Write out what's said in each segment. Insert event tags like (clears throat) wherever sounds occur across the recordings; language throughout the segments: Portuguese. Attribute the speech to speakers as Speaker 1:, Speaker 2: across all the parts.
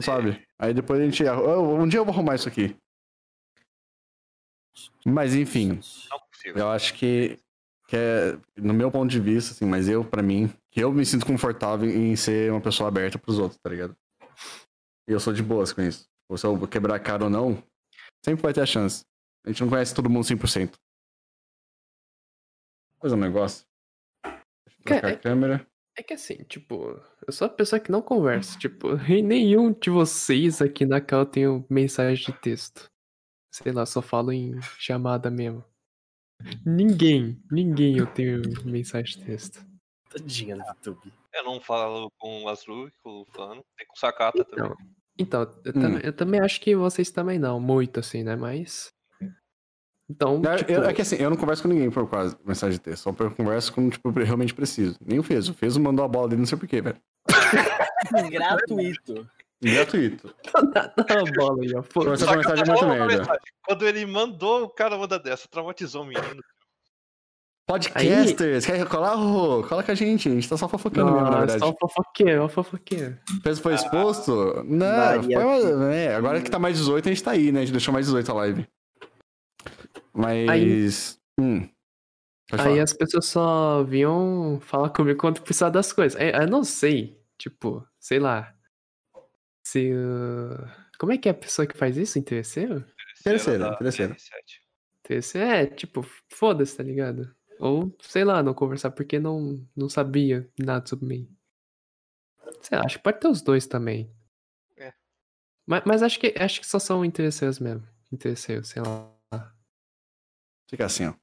Speaker 1: Sabe? Aí depois a gente. "Oh, um dia eu vou arrumar isso aqui. Mas enfim,
Speaker 2: Não é consigo.
Speaker 1: eu acho que, que é, no meu ponto de vista, assim, mas eu, pra mim, que eu me sinto confortável em ser uma pessoa aberta pros outros, tá ligado? E eu sou de boas com isso. Ou se eu quebrar a cara ou não, sempre vai ter a chance. A gente não conhece todo mundo 100%. Coisa é um negócio. Deixa eu
Speaker 3: Cara,
Speaker 1: trocar
Speaker 3: é-
Speaker 1: a câmera.
Speaker 3: É que assim, tipo, eu sou a pessoa que não conversa. Tipo, (laughs) em nenhum de vocês aqui na cal eu tenho mensagem de texto. Sei lá, só falo em chamada mesmo. Ninguém, ninguém eu tenho mensagem de texto.
Speaker 4: Tadinha do YouTube.
Speaker 2: Eu não falo com o Azul, com o Fulano, nem com o Sakata também.
Speaker 3: Então, então eu,
Speaker 1: Hum.
Speaker 3: também, eu também acho que vocês também não, muito assim, né? Mas. Então,
Speaker 1: Não,
Speaker 3: tipo,
Speaker 1: eu- é que assim, eu não converso com ninguém por quase mensagem de texto. Só eu converso quando, tipo, eu realmente preciso. Nem o Fezo. O Fezo mandou a bola dele, não sei porquê, velho.
Speaker 4: (laughs) Gratuito.
Speaker 1: Gratuito. Tá
Speaker 3: dá dá uma bola aí, ó. foda-se.
Speaker 1: Essa mensagem é muito
Speaker 2: Só que-
Speaker 1: merda.
Speaker 2: mensagem. Quando ele mandou, o cara manda dessa, traumatizou o menino.
Speaker 1: Podcasters, quer colar, Rô? Cola com a gente. A gente tá só fofocando mesmo, na
Speaker 3: Nossa,
Speaker 1: verdade.
Speaker 3: só um Ah, fofoqueiro, um fofoqueiro.
Speaker 1: O Fezo foi exposto? Não,
Speaker 4: Maria
Speaker 1: foi uma... é, agora que tá mais 18, a gente tá aí, né? A gente deixou mais 18 a live. Mas. Hum. Pode
Speaker 3: Aí
Speaker 1: falar.
Speaker 3: as pessoas só vinham falar comigo quando precisar das coisas. É, Eu, eu não sei, tipo, sei lá. Se. uh, Como é que é a pessoa que faz isso em terceiro?
Speaker 1: Terceira,
Speaker 2: da
Speaker 1: terceira.
Speaker 2: BR7.
Speaker 3: Terceiro é, tipo, foda-se, tá ligado? Ou, sei lá, não conversar porque não, não sabia nada sobre mim. Sei lá, acho que pode ter os dois também.
Speaker 2: É.
Speaker 3: Mas, mas acho, que, acho que só são em terceiros mesmo. Em terceiro, sei lá.
Speaker 1: Fica assim, ó.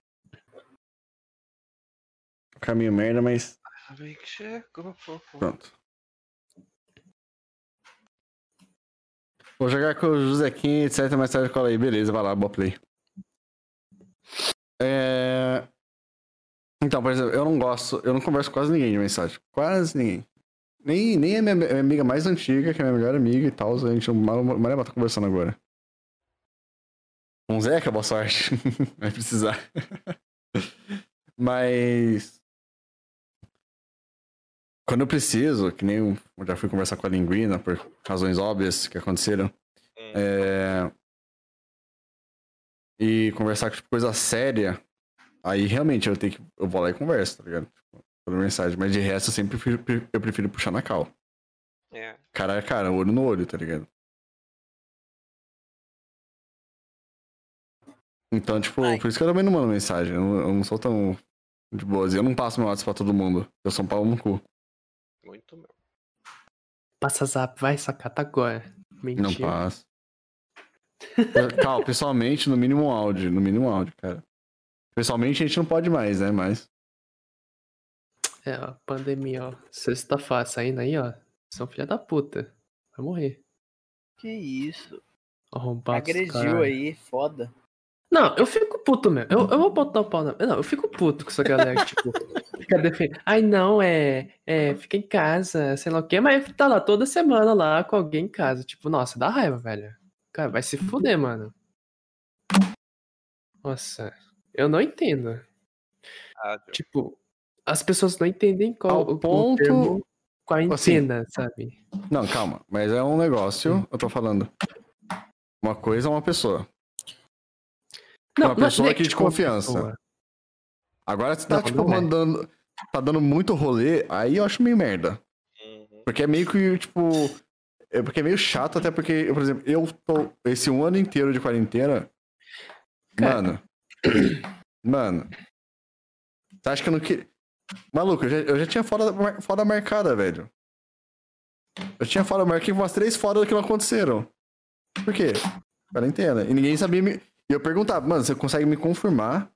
Speaker 1: Caminho merda, mas
Speaker 2: Ah, bem que chegou, fofo.
Speaker 1: pronto. Vou jogar com o Josequim, etc. Mais tarde cola aí. Beleza, vai lá, boa play. É... Então, por exemplo, eu não gosto, eu não converso com quase ninguém de mensagem. Quase ninguém. Nem, nem a minha, minha amiga mais antiga, que é a minha melhor amiga e tal, a gente mal, mal, mal tá conversando agora. Com o Zeca, boa sorte. (laughs) Vai precisar. Mas. Quando eu preciso, que nem eu eu já fui conversar com a Linguina por razões óbvias que aconteceram.
Speaker 2: Hum.
Speaker 1: é, E conversar com tipo, coisa séria, aí realmente eu tenho que. Eu vou lá e converso, tá ligado? Tipo, pela mensagem. Mas de resto eu sempre prefiro, eu prefiro puxar na cal.
Speaker 2: É.
Speaker 1: Cara a cara, olho no olho, tá ligado? Então, tipo,
Speaker 4: Ai.
Speaker 1: por isso que eu também não mando mensagem. Eu não, eu não sou tão de boas. E Eu não passo meu WhatsApp pra todo mundo. Eu sou um pau no cu.
Speaker 2: Muito mesmo.
Speaker 3: Passa zap, vai sacar, tá agora. Mentira.
Speaker 1: Não passo. Eu- Calma, pessoalmente, no mínimo um áudio. No mínimo um áudio, cara. Pessoalmente a gente não pode mais, né? Mas.
Speaker 3: É, ó, pandemia, ó. Sexta fase saindo aí, ó. São filha da puta. Vai morrer.
Speaker 4: Que isso.
Speaker 3: Arrombado. os
Speaker 4: Agrediu
Speaker 3: caralho.
Speaker 4: aí, foda.
Speaker 3: Não, eu fico puto mesmo. Eu, eu vou botar o pau na. Não, eu fico puto com essa galera que, tipo, fica defendendo. Ai, não, é. É, fica em casa, sei lá o quê, mas tá lá toda semana lá com alguém em casa. Tipo, nossa, dá raiva, velho. Cara, vai se fuder, mano. Nossa, eu não entendo.
Speaker 2: Ah, Deus.
Speaker 3: Tipo, as pessoas não entendem qual
Speaker 1: Ao
Speaker 3: o- o
Speaker 1: ponto- Assim,
Speaker 3: termo quarentena, sabe?
Speaker 1: Não, calma. Mas é um negócio, eu tô falando. Uma coisa é uma pessoa. Uma pessoa
Speaker 3: é
Speaker 1: que de
Speaker 3: tipo uma
Speaker 1: confiança.
Speaker 3: pessoa.
Speaker 1: Agora você tá,
Speaker 3: Não,
Speaker 1: tipo,
Speaker 3: não é.
Speaker 1: mandando. Tá dando muito rolê, aí eu acho meio merda.
Speaker 2: Uhum.
Speaker 1: Porque é meio que, tipo. É porque é meio chato, até porque, eu, por exemplo, eu tô. Esse um ano inteiro de quarentena.
Speaker 3: Cara.
Speaker 1: Mano. Mano. Você acha que eu não queria. Maluco, eu já, eu já tinha fora, mar- fora marcada, velho. Eu tinha fora marcada umas três fora que não aconteceram. Por quê? Quarentena. E ninguém sabia me. E eu perguntava, mano, você consegue me confirmar?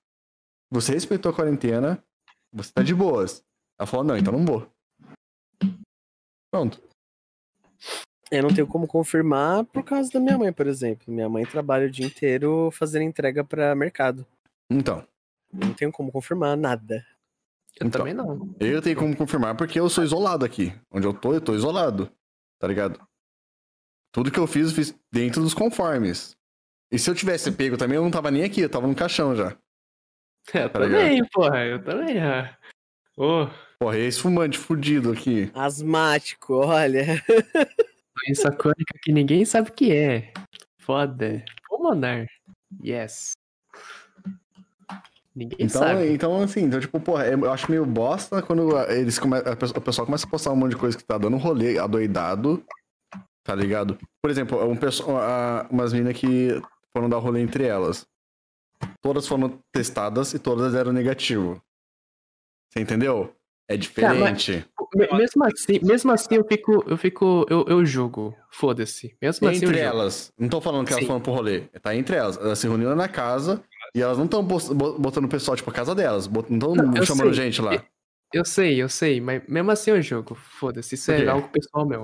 Speaker 1: Você respeitou a quarentena? Você tá de boas. Ela falou, não, então não vou. Pronto.
Speaker 4: Eu não tenho como confirmar por causa da minha mãe, por exemplo. Minha mãe trabalha o dia inteiro fazendo entrega pra mercado.
Speaker 1: Então,
Speaker 4: Eu não tenho como confirmar nada.
Speaker 3: Eu
Speaker 1: Então.
Speaker 3: também não.
Speaker 1: eu tenho como confirmar porque eu sou isolado aqui. Onde eu tô, eu tô isolado. Tá ligado? Tudo que eu fiz, eu fiz dentro dos conformes. E se eu tivesse pego também, eu não tava nem aqui, eu tava no caixão já.
Speaker 3: É, Eu
Speaker 1: Tá ligado?
Speaker 3: também, porra, eu também. ah. Ô,
Speaker 1: é Porra, e esse fumante fudido aqui.
Speaker 4: (laughs) Asmático, olha.
Speaker 3: doença crônica que ninguém sabe o que é. Foda. Pulmonar. Yes. Ninguém
Speaker 1: Então,
Speaker 3: sabe.
Speaker 1: então, assim, então, tipo, porra, é- eu acho meio bosta quando a- eles come... a pessoa- o pessoal começa a postar um monte de coisa que tá dando um rolê adoidado, tá ligado? Por exemplo, um pessoal, a- umas meninas que foram dar rolê entre elas. Todas foram testadas e todas eram negativo. Você entendeu? É diferente.
Speaker 3: Me- Mesmo assim, mesmo assim eu fico, eu fico, eu, eu julgo. Foda-se. Mesmo assim eu
Speaker 1: entre
Speaker 3: julgo.
Speaker 1: elas. Não tô falando que elas
Speaker 3: Sim.
Speaker 1: foram pro rolê. Tá entre elas. Elas se reuniram na casa e elas não estão botando o pessoal, tipo, a casa delas. bot- Não
Speaker 3: Não,
Speaker 1: estão
Speaker 3: eu
Speaker 1: Tá chamando
Speaker 3: sei.
Speaker 1: gente lá.
Speaker 3: Eu sei, eu sei, mas mesmo assim eu jogo. Foda-se, isso
Speaker 1: Por quê?
Speaker 3: é algo pessoal meu.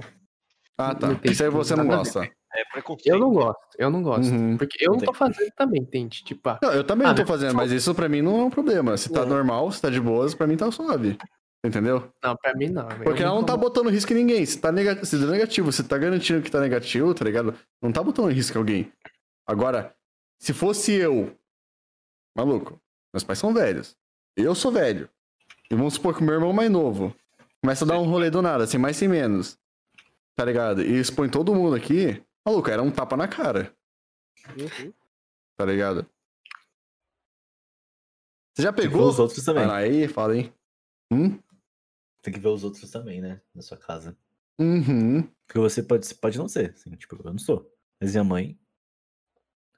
Speaker 1: Ah, tá.
Speaker 3: Não tem-
Speaker 1: Isso aí você não
Speaker 3: nada a ver.
Speaker 1: gosta.
Speaker 2: É preconceito.
Speaker 3: Eu não gosto, eu não gosto.
Speaker 1: Uhum.
Speaker 3: Porque eu não tô fazendo também, entende? Tipo, ah,
Speaker 1: Não, eu também
Speaker 3: Ah,
Speaker 1: não tô
Speaker 3: mas-
Speaker 1: fazendo, mas isso pra mim não é um problema. Se tá normal, se tá de boas, pra mim tá suave. Entendeu?
Speaker 3: não, pra mim não. eu
Speaker 1: Porque ela não tá
Speaker 3: incomodo.
Speaker 1: botando risco em ninguém. Se tá negativo, se tá negativo, se tá garantindo que tá negativo, tá ligado? Não tá botando risco em alguém. Agora, se fosse eu, maluco, meus pais são velhos. Eu sou velho. E vamos supor que o meu irmão mais novo começa a dar um rolê do nada, sem mais sem menos. Tá ligado? E expõe todo mundo aqui. Maluco, era um tapa na cara.
Speaker 4: Uhum.
Speaker 1: Tá ligado? Você já
Speaker 5: Tem que ver
Speaker 1: pegou?
Speaker 5: Tipo, os outros também.
Speaker 1: Fala aí, fala aí. Hum?
Speaker 5: Tem que ver os outros também, né? Na sua casa.
Speaker 1: Uhum.
Speaker 5: Porque você pode, você pode não ser. assim, tipo, eu não sou. Mas minha mãe.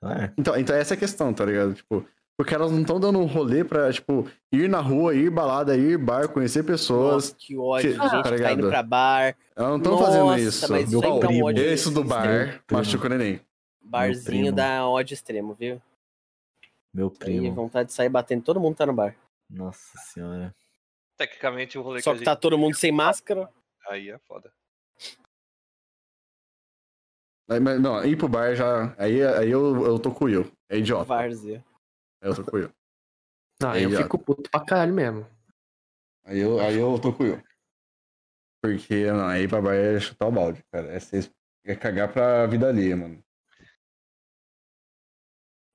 Speaker 5: Ela é.
Speaker 1: Então, então essa é a questão, tá ligado? Tipo, porque elas não estão dando um rolê pra, tipo, ir na rua, ir balada, ir bar, conhecer pessoas.
Speaker 4: Nossa, que ódio,
Speaker 1: Ah,
Speaker 4: gente que
Speaker 1: tá
Speaker 4: tá indo
Speaker 1: ligado?
Speaker 4: pra bar,
Speaker 1: Elas não estão
Speaker 4: Nossa,
Speaker 1: fazendo
Speaker 4: mas
Speaker 1: isso.
Speaker 4: isso
Speaker 5: Meu
Speaker 4: aí dá um
Speaker 5: primo.
Speaker 4: ódio.
Speaker 1: Esse do bar
Speaker 5: Meu primo.
Speaker 1: machuca o neném.
Speaker 4: Barzinho
Speaker 5: primo.
Speaker 4: dá ódio extremo, viu? Tá
Speaker 5: Meu
Speaker 4: Aí
Speaker 5: primo.
Speaker 4: vontade de sair batendo, todo mundo tá no bar.
Speaker 5: Nossa senhora.
Speaker 2: Tecnicamente o rolê
Speaker 4: Só
Speaker 2: que
Speaker 4: que
Speaker 2: a
Speaker 4: tá todo mundo sem máscara.
Speaker 2: gente... Aí é foda.
Speaker 1: Aí, mas, não, ir pro bar já. Aí, aí eu, eu tô com o Will. É idiota.
Speaker 4: Várzea.
Speaker 1: Aí É, eu tô com o Will.
Speaker 3: Não,
Speaker 1: É
Speaker 3: eu
Speaker 1: idiota.
Speaker 3: fico puto pra caralho mesmo.
Speaker 1: Aí eu, aí eu tô com o Will. Porque, não, aí pra bar é chutar o balde, cara. É, ser- é cagar pra vida ali, mano.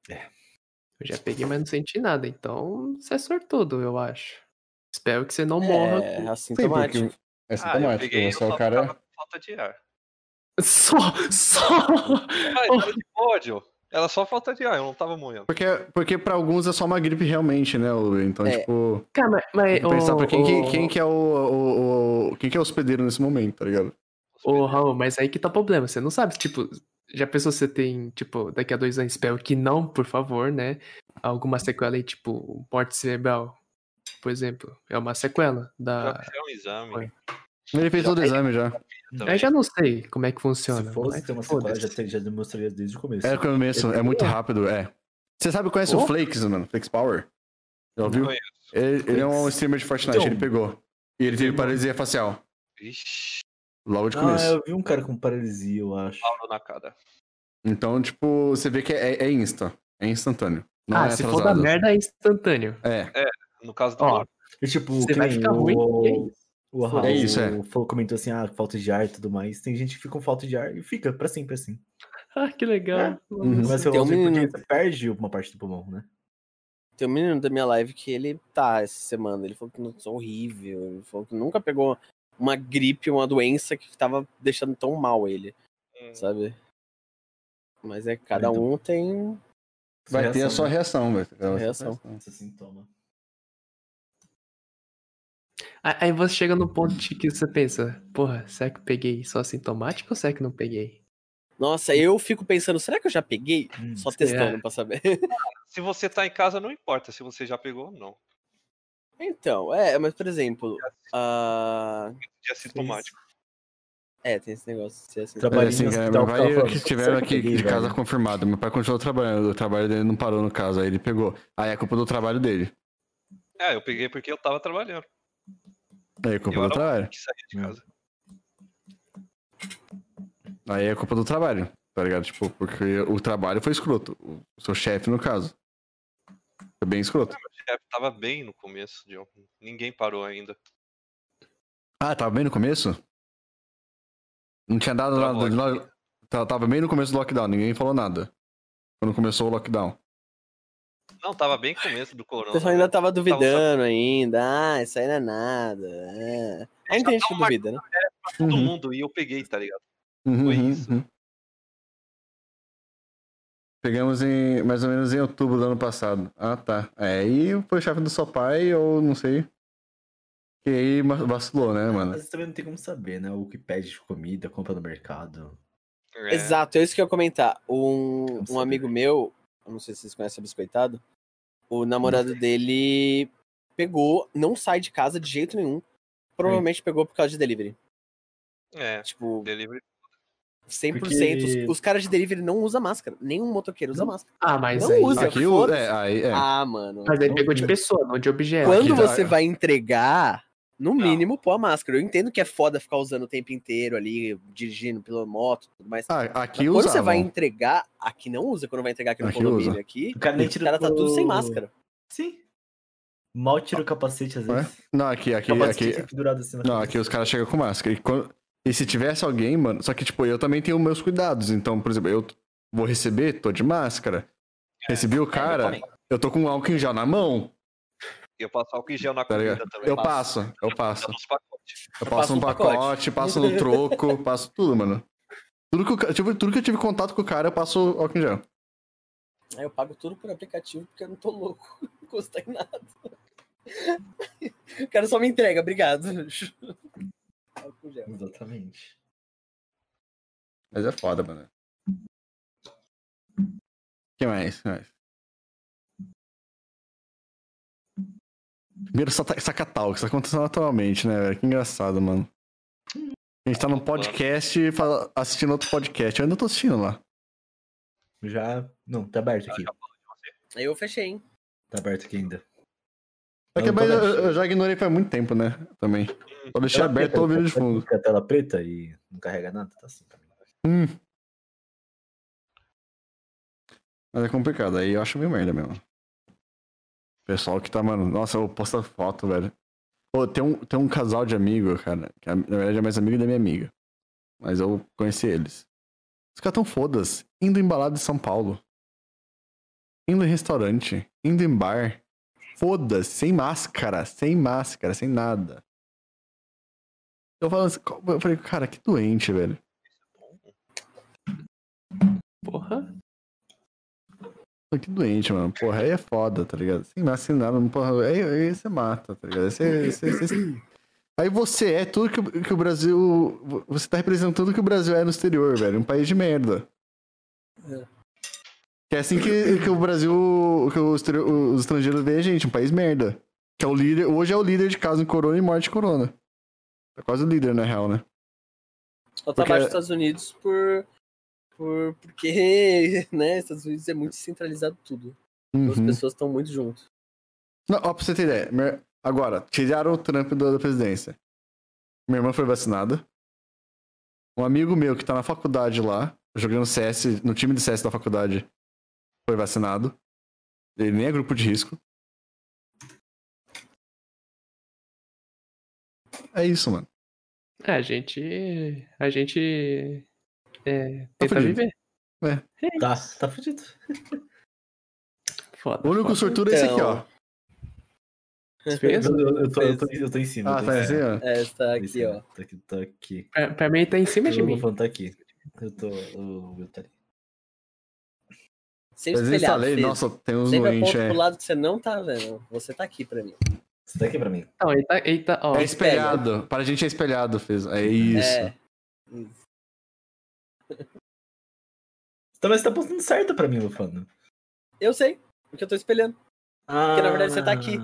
Speaker 3: Eu já peguei, mas não senti nada. Então, você é sortudo, eu acho. Espero que você não morra.
Speaker 4: É,
Speaker 1: Sim, porque
Speaker 4: assintomático.
Speaker 1: é
Speaker 2: Ah, eu
Speaker 1: sintomático.
Speaker 2: peguei, eu
Speaker 1: você é
Speaker 2: só
Speaker 1: o cara.
Speaker 2: tava com falta de ar.
Speaker 3: Só, só.
Speaker 2: Ah, eu tava de ódio. Era só falta de ar, eu não tava morrendo.
Speaker 1: Porque, porque pra alguns é só uma gripe realmente, né, Lu? Então,
Speaker 4: É.
Speaker 1: tipo,
Speaker 3: Cara, Tá, mas. mas
Speaker 1: tem que pensar
Speaker 3: ô,
Speaker 1: pra quem, quem,
Speaker 3: ô,
Speaker 1: quem que é o, o, o- Quem que é o hospedeiro nesse momento, tá ligado?
Speaker 3: Ô, Raul, mas aí que tá o problema. Você não sabe, tipo, já pensou se você tem, tipo, daqui a dois anos, espero que não, por favor, né? Alguma sequela aí, tipo, morte cerebral, por exemplo. É uma sequela
Speaker 2: Já
Speaker 3: da.
Speaker 2: fizeram um exame.
Speaker 3: Foi.
Speaker 1: Ele fez
Speaker 2: Já
Speaker 1: todo o
Speaker 2: tem.
Speaker 1: exame já.
Speaker 3: Eu já não sei como é que funciona.
Speaker 5: Se fosse
Speaker 3: mas
Speaker 5: ter uma sequela,
Speaker 3: foda-se.
Speaker 5: já, ter- já demonstraria desde o começo.
Speaker 1: É o começo, é muito rápido, é. Você sabe, conhece o
Speaker 3: Oh.
Speaker 1: Flakes, mano? Flakes Power? Já ouviu?
Speaker 2: Conheço.
Speaker 1: Ele, ele é um streamer de Fortnite,
Speaker 5: Então.
Speaker 1: ele pegou. E ele teve paralisia facial.
Speaker 2: Ixi,
Speaker 1: Logo de é começo.
Speaker 5: Ah, eu vi um cara com paralisia, eu acho.
Speaker 2: Paulo na cara.
Speaker 1: Então, tipo, você vê que é, é insta. É instantâneo. Não
Speaker 3: ah,
Speaker 1: é
Speaker 3: se for da
Speaker 1: atrasado.
Speaker 3: merda, é instantâneo.
Speaker 1: É.
Speaker 2: No caso do
Speaker 3: Ó,
Speaker 2: Lorde,
Speaker 5: E tipo,
Speaker 3: Você
Speaker 5: que
Speaker 3: vai
Speaker 5: nem
Speaker 3: ficar ruim.
Speaker 5: o...
Speaker 3: e é isso.
Speaker 5: O Raul
Speaker 1: É isso, é.
Speaker 5: falou- comentou assim, ah, falta de ar e tudo mais. Tem gente que fica com falta de ar e fica pra sempre assim. É.
Speaker 3: Ah, que legal.
Speaker 1: Uhum.
Speaker 5: Mas eu
Speaker 4: Tem um
Speaker 5: porque
Speaker 4: menino-
Speaker 5: você perde uma parte do pulmão, né?
Speaker 4: Tem um menino da minha live que ele tá essa semana. Ele falou que não sou horrível. Ele falou que nunca pegou uma gripe, uma doença que tava deixando tão mal ele,
Speaker 2: hum,
Speaker 4: sabe? Mas é que cada
Speaker 5: Então.
Speaker 4: um tem.
Speaker 1: Vai ter a sua
Speaker 5: né?
Speaker 1: reação, velho. Vai ter a
Speaker 4: Reação.
Speaker 1: sua
Speaker 5: Esse sintoma.
Speaker 3: Aí aí você chega no ponto de que você pensa, porra, será que eu peguei só sintomático ou será que não peguei?
Speaker 4: Nossa, eu fico pensando, será que eu já peguei?
Speaker 5: Hum,
Speaker 4: Só
Speaker 3: será?
Speaker 4: testando pra saber. (laughs)
Speaker 2: Se você tá em casa, não importa se você já pegou ou não.
Speaker 4: Então, é, mas por exemplo. ah,
Speaker 2: É sintomático.
Speaker 4: É, tem esse negócio de ser assim.
Speaker 1: É
Speaker 5: Trabalho-
Speaker 1: assim,
Speaker 5: Marinho,
Speaker 1: cara,
Speaker 5: hospital,
Speaker 1: meu pai
Speaker 5: ficava
Speaker 1: que
Speaker 5: falando,
Speaker 1: tiveram
Speaker 5: "Será que eu
Speaker 1: aqui
Speaker 5: peguei,
Speaker 1: de casa
Speaker 5: velho?"
Speaker 1: confirmado. Meu pai continuou trabalhando. O trabalho dele não parou no caso. Aí ele pegou. Aí é culpa do trabalho dele.
Speaker 2: É, eu peguei porque eu tava trabalhando.
Speaker 1: Aí é culpa
Speaker 2: Eu
Speaker 1: do
Speaker 2: não-
Speaker 1: trabalho.
Speaker 2: Que saía de
Speaker 5: Hum.
Speaker 2: casa.
Speaker 1: Aí é culpa do trabalho. Tá ligado? Tipo, porque o trabalho foi escroto. O seu chefe, no caso. Foi bem escroto.
Speaker 2: É, tava bem no começo, John. Ninguém parou ainda.
Speaker 1: Ah, tava bem no começo? Não tinha dado
Speaker 2: Tava
Speaker 1: nada. nada- tá- Tava bem no começo do lockdown. Ninguém falou nada. Quando começou o lockdown.
Speaker 2: Não, tava bem no começo do
Speaker 4: O
Speaker 2: corona. né?
Speaker 4: pessoal ainda tava duvidando
Speaker 2: sabendo.
Speaker 4: ainda. Ah, isso aí não é nada. É. Ainda tem gente que
Speaker 2: tava
Speaker 4: duvida, né?
Speaker 2: É, Todo
Speaker 1: Uhum.
Speaker 2: mundo e eu peguei, tá ligado?
Speaker 1: Uhum,
Speaker 2: Foi
Speaker 1: uhum,
Speaker 2: isso.
Speaker 1: uhum. Pegamos em mais ou menos em outubro do ano passado. Ah, tá. É, e foi chave do seu pai, ou não sei. Que aí ma- vacilou, né, mano?
Speaker 5: Mas também não tem como saber, né? O que pede de comida, compra no mercado.
Speaker 2: É,
Speaker 4: Exato, é isso que eu ia comentar. Um,
Speaker 5: Nossa,
Speaker 4: um amigo meu, eu não sei se vocês conhecem a Biscoitado, o namorado dele pegou, não sai de casa de jeito nenhum. Provavelmente pegou por causa de delivery.
Speaker 2: É,
Speaker 4: Tipo,
Speaker 2: delivery.
Speaker 4: 100%.
Speaker 3: Porque-
Speaker 4: Os, os caras de delivery não usam máscara. Nenhum motoqueiro usa máscara.
Speaker 3: Ah, mas
Speaker 4: Não
Speaker 3: aí...
Speaker 4: usa.
Speaker 1: Aqui o.
Speaker 4: foda-se.
Speaker 1: É, aí, é.
Speaker 4: Ah, mano.
Speaker 3: Mas aí
Speaker 4: não-
Speaker 3: pegou de pessoa, não de objeto.
Speaker 4: Quando
Speaker 1: Aqui- é.
Speaker 4: você vai entregar, no
Speaker 2: Não.
Speaker 4: mínimo, pô a máscara. Eu entendo que é foda ficar usando o tempo inteiro ali, dirigindo pela moto e tudo mais.
Speaker 1: Ah, aqui
Speaker 4: Mas quando você
Speaker 1: usavam.
Speaker 4: vai entregar, aqui não usa, quando vai entregar aqui no
Speaker 1: Aqui
Speaker 4: condomínio,
Speaker 1: usa.
Speaker 4: aqui,
Speaker 5: O cara nem tira
Speaker 4: o cara tá tudo sem
Speaker 5: o-
Speaker 4: máscara.
Speaker 5: Sim. Mal tira o capacete às
Speaker 1: Ué?
Speaker 5: vezes.
Speaker 1: Não, aqui, aqui,
Speaker 5: capacete
Speaker 1: aqui.
Speaker 5: sempre pendurado assim na
Speaker 1: Não,
Speaker 5: cabeça.
Speaker 1: aqui os caras chegam com máscara. E, quando- e se tivesse alguém, mano. Só que, tipo, eu também tenho meus cuidados. Então, por exemplo, eu vou receber, tô de máscara. Recebi o cara,
Speaker 4: também.
Speaker 1: eu tô com um álcool em gel na mão.
Speaker 2: Eu passo álcool em gel na
Speaker 1: Tá
Speaker 2: comida
Speaker 1: ligado?
Speaker 2: também.
Speaker 1: Eu passo, eu passo.
Speaker 2: Dá nos pacotes.
Speaker 1: Eu passo
Speaker 4: Passa
Speaker 1: no
Speaker 4: um pacote.
Speaker 1: pacote, passo no troco, passo tudo, mano. Tudo que, o ca- tipo, tudo que eu tive contato com o cara, eu passo álcool em gel.
Speaker 4: Aí eu pago tudo por aplicativo porque eu não tô louco. (laughs) Não custa em nada. (laughs) O cara só me entrega, obrigado. (laughs) Álcool gel.
Speaker 5: Exatamente.
Speaker 1: Mas é foda, mano. que mais? Que mais? Primeiro sata- sacatal, que isso tá acontecendo atualmente, né, velho? Que engraçado, mano. A gente tá num podcast fala- assistindo outro podcast. Eu ainda tô assistindo lá.
Speaker 5: Já. Não, tá aberto aqui.
Speaker 4: Aí eu fechei, hein?
Speaker 5: Tá aberto aqui ainda.
Speaker 1: Só É que,
Speaker 5: Eu não tô
Speaker 1: mas eu,
Speaker 5: mexendo.
Speaker 1: eu já ignorei faz muito tempo, né? Também.
Speaker 5: Hum.
Speaker 1: Só deixei
Speaker 5: Tela
Speaker 1: aberto
Speaker 5: preta,
Speaker 1: tô ouvindo de
Speaker 5: sabe quando
Speaker 1: fundo.
Speaker 5: Fica a tela preta e não carrega nada, tá assim. também.
Speaker 1: Hum. Mas é complicado, aí eu acho meio merda mesmo. Pessoal que tá, mano. Nossa, eu posto foto, velho. Pô, tem um, tem um casal de amigo, cara. Que é- na verdade é mais amigo da minha amiga. Mas eu conheci eles. Os caras tão fodas. Indo em balada de São Paulo. Indo em restaurante. Indo em bar. Foda-se. Sem máscara. Sem máscara. Sem nada. Eu, falo assim, co- eu falei, cara, que doente, velho.
Speaker 3: Porra.
Speaker 1: Pô, Que doente, mano. Porra, aí é foda, tá ligado? Sem máscara, sem nada. não- Porra, aí, aí você mata, tá ligado? Aí você, você- você- aí você é tudo que, o- que o Brasil. vo- Você tá representando o que o Brasil é no exterior, velho. Um país de merda.
Speaker 4: É.
Speaker 1: Que é assim que, que o Brasil. Que o exterior- os estrangeiros veem a gente, um país merda. Que é o líder. Hoje é o líder de caso em corona e morte de corona. É quase o líder, na real, né?
Speaker 4: Só tá
Speaker 1: Porque-
Speaker 4: abaixo dos Estados Unidos por. por porque, (laughs) né? Estados Unidos é muito centralizado tudo. Então, As
Speaker 1: Uhum.
Speaker 4: pessoas estão muito juntas.
Speaker 1: Não, ó, pra você ter ideia. minha- Agora, tiraram o Trump da da presidência. Minha irmã foi vacinada. Um amigo meu que tá na faculdade lá, jogando CS, no time de CS da faculdade, foi vacinado. Ele nem é grupo de risco. É isso, mano.
Speaker 3: É, a gente. A gente. É,
Speaker 1: Tá
Speaker 3: tenta
Speaker 1: fudido.
Speaker 3: viver.
Speaker 1: É.
Speaker 3: É
Speaker 5: Tá, tá fudido.
Speaker 3: Foda.
Speaker 1: O único
Speaker 3: foda.
Speaker 1: sortudo é esse aqui, ó.
Speaker 4: Então, (laughs)
Speaker 5: Eu,
Speaker 3: Mesmo?
Speaker 5: eu- eu tô, eu, tô, eu tô em cima.
Speaker 1: Ah,
Speaker 5: eu
Speaker 1: tá
Speaker 5: tô em
Speaker 1: assim,
Speaker 5: cima.
Speaker 1: ó.
Speaker 4: É, está
Speaker 5: Tô em
Speaker 4: aqui,
Speaker 5: cima,
Speaker 4: ó. É,
Speaker 5: Tá aqui, tá aqui.
Speaker 3: Pra, pra mim, tá em cima de
Speaker 5: Eu
Speaker 3: mim.
Speaker 5: vou tá aqui. Eu tô. Eu, eu tô ali.
Speaker 4: Sempre
Speaker 1: Mas eu
Speaker 4: espelhado.
Speaker 1: instalei,
Speaker 4: filho.
Speaker 1: nossa, tem uns
Speaker 4: Sempre
Speaker 1: doentes,
Speaker 4: aponta
Speaker 1: é.
Speaker 4: pro lado que você não tá vendo. Você tá aqui pra mim.
Speaker 5: Você tá aqui pra mim.
Speaker 3: Não, ele tá. Ele tá ó,
Speaker 1: É espelhado. Para a gente é espelhado, fez. É isso.
Speaker 4: É.
Speaker 5: Tá, mas você tá postando certo pra mim, né? Lufano.
Speaker 4: (laughs) Eu sei, porque eu tô espelhando.
Speaker 5: Ah,
Speaker 4: Porque, na verdade, você tá aqui.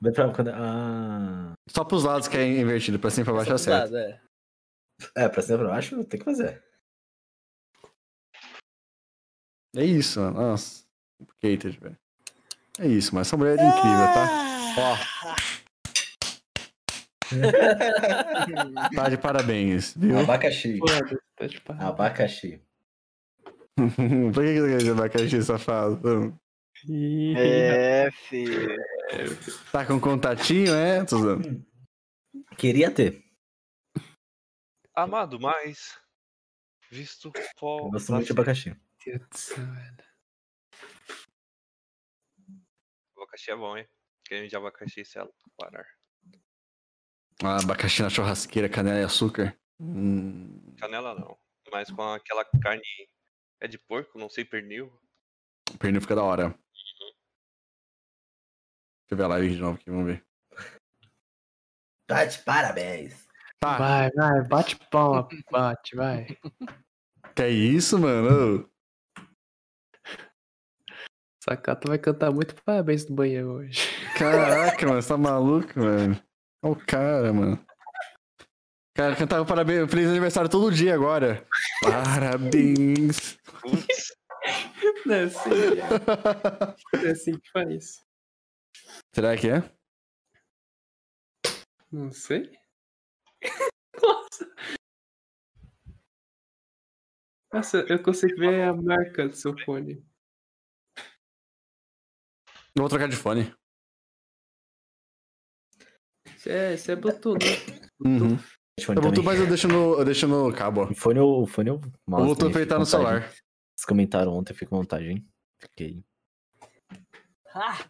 Speaker 5: Vai pra quando. Ah.
Speaker 1: Só pros lados que é invertido, pra cima e pra baixo é
Speaker 4: Só pro
Speaker 1: certo.
Speaker 4: lado, é.
Speaker 5: É, pra cima e pra baixo tem que fazer.
Speaker 1: É isso, mano. Nossa. Complicated, velho. É isso, mas essa mulher é incrível, tá? Ó,
Speaker 6: Ah!
Speaker 1: tá de parabéns, viu?
Speaker 5: Abacaxi.
Speaker 3: Foda, tá de parada.
Speaker 5: Abacaxi.
Speaker 1: (laughs) Por que que você quer de abacaxi, safado?
Speaker 3: Ih,
Speaker 2: É, filho.
Speaker 1: Tá com contatinho, é? Tô zoando.
Speaker 5: Queria ter.
Speaker 2: (laughs) Amado mais. Visto
Speaker 5: (laughs) Eu
Speaker 2: fora.
Speaker 5: gosto muito de abacaxi.
Speaker 3: Meu Deus do céu, velho.
Speaker 2: Abacaxi é bom, hein? Creme de abacaxi, se ela parar.
Speaker 1: Ah, abacaxi na churrasqueira, canela e açúcar. Hum,
Speaker 2: Canela não. Mas com aquela carne. É de porco, não sei, pernil.
Speaker 1: pernil fica da hora. Deixa eu ver a live de novo aqui, vamos ver.
Speaker 5: Tá de parabéns.
Speaker 1: Tá,
Speaker 3: Vai, vai, bate palma, bate, vai.
Speaker 1: que é isso, mano? Ô,
Speaker 3: Sakata vai cantar muito parabéns no banheiro hoje.
Speaker 1: Caraca, mano, você tá maluco, mano? Olha o cara, mano. Cara, cantava parabéns, feliz aniversário todo dia agora. Parabéns.
Speaker 2: Putz,
Speaker 3: (laughs) Não é assim, é assim que faz.
Speaker 1: Será que é?
Speaker 3: Não sei. (laughs) Nossa. Nossa, eu consigo ver a marca do seu fone.
Speaker 1: Eu vou trocar de fone.
Speaker 3: Isso é, isso é Bluetooth, né?
Speaker 1: Uhum.
Speaker 5: Fone
Speaker 1: Eu vou,
Speaker 5: também.
Speaker 1: mas eu deixo no, eu deixo no cabo.
Speaker 5: O fone eu. O fone eu.
Speaker 1: Eu vou
Speaker 5: Nossa,
Speaker 1: tu
Speaker 5: também, fico
Speaker 1: feitar
Speaker 5: à
Speaker 1: no
Speaker 5: vontade.
Speaker 1: celular.
Speaker 5: Vocês comentaram ontem, eu fico à vontade, hein? Fiquei.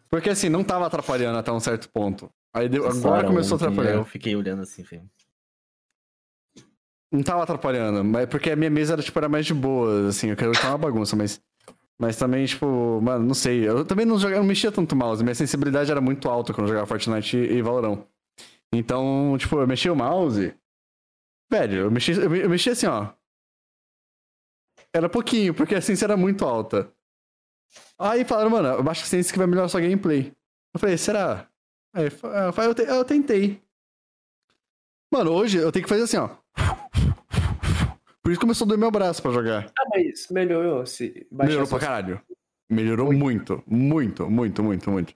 Speaker 1: Porque assim, não tava atrapalhando até um certo ponto. Aí deu- agora
Speaker 5: Passaram
Speaker 1: começou a
Speaker 5: ontem,
Speaker 1: atrapalhar.
Speaker 5: Eu fiquei olhando assim, falei,
Speaker 1: Não tava atrapalhando, mas porque a minha mesa era, tipo, era mais de boa, assim, eu quero estar uma bagunça, mas. Mas também, tipo, mano, não sei. Eu também não jogava, não mexia tanto mouse. Minha sensibilidade era muito alta quando eu jogava Fortnite e e Valorão. Então, tipo, eu mexia o mouse. Velho, eu mexi, eu me- eu mexi assim, ó. Era pouquinho, porque a ciência era muito alta. Aí falaram, mano, eu acho que a ciência que vai melhorar a sua gameplay. Eu falei, será? Aí eu fa- eu, fa- eu te- eu tentei. Mano, hoje eu tenho que fazer assim, ó. Por isso começou a doer meu braço pra jogar.
Speaker 3: Ah, mas melhorou se
Speaker 1: Melhorou pra caralho. Melhorou muito, muito, muito, muito, muito.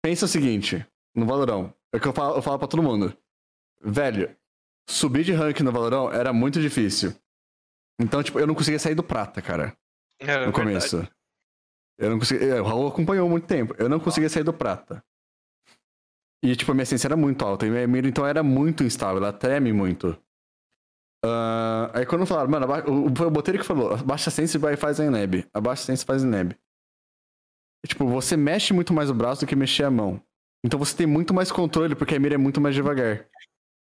Speaker 1: Pensa o seguinte, no Valorão, é o que eu falo, eu falo pra todo mundo. Velho, subir de rank no Valorão era muito difícil. Então, tipo, eu não conseguia sair do prata, cara
Speaker 2: era
Speaker 6: É
Speaker 1: no
Speaker 2: É, verdade.
Speaker 1: começo. Eu não consegui, é, o Raul acompanhou muito tempo. Eu não conseguia sair do prata. E, tipo, a minha essência era muito alta. E minha mira, então, era muito instável. Ela treme muito. Ah, aí, quando falaram, mano, aba- o, o, foi o Botelho que falou: abaixa a sense e vai- faz a ineb. Abaixa a sense e faz a ineb. E, tipo, você mexe muito mais o braço do que mexer a mão. Então, você tem muito mais controle, porque a mira é muito mais devagar.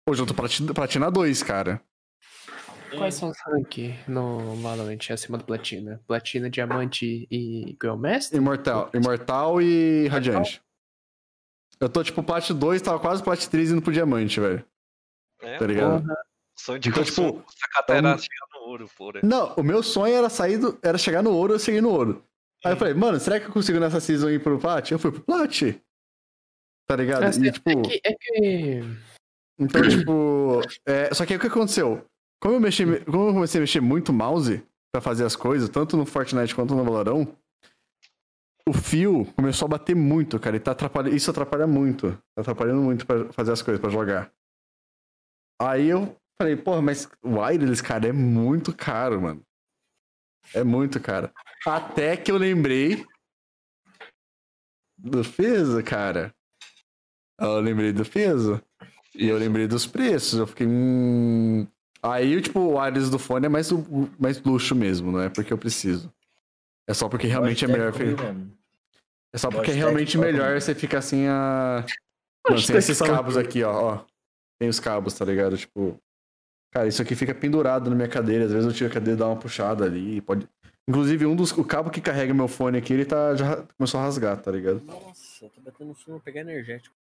Speaker 1: Hoje eu tô plati- platina 2, cara.
Speaker 3: Quais são os rank no Valorant acima do Platina? Platina, Diamante e Grandmaster?
Speaker 1: Imortal. Imortal e Radiante. Eu tô tipo plat 2, tava quase plat 3 indo pro diamante, velho.
Speaker 2: É,
Speaker 1: Tá ligado?
Speaker 2: sonho de
Speaker 1: Então,
Speaker 2: consumo.
Speaker 1: tipo,
Speaker 2: o Sakata
Speaker 1: é um-
Speaker 2: era chegar no ouro, porra.
Speaker 1: Não, o meu sonho era sair do. Era chegar no ouro, eu cheguei no ouro. Aí eu falei, mano, será que eu consigo nessa season ir pro plat? Eu fui pro plat. Tá ligado?
Speaker 3: Ah,
Speaker 1: E,
Speaker 3: sim,
Speaker 1: tipo,
Speaker 3: É que, é que
Speaker 1: então, tipo. é, só que aí o que aconteceu? Como eu, mexi, como eu comecei a mexer muito mouse pra fazer as coisas, tanto no Fortnite quanto no Valorão, o fio começou a bater muito, cara. E tá atrapalha... Isso atrapalha muito. Tá atrapalhando muito pra fazer as coisas, pra jogar. Aí eu falei, porra, mas o wireless, cara, é muito caro, mano. É muito caro. Até que eu lembrei do peso, cara. Ah, Eu lembrei do peso. E eu lembrei dos preços. Eu fiquei, hum... Aí, tipo, o wireless do fone é mais, lu- mais luxo mesmo, não é porque eu preciso. É só porque realmente é melhor... fe-
Speaker 3: né?
Speaker 1: é só porque é
Speaker 5: Logitech
Speaker 1: realmente
Speaker 5: toca,
Speaker 1: melhor
Speaker 5: mano.
Speaker 1: você ficar assim a. Mano, tem
Speaker 3: Logitech tá
Speaker 1: esses
Speaker 3: toca.
Speaker 1: cabos aqui, ó, ó. Tem os cabos, tá ligado? Tipo. Cara, isso aqui fica pendurado na minha cadeira. Às vezes eu tiro a cadeira e dá uma puxada ali. Pode... Inclusive, um dos. O cabo que carrega meu fone aqui, ele tá. Já começou a rasgar, tá ligado?
Speaker 4: Nossa, tá batendo sono, vou pegar energético.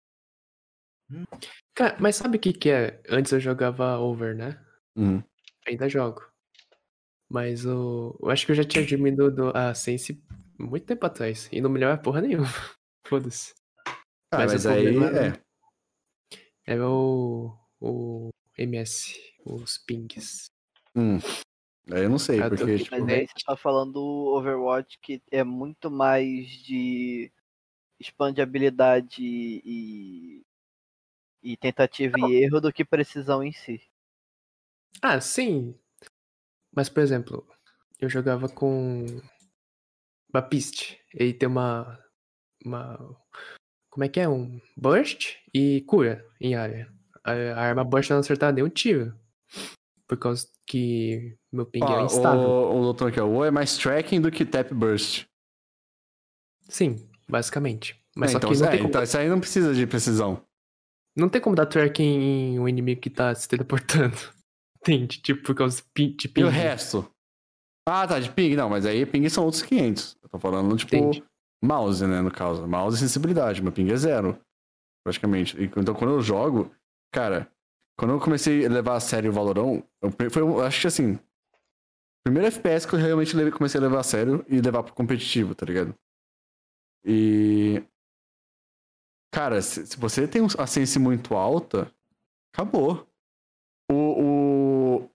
Speaker 3: Cara, mas sabe o que que é? Antes eu jogava over, né?
Speaker 1: Uhum.
Speaker 3: Ainda jogo. Mas o... eu acho que eu já tinha diminuído a sense muito tempo atrás. E não melhor porra nenhuma. (laughs) Foda-se.
Speaker 1: Ah,
Speaker 3: Mas
Speaker 1: mas,
Speaker 3: o
Speaker 1: aí.
Speaker 3: problema é-
Speaker 1: É.
Speaker 3: Era o... o MS, os pings.
Speaker 1: Hum. Aí eu não sei,
Speaker 3: Ah, tô
Speaker 1: porque,
Speaker 3: aqui,
Speaker 1: tipo.
Speaker 7: Mas aí você tá falando do Overwatch que é muito mais de expande habilidade e, e tentativa e erro do que precisão em si.
Speaker 3: Ah, sim. Mas, por exemplo, eu jogava com Bapiste. Ele tem uma. uma. Como é que é? Um burst e cura em área. A, a arma burst não acertava nenhum tiro. Por causa que meu ping
Speaker 1: ó,
Speaker 3: é instável.
Speaker 1: Ah, o, o doutor aqui, ó. O é mais tracking do que tap burst.
Speaker 3: Sim, basicamente. Mas
Speaker 1: É,
Speaker 3: só
Speaker 1: então,
Speaker 3: que não,
Speaker 1: é,
Speaker 3: tem como,
Speaker 1: então isso aí não precisa de precisão.
Speaker 3: não tem como dar tracking em um inimigo que tá se teleportando. (laughs) entende, tipo, por causa de ping. de
Speaker 1: E o
Speaker 3: ping.
Speaker 1: resto? Ah, tá, de ping. Não, mas aí ping são outros 500. Eu tô falando, tipo,
Speaker 3: Entendi.
Speaker 1: mouse, né, no caso. Mouse e sensibilidade. Meu ping é zero, praticamente. E- Então, quando eu jogo, cara, quando eu comecei a levar a sério o Valorão, eu, pe- foi, um- acho que assim, primeiro FPS que eu realmente leve- comecei a levar a sério e levar pro competitivo, tá ligado? E... Cara, se, se você tem um- a sense muito alta, acabou. O, o,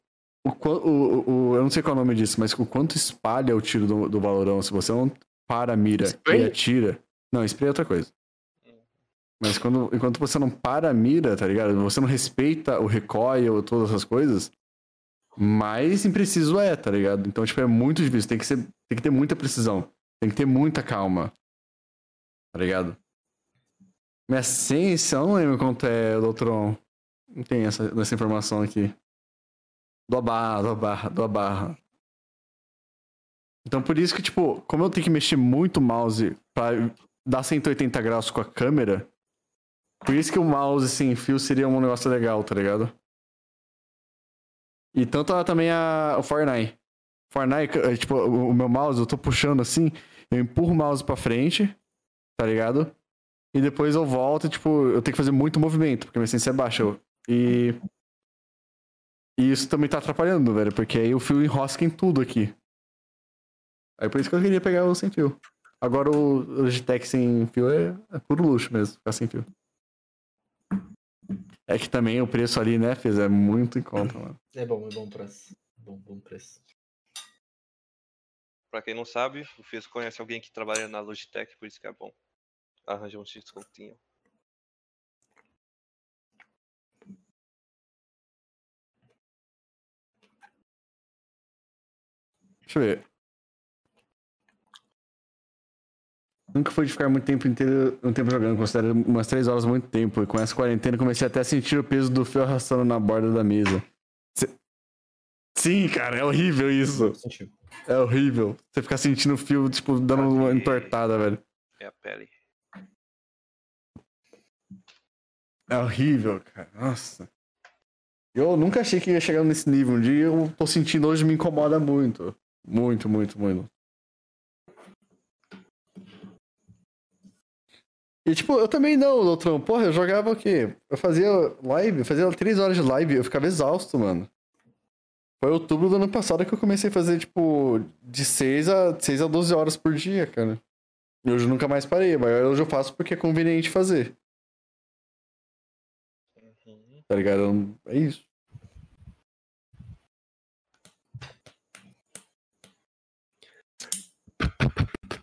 Speaker 1: o, qua- o, o- o- eu não sei qual é o nome disso, mas o quanto espalha o tiro do, do Valorão. Se você não para, a mira
Speaker 3: Spray?
Speaker 1: e atira. Não, spray é outra coisa. Mas quando, enquanto você não para a mira, tá ligado? Você não respeita o recoil, todas essas coisas, mais impreciso é, tá ligado? Então, tipo, é muito difícil. Tem que, ser, tem que ter muita precisão. Tem que ter muita calma. Tá ligado? Minha ciência, eu não lembro quanto é, Doutron. Não tem essa, essa informação aqui. Do barra, do barra, do barra. Então por isso que, tipo, como eu tenho que mexer muito o mouse pra dar 180 graus com a câmera, por isso que o mouse sem fio seria um negócio legal, tá ligado? E tanto a- também a, o Fortnite. Fortnite, é, tipo, o, o meu mouse, eu tô puxando assim, eu empurro o mouse pra frente, tá ligado? E depois eu volto, tipo, eu tenho que fazer muito movimento, porque minha ciência é baixa. eu- E e isso também tá atrapalhando, velho, porque aí o fio enrosca em tudo aqui. Aí por isso que eu queria pegar o sem fio. Agora o Logitech sem fio é, é puro luxo mesmo, ficar sem fio. É que também o preço ali, né, fez é muito em conta, mano.
Speaker 5: É bom, é bom preço. Bom, bom preço.
Speaker 2: Pra quem não sabe, o Fiesco conhece alguém que trabalha na Logitech, por isso que é bom. Arranja um descontinho.
Speaker 1: Deixa eu ver. Nunca fui de ficar muito tempo inteiro, um tempo jogando, considero umas três horas muito tempo. E com essa quarentena comecei até a sentir o peso do fio arrastando na borda da mesa. Cê- Sim, cara, é horrível isso.
Speaker 5: Sentido.
Speaker 1: É horrível. Você ficar sentindo o fio, tipo, dando uma entortada, velho.
Speaker 2: É a pele.
Speaker 1: É horrível, cara. Nossa. Eu nunca achei que ia chegar nesse nível. Um dia eu tô sentindo hoje me incomoda muito. Muito, muito, muito. E tipo, eu também não, Doutrão. Porra, eu jogava o quê? Eu fazia live, fazia três horas de live, eu ficava exausto, mano. Foi outubro do ano passado que eu comecei a fazer, tipo, de 6 a, 6 a 12 horas por dia, cara. E hoje eu nunca mais parei, mas hoje eu faço porque é conveniente fazer
Speaker 2: Uhum.
Speaker 1: tá ligado? Eu não- É isso.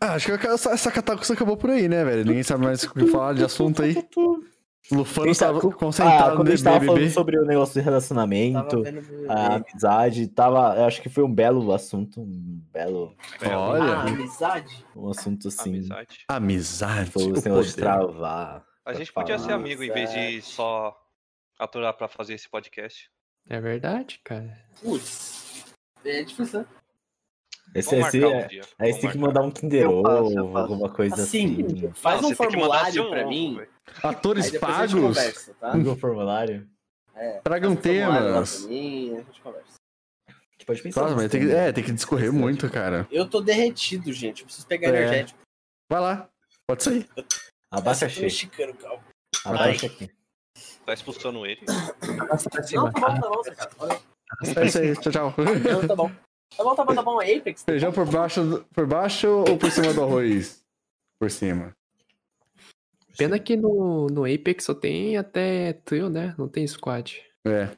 Speaker 1: Ah, acho que eu- essa, essa catacumba acabou por aí, né, velho? Ninguém sabe mais o que falar de assunto aí. Lufano
Speaker 5: Quem sabe-
Speaker 1: estava
Speaker 5: Ah,
Speaker 1: concentrado
Speaker 5: quando
Speaker 1: no
Speaker 5: a gente tava falando
Speaker 1: BBB.
Speaker 5: sobre o negócio de relacionamento, a amizade, tava. Eu acho que foi um belo assunto, um belo.
Speaker 1: É,
Speaker 7: É,
Speaker 1: Olha.
Speaker 4: Ah, amizade?
Speaker 5: Um assunto assim.
Speaker 2: Amizade.
Speaker 1: Amizade.
Speaker 5: Foi
Speaker 1: o
Speaker 5: esse negócio de
Speaker 1: poder.
Speaker 5: travar.
Speaker 2: A
Speaker 5: pra
Speaker 2: gente podia ser
Speaker 5: falar.
Speaker 2: amigo em vez de só aturar pra fazer esse podcast.
Speaker 3: É verdade, cara.
Speaker 4: Putz. É difícil, né?
Speaker 5: Esse,
Speaker 2: Vamos
Speaker 5: esse,
Speaker 2: marcar
Speaker 5: é-
Speaker 2: um dia.
Speaker 5: aí
Speaker 2: vamos
Speaker 5: você tem
Speaker 2: marcar.
Speaker 5: que mandar um Kinder
Speaker 7: Eu faço, eu
Speaker 5: Ovo,
Speaker 7: faço.
Speaker 5: alguma coisa assim.
Speaker 4: Assim,
Speaker 1: né?
Speaker 4: Faz
Speaker 2: Não,
Speaker 4: um
Speaker 2: você tem que mandar
Speaker 4: formulário
Speaker 2: seu
Speaker 4: pra
Speaker 2: ovo,
Speaker 4: mim.
Speaker 2: velho.
Speaker 1: Atores
Speaker 4: Aí depois a gente
Speaker 1: pagos?
Speaker 4: conversa, tá?
Speaker 5: Algum formulário?
Speaker 4: É,
Speaker 1: Tragam
Speaker 4: faz um formulário lá
Speaker 1: temas.
Speaker 4: pra mim, a gente conversa.
Speaker 5: A gente pode pensar.
Speaker 1: Nossa, mas
Speaker 5: nisso
Speaker 1: tem que,
Speaker 5: também.
Speaker 1: é, tem que discorrer
Speaker 5: Interessante.
Speaker 1: muito, cara.
Speaker 4: Eu tô derretido, gente. Eu preciso pegar
Speaker 1: É.
Speaker 4: energético.
Speaker 1: Vai lá. Pode sair.
Speaker 5: Abaixa
Speaker 4: Eu tô
Speaker 5: aqui.
Speaker 4: mexicano, calma.
Speaker 5: Abaixa Ah, aqui.
Speaker 2: Tá expulsando ele.
Speaker 3: Nossa, pra cima.
Speaker 4: Não, tá bom, tá bom, cara. Olha,
Speaker 1: É isso aí. Tchau, tchau.
Speaker 4: não,
Speaker 5: (laughs)
Speaker 4: tá bom. Tá bom, tá bom, tá bom. Apex. tá
Speaker 1: Feijão por baixo, do- por baixo ou por cima do arroz? Por cima.
Speaker 3: Pena que no, no Apex só tem até trio, né? Não tem squad.
Speaker 1: É.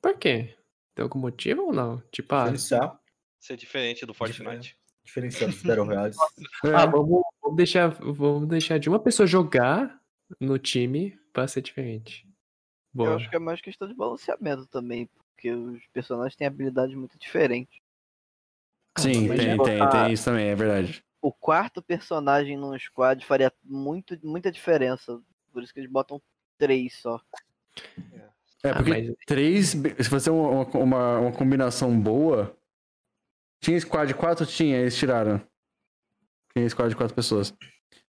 Speaker 3: Por quê? Tem algum motivo ou não? Tipo, ah,
Speaker 5: Diferencial.
Speaker 2: Ser diferente do Fortnite.
Speaker 5: Diferencial dos Battle Royales.
Speaker 1: (laughs) É.
Speaker 3: ah, vamos, vamos deixar, vamos deixar de uma pessoa jogar no time pra ser diferente.
Speaker 7: Eu
Speaker 3: Boa.
Speaker 7: acho que é mais questão de balanceamento também, porque os personagens têm habilidades muito diferentes.
Speaker 5: Ah,
Speaker 1: Sim,
Speaker 3: mas
Speaker 1: tem,
Speaker 7: já-
Speaker 1: tem, tem isso também, é verdade.
Speaker 7: O quarto personagem num squad faria muito, muita diferença. Por isso que eles botam três só.
Speaker 1: É,
Speaker 3: Ah,
Speaker 1: porque
Speaker 3: mas-
Speaker 1: três. Se você uma, uma- uma, uma combinação boa. Tinha squad de quatro? Tinha, eles tiraram. Tinha squad de quatro pessoas.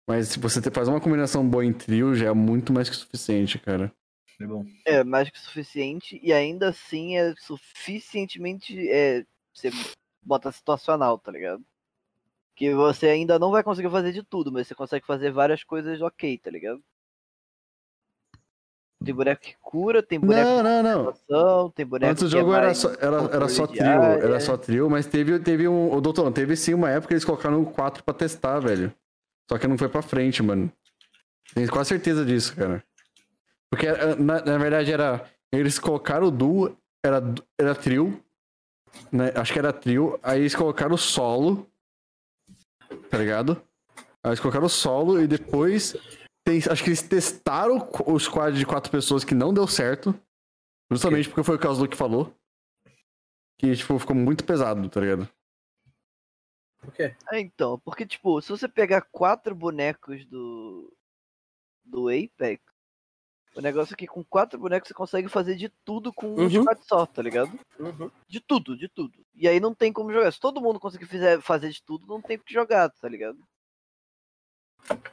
Speaker 1: Mas se você te- faz uma combinação boa em trio, já é muito mais que o suficiente, cara.
Speaker 5: É bom.
Speaker 7: É mais que o suficiente e ainda assim é suficientemente. É, você bota situacional, tá ligado? Que você ainda não vai conseguir fazer de tudo, mas você consegue fazer várias coisas ok, tá ligado? Tem
Speaker 5: Hum.
Speaker 7: boneco que cura, tem boneco
Speaker 1: Não,
Speaker 7: que
Speaker 1: não, não.
Speaker 7: situação, tem boneco
Speaker 1: Antes o
Speaker 7: que é
Speaker 1: jogo era
Speaker 7: mais é.
Speaker 1: só, era, era só
Speaker 7: controle de
Speaker 1: trio,
Speaker 7: área.
Speaker 1: era só trio, mas teve, teve um. Ô, doutor, teve sim uma época que eles colocaram o 4 pra testar, velho. Só que não foi pra frente, mano. Tenho quase certeza disso, cara. Porque, eh, na, na verdade, era. Eles colocaram o duo, era, du- era trio. Né? Acho que era trio. Aí eles colocaram o solo. Tá ligado? Aí eles colocaram o solo e depois. tem- acho que eles testaram o qu- o squad de quatro pessoas que não deu certo. Justamente porque foi o que o Azul que falou. Que, tipo, ficou muito pesado, tá ligado?
Speaker 4: Por quê?
Speaker 7: É, então, porque, tipo, se você pegar quatro bonecos do. do Apex, o negócio é que com quatro bonecos você consegue fazer de tudo com um
Speaker 4: Uhum.
Speaker 7: squad só, tá ligado?
Speaker 4: Uhum.
Speaker 7: De tudo, de tudo. E aí não tem como jogar. Se todo mundo conseguir fizer, fazer de tudo, não tem o que jogar, tá ligado?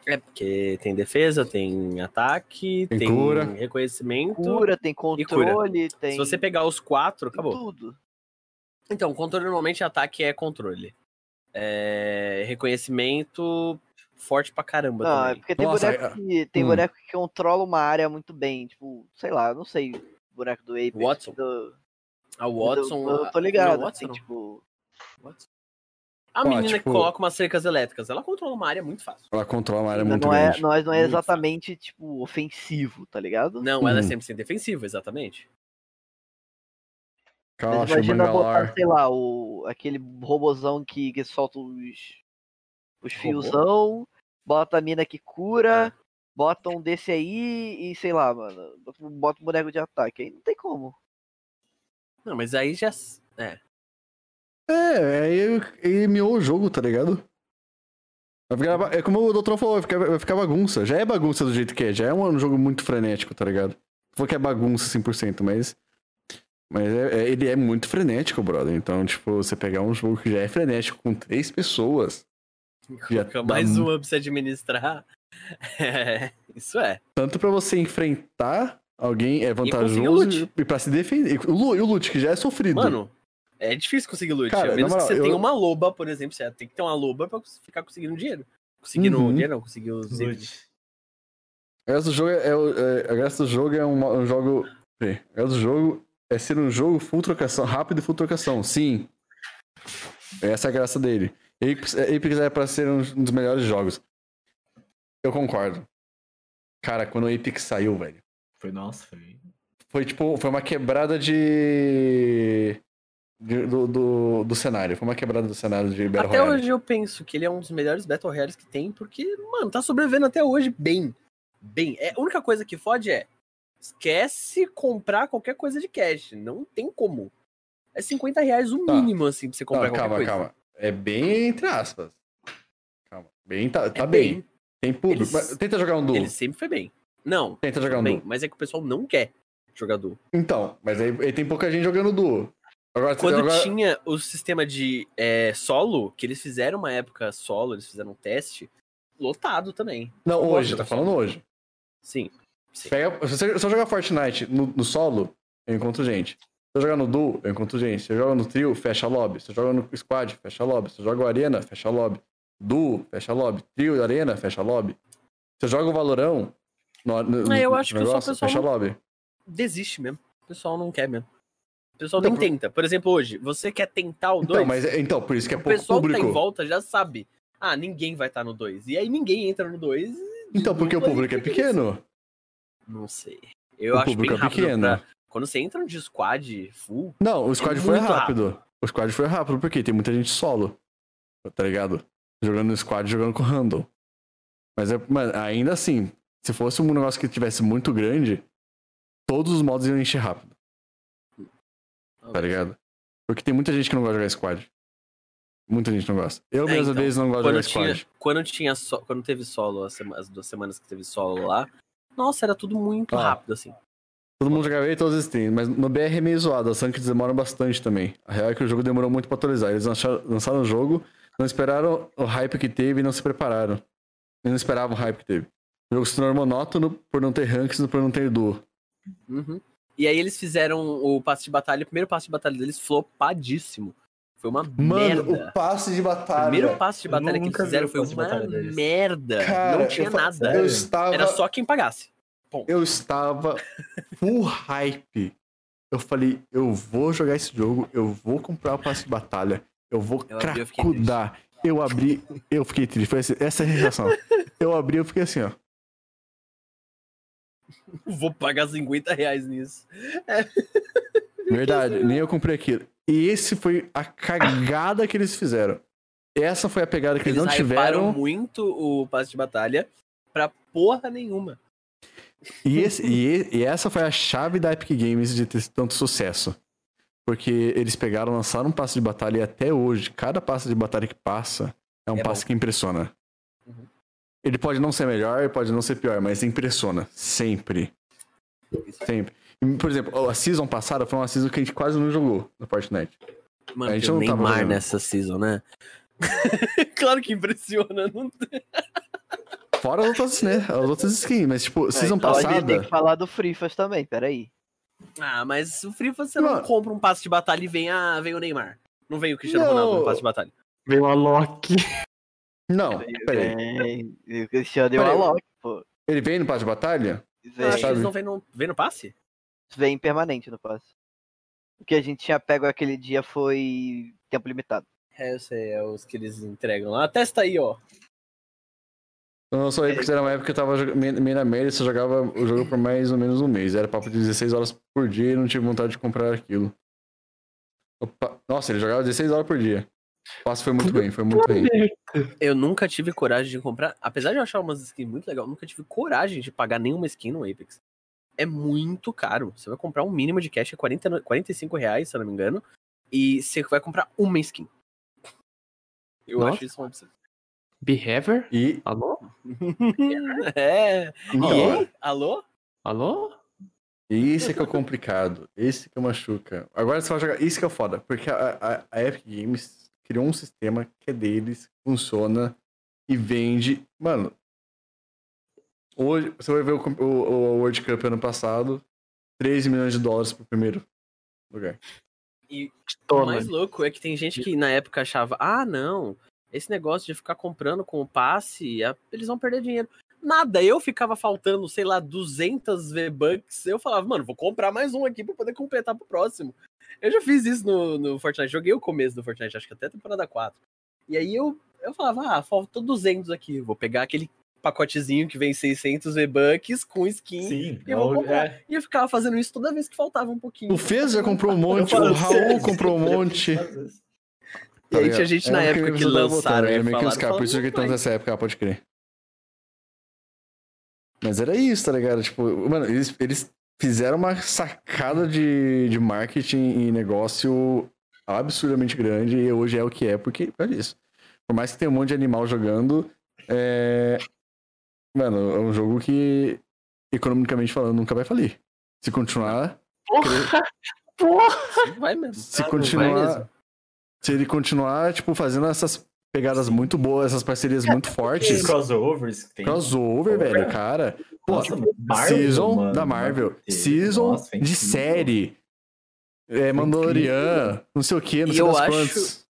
Speaker 4: É porque tem defesa, tem ataque,
Speaker 1: Tem
Speaker 4: tem,
Speaker 1: cura.
Speaker 4: reconhecimento.
Speaker 7: Cura, tem controle, tem.
Speaker 4: Se você pegar os quatro,
Speaker 7: tem
Speaker 4: acabou.
Speaker 7: tudo.
Speaker 4: Então, controle normalmente ataque é controle. É, Reconhecimento forte pra caramba
Speaker 7: Não, é
Speaker 4: também.
Speaker 7: porque tem
Speaker 1: Nossa,
Speaker 7: boneco
Speaker 1: é-
Speaker 7: que. Tem
Speaker 1: hum.
Speaker 7: boneco que controla uma área muito bem. Tipo, sei lá, não sei. Boneco do Apex.
Speaker 4: Watson.
Speaker 7: do-
Speaker 4: A Watson.
Speaker 7: Eu,
Speaker 4: a-
Speaker 7: tô ligado.
Speaker 4: não, Watson,
Speaker 7: assim,
Speaker 4: não.
Speaker 7: tipo.
Speaker 4: A
Speaker 1: Ó,
Speaker 4: menina que
Speaker 1: tipo-
Speaker 4: coloca umas cercas elétricas, ela controla uma área é muito fácil.
Speaker 1: Ela controla uma área
Speaker 7: ainda
Speaker 1: muito
Speaker 7: não, é,
Speaker 1: grande.
Speaker 7: não, é, não é
Speaker 4: Muito
Speaker 7: exatamente, tipo, ofensivo, tá ligado?
Speaker 4: Não, ela é
Speaker 1: Uhum.
Speaker 4: 100% defensiva, exatamente.
Speaker 7: Mas
Speaker 1: Caixa,
Speaker 7: imagina
Speaker 1: Bangalar.
Speaker 7: botar, sei lá, o, aquele robozão que, que solta os, os fiozão, bota a mina que cura,
Speaker 1: É.
Speaker 7: bota um desse aí e, sei lá, mano, bota- bota um boneco de ataque. Aí não tem como.
Speaker 4: Não, mas aí já. É.
Speaker 1: É, aí eu- ele miou o jogo, tá ligado? Vai ficar ba- é como o Doutor falou, vai ficar, vai ficar bagunça. Já é bagunça do jeito que é, já é um jogo muito frenético, tá ligado? Não vou que é bagunça 100%, mas. Mas é- é- ele é muito frenético, brother. Então, tipo, você pegar um jogo que já é frenético com três pessoas. Já
Speaker 4: Colocar
Speaker 1: dá
Speaker 4: mais
Speaker 1: mu-
Speaker 4: uma pra você administrar. (laughs) É, isso é.
Speaker 1: Tanto pra você enfrentar alguém é
Speaker 4: conseguir um
Speaker 1: vantajoso
Speaker 4: loot.
Speaker 1: e pra se defender. E o lu- e o loot, que já é sofrido.
Speaker 4: Mano, é difícil conseguir loot.
Speaker 1: Cara,
Speaker 4: a
Speaker 1: na
Speaker 4: menos
Speaker 1: moral,
Speaker 4: que você tenha
Speaker 1: eu-
Speaker 4: uma loba, por exemplo. Você tem que ter uma loba pra cons- ficar conseguindo dinheiro. Conseguindo
Speaker 1: Uhum.
Speaker 4: dinheiro, não, conseguir os itens.
Speaker 1: A graça do jogo é, é o- é- a graça do jogo é um, um jogo. peraí. A graça do jogo é ser um jogo full trocação, rápido e full trocação, sim. Essa é a graça dele. Apex, Apex é pra ser um, um dos melhores jogos. Eu concordo. Cara, quando o Apex saiu, velho.
Speaker 5: Foi, nossa, foi.
Speaker 1: Foi tipo, foi uma quebrada de. de- do, do, do cenário. Foi uma quebrada do cenário de Battle
Speaker 4: Até
Speaker 1: Royale.
Speaker 4: hoje eu penso que ele é um dos melhores Battle Royales que tem, porque, mano, tá sobrevivendo até hoje bem. Bem. É, a única coisa que fode é. Esquece comprar qualquer coisa de cash. Não tem como. É 50 reais o
Speaker 1: Tá.
Speaker 4: mínimo, assim, pra você
Speaker 1: Não,
Speaker 4: comprar qualquer
Speaker 1: calma,
Speaker 4: coisa.
Speaker 1: calma. É bem entre aspas. Calma. Bem, tá, tá bem. Tem público.
Speaker 4: É Eles-
Speaker 1: mas Tenta jogar um duo.
Speaker 4: Ele sempre foi bem. Não,
Speaker 1: Tenta jogar um
Speaker 4: bem,
Speaker 1: duo.
Speaker 4: mas é que o pessoal não quer jogador.
Speaker 1: Então, mas aí, aí tem pouca gente jogando duo. Agora,
Speaker 4: Quando
Speaker 1: agora...
Speaker 4: tinha o sistema de é, solo, que eles fizeram uma época solo, eles fizeram um teste, lotado também.
Speaker 1: Não,
Speaker 4: Eu
Speaker 1: hoje,
Speaker 4: gosto
Speaker 1: tá
Speaker 4: do
Speaker 1: falando hoje.
Speaker 4: Sim.
Speaker 1: Pega... Se você só jogar Fortnite no, no solo, eu encontro gente. Se eu jogar no duo, eu encontro gente. Se eu jogar no trio, fecha lobby. Se eu jogar no squad, fecha lobby. Se eu jogo arena, fecha lobby. Duo, fecha lobby. Trio, arena, fecha lobby. Se eu jogo o Valorão... No, no,
Speaker 4: É, eu
Speaker 1: no
Speaker 4: acho que só o pessoal
Speaker 1: Fecha
Speaker 4: não-
Speaker 1: lobby.
Speaker 4: desiste mesmo. O pessoal não quer mesmo. O pessoal
Speaker 1: Então,
Speaker 4: nem
Speaker 1: por-
Speaker 4: tenta. Por exemplo, hoje, você quer tentar o 2,
Speaker 1: Então, mas, é- então, por isso que é
Speaker 4: o
Speaker 1: pouco
Speaker 4: pessoal que
Speaker 1: público.
Speaker 4: tá em volta já sabe. Ah, ninguém vai estar no 2. E aí ninguém entra no 2.
Speaker 1: Então, porque o público é pequeno.
Speaker 4: Não sei. Eu
Speaker 1: O
Speaker 4: acho
Speaker 1: público
Speaker 4: bem
Speaker 1: é
Speaker 4: rápido.
Speaker 1: pequeno.
Speaker 4: pra- Quando você entra de squad full, é
Speaker 1: Não, o squad foi
Speaker 4: muito
Speaker 1: rápido. O squad foi rápido, porque tem muita gente solo. Tá ligado? Jogando no squad, jogando com handle. Mas, é, mano, ainda assim, se fosse um negócio que tivesse muito grande, todos os modos iam encher rápido, tá ligado? Porque tem muita gente que não gosta de jogar squad. Muita gente não gosta. Eu,
Speaker 4: É,
Speaker 1: mesmo,
Speaker 4: então,
Speaker 1: às vezes, não gosto de
Speaker 4: quando
Speaker 1: jogar
Speaker 4: tinha,
Speaker 1: squad.
Speaker 4: quando tinha so- quando teve solo as, sema- as duas semanas que teve solo lá, nossa, era tudo muito
Speaker 1: Ah.
Speaker 4: rápido assim.
Speaker 1: Todo mundo jogava e todos os streams, mas no BR é meio zoado, as rankings demoram bastante também. A real é que o jogo demorou muito pra atualizar. Eles lançaram, lançaram o jogo, não esperaram o hype que teve e não se prepararam. Eles não esperavam o hype que teve. O jogo se tornou monótono por não ter rankings e por não ter duo.
Speaker 4: Uhum. E aí eles fizeram o passe de batalha, o primeiro passe de batalha deles flopadíssimo. Foi uma
Speaker 1: Mano,
Speaker 4: merda.
Speaker 1: o passe de
Speaker 4: O
Speaker 1: batalha.
Speaker 4: primeiro passe de
Speaker 5: Eu
Speaker 4: batalha que
Speaker 5: nunca
Speaker 4: eles
Speaker 5: vi
Speaker 4: fizeram
Speaker 5: o
Speaker 4: foi
Speaker 5: passe de
Speaker 4: uma
Speaker 5: batalha deles.
Speaker 4: merda.
Speaker 1: Cara,
Speaker 4: não tinha
Speaker 1: eu fa-
Speaker 4: nada.
Speaker 1: Eu
Speaker 5: Sério?
Speaker 1: estava,
Speaker 4: Era só quem pagasse.
Speaker 1: eu estava full hype. Eu falei, eu vou jogar esse jogo, eu vou comprar o passe de batalha, eu vou
Speaker 4: Eu abri, eu fiquei
Speaker 1: cracudar. Eu abri, eu fiquei triste. Foi esse- essa é a sensação. Eu abri, eu fiquei assim, ó.
Speaker 4: (laughs) Vou pagar 50 reais nisso. É,
Speaker 1: Verdade, nem eu comprei aquilo. E esse foi a cagada que eles fizeram. Essa foi a pegada que eles, não
Speaker 4: hyparam
Speaker 1: tiveram.
Speaker 4: muito o passe de batalha pra porra nenhuma.
Speaker 1: E, esse- e- e essa foi a chave da Epic Games de ter tanto sucesso. Porque eles pegaram, lançaram um passo de batalha e até hoje, cada passo de batalha que passa é um
Speaker 4: É
Speaker 1: passo
Speaker 4: bom.
Speaker 1: que impressiona.
Speaker 4: Uhum.
Speaker 1: Ele pode não ser melhor, ele pode não ser pior, mas impressiona. Sempre.
Speaker 4: Isso.
Speaker 1: Sempre. E, Por exemplo, a season passada foi uma season que a gente quase não jogou no Fortnite.
Speaker 4: Mano,
Speaker 1: A gente
Speaker 4: tem o
Speaker 1: não tava
Speaker 4: Neymar
Speaker 1: jogando.
Speaker 4: nessa season, né? (laughs) claro que impressiona. Não...
Speaker 1: Fora as outras, né? As outras skins, mas tipo,
Speaker 4: É,
Speaker 1: season
Speaker 7: então a gente
Speaker 1: passada.
Speaker 7: tem que falar do Frifas também, peraí.
Speaker 4: Ah, mas o Free você não,
Speaker 1: Não.
Speaker 4: compra um passe de batalha e vem, a... vem o Neymar. Não vem o Cristiano
Speaker 1: Não.
Speaker 4: Ronaldo no passe de batalha.
Speaker 3: Veio a Loki.
Speaker 1: Não, peraí.
Speaker 7: É, o Cristiano deu a
Speaker 1: Peraí.
Speaker 7: lock.
Speaker 1: Ele veio no passo de batalha?
Speaker 4: Eu acho que
Speaker 1: sabe?
Speaker 4: eles não vêm no, vêm no passe?
Speaker 7: Vem permanente no passe. O que a gente tinha pego aquele dia foi tempo limitado.
Speaker 4: É, eu sei, é os que eles entregam lá. Testa aí, ó.
Speaker 1: Eu só lembro que era uma época que eu tava joga- meio meio na merda, só jogava o jogo por mais ou menos um mês. Era papo de 16 horas por dia e não tive vontade de comprar aquilo. Opa. Nossa, ele jogava 16 horas por dia. O passo foi muito bem, foi muito bem.
Speaker 3: assim?
Speaker 4: Eu nunca tive coragem de comprar. Apesar de eu achar umas skins muito legal, eu nunca tive coragem de pagar nenhuma skin no Apex. É muito caro. Você vai comprar um mínimo de cash, é 40, no- 45 reais, se eu não me engano. E você vai comprar uma skin. Eu
Speaker 3: Nossa.
Speaker 4: acho isso um absurdo.
Speaker 3: Behavior?
Speaker 1: E.
Speaker 3: Alô?
Speaker 4: (laughs) é.
Speaker 1: Então,
Speaker 4: EA? Alô?
Speaker 3: Alô?
Speaker 1: e isso é que é o complicado. Esse que é o machuca. Agora você vai jogar. Isso que é o foda. Porque a, a- a Epic Games criou um sistema que é deles, funciona e vende. Mano. Hoje, você vai ver o, com- o- o World Cup ano passado. 13 milhões de dólares pro primeiro lugar.
Speaker 4: O mais louco é que tem gente que na época achava, ah, não, esse negócio de ficar comprando com o passe, a- eles vão perder dinheiro. Nada, eu ficava faltando, sei lá, 200 V-Bucks, eu falava, mano, vou comprar mais um aqui pra poder completar pro próximo. Eu já fiz isso no, no Fortnite, joguei o começo do Fortnite, acho que até a temporada 4. E aí eu, eu falava, ah, faltou 200 aqui, vou pegar aquele pacotezinho que vem 600 V-Bucks com skin.
Speaker 5: Sim,
Speaker 4: Eu vou
Speaker 5: é o-
Speaker 4: comprar.
Speaker 5: é.
Speaker 4: E eu ficava fazendo isso toda vez que faltava um pouquinho.
Speaker 1: O Fez já comprou um monte,
Speaker 5: Eu
Speaker 1: o
Speaker 5: falo,
Speaker 1: Raul
Speaker 5: sério,
Speaker 1: comprou um
Speaker 5: sério,
Speaker 1: monte.
Speaker 5: faz isso.
Speaker 1: Tá
Speaker 4: E aí tinha gente na época que lançaram
Speaker 1: É
Speaker 4: e
Speaker 1: meio que os
Speaker 4: falaram,
Speaker 1: caras, por isso
Speaker 4: falaram,
Speaker 1: que
Speaker 4: "Não,
Speaker 1: tanto nessa época, ah, pode crer. Mas era isso, tá ligado? Tipo, mano, eles, eles fizeram uma sacada de, de marketing e negócio absurdamente grande e hoje é o que é, porque é isso. Por mais que tenha um monte de animal jogando, é. Mano, é um jogo que, economicamente falando, nunca vai falir. Se continuar,
Speaker 3: Porra! Porra!
Speaker 4: mas vai mesmo.
Speaker 1: se
Speaker 4: Ah, não, vai mesmo.
Speaker 1: continuar. Se ele continuar, tipo, fazendo essas pegadas muito boas, essas
Speaker 4: É,
Speaker 1: parcerias muito fortes.
Speaker 5: Esses crossovers que tem.
Speaker 1: Crossover,
Speaker 5: Porra.
Speaker 1: velho, cara. Pô,
Speaker 5: Nossa, Marvel,
Speaker 1: season
Speaker 5: mano.
Speaker 1: da Marvel.
Speaker 5: Nossa,
Speaker 1: Season
Speaker 5: nossa, é
Speaker 1: de
Speaker 5: incrível.
Speaker 1: série. É, Mandalorian, não sei o que, não
Speaker 4: E
Speaker 1: sei
Speaker 4: eu
Speaker 1: das
Speaker 4: acho-
Speaker 1: quantas.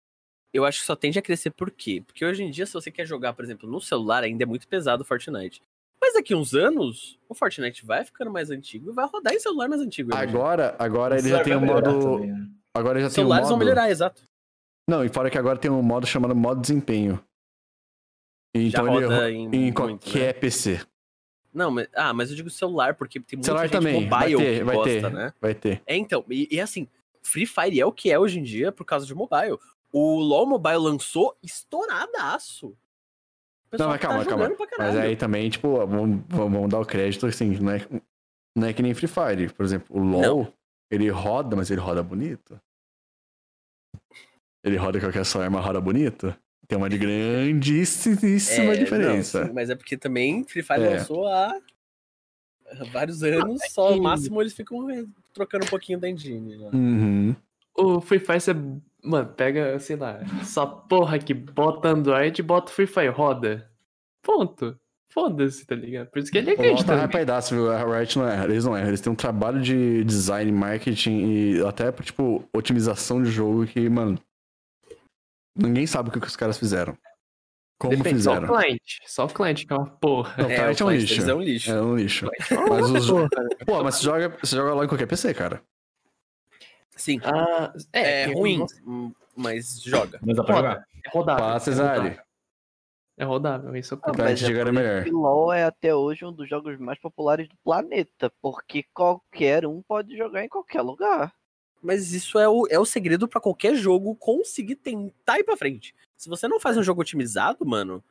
Speaker 4: Eu acho que só tende a crescer por quê? Porque hoje em dia, se você quer jogar, por exemplo, no celular, ainda é muito pesado o Fortnite. Mas daqui uns anos, o Fortnite vai ficando mais antigo e vai rodar em celular mais antigo. eu imagino.
Speaker 1: Agora, agora ele
Speaker 5: Isso
Speaker 1: já
Speaker 5: vai
Speaker 1: tem um
Speaker 5: melhorar
Speaker 1: modo.
Speaker 5: também, né?
Speaker 1: Agora ele já
Speaker 4: Os
Speaker 1: tem um
Speaker 4: celulares vão
Speaker 1: modo.
Speaker 4: melhorar, exato.
Speaker 1: Não, e fora que agora tem um modo chamado modo desempenho. Então
Speaker 4: Já
Speaker 1: ele
Speaker 4: roda
Speaker 1: roda
Speaker 4: em,
Speaker 1: em
Speaker 4: muito, né?
Speaker 1: qualquer PC.
Speaker 4: Não, mas, ah, mas eu digo celular, porque tem muita
Speaker 1: Celular
Speaker 4: gente
Speaker 1: também.
Speaker 4: mobile
Speaker 1: Vai ter,
Speaker 4: que
Speaker 1: vai
Speaker 4: gosta,
Speaker 1: ter.
Speaker 4: né?
Speaker 1: Vai ter.
Speaker 4: É, então, e, e assim, Free Fire é o que é hoje em dia por causa de mobile. O LoL Mobile lançou estouradaço. O pessoal
Speaker 1: mas
Speaker 4: tá
Speaker 1: calma, calma.
Speaker 4: jogando pra
Speaker 1: Mas
Speaker 4: caralho.
Speaker 1: aí também, tipo, ó, vamos, vamos vamos dar o crédito, assim, não é, não é que nem Free Fire. Por exemplo, o LoL, ele roda, mas ele roda bonito. Ele roda qualquer só arma, roda bonito. Tem uma de grandíssima
Speaker 4: É,
Speaker 1: diferença.
Speaker 4: não, sim, mas é porque também Free Fire
Speaker 1: É.
Speaker 4: lançou há há vários anos, só
Speaker 3: Ah, é que-
Speaker 4: o máximo eles ficam eh, trocando um pouquinho da engine. né?
Speaker 1: Uhum.
Speaker 3: O Free Fire, você. Mano, pega, sei lá, essa porra que bota Android e bota Free Fire, roda. Ponto. Foda-se, tá ligado? Por isso que ele né?
Speaker 1: O Riot não é
Speaker 3: acredita.
Speaker 1: paidaço, viu? A Riot não erra, eles não erram. Eles têm um trabalho de design, marketing e até, tipo, otimização de jogo que, mano. Ninguém sabe o que que os caras fizeram. Como
Speaker 3: Depende, só o
Speaker 1: fizeram.
Speaker 3: cliente. Só o cliente que é uma porra.
Speaker 1: Não, o Riot é um
Speaker 4: Flash,
Speaker 1: lixo.
Speaker 4: eles é um lixo.
Speaker 1: É um lixo. Mas os... Pô, mas você joga, você joga logo em qualquer PC, cara.
Speaker 4: Sim,
Speaker 3: Ah,
Speaker 4: é,
Speaker 3: tem-
Speaker 4: ruim, hum, mas joga.
Speaker 5: Mas dá pra
Speaker 3: Foda.
Speaker 5: jogar.
Speaker 3: É rodável.
Speaker 1: Pá, Cesare.
Speaker 3: É rodável, isso é o
Speaker 7: Ah,
Speaker 3: problema.
Speaker 1: Então, antes de
Speaker 7: por
Speaker 1: chegar é
Speaker 7: isso
Speaker 1: melhor.
Speaker 7: que LoL é até hoje um dos jogos mais populares do planeta, porque qualquer um pode jogar em qualquer lugar.
Speaker 4: Mas isso é o, é o segredo pra qualquer jogo conseguir tentar ir pra frente. Se você não faz um jogo otimizado, mano,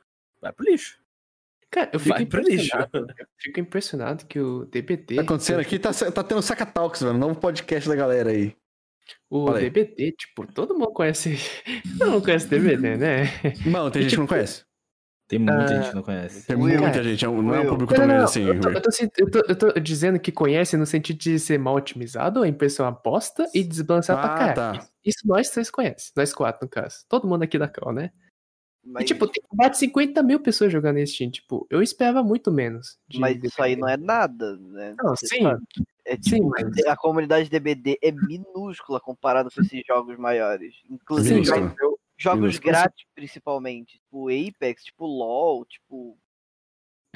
Speaker 4: vai pro lixo.
Speaker 3: Cara, eu fico
Speaker 4: Vai pro
Speaker 3: impressionado. Eu
Speaker 4: (laughs)
Speaker 3: fico impressionado que o DBT.
Speaker 1: Tá acontecendo aqui, tá, tá tendo Saca Talks, velho. Novo podcast da galera aí.
Speaker 3: O
Speaker 1: Fala aí.
Speaker 3: DBT, tipo, todo mundo conhece. (laughs) Todo mundo conhece DBT, né?
Speaker 1: Mano, tem gente que não conhece.
Speaker 5: Tem muita
Speaker 3: Ah.
Speaker 5: gente que não conhece.
Speaker 1: Tem
Speaker 7: Will.
Speaker 1: muita gente, é um- não é um
Speaker 7: Will.
Speaker 1: público
Speaker 3: Não,
Speaker 1: tão
Speaker 3: não,
Speaker 1: grande
Speaker 3: não,
Speaker 1: assim.
Speaker 3: eu, tô,
Speaker 1: Will.
Speaker 3: eu tô se- eu tô- eu tô dizendo que conhece no sentido de ser mal otimizado, a impressão aposta e desbalanceado
Speaker 1: Ah,
Speaker 3: pra caralho.
Speaker 1: tá.
Speaker 3: Isso- Isso nós três conhecemos, nós quatro, no caso. Todo mundo aqui da Cal, né?
Speaker 7: Mas,
Speaker 3: E tipo, tem bate 50 mil pessoas jogando nesse time. Tipo, eu esperava muito menos. de
Speaker 7: mas isso aí
Speaker 3: DBT.
Speaker 7: não é nada, né?
Speaker 3: Não,
Speaker 7: Você
Speaker 3: sim,
Speaker 7: sabe, É tipo,
Speaker 3: sim, mas.
Speaker 7: a comunidade DBD é minúscula comparado com esses jogos maiores. Inclusive,
Speaker 3: Sim,
Speaker 1: Minúscula.
Speaker 7: jogos-
Speaker 3: mas eu-
Speaker 7: jogos
Speaker 1: Minúscula.
Speaker 7: grátis, principalmente. Tipo Apex, tipo LoL, tipo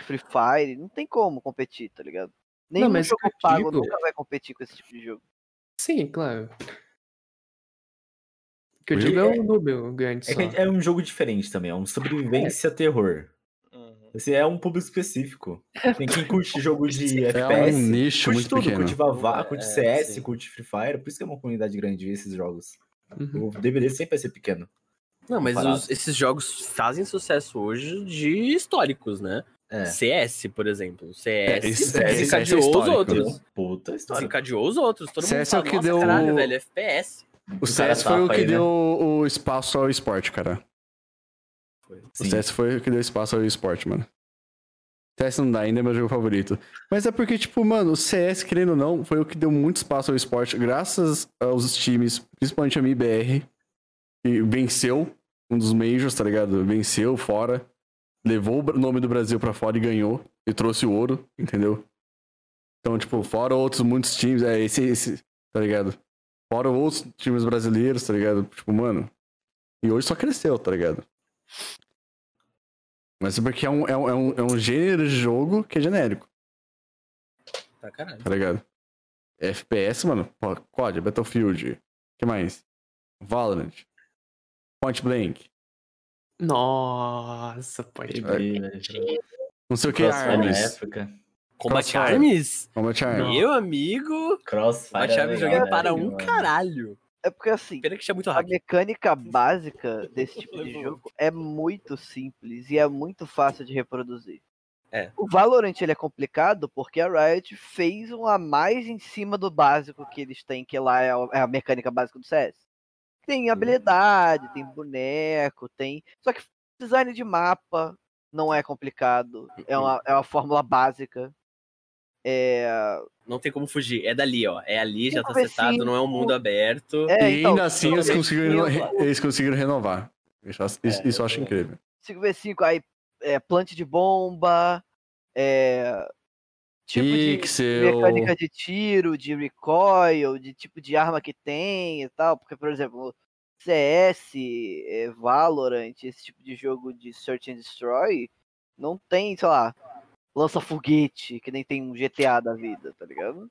Speaker 7: Free Fire. Não tem como competir, tá ligado? Nenhum
Speaker 3: mas o
Speaker 7: jogo
Speaker 3: que eu
Speaker 7: pago
Speaker 3: digo
Speaker 7: nunca vai competir com esse tipo de jogo.
Speaker 3: Sim, claro. O que eu
Speaker 1: Will?
Speaker 3: digo é um número grande
Speaker 5: É,
Speaker 3: só.
Speaker 5: que é um jogo diferente também, é um sobrevivência terror.
Speaker 2: Uhum.
Speaker 5: Assim, é um
Speaker 3: (laughs)
Speaker 5: público específico. Tem quem curte jogo de
Speaker 1: É
Speaker 5: FPS,
Speaker 1: um nicho
Speaker 5: curte
Speaker 1: muito
Speaker 5: tudo,
Speaker 1: pequeno.
Speaker 5: curte Vavá, curte
Speaker 4: É,
Speaker 5: CS,
Speaker 4: sim.
Speaker 5: curte Free Fire, por isso que é uma comunidade grande esses jogos.
Speaker 3: Uhum.
Speaker 5: O DVD sempre vai ser pequeno.
Speaker 4: Não, mas
Speaker 5: Comparado.
Speaker 4: os- esses jogos fazem sucesso hoje de históricos, né?
Speaker 5: É.
Speaker 4: CS, por exemplo. CS,
Speaker 1: É, esse-
Speaker 4: né?
Speaker 5: esse- esse é
Speaker 4: desencadeou os
Speaker 1: histórico,
Speaker 5: Tem
Speaker 4: outros.
Speaker 5: uma Puta história.
Speaker 4: Desencadeou os outros. Todo mundo
Speaker 1: CS é o
Speaker 4: fala,
Speaker 1: que
Speaker 4: nossa,
Speaker 1: deu-
Speaker 4: caralho, velho, FPS.
Speaker 1: O
Speaker 5: cara
Speaker 1: CS foi o
Speaker 5: tapa
Speaker 1: que
Speaker 5: aí, né?
Speaker 1: deu o espaço ao esporte, cara. O
Speaker 5: Sim.
Speaker 1: CS foi o que deu espaço ao esporte, mano. CS não dá, ainda é meu jogo favorito. Mas é porque, tipo, mano, o CS, querendo ou não, foi o que deu muito espaço ao esporte, graças aos times, principalmente a MIBR, que venceu um dos Majors, tá ligado? Venceu fora, levou o br- nome do Brasil pra fora e ganhou, e trouxe o ouro, entendeu? Então, tipo, fora outros muitos times, é esse, esse tá ligado? Fora outros times brasileiros, tá ligado? Tipo, mano. E hoje só cresceu, tá ligado? Mas é porque é um, é, um, é, um, é um gênero de jogo que é genérico,
Speaker 4: Tá caralho.
Speaker 1: tá ligado? É FPS, mano, pô, COD, Battlefield, que mais? Valorant, Point Blank,
Speaker 3: (laughs) Nossa, pode ver.
Speaker 1: não sei o que,
Speaker 5: Crossfire na
Speaker 1: Arms,
Speaker 5: né, época.
Speaker 4: Combate
Speaker 1: Crossfire.
Speaker 4: Arms?
Speaker 1: Combat
Speaker 3: Não.
Speaker 1: Arms.
Speaker 4: Meu amigo,
Speaker 5: Crossfire.
Speaker 4: Combate Arms eu
Speaker 5: era
Speaker 4: joguei
Speaker 5: legal,
Speaker 4: para
Speaker 5: né,
Speaker 4: um
Speaker 5: mano?
Speaker 4: caralho.
Speaker 7: É porque assim,
Speaker 4: Pena que tinha muito
Speaker 7: a
Speaker 4: hack.
Speaker 7: mecânica básica desse tipo de jogo é muito simples e é muito fácil de reproduzir.
Speaker 4: É.
Speaker 7: O Valorant ele é complicado porque a Riot fez um a mais em cima do básico que eles têm, que lá é a, é a mecânica básica do CS. Tem habilidade, tem boneco, tem. Só que design de mapa não é complicado.
Speaker 4: Uhum.
Speaker 7: É uma, é uma fórmula básica. É,
Speaker 4: Não tem como fugir. É dali, ó. É ali, já
Speaker 7: Tem
Speaker 4: tá
Speaker 7: um
Speaker 4: setado, não é um mundo aberto.
Speaker 7: é,
Speaker 1: e
Speaker 7: então, É.
Speaker 1: ainda assim eles
Speaker 7: totalmente
Speaker 1: conseguiram,
Speaker 7: mil-
Speaker 1: eles conseguiram renovar. Isso, isso- isso eu acho incrível.
Speaker 7: 5v5, aí é, plante de bomba, é, tipo de
Speaker 1: Pixel,
Speaker 7: mecânica de tiro, de recoil, de tipo de arma que tem e tal. Porque, por exemplo, CS, é, Valorant, esse tipo de jogo de Search and Destroy, não tem, sei lá, lança foguete, que nem tem um GTA da vida, tá ligado?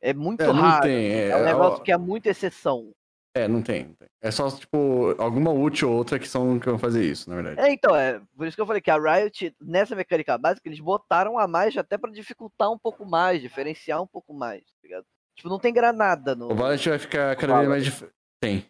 Speaker 7: É muito
Speaker 1: É, não
Speaker 7: raro.
Speaker 1: tem, é,
Speaker 7: um
Speaker 1: é,
Speaker 7: negócio
Speaker 1: ó.
Speaker 7: que é muita exceção.
Speaker 1: é, não tem, não tem. É só, tipo, alguma útil ou outra que são que vão fazer isso, na verdade.
Speaker 7: É, então, é por isso que eu falei que a Riot, nessa mecânica básica, eles botaram a mais até pra dificultar um pouco mais, diferenciar um pouco mais, tá ligado? Tipo, não tem granada no.
Speaker 1: O Valorant vai ficar cada vez mais dif... Tem,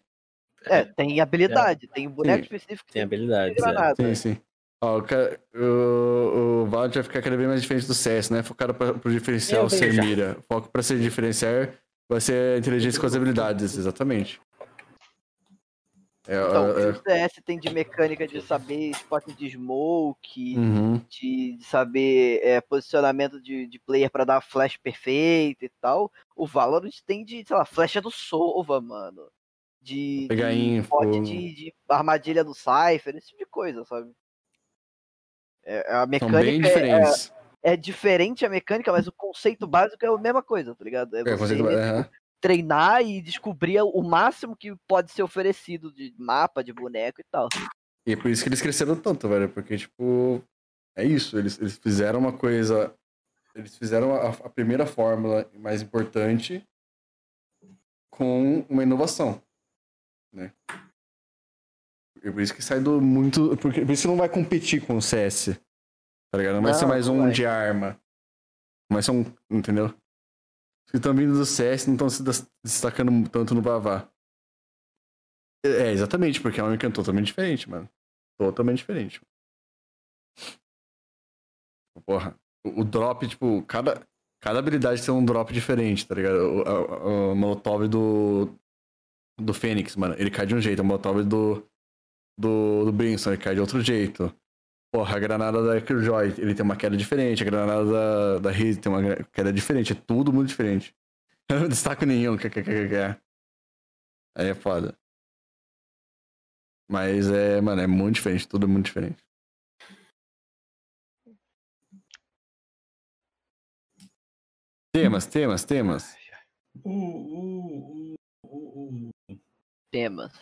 Speaker 7: É, tem habilidade, tem um boneco
Speaker 1: Sim.
Speaker 7: específico que
Speaker 4: Tem
Speaker 7: tem,
Speaker 4: habilidades. é.
Speaker 7: granada.
Speaker 1: sim, sim. Ó, o, ca- o, o Valorant vai ficar cada vez mais diferente do CS, né? Focado pra, pro diferencial
Speaker 4: Eu vejo
Speaker 1: ser
Speaker 4: já.
Speaker 1: mira. Foco pra se diferenciar vai ser a inteligência com as habilidades, exatamente. É,
Speaker 7: Então, o
Speaker 1: é,
Speaker 7: que
Speaker 1: é-
Speaker 7: o CS tem de mecânica de saber spot de smoke,
Speaker 1: Uhum.
Speaker 7: de, de saber é, posicionamento de, de player pra dar flash perfeita e tal. O Valorant tem de, sei lá, flecha do Sova, mano. De,
Speaker 1: Pegar
Speaker 7: de
Speaker 1: info.
Speaker 7: spot de, de armadilha do Cypher, esse tipo de coisa, sabe? É, a
Speaker 1: São
Speaker 7: mecânica
Speaker 1: bem
Speaker 7: é-
Speaker 1: diferentes.
Speaker 7: é, diferente a mecânica, mas o conceito básico é a mesma coisa, tá ligado? É
Speaker 1: É,
Speaker 7: você
Speaker 1: você- aham.
Speaker 7: treinar e descobrir o máximo que pode ser oferecido de mapa, de boneco e tal.
Speaker 1: E é por isso que eles cresceram tanto, velho. Porque, tipo, é isso. Eles, eles fizeram uma coisa. Eles fizeram a, a primeira fórmula mais importante com uma inovação. Né? E por isso que sai do muito. Porque, por isso que não vai competir com o CS. Tá ligado? Não vai
Speaker 7: Não,
Speaker 1: ser mais
Speaker 7: não
Speaker 1: um
Speaker 7: vai.
Speaker 1: de arma. Não vai ser um. Entendeu? Os que estão vindo do CS não estão se des- destacando tanto no Bavá. É, exatamente, porque é um encanto totalmente diferente, mano. Totalmente diferente. Porra, o o drop, tipo, cada, cada habilidade tem um drop diferente, tá ligado? O, a- a- o Molotov do. Do Fênix, mano, ele cai de um jeito. O Molotov do. Do, do Brinson, ele cai de outro jeito. Porra, a granada da Killjoy, ele tem uma queda diferente. A granada da, da Reed tem uma gra- queda diferente. É tudo muito diferente. (laughs) Eu não destaco nenhum. kkkk. Aí é foda. Mas é, mano, é muito diferente. Tudo é muito diferente. Temas, temas, temas.
Speaker 8: O, o, o, o, o-
Speaker 7: Temas.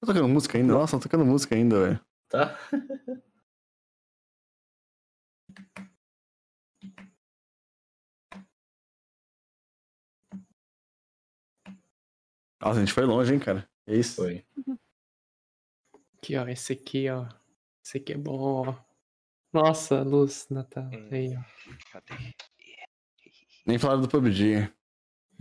Speaker 1: Tá tocando música ainda? Nossa, tá tocando música ainda, velho.
Speaker 8: Tá?
Speaker 4: (laughs)
Speaker 1: Nossa, a gente foi longe, hein, cara. É isso.
Speaker 8: Foi.
Speaker 3: Aqui, ó, esse aqui, ó. Esse aqui é bom, ó. Nossa, luz, Natal. Aí, ó.
Speaker 2: Cadê?
Speaker 1: Nem falaram do PUBG.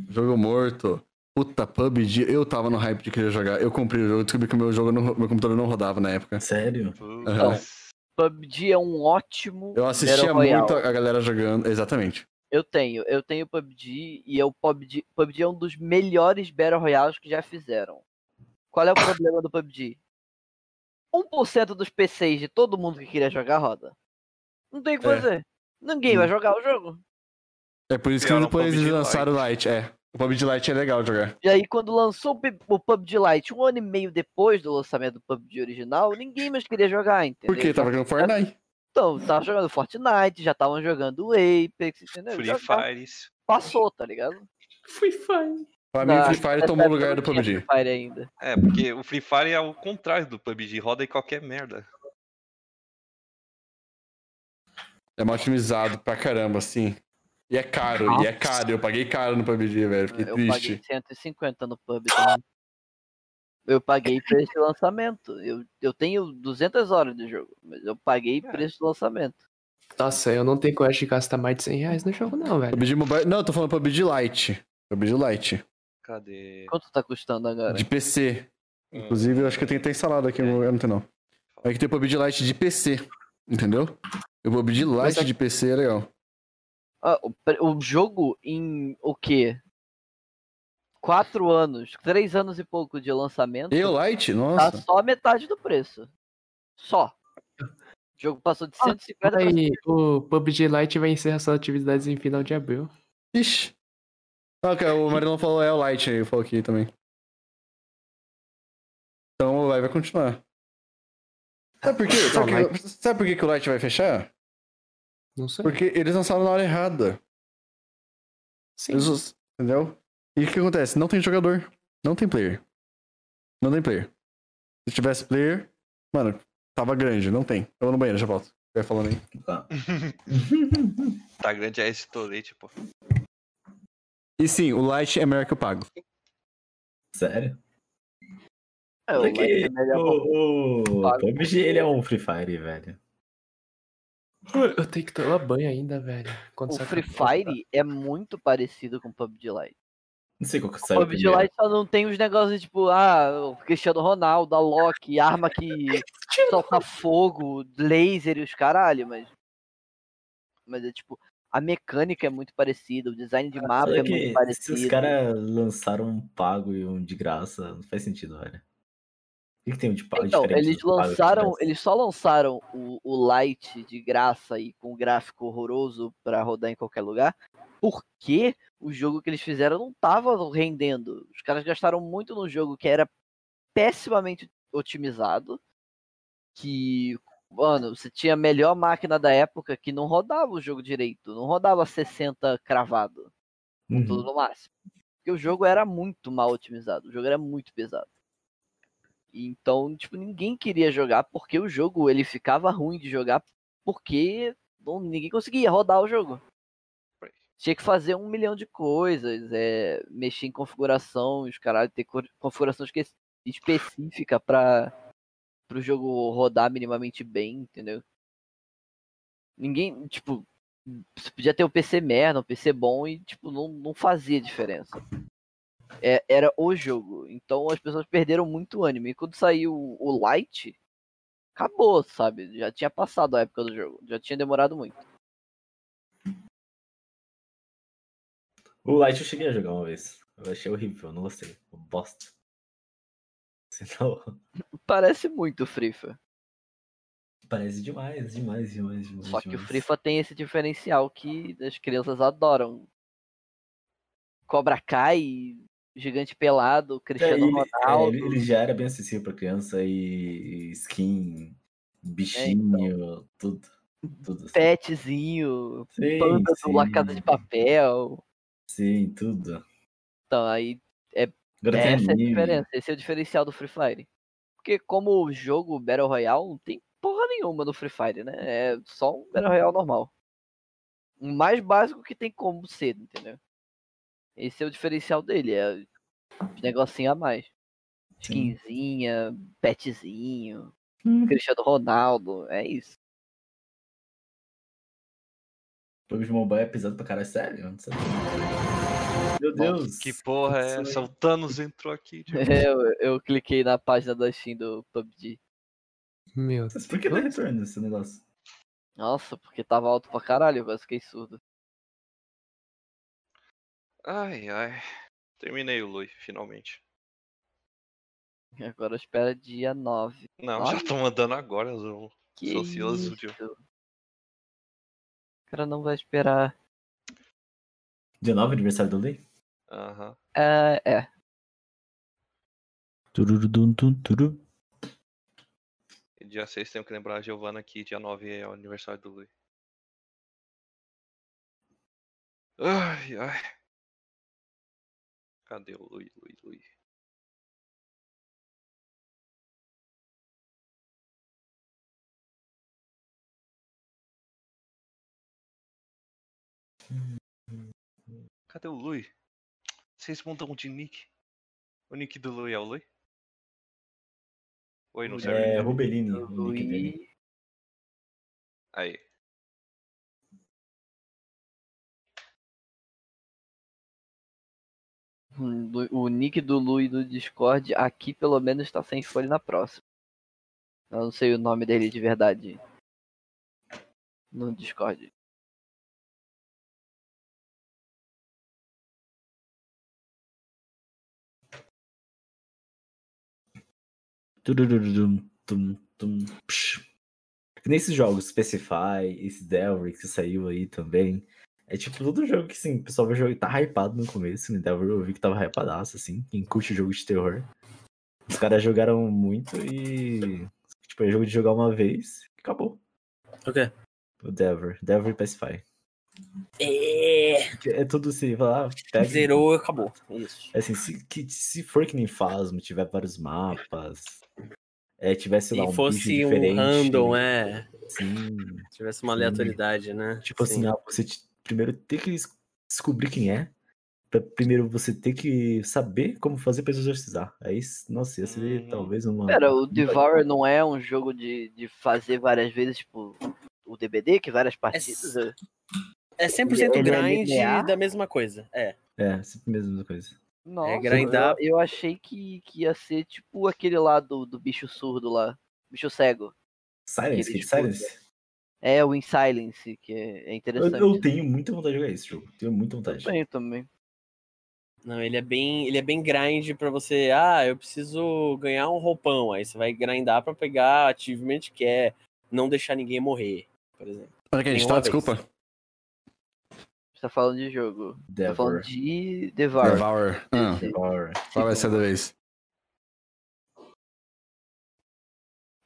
Speaker 1: Jogo morto. Puta, PUBG. Eu tava no hype de querer jogar. Eu comprei o jogo, descobri que o meu jogo não, meu computador não rodava na época.
Speaker 8: Sério?
Speaker 7: Então,
Speaker 2: Putz.
Speaker 7: PUBG é um ótimo.
Speaker 1: Eu assistia
Speaker 7: Battle Royale.
Speaker 1: muito a galera jogando. Exatamente.
Speaker 7: Eu tenho, eu tenho PUBG e eu PUBG, PUBG é um dos melhores Battle Royales que já fizeram. Qual é o problema do PUBG? 1% dos PCs de todo mundo que queria jogar roda. Não tem o que
Speaker 1: É.
Speaker 7: fazer. Ninguém
Speaker 1: Hum.
Speaker 7: vai jogar o jogo.
Speaker 1: É por isso que
Speaker 2: Pior é o
Speaker 1: depois eles
Speaker 2: PUBG
Speaker 1: lançaram o Lite. É. O PUBG Lite é legal de jogar.
Speaker 7: E aí quando lançou o P- o PUBG Lite, um ano e meio depois do lançamento do PUBG original, ninguém mais queria jogar, entendeu?
Speaker 1: Por quê? Tava jogando Fortnite.
Speaker 7: Então, tava jogando Fortnite, já estavam jogando Apex, entendeu? Já-
Speaker 2: Free
Speaker 7: já
Speaker 2: Fires.
Speaker 7: Passou, tá ligado?
Speaker 3: Free Fire.
Speaker 1: Pra mim, o
Speaker 7: Na-
Speaker 1: Free Fire
Speaker 7: nessa
Speaker 1: tomou o
Speaker 7: época
Speaker 1: lugar
Speaker 7: não
Speaker 1: do
Speaker 7: tinha
Speaker 1: PUBG.
Speaker 7: Free Fire ainda.
Speaker 2: É, porque o Free Fire é o contrário do PUBG, roda em qualquer merda.
Speaker 1: É mal otimizado pra caramba, assim. E é caro, e é caro. Eu paguei caro no PUBG, velho. Fiquei
Speaker 7: Eu paguei
Speaker 1: triste.
Speaker 7: 150 no pub. também. Eu paguei preço de lançamento. Eu, eu tenho 200 horas de jogo, mas eu paguei
Speaker 2: É.
Speaker 7: preço de lançamento.
Speaker 3: Nossa, eu não tenho coragem de gastar mais de 100 reais no jogo, não, velho.
Speaker 1: PUBG Mobile. Não, eu tô falando PUBG Lite. PUBG Lite.
Speaker 2: Cadê?
Speaker 7: Quanto tá custando agora?
Speaker 1: De PC. Inclusive, eu acho que eu tenho até instalado aqui, eu não tenho não. É que tem o PUBG Lite de PC, entendeu? O PUBG
Speaker 3: Mas
Speaker 1: Lite
Speaker 3: é-
Speaker 1: de PC é legal.
Speaker 7: Ah, o, pre- o jogo em o quê? Quatro anos, três anos e pouco de lançamento,
Speaker 1: E o Lite?
Speaker 7: tá
Speaker 1: Nossa.
Speaker 7: só metade do preço. Só. O jogo passou de 150 pra
Speaker 3: Aí, o PUBG Lite vai encerrar suas atividades em final de abril.
Speaker 1: Ixi. Ah, cara, o Marilão falou é o Lite aí, falou aqui também. Então o live vai continuar. Sabe por quê? Sabe,
Speaker 3: Não,
Speaker 1: por quê? Sabe por quê que o Lite vai fechar?
Speaker 3: Não sei.
Speaker 1: Porque eles lançaram na hora errada.
Speaker 3: Sim.
Speaker 1: Eles- entendeu? E o que acontece? Não tem jogador. Não tem player. Não tem player. Se tivesse player, mano, tava grande. Não tem. Eu vou no banheiro, já volto. Vai falando aí.
Speaker 8: Tá.
Speaker 2: Tá grande é esse tolete, pô.
Speaker 1: E sim, o Light é melhor que o pago.
Speaker 8: Sério?
Speaker 7: É, o
Speaker 8: Porque
Speaker 7: Lite é melhor pra
Speaker 8: o, o
Speaker 7: Claro.
Speaker 8: PUBG ele é um Free Fire, velho.
Speaker 3: Eu tenho que tomar banho ainda, velho. Quando
Speaker 7: O
Speaker 3: sair
Speaker 7: Free
Speaker 3: com-
Speaker 7: Fire é muito parecido com o PUBG Lite.
Speaker 8: Não sei qual
Speaker 5: é
Speaker 8: que
Speaker 7: O
Speaker 8: saiu
Speaker 7: PUBG Lite só não tem os negócios tipo, ah, o Cristiano Ronaldo, a Loki,
Speaker 8: (laughs)
Speaker 7: arma que solta fogo, laser e os caralho, mas. Mas é tipo, a mecânica é muito parecida, o design de mapa é
Speaker 8: Ah, Só
Speaker 7: muito
Speaker 8: que se os
Speaker 7: parecido.
Speaker 8: caras lançaram um pago e um de graça, não faz sentido, velho. O que, que tem um de pago
Speaker 7: Então,
Speaker 8: diferente
Speaker 7: eles
Speaker 8: do pago de
Speaker 7: lançaram,
Speaker 8: graça?
Speaker 7: eles só lançaram o, o Lite de graça e com gráfico horroroso pra rodar em qualquer lugar, porque o jogo que eles fizeram não tava rendendo. Os caras gastaram muito num jogo que era pessimamente otimizado. Que, mano, você tinha a melhor máquina da época que não rodava o jogo direito. Não rodava 60 cravado. com Tudo no máximo. Porque o jogo era muito mal otimizado. O jogo era muito pesado. E Então, tipo, ninguém queria jogar porque o jogo ele ficava ruim de jogar porque não- ninguém conseguia rodar o jogo. Tinha que fazer um milhão de coisas, é, mexer em configuração, os caralho, ter co- configuração esque- específica para o jogo rodar minimamente bem, entendeu? Ninguém, tipo, você podia ter um PC merda, um PC bom e, tipo, não, não fazia diferença. É, era o jogo. Então as pessoas perderam muito ânimo. E quando saiu o Light, acabou, sabe? Já tinha passado a época do jogo, já tinha demorado muito.
Speaker 5: O Light eu cheguei a jogar uma vez. Eu achei horrível, eu não gostei. Uma Bosta. tá Sinal,
Speaker 7: Parece muito o Frifa.
Speaker 5: parece demais, demais, demais, demais.
Speaker 7: Só que o
Speaker 5: demais.
Speaker 7: Frifa tem esse diferencial que as crianças adoram. Cobra Kai, Gigante Pelado,
Speaker 5: É,
Speaker 7: Cristiano
Speaker 5: ele, é,
Speaker 7: Ronaldo.
Speaker 5: ele- ele já era bem acessível pra criança e e skin,
Speaker 7: É,
Speaker 5: bichinho,
Speaker 7: então.
Speaker 5: tudo. Tudo assim.
Speaker 7: Petzinho,
Speaker 5: Sim,
Speaker 7: Panda do La
Speaker 5: sim,
Speaker 7: Casa de Papel.
Speaker 5: Sim, tudo.
Speaker 7: Então, aí
Speaker 5: Agora tem
Speaker 7: essa é a
Speaker 5: anime.
Speaker 7: diferença, esse é o diferencial do Free Fire. Porque como o jogo Battle Royale não tem porra nenhuma no Free Fire, né? É só um Battle Royale normal. O mais básico que tem como ser, entendeu? Esse é o diferencial dele, é os negocinho a mais.
Speaker 5: Sim.
Speaker 7: Skinzinha, petzinho, Cristiano Ronaldo, é isso.
Speaker 5: Jogo de mobile é pesado pra caralho, sério? Eu não sabia. Meu Deus.
Speaker 2: Que porra é
Speaker 5: Isso
Speaker 2: essa?
Speaker 5: aí.
Speaker 2: O Thanos entrou
Speaker 7: (laughs)
Speaker 2: aqui. tio.
Speaker 7: Eu, eu cliquei na página da Steam do PUBG.
Speaker 9: Meu
Speaker 5: Mas por que dá retorno esse negócio?
Speaker 7: Nossa, porque tava alto pra caralho, mas fiquei surdo.
Speaker 2: Ai, ai. Terminei o Lui, finalmente.
Speaker 7: Agora espera dia 9.
Speaker 2: Não,
Speaker 7: Olha.
Speaker 2: já tô mandando agora, Zulu.
Speaker 7: Que
Speaker 2: Sou ansioso, tio.
Speaker 7: isso? O cara não vai esperar.
Speaker 5: Dia 9, aniversário do Lei?
Speaker 2: Aham.
Speaker 7: É, é.
Speaker 6: Tururudum, tum, turu.
Speaker 2: E dia 6 temos que lembrar a Giovana que dia 9 é o aniversário do Lui. Ai, ai. Cadê o Lui, Lui, Lui? Cadê o Lui? Vocês mudam Então, de nick? O nick do Lui é o Lui? Oi, não serve.
Speaker 5: É, Rubelini. o nick dele.
Speaker 7: Luiz.
Speaker 2: Aí.
Speaker 7: Hum, Lu- O nick do Lu e do Discord aqui pelo menos tá sem folha na próxima. Eu não sei o nome dele de verdade. No Discord.
Speaker 5: Tururudum, tum, tum, psh. Que Nesses jogos, Specify, esse Delver que saiu aí também. É tipo todo jogo que assim, o pessoal vai jogar e tá hypado no começo. No Delver eu vi que tava hypadaço, assim. Quem curte jogo de terror. Os caras jogaram muito e. Tipo, é jogo de jogar uma vez e acabou.
Speaker 4: O quê?
Speaker 5: O Delver. Delver e Specify.
Speaker 4: É,
Speaker 5: É tudo assim, vai lá, pega.
Speaker 4: zerou, acabou. Isso.
Speaker 5: É Assim, se, que, se for que nem Fasmo, tiver vários mapas. É, tivesse lá um
Speaker 4: Se
Speaker 5: bicho
Speaker 4: fosse um
Speaker 5: diferente,
Speaker 4: random, é.
Speaker 5: Sim.
Speaker 4: Se tivesse uma
Speaker 5: Sim.
Speaker 4: aleatoriedade, né?
Speaker 5: Tipo assim, ah, você te- primeiro ter que es- descobrir quem é. Pra primeiro você ter que saber como fazer pra exorcizar. Aí, s- nossa, ia ser
Speaker 4: Hum.
Speaker 2: Uhum.
Speaker 5: talvez uma.
Speaker 7: Pera, o
Speaker 5: uma-
Speaker 7: Devour não é um jogo de, de fazer várias vezes, tipo, o DBD, que várias partidas. é?
Speaker 4: s- é
Speaker 7: Ele é
Speaker 4: 100% grind
Speaker 7: linear?
Speaker 4: da mesma coisa. É.
Speaker 5: É, sempre a mesma coisa.
Speaker 7: Nossa,
Speaker 4: grindar.
Speaker 7: Eu, eu achei que, que ia ser tipo aquele lá do, do bicho surdo lá. Bicho cego.
Speaker 5: Silence,
Speaker 7: Aquele
Speaker 5: Kid Silence.
Speaker 7: É o In Silence, que é é
Speaker 5: Eu,
Speaker 7: interessante.
Speaker 5: eu tenho muita vontade de jogar esse jogo. Tenho muita vontade.
Speaker 7: também, também.
Speaker 4: Não, ele é bem, ele é bem grind pra você, ah, eu preciso ganhar um roupão, aí você vai grindar pra pegar achievement que é não deixar ninguém morrer, por exemplo.
Speaker 1: Onde que a gente
Speaker 4: Nenhuma
Speaker 1: tá?
Speaker 4: vez.
Speaker 1: Desculpa.
Speaker 7: Você tá falando de jogo. Tá falando
Speaker 5: Devour.
Speaker 7: de Devour.
Speaker 1: Devour. Ah,
Speaker 7: Esse-
Speaker 5: Devour.
Speaker 1: qual vai ser da vez?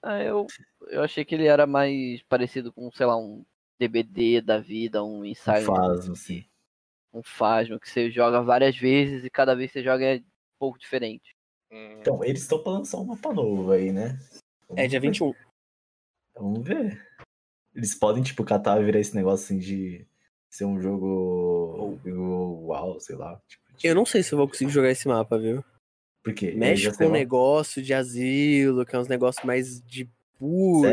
Speaker 7: Ah, eu, eu achei que ele era mais parecido com, sei lá, um DBD da vida, um ensaio,
Speaker 5: Fasmo, assim.
Speaker 7: um Phasma, que você joga várias vezes e cada vez você joga é um pouco diferente.
Speaker 2: Hum,
Speaker 5: Então, eles estão pra lançar um mapa novo aí, né?
Speaker 4: É dia 21.
Speaker 5: Vamos ver. Eles podem, tipo, catar e virar esse negócio assim de ser um jogo. jogo Uau, sei lá. Tipo,
Speaker 4: Eu não sei se eu vou conseguir jogar esse mapa, viu?
Speaker 5: Porque.
Speaker 4: Mexe com um negócio de asilo, que é uns negócios mais de
Speaker 5: Sério? Eu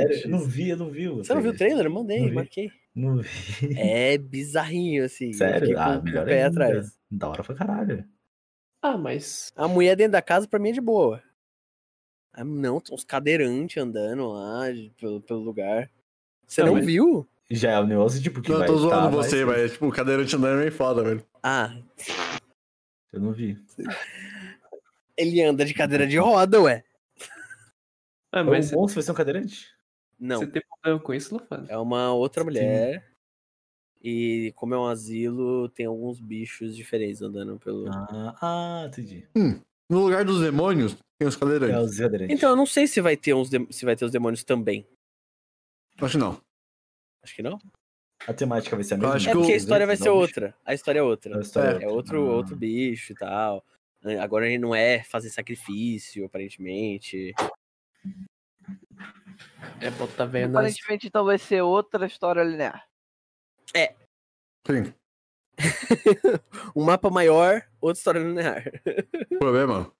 Speaker 4: put.
Speaker 5: não vi, eu não vi.
Speaker 4: Você não viu o trailer? Eu Mandei,
Speaker 5: Não vi.
Speaker 4: marquei.
Speaker 5: Não (laughs) vi.
Speaker 4: É bizarrinho, assim. eu fiquei
Speaker 5: Sério?
Speaker 4: com
Speaker 5: Ah,
Speaker 4: o
Speaker 5: melhor
Speaker 4: pé
Speaker 5: ainda.
Speaker 4: atrás.
Speaker 5: Da hora pra caralho.
Speaker 3: Ah, mas.
Speaker 4: A mulher dentro da casa, pra mim, é de boa. Ah, não, tem uns cadeirantes andando lá de- pelo, pelo lugar. Você
Speaker 3: Não,
Speaker 4: não
Speaker 3: mas-
Speaker 4: viu?
Speaker 5: Já é um negócio tipo que
Speaker 1: Não, eu
Speaker 5: vai
Speaker 1: tô zoando
Speaker 5: tá, vai
Speaker 1: você,
Speaker 5: ser.
Speaker 1: mas, tipo, o cadeirante andando é meio foda, velho.
Speaker 4: Ah,
Speaker 5: Eu não vi.
Speaker 4: (laughs) ele anda de cadeira de roda, ué.
Speaker 3: Ah,
Speaker 5: Mas
Speaker 3: mas
Speaker 5: o monstro vai ser um cadeirante?
Speaker 4: Não,
Speaker 3: você tem problema com isso, Lufano?
Speaker 4: é uma outra mulher. E como é um asilo, tem alguns bichos diferentes andando pelo.
Speaker 5: Ah, ah entendi.
Speaker 1: No lugar dos demônios, tem os cadeirantes.
Speaker 5: É os cadeirantes.
Speaker 4: Então, eu não sei se vai ter uns dem- se vai ter os demônios também.
Speaker 1: Acho que não.
Speaker 4: Acho que não.
Speaker 5: A temática vai ser a mesma.
Speaker 1: acho
Speaker 4: É
Speaker 1: que o-
Speaker 4: porque a
Speaker 5: Os
Speaker 4: história vai
Speaker 5: dois,
Speaker 4: ser
Speaker 5: não,
Speaker 4: outra. A história é outra.
Speaker 5: A história
Speaker 4: É outro,
Speaker 5: Ah.
Speaker 4: outro bicho e tal. É, Agora ele não é fazer sacrifício, aparentemente.
Speaker 3: É botar velho nas.
Speaker 7: Aparentemente, então, vai ser outra história linear.
Speaker 1: Sim.
Speaker 4: (laughs) Um mapa maior, outra história linear.
Speaker 1: Problema.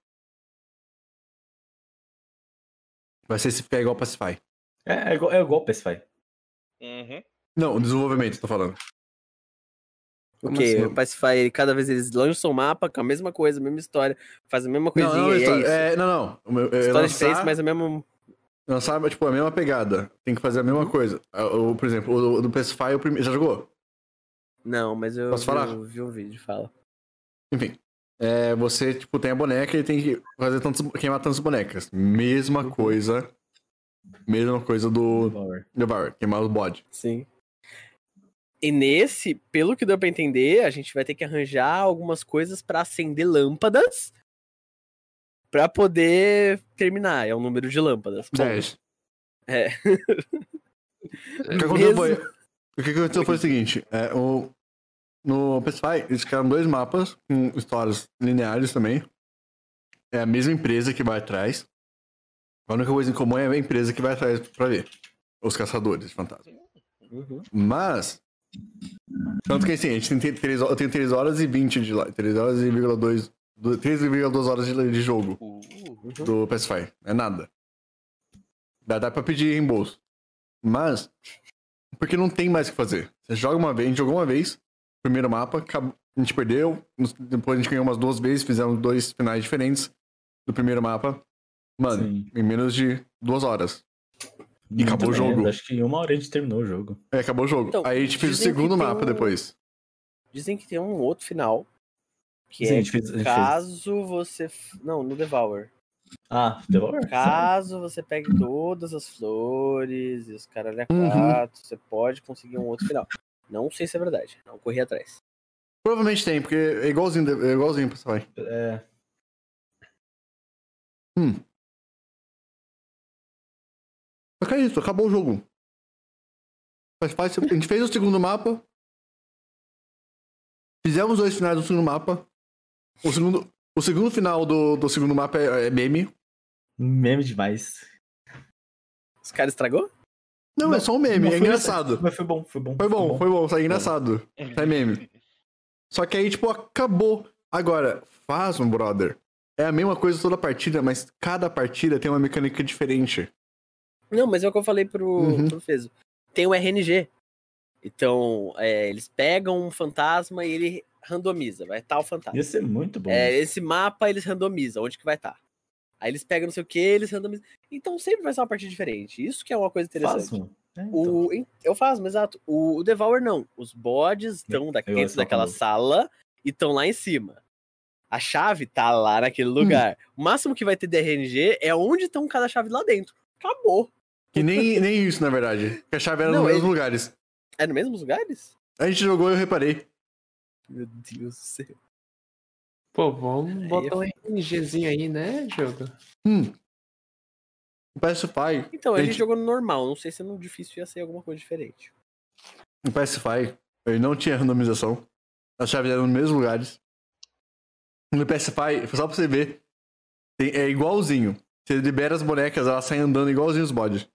Speaker 1: Vai ser se ficar igual Pacify.
Speaker 5: É, é igual, é igual o Pacify.
Speaker 2: uhum.
Speaker 1: Não, o desenvolvimento, tô falando.
Speaker 4: O
Speaker 1: Como
Speaker 4: que?
Speaker 1: assim?
Speaker 4: O Pacify, ele- cada vez eles lançam um mapa com a mesma coisa, a mesma história, faz a mesma coisinha
Speaker 1: não, não,
Speaker 4: e é
Speaker 1: história-
Speaker 4: isso.
Speaker 1: é, não, não. O meu- é
Speaker 4: história
Speaker 1: lançar-
Speaker 4: diferente, mas a mesma.
Speaker 1: lançar, tipo, a mesma pegada. Tem que fazer a
Speaker 4: Uhum.
Speaker 1: mesma coisa. Ah, o- por exemplo, o do- o do Pacify, o primeiro. Já jogou?
Speaker 4: Não, mas eu
Speaker 1: Posso
Speaker 4: vi,
Speaker 1: falar?
Speaker 4: um- vi um vídeo, fala.
Speaker 1: Enfim. É, você, tipo, tem a boneca e tem que fazer tantos, queimar tantas bonecas. Mesma
Speaker 4: Uhum.
Speaker 1: coisa. Mesma coisa do
Speaker 5: Power.
Speaker 1: Devour, queimar os bode.
Speaker 4: Sim. E nesse, pelo que deu pra entender, a gente vai ter que arranjar algumas coisas pra acender lâmpadas pra poder terminar. É o número de lâmpadas. Ponto.
Speaker 1: 10.
Speaker 4: É.
Speaker 1: O que aconteceu foi. O que aconteceu foi o seguinte: é, o, no Pacify, eles criaram dois mapas com histórias lineares também. É a mesma empresa que vai atrás. A única coisa em comum é a empresa que vai atrás pra ver. Os caçadores de fantasma.
Speaker 7: Uhum.
Speaker 1: Mas. Tanto que assim, a gente tem 3, eu tenho 3 horas e 20 de lá. 3 horas e 2. 3,2 horas de, de jogo
Speaker 2: Uh,
Speaker 1: do Pacify. É nada. Dá, dá pra pedir reembolso. Mas, porque não tem mais o que fazer. Você joga uma vez, a gente jogou uma vez, primeiro mapa, acabou- a gente perdeu, nos- depois a gente ganhou umas duas vezes, fizemos dois finais diferentes do primeiro mapa. Mano,
Speaker 5: Sim.
Speaker 1: em menos de duas horas. E acabou
Speaker 5: Muito
Speaker 1: o jogo.
Speaker 5: menos, Acho que em uma hora a gente terminou o jogo.
Speaker 1: Aí acabou o jogo.
Speaker 4: Então,
Speaker 1: Aí a gente fez o
Speaker 4: dizem que
Speaker 1: segundo
Speaker 4: tem
Speaker 1: mapa
Speaker 4: um-
Speaker 1: depois.
Speaker 4: Dizem que tem um outro final. Que
Speaker 5: Sim, a
Speaker 4: é
Speaker 5: gente fez. a gente fez-
Speaker 4: caso você. f- Não, no Devour.
Speaker 5: Ah, Devour?
Speaker 4: Caso você pegue todas as flores e os caralho a
Speaker 1: Uhum.
Speaker 4: quatro, você pode conseguir um outro final. Não sei se é verdade. Não corri atrás.
Speaker 1: Provavelmente tem, porque é igualzinho, de- é igualzinho o Pacify.
Speaker 5: É,
Speaker 1: Hum. Só que é isso, acabou o jogo. Mas faz- a gente fez o segundo mapa. Fizemos dois finais do segundo mapa. O segundo, o segundo final do, do segundo mapa é, é meme.
Speaker 5: meme demais.
Speaker 4: Os caras estragou?
Speaker 1: Não, é só um meme,
Speaker 5: Mas
Speaker 1: é
Speaker 5: foi-
Speaker 1: engraçado.
Speaker 5: Mas foi bom, foi bom.
Speaker 1: Foi
Speaker 4: Tá
Speaker 1: bom, foi bom, sai engraçado. Sai meme. Só que aí, tipo, acabou. Agora, faz um brother. É a mesma coisa toda partida, mas cada partida tem uma mecânica diferente.
Speaker 4: Não, mas é o que eu falei pro,
Speaker 1: Uhum.
Speaker 4: pro Fezo. Tem o RNG. Então, é, eles pegam um fantasma e ele randomiza. Vai estar o fantasma.
Speaker 5: Ia ser muito bom.
Speaker 4: É, esse mapa eles randomizam, onde que vai estar. Aí eles pegam não sei o que, eles randomizam. Então sempre vai ser uma partida diferente. Isso que é uma coisa interessante.
Speaker 5: Faz, mano. É, então.
Speaker 4: O, em- eu faço, exato. O, o Devour não. Os bodes estão da-
Speaker 5: eu
Speaker 4: dentro
Speaker 5: acho que ela
Speaker 4: daquela
Speaker 5: falou.
Speaker 4: sala e estão lá em cima. A chave tá lá naquele lugar. O máximo que vai ter DRNG é onde estão cada chave lá dentro. Acabou.
Speaker 1: E nem, nem isso, na verdade. Porque a chave era
Speaker 4: Não,
Speaker 1: nos mesmos
Speaker 4: ele-
Speaker 1: lugares.
Speaker 4: É nos mesmos lugares?
Speaker 1: A gente jogou e eu reparei.
Speaker 4: Meu Deus do céu. É,
Speaker 3: Pô, vamos
Speaker 4: Aí
Speaker 3: botar um RNGzinho aí, né, jogo?
Speaker 1: Hum. No PS5,
Speaker 4: Então, ele
Speaker 1: Gente.
Speaker 4: jogou no normal. Não sei se no difícil ia ser alguma coisa diferente.
Speaker 1: no PS5, ele não tinha randomização. As chaves eram nos mesmos lugares. No PS5, só pra você ver, tem- é igualzinho. Você libera as bonecas, elas saem andando igualzinho os bodes.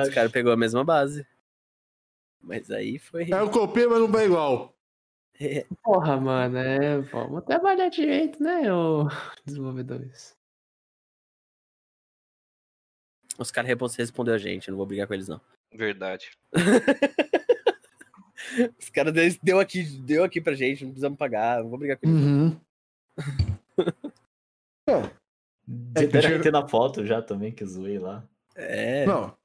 Speaker 4: Os caras pegou a mesma base. Mas aí foi.
Speaker 1: É, eu copiei, mas não é igual.
Speaker 3: Porra, mano, é. Vamos trabalhar direito, né, ô desenvolvedores?
Speaker 4: Os caras repos- responderam a gente, eu não vou brigar com eles, não.
Speaker 2: Verdade.
Speaker 4: (laughs) Os caras des- deu aqui, deu aqui pra gente, não precisamos pagar, não vou brigar com eles.
Speaker 1: Uhum. não, É
Speaker 8: Deram RT na foto já também, que eu zoei lá.
Speaker 4: É.
Speaker 1: não.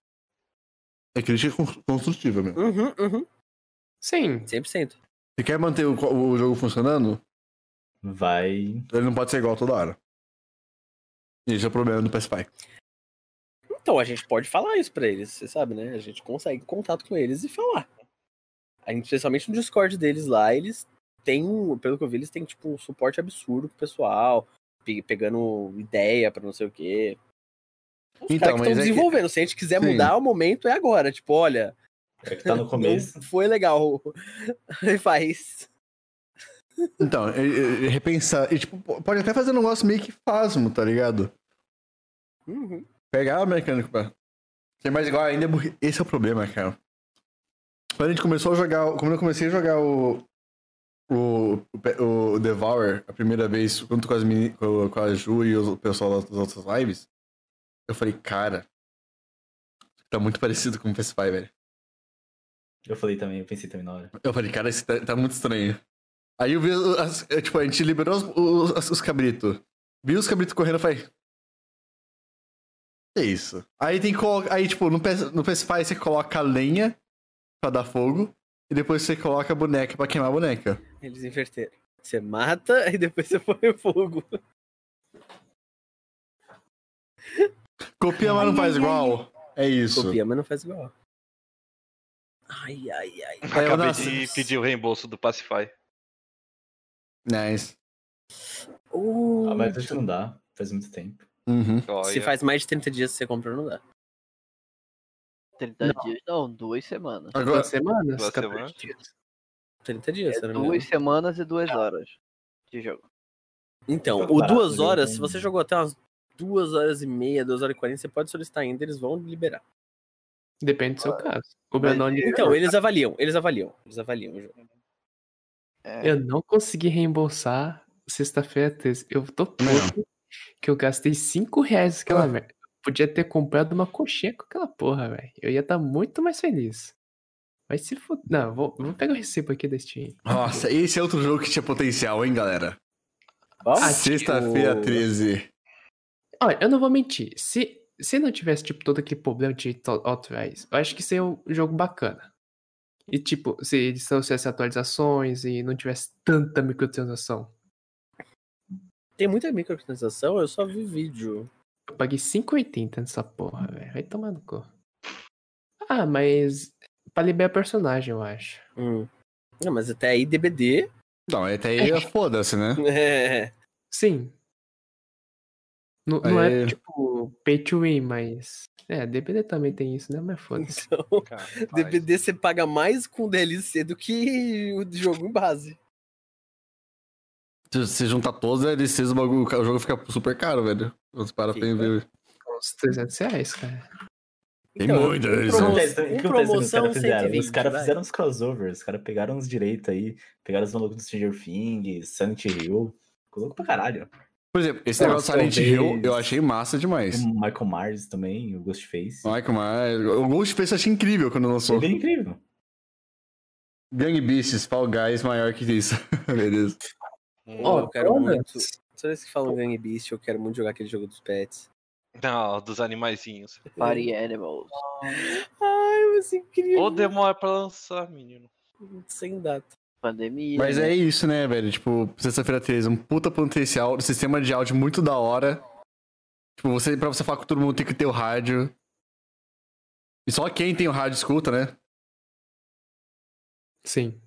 Speaker 1: É crítica con- construtiva, meu.
Speaker 4: Uhum, uhum.
Speaker 3: Sim.
Speaker 4: 100%.
Speaker 1: Você quer manter o, co- o jogo funcionando?
Speaker 8: Vai.
Speaker 1: Ele não pode ser igual toda hora. Esse é o problema do PS5.
Speaker 4: Então a gente pode falar isso pra eles, você sabe, né? A gente consegue contato com eles e falar. A gente, especialmente no Discord deles lá, eles têm, um- pelo que eu vi, eles têm tipo um suporte absurdo pro pessoal, pe- pegando ideia pra não sei o quê. Os
Speaker 1: Então,
Speaker 4: caras que
Speaker 1: mas
Speaker 4: estão
Speaker 1: é que-
Speaker 4: desenvolvendo. Se a gente quiser
Speaker 1: Sim.
Speaker 4: mudar, o momento é agora. Tipo, olha,
Speaker 8: É que tá no
Speaker 4: (laughs) não
Speaker 8: começo.
Speaker 4: foi legal. (laughs) Faz.
Speaker 1: Então, é- é- é repensar. E, tipo, po- pode até fazer um negócio meio que pasmo, tá ligado?
Speaker 4: Uhum.
Speaker 1: Pegar a mecânica pra. Ser mais igual ainda. é burri- Esse é o problema, cara. Quando a gente começou a jogar. o- Quando eu comecei a jogar o. O, o Pe- o Devour a primeira vez, junto com, as meni- com com a Ju e o pessoal das das outras lives, eu falei, cara. Tá muito parecido com o PS5, velho.
Speaker 8: Eu falei também, eu pensei também na hora.
Speaker 1: Eu falei, cara, isso tá, tá muito estranho. Aí eu vi, as- é, tipo, a gente liberou os, os, os cabritos. Vi os cabritos correndo e falei. Que é isso? Aí tem que colo- Aí, tipo, no, PS, no PS5 você coloca a lenha pra dar fogo. E depois você coloca a boneca pra queimar a boneca.
Speaker 4: Eles inverteram. Você mata (laughs) e depois você põe o fogo.
Speaker 1: Copia, mas não faz igual. É isso.
Speaker 4: Copia, mas não faz igual. Ai, ai, ai.
Speaker 1: Aí eu
Speaker 2: Acabei
Speaker 1: nasci-
Speaker 2: de pedir o reembolso do Pacify.
Speaker 1: Nice.
Speaker 4: Uh,
Speaker 8: Ah, mas acho que não dá. Faz muito tempo.
Speaker 1: Uhum.
Speaker 4: se
Speaker 2: Olha,
Speaker 4: faz mais de 30 dias que você compra, não dá.
Speaker 7: 30 dias, não, duas semanas.
Speaker 1: Agora,
Speaker 3: Duas semanas?
Speaker 2: Duas
Speaker 3: 14
Speaker 2: semanas.
Speaker 3: dias.
Speaker 4: 30
Speaker 7: É
Speaker 4: dias, se eu não me
Speaker 7: Duas
Speaker 4: engano.
Speaker 7: semanas e duas horas de jogo.
Speaker 4: Então,
Speaker 8: Tá
Speaker 4: o
Speaker 8: barato,
Speaker 4: duas
Speaker 8: né?
Speaker 4: horas, se você jogou até umas duas horas e meia, duas horas e quarenta, você pode solicitar ainda, eles vão liberar.
Speaker 3: Depende do seu caso. O meu não
Speaker 4: Então, eles avaliam, eles avaliam, eles avaliam o jogo.
Speaker 7: É.
Speaker 3: Eu não consegui reembolsar sexta-feira 13. Eu tô puto que eu gastei 5 reais naquela
Speaker 1: Ah.
Speaker 3: merda. Eu Podia ter comprado uma coxinha com aquela porra, velho. Eu ia estar muito mais feliz. Mas se for. Não, vou, vou pegar o recibo aqui da Steam.
Speaker 1: Nossa, esse é outro jogo que tinha potencial, hein, galera?
Speaker 4: Vamos?
Speaker 1: Sexta-feira
Speaker 4: tio.
Speaker 1: 13.
Speaker 3: Olha, eu não vou mentir. Se, se não tivesse, tipo, todo aquele problema de to- authorized, eu acho que seria um jogo bacana. E, tipo, se eles trouxessem atualizações e não tivesse tanta microtransação.
Speaker 4: Tem muita microtransação, eu só vi vídeo.
Speaker 3: Eu paguei 5,80 nessa porra, velho. Vai tomar no cu. Ah, mas. Pra liberar personagem, eu acho.
Speaker 4: Hum. Não, mas até aí DBD.
Speaker 1: Não, até aí
Speaker 4: (laughs)
Speaker 1: é foda-se, né?
Speaker 4: É.
Speaker 3: Sim. Não, não é
Speaker 1: Aê.
Speaker 3: tipo pay to win, mas. É, DPD também tem isso, né? Mas foda-se.
Speaker 4: Então, (laughs)
Speaker 2: cara, faz.
Speaker 4: DBD você paga mais com DLC do que o jogo em base.
Speaker 1: Se se juntar todos eles, vocês, o, bagulho, o jogo fica super caro, velho. Quando Você para pra
Speaker 4: Fica.
Speaker 1: ver.
Speaker 3: Uns 300 reais, cara.
Speaker 1: Tem
Speaker 4: Então,
Speaker 1: muita
Speaker 4: um
Speaker 1: edição.
Speaker 4: promo-
Speaker 5: é
Speaker 8: Acontece também,
Speaker 4: um
Speaker 8: o que acontece também, os
Speaker 4: promoção
Speaker 8: caras fizeram?
Speaker 4: 120,
Speaker 8: Os caras
Speaker 4: vai.
Speaker 8: fizeram uns crossovers, os caras pegaram uns direitos aí, pegaram os malucos do Stranger Things, Silent Hill. Colocou pra caralho.
Speaker 1: Por exemplo, esse
Speaker 8: Não,
Speaker 1: negócio do Silent
Speaker 8: talvez-
Speaker 1: Hill eu achei massa demais.
Speaker 8: O Michael Myers também, o Ghostface.
Speaker 1: Michael Myers. O Ghostface eu achei incrível quando
Speaker 8: Foi
Speaker 1: lançou.
Speaker 8: bem incrível.
Speaker 1: Gang Beasts, Fall Guys, maior que isso. (laughs) Beleza.
Speaker 4: Ó,
Speaker 2: Hum,
Speaker 4: eu quero
Speaker 3: Donuts.
Speaker 4: muito. Toda vez que falam Gang Beast, eu quero muito jogar aquele jogo dos pets.
Speaker 2: Não, dos animaizinhos.
Speaker 7: Party Animals.
Speaker 4: Ai, mas é incrível.
Speaker 2: Ou demora pra lançar, menino.
Speaker 4: Sem data.
Speaker 7: Pandemia.
Speaker 1: Mas
Speaker 7: né?
Speaker 1: é isso, né, velho? Tipo, sexta-feira 13, um puta potencial, um sistema de áudio muito da hora. Tipo, você, pra você falar com todo mundo tem que ter o rádio. E só quem tem o rádio escuta, né?
Speaker 3: Sim.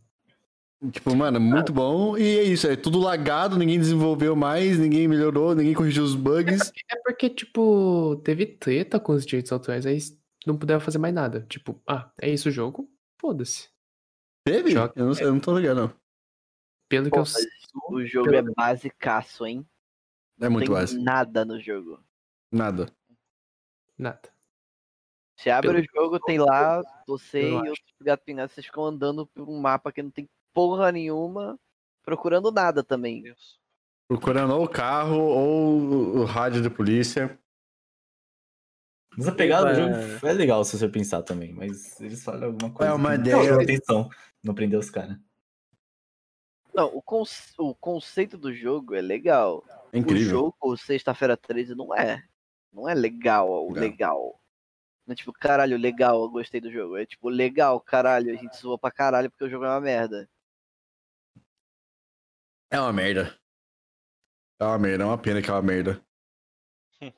Speaker 1: Tipo, mano, muito bom. E é isso, é tudo lagado, ninguém desenvolveu mais, ninguém melhorou, ninguém corrigiu os
Speaker 3: É
Speaker 1: bugs.
Speaker 3: porque, é porque, tipo, teve treta com os direitos autorais, aí não puderam fazer mais nada. Tipo, ah, é isso o jogo? Foda-se.
Speaker 1: Teve?
Speaker 3: Choque.
Speaker 1: Eu não, eu não tô ligado, não.
Speaker 3: Pelo que
Speaker 7: Pô,
Speaker 3: eu
Speaker 7: mas
Speaker 3: sei.
Speaker 7: o jogo
Speaker 3: pelo
Speaker 7: é basicaço, hein?
Speaker 1: É muito
Speaker 7: Tem
Speaker 1: básico.
Speaker 7: nada no jogo.
Speaker 1: Nada.
Speaker 3: Nada.
Speaker 7: Você abre
Speaker 3: Pelo
Speaker 7: o jogo, tem lá você
Speaker 3: eu
Speaker 7: e
Speaker 3: acho.
Speaker 7: outros gato pingado, vocês ficam andando por um mapa que não tem porra nenhuma, procurando nada também.
Speaker 2: Deus.
Speaker 1: Procurando ou o carro ou o- o rádio da polícia.
Speaker 5: Mas a pegada do
Speaker 4: Opa.
Speaker 5: jogo é legal se você pensar também, mas eles falam alguma coisa.
Speaker 1: É uma
Speaker 5: que
Speaker 1: ideia.
Speaker 5: Não, atenção, não prendeu os caras.
Speaker 7: Não, o, conce- o conceito do jogo é legal.
Speaker 1: É incrível.
Speaker 7: O jogo, sexta-feira 13, não é. Não é legal, o
Speaker 1: Não.
Speaker 7: legal. Não é tipo, caralho, legal, eu gostei do jogo. É tipo, legal, caralho, a gente zoa pra caralho porque o jogo é uma merda.
Speaker 1: É uma merda. É uma merda, é uma pena que é uma merda.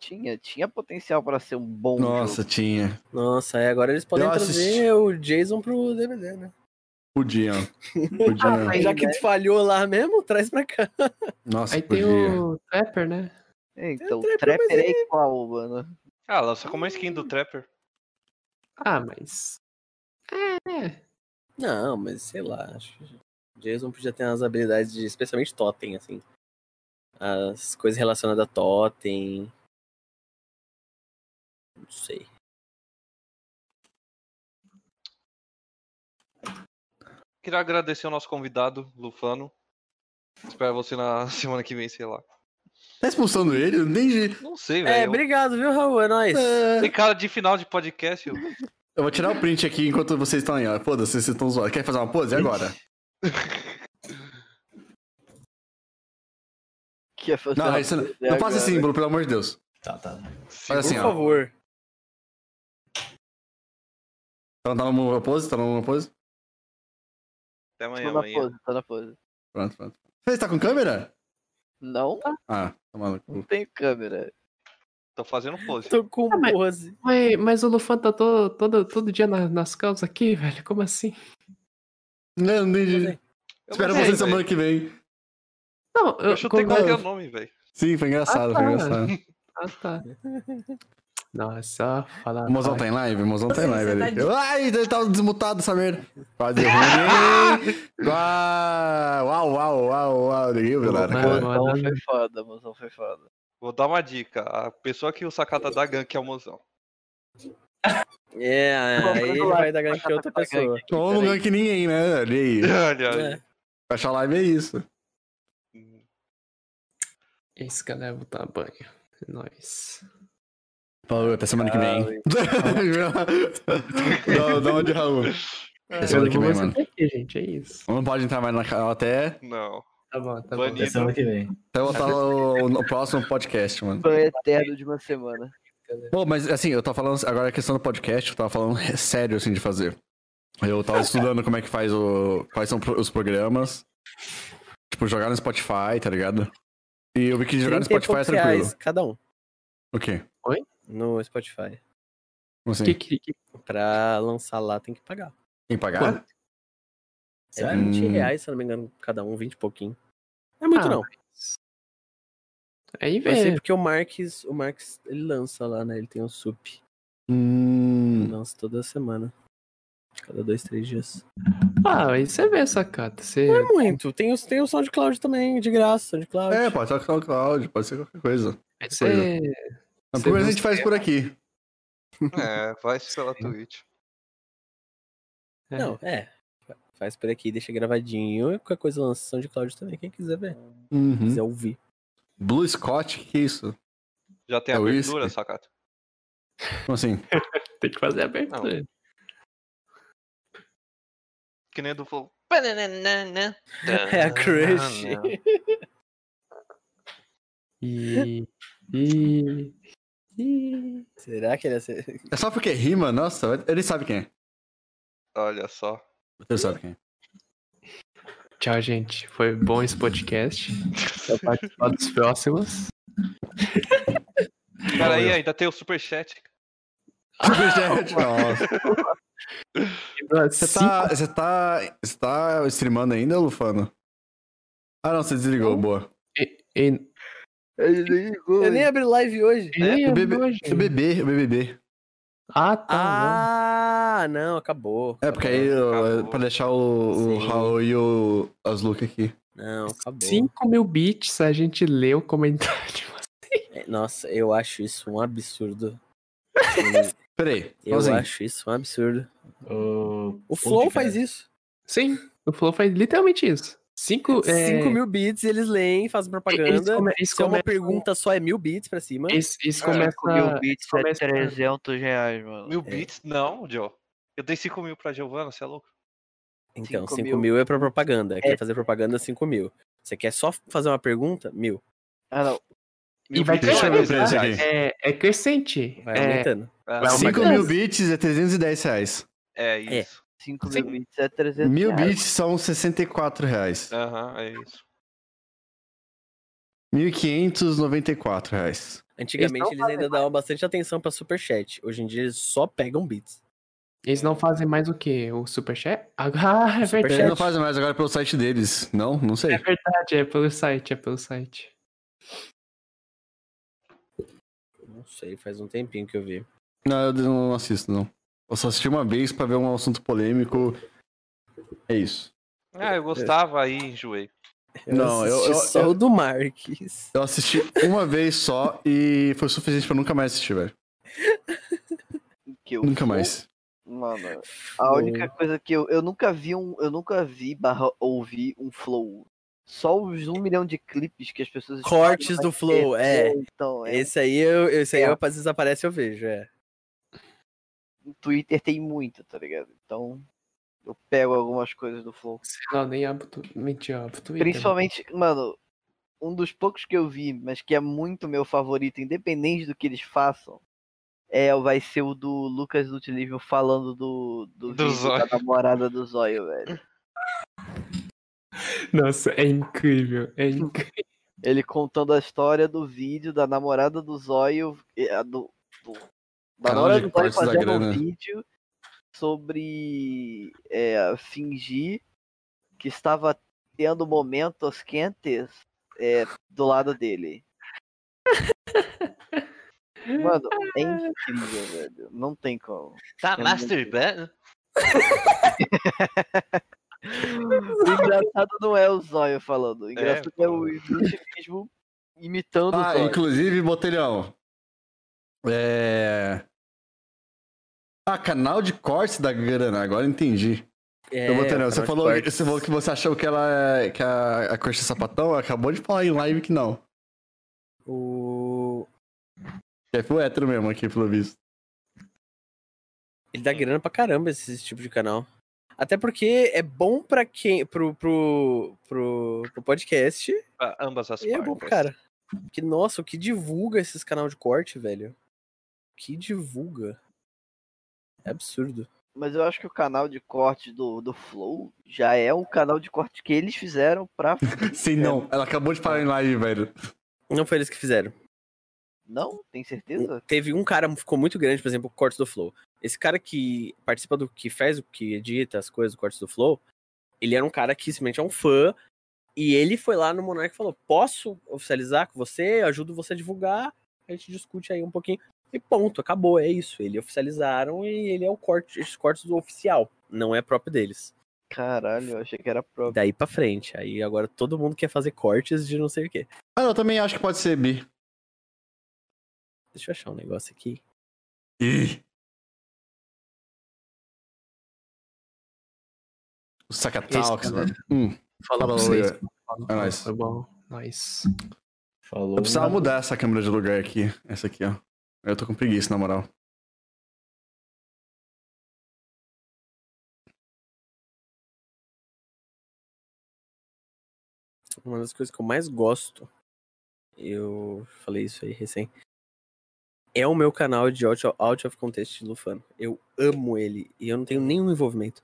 Speaker 7: Tinha, tinha potencial pra ser um bom (laughs)
Speaker 1: Nossa, tinha.
Speaker 4: Nossa, aí agora eles podem
Speaker 1: Eu assisti.
Speaker 4: trazer o Jason pro DVD, né?
Speaker 1: Podiam.
Speaker 4: (laughs)
Speaker 1: Podiam.
Speaker 7: Aí,
Speaker 4: Ah, Já que
Speaker 7: né?
Speaker 4: falhou lá mesmo, traz pra cá.
Speaker 1: Nossa,
Speaker 3: Aí tem
Speaker 1: podia.
Speaker 3: o Trapper, né?
Speaker 7: jogo. É, então,
Speaker 4: Trapper,
Speaker 7: Trapper
Speaker 4: mas
Speaker 7: é igual, mano.
Speaker 2: Ah, lança como uma skin
Speaker 4: Hum.
Speaker 2: do Trapper.
Speaker 3: Ah, mas. É.
Speaker 4: Não, mas sei lá, acho que Jason podia ter umas habilidades de, especialmente totem, assim. As coisas relacionadas a totem. Não sei.
Speaker 2: Queria agradecer ao nosso convidado, Lufano. Espero você na (laughs) semana que vem, sei lá.
Speaker 1: Tá expulsando ele? Não entendi.
Speaker 2: Não sei,
Speaker 4: É,
Speaker 2: velho.
Speaker 4: obrigado, viu, Raul? É nóis.
Speaker 1: Ah.
Speaker 2: Tem cara de final de podcast. eu-
Speaker 1: Eu vou tirar o print aqui enquanto vocês estão aí. ó. Foda-se, vocês estão zoando. Quer fazer uma pose? É agora.
Speaker 7: Que ia fazer
Speaker 1: Não,
Speaker 7: uma
Speaker 1: isso não,
Speaker 7: coisa
Speaker 1: não faça
Speaker 7: agora.
Speaker 1: esse símbolo, pelo amor de Deus.
Speaker 5: Tá, tá.
Speaker 1: Faz assim,
Speaker 4: Por
Speaker 1: ó.
Speaker 4: favor.
Speaker 1: Então tá numa pose? Tá numa pose?
Speaker 2: Até amanhã,
Speaker 7: Tô na
Speaker 2: amanhã.
Speaker 7: pose, tô na pose.
Speaker 1: Pronto, pronto. Você está com câmera?
Speaker 7: Não,
Speaker 1: Ah, tá maluco.
Speaker 7: não tem câmera.
Speaker 2: Tô fazendo pose.
Speaker 4: Tô com
Speaker 3: Ah, mas-
Speaker 4: pose.
Speaker 3: Mas, mas o Lufan tá todo, todo, todo dia na- nas calças aqui, velho. Como assim?
Speaker 1: Não, não
Speaker 4: Mas
Speaker 1: entendi.
Speaker 4: é,
Speaker 2: assim? Eu
Speaker 1: Espero
Speaker 2: gostei, velho.
Speaker 1: você semana que vem.
Speaker 3: Não,
Speaker 2: Eu chutei
Speaker 3: como-
Speaker 2: qual que é o nome, velho.
Speaker 1: Sim, foi engraçado,
Speaker 3: Ah,
Speaker 1: foi
Speaker 3: tá.
Speaker 1: engraçado.
Speaker 3: (laughs) Ah, tá. Não, é só falar.
Speaker 1: O mozão
Speaker 3: vai.
Speaker 1: tá em live? O mozão tá em live
Speaker 4: Você tá
Speaker 1: ali.
Speaker 4: de-
Speaker 1: Ai, ele tava desmutado essa merda. Quase
Speaker 4: (laughs)
Speaker 1: ruim. Ah, Uau, uau, uau, uau. Ninguém ouviu nada,
Speaker 3: Opa.
Speaker 1: cara.
Speaker 7: Mozão
Speaker 3: Agora-
Speaker 7: foi foda, mozão foi foda.
Speaker 2: Vou dar uma dica. A pessoa que o Sakata dá gank é o mozão.
Speaker 4: é, aí ele vai dar gank pra outra pessoa.
Speaker 1: Tomou um gank ninguém, né? Olha aí.
Speaker 2: (laughs) Olha aí.
Speaker 4: É.
Speaker 1: Fechar a live é isso.
Speaker 3: Esse cara vai botar banho. É nóis.
Speaker 1: Falou, até semana que
Speaker 4: Ah,
Speaker 1: vem.
Speaker 2: Ah,
Speaker 1: (laughs) dá, dá uma de Raul. Até semana que
Speaker 3: Eu vou
Speaker 1: vem,
Speaker 3: você
Speaker 1: mano.
Speaker 3: até aqui, gente. É isso.
Speaker 1: Não pode entrar mais na canal até,
Speaker 2: Não.
Speaker 3: Tá bom, tá
Speaker 2: Banido.
Speaker 5: Até semana que vem.
Speaker 1: até (laughs) botar o, o próximo podcast, mano.
Speaker 7: Foi é
Speaker 4: tá
Speaker 7: eterno de uma semana.
Speaker 1: Pô, mas assim, eu tava falando. Agora a questão do podcast, eu tava falando (laughs) sério, assim, de fazer. Eu tava estudando como é que faz o. Quais são pro- os programas. Tipo, jogar no Spotify, tá ligado? E eu vi que jogar no
Speaker 4: 30 e
Speaker 1: Spotify é
Speaker 4: poucos
Speaker 1: tranquilo.
Speaker 4: reais cada um
Speaker 1: O quê?
Speaker 4: no Spotify.
Speaker 1: Como assim?
Speaker 3: bom. Que, que, que...
Speaker 4: Pra lançar lá tem que pagar.
Speaker 1: Quem pagar?
Speaker 4: É
Speaker 5: Sério?
Speaker 4: 20
Speaker 1: Hum.
Speaker 4: reais, se eu não me engano, cada um, 20 e pouquinho. Não é muito
Speaker 3: Ah,
Speaker 4: não.
Speaker 3: Aí
Speaker 4: Eu sei
Speaker 3: vem.
Speaker 4: porque o Marques, o Marques, ele lança lá, né? Ele tem um sup.
Speaker 1: Hum.
Speaker 4: Lança toda semana. Cada dois, três dias.
Speaker 3: Ah, aí você vê essa carta. Você...
Speaker 4: É muito. Tem o, tem o SoundCloud também, de graça, SoundCloud.
Speaker 1: É, pode ser o Cloud, pode ser qualquer coisa.
Speaker 4: É.
Speaker 3: você...
Speaker 1: Mas
Speaker 3: Você
Speaker 1: pelo menos a
Speaker 3: viu
Speaker 1: gente faz por aqui.
Speaker 2: É, vai pela Twitch.
Speaker 3: é.
Speaker 4: Hum. Não, é. Faz por aqui, deixa gravadinho. E qualquer coisa lança SoundCloud também, quem quiser ver.
Speaker 1: Uhum.
Speaker 4: Quiser ouvir.
Speaker 1: Blue Scott, que que é isso?
Speaker 2: Já tem
Speaker 1: É o
Speaker 2: abertura,
Speaker 1: uísque?
Speaker 2: Sakata?
Speaker 1: Como assim?
Speaker 3: (laughs) Tem que fazer a abertura.
Speaker 2: Que nem do Flow.
Speaker 7: (laughs)
Speaker 4: É a Crush.
Speaker 3: Ah, E... E... E...
Speaker 4: Será que ele ia ser.
Speaker 1: É só porque rima? Nossa, ele sabe quem
Speaker 3: (laughs)
Speaker 1: é.
Speaker 2: Olha só.
Speaker 1: Ele sabe quem é.
Speaker 3: Tchau, gente. Foi bom esse podcast. Vou participar dos próximos.
Speaker 2: Cara, aí ainda tem o superchat.
Speaker 1: Superchat, nossa. Você tá, você tá, você tá streamando ainda, Lufano? Ah, não, você desligou, boa.
Speaker 3: E,
Speaker 4: Eu nem abri live hoje.
Speaker 3: e nem
Speaker 1: O,
Speaker 3: é
Speaker 1: BB,
Speaker 3: hoje.
Speaker 1: o BB, o BBB.
Speaker 3: Ah, tá.
Speaker 4: Ah, não, acabou.
Speaker 1: É, porque aí, ó,
Speaker 2: Acabou.
Speaker 1: pra deixar o, o
Speaker 4: Sim.
Speaker 1: Raul e o Asluca aqui.
Speaker 4: Não, acabou.
Speaker 3: 5 mil bits a gente lê o comentário.
Speaker 4: É, Nossa, eu acho isso um absurdo.
Speaker 1: Peraí,
Speaker 4: Eu
Speaker 1: pausinho.
Speaker 4: acho isso um absurdo.
Speaker 5: O,
Speaker 4: O Flow faz isso.
Speaker 3: Sim, o Flow faz literalmente isso. é, 5
Speaker 4: 5 É, mil bits, eles leem, fazem
Speaker 3: Eles,
Speaker 4: propaganda.
Speaker 3: come, eles,
Speaker 4: Se é uma
Speaker 3: come,
Speaker 4: pergunta só, é mil bits pra cima.
Speaker 3: eles, eles
Speaker 2: É,
Speaker 3: começam.
Speaker 7: Mil bits é
Speaker 3: começa- É.
Speaker 7: 300 reais, mano.
Speaker 2: Mil bits? Não, Joe. Eu dei 5 mil pra Giovana, você é louco?
Speaker 4: Então,
Speaker 7: cinco
Speaker 4: 5 mil.
Speaker 7: mil.
Speaker 4: é pra propaganda. Quer fazer propaganda, 5 mil. Você quer só fazer uma pergunta? Mil.
Speaker 7: Ah, não.
Speaker 3: E vai
Speaker 1: Deixa eu ver o
Speaker 3: crescendo.
Speaker 1: preço aqui.
Speaker 3: É, é crescente.
Speaker 4: Vai
Speaker 3: É,
Speaker 4: aumentando.
Speaker 3: Vai
Speaker 2: É,
Speaker 3: aumentar.
Speaker 1: 5 mil bits é 310 reais.
Speaker 2: é isso.
Speaker 7: 5
Speaker 3: Sim.
Speaker 7: mil bits é 300
Speaker 1: Mil
Speaker 7: reais.
Speaker 1: bits são 64 reais.
Speaker 2: Aham, é isso.
Speaker 1: 1.594 reais.
Speaker 4: Antigamente
Speaker 3: não
Speaker 4: eles, ainda davam bastante atenção pra superchat. Hoje em dia eles só pegam bits.
Speaker 3: eles não fazem mais o que? O Superchat? Ah, (laughs) é
Speaker 1: Eles
Speaker 3: verdade.
Speaker 1: não fazem mais agora pelo site deles. Não, não
Speaker 3: É
Speaker 1: sei.
Speaker 3: verdade, é pelo site, é pelo site.
Speaker 4: Não sei, faz um tempinho que eu vi.
Speaker 1: Não, eu não assisto, não. Eu só assisti uma vez pra ver um assunto polêmico. É isso.
Speaker 2: Ah, eu gostava aí, enjoei.
Speaker 1: Não, eu-
Speaker 4: assisti
Speaker 1: eu-
Speaker 4: só
Speaker 1: eu-
Speaker 4: o do Marques.
Speaker 1: Eu assisti uma vez só e foi suficiente pra eu nunca mais assistir, velho.
Speaker 7: Que eu
Speaker 1: Nunca
Speaker 7: sou-
Speaker 1: mais.
Speaker 7: Mano, a única coisa que eu, eu nunca vi um. Eu nunca vi barra ouvi um flow. Só os um milhão de clipes que as pessoas. espalham
Speaker 4: Cortes
Speaker 7: na
Speaker 4: do Flow,
Speaker 7: rede,
Speaker 4: é.
Speaker 7: Então, é,
Speaker 4: Esse aí, eu, esse aí
Speaker 7: É.
Speaker 4: eu, às vezes aparece eu vejo, é.
Speaker 7: no Twitter tem muito, tá ligado? Então, eu pego algumas coisas do flow.
Speaker 3: Não, nem abro tu- mentira, abro
Speaker 4: é
Speaker 3: Twitter.
Speaker 7: Principalmente, mano, um dos poucos que eu vi, mas que é muito meu favorito, independente do que eles façam, é, vai ser o do Lucas Utilismo falando do, do,
Speaker 2: Do
Speaker 7: vídeo da
Speaker 2: Zóio.
Speaker 7: namorada do Zóio, velho.
Speaker 3: Nossa, é incrível, é incrível.
Speaker 7: Ele contando a história do vídeo da namorada do Zóio, e a do, do- da
Speaker 1: Canal
Speaker 7: namorada
Speaker 1: de
Speaker 7: do Zóio
Speaker 1: cortes da
Speaker 7: fazendo um
Speaker 1: grana.
Speaker 7: vídeo sobre é, fingir que estava tendo momentos quentes é, do lado dele. Mano, é incrível, velho. Não tem como. É
Speaker 2: Tá
Speaker 7: muito-
Speaker 2: masturbando?
Speaker 7: (laughs) O engraçado não é o Zóio falando. O engraçado é,
Speaker 2: pô.
Speaker 7: o ilusionismo imitando o
Speaker 1: Ah,
Speaker 7: Zóio.
Speaker 1: inclusive, Botelhão. É. Ah, canal de cortes da grana, agora entendi.
Speaker 4: É,
Speaker 1: Ô, Botelhão,
Speaker 4: o
Speaker 1: você
Speaker 4: canal de
Speaker 1: falou,
Speaker 4: cortes.
Speaker 1: você falou que você achou que ela é- que a, a corte é sapatão, acabou de falar em live que não.
Speaker 4: (laughs) O...
Speaker 1: É pro hétero mesmo aqui, pelo visto.
Speaker 4: Ele dá grana pra caramba esse, esse tipo de canal. Até porque é bom pra quem. pro, pro, pro, pro podcast
Speaker 2: Pra ambas as
Speaker 4: e é
Speaker 2: partes.
Speaker 4: bom pro cara. Que, nossa, o que divulga esses canal de corte, velho? O Que divulga. É absurdo.
Speaker 7: Mas eu acho que o canal de corte do, do Flow já é um canal de corte que eles fizeram pra.
Speaker 1: Sim, não. Ela acabou de falar em live, velho.
Speaker 4: É. Não foi eles que fizeram.
Speaker 7: Não?
Speaker 4: (laughs)
Speaker 7: Tem certeza?
Speaker 4: Teve um cara que ficou muito grande, por exemplo, o Cortes do Flow. Esse cara que participa do que faz, o que edita as coisas, o Cortes do Flow, ele era um cara que simplesmente é um fã. E ele foi lá no Monark e falou: Posso oficializar com você? Eu ajudo você a divulgar. A gente discute aí um pouquinho. E ponto, acabou. É isso. Eles oficializaram e ele é o corte, esse cortes do oficial. Não é próprio deles.
Speaker 7: Caralho, eu achei que era próprio.
Speaker 4: Daí pra frente. Aí agora todo mundo quer fazer cortes de não sei o quê.
Speaker 1: Ah, eu também acho que pode ser bi.
Speaker 4: Deixa eu achar um negócio aqui.
Speaker 1: Ih. O Sacatalks,
Speaker 3: Esse
Speaker 1: mano. Hum,
Speaker 3: Fala pra
Speaker 1: Falou,
Speaker 3: vocês.
Speaker 1: Igor.
Speaker 3: Fala,
Speaker 1: É
Speaker 3: fala,
Speaker 1: nóis.
Speaker 4: tá
Speaker 3: Foi bom. Nós.
Speaker 5: Falou.
Speaker 1: eu precisava mudar essa câmera de lugar aqui. Essa aqui, ó. Eu tô com preguiça, na moral.
Speaker 4: uma das coisas que eu mais gosto, eu falei isso aí recém, é o meu canal de Out, out of Contest de Lufano. Eu amo ele e eu não tenho nenhum envolvimento.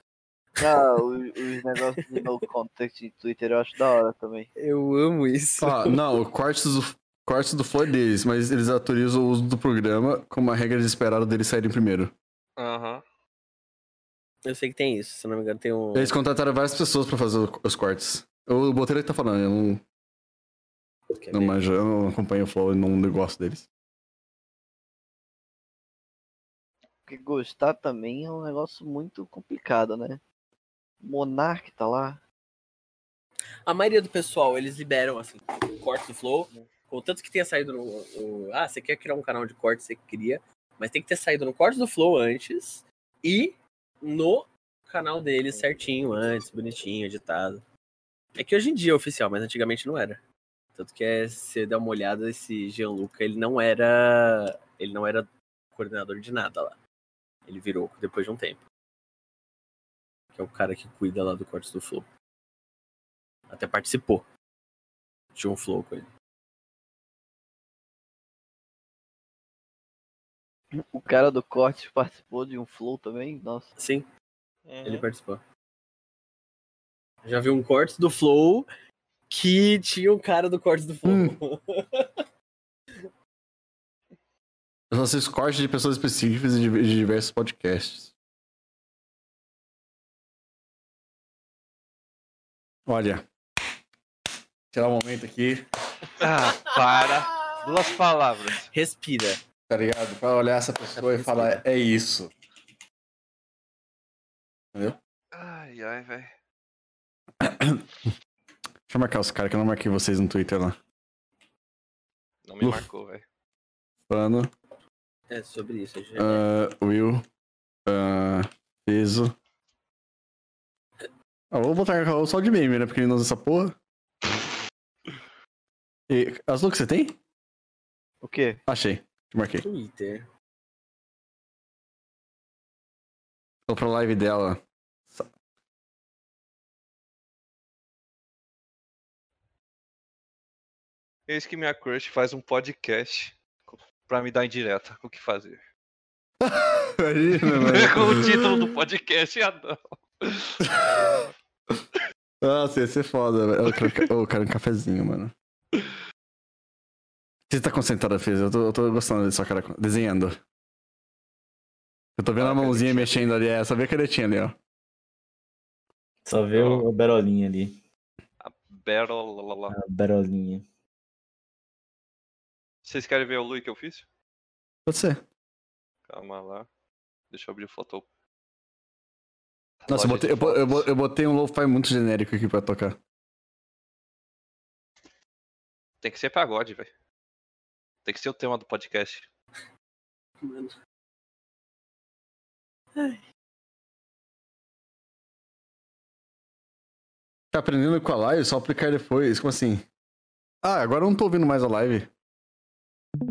Speaker 7: Ah, o- os negócios de no contact de Twitter eu acho da hora também.
Speaker 4: Eu amo isso. (laughs)
Speaker 1: Ó, não, o cortes do, cortes do flow é deles, mas eles autorizam o uso do programa com uma regra desesperada deles saírem primeiro.
Speaker 2: Aham.
Speaker 4: Eu sei que tem isso, se não me engano, tem um.
Speaker 1: Eles contrataram várias pessoas pra fazer o- os cortes. O Botelho que tá falando, eu não,
Speaker 4: Quer
Speaker 1: não
Speaker 4: ver?
Speaker 1: manjo, eu não acompanho o Flow e não gosto deles.
Speaker 7: Porque gostar também é um negócio muito complicado, né? Monark tá lá.
Speaker 4: A maioria do pessoal, eles liberam, assim, corte do Flow. Contanto que tenha saído no. o- ah, você quer criar um canal de corte, você cria. Mas tem que ter saído no corte do Flow antes e no canal dele certinho antes, bonitinho, editado. É que hoje em dia é oficial, mas antigamente não era. Tanto que é, se você der uma olhada, esse Gianluca, ele não era. Ele não era coordenador de nada lá. Ele virou depois de um tempo. Que é o cara que cuida lá do corte do Flow. Até participou. Tinha um flow com ele.
Speaker 7: O cara do corte participou de um flow também. Nossa.
Speaker 4: Sim, ele
Speaker 2: Uhum.
Speaker 4: participou. Já vi um corte do flow que tinha um cara do corte do flow.
Speaker 1: Hum. Eu só assisto cortes de pessoas específicas e de, de diversos podcasts. Olha. Tirar um momento aqui,
Speaker 2: Ah, para. Duas palavras.
Speaker 4: Respira.
Speaker 1: tá ligado? Pra olhar essa pessoa e falar, é isso.
Speaker 2: Ai, ai, velho.
Speaker 1: Deixa eu marcar os caras que eu não marquei vocês no Twitter lá.
Speaker 2: Não me
Speaker 1: Ufa.
Speaker 2: marcou, velho.
Speaker 1: Fano,
Speaker 4: (laughs) É sobre isso. gente.
Speaker 1: ah, Will, ah, Peso. Ah, vou botar o Raul só de meme, né? Porque ele não usa essa porra. E, as looks você tem?
Speaker 7: O quê?
Speaker 1: Achei. Te marquei.
Speaker 4: Twitter.
Speaker 1: Vou pra live
Speaker 4: (laughs)
Speaker 1: dela. Sa-
Speaker 2: Eis que minha crush faz um podcast pra me dar indireta. O que fazer?
Speaker 1: Imagina,
Speaker 2: (laughs) Com o título do podcast, ah, Adão.
Speaker 1: Nossa, Ah, ia ser foda, velho. Eu quero, ca- eu quero um cafezinho, mano. Você tá concentrada, Fez? Eu tô, eu tô gostando da sua cara. Desenhando. Eu tô vendo a mãozinha mexendo ali. É, só vê a canetinha ali, ó.
Speaker 5: Só vê o, o Berolinha ali.
Speaker 2: Battle. lá, lá, lá.
Speaker 5: A
Speaker 1: Ah,
Speaker 5: Berolinha.
Speaker 2: Vocês querem ver o Lui que eu fiz?
Speaker 1: Pode ser.
Speaker 2: Calma lá. Deixa eu abrir o foto.
Speaker 1: Nossa,
Speaker 2: Loja
Speaker 1: eu botei,
Speaker 2: de
Speaker 1: eu, bo- eu bo-
Speaker 2: fotos.
Speaker 1: eu botei um lo-fi muito genérico aqui pra tocar.
Speaker 2: Tem que ser pagode, velho. (laughs) Tem que ser o tema do podcast.
Speaker 4: Mano.
Speaker 1: Tá aprendendo com a live? Só aplicar depois. Como assim? Ah, agora eu não tô ouvindo mais a live.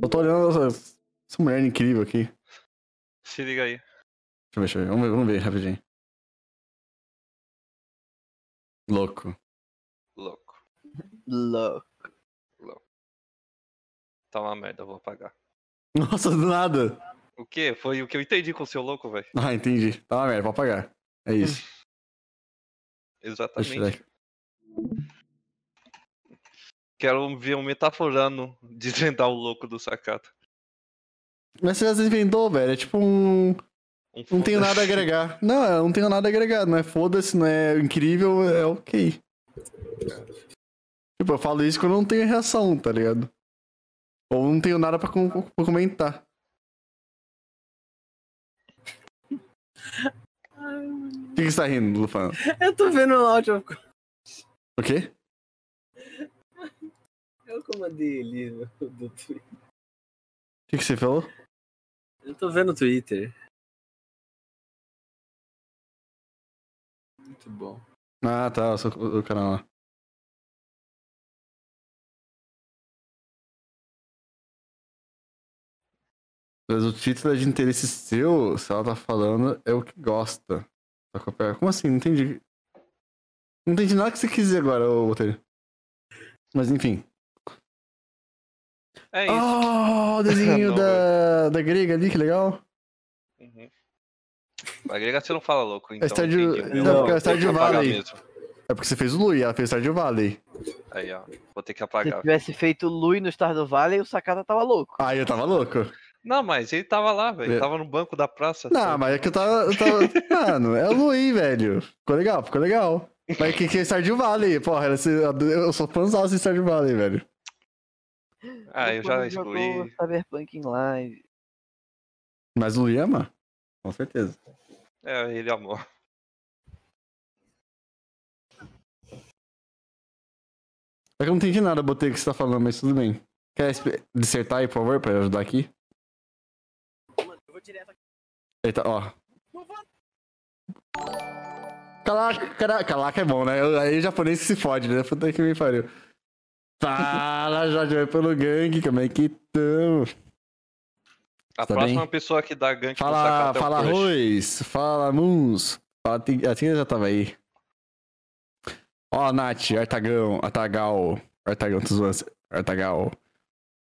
Speaker 1: Eu tô olhando essa, essa mulher incrível aqui.
Speaker 2: Se liga aí.
Speaker 1: Deixa eu ver, deixa eu ver. Vamos ver, vamos ver rapidinho. Louco. (laughs)
Speaker 2: Louco.
Speaker 7: Louco.
Speaker 2: Tá uma merda, eu vou apagar.
Speaker 1: Nossa, do nada.
Speaker 2: O quê? Foi o que eu entendi com o seu louco, velho.
Speaker 1: Ah, entendi. Tá uma merda, vou apagar. É isso. Deixa eu
Speaker 2: Exatamente.
Speaker 1: tirar.
Speaker 2: Quero ver um metaforando (laughs) desvendar o louco do Sakata.
Speaker 1: Mas você já desvendou, velho. É tipo um. Não tenho nada a agregar. Não, eu não tenho nada a agregar. Não é foda-se, não é incrível, é ok. Tipo, eu falo isso quando eu não tenho reação, tá ligado? Ou não tenho nada pra, com- pra comentar. Ah. O que que você tá rindo, Lufano?
Speaker 4: (laughs) Eu tô vendo tipo, o áudio.
Speaker 1: O quê?
Speaker 4: Eu que mandei ali no- do Twitter.
Speaker 1: O que, que você falou?
Speaker 4: Eu tô vendo o Twitter. Muito bom.
Speaker 1: Ah, tá, o, seu- o- o canal lá. Mas o título é de interesse seu, se ela tá falando, é o que gosta. Só que eu pego- Como assim? Não entendi. Não entendi nada que você quis dizer agora, ô Botelho. Mas enfim.
Speaker 2: É isso.
Speaker 1: Oh, o desenho
Speaker 2: (laughs) Não,
Speaker 1: da, da grega ali, que legal.
Speaker 2: Uhum. Mas grega você não fala louco, então.
Speaker 1: Stardew-
Speaker 2: entendi.
Speaker 1: não,
Speaker 2: Eu
Speaker 1: porque é
Speaker 2: vou
Speaker 1: Stardew
Speaker 2: ter que apagar
Speaker 1: Valley.
Speaker 2: mesmo.
Speaker 1: É porque você fez o Lui, ela fez Stardew Valley.
Speaker 2: Aí, ó. Vou ter que
Speaker 7: Se
Speaker 2: apagar.
Speaker 4: Ah,
Speaker 7: tivesse feito Lui no Star do Valley, o Sakata tava louco.
Speaker 1: Aí eu tava louco.
Speaker 2: Não, mas ele tava lá, velho.
Speaker 1: É.
Speaker 2: Tava no banco da praça.
Speaker 1: Não, mas é que eu tava.
Speaker 2: (laughs)
Speaker 1: eu tava- Mano, é o Luiz, velho. Ficou legal, ficou legal. Mas que, que é Stardew Valley, porra. era esse- Eu sou fãzão de Stardew Valley, velho.
Speaker 2: Ah, eu já
Speaker 7: Quando jogou
Speaker 2: excluí.
Speaker 7: Cyberpunk Online.
Speaker 1: Mas o Luiz ama? Com certeza.
Speaker 2: É, ele amou.
Speaker 1: Só É que eu não entendi nada, botei o que você tá falando, mas tudo bem. Quer exp- dissertar aí, por favor, pra eu ajudar (laughs) aqui?
Speaker 4: Mano, eu vou direto aqui.
Speaker 1: Eita, ó. Calaca, caraca, calaca é bom, né? Eu- Aí o japonês se fode, né? Puta que me pariu. Fala, Jorge, vai pelo gangue, como é que tão?
Speaker 2: A
Speaker 1: Tá
Speaker 2: próxima
Speaker 1: bem.
Speaker 2: pessoa que dá gank no
Speaker 1: Fala,
Speaker 2: Sakata é o
Speaker 1: fala
Speaker 2: Crush.
Speaker 1: arroz, fala mus. A Ti- a Tina já tava aí. Ó, Nath, Artagão, Artagal. Artagão, tô zoando, Artagal.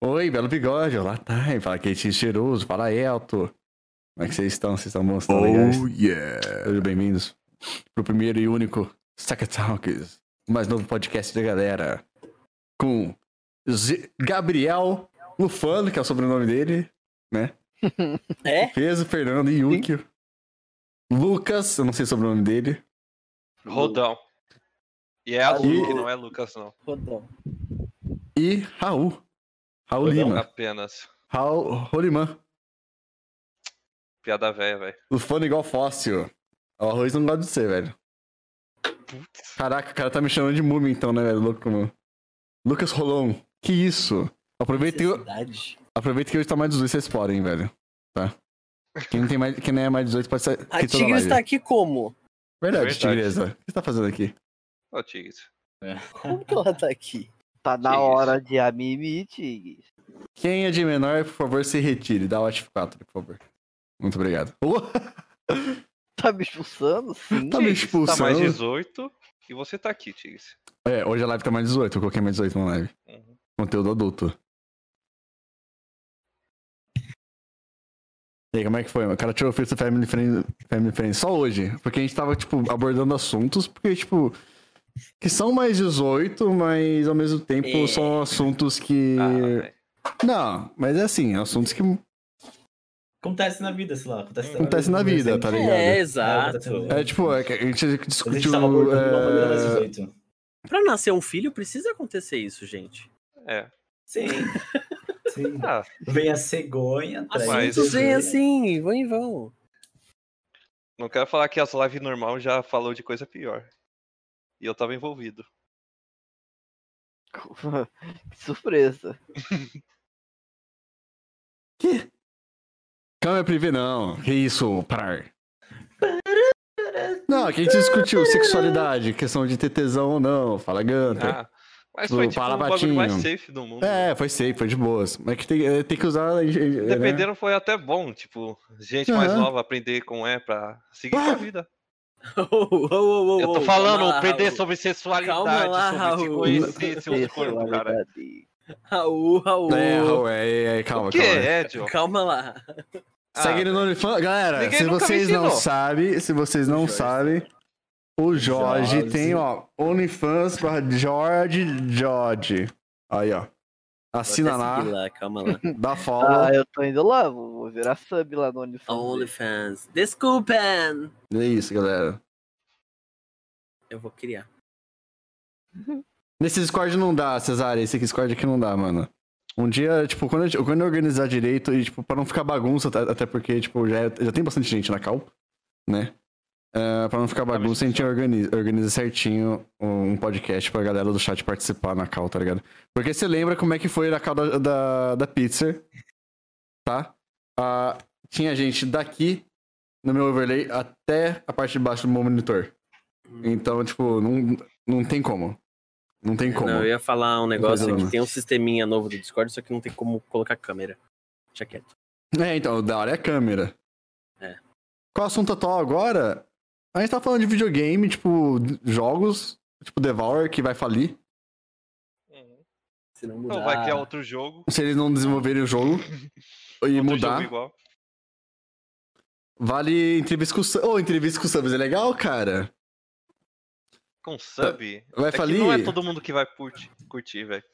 Speaker 1: Oi, belo bigode, olá, tá. Fala quentinho cheiroso, fala Elto. Como é que vocês estão? Vocês estão bons? Vocês estão legais?
Speaker 10: yeah.
Speaker 1: Sejam bem-vindos pro primeiro e único Stack Talks, o mais novo podcast da galera. Com Z- Gabriel Lufano, que é o sobrenome dele, né?
Speaker 4: É?
Speaker 1: Peso, Fernando e Yukio. Lucas, eu não sei o sobrenome dele.
Speaker 2: Rodão. E é azul, que não é Lucas, não.
Speaker 4: Rodão.
Speaker 1: E Raul. Raul Lima.
Speaker 2: Apenas.
Speaker 1: Raul Rolimã.
Speaker 2: Piada velha, velho.
Speaker 1: Lufano igual fóssil. O arroz não gosta de ser, velho. Caraca, o cara tá me chamando de múmia então, né, velho? Louco, mano. Lucas Rolon. Que isso? Aproveita que eu-
Speaker 4: Necessidade.
Speaker 1: Aproveita que hoje tá mais 18, vocês podem, velho. Tá? Quem, não tem mais, quem não é mais 18 pode sair
Speaker 4: A
Speaker 1: aqui toda
Speaker 4: Tigres
Speaker 1: live.
Speaker 4: tá aqui como?
Speaker 1: Verdade,
Speaker 2: Verdade.
Speaker 1: Tigresa. O que você tá fazendo aqui?
Speaker 2: Ó, Tigres.
Speaker 4: Como que ela tá aqui?
Speaker 7: Tá na
Speaker 2: Que isso?
Speaker 7: hora de a Mimi Tigres.
Speaker 1: Quem é de menor, por favor, se retire. Dá o F4, por favor. Muito obrigado. (laughs) Ô,
Speaker 7: Tá me expulsando? Sim.
Speaker 1: tá me
Speaker 2: Tigres, Tá
Speaker 1: expulsando.
Speaker 2: mais 18 e você tá aqui, Tigres.
Speaker 1: É, hoje a live tá mais 18. Eu coloquei mais 18 na live.
Speaker 2: Uhum.
Speaker 1: Conteúdo adulto. (laughs) E aí, como é que foi? mano? O cara tirou o filtro Family Friend, Family Friend só hoje. Porque a gente tava, tipo, abordando assuntos, porque, tipo, que são mais 18, mas ao mesmo tempo
Speaker 4: É.
Speaker 1: são assuntos que.
Speaker 2: Ah, velho.
Speaker 1: Não, mas é assim, assuntos que
Speaker 5: Acontece na vida, sei lá. Acontece,
Speaker 1: acontecem na vida, tá ligado?
Speaker 4: É,
Speaker 1: É,
Speaker 4: exato.
Speaker 5: É,
Speaker 1: tipo, é que a gente
Speaker 5: a
Speaker 1: discutiu.
Speaker 5: gente tava abordando de uma maneira mais
Speaker 1: é,
Speaker 5: 18.
Speaker 4: Pra nascer um filho, precisa acontecer isso, gente.
Speaker 2: É. (laughs)
Speaker 5: Sim. Sim.
Speaker 2: Ah,
Speaker 5: Vem a cegonha atrás.
Speaker 2: Mas-
Speaker 4: Assuntos vêm assim, vão e vão.
Speaker 2: não quero falar que as lives normal já falou de coisa pior. E eu tava envolvido.
Speaker 7: que surpresa.
Speaker 1: Câmera privê, não. Que isso, parar. Não, que a gente discutiu sexualidade, questão de ter tesão ou não, fala ganta.
Speaker 2: Ah, mas
Speaker 1: Do
Speaker 2: foi tipo o bagulho
Speaker 1: Palabatinho.
Speaker 2: mais safe do mundo. né?
Speaker 1: é, foi safe, foi de boas. Mas que tem, é, tem que usar. é, é, né?
Speaker 2: Dependendo foi até bom, tipo, gente mais
Speaker 1: Aham. Ah!
Speaker 2: nova aprender como é pra seguir com a vida. Eu tô
Speaker 4: Eu
Speaker 2: falando, aprender sobre sexualidade,
Speaker 4: Calma lá,
Speaker 2: sobre se
Speaker 4: Raul.
Speaker 2: conhecer, seu corpo, cara.
Speaker 7: Sexualidade.
Speaker 4: Raul, Raul.
Speaker 1: É, Raul, é, é, é, calma,
Speaker 2: O que
Speaker 1: calma.
Speaker 2: é, John?
Speaker 4: Calma lá.
Speaker 2: Ah,
Speaker 1: Segue ele no OnlyFans. Galera,
Speaker 2: Ninguém
Speaker 1: se
Speaker 2: nunca me
Speaker 1: vocês não
Speaker 2: ensinou.
Speaker 1: sabem, se vocês não sabem, o Jorge,
Speaker 5: Jorge.
Speaker 1: tem, ó, OnlyFans barra Jorge Jorge. Aí, ó. Assina
Speaker 4: Vou até
Speaker 1: lá,
Speaker 4: seguir lá. Calma lá.
Speaker 1: (laughs) dá follow.
Speaker 7: Ah, eu tô indo lá, vou vou virar sub lá no
Speaker 4: Então
Speaker 7: OnlyFans.
Speaker 4: OnlyFans. Desculpem.
Speaker 1: É isso, galera.
Speaker 4: Eu vou criar.
Speaker 1: Nesse Discord não dá, Cesare. Esse Discord aqui não dá, mano. Um dia, tipo, quando eu, quando eu organizar direito e, tipo, pra não ficar bagunça, até- até porque, tipo, já, é- já tem bastante gente na cal, né? Ah, pra não ficar
Speaker 4: Tá
Speaker 1: bagunça, a gente organiza, organiza certinho um podcast pra galera do chat participar na cal, tá ligado? Porque você lembra como é que foi na cal da, da, da pizza, tá? Ah, tinha gente daqui, no meu overlay, até a parte de baixo do meu monitor. Então, tipo, não, não tem como. Não tem como.
Speaker 4: Não, eu ia falar um negócio
Speaker 1: Não,
Speaker 4: aqui.
Speaker 1: não.
Speaker 4: Tem um sisteminha novo do Discord, só que não tem como colocar câmera. Deixa quieto.
Speaker 1: É, então, o da hora é a câmera.
Speaker 4: É.
Speaker 1: Qual o assunto atual agora? A gente tá falando de videogame, tipo, d- jogos, tipo Devour, que vai falir,
Speaker 2: Uhum.
Speaker 4: Se não
Speaker 2: Então
Speaker 4: mudar.
Speaker 2: vai criar outro jogo.
Speaker 1: se eles não desenvolverem o jogo e
Speaker 2: outro jogo
Speaker 1: mudar.
Speaker 2: igual.
Speaker 1: Vale entrevista com o Subs. Ô, entrevista com o Subs é legal, cara.
Speaker 2: Com sub.
Speaker 1: Tá. Vai
Speaker 2: é que
Speaker 1: falir?
Speaker 2: não é todo mundo que vai curti- curtir, velho.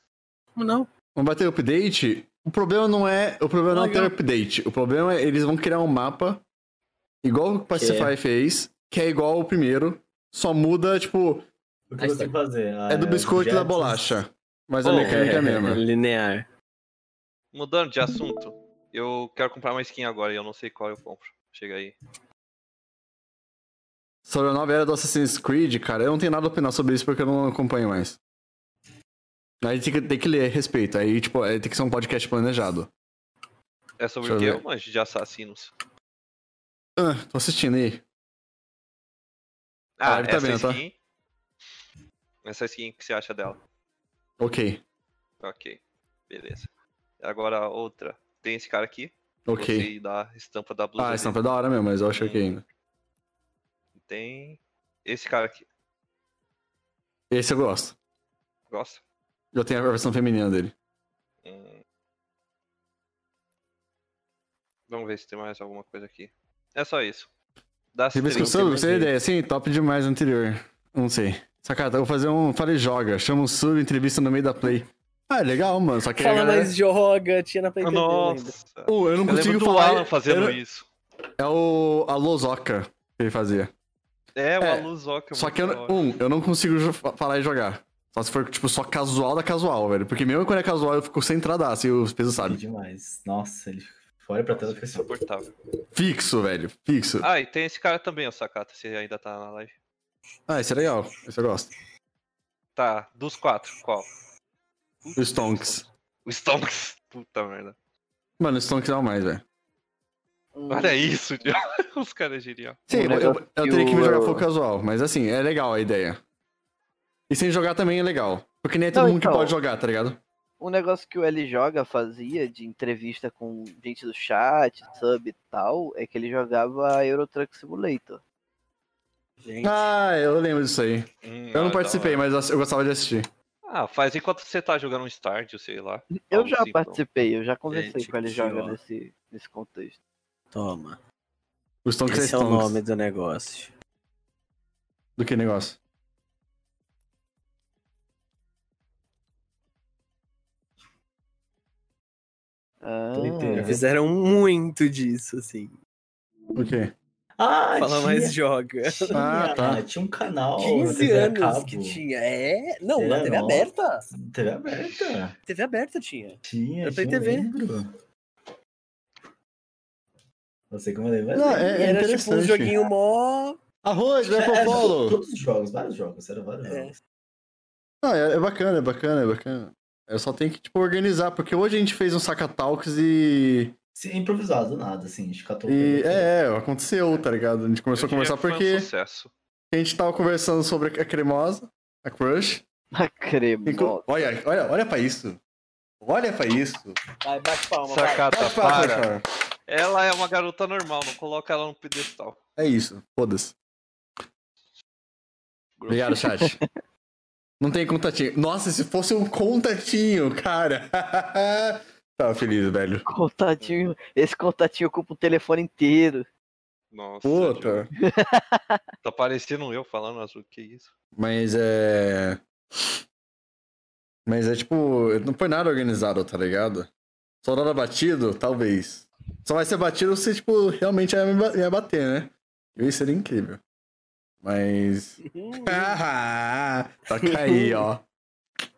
Speaker 4: Como não?
Speaker 1: Não vai ter update? O problema não é. O problema não é ter update. O problema é eles vão criar um mapa igual o que o Pacify fez, que é igual ao primeiro. Só muda, tipo,
Speaker 5: O que você tem que fazer? Ah,
Speaker 1: é do
Speaker 5: os
Speaker 1: biscoito e da
Speaker 5: objetos.
Speaker 1: bolacha. Mas a
Speaker 2: Oh,
Speaker 1: mecânica é a mesma.
Speaker 4: Linear.
Speaker 2: Mudando de assunto, eu quero comprar uma skin agora e eu não sei qual eu compro. Chega aí.
Speaker 1: Sobre a nova era do Assassin's Creed, cara, eu não tenho nada a opinar sobre isso porque eu não acompanho mais. Aí tem que, tem que ler a respeito. Aí, tipo, aí tem que ser um podcast planejado.
Speaker 2: É sobre
Speaker 1: Deixa
Speaker 2: o
Speaker 1: eu
Speaker 2: que eu
Speaker 1: ver.
Speaker 2: manjo de assassinos.
Speaker 1: Ah, tô assistindo aí.
Speaker 2: Ah,
Speaker 1: live tá
Speaker 2: essa
Speaker 1: vendo, tá?
Speaker 2: skin. Essa skin, o que você acha dela?
Speaker 1: Ok,
Speaker 2: Ok, beleza. Agora a outra. Tem esse cara aqui.
Speaker 1: ok.
Speaker 2: Gostei da estampa da blusa.
Speaker 1: Ah,
Speaker 2: dele.
Speaker 1: esse tampa é da hora mesmo, mas eu acho ok ainda.
Speaker 2: Tem esse cara aqui.
Speaker 1: Esse eu gosto.
Speaker 2: Gosta?
Speaker 1: Eu tenho a versão feminina dele.
Speaker 2: Hum. Vamos ver se tem mais alguma coisa aqui. É só isso. Das
Speaker 1: Ribisco
Speaker 2: três-
Speaker 1: Sub, você tem ideia? Sim, top demais o anterior. Não sei. Sacada, eu vou fazer um Fale Joga. Chama um sub, entrevista no meio da play. Ah, é legal, mano. Só que a
Speaker 4: Fala
Speaker 1: galera-
Speaker 4: mais joga, tinha na Play ainda.
Speaker 2: Nossa.
Speaker 1: Oh, eu não
Speaker 2: Eu lembro
Speaker 1: consigo
Speaker 2: do
Speaker 1: falar.
Speaker 2: Alan fazendo
Speaker 1: eu-
Speaker 2: isso.
Speaker 1: É o. A Lozoca que ele fazia.
Speaker 2: É, o
Speaker 1: É,
Speaker 2: Aluzoca.
Speaker 1: Só que eu,
Speaker 2: muito da hora.
Speaker 1: um, eu não consigo jo- fa- falar e jogar. Só se for, tipo, só casual da casual, velho. Porque mesmo quando é casual, eu fico centradaço e os pesos
Speaker 5: Sim,
Speaker 1: sabem.
Speaker 5: Demais. Nossa, ele fora pra tela e fica assim. ó.
Speaker 2: Insuportável.
Speaker 1: Fixo, velho. Fixo.
Speaker 2: Ah, e tem esse cara também, o Sakata, se ele ainda tá na live.
Speaker 1: Ah, esse é legal. Esse eu gosto.
Speaker 2: Tá, dos quatro, qual?
Speaker 1: O Stonks.
Speaker 2: O Stonks. (laughs) Puta merda.
Speaker 1: Mano, o Stonks é o mais, velho.
Speaker 7: Hum.
Speaker 2: Olha isso, (laughs) tio. Os caras é genial.
Speaker 1: Sim,
Speaker 7: Um
Speaker 1: eu,
Speaker 7: negócio
Speaker 1: eu- eu
Speaker 7: que
Speaker 1: teria que me
Speaker 7: o-
Speaker 1: jogar full casual, mas assim, é legal a ideia. E sem jogar também é legal. Porque nem é todo
Speaker 7: Não,
Speaker 1: mundo que
Speaker 7: então.
Speaker 1: pode jogar, tá ligado?
Speaker 7: Um negócio que o L Joga fazia de entrevista com gente do chat, sub e tal, é que ele jogava Euro Truck Simulator.
Speaker 4: Gente,
Speaker 1: Ah, eu lembro disso aí.
Speaker 2: Hum,
Speaker 1: eu
Speaker 2: ah,
Speaker 1: não
Speaker 2: da
Speaker 1: participei,
Speaker 2: hora.
Speaker 1: mas eu- eu gostava de assistir.
Speaker 2: Ah, faz enquanto você tá jogando um Stardew, sei lá.
Speaker 7: Eu
Speaker 2: Algo
Speaker 7: já
Speaker 2: assim,
Speaker 7: participei, eu já conversei
Speaker 4: Gente,
Speaker 7: com o L
Speaker 4: que
Speaker 7: Joga
Speaker 4: ó.
Speaker 7: nesse, nesse contexto.
Speaker 4: toma.
Speaker 1: Os Stonks
Speaker 4: Esse
Speaker 1: é
Speaker 4: é o
Speaker 1: Stonks.
Speaker 4: nome do negócio.
Speaker 1: Do que negócio?
Speaker 7: Ah,
Speaker 5: Twitter.
Speaker 4: Fizeram muito disso, assim.
Speaker 1: O quê?
Speaker 5: Ah,
Speaker 4: Fala
Speaker 5: tinha,
Speaker 4: mais joga.
Speaker 1: Ah,
Speaker 5: tinha,
Speaker 1: tá.
Speaker 5: tinha um canal.
Speaker 4: 15
Speaker 5: TV a
Speaker 4: anos
Speaker 5: cabo,
Speaker 4: que tinha. É, não,
Speaker 5: É,
Speaker 4: na TV
Speaker 5: nossa.
Speaker 4: aberta.
Speaker 5: TV é aberta.
Speaker 4: TV aberta tinha.
Speaker 5: Tinha,
Speaker 4: Era pra
Speaker 5: tinha,
Speaker 4: TV.
Speaker 5: lembro. Não sei como eu lembro. mas
Speaker 1: Não,
Speaker 5: lembro.
Speaker 1: é-
Speaker 4: E era tipo um
Speaker 1: interessante.
Speaker 4: joguinho mó.
Speaker 1: Arroz, né, vai pro
Speaker 5: É,
Speaker 1: polo!
Speaker 5: Todos os jogos, vários jogos, era vários
Speaker 4: É.
Speaker 5: jogos.
Speaker 1: Não, é, é bacana, é bacana, é bacana. Eu só tenho que, tipo, organizar, porque hoje a gente fez um Saca Talks e.
Speaker 5: Sim, improvisado, do nada, assim, a gente catou.
Speaker 1: e é, é, aconteceu, tá ligado? A gente
Speaker 2: Eu
Speaker 1: começou a
Speaker 2: diria
Speaker 1: conversar
Speaker 2: que foi um
Speaker 1: porque
Speaker 2: sucesso.
Speaker 1: a gente tava conversando sobre a cremosa, a crush. E co-
Speaker 7: cremosa.
Speaker 1: Olha, olha, olha pra isso. Olha pra isso.
Speaker 4: Vai, bate palma. vai.
Speaker 2: Sakata,
Speaker 1: Olha pra- olha
Speaker 2: para.
Speaker 1: pra-
Speaker 2: Ela é uma garota normal, não coloca ela no pedestal.
Speaker 1: É isso, foda-se. Obrigado, chat. (laughs) Não tem contatinho. Nossa, se fosse um contatinho, cara. (laughs) Tava feliz, velho.
Speaker 7: Contatinho, esse contatinho ocupa o telefone inteiro.
Speaker 2: Nossa. Diogo,
Speaker 1: Puta.
Speaker 2: (laughs)
Speaker 7: (laughs)
Speaker 2: Tá parecendo eu falando azul, que isso.
Speaker 1: Mas é. Mas é tipo, não foi nada organizado, tá ligado? Só nada batido, talvez. Só vai ser batido se, tipo, realmente ia, me ba- ia bater, né? Isso seria incrível. Mas. (laughs) Toca aí, ó.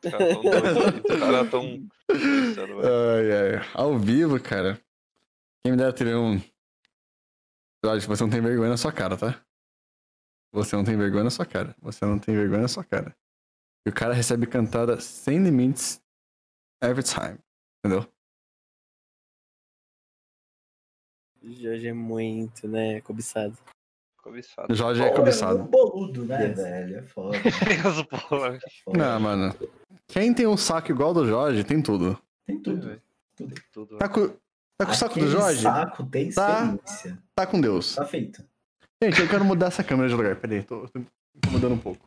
Speaker 2: Os caras tá tão
Speaker 1: (laughs)
Speaker 2: doidos. Os caras tão. pensando, velho.
Speaker 1: Ai, ai. Ao vivo, cara. Quem me dera ter um. Jorge, você não tem vergonha na sua cara, tá? Você não tem vergonha na sua cara. Você não tem vergonha na sua cara. (laughs) E o cara recebe cantada sem limites every time. Entendeu?
Speaker 4: Jorge é muito, né? Cobiçado.
Speaker 1: O
Speaker 2: Cobiçado.
Speaker 1: Jorge é
Speaker 5: É um
Speaker 1: cobiçado.
Speaker 5: boludo, né,
Speaker 4: Yes.
Speaker 5: velho? É
Speaker 2: (laughs)
Speaker 5: foda.
Speaker 2: As bolas.
Speaker 5: é foda.
Speaker 1: Não, mano. Quem tem um saco igual do Jorge, tem tudo.
Speaker 5: Tem tudo.
Speaker 2: Tudo,
Speaker 1: Tá com, tá com o saco do
Speaker 5: Aquele
Speaker 1: Jorge?
Speaker 5: saco tem
Speaker 1: Tá.
Speaker 5: experiência.
Speaker 1: Tá com Deus.
Speaker 5: Tá feito.
Speaker 1: Gente, eu quero mudar essa câmera de lugar. Peraí, tô, tô incomodando um pouco.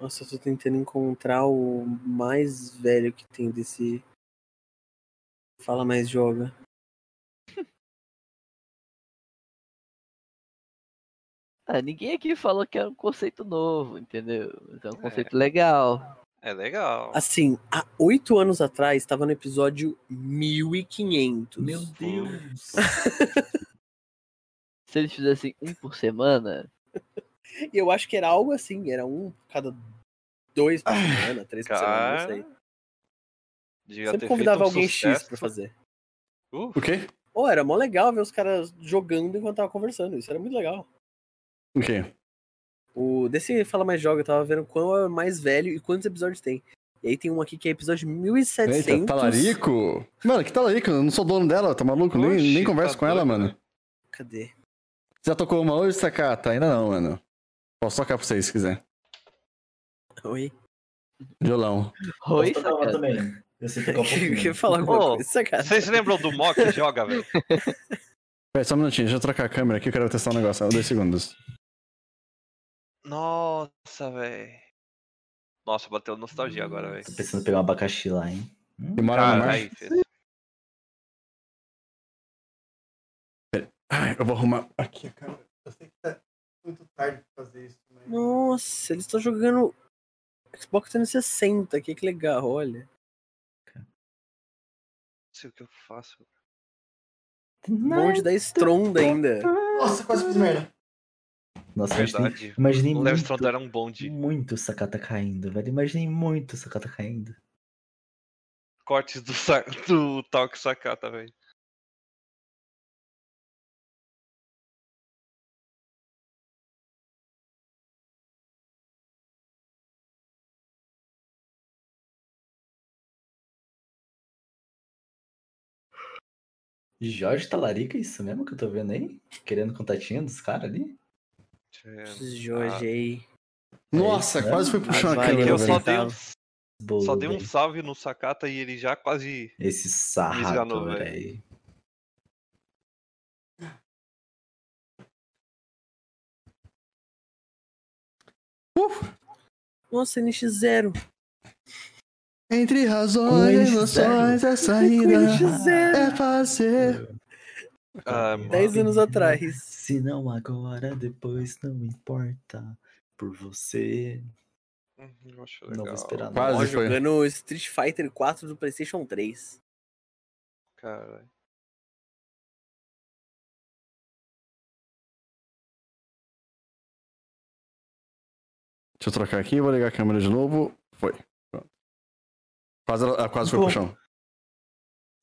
Speaker 4: Nossa, eu tô tentando encontrar o mais velho que tem desse. Fala mais joga.
Speaker 7: Ah, ninguém aqui falou que era um conceito novo, entendeu? Mas É um conceito legal.
Speaker 2: velho. É legal.
Speaker 4: Assim, há oito anos atrás, estava no episódio 1500.
Speaker 5: Meu Deus.
Speaker 7: (laughs) Se eles fizessem um por semana, tipo,
Speaker 4: E eu acho que era algo assim, era um cada dois por semana, três por semana, não
Speaker 2: Cara,
Speaker 4: sei.
Speaker 2: devia ter
Speaker 4: Sempre
Speaker 2: feito
Speaker 4: convidava
Speaker 2: um
Speaker 4: alguém X
Speaker 2: sucesso.
Speaker 4: pra fazer.
Speaker 2: Uh,
Speaker 1: O quê?
Speaker 4: Ou era mó legal ver os caras jogando enquanto tava conversando, isso era muito legal.
Speaker 1: O quê?
Speaker 4: O desse Fala Mais Joga, eu tava vendo qual é o mais velho e quantos episódios tem. E aí tem um aqui que é episódio 1700.
Speaker 1: Eita, tá talarico? Mano, que talarico? Eu não sou dono dela, tá maluco? Nem,
Speaker 2: Oxi,
Speaker 1: nem converso
Speaker 2: tá
Speaker 1: com ela,
Speaker 2: doido,
Speaker 1: mano.
Speaker 2: né?
Speaker 4: Cadê?
Speaker 1: Já tocou uma hoje, Sakata? Ainda não, mano. Posso tocar pra vocês se quiser.
Speaker 4: Oi.
Speaker 1: Violão.
Speaker 5: Posso
Speaker 7: Oi,
Speaker 5: tocar uma
Speaker 7: sacana.
Speaker 5: também. Eu
Speaker 4: (laughs)
Speaker 5: sei tocar um
Speaker 4: Eu
Speaker 5: pouquinho.
Speaker 4: queria falar alguma
Speaker 2: Ô,
Speaker 4: coisa, cara.
Speaker 2: Vocês lembram do
Speaker 4: (laughs)
Speaker 2: Mock Joga, velho?
Speaker 1: Pera, só um minutinho, deixa eu trocar a câmera aqui, eu quero testar um negócio. Ah, Dois segundos.
Speaker 2: Nossa, velho. Nossa, bateu nostalgia agora, velho.
Speaker 5: Tô pensando em pegar um abacaxi lá, hein? Hum?
Speaker 1: E mora no mar.
Speaker 2: aí, filho.
Speaker 1: Ai, eu vou arrumar aqui a câmera. Eu sei que tá muito tarde pra fazer isso, mas...
Speaker 4: Nossa, eles estão jogando Xbox 360 aqui, que legal, olha.
Speaker 2: Não sei o que eu faço.
Speaker 4: Bonde da Stronda ainda.
Speaker 1: Nossa, quase fiz merda.
Speaker 5: Nossa,
Speaker 2: Verdade.
Speaker 5: imaginei, imaginei
Speaker 2: O
Speaker 5: muito,
Speaker 2: Levstrom era um bonde.
Speaker 5: muito Sakata caindo, velho. Imaginei muito Sakata caindo.
Speaker 2: Cortes do, sa... do Talk Sakata, velho.
Speaker 5: Jorge Talarica, é isso mesmo que eu tô vendo aí? Querendo contatinho dos caras ali?
Speaker 2: Deixa eu ver.
Speaker 4: Esses Jorge aí.
Speaker 1: Nossa,
Speaker 5: isso,
Speaker 1: quase
Speaker 5: né?
Speaker 1: fui puxando
Speaker 4: Ah,
Speaker 1: a
Speaker 4: vai,
Speaker 1: câmera,
Speaker 2: Eu
Speaker 1: velho.
Speaker 2: só dei, um,
Speaker 5: Bolo,
Speaker 2: só dei um
Speaker 5: velho.
Speaker 2: salve no Sakata e ele já quase.
Speaker 5: Esse
Speaker 2: Esganou,
Speaker 5: sarrado,
Speaker 2: velho. (laughs)
Speaker 5: velho.
Speaker 4: Nossa, NX0.
Speaker 1: Entre
Speaker 5: Com
Speaker 1: razões
Speaker 5: eles,
Speaker 1: e emoções, a saída
Speaker 4: NX0.
Speaker 1: é fazer.
Speaker 2: Ah, mano.
Speaker 4: 10 anos atrás.
Speaker 5: Se não agora, depois não importa. Por você,
Speaker 2: Uhum, eu acho
Speaker 5: não
Speaker 2: legal,
Speaker 5: vou esperar nada.
Speaker 1: Quase
Speaker 4: Ó,
Speaker 1: foi.
Speaker 4: jogando Street Fighter 4 do PlayStation 3.
Speaker 2: Cara.
Speaker 1: Deixa eu trocar aqui, vou ligar a câmera de novo. Foi. Pronto. Quase, ela- ela quase foi
Speaker 5: Bom.
Speaker 1: pro chão.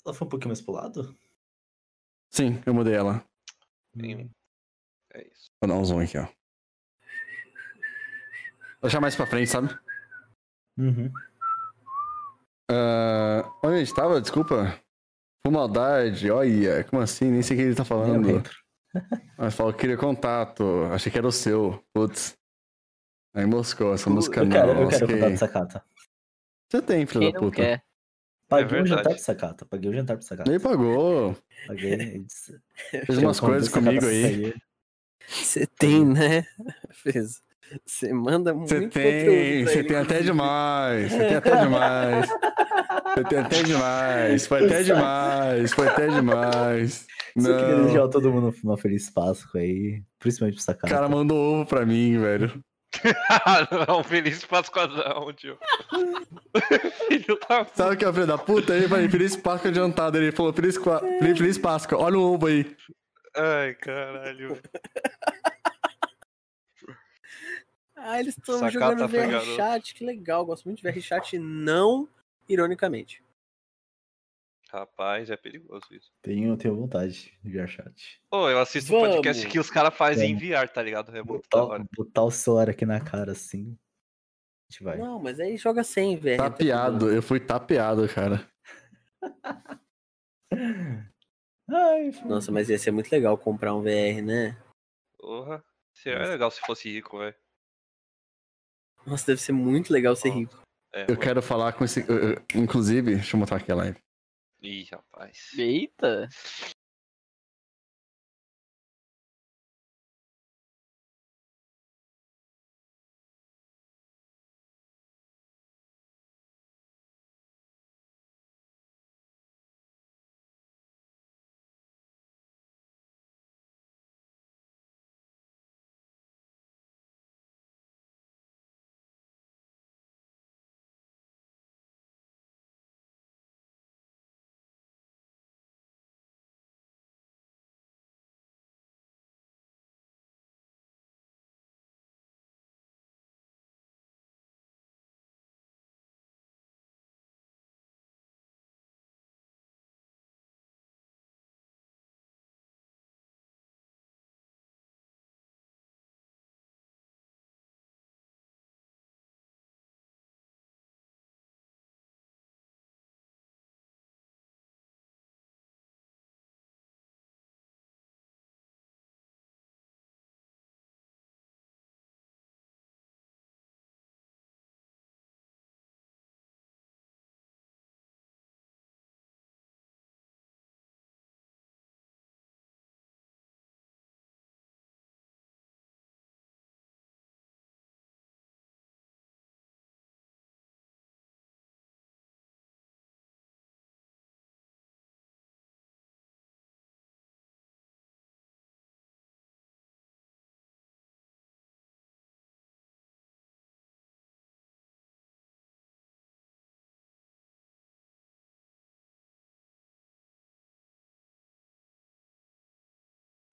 Speaker 5: Ela foi um pouquinho mais pro lado?
Speaker 1: Sim, eu mudei ela.
Speaker 5: Hum.
Speaker 2: tem- É isso.
Speaker 1: Vou dar um zoom aqui, ó. Deixar mais pra frente, sabe?
Speaker 5: Uhum.
Speaker 1: Ah, onde a gente tava? Desculpa. Por maldade, olha. Como assim? Nem sei o que ele tá
Speaker 5: Eu
Speaker 1: falando.
Speaker 5: lembro.
Speaker 1: (laughs) Mas falou que queria contato. Achei que era o seu. Putz. Aí moscou essa
Speaker 7: Eu
Speaker 1: música
Speaker 5: Eu quero, eu
Speaker 1: nossa,
Speaker 5: quero
Speaker 1: que-
Speaker 5: contar de Sakata.
Speaker 1: Você tem, filho
Speaker 7: Quem
Speaker 1: da
Speaker 7: não
Speaker 1: puta.
Speaker 7: quer?
Speaker 5: Paguei um
Speaker 2: verdade.
Speaker 5: jantar pro Sakata. Paguei um jantar pro Sakata.
Speaker 1: Nem pagou.
Speaker 5: Paguei. é eu disse-
Speaker 4: (laughs)
Speaker 1: Fez umas
Speaker 5: quando o
Speaker 1: coisas
Speaker 5: Sakata
Speaker 1: comigo aí.
Speaker 5: sair,
Speaker 4: Você tem, né? (laughs) Fez. Você manda muito
Speaker 1: Você
Speaker 4: conteúdo
Speaker 1: Hum. tem,
Speaker 4: pra
Speaker 1: você
Speaker 4: ele,
Speaker 1: tem até
Speaker 4: inclusive.
Speaker 1: demais. Você tem até demais. Você tem até demais. Foi até demais. Foi até demais.
Speaker 5: Só queria
Speaker 1: Não.
Speaker 5: desejar a é todo mundo uma feliz Páscoa aí, principalmente pro
Speaker 1: O
Speaker 5: Sakata.
Speaker 1: cara mandou ovo pra mim, velho.
Speaker 2: não, feliz Pascoalzão, tio. Filho da
Speaker 1: Sabe o que é o filho da puta? Ele falei, feliz Páscoa adiantado. Ele falou, feliz, qua- feliz feliz Páscoa. Olha o ovo aí.
Speaker 2: Ai, caralho.
Speaker 4: (laughs) Ah, eles estão
Speaker 2: Sakata
Speaker 7: tá
Speaker 4: jogando
Speaker 2: foi garoto.
Speaker 4: VR chat, que legal. Gosto muito de VR chat, não ironicamente.
Speaker 2: Rapaz, é perigoso isso.
Speaker 5: Tenho, tenho vontade de ver chat.
Speaker 2: Ô, eu assisto um
Speaker 4: Vamos.
Speaker 2: podcast que os caras fazem em VR, tá ligado? É muito da
Speaker 5: Botar,
Speaker 2: hora.
Speaker 5: botar o celular aqui na cara assim. A gente vai.
Speaker 4: Não, mas aí joga sem,
Speaker 11: É,
Speaker 4: tá velho.
Speaker 1: Tá
Speaker 11: tá
Speaker 1: Tapeado. Eu fui tapeado, cara.
Speaker 5: Ai, foi-
Speaker 4: Nossa, mas ia ser muito legal comprar um VR, né?
Speaker 2: Porra. Seria legal se fosse rico, velho.
Speaker 4: É Nossa, deve ser muito legal ser rico.
Speaker 2: É,
Speaker 1: Eu
Speaker 2: mano.
Speaker 1: quero falar com esse. eu- eu- Inclusive, deixa eu botar aqui a live.
Speaker 2: Ih, rapaz.
Speaker 7: Eita!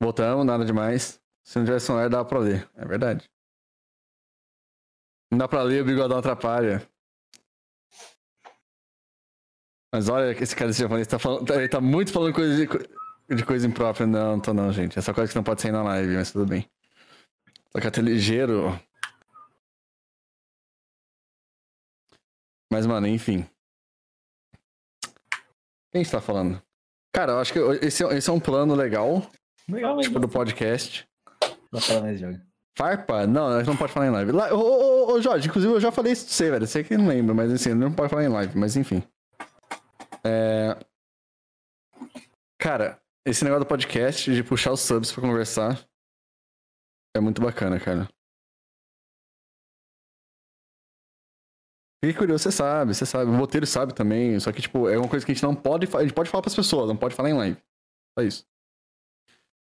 Speaker 1: Voltamos, nada demais. Se não tivesse celular, dava pra ler. É verdade. Não dá pra ler, o bigodão atrapalha. Mas olha, esse cara desse japonês tá falando. tá- Ele tá muito falando coisa de, co- de coisa imprópria. Não, não tô não, gente. Essa coisa que não pode sair na live, mas tudo bem. Só que até É ligeiro. Mas, mano, enfim. Quem está falando? Cara, eu acho que eu- esse, é- esse é um plano legal,
Speaker 5: Legal, mas
Speaker 1: tipo, do podcast.
Speaker 5: dá pra mais jogo.
Speaker 1: Farpa? Não, a gente não pode falar em live. La- Ô, ô, ô, ô, Jorge, inclusive eu já falei isso pra você, velho. Você que não lembra, mas assim, não pode falar em live, mas enfim. É... Cara, esse negócio do podcast, de puxar os subs pra conversar, é muito bacana, cara. Fiquei curioso, você sabe, você sabe. O roteiro sabe também, só que, tipo, é uma coisa que a gente não pode... fa- A gente pode falar pras pessoas, não pode falar em live. Só isso.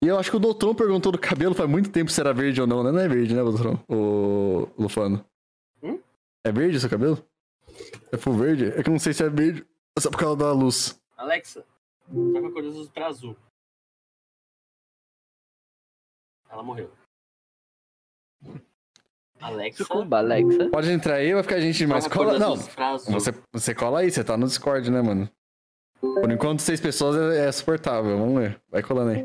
Speaker 1: E eu acho que o Doutrão perguntou do cabelo faz muito tempo se era verde ou não, né? Não é verde, né, Doutrão? O Lufano.
Speaker 4: Hum?
Speaker 1: É verde o seu cabelo? É full verde? É que eu não sei se é verde só por causa da luz.
Speaker 4: Alexa, troca a cor dos olhos pra azul. Ela morreu. Alexa,
Speaker 7: Sucumba, Alexa.
Speaker 1: Pode entrar aí, vai ficar gente demais.
Speaker 4: troca a cor
Speaker 1: Cola,
Speaker 4: das
Speaker 1: não,
Speaker 4: luzes pra azul.
Speaker 1: você, você cola aí, você tá no Discord, né, mano? Por enquanto, seis pessoas é, é suportável. Vamos ver. Vai colando aí.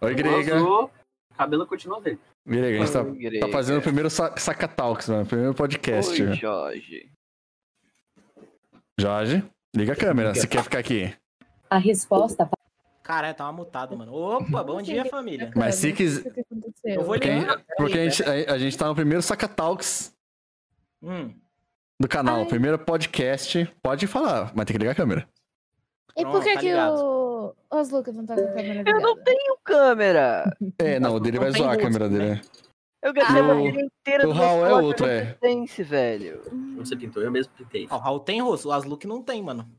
Speaker 1: Oi, Grega.
Speaker 4: Azul, cabelo continua verde.
Speaker 1: Grega, a gente tá,
Speaker 7: Grega.
Speaker 1: tá fazendo o primeiro sa- Sacatalks, mano. Primeiro podcast.
Speaker 7: Oi,
Speaker 1: velho.
Speaker 7: Jorge.
Speaker 1: Jorge, liga a câmera se quer ficar aqui.
Speaker 10: A resposta
Speaker 11: Caralho, tava mutado, mano. Opa, bom dia, família.
Speaker 1: Mas se quiser.
Speaker 10: O que tá aconteceu?
Speaker 11: Eu vou
Speaker 1: Porque,
Speaker 11: ler.
Speaker 1: a, porque
Speaker 11: né?
Speaker 1: a, gente, a- a gente tá no primeiro Saca Talks
Speaker 11: Hum,
Speaker 1: do canal,
Speaker 10: Ai.
Speaker 1: primeiro podcast. Pode falar, mas tem que ligar a câmera.
Speaker 10: E por
Speaker 11: Pronto,
Speaker 10: que
Speaker 11: tá
Speaker 10: que
Speaker 11: ligado.
Speaker 10: o os Lucas não tá com a câmera
Speaker 7: Eu não tenho
Speaker 11: (laughs)
Speaker 7: câmera.
Speaker 1: É, não, o dele vai
Speaker 11: tem
Speaker 1: zoar a
Speaker 11: rosto,
Speaker 1: câmera dele. né?
Speaker 7: Eu gastei uma
Speaker 1: Ah.
Speaker 7: vida inteira
Speaker 1: O
Speaker 7: do
Speaker 1: Raul é
Speaker 7: meu
Speaker 1: outro, é.
Speaker 7: Pense, velho.
Speaker 4: Você pintou, eu mesmo pintei.
Speaker 11: ó, o Raul tem rosto, o Asluque não tem, mano.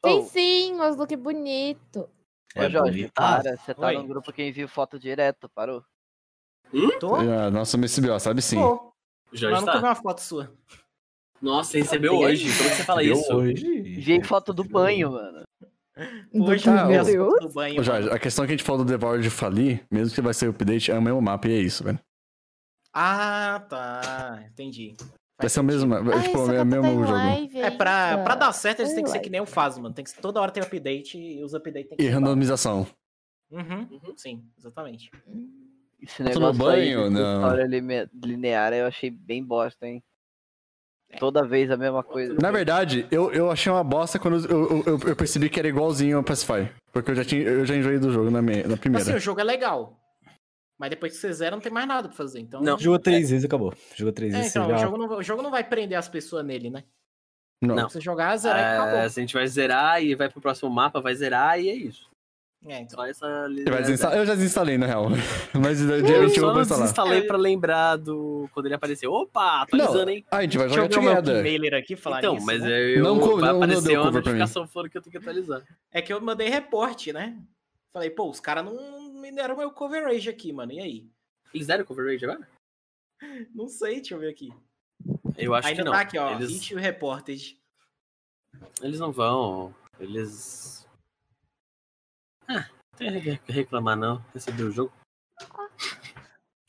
Speaker 10: Tem
Speaker 7: Oh.
Speaker 10: sim, os Lucas bonito.
Speaker 4: é
Speaker 1: É
Speaker 7: Ô, Jorge,
Speaker 5: bonitaço.
Speaker 7: para. Você tá
Speaker 11: Oi.
Speaker 7: no grupo quem viu foto direto, parou?
Speaker 11: Tô?
Speaker 1: Ah, Nossa, Miss B, ó, sabe sim.
Speaker 11: Tô.
Speaker 4: Hum? Já
Speaker 11: Mas nunca vi
Speaker 4: está.
Speaker 11: uma foto sua.
Speaker 4: Nossa, você recebeu
Speaker 7: Tem
Speaker 4: hoje. Como é que você fala
Speaker 5: Deu
Speaker 4: isso?
Speaker 5: hoje.
Speaker 7: Vi foto do banho, mano.
Speaker 11: Hoje
Speaker 1: tá,
Speaker 11: eu vi
Speaker 1: ó.
Speaker 11: as fotos do banho.
Speaker 1: Ô, Jorge, a questão que a gente falou do Devour de falir, mesmo que vai ser update, é o mesmo mapa e é isso, velho.
Speaker 11: Ah, tá. Entendi.
Speaker 1: Vai
Speaker 11: Faz
Speaker 1: ser o mesmo mapa.
Speaker 10: Ai,
Speaker 1: tipo,
Speaker 10: essa
Speaker 1: é
Speaker 10: capa
Speaker 1: o
Speaker 10: tá em
Speaker 1: mesmo jogo.
Speaker 10: live
Speaker 11: É, pra,
Speaker 10: ainda.
Speaker 11: pra dar certo, eles têm que ser
Speaker 10: Ai,
Speaker 11: que nem o Faz, mano. Tem que, ser- toda hora tem update e os updates tem que
Speaker 1: E
Speaker 11: ser
Speaker 1: randomização.
Speaker 11: bom. Uhum, uhum, sim, exatamente.
Speaker 7: Esse
Speaker 1: no
Speaker 7: negócio aí
Speaker 1: banho,
Speaker 7: de
Speaker 1: não.
Speaker 7: história lime- linear eu achei bem bosta, hein? Toda vez a mesma coisa.
Speaker 1: Na verdade, eu, eu achei uma bosta quando eu, eu, eu- eu percebi que era igualzinho ao Pacify. Porque eu já, tinha, eu já enjoei do jogo na, me- na
Speaker 11: Assim, o
Speaker 1: primeira.
Speaker 11: jogo é legal. Mas depois que você zera, não tem mais nada pra fazer. Então,
Speaker 4: Não.
Speaker 5: Jogou três vezes e acabou. Jogou três
Speaker 11: É,
Speaker 5: vezes
Speaker 11: então,
Speaker 5: você
Speaker 11: o
Speaker 5: já-
Speaker 11: jogo, não, o jogo não vai prender as pessoas nele, né?
Speaker 1: Não.
Speaker 11: Se você jogar, zerar e acabou.
Speaker 4: Ah, se a gente vai zerar e vai pro próximo mapa, vai zerar e é isso.
Speaker 11: É, então.
Speaker 4: Só essa
Speaker 1: Você vai
Speaker 4: linearidade.
Speaker 1: desinstalar- Eu tipo já desinstalei, na real. (laughs) Mas dia
Speaker 4: né?
Speaker 1: 21 eu
Speaker 4: Eu
Speaker 1: vou
Speaker 4: só
Speaker 1: instalar.
Speaker 4: desinstalei pra lembrar do... Quando ele apareceu. Opa, atualizando, hein?
Speaker 1: Ah, a gente vai
Speaker 11: Deixa
Speaker 1: jogar
Speaker 11: eu ver o meu
Speaker 1: together.
Speaker 11: mailer aqui falar
Speaker 4: então,
Speaker 11: nisso,
Speaker 4: mas
Speaker 11: né?
Speaker 4: eu,
Speaker 1: Não co-
Speaker 4: vai
Speaker 1: não- não
Speaker 4: aparecer
Speaker 1: deu
Speaker 4: uma
Speaker 1: cover pra mim.
Speaker 4: notificação falando que eu tenho que atualizar.
Speaker 11: É que eu mandei reporte, né? Falei, pô, os caras não me deram meu coverage aqui, mano. E aí?
Speaker 4: Eles deram cover rate agora?
Speaker 11: Não sei, deixa eu ver aqui.
Speaker 4: Eu acho
Speaker 11: Ainda
Speaker 4: que não.
Speaker 11: tá aqui, ó.
Speaker 4: Eles,
Speaker 11: Hit reported.
Speaker 4: eles não vão. Eles. Ah, não tem o que reclamar não. Recebi o jogo.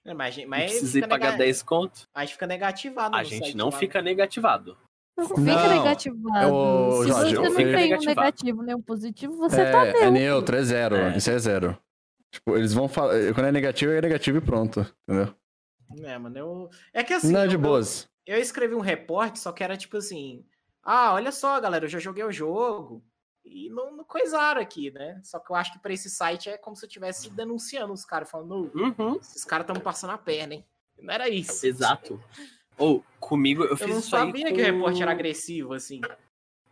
Speaker 11: É, Mas,
Speaker 4: Não
Speaker 11: mas
Speaker 4: precisei
Speaker 11: fica
Speaker 4: pagar
Speaker 11: nega...
Speaker 4: 10 conto.
Speaker 11: A gente fica negativado.
Speaker 4: A
Speaker 11: no
Speaker 4: gente
Speaker 11: site
Speaker 4: não
Speaker 11: lá, né?
Speaker 4: fica negativado.
Speaker 10: Não fica
Speaker 1: Não,
Speaker 10: negativado.
Speaker 1: eu-
Speaker 10: Se
Speaker 1: Jorge,
Speaker 10: você
Speaker 1: eu
Speaker 10: não
Speaker 1: fico
Speaker 10: tem um
Speaker 4: negativado.
Speaker 10: negativo nem um positivo, você
Speaker 1: é,
Speaker 10: tá
Speaker 1: é
Speaker 10: neutro.
Speaker 1: neutro, é zero.
Speaker 4: É.
Speaker 1: Isso é zero. Tipo, eles vão falar. Quando é negativo, é negativo e pronto. Entendeu?
Speaker 11: né? É, mano, eu... É que assim,
Speaker 1: não é
Speaker 11: eu-
Speaker 1: de
Speaker 11: eu-
Speaker 1: boas.
Speaker 11: eu escrevi um reporte, só que era tipo assim: ah, olha só, galera, eu já joguei o jogo e não, não coisaram aqui, né? Só que eu acho que pra esse site é como se eu estivesse denunciando os caras, falando: "Ô,
Speaker 4: Uhum.
Speaker 11: esses caras estão passando a perna, hein? Não era isso.
Speaker 4: Exato. Ou, comigo eu
Speaker 11: Eu
Speaker 4: fiz
Speaker 11: não
Speaker 4: isso aí.
Speaker 11: sabia que o reporte era
Speaker 4: com-
Speaker 11: agressivo, assim.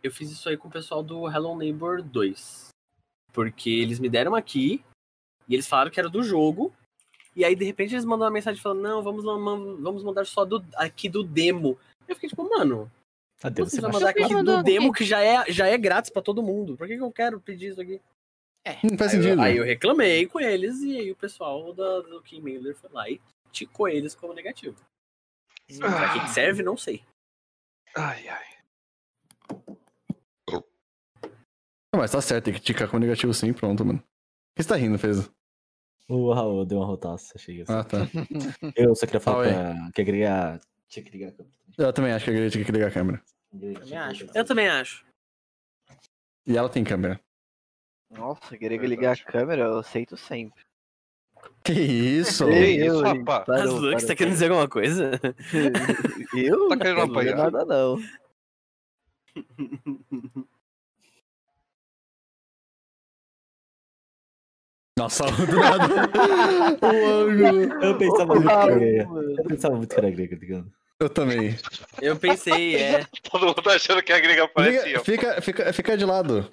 Speaker 4: Eu fiz isso aí com o pessoal do Hello Neighbor 2. Porque eles me deram aqui e eles falaram que era do jogo. E aí, de repente, eles mandaram uma mensagem falando: Não, vamos, lá- man- vamos mandar só do, aqui do demo. Eu fiquei tipo, mano,
Speaker 1: Tá
Speaker 5: Cadê
Speaker 4: vocês
Speaker 5: você?
Speaker 4: vão
Speaker 5: vai-
Speaker 4: mandar
Speaker 10: baixar.
Speaker 4: aqui do demo que já é, já é grátis pra todo mundo. Por que, que eu quero pedir isso aqui?
Speaker 1: Não faz
Speaker 4: Aí eu,
Speaker 1: sentido.
Speaker 4: aí eu reclamei com eles e aí o pessoal da, do Kim Miller foi lá e ticou eles como negativo. Pra que que serve, não sei.
Speaker 2: Ai, ai.
Speaker 1: Não, mas tá certo, tem que ticar com negativo sim, pronto, mano. Por que você tá rindo, Fez?
Speaker 5: O Raul deu uma rotaça, achei isso.
Speaker 1: Ah, tá.
Speaker 5: Eu só queria falar
Speaker 1: Raul, é.
Speaker 5: pra... que eu queria... Tinha que ligar a câmera.
Speaker 1: Eu também acho que a igreja tinha que ligar a câmera.
Speaker 11: Também acho.
Speaker 4: Eu também acho.
Speaker 1: E ela tem câmera.
Speaker 7: Nossa, queria ligar a câmera, eu aceito sempre.
Speaker 1: Que isso?
Speaker 2: Que isso,
Speaker 7: Ei,
Speaker 2: rapá?
Speaker 7: parou,
Speaker 4: Mas, Luke, você tá
Speaker 7: parou,
Speaker 4: querendo dizer alguma coisa?
Speaker 7: parou. Eu?
Speaker 2: Tá querendo
Speaker 7: Não quero dizer
Speaker 2: apanhar?
Speaker 7: nada, não.
Speaker 1: Nossa, do nada.
Speaker 11: (laughs)
Speaker 1: o ângulo.
Speaker 5: Eu pensava muito que
Speaker 7: Claro,
Speaker 5: era...
Speaker 7: mano.
Speaker 5: Eu pensava muito que era grega, tá ligado?
Speaker 1: Eu também.
Speaker 2: (laughs)
Speaker 4: Eu pensei, é.
Speaker 2: Todo mundo achando que é a grega aparecia.
Speaker 4: assim,
Speaker 1: Liga, fica, fica, fica de lado.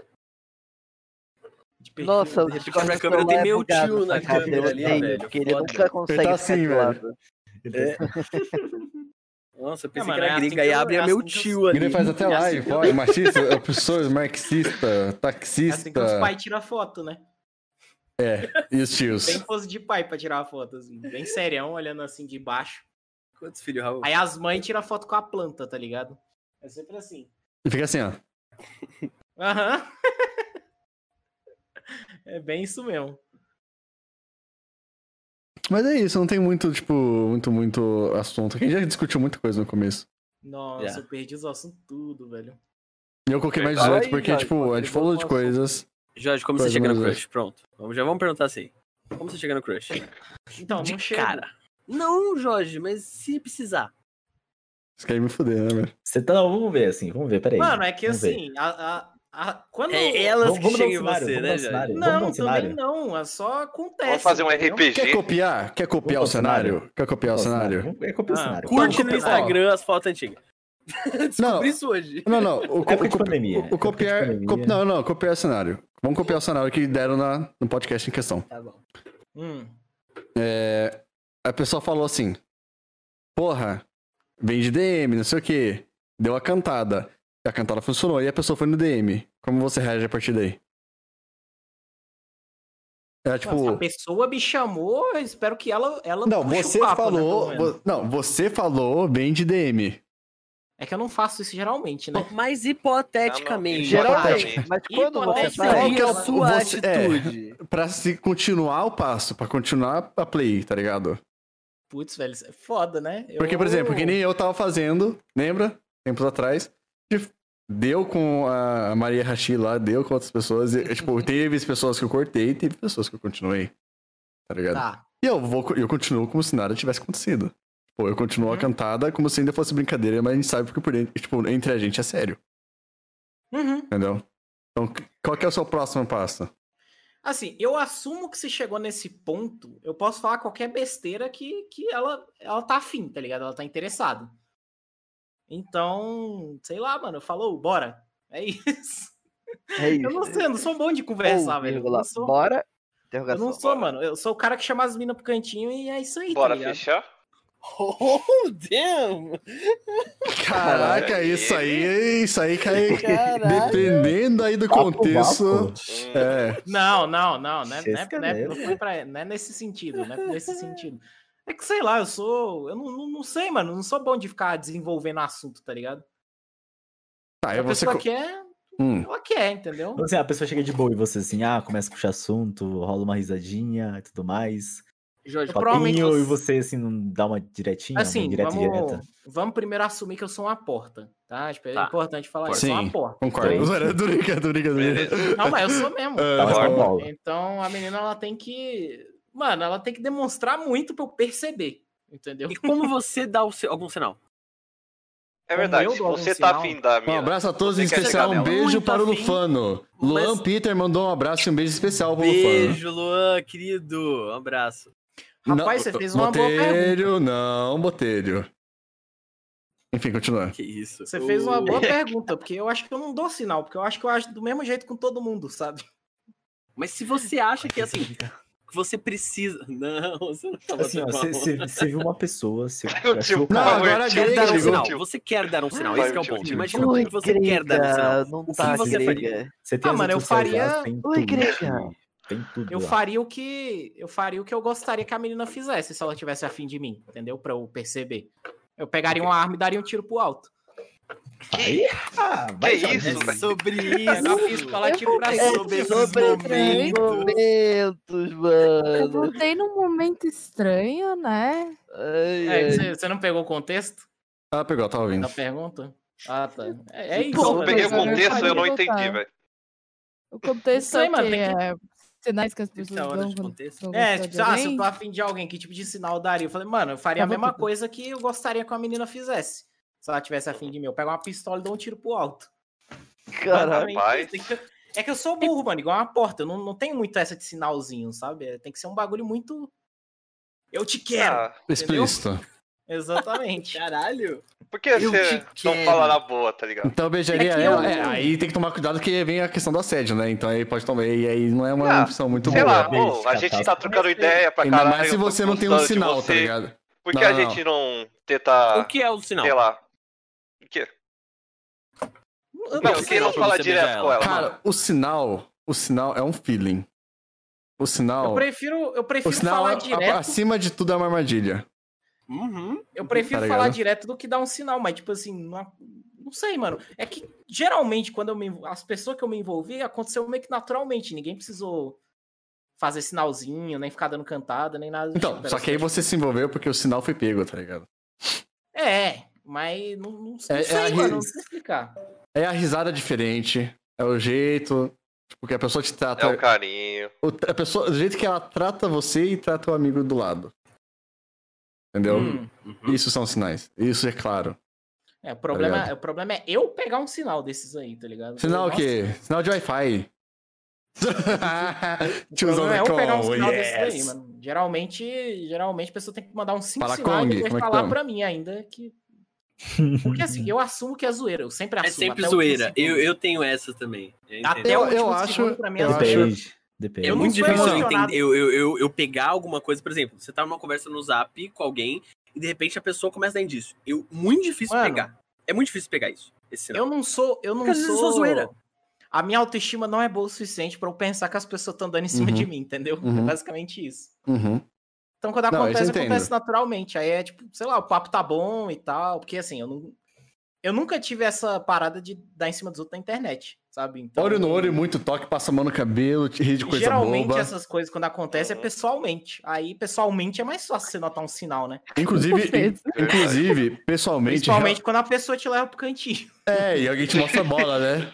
Speaker 11: De perfil.
Speaker 7: Nossa, o
Speaker 4: repente,
Speaker 7: Discord
Speaker 4: na câmera tem
Speaker 7: celular é
Speaker 4: meu
Speaker 7: bugado
Speaker 4: tio na
Speaker 7: essa cara,
Speaker 4: câmera
Speaker 7: eu
Speaker 4: ali,
Speaker 7: odeio,
Speaker 4: velho,
Speaker 7: Porque ele
Speaker 4: foda.
Speaker 7: nunca consegue
Speaker 1: Ele tá
Speaker 7: ficar
Speaker 1: assim,
Speaker 7: do
Speaker 1: velho.
Speaker 7: lado.
Speaker 4: É. (laughs) Nossa, eu
Speaker 11: Não,
Speaker 4: pensei
Speaker 11: mano,
Speaker 4: que era
Speaker 11: é assim
Speaker 4: gringa
Speaker 11: que
Speaker 4: e
Speaker 11: eu-
Speaker 4: abre
Speaker 11: é
Speaker 4: é meu
Speaker 11: assim que eu-
Speaker 4: tio ali.
Speaker 1: Ele faz
Speaker 4: (laughs)
Speaker 1: até
Speaker 11: assim
Speaker 1: live,
Speaker 11: que
Speaker 1: ó, é
Speaker 11: (laughs)
Speaker 1: machista, opressor, marxista,
Speaker 11: É assim que os
Speaker 1: taxista. É,
Speaker 11: pais tiram foto, né?
Speaker 1: E os tios.
Speaker 11: Bem pose de pai pra tirar a foto, assim. Bem serião, olhando assim de baixo.
Speaker 4: Quantos filhos, Raul?
Speaker 11: Aí as mães tiram foto com a planta, tá ligado? É sempre assim.
Speaker 1: E fica assim, ó.
Speaker 11: Aham. (laughs) é bem isso mesmo.
Speaker 1: Mas é isso, não tem muito, tipo, muito, muito assunto. A gente já discutiu muita coisa no começo.
Speaker 11: Nossa,
Speaker 4: Yeah.
Speaker 11: eu perdi os ossos tudo, velho.
Speaker 1: E eu coloquei mais
Speaker 7: Fala
Speaker 1: 18
Speaker 7: aí,
Speaker 1: porque,
Speaker 7: Jorge,
Speaker 1: tipo, a gente
Speaker 7: contribua
Speaker 1: falou
Speaker 7: com
Speaker 1: de
Speaker 7: o assunto.
Speaker 1: coisas.
Speaker 4: Jorge, como você
Speaker 1: Faz
Speaker 4: chega no
Speaker 1: mais
Speaker 4: crush? Pronto. Vamos- Já vamos perguntar assim. Como você chega no crush?
Speaker 11: Então, não
Speaker 4: De
Speaker 11: chega.
Speaker 4: cara. Não, Jorge, mas se precisar.
Speaker 1: Isso quer me fuder, né, velho?
Speaker 5: Você tá... Não, vamos ver, assim, vamos ver, peraí.
Speaker 11: Mano, é que
Speaker 5: Vamos ver.
Speaker 11: assim, a, a, a- quando.
Speaker 4: É elas
Speaker 5: Vamos- vamos
Speaker 4: que
Speaker 5: dar um
Speaker 4: chegam em
Speaker 5: cenário,
Speaker 4: você,
Speaker 5: vamos
Speaker 4: né,
Speaker 5: dar um
Speaker 4: Jorge?
Speaker 5: cenário.
Speaker 11: Não,
Speaker 5: dar um
Speaker 11: também
Speaker 5: cenário?
Speaker 11: não. é Só acontece.
Speaker 2: Vamos fazer um
Speaker 11: entendeu?
Speaker 1: Quer
Speaker 2: RPG.
Speaker 1: copiar? Quer copiar
Speaker 5: Vamos
Speaker 1: o
Speaker 5: ao cenário?
Speaker 1: cenário? Quer copiar o cenário?
Speaker 5: É copiar o
Speaker 11: Ah,
Speaker 5: cenário.
Speaker 4: Curte
Speaker 1: Qual-
Speaker 4: no
Speaker 1: qual-
Speaker 4: Instagram as fotos antigas.
Speaker 1: Não.
Speaker 4: (laughs) Descobri isso hoje.
Speaker 1: Não, não. O, co-
Speaker 5: Época
Speaker 1: o
Speaker 5: de
Speaker 1: co-
Speaker 5: pandemia,
Speaker 1: o- o
Speaker 5: época de
Speaker 1: copiar.
Speaker 5: pandemia.
Speaker 1: co- não, não, copiar o cenário. Vamos copiar o cenário que deram na, no podcast em questão.
Speaker 4: Tá bom.
Speaker 11: Hum.
Speaker 1: É, A pessoa falou assim: Porra, vem de DM, não sei o quê. Deu a cantada. A cantada funcionou e a pessoa foi no DM. Como você reage a partir daí? É tipo.
Speaker 11: Se assim, a pessoa me chamou, eu espero que ela. ela
Speaker 1: Não,
Speaker 11: puxe o
Speaker 1: você
Speaker 11: papo, né, pelo
Speaker 1: falou.
Speaker 11: menos.
Speaker 1: vo- não, você falou bem de DM.
Speaker 11: É que eu não faço isso geralmente, né?
Speaker 4: Mas
Speaker 2: Não,
Speaker 4: hipoteticamente.
Speaker 2: não,
Speaker 7: Geralmente, mas quando você
Speaker 11: Hipoteticamente.
Speaker 7: faz,
Speaker 4: Qual que é a
Speaker 1: Você-
Speaker 4: sua
Speaker 1: você- é.
Speaker 4: atitude?
Speaker 1: Pra se continuar o passo, pra continuar a play, tá ligado?
Speaker 11: Putz, velho, isso é foda, né? Eu-
Speaker 1: Porque, por exemplo, que nem eu tava fazendo, lembra? Tempos atrás. de- Deu com a Maria Hashi lá, deu com outras pessoas. e, tipo, teve as pessoas que eu cortei, teve pessoas que eu continuei. Tá ligado?
Speaker 11: Tá.
Speaker 1: E eu, vou, co- eu continuo como se nada tivesse acontecido. Pô, eu continuo a cantada como se ainda fosse brincadeira, mas a gente sabe porque por dentro, tipo, entre a gente é sério,
Speaker 11: Uhum.
Speaker 1: entendeu? Então, c- qual que é o seu próximo passo?
Speaker 11: Assim, eu assumo que se chegou nesse ponto, eu posso falar qualquer besteira que, que ela, ela tá afim, tá ligado? Ela tá interessada. Então, sei lá, mano, falou, bora. É isso.
Speaker 7: é isso.
Speaker 11: Eu não sei, eu não sou bom de conversar,
Speaker 7: Ou,
Speaker 11: velho. Eu
Speaker 7: vírgula,
Speaker 11: não sou,
Speaker 7: Bora.
Speaker 11: eu
Speaker 7: Interrogação.
Speaker 11: não sou, mano. Eu sou o cara que chama as minas pro cantinho e é isso aí,
Speaker 2: Bora
Speaker 11: tá ligado?
Speaker 7: (laughs)
Speaker 2: fechar?
Speaker 4: Oh, damn!
Speaker 1: Caraca,
Speaker 2: Caralho.
Speaker 1: isso aí, isso aí cai.
Speaker 4: Caralho!
Speaker 1: Dependendo aí do contexto.
Speaker 2: Hum,
Speaker 1: É.
Speaker 11: Não, não, não, né? Não, é-
Speaker 5: Chesca
Speaker 11: não é-
Speaker 5: mesmo.
Speaker 11: não foi pra- não é nesse sentido, não é nesse sentido. É que, sei lá, eu sou. Eu não, não, não sei, mano. eu Não sou bom de ficar desenvolvendo assunto, tá ligado?
Speaker 1: Tá,
Speaker 11: Se
Speaker 5: É,
Speaker 1: eu
Speaker 11: a
Speaker 1: vou ser.
Speaker 11: pessoa
Speaker 1: co-
Speaker 11: quer,
Speaker 1: Hum.
Speaker 11: ela quer, entendeu?
Speaker 5: Então, assim, a pessoa chega de boa e você assim, ah, começa a puxar assunto, rola uma risadinha e tudo mais.
Speaker 4: Jorge,
Speaker 11: Eu provavelmente
Speaker 5: Papinho, e
Speaker 11: você-
Speaker 5: você assim, não dá uma diretinha, uma
Speaker 11: Assim,
Speaker 5: direta
Speaker 11: vamos,
Speaker 5: direta.
Speaker 11: vamos primeiro assumir que eu sou uma porta, tá? Tipo, é
Speaker 4: Tá.
Speaker 11: importante falar isso. Eu sou
Speaker 1: Sim.
Speaker 11: uma porta.
Speaker 1: Concordo.
Speaker 5: Então-
Speaker 1: Zora, tô brincando, tô brincando.
Speaker 2: Beleza.
Speaker 11: Não, mas eu sou
Speaker 1: (laughs)
Speaker 11: mesmo.
Speaker 5: Tá, mas
Speaker 1: É,
Speaker 2: Concordo.
Speaker 5: São Paulo.
Speaker 11: Então a menina ela tem que. Mano, ela tem que demonstrar muito pra eu perceber. Entendeu?
Speaker 4: e como você dá o seu, algum sinal?
Speaker 2: É
Speaker 1: É
Speaker 4: É
Speaker 11: Como
Speaker 2: verdade,
Speaker 11: eu
Speaker 2: se
Speaker 1: tipo,
Speaker 11: dou algum
Speaker 2: você tá
Speaker 11: sinal?
Speaker 2: afim da
Speaker 1: Um
Speaker 2: mina.
Speaker 1: abraço a todos, em
Speaker 2: Você quer
Speaker 1: especial
Speaker 2: chegar
Speaker 1: um
Speaker 2: nela?
Speaker 1: beijo
Speaker 4: Muito
Speaker 1: para o
Speaker 4: afim,
Speaker 1: Lufano.
Speaker 4: mas-
Speaker 1: Luan Peter mandou um abraço e um beijo especial pro Lufano.
Speaker 4: Beijo, Luan, querido. Um abraço.
Speaker 11: Rapaz, você fez uma boa
Speaker 1: botelho, não, botelho. Enfim, continua.
Speaker 4: Que isso.
Speaker 11: Você fez uma
Speaker 4: O-
Speaker 11: boa pergunta, porque eu acho que eu não dou sinal, porque eu acho que eu acho do mesmo jeito com todo mundo, sabe?
Speaker 4: Mas se você acha que assim, que você precisa. (laughs) Não, você não tá
Speaker 5: Assim, ó,
Speaker 4: batendo
Speaker 5: você-
Speaker 4: palma. (laughs)
Speaker 5: você você viu uma pessoa, você
Speaker 2: Eu te-
Speaker 5: achou o
Speaker 1: Não,
Speaker 5: cara.
Speaker 1: agora a
Speaker 4: Quer
Speaker 1: grega
Speaker 4: dar um
Speaker 1: ligou.
Speaker 4: sinal.
Speaker 2: tio.
Speaker 4: Você quer dar um sinal,
Speaker 2: Vai,
Speaker 4: esse que é o
Speaker 1: tipo,
Speaker 2: tio,
Speaker 4: ponto.
Speaker 2: tio,
Speaker 4: Imagina
Speaker 7: Oi,
Speaker 4: que você quer dar um sinal.
Speaker 7: grega, não
Speaker 4: que
Speaker 7: tá,
Speaker 4: você faria?
Speaker 7: grega.
Speaker 5: Você tem
Speaker 11: Ah,
Speaker 5: as
Speaker 11: mano, eu
Speaker 5: redes sociais
Speaker 11: faria-
Speaker 5: lá, tem
Speaker 7: Oi,
Speaker 5: tudo, assim,
Speaker 7: grega.
Speaker 5: Tem tudo.
Speaker 11: Eu
Speaker 5: lá.
Speaker 11: faria o que eu faria o que eu gostaria que a menina fizesse se ela tivesse afim de mim, entendeu? Pra eu perceber. Eu pegaria uma arma e daria um tiro pro alto.
Speaker 2: Que,
Speaker 5: Ah,
Speaker 2: que
Speaker 5: vai jogar.
Speaker 2: isso,
Speaker 4: É
Speaker 2: velho?
Speaker 4: sobre
Speaker 11: Pegar
Speaker 4: isso.
Speaker 11: piso, colar tiro pra
Speaker 4: É
Speaker 11: cima.
Speaker 4: sobre esses
Speaker 7: Sobre esses
Speaker 4: momentos.
Speaker 7: momentos,
Speaker 10: Eu
Speaker 7: mano.
Speaker 10: voltei num momento estranho, né?
Speaker 7: Ai,
Speaker 11: É,
Speaker 7: ai.
Speaker 11: você, você não pegou o contexto
Speaker 1: Ah, pegou, tava ouvindo.
Speaker 11: da pergunta? Ah, tá. É, é isso.
Speaker 10: Pô,
Speaker 2: Eu não peguei o
Speaker 10: mas eu não
Speaker 2: contexto, eu não
Speaker 10: sabia
Speaker 2: entendi,
Speaker 10: voltar.
Speaker 2: velho.
Speaker 10: O contexto
Speaker 11: Isso aí,
Speaker 10: é o
Speaker 11: mano,
Speaker 10: quê?
Speaker 11: tem
Speaker 10: É sinais que as pessoas
Speaker 4: Essa hora
Speaker 10: dão
Speaker 4: de
Speaker 10: quando
Speaker 4: contexto.
Speaker 10: vão
Speaker 11: É,
Speaker 10: gostar
Speaker 11: tipo,
Speaker 10: de
Speaker 11: ah, se eu
Speaker 10: alguém.
Speaker 11: tô afim de alguém, que tipo de sinal eu daria? Eu falei, mano, eu faria a
Speaker 10: Tava
Speaker 11: mesma
Speaker 10: tudo.
Speaker 11: coisa que eu gostaria que a menina fizesse. Se ela tivesse afim de mim, eu pego uma pistola e dou um tiro pro alto.
Speaker 7: Caralho.
Speaker 11: Basicamente
Speaker 2: rapaz.
Speaker 11: isso. Tem que- É que eu sou burro, mano, igual uma porta. Eu não, não tenho muito essa de sinalzinho, sabe? É, Tem que ser um bagulho muito. Eu te quero!
Speaker 2: Ah,
Speaker 1: Explícito.
Speaker 11: Exatamente.
Speaker 4: Caralho.
Speaker 2: por que
Speaker 4: Eu
Speaker 2: você
Speaker 4: te
Speaker 2: não
Speaker 4: quero.
Speaker 2: fala na boa, tá ligado?
Speaker 1: Então eu beijaria
Speaker 10: É que
Speaker 1: ela.
Speaker 10: eu-
Speaker 1: É, aí tem que tomar cuidado que vem a questão do assédio, né? Então aí pode tomar. E aí não é uma
Speaker 2: Ah,
Speaker 1: opção muito
Speaker 2: Sei
Speaker 1: boa.
Speaker 2: lá, pô, a gente tá trocando ideia pra
Speaker 1: Ainda
Speaker 2: caralho.
Speaker 1: mais se
Speaker 2: eu tô
Speaker 1: você não tem um
Speaker 2: gostando de
Speaker 1: sinal, tá
Speaker 2: você.
Speaker 1: ligado?
Speaker 2: Por que
Speaker 1: Não,
Speaker 2: a
Speaker 1: não,
Speaker 2: gente não tentar,
Speaker 4: O que é o sinal?
Speaker 2: sei lá... O quê?
Speaker 11: Eu
Speaker 2: Não,
Speaker 11: não
Speaker 2: por
Speaker 11: sei.
Speaker 2: que não fala
Speaker 4: você beijar
Speaker 2: direto com
Speaker 4: ela?
Speaker 2: ela? mano?
Speaker 1: Cara, o sinal, o sinal é um feeling. O
Speaker 11: Eu
Speaker 1: sinal,
Speaker 11: prefiro, eu
Speaker 1: o
Speaker 11: prefiro
Speaker 1: sinal
Speaker 11: falar
Speaker 1: a- a-
Speaker 11: direto.
Speaker 1: acima de tudo é uma armadilha.
Speaker 4: Uhum.
Speaker 11: Eu prefiro
Speaker 1: Tá
Speaker 11: falar
Speaker 1: ligado?
Speaker 11: direto do que dar um sinal, mas tipo assim, não, não sei, mano. É que geralmente quando eu me envol- as pessoas que eu me envolvi aconteceu meio que naturalmente, ninguém precisou fazer sinalzinho, nem ficar dando cantada, nem nada. do
Speaker 1: Então,
Speaker 11: tipo, era
Speaker 1: só que aí você se envolveu porque o sinal foi pego, tá ligado?
Speaker 11: É, mas não, não sei,
Speaker 1: É- é a
Speaker 11: mano,
Speaker 1: ris-
Speaker 11: não sei explicar.
Speaker 1: É a risada diferente, é o jeito, tipo, que a pessoa te trata.
Speaker 2: É o carinho.
Speaker 1: o- a pessoa, o jeito que ela trata você e trata o amigo do lado. Entendeu?
Speaker 11: Hum,
Speaker 4: Uhum.
Speaker 1: Isso são sinais. Isso é claro.
Speaker 11: é, o, problema,
Speaker 1: Tá ligado?
Speaker 11: o problema é eu pegar um sinal desses aí, tá ligado?
Speaker 1: Sinal o
Speaker 11: Nossa, (laughs)
Speaker 1: quê? (laughs) Sinal de Wi-Fi. Tiozão
Speaker 11: problema
Speaker 1: da
Speaker 11: é eu pegar um
Speaker 1: Com,
Speaker 11: sinal desses aí,
Speaker 1: yes.
Speaker 11: mano. Geralmente, geralmente a pessoa tem que mandar uns 5
Speaker 1: Fala,
Speaker 11: sinais
Speaker 1: Kong,
Speaker 11: e depois
Speaker 1: como é que
Speaker 11: falar
Speaker 1: tamo?
Speaker 11: pra mim ainda
Speaker 1: (laughs)
Speaker 11: que. Porque assim, eu assumo que é zoeira. Eu sempre
Speaker 4: É
Speaker 11: assumo.
Speaker 4: sempre
Speaker 11: até o
Speaker 4: zoeira.
Speaker 11: último
Speaker 4: Eu,
Speaker 11: segundo.
Speaker 4: eu tenho essa também. Eu entendo.
Speaker 11: Até
Speaker 1: Eu-
Speaker 11: o
Speaker 1: eu
Speaker 11: último
Speaker 1: acho-
Speaker 11: segundo, pra mim, é
Speaker 1: eu acho-
Speaker 11: zoeira.
Speaker 5: Depende. Depende.
Speaker 4: É
Speaker 11: Eu não
Speaker 4: muito
Speaker 11: sou
Speaker 4: difícil eu
Speaker 11: emocionado.
Speaker 4: entender. Eu, eu, eu, eu pegar alguma coisa, por exemplo, você tá numa conversa no zap com alguém e de repente a pessoa começa a dar indício. Eu, muito difícil
Speaker 11: Mano.
Speaker 4: pegar. É muito difícil pegar isso. Esse sinal.
Speaker 11: Eu não sou. Eu não
Speaker 4: Porque às vezes
Speaker 11: sou.
Speaker 4: eu sou zoeira.
Speaker 11: A minha autoestima não é boa o suficiente pra eu pensar que as pessoas estão dando em cima
Speaker 1: Uhum.
Speaker 11: de mim, entendeu?
Speaker 1: Uhum.
Speaker 11: É basicamente isso.
Speaker 1: Uhum.
Speaker 11: Então, quando
Speaker 1: Não,
Speaker 11: acontece,
Speaker 1: isso eu entendo.
Speaker 11: acontece naturalmente. Aí é tipo, sei lá, o papo tá bom e tal. Porque assim, eu não. Eu nunca tive essa parada de dar em cima dos outros na internet, sabe? Então,
Speaker 1: Olho no olho, muito toque, passa a mão no cabelo, te ri de coisa
Speaker 11: Geralmente
Speaker 1: boba.
Speaker 11: essas coisas, quando acontecem, é pessoalmente. Aí, pessoalmente, é mais fácil você notar um sinal, né? (laughs)
Speaker 1: Inclusive,
Speaker 10: Vocês.
Speaker 1: in- inclusive, pessoalmente.
Speaker 11: Principalmente quando a pessoa te leva pro cantinho.
Speaker 1: É, e alguém te mostra a
Speaker 5: (laughs)
Speaker 1: bola, né?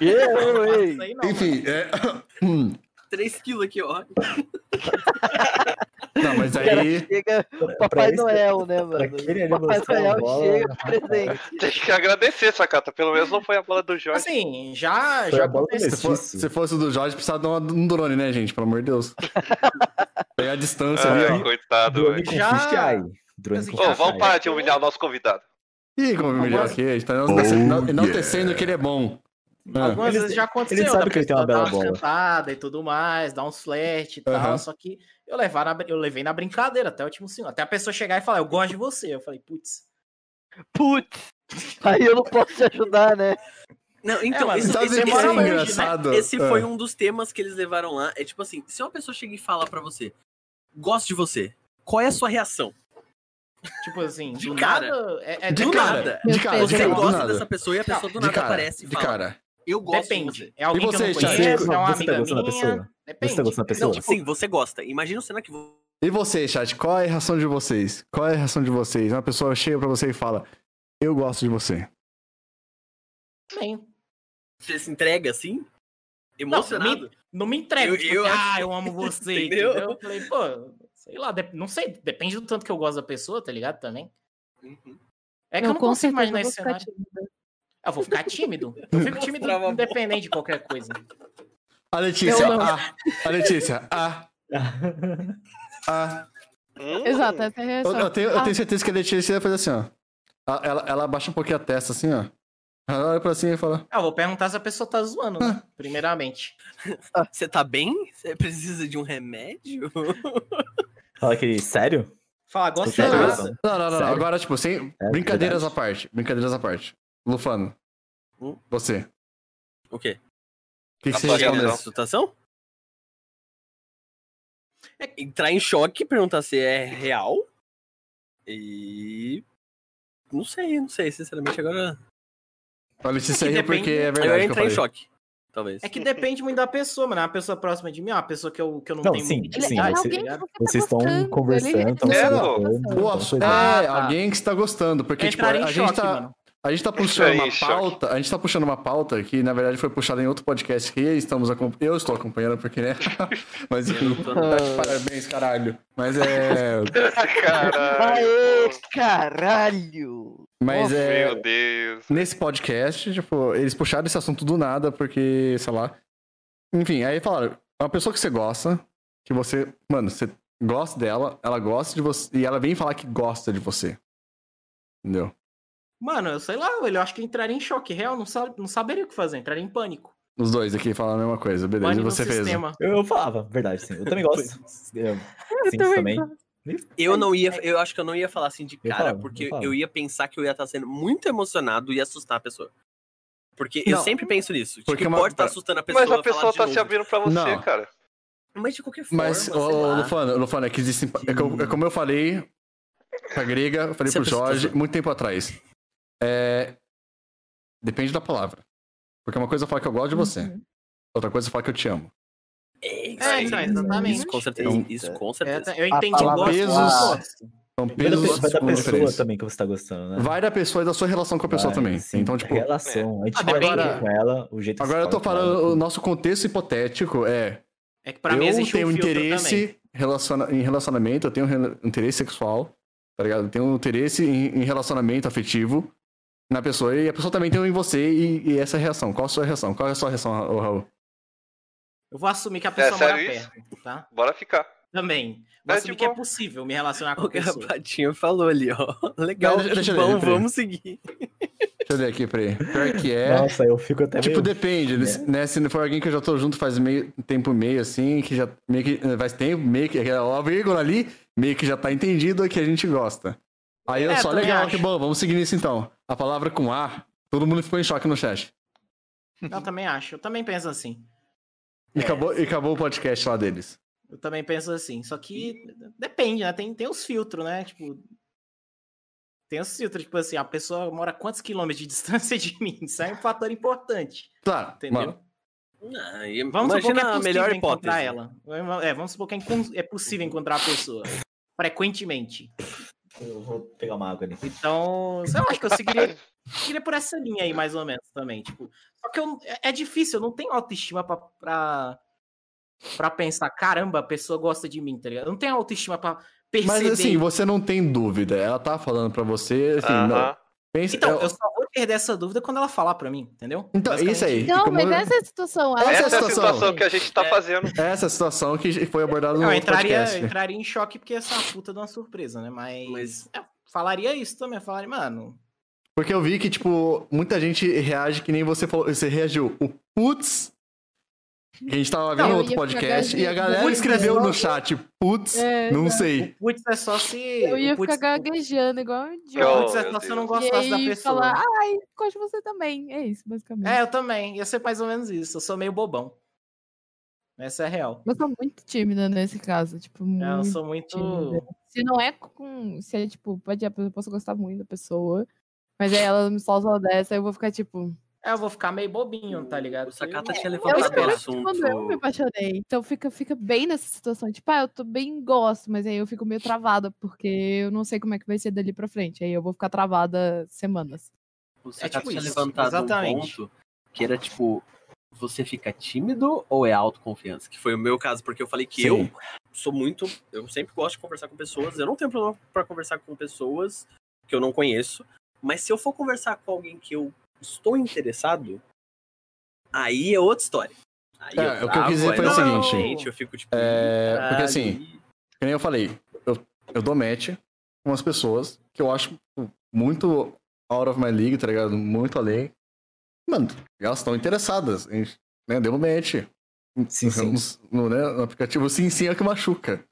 Speaker 7: Eu,
Speaker 11: Isso
Speaker 7: hein?
Speaker 11: aí não.
Speaker 1: Enfim, é. (coughs) hum,
Speaker 4: 3 quilos aqui, ó.
Speaker 1: (laughs) Não, mas aí. É,
Speaker 7: Chega
Speaker 5: Pra
Speaker 7: Papai
Speaker 5: esse-
Speaker 7: Noel, né, mano?
Speaker 5: Pra aquele ali
Speaker 7: Papai
Speaker 5: mostrar a
Speaker 7: Noel
Speaker 5: bola,
Speaker 7: chega presente.
Speaker 2: Tem que agradecer, Sakata. Pelo menos não foi a bola do Jorge.
Speaker 11: Assim, já,
Speaker 5: Foi
Speaker 11: já
Speaker 5: a bola do
Speaker 1: Se
Speaker 11: aconteceu.
Speaker 1: fosse,
Speaker 5: mestiço.
Speaker 1: se fosse o do Jorge, precisava dar uma- um drone, né, gente? Pelo amor de
Speaker 11: (laughs)
Speaker 1: Deus. Pegar a distância
Speaker 11: é.
Speaker 1: ali,
Speaker 2: Ah,
Speaker 1: ó.
Speaker 2: coitado,
Speaker 5: Drone
Speaker 2: velho.
Speaker 5: com
Speaker 11: Já-
Speaker 5: fist eye. Drone
Speaker 11: Assim,
Speaker 5: com
Speaker 2: Ô,
Speaker 5: fist
Speaker 2: vamos
Speaker 5: eye.
Speaker 2: parar de humilhar o nosso convidado.
Speaker 1: Ih, como me
Speaker 11: Algumas-
Speaker 1: aqui, a gente tá não
Speaker 8: Oh,
Speaker 1: enaltecendo que ele é bom. Ah.
Speaker 11: Algumas
Speaker 5: Ele-
Speaker 11: vezes já aconteceu. né?
Speaker 5: ele sabe
Speaker 11: da
Speaker 5: que ele tem uma
Speaker 11: pessoa dar
Speaker 5: bela bola.
Speaker 11: cantada e tudo mais, dar uns flerte e tal.
Speaker 1: Aham.
Speaker 11: Só que eu, levar na br- eu levei na brincadeira até o último sinal. Até a pessoa chegar e falar, eu gosto de você. Eu falei, putz.
Speaker 7: Putz, aí eu não posso te ajudar, né?
Speaker 4: Não, então,
Speaker 11: mas
Speaker 4: esse,
Speaker 1: Sabe
Speaker 4: esse,
Speaker 1: o que
Speaker 11: é
Speaker 4: esse
Speaker 1: é
Speaker 4: foi,
Speaker 10: né?
Speaker 1: engraçado?
Speaker 4: né? esse foi
Speaker 1: Ah.
Speaker 4: um dos temas que eles levaram lá. É tipo assim, se uma pessoa chega e fala pra você, gosto de você, qual é a sua reação?
Speaker 11: Tipo assim,
Speaker 4: De
Speaker 11: do
Speaker 4: cara.
Speaker 11: nada, É, é
Speaker 1: De
Speaker 11: do
Speaker 1: cara.
Speaker 11: nada.
Speaker 1: De cara, de
Speaker 4: Você
Speaker 1: cara, do
Speaker 4: gosta
Speaker 1: nada.
Speaker 4: dessa pessoa e a pessoa do
Speaker 1: De
Speaker 4: nada
Speaker 1: cara,
Speaker 4: aparece e
Speaker 1: de
Speaker 4: fala,
Speaker 1: cara.
Speaker 4: eu gosto de você.
Speaker 11: Depende. É alguém que eu
Speaker 1: você,
Speaker 11: não
Speaker 1: Thiago?
Speaker 11: conheço, é uma
Speaker 5: Você
Speaker 11: amiga
Speaker 5: pegou essa pessoa?
Speaker 11: minha.
Speaker 5: Você tá
Speaker 11: Depende.
Speaker 5: gostando da
Speaker 4: Não,
Speaker 5: pessoa?
Speaker 4: tipo, sim, você gosta. Imagina o cenário que você...
Speaker 1: E você, chat, qual é a reação de vocês? Qual é a reação de vocês? Uma pessoa chega pra você e fala: Eu gosto de você.
Speaker 11: Também.
Speaker 4: Você se entrega assim? Emocionado?
Speaker 11: Não me entrega.
Speaker 4: Eu-
Speaker 11: tipo,
Speaker 4: eu
Speaker 11: ah, eu
Speaker 4: (laughs)
Speaker 11: amo você.
Speaker 4: Entendeu?
Speaker 11: entendeu? Eu falei, pô, sei lá, dep- não sei, depende do tanto que eu gosto da pessoa, tá ligado? Também.
Speaker 4: Uhum.
Speaker 11: É que eu, não
Speaker 10: com
Speaker 11: consigo
Speaker 10: certeza
Speaker 11: imaginar
Speaker 10: vou
Speaker 11: esse
Speaker 10: ficar
Speaker 11: cenário.
Speaker 6: Tá
Speaker 11: Ah,
Speaker 10: tímida.
Speaker 11: Eu vou ficar tímido. Eu
Speaker 4: (laughs)
Speaker 11: fico tímido
Speaker 4: Mostrava a boca.
Speaker 11: independente de qualquer coisa.
Speaker 1: A Letícia,
Speaker 10: Eu não.
Speaker 1: ah, a Letícia, ah, ah.
Speaker 2: Hum,
Speaker 10: Exato, essa é a
Speaker 1: Eu,
Speaker 10: reação.
Speaker 1: eu tenho, eu
Speaker 10: Ah,
Speaker 1: tenho certeza que a Letícia ia fazer assim, ó. Ela, ela, ela abaixa um pouquinho a testa, assim, ó. Ela olha pra cima e fala:
Speaker 11: Ah, eu vou perguntar se a pessoa tá zoando, né? Primeiramente.
Speaker 4: Ah. Você tá bem? Você precisa de um remédio?
Speaker 5: Fala aquele, sério?
Speaker 11: Falar, gosta
Speaker 5: Não,
Speaker 1: não,
Speaker 11: de
Speaker 5: Sério?
Speaker 11: massa.
Speaker 1: Não, não, não, não.
Speaker 5: Sério?
Speaker 1: Agora, tipo, sem.
Speaker 5: É,
Speaker 1: brincadeiras
Speaker 5: verdade.
Speaker 1: à parte. Brincadeiras à parte. Lufano.
Speaker 4: Hum?
Speaker 1: Você. O
Speaker 4: O quê?
Speaker 1: que, que você
Speaker 2: Rapaz,
Speaker 1: respondeu?
Speaker 4: Nessa situação? É entrar em choque, perguntar se é real. E. Não sei, não sei, sinceramente, agora.
Speaker 1: A Letícia
Speaker 11: É que
Speaker 1: riu
Speaker 11: depende-
Speaker 1: porque é
Speaker 11: Eu
Speaker 4: eu
Speaker 1: verdade
Speaker 4: ia
Speaker 1: que eu
Speaker 4: entrar
Speaker 1: falei.
Speaker 4: em choque. Talvez.
Speaker 11: É que depende muito da pessoa, mano. É uma pessoa próxima de mim, é uma pessoa que eu, que eu não,
Speaker 5: Não,
Speaker 11: tenho
Speaker 5: sim,
Speaker 11: muita
Speaker 10: Ele
Speaker 5: sim,
Speaker 10: é
Speaker 11: intimidade, tá
Speaker 5: você-
Speaker 10: alguém que
Speaker 11: ligado?
Speaker 10: você
Speaker 5: Vocês
Speaker 10: tá
Speaker 5: estão
Speaker 10: gostando.
Speaker 5: conversando, estão
Speaker 10: ele...
Speaker 5: se
Speaker 2: É, não.
Speaker 5: gostando.
Speaker 1: O
Speaker 5: tão
Speaker 1: assu-
Speaker 5: coisando.
Speaker 1: é,
Speaker 11: tá.
Speaker 1: alguém que está gostando, porque
Speaker 11: Eu
Speaker 1: tipo,
Speaker 11: entraria em
Speaker 1: a gente
Speaker 11: choque,
Speaker 1: tá,
Speaker 11: mano.
Speaker 1: a gente tá puxando
Speaker 2: Entraria
Speaker 1: uma
Speaker 2: em choque.
Speaker 1: pauta, a gente tá puxando uma pauta que na verdade foi puxada em outro podcast que estamos acom- eu estou acompanhando porque né, (laughs) mas enfim, tá de parabéns, caralho. Mas é,
Speaker 7: Aê, caralho!
Speaker 1: mas
Speaker 7: Nossa,
Speaker 1: é
Speaker 2: Oh, Meu Deus.
Speaker 1: nesse podcast, tipo, eles puxaram esse assunto do nada, porque, sei lá. Enfim, aí falaram, é uma pessoa que você gosta, que você, mano, você gosta dela, ela gosta de você, e ela vem falar que gosta de você. Entendeu?
Speaker 11: Mano, eu sei lá, velho. Eu acho que eu entraria em choque real, não, sa- não saberia o que fazer, entraria em pânico.
Speaker 1: Os dois aqui falaram a mesma coisa, beleza,
Speaker 11: Pane
Speaker 1: e
Speaker 11: no
Speaker 1: você fez.
Speaker 11: sistema.
Speaker 5: Eu, eu falava, verdade, sim. Eu
Speaker 11: (laughs)
Speaker 5: também gosto.
Speaker 1: É.
Speaker 5: Eu, sim,
Speaker 10: também
Speaker 5: também.
Speaker 4: Eu não ia, eu acho que eu não ia falar assim de
Speaker 5: Eu
Speaker 4: cara,
Speaker 5: falo,
Speaker 4: porque
Speaker 5: eu
Speaker 4: eu,
Speaker 5: falo.
Speaker 4: ia pensar que eu ia estar sendo muito emocionado e assustar a pessoa. Porque eu
Speaker 1: Não.
Speaker 4: sempre penso nisso. de
Speaker 1: Porque
Speaker 4: que
Speaker 1: uma-
Speaker 4: pode estar assustando a pessoa.
Speaker 2: Mas a
Speaker 4: falar
Speaker 2: pessoa
Speaker 4: de
Speaker 2: tá
Speaker 4: novo.
Speaker 2: se abrindo pra você,
Speaker 1: Não.
Speaker 2: cara.
Speaker 4: (laughs) Mas de qualquer forma,
Speaker 1: Mas,
Speaker 4: sei
Speaker 1: ô,
Speaker 4: lá.
Speaker 1: Lufano, Lufano, é que existem. É co- é como eu falei pra grega, eu falei
Speaker 4: Se a
Speaker 1: pro
Speaker 4: pessoa tá
Speaker 1: Jorge
Speaker 4: zoando.
Speaker 1: muito tempo atrás. É. Depende da palavra. Porque uma coisa é falar que eu gosto de você,
Speaker 4: Uhum.
Speaker 1: outra coisa é falar que eu te amo.
Speaker 4: É, isso
Speaker 11: É,
Speaker 4: aí.
Speaker 11: então, exatamente.
Speaker 4: Isso com certeza.
Speaker 1: Eita.
Speaker 4: Isso com
Speaker 11: É,
Speaker 4: certeza.
Speaker 11: eu entendi
Speaker 7: palavra
Speaker 11: gosto,
Speaker 1: pesos-
Speaker 11: não gosto.
Speaker 1: São
Speaker 11: Vai da
Speaker 5: Vai
Speaker 1: pesos Então,
Speaker 5: da- vai da
Speaker 1: com
Speaker 5: pessoa
Speaker 1: diferença.
Speaker 5: também que você tá gostando, né?
Speaker 1: Vai da pessoa e da sua relação com a pessoa
Speaker 5: Vai,
Speaker 1: também.
Speaker 5: sim. É
Speaker 1: Então, tipo,
Speaker 5: Relação. A gente
Speaker 11: Ah,
Speaker 5: vai
Speaker 11: depende.
Speaker 5: falar com ela, o jeito que
Speaker 1: agora eu
Speaker 5: você
Speaker 1: tô
Speaker 5: fala com
Speaker 1: falando,
Speaker 5: ela.
Speaker 1: o nosso contexto hipotético é.
Speaker 11: É que pra
Speaker 1: eu
Speaker 11: mim existe
Speaker 1: tenho
Speaker 11: um filtro também.
Speaker 1: interesse relaciona- em relacionamento, eu tenho rela- interesse sexual, tá ligado? Eu tenho interesse em, em relacionamento afetivo na pessoa e a pessoa também tem um em você e, e essa é a reação. Qual a sua reação? Qual é a sua reação, Ra- ô, Raul?
Speaker 11: Eu vou assumir que a pessoa mora
Speaker 2: É, sério isso?
Speaker 11: perto, tá?
Speaker 2: Bora ficar.
Speaker 11: Também. Vou
Speaker 2: Mas,
Speaker 11: assumir
Speaker 2: tipo,
Speaker 11: que é possível me relacionar com
Speaker 4: O
Speaker 11: a pessoa.
Speaker 4: Gabatinho falou ali, ó. Legal,
Speaker 1: Não, deixa eu ler,
Speaker 4: bom,
Speaker 1: deixa eu ler.
Speaker 4: vamos seguir.
Speaker 1: Deixa eu ler aqui, peraí. Pior que é.
Speaker 5: Nossa, eu fico até É.
Speaker 1: Tipo,
Speaker 5: meio...
Speaker 1: depende, né? Se não for alguém que eu já tô junto faz meio tempo meio assim, que já meio que faz tempo, meio que ó, a vírgula ali, meio que já tá entendido que a gente gosta. Aí eu
Speaker 11: É,
Speaker 1: só
Speaker 11: também
Speaker 1: legal,
Speaker 11: acho.
Speaker 1: que bom, vamos seguir nisso então. A palavra com A, todo mundo ficou em choque no chat.
Speaker 11: Eu também acho. Eu também penso assim.
Speaker 1: E,
Speaker 11: É.
Speaker 1: acabou, e acabou o podcast lá deles.
Speaker 11: Eu também penso assim. Só que depende, né? Tem, tem os filtros, né? Tipo. Tem os filtros, tipo assim, a pessoa mora a quantos quilômetros de (laughs) distância de mim? Isso é um fator importante,
Speaker 1: Tá,
Speaker 11: entendeu?
Speaker 1: mano.
Speaker 4: Ah, e
Speaker 11: Vamos supor que é
Speaker 4: Imagina a
Speaker 11: possível
Speaker 4: melhor
Speaker 11: encontrar
Speaker 4: hipótese.
Speaker 11: ela. É, vamos supor que é incon- é possível encontrar a pessoa frequentemente.
Speaker 5: Eu vou pegar uma água ali.
Speaker 11: Então, sei lá, acho que eu seguiria, seguiria por essa linha aí, mais ou menos, também. Tipo, só que eu- é- é difícil, eu não tenho autoestima pra, pra, pra pensar, caramba, a pessoa gosta de mim, tá ligado? Eu não tenho autoestima pra perceber.
Speaker 1: Mas assim, você não tem dúvida. Ela tá falando pra você, assim, não.
Speaker 2: Aham.
Speaker 1: Pensa,
Speaker 11: então,
Speaker 1: é-
Speaker 11: eu só vou perder essa dúvida quando ela falar pra mim, entendeu?
Speaker 1: Então, é isso aí.
Speaker 10: Não,
Speaker 1: Como-
Speaker 10: mas essa é a situação. Ela
Speaker 1: Essa
Speaker 2: Essa é a
Speaker 1: situação.
Speaker 2: situação que a gente tá fazendo.
Speaker 1: Essa é a situação que foi abordada no
Speaker 11: Eu
Speaker 1: outro
Speaker 11: entraria,
Speaker 1: podcast. né?
Speaker 11: entraria em choque porque essa puta de uma surpresa, né? Mas,
Speaker 4: Mas-
Speaker 11: é, falaria isso também, eu falaria, mano,
Speaker 1: Porque eu vi que, tipo, muita gente reage que nem você falou. Você reagiu. O putz. Que a gente tava vendo
Speaker 10: Não, eu
Speaker 1: outro
Speaker 10: ia
Speaker 1: podcast
Speaker 10: ficar
Speaker 1: e a galera
Speaker 10: gaguejando.
Speaker 1: escreveu no chat, putz,
Speaker 10: É,
Speaker 1: não sei.
Speaker 11: putz é só se.
Speaker 10: Eu ia
Speaker 11: o putz-
Speaker 10: ficar gaguejando igual um
Speaker 2: Eu-
Speaker 10: idiota.
Speaker 11: putz é
Speaker 2: meu
Speaker 11: só se eu não
Speaker 2: Deus.
Speaker 10: E
Speaker 11: gostasse da
Speaker 10: aí
Speaker 11: pessoa.
Speaker 10: falar, "Ah, ai, gosto de você também. É isso, basicamente.
Speaker 11: É, eu também. Ia ser mais ou menos isso. Eu sou meio bobão. Essa é a real.
Speaker 10: Eu sou muito tímida nesse caso, tipo,
Speaker 11: É, Eu
Speaker 10: muito
Speaker 11: sou muito.
Speaker 10: tímida. Se não é com. Se é tipo, pode, eu posso gostar muito da pessoa, mas aí ela me solta dessa, eu vou ficar tipo.
Speaker 11: É, eu vou ficar meio bobinho, tá ligado?
Speaker 4: O Sakata tinha
Speaker 10: Eu
Speaker 4: levantado o
Speaker 10: espero que
Speaker 4: assunto.
Speaker 10: quando
Speaker 11: Tipo
Speaker 10: eu me apaixonei. Então fica, fica bem nessa situação. Tipo, ah, eu tô bem gosto, mas aí eu fico meio travada, porque eu não sei como é que vai ser dali pra frente. Aí eu vou ficar travada semanas.
Speaker 4: O
Speaker 1: É
Speaker 4: Sakata
Speaker 11: tipo
Speaker 4: tá tinha
Speaker 11: isso,
Speaker 4: levantado
Speaker 11: exatamente.
Speaker 4: um ponto que era tipo, você fica tímido ou é autoconfiança? Que foi o meu caso, porque eu falei que eu sou muito, eu sempre gosto de conversar com pessoas, eu não tenho problema pra conversar com pessoas que eu não conheço, mas se eu for conversar com alguém que eu estou interessado, aí é outra história. Aí
Speaker 1: É, o que eu quis dizer
Speaker 4: aí
Speaker 1: foi o
Speaker 4: não, é
Speaker 1: seguinte,
Speaker 4: gente, eu fico tipo,
Speaker 1: É,
Speaker 4: "Ih, caralho,
Speaker 1: porque assim, que nem eu falei, eu, eu dou match com as pessoas que eu acho tipo, muito out of my league, tá ligado? Muito além. Mano, elas estão interessadas. Em, né? Deu match.
Speaker 5: Sim, sim.
Speaker 1: No, né, no aplicativo sim, sim é o que machuca.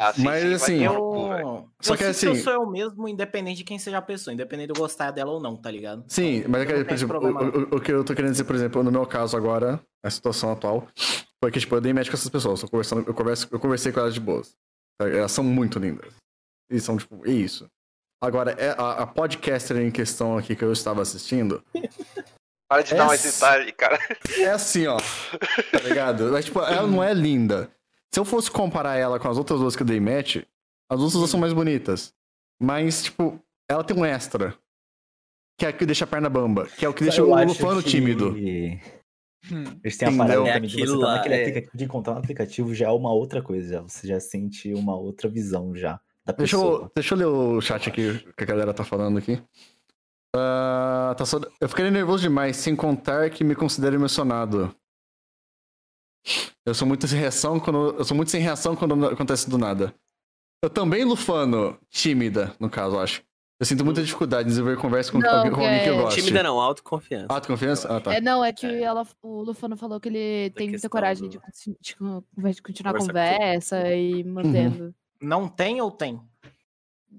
Speaker 2: Ah, sim,
Speaker 1: Mas,
Speaker 2: sim, vai
Speaker 1: assim,
Speaker 2: tomar
Speaker 11: Eu...
Speaker 2: no cu, velho.
Speaker 1: Só
Speaker 11: eu
Speaker 1: que
Speaker 11: sinto eu
Speaker 1: assim-
Speaker 11: sou eu mesmo, independente de quem seja a pessoa, independente de eu gostar dela ou não, tá ligado?
Speaker 1: Sim, mas é que,
Speaker 11: Eu não
Speaker 1: por
Speaker 11: tenho
Speaker 1: exemplo,
Speaker 11: problema,
Speaker 1: o, o- o que eu tô querendo dizer, por exemplo, no meu caso agora, a situação atual, foi que, tipo, eu dei match com essas pessoas, eu, tô conversando, tá? eu, converso, eu conversei com elas de boas. Elas são muito lindas. E são, tipo, é isso. Agora, é- a, a podcaster em questão aqui que eu estava assistindo tá
Speaker 6: Para de dar mais
Speaker 1: Essa-
Speaker 6: detalhe, cara.
Speaker 1: é assim, ó. Tá ligado? Mas, tipo, ela não é linda. Se eu fosse comparar ela com as outras duas que eu dei match, as outras duas são mais bonitas. Mas, tipo, ela tem um extra. Que é o que deixa a perna bamba. Que é o que deixa
Speaker 5: Eu
Speaker 1: o
Speaker 5: acho
Speaker 1: Lufano
Speaker 5: que-
Speaker 1: tímido.
Speaker 5: Eles têm a
Speaker 1: Entendeu?
Speaker 5: parada
Speaker 1: É
Speaker 5: também de você
Speaker 4: aquilo
Speaker 5: tá
Speaker 4: lá,
Speaker 5: naquele
Speaker 4: é.
Speaker 5: aplicativo, de encontrar no aplicativo já é uma outra coisa, já. você já sente uma outra visão já da
Speaker 1: Deixa eu,
Speaker 5: pessoa.
Speaker 1: deixa eu ler o chat aqui que a galera tá falando aqui. Ah, tá só- Eu ficaria nervoso demais, sem contar que me considero emocionado. Eu sou muito sem reação quando. Eu sou muito sem reação quando acontece do nada. Eu também, Lufano, tímida, no caso, eu acho. Eu sinto muita dificuldade em desenvolver conversa com,
Speaker 10: Não,
Speaker 1: (laughs) alguém, com
Speaker 10: que
Speaker 1: alguém que eu
Speaker 10: é-
Speaker 1: gosto.
Speaker 4: Tímida não, autoconfiança.
Speaker 1: Autoconfiança? Ah, tá.
Speaker 10: É, não, é que ela, o Lufano falou que ele tem muita
Speaker 4: questão
Speaker 10: coragem
Speaker 4: do-
Speaker 10: de, con- de con- de continuar a
Speaker 4: Conversar com
Speaker 10: conversa e mantendo.
Speaker 11: Não tem ou tem?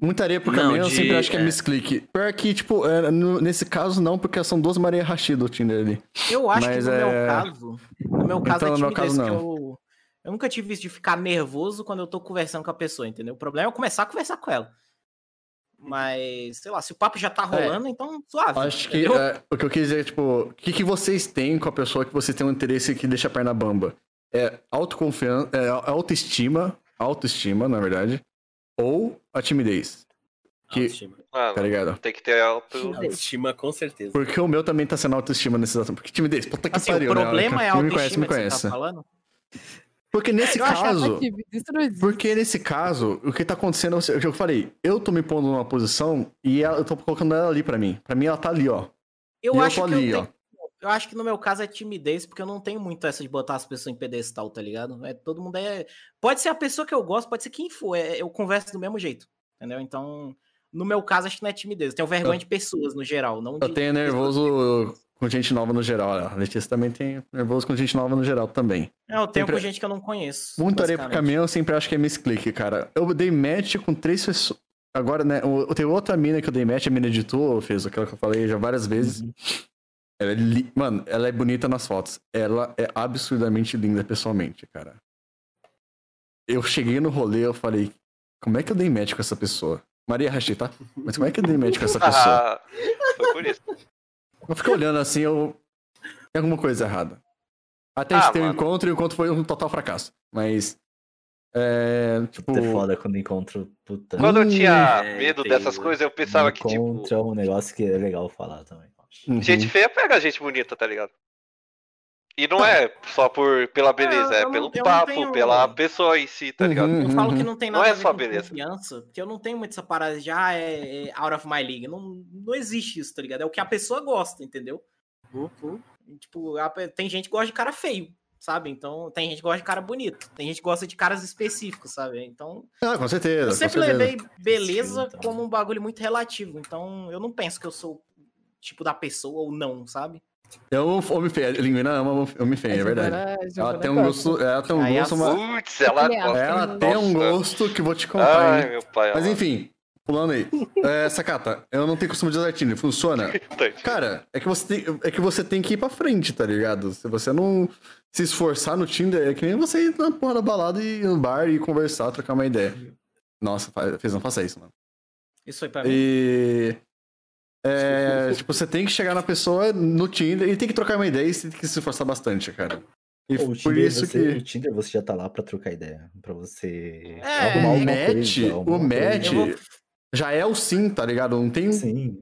Speaker 1: Muita areia pro
Speaker 4: Não,
Speaker 1: caminho, eu
Speaker 4: de-
Speaker 1: sempre acho que é,
Speaker 4: é.
Speaker 1: misclick. Pior que, tipo, é, no- nesse caso não, porque são duas Maria Rashid do Tinder ali.
Speaker 11: Eu acho
Speaker 1: Mas
Speaker 11: que no
Speaker 1: é-
Speaker 11: meu caso, no meu caso
Speaker 1: Então,
Speaker 11: é
Speaker 1: no meu
Speaker 11: timidez
Speaker 1: caso,
Speaker 11: que eu eu nunca tive isso de ficar nervoso quando eu tô conversando com a pessoa, entendeu? O problema é eu começar a conversar com ela. Mas, sei lá, se o papo já tá rolando, então suave.
Speaker 1: É. Acho que
Speaker 11: entendeu?
Speaker 1: é, o que eu quis dizer é, tipo, o que, que vocês têm com a pessoa que vocês têm um interesse que deixa a perna bamba? É autoconfiança, é au- autoestima, autoestima, na verdade, ou a timidez, que-
Speaker 4: Autoestima.
Speaker 6: Mano,
Speaker 1: tá ligado?
Speaker 6: tem que ter alto.
Speaker 4: Autoestima, com certeza.
Speaker 1: Porque o meu também tá sendo autoestima nesse exato Porque timidez, puta que
Speaker 11: Assim,
Speaker 1: pariu,
Speaker 11: o
Speaker 1: né?
Speaker 11: problema é a
Speaker 1: Quem
Speaker 11: autoestima
Speaker 1: me conhece, me
Speaker 11: que você
Speaker 1: conhece.
Speaker 11: tá falando.
Speaker 1: Porque nesse
Speaker 11: Eu acho é
Speaker 1: caso,
Speaker 10: Tive, isso não existe.
Speaker 1: porque nesse caso, o que tá acontecendo é o que eu falei, eu tô me pondo numa posição e ela- eu tô colocando ela ali pra mim. Pra mim ela tá ali, ó.
Speaker 11: Eu,
Speaker 1: E eu
Speaker 11: acho
Speaker 1: tô
Speaker 11: que
Speaker 1: ali,
Speaker 11: eu,
Speaker 1: ó.
Speaker 11: tenho- eu acho que no meu caso é timidez, porque eu não tenho muito essa de botar as pessoas em pedestal, tá ligado? É, todo mundo é. Pode ser a pessoa que eu gosto, pode ser quem for, é- eu converso do mesmo jeito, entendeu? Então, no meu caso, acho que não é timidez. Eu tenho vergonha de pessoas no geral, não
Speaker 1: Eu
Speaker 11: de.
Speaker 1: tenho nervoso com gente nova no geral. né? A Letícia também tem nervoso com gente nova no geral também.
Speaker 11: Não, É, eu tenho
Speaker 1: sempre-
Speaker 11: com gente que eu não conheço.
Speaker 1: Muito areia pro
Speaker 11: basicamente.
Speaker 1: caminhão, eu sempre acho que é misclick, cara. Eu dei match com três pessoas. Agora, né, o- eu tenho outra mina que eu dei match, a mina editou, fez aquela que eu falei já várias vezes.
Speaker 11: Uhum.
Speaker 1: Ela é li- Mano, ela é bonita nas fotos. Ela é absurdamente linda pessoalmente, cara. Eu cheguei no rolê, eu falei, como é que eu dei match com essa pessoa? Maria Rashi, tá? Mas como é que eu dei match
Speaker 6: (laughs)
Speaker 1: com essa pessoa?
Speaker 6: Ah, foi por isso.
Speaker 1: Eu fico olhando assim, eu. Tem alguma coisa errada. Até a
Speaker 6: Ah,
Speaker 1: gente ter um
Speaker 6: mano.
Speaker 1: encontro e o encontro foi um total fracasso. Mas. É. Tipo.
Speaker 5: Puta, é foda quando encontro, puta.
Speaker 6: Quando eu tinha
Speaker 4: é,
Speaker 6: medo
Speaker 4: tem
Speaker 6: dessas
Speaker 4: uma-
Speaker 6: coisas, eu pensava que, tipo,
Speaker 5: encontro é um negócio que é legal falar também. eu acho.
Speaker 1: uhum.
Speaker 6: gente feia pega gente bonita, tá ligado? E não é só por, pela beleza,
Speaker 11: eu
Speaker 6: é
Speaker 11: não-
Speaker 6: pelo
Speaker 11: eu não
Speaker 6: papo,
Speaker 11: tenho- um
Speaker 6: pela pessoa em si, tá ligado?
Speaker 1: Uhum,
Speaker 11: Eu falo
Speaker 1: uhum.
Speaker 11: que não tem
Speaker 6: Não
Speaker 11: nada
Speaker 6: é
Speaker 11: a ver
Speaker 6: só
Speaker 11: com
Speaker 6: beleza.
Speaker 11: confiança, porque eu não tenho muito essa parada de, ah, é, é out of my league. Não, não existe isso, tá ligado? É o que a pessoa gosta, entendeu? E, Tipo, a pe- tem gente que gosta de cara feio, sabe? Então, tem gente que gosta de cara bonito, tem gente que gosta de caras específicos, sabe? Então,
Speaker 1: Ah, com certeza.
Speaker 11: eu
Speaker 1: com
Speaker 11: sempre
Speaker 1: certeza.
Speaker 11: levei beleza
Speaker 5: Sim, tá.
Speaker 11: como um bagulho muito relativo. Então, eu não penso que eu sou tipo da pessoa ou não, sabe?
Speaker 1: Eu amo homem feio. A Linguina ama homem feio, é verdade. Ela tem um gosto. Ela tem um
Speaker 11: Aí a
Speaker 1: gosto. uma-
Speaker 6: é Putz, ela.
Speaker 10: Ele acha.
Speaker 1: Ela tem um gosto que vou te contar,
Speaker 6: Ai,
Speaker 1: hein?
Speaker 6: meu pai.
Speaker 1: Mas
Speaker 6: amado.
Speaker 1: enfim, pulando aí. É, Sakata, eu não tenho costume de usar Tinder.
Speaker 6: (laughs)
Speaker 1: Funciona? Cara, é que você tem, é que você tem que ir pra frente, tá ligado? Se você não se esforçar no Tinder, é que nem você ir na porra da balada e ir no bar e conversar, trocar uma ideia. Nossa, fa- fez não faça isso, mano.
Speaker 11: Isso foi pra mim.
Speaker 1: E. É, tipo, você tem que chegar na pessoa no Tinder e tem que trocar uma ideia e você tem que se esforçar bastante, cara. E
Speaker 5: Pô, o
Speaker 1: por
Speaker 5: Tinder,
Speaker 1: isso
Speaker 5: você,
Speaker 1: que.
Speaker 5: o Tinder você já tá lá pra trocar ideia, pra você
Speaker 11: É,
Speaker 5: arrumar
Speaker 1: o
Speaker 5: alguma
Speaker 1: match,
Speaker 5: coisa, alguma
Speaker 1: o match
Speaker 11: Eu vou-
Speaker 1: já é o sim, tá ligado? Não tem.
Speaker 5: Sim.
Speaker 1: Não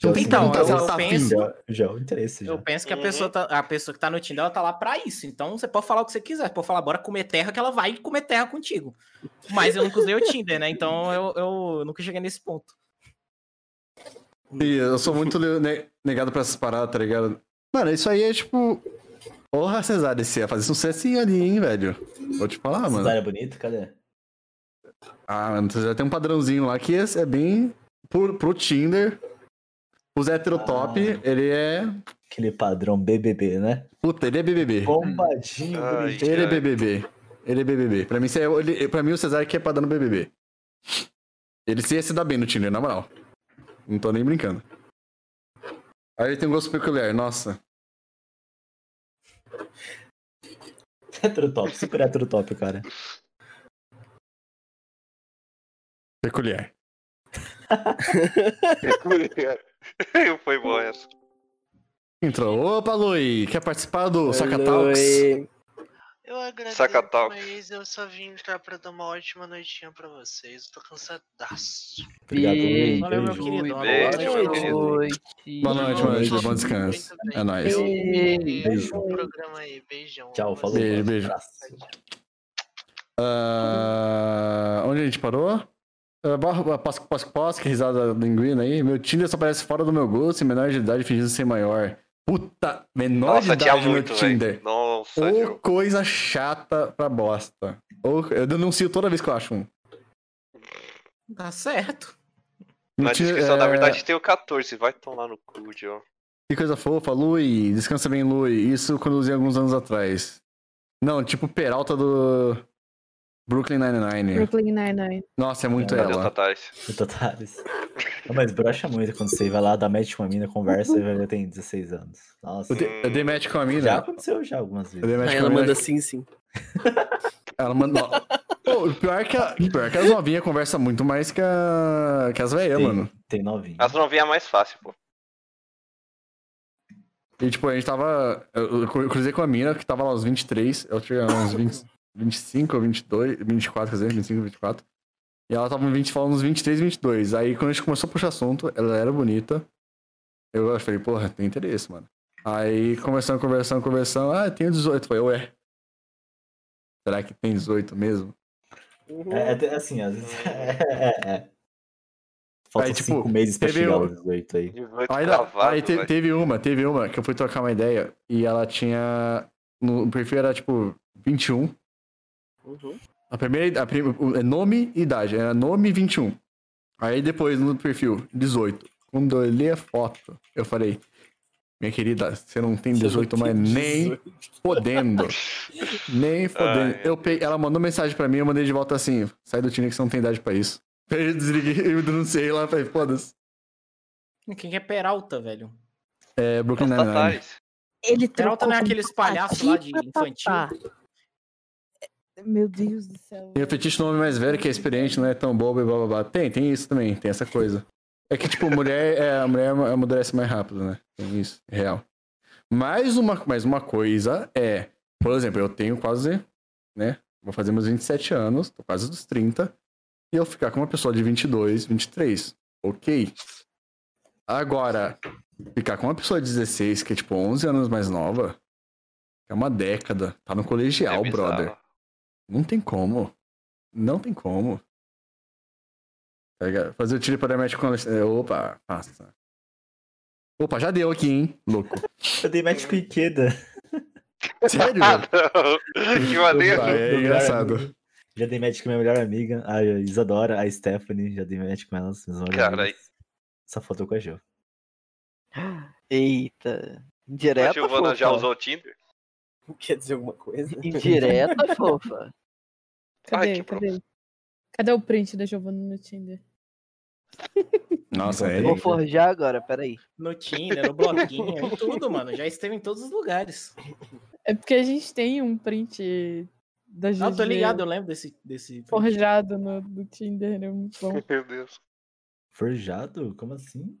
Speaker 5: Já é
Speaker 1: tem
Speaker 5: se
Speaker 11: Então,
Speaker 1: perguntar
Speaker 5: encontrou,
Speaker 1: se
Speaker 11: eu
Speaker 1: ela tá afim.
Speaker 11: penso-
Speaker 5: já, já é o interesse, já.
Speaker 11: Eu penso que a
Speaker 6: Uhum.
Speaker 11: pessoa tá, a pessoa que tá no Tinder, ela tá lá pra isso. Então você pode falar o que você quiser. Pode falar, bora comer terra, que ela vai comer terra contigo. Mas eu nunca usei o Tinder, né? Então eu, eu nunca cheguei nesse ponto.
Speaker 1: E eu sou muito ne- negado pra essas paradas, tá ligado? Mano, isso aí é tipo. Porra, Cesário, você ia fazer sucessinho ali, hein, velho? Vou te falar,
Speaker 5: Cidade
Speaker 1: Ah, mano.
Speaker 5: é bonito, cadê?
Speaker 1: Ah, mano, Cesário tem um padrãozinho lá que é é bem. Pro, pro Tinder, os heterotop,
Speaker 5: Ah.
Speaker 1: ele é.
Speaker 5: Aquele padrão BBB, né? (laughs)
Speaker 1: Puta, ele é BBB.
Speaker 5: Bombadinho,
Speaker 6: Ai,
Speaker 5: bonitinho.
Speaker 1: Ele é
Speaker 6: cara.
Speaker 1: BBB. Ele é BBB. Pra mim, isso é- ele, pra mim o Cesário que é padrão BBB. Ele se ia se dar bem no Tinder, na moral. Não tô nem brincando. Aí ele tem um gosto peculiar, nossa.
Speaker 5: É Heterotop, super heterotop, cara.
Speaker 1: Peculiar.
Speaker 6: (laughs) Foi boa essa.
Speaker 1: Entrou. Opa, Lui! Quer participar do Saca Talks?
Speaker 4: Oi.
Speaker 12: Eu agradeço,
Speaker 6: Sacatal.
Speaker 12: mas eu só vim entrar pra dar uma ótima noitinha pra vocês. Eu tô cansadaço.
Speaker 5: Obrigado, Luiz.
Speaker 11: Valeu, meu
Speaker 5: Beijo.
Speaker 11: querido. Um
Speaker 6: Beijo,
Speaker 11: abraço.
Speaker 6: meu querido.
Speaker 1: Boa noite, boa noite. Bom descanso. É nóis.
Speaker 12: Beijo.
Speaker 5: Beijo.
Speaker 12: Bom programa aí. Beijão.
Speaker 5: Tchau, falou.
Speaker 1: Beijo, beijo. Ah, onde a gente parou? Ah, barro- Posso, posso, posso, que risada linguina aí. Meu Tinder só parece fora do meu gosto e menor de idade fingindo ser maior. Puta, menor de
Speaker 6: Nossa, tinha
Speaker 1: idade no
Speaker 6: muito,
Speaker 1: Tinder.
Speaker 6: velho. Nossa,
Speaker 1: Ou
Speaker 6: Gil.
Speaker 1: coisa chata pra bosta. Ou, eu denuncio toda vez que eu acho um.
Speaker 11: Tá certo.
Speaker 1: No
Speaker 6: Na
Speaker 1: Tinder,
Speaker 6: descrição, na
Speaker 1: é,
Speaker 6: verdade, tem o 14. Vai tomar no cu, Gil.
Speaker 1: Que coisa fofa, Lui. Descansa bem, Lui. Isso eu conduzi alguns anos atrás. Não, tipo Peralta do Brooklyn Nine-Nine.
Speaker 10: Brooklyn Nine-Nine.
Speaker 1: Nossa, é muito
Speaker 5: Cadê
Speaker 6: Cadê os
Speaker 1: ela.
Speaker 6: tatares?
Speaker 5: Tatares. Não, mas brocha muito quando você vai lá, dá match com uma mina, conversa e vai ver tem 16 anos. Nossa.
Speaker 1: Eu, dei- eu dei match com a mina.
Speaker 5: Já aconteceu já algumas
Speaker 1: Eu
Speaker 5: vezes.
Speaker 1: dei match
Speaker 4: Aí
Speaker 1: com a
Speaker 4: ela
Speaker 1: mina.
Speaker 4: manda assim. sim, sim.
Speaker 1: Ela manda. Pô, o pior, é que a, pior é que as novinhas conversam muito mais que, a, que as velhas,
Speaker 5: Sim.
Speaker 1: mano.
Speaker 5: Tem novinho.
Speaker 6: As novinhas é mais fácil, pô.
Speaker 1: E tipo, a gente tava. Eu, eu cru- cruzei com a mina que tava lá uns 23, eu tinha uns 20, (laughs) 25 ou 22, 24, quer dizer, 25, 24. E ela tava em 20, falando uns 23, 22. Aí quando a gente começou a puxar assunto, ela era bonita. Eu falei, porra, tem interesse, mano. Aí conversando, conversando, conversando. Ah, tenho 18. Eu Falei, ué. Será que tem 18 mesmo?
Speaker 5: É, é, é assim, às vezes. (laughs) É, é, é. Faltam
Speaker 1: Aí, tipo,
Speaker 5: 5 meses pra
Speaker 1: teve
Speaker 5: chegar
Speaker 1: um-
Speaker 5: aos 18 aí.
Speaker 6: 18
Speaker 1: Aí, não,
Speaker 6: cravado,
Speaker 1: aí te-
Speaker 6: velho.
Speaker 1: teve uma, teve uma que eu fui trocar uma ideia e ela tinha. No perfil era tipo 21.
Speaker 4: Uhum.
Speaker 1: A primeira. A prim, o- é nome e idade. Era nome 21. Aí depois no perfil, 18. Quando eu olhei a foto, eu falei: Minha querida, você não tem 18, mas nem
Speaker 6: (laughs)
Speaker 1: podendo. nem podendo.
Speaker 6: Ai,
Speaker 1: eu peguei, ela mandou mensagem pra mim, eu mandei de volta assim: Sai do Tinder que você não tem idade pra isso. (laughs) Aí Eu desliguei, eu denunciei lá, falei: Foda-se.
Speaker 11: Quem que é Peralta, velho?
Speaker 1: É Brooklyn
Speaker 6: Os
Speaker 1: Nine-Nine.
Speaker 6: tatares.
Speaker 10: Ele
Speaker 11: Peralta
Speaker 10: trocou
Speaker 11: não é
Speaker 10: com
Speaker 11: aqueles palhaços lá de
Speaker 10: Patati
Speaker 11: infantil?
Speaker 10: Patatá. Meu Deus do céu.
Speaker 1: E o fetiche no homem mais velho que é experiente, não é tão bobo e blá blá blá. Tem, tem isso também, tem essa coisa. É que, tipo, mulher, (laughs) é, a mulher amadurece mais rápido, né? Tem isso, é real. Mais uma, mais uma coisa é, por exemplo, eu tenho quase, né? Vou fazer meus 27 anos, tô quase dos 30, e eu ficar com uma pessoa de 22, 23. Ok. Agora, ficar com uma pessoa de 16, que é tipo 11 anos mais nova, é uma década, tá no
Speaker 6: É
Speaker 1: colegial,
Speaker 6: bizarro.
Speaker 1: brother. Não tem como. Não tem como. Tá ligado? Fazer o tiro para médico com Alexandre. Opa, passa. Opa, já deu aqui, hein, louco.
Speaker 5: Eu dei match com Ikeda.
Speaker 6: (laughs)
Speaker 1: Sério?
Speaker 6: Ah, não. (laughs) Que maneiro.
Speaker 1: Opa, é
Speaker 5: Do
Speaker 1: engraçado.
Speaker 5: Guilherme. Já dei match com minha melhor amiga, a Isadora, a Stephanie. Já dei match com elas. minhas melhores
Speaker 6: Carai.
Speaker 5: amigas. Só faltou com a Jo.
Speaker 7: Eita.
Speaker 6: A
Speaker 7: Indireta,
Speaker 6: Giovana
Speaker 7: fofa.
Speaker 6: já usou o Tinder?
Speaker 4: (laughs) Quer dizer alguma coisa?
Speaker 2: (laughs)
Speaker 7: Indireta, fofa.
Speaker 10: Cadê?
Speaker 6: Ai, que
Speaker 10: cadê? Cadê o print da Giovanna no Tinder?
Speaker 1: Nossa, é.
Speaker 5: Encontrei.
Speaker 7: Vou forjar agora, peraí.
Speaker 11: No Tinder, no bloquinho, em tudo, mano. Já esteve em todos os lugares.
Speaker 10: É porque a gente tem um print da
Speaker 11: Não,
Speaker 10: Giovanna
Speaker 11: tô ligado, eu lembro desse. desse
Speaker 10: forjado no, no Tinder, né? Muito bom.
Speaker 4: É
Speaker 6: Meu Deus.
Speaker 5: Forjado? Como assim?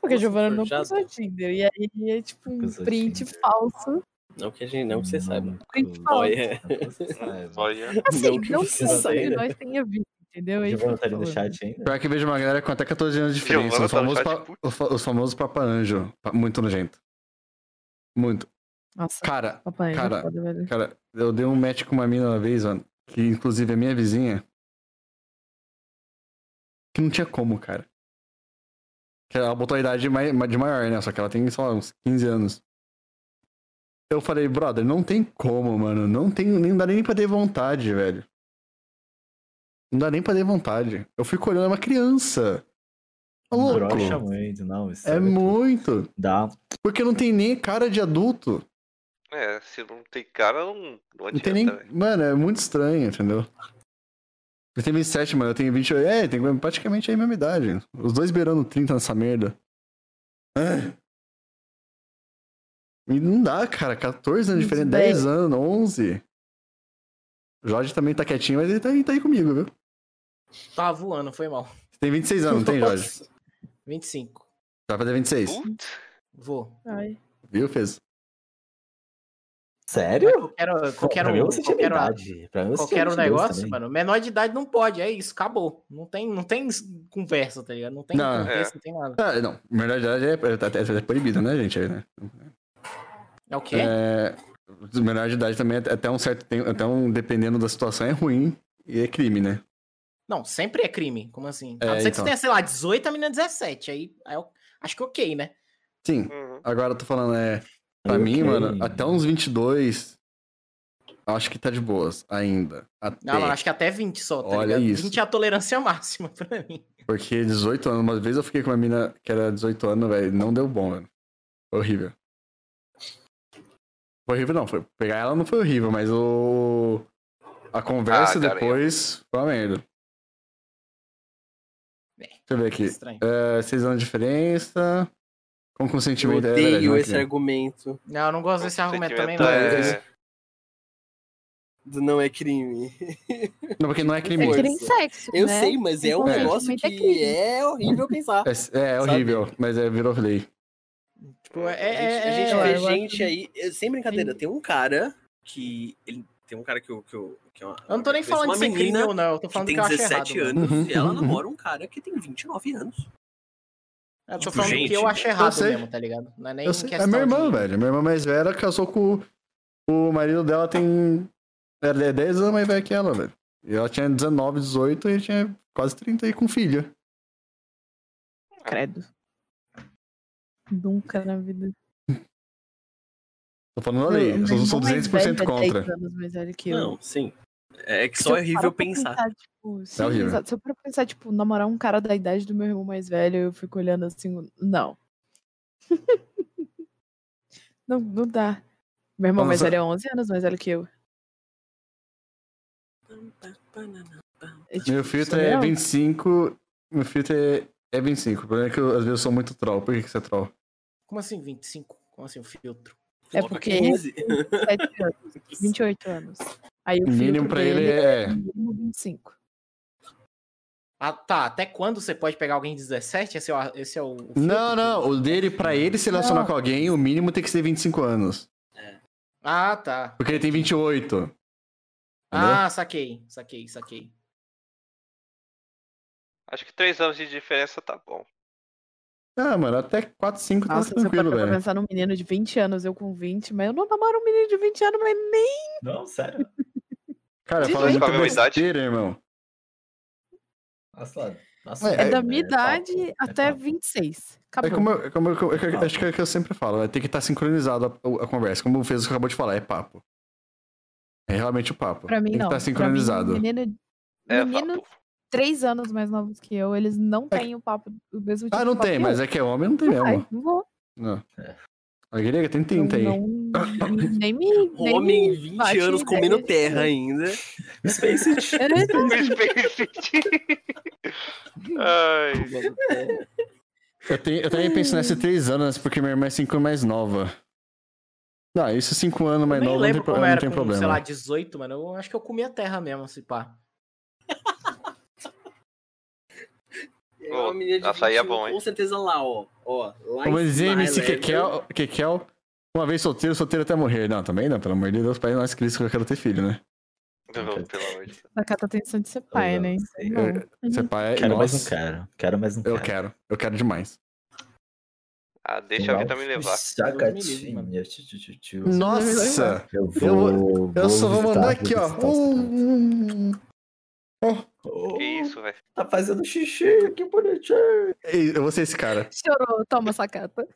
Speaker 10: Porque a
Speaker 4: Nossa,
Speaker 10: Giovanna não
Speaker 4: forjado.
Speaker 10: usou Tinder. E aí é tipo um
Speaker 5: Usou
Speaker 10: print
Speaker 5: Tinder.
Speaker 10: falso.
Speaker 4: Não que a gente não que você saiba.
Speaker 10: Print
Speaker 5: Olha.
Speaker 10: falso.
Speaker 4: Olha. (laughs)
Speaker 6: Olha.
Speaker 10: Assim,
Speaker 4: Não que
Speaker 10: não
Speaker 4: você
Speaker 10: que
Speaker 4: saiba.
Speaker 10: nós tenha visto, entendeu? É isso que eu
Speaker 5: Giovana
Speaker 10: tô
Speaker 5: tá ali no
Speaker 10: falando.
Speaker 5: chat ainda?
Speaker 1: Pior que eu vejo uma galera com até 14 anos de
Speaker 6: Giovana
Speaker 1: diferença. Os
Speaker 6: tá no
Speaker 1: famosos,
Speaker 6: chat,
Speaker 1: pa-
Speaker 6: putz.
Speaker 1: os fa- os famosos Papa Anjo. Pa- Muito nojento. Muito.
Speaker 10: Nossa,
Speaker 1: Cara,
Speaker 10: papai,
Speaker 1: cara,
Speaker 10: é foda, velho.
Speaker 1: cara, eu dei um match com uma mina uma vez, mano, que inclusive é minha vizinha. Que não tinha como, cara. Que é Ela botou a idade mai- ma- de maior, né? Só que ela tem, sei lá, uns 15 anos. Eu falei, brother, não tem como, mano. Não tem, nem dá nem pra ter vontade, velho. Não dá nem pra ter vontade. Eu fico olhando, é uma criança. Tá Louco.
Speaker 5: Brocha muito, não. isso
Speaker 1: É muito.
Speaker 5: Dá.
Speaker 1: Porque não tem nem cara de adulto.
Speaker 6: É, se não tem cara, não, não
Speaker 1: Não
Speaker 6: adianta,
Speaker 1: tem nem.
Speaker 6: velho.
Speaker 1: Mano, é muito estranho, entendeu? Eu tenho 27, mano, eu tenho 28. É, tem praticamente a mesma idade. Os dois beirando 30 nessa merda. Ah. E não dá, cara. 14
Speaker 10: Muito
Speaker 1: anos diferente,
Speaker 10: bem.
Speaker 1: 10 anos, 11. O Jorge também tá quietinho, mas ele tá, ele tá aí comigo, viu?
Speaker 11: Tava voando, foi mal.
Speaker 1: Você tem 26 anos, não tem, Jorge?
Speaker 11: 25.
Speaker 1: Vai fazer 26.
Speaker 11: Vou.
Speaker 1: Viu, Fez?
Speaker 5: Sério?
Speaker 11: Qualquer, qualquer
Speaker 5: pra
Speaker 11: um-
Speaker 5: mim é você tinha
Speaker 11: qualquer-
Speaker 5: minha idade. Pra mim você tinha
Speaker 11: Qualquer um
Speaker 5: 22
Speaker 11: negócio,
Speaker 5: também.
Speaker 11: mano. Menor de idade não pode, é isso, acabou. Não tem, não tem s- conversa, tá ligado? Não tem
Speaker 1: Não,
Speaker 11: contexto,
Speaker 1: é.
Speaker 11: não tem nada.
Speaker 1: Ah, não, melhor de idade é, é, é, é proibido, né, gente? Aí, né?
Speaker 11: É o quê?
Speaker 1: É, menor de idade também, até- até um certo tempo, até um, dependendo da situação, é ruim e é crime, né?
Speaker 11: Não, sempre é crime. Como assim? A
Speaker 1: É,
Speaker 11: não ser que
Speaker 1: então.
Speaker 11: você tenha, sei lá, 18, a menina 17. Aí, aí eu acho que ok, né?
Speaker 1: Sim, agora eu tô falando, é. Pra mim, mano, até uns 22, acho que tá de boas ainda. Até,
Speaker 11: Não, não, acho que até 20 só, tá
Speaker 1: Olha
Speaker 11: ligado?
Speaker 1: isso.
Speaker 11: 20 é a tolerância (laughs) máxima pra mim.
Speaker 1: Porque 18 anos, uma vez eu fiquei com uma mina que era 18 anos, velho, não deu bom, mano. Foi horrível. Foi horrível não, foi pegar ela não foi horrível, mas o... A conversa
Speaker 6: Ah, cara,
Speaker 1: depois foi uma merda. Deixa eu ver aqui.
Speaker 4: estranho.
Speaker 1: É, seis anos de diferença. Com
Speaker 4: Eu
Speaker 1: consentimento. é verdade,
Speaker 4: odeio
Speaker 1: não é
Speaker 4: esse
Speaker 1: crime.
Speaker 4: argumento.
Speaker 11: Não, eu não gosto desse argumento também,
Speaker 1: Não,
Speaker 11: não.
Speaker 1: é-
Speaker 4: Do não é crime.
Speaker 1: Não, porque não é crime.
Speaker 4: É que
Speaker 10: nem sexo,
Speaker 4: Eu
Speaker 10: né?
Speaker 4: sei, mas é um
Speaker 1: É.
Speaker 4: negócio
Speaker 10: Consentimento é
Speaker 4: que
Speaker 10: crime.
Speaker 4: é horrível pensar.
Speaker 1: É, é horrível, mas é, virou lei.
Speaker 11: Tipo, é,
Speaker 4: a
Speaker 11: é,
Speaker 4: gente
Speaker 11: é,
Speaker 4: vê gente aí, eu- sem brincadeira, tem um cara que. Ele, tem um cara que eu. Que eu, que é uma,
Speaker 11: Eu não tô nem
Speaker 4: conheço
Speaker 11: falando
Speaker 4: uma
Speaker 11: de ser crime
Speaker 4: menina
Speaker 11: ou não, eu tô
Speaker 4: que
Speaker 11: falando
Speaker 4: tem
Speaker 11: que eu acho
Speaker 4: 17
Speaker 11: errado,
Speaker 4: anos
Speaker 11: mano.
Speaker 4: e
Speaker 11: (laughs)
Speaker 4: ela namora um cara que tem 29 anos.
Speaker 11: É, Eu tô
Speaker 4: Tipo,
Speaker 11: falando
Speaker 4: gente,
Speaker 11: que eu acho
Speaker 1: eu
Speaker 11: errado
Speaker 1: sei.
Speaker 11: mesmo, tá ligado? Não é nem
Speaker 1: Eu sei, é
Speaker 11: questão
Speaker 1: minha irmã,
Speaker 11: de-
Speaker 1: velho. Minha irmã mais velha casou com o, o marido dela, tem. Ela é 10 anos mais velha que ela, velho. E ela tinha 19, 18 e ele tinha quase 30 aí com filha.
Speaker 10: Credo. Nunca na vida.
Speaker 1: Tô falando da lei. Eu sou,
Speaker 10: é
Speaker 1: sou 200% contra.
Speaker 4: Não, sim. É que
Speaker 10: Se
Speaker 4: só é
Speaker 10: eu
Speaker 4: horrível
Speaker 10: paro pra
Speaker 4: pensar.
Speaker 10: tipo, sim,
Speaker 1: É horrível.
Speaker 10: exato. Se eu para pensar, tipo, namorar um cara da idade do meu irmão mais velho, eu fico olhando assim, não. (laughs) não, não dá. Meu irmão mais
Speaker 1: Nossa.
Speaker 10: velho é 11 anos mais velho que eu. É, tipo,
Speaker 1: Meu filtro é
Speaker 10: surreal.
Speaker 1: 25. Meu filtro é, é 25. O problema é que eu, às vezes eu sou muito troll. Por que, que você é troll?
Speaker 11: Como assim 25? Como assim o filtro?
Speaker 10: É porque ele tem
Speaker 4: 15.
Speaker 10: 27 anos, 28 anos. Aí o
Speaker 1: O mínimo
Speaker 10: filtro
Speaker 1: pra
Speaker 10: dele
Speaker 1: ele é.
Speaker 10: no mínimo 25.
Speaker 11: Ah, tá, até quando você pode pegar alguém de 17? Esse é o... Esse é o o filtro?
Speaker 1: Não, não. O dele, pra ele se relacionar
Speaker 10: Não.
Speaker 1: com alguém, o mínimo tem que ser 25 anos.
Speaker 11: Ah, tá.
Speaker 1: Porque ele tem 28. Entendeu?
Speaker 11: Ah, saquei, saquei, saquei.
Speaker 6: Acho que 3 anos de diferença tá bom.
Speaker 1: Ah, mano, até 4, 5 tá
Speaker 10: Nossa, se eu
Speaker 1: tranquilo,
Speaker 10: parar pra
Speaker 1: velho.
Speaker 10: pensar num menino de 20 anos, eu com 20, mas eu não namoro um menino de 20 anos, mas nem.
Speaker 5: Não, sério.
Speaker 1: Cara,
Speaker 10: De
Speaker 1: fala
Speaker 10: jeito
Speaker 1: muita
Speaker 6: nenhum.
Speaker 1: besteira, irmão.
Speaker 5: Nossa, lá- nossa,
Speaker 10: É,
Speaker 1: É, é-
Speaker 10: da minha idade
Speaker 5: papo, é
Speaker 10: até
Speaker 5: papo.
Speaker 10: 26.
Speaker 1: É
Speaker 10: Acabou.
Speaker 1: como eu, é como eu- é que eu- acho que é o que eu sempre falo, é tem que estar sincronizado a, a conversa. Como o Fez acabou de falar, é papo. É realmente o papo.
Speaker 10: Pra mim,
Speaker 1: tem que
Speaker 10: não.
Speaker 1: estar
Speaker 10: Pra mim,
Speaker 1: tá sincronizado.
Speaker 10: menino,
Speaker 6: É,
Speaker 10: menino
Speaker 6: papo.
Speaker 10: três anos mais novos que eu, eles não têm o papo, o mesmo tipo
Speaker 1: É ah, não
Speaker 10: de papo
Speaker 1: tem,
Speaker 10: que
Speaker 1: mas
Speaker 10: eu.
Speaker 1: é que é homem, não tem
Speaker 10: não
Speaker 1: mesmo.
Speaker 10: vai, não vou.
Speaker 1: Não.
Speaker 5: É.
Speaker 1: A grega tem 30 aí.
Speaker 10: Não, nem me. nem
Speaker 4: Homem,
Speaker 10: me
Speaker 4: 20
Speaker 10: bate
Speaker 4: anos,
Speaker 10: ideia
Speaker 4: comendo
Speaker 10: de-
Speaker 4: terra
Speaker 11: (laughs)
Speaker 4: ainda.
Speaker 5: Space Jam.
Speaker 10: Eu não-
Speaker 6: Ai,
Speaker 1: Eu, tenho, eu também penso
Speaker 10: Hum.
Speaker 1: nessa 3 anos, porque minha irmã é 5 anos mais nova. Não, isso 5 anos
Speaker 11: Eu
Speaker 1: mais
Speaker 11: nem
Speaker 1: nova É, não tem,
Speaker 11: lembro
Speaker 1: pro-
Speaker 11: como
Speaker 1: não
Speaker 11: era
Speaker 1: tem
Speaker 11: com,
Speaker 1: problema.
Speaker 11: sei lá, 18, mano. Eu acho que eu comia terra mesmo, se pá.
Speaker 4: É uma
Speaker 6: Ô,
Speaker 4: menina de
Speaker 6: açaí é
Speaker 4: 21,
Speaker 6: bom, hein?
Speaker 4: Com certeza lá, ó. ó lá né?
Speaker 1: Como
Speaker 4: em
Speaker 1: dizia
Speaker 4: cima,
Speaker 1: MC
Speaker 4: Highland.
Speaker 1: Kekel, Kekel, uma vez solteiro, solteiro até morrer. Não, também não, pelo amor de Deus, pai nós Cristo que eu quero ter filho, né?
Speaker 6: não, pelo amor de Deus.
Speaker 10: A Cata tem sonho de ser pai,
Speaker 11: é,
Speaker 5: Eu
Speaker 10: né?
Speaker 5: não uhum.
Speaker 10: Então,
Speaker 5: sei.
Speaker 10: não.
Speaker 1: Eu, ser pai,
Speaker 5: Quero, mas não
Speaker 1: nossa,
Speaker 5: quero. Quero, um mas não
Speaker 1: Eu
Speaker 5: quero.
Speaker 1: quero, eu quero demais.
Speaker 6: Ah, deixa a vida me levar.
Speaker 5: Sacatinha, tchu, tchu, tchu, tchu.
Speaker 1: Nossa!
Speaker 5: Eu
Speaker 1: Eu vou-
Speaker 5: vou.
Speaker 1: Eu só vou
Speaker 5: visitar,
Speaker 1: mandar aqui, ó.
Speaker 5: visitar os caras.
Speaker 1: Um-
Speaker 5: Oh,
Speaker 6: Que isso, velho.
Speaker 5: Tá fazendo xixi, que bonitinho.
Speaker 1: Ei, Eu vou ser esse cara.
Speaker 10: (laughs) Chorou, toma sacata.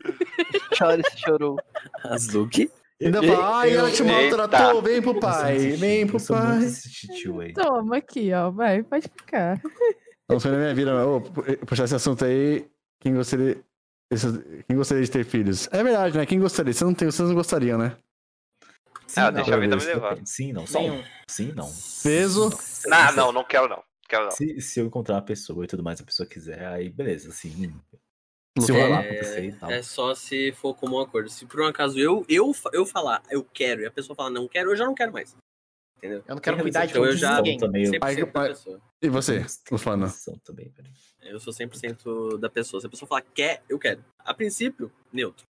Speaker 7: Chore se chorou.
Speaker 4: Azuki.
Speaker 1: Ainda fala, ai, ela te
Speaker 6: Eita.
Speaker 1: maltratou, vem pro
Speaker 5: Eu
Speaker 1: pai,
Speaker 5: sou muito
Speaker 1: vem
Speaker 5: xixi, eu
Speaker 1: pro
Speaker 5: sou muito
Speaker 1: pai.
Speaker 5: esse titio aí.
Speaker 10: Toma aqui, ó. Vai, pode ficar.
Speaker 1: Não foi na minha vida, mas, ô, pu- puxar esse assunto aí, quem gostaria... esse- Quem gostaria de ter filhos? É verdade, né? Quem gostaria? Vocês não, tem, vocês não gostariam, né?
Speaker 5: Sim,
Speaker 6: Ah,
Speaker 5: não.
Speaker 6: deixa a vida me
Speaker 5: Depende.
Speaker 6: levar.
Speaker 5: Sim, não. Só um.
Speaker 11: Nenhum.
Speaker 5: Sim, não.
Speaker 1: Peso.
Speaker 6: Ah,
Speaker 4: um
Speaker 6: não, não quero não. Quero não.
Speaker 5: Se, se eu encontrar a pessoa e tudo mais, a pessoa quiser, aí beleza, assim. Se
Speaker 1: Lucas,
Speaker 5: eu falar pra você e tal.
Speaker 4: É só se for comum acordo. Se por um acaso eu, eu, fa- eu falar, eu quero, e a pessoa falar, não quero, eu já não quero mais. Entendeu?
Speaker 11: Eu não quero cuidar de
Speaker 4: Então eu
Speaker 11: de
Speaker 4: já-
Speaker 11: ninguém.
Speaker 5: Também, eu-
Speaker 1: Aí,
Speaker 4: 100% da
Speaker 1: mas-
Speaker 4: pessoa.
Speaker 1: E você, Lufana?
Speaker 5: também, peraí.
Speaker 4: Eu sou 100% da pessoa. Se a pessoa falar quer, eu quero. A princípio, neutro.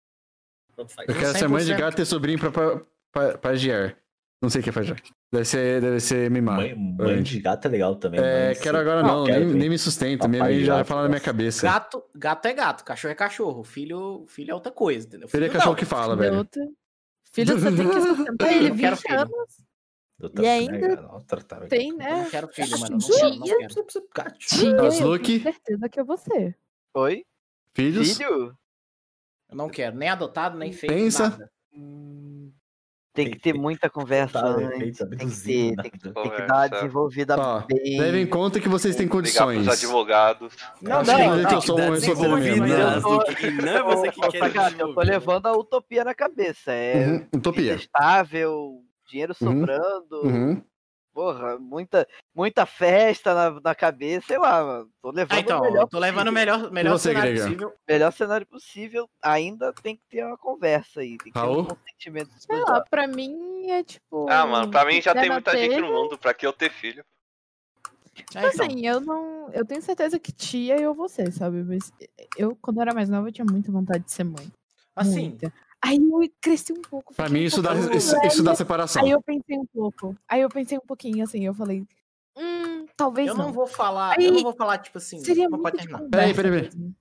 Speaker 4: Tanto faz.
Speaker 1: Eu quero ser mãe de gato e ter sobrinho pra, pra, pra, pra GR. Não sei o que é pra GR. Deve ser, deve ser mimado.
Speaker 5: Mãe, mãe de gato é legal também.
Speaker 1: É, quero agora não, nem, nem me sustento. Minha
Speaker 5: Papai
Speaker 1: mãe já vai
Speaker 5: gato,
Speaker 1: falar na minha cabeça.
Speaker 11: Gato, gato é gato, cachorro é cachorro, filho, filho é outra coisa, entendeu?
Speaker 1: Filho é
Speaker 11: não.
Speaker 1: cachorro que fala, velho.
Speaker 10: Outra. Filho, você tem que sustentar ele
Speaker 11: Eu quero
Speaker 10: 20
Speaker 11: filho. Tá,
Speaker 10: anos.
Speaker 5: Doutor,
Speaker 10: E
Speaker 5: né,
Speaker 10: ainda
Speaker 5: cara? Ó, tartaruga.
Speaker 10: Tem,
Speaker 11: Eu não
Speaker 10: né?
Speaker 11: quero filho, mano. eu Não, não, não quero.
Speaker 10: Tia, eu
Speaker 1: Mas,
Speaker 10: tenho
Speaker 1: Luke,
Speaker 10: certeza que é você.
Speaker 7: Oi?
Speaker 1: filhos,
Speaker 7: Filho?
Speaker 11: Eu não quero. Nem adotado, nem feito.
Speaker 1: Pensa.
Speaker 11: Nada.
Speaker 7: Hum, Tem que ter muita conversa
Speaker 5: Tá,
Speaker 7: antes.
Speaker 5: efeitos
Speaker 7: Tem que,
Speaker 5: abduzidos,
Speaker 7: ter,
Speaker 5: né?
Speaker 7: tem, que, tem que
Speaker 6: Conversa.
Speaker 7: dar desenvolvida
Speaker 1: Ó,
Speaker 7: bem.
Speaker 1: leve em conta que vocês têm
Speaker 6: Ligar
Speaker 1: condições.
Speaker 6: pros advogados.
Speaker 11: Não,
Speaker 1: Acho que tem
Speaker 11: não,
Speaker 1: que
Speaker 11: não.
Speaker 1: eu sou um resolvimento.
Speaker 4: Desenvolvidas
Speaker 1: né?
Speaker 4: do que não é você que
Speaker 7: Ô,
Speaker 4: quer
Speaker 7: Sacata, eu tô
Speaker 4: desenvolver.
Speaker 7: levando a utopia na cabeça. É
Speaker 1: Uhum,
Speaker 7: vida
Speaker 1: Utopia.
Speaker 7: estável, dinheiro
Speaker 1: Uhum.
Speaker 7: sobrando,
Speaker 1: Uhum.
Speaker 7: porra, muita, muita festa na, na cabeça, sei lá, mano. Tô levando
Speaker 11: Ah, então,
Speaker 7: o melhor,
Speaker 11: eu tô levando o melhor, melhor
Speaker 1: você,
Speaker 11: cenário
Speaker 1: Grega?
Speaker 11: possível.
Speaker 7: melhor cenário possível, ainda tem que ter uma conversa aí, tem que
Speaker 1: Raul?
Speaker 7: ter um consentimento dos
Speaker 10: Sei
Speaker 7: dois
Speaker 10: lá,
Speaker 7: lados.
Speaker 10: pra mim é tipo.
Speaker 6: Ah, mano, pra mim já
Speaker 10: pé
Speaker 6: tem
Speaker 10: na
Speaker 6: muita gente
Speaker 10: telha.
Speaker 4: né?
Speaker 6: no mundo, pra que eu ter filho?
Speaker 11: Ah, então.
Speaker 10: Assim, eu não. Eu tenho certeza que tia eu vou ser, sabe? Mas eu, quando eu era mais nova, eu tinha muita vontade de ser mãe.
Speaker 11: Assim,
Speaker 10: muita. Aí eu cresci um pouco.
Speaker 1: Pra
Speaker 10: fiquei
Speaker 1: mim,
Speaker 10: um
Speaker 1: isso dá,
Speaker 10: pouquinho
Speaker 1: isso, isso dá
Speaker 10: velha.
Speaker 1: separação.
Speaker 10: Aí eu pensei um pouco. Aí eu pensei um pouquinho, assim, eu falei. Hum, talvez
Speaker 11: eu não
Speaker 10: não.
Speaker 11: vou falar,
Speaker 10: Aí,
Speaker 11: eu não vou falar, tipo assim,
Speaker 10: Seria
Speaker 11: não
Speaker 10: muito
Speaker 11: pode
Speaker 10: de
Speaker 11: terminar.
Speaker 10: conversa.
Speaker 1: Peraí, peraí, peraí.
Speaker 10: mesmo.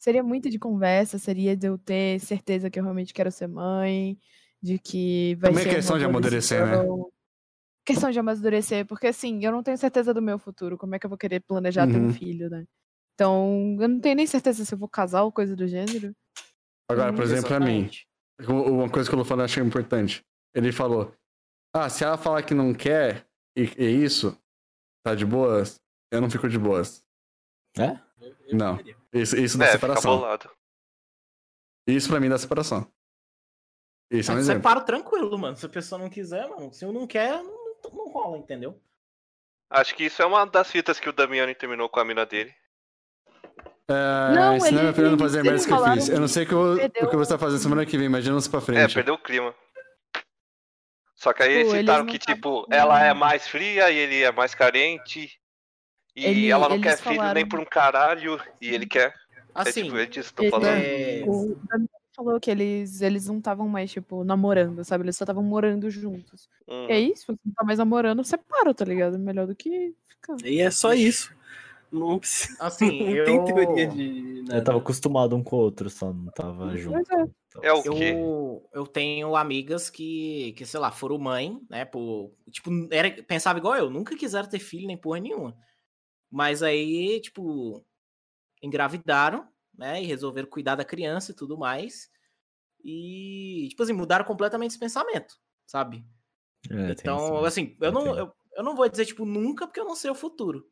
Speaker 10: Seria muito de conversa, seria de eu ter certeza que eu realmente quero ser mãe, de que vai
Speaker 1: Também é
Speaker 10: ser. uma
Speaker 1: questão de
Speaker 10: boa
Speaker 1: amadurecer, né?
Speaker 10: decisão. Questão de amadurecer, porque assim, eu não tenho certeza do meu futuro, como é que eu vou querer planejar ter
Speaker 1: Uhum.
Speaker 10: um filho, né? Então, eu não tenho nem certeza se eu vou casar ou coisa do gênero.
Speaker 6: É,
Speaker 1: Agora, por
Speaker 10: Hum,
Speaker 1: exemplo, pra mim,
Speaker 11: Uhum. Exatamente.
Speaker 1: uma coisa que o Lufano achei importante. Ele falou: Ah, se ela falar que não quer, e, e isso, tá de boas, eu não fico de boas.
Speaker 11: É?
Speaker 4: Eu
Speaker 1: Não.
Speaker 4: queria.
Speaker 1: Isso, isso dá
Speaker 6: É, fica
Speaker 1: separação.
Speaker 6: bolado.
Speaker 1: Isso pra mim dá separação. Isso é um
Speaker 11: Mas
Speaker 1: exemplo.
Speaker 11: separo tranquilo, mano. Se a pessoa não quiser, mano, se eu não quer, não, não, não rola, entendeu?
Speaker 6: Acho que isso é uma das fitas que o Damiano terminou com a mina dele.
Speaker 1: É,
Speaker 10: Não,
Speaker 1: ensinar
Speaker 10: ele-
Speaker 1: meu filho a não
Speaker 10: eles-
Speaker 1: fazer
Speaker 10: eles
Speaker 1: merdas que eu
Speaker 10: falaram
Speaker 1: fiz. Eu não
Speaker 10: que
Speaker 1: sei o que, eu-
Speaker 10: perdeu-
Speaker 1: o que você tá fazendo semana que vem, mas não pra
Speaker 6: É,
Speaker 1: frente.
Speaker 6: perdeu o clima. Só que aí
Speaker 10: Tipo,
Speaker 6: eles
Speaker 10: eles
Speaker 6: citaram
Speaker 10: não
Speaker 6: que,
Speaker 10: estavam
Speaker 6: tipo,
Speaker 10: com-
Speaker 6: ela é mais fria e ele é mais carente. E
Speaker 10: Ele-
Speaker 6: ela não
Speaker 10: eles
Speaker 6: quer filho nem
Speaker 10: falaram-
Speaker 6: por um caralho. E ele quer. é
Speaker 11: Assim,
Speaker 6: tipo, eles estão
Speaker 10: ele-
Speaker 6: falando.
Speaker 11: é,
Speaker 10: O Daniel falou que eles, eles não estavam mais, tipo, namorando, sabe? Eles só estavam morando juntos.
Speaker 6: Hum.
Speaker 10: E aí, se você não tá mais namorando, separa, tá ligado? Melhor do que ficar.
Speaker 4: E é só isso. Não, precisa,
Speaker 11: assim,
Speaker 4: (laughs) não
Speaker 11: eu...
Speaker 4: tem teoria de. nada.
Speaker 5: Eu tava acostumado um com o outro, só não
Speaker 4: Uhum.
Speaker 5: tava junto.
Speaker 10: Mas é.
Speaker 5: Então,
Speaker 6: É o
Speaker 5: assim,
Speaker 6: quê?
Speaker 11: Eu, eu tenho amigas que, que, sei lá, foram mãe, né? Por, tipo, era, pensava igual eu, nunca quiseram ter filho nem porra nenhuma. Mas aí, tipo, engravidaram, né? E resolveram cuidar da criança e tudo mais. E, tipo assim, mudaram completamente esse pensamento, sabe?
Speaker 5: é, tem isso,
Speaker 11: então,
Speaker 5: né?
Speaker 11: assim, eu não,
Speaker 5: Entendi.
Speaker 11: eu, eu não vou dizer, tipo, nunca, porque eu não sei o futuro.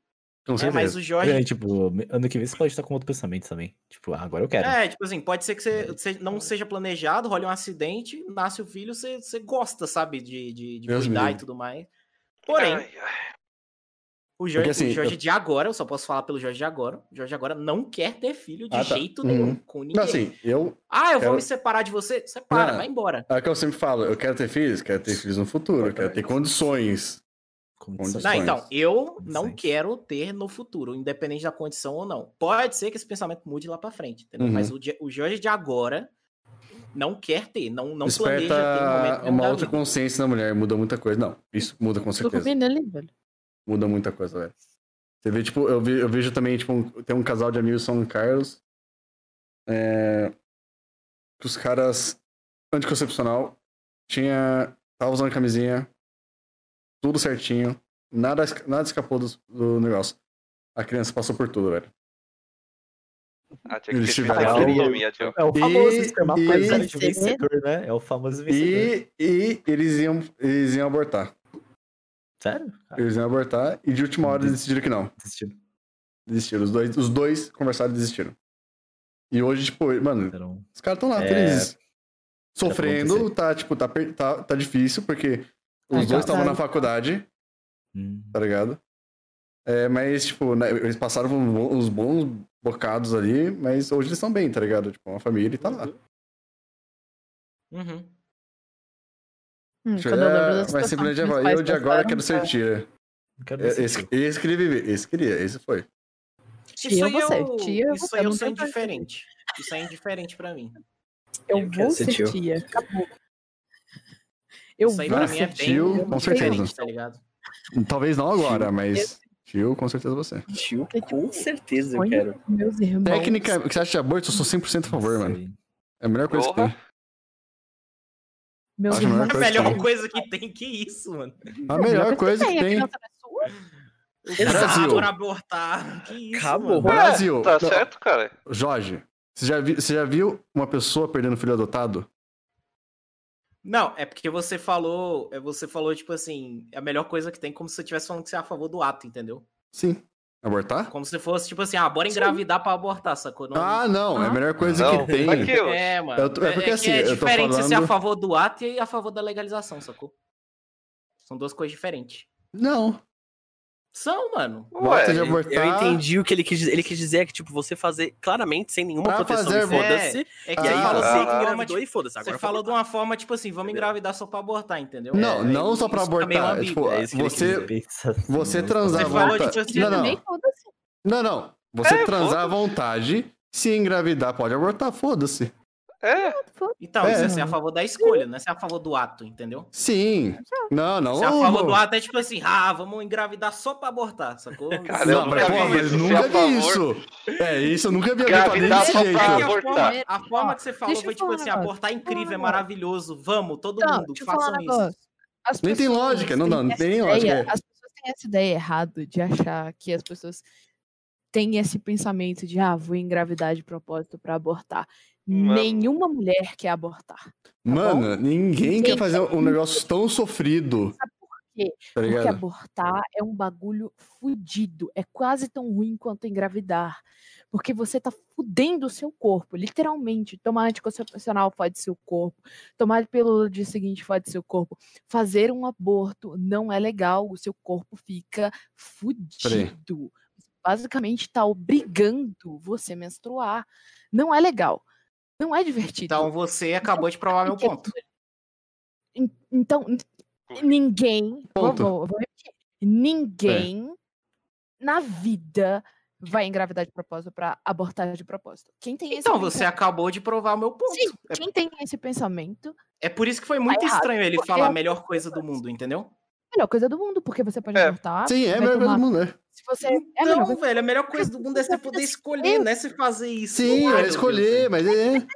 Speaker 1: Com
Speaker 11: né? Mas
Speaker 1: certeza.
Speaker 11: o Jorge,
Speaker 5: É, tipo, ano que vem você pode estar com outro pensamento também. Tipo, ah, agora eu quero.
Speaker 11: É, tipo assim, pode ser que você
Speaker 1: Uhum.
Speaker 11: você não seja planejado, role um acidente, nasce o filho, você, você gosta, sabe, de, de, de
Speaker 1: Deus me
Speaker 11: cuidar e
Speaker 1: livre.
Speaker 11: tudo mais. Porém,
Speaker 6: Ai, ai.
Speaker 11: o Jorge,
Speaker 1: assim,
Speaker 11: o Jorge
Speaker 1: eu-
Speaker 11: de agora, eu só posso falar pelo Jorge de agora, o Jorge de agora não quer ter filho de
Speaker 1: Ah, tá.
Speaker 11: jeito nenhum
Speaker 1: Uhum.
Speaker 11: com ninguém.
Speaker 1: Não, assim, eu.
Speaker 11: ah, eu vou
Speaker 1: eu-
Speaker 11: me separar de você? Separa,
Speaker 1: Não.
Speaker 11: vai embora.
Speaker 1: É o que eu sempre falo: eu quero ter filhos, quero ter filhos no futuro, eu quero ter condições.
Speaker 5: Condições.
Speaker 11: Não,
Speaker 1: Sonhos.
Speaker 11: então, eu não
Speaker 5: Sonhos.
Speaker 11: quero ter no futuro, independente da condição ou não. Pode ser que esse pensamento mude lá pra frente, entendeu?
Speaker 1: Uhum.
Speaker 11: Mas o, Je- o Jorge de agora não quer ter, não, não planeja ter no momento é um
Speaker 1: Desperta
Speaker 11: nenhum
Speaker 1: uma
Speaker 11: da
Speaker 1: outra
Speaker 11: vida.
Speaker 1: consciência na mulher, muda muita coisa. Não, isso muda com
Speaker 10: Tô
Speaker 1: certeza.
Speaker 10: combinando ali, velho.
Speaker 1: Muda muita coisa, velho. Você vê, tipo, eu, vi- eu vejo também, tipo, um- tem um casal de amigos São Carlos. é, que os caras anticoncepcional tinha. Tava usando camisinha, tudo certinho. Nada, esca- nada escapou do, do negócio. A criança passou por tudo, velho.
Speaker 6: Ah, tinha que
Speaker 1: Eles
Speaker 6: ter feito
Speaker 1: tiveram
Speaker 6: a
Speaker 1: algo-
Speaker 6: lobotomia, tio.
Speaker 5: É o famoso
Speaker 1: E-
Speaker 5: espermatozoide
Speaker 10: e-
Speaker 5: vencedor, né? É o famoso vencedor.
Speaker 1: E, e eles, iam, eles iam abortar.
Speaker 5: Sério? Cara,
Speaker 1: Eles iam abortar e de última hora eles decidiram que não.
Speaker 5: desistiram.
Speaker 1: Desistiram. Os dois, os dois conversaram e desistiram. E hoje, tipo, mano,
Speaker 5: Era um-
Speaker 1: os caras estão lá,
Speaker 5: É,
Speaker 1: felizes.
Speaker 5: pra
Speaker 1: Sofrendo,
Speaker 5: acontecer.
Speaker 1: tá, tipo, tá, per- tá, tá difícil, porque os
Speaker 10: Ai,
Speaker 1: dois estavam na
Speaker 10: caralho.
Speaker 1: faculdade,
Speaker 5: Hum.
Speaker 1: tá ligado? É, mas, tipo, né, eles passaram por uns bo- uns bons bocados ali, mas hoje eles estão bem, tá ligado? Tipo, uma família e tá lá.
Speaker 11: Uhum.
Speaker 10: Hum,
Speaker 1: Tipo,
Speaker 10: quando eu lembro
Speaker 1: é,
Speaker 10: das
Speaker 1: mas
Speaker 10: situações
Speaker 1: simplesmente
Speaker 10: que meus
Speaker 1: é, eu
Speaker 10: pais
Speaker 1: de agora
Speaker 10: passaram,
Speaker 1: quero ser
Speaker 10: cara,
Speaker 1: tira.
Speaker 5: Não quero ver
Speaker 1: É, Esse,
Speaker 5: esse
Speaker 1: esse queria viver, esse queria, esse foi.
Speaker 10: Tia
Speaker 11: isso aí
Speaker 10: você,
Speaker 11: eu,
Speaker 10: tia
Speaker 11: isso
Speaker 10: você,
Speaker 11: aí eu
Speaker 10: não
Speaker 11: sou
Speaker 10: tem pra
Speaker 11: indiferente. Isso aí é indiferente pra mim.
Speaker 10: Eu vou
Speaker 11: quero
Speaker 10: ser
Speaker 11: ser
Speaker 10: tia.
Speaker 11: tio.
Speaker 10: Acabou. Eu
Speaker 11: isso aí
Speaker 10: vou
Speaker 11: pra
Speaker 1: ser
Speaker 11: mim é bem
Speaker 1: tio, com
Speaker 11: indiferente,
Speaker 1: certeza.
Speaker 11: tá ligado?
Speaker 1: Talvez não agora, mas. Tio, com certeza você.
Speaker 4: Tio, com certeza
Speaker 10: eu quero. Meus irmãos.
Speaker 1: Técnica que você acha de aborto, eu sou 100% a favor, mano. É a melhor coisa que tem.
Speaker 10: Meus
Speaker 1: Acho a melhor
Speaker 10: irmãos.
Speaker 11: A
Speaker 1: coisa que
Speaker 11: melhor
Speaker 1: tem.
Speaker 11: coisa que tem, que isso, mano.
Speaker 1: A melhor coisa que tem. Brasil.
Speaker 11: Por abortar. Que É, isso,
Speaker 1: É,
Speaker 4: Acabou.
Speaker 11: mano.
Speaker 1: Brasil.
Speaker 6: Tá
Speaker 1: Não,
Speaker 6: certo, cara?
Speaker 1: Jorge, você já, vi- você já viu uma pessoa perdendo filho adotado?
Speaker 11: Não, é porque você falou, é você falou, tipo assim, a melhor coisa que tem, como se você estivesse falando que você é a favor do ato, entendeu?
Speaker 1: Sim. Abortar?
Speaker 11: Como se fosse, tipo assim, ah, bora
Speaker 10: Sim.
Speaker 11: engravidar pra abortar, sacou? Não-
Speaker 1: Ah, não. É a melhor coisa
Speaker 6: Não,
Speaker 1: que tem.
Speaker 6: aqui, ó.
Speaker 11: É, mano.
Speaker 1: Eu tô- é porque assim,
Speaker 11: que é
Speaker 1: eu tô
Speaker 11: diferente você ser
Speaker 1: falando-
Speaker 11: a favor do ato e a favor da legalização, sacou? São duas coisas diferentes.
Speaker 1: Não.
Speaker 11: São, mano.
Speaker 6: Ué,
Speaker 1: Gosta de abortar.
Speaker 4: Eu entendi o que ele quis dizer. Ele quis dizer que, tipo, você fazer claramente, sem nenhuma
Speaker 1: Ah,
Speaker 4: proteção,
Speaker 1: fazer-
Speaker 4: e foda-se.
Speaker 11: É
Speaker 4: E
Speaker 11: que
Speaker 4: aí
Speaker 1: Ah,
Speaker 11: falou
Speaker 4: você
Speaker 6: ah,
Speaker 4: que
Speaker 11: de uma
Speaker 4: engravidou
Speaker 11: forma,
Speaker 4: e foda-se.
Speaker 11: tipo,
Speaker 4: Agora
Speaker 11: você falou de uma forma, tipo assim, vamos
Speaker 4: Entendeu?
Speaker 11: engravidar só pra abortar, entendeu?
Speaker 1: Não,
Speaker 11: É,
Speaker 1: não
Speaker 11: aí
Speaker 1: só pra
Speaker 11: isso fica meio
Speaker 1: abortar. É,
Speaker 11: ambíguo.
Speaker 1: tipo,
Speaker 4: é isso que ele
Speaker 1: você, você transar à
Speaker 11: assim. Você falou de
Speaker 1: vontade.
Speaker 11: você
Speaker 1: Não, não.
Speaker 10: Também foda-se.
Speaker 1: Não, não. Você
Speaker 6: É,
Speaker 1: transar à vontade, se engravidar, pode abortar, foda-se.
Speaker 6: É,
Speaker 11: Então,
Speaker 1: É.
Speaker 11: isso é ser a favor da escolha, não é ser a favor do ato, entendeu?
Speaker 1: Sim. Não, não.
Speaker 11: Se a favor do ato é tipo assim, ah, vamos engravidar só pra abortar, sacou?
Speaker 6: Cara,
Speaker 1: Não,
Speaker 6: eu
Speaker 1: mas,
Speaker 6: nunca
Speaker 1: porra,
Speaker 6: vi
Speaker 1: mas
Speaker 6: isso, se
Speaker 1: nunca
Speaker 6: é a
Speaker 1: vi
Speaker 6: favor.
Speaker 1: isso. É isso, eu nunca vi alguém fazer
Speaker 6: Engravidar
Speaker 1: desse
Speaker 6: só
Speaker 1: jeito.
Speaker 6: pra
Speaker 11: Porque a
Speaker 6: abortar.
Speaker 11: forma- A forma É que você falou
Speaker 10: Deixa eu
Speaker 11: foi tipo
Speaker 10: falar
Speaker 11: assim,
Speaker 10: um negócio,
Speaker 11: abortar é
Speaker 10: deixa eu falar um
Speaker 11: incrível, é
Speaker 10: negócio.
Speaker 11: maravilhoso, vamos, todo
Speaker 10: Não,
Speaker 11: mundo,
Speaker 10: deixa eu falar um
Speaker 11: façam isso.
Speaker 10: negócio. As
Speaker 1: Nem tem
Speaker 10: pessoas
Speaker 1: lógica, não,
Speaker 10: têm
Speaker 1: não, não
Speaker 10: essa
Speaker 1: tem lógica,
Speaker 10: ideia-
Speaker 1: é.
Speaker 10: As pessoas têm essa ideia errada de achar que as pessoas têm esse pensamento de, ah, vou engravidar de propósito pra abortar.
Speaker 6: Mano.
Speaker 10: Nenhuma mulher quer abortar.
Speaker 1: Mano, ninguém quer fazer um negócio tão sofrido.
Speaker 10: Sabe por quê?
Speaker 1: Tá
Speaker 10: Porque
Speaker 1: ligado?
Speaker 10: abortar é um bagulho fudido. É quase tão ruim quanto engravidar. Porque você tá fudendo o seu corpo, literalmente. Tomar anticoncepcional fode seu corpo. Tomar pílula do dia seguinte fode seu corpo. Fazer um aborto não é legal. O seu corpo fica fudido. Basicamente, tá obrigando você a menstruar. Não é legal. Não é divertido.
Speaker 11: Então você acabou de provar meu
Speaker 10: Porque
Speaker 11: ponto.
Speaker 10: En- Então, n-
Speaker 6: Ui.
Speaker 10: ninguém. Vou,
Speaker 1: Ponto.
Speaker 10: vou- vou repetir. Ninguém
Speaker 13: É.
Speaker 10: na vida vai engravidar de propósito para abortar de propósito. Quem tem esse
Speaker 11: Então você acabou de provar meu ponto.
Speaker 10: Sim,
Speaker 11: É-
Speaker 10: quem tem esse pensamento,
Speaker 11: É por isso que foi muito
Speaker 10: Tá errado,
Speaker 11: estranho ele
Speaker 10: porque
Speaker 11: falar
Speaker 10: é
Speaker 11: a
Speaker 10: uma
Speaker 11: melhor coisa do
Speaker 10: coisa.
Speaker 11: mundo, entendeu?
Speaker 10: melhor coisa do mundo, porque você pode
Speaker 6: É.
Speaker 10: abortar.
Speaker 1: Sim, é a
Speaker 10: vai
Speaker 1: melhor coisa
Speaker 10: tomar-
Speaker 1: do mundo, né?
Speaker 10: Se você é a melhor
Speaker 11: Então,
Speaker 10: coisa-
Speaker 11: velho, a melhor coisa do mundo é você
Speaker 10: Você
Speaker 11: poder
Speaker 10: pode
Speaker 11: escolher,
Speaker 10: escolher.
Speaker 11: né? Se fazer isso.
Speaker 1: Sim,
Speaker 11: Ai,
Speaker 1: eu
Speaker 11: meu
Speaker 1: ia
Speaker 11: Deus,
Speaker 1: escolher,
Speaker 11: velho.
Speaker 1: mas é.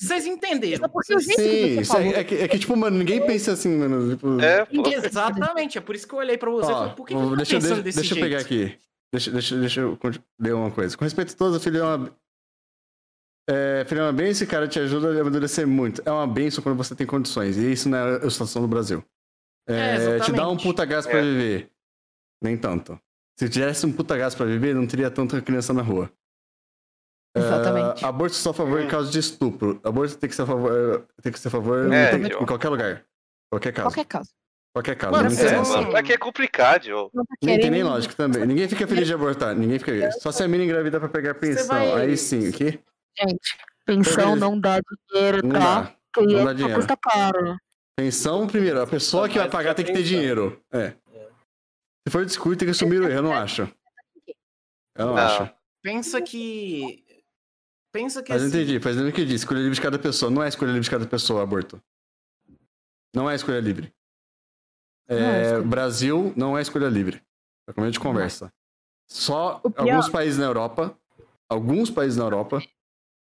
Speaker 11: Vocês
Speaker 10: Só
Speaker 11: entenderam.
Speaker 10: porque o
Speaker 11: Vocês-
Speaker 10: um jeito que
Speaker 1: Sim,
Speaker 10: você
Speaker 1: isso é,
Speaker 10: falou,
Speaker 1: é que, é que, tipo, mano, ninguém pensa assim, mano. Tipo,
Speaker 6: É, pô.
Speaker 11: Exatamente, é por isso que eu olhei pra você e
Speaker 1: ó,
Speaker 11: falei, por que, tá que eu tô
Speaker 1: deixa, eu- deixa,
Speaker 11: pensando desse
Speaker 1: deixa eu
Speaker 11: jeito?
Speaker 1: pegar aqui. Deixa, deixa, deixa eu conti- ler uma coisa. Com respeito a todos, a filha é uma. É, filha é uma benção, e, cara, te ajuda a amadurecer muito. É uma benção quando você tem condições. E isso não é a situação do Brasil.
Speaker 11: É,
Speaker 1: É, te dá um
Speaker 11: exatamente.
Speaker 1: puta gás pra
Speaker 6: É.
Speaker 1: viver. Nem tanto. Se tivesse um puta gás pra viver, não teria tanta criança na rua.
Speaker 10: Exatamente.
Speaker 1: Ah, aborto só a
Speaker 6: Hum.
Speaker 1: favor em caso de estupro. Aborto tem que ser a favor, tem que ser a favor
Speaker 6: É,
Speaker 1: em,
Speaker 6: idiota.
Speaker 1: em qualquer lugar. Qualquer caso.
Speaker 10: qualquer
Speaker 1: Qualquer,
Speaker 10: caso.
Speaker 1: caso.
Speaker 11: Mano,
Speaker 1: não
Speaker 11: você
Speaker 6: É,
Speaker 1: interessa.
Speaker 11: não- tá
Speaker 6: mano, é que é complicado, ó.
Speaker 10: Não tá
Speaker 1: Nem tem nem
Speaker 10: querendo-
Speaker 1: lógica também. Ninguém fica feliz de abortar. Ninguém fica. Só se a mina engravidar pra pegar pensão.
Speaker 11: vai-
Speaker 1: Aí sim, o quê?
Speaker 13: Gente, pensão
Speaker 1: Beleza.
Speaker 13: não dá dinheiro,
Speaker 1: Não
Speaker 13: tá?
Speaker 1: dá.
Speaker 13: Porque
Speaker 1: Não
Speaker 13: é
Speaker 1: dá
Speaker 13: uma
Speaker 1: dinheiro.
Speaker 13: custa cara.
Speaker 1: Pensão, primeiro. A pessoa que vai
Speaker 4: Mais
Speaker 1: pagar
Speaker 4: que a
Speaker 1: tem que ter
Speaker 4: pensão.
Speaker 1: dinheiro. É. Se for descuido, tem que assumir o erro. Eu não acho. Eu não,
Speaker 6: Não.
Speaker 1: acho.
Speaker 11: Pensa que. Pensa que.
Speaker 1: Mas eu
Speaker 11: assim,
Speaker 1: entendi. Fazendo o que disse. Escolha livre de cada pessoa. Não é escolha livre de cada pessoa, aborto. Não é escolha livre.
Speaker 10: é
Speaker 1: É,
Speaker 10: escolha livre.
Speaker 1: Brasil não é escolha livre. É como a gente conversa. Só
Speaker 10: O pior-
Speaker 1: alguns países na Europa. Alguns países na Europa.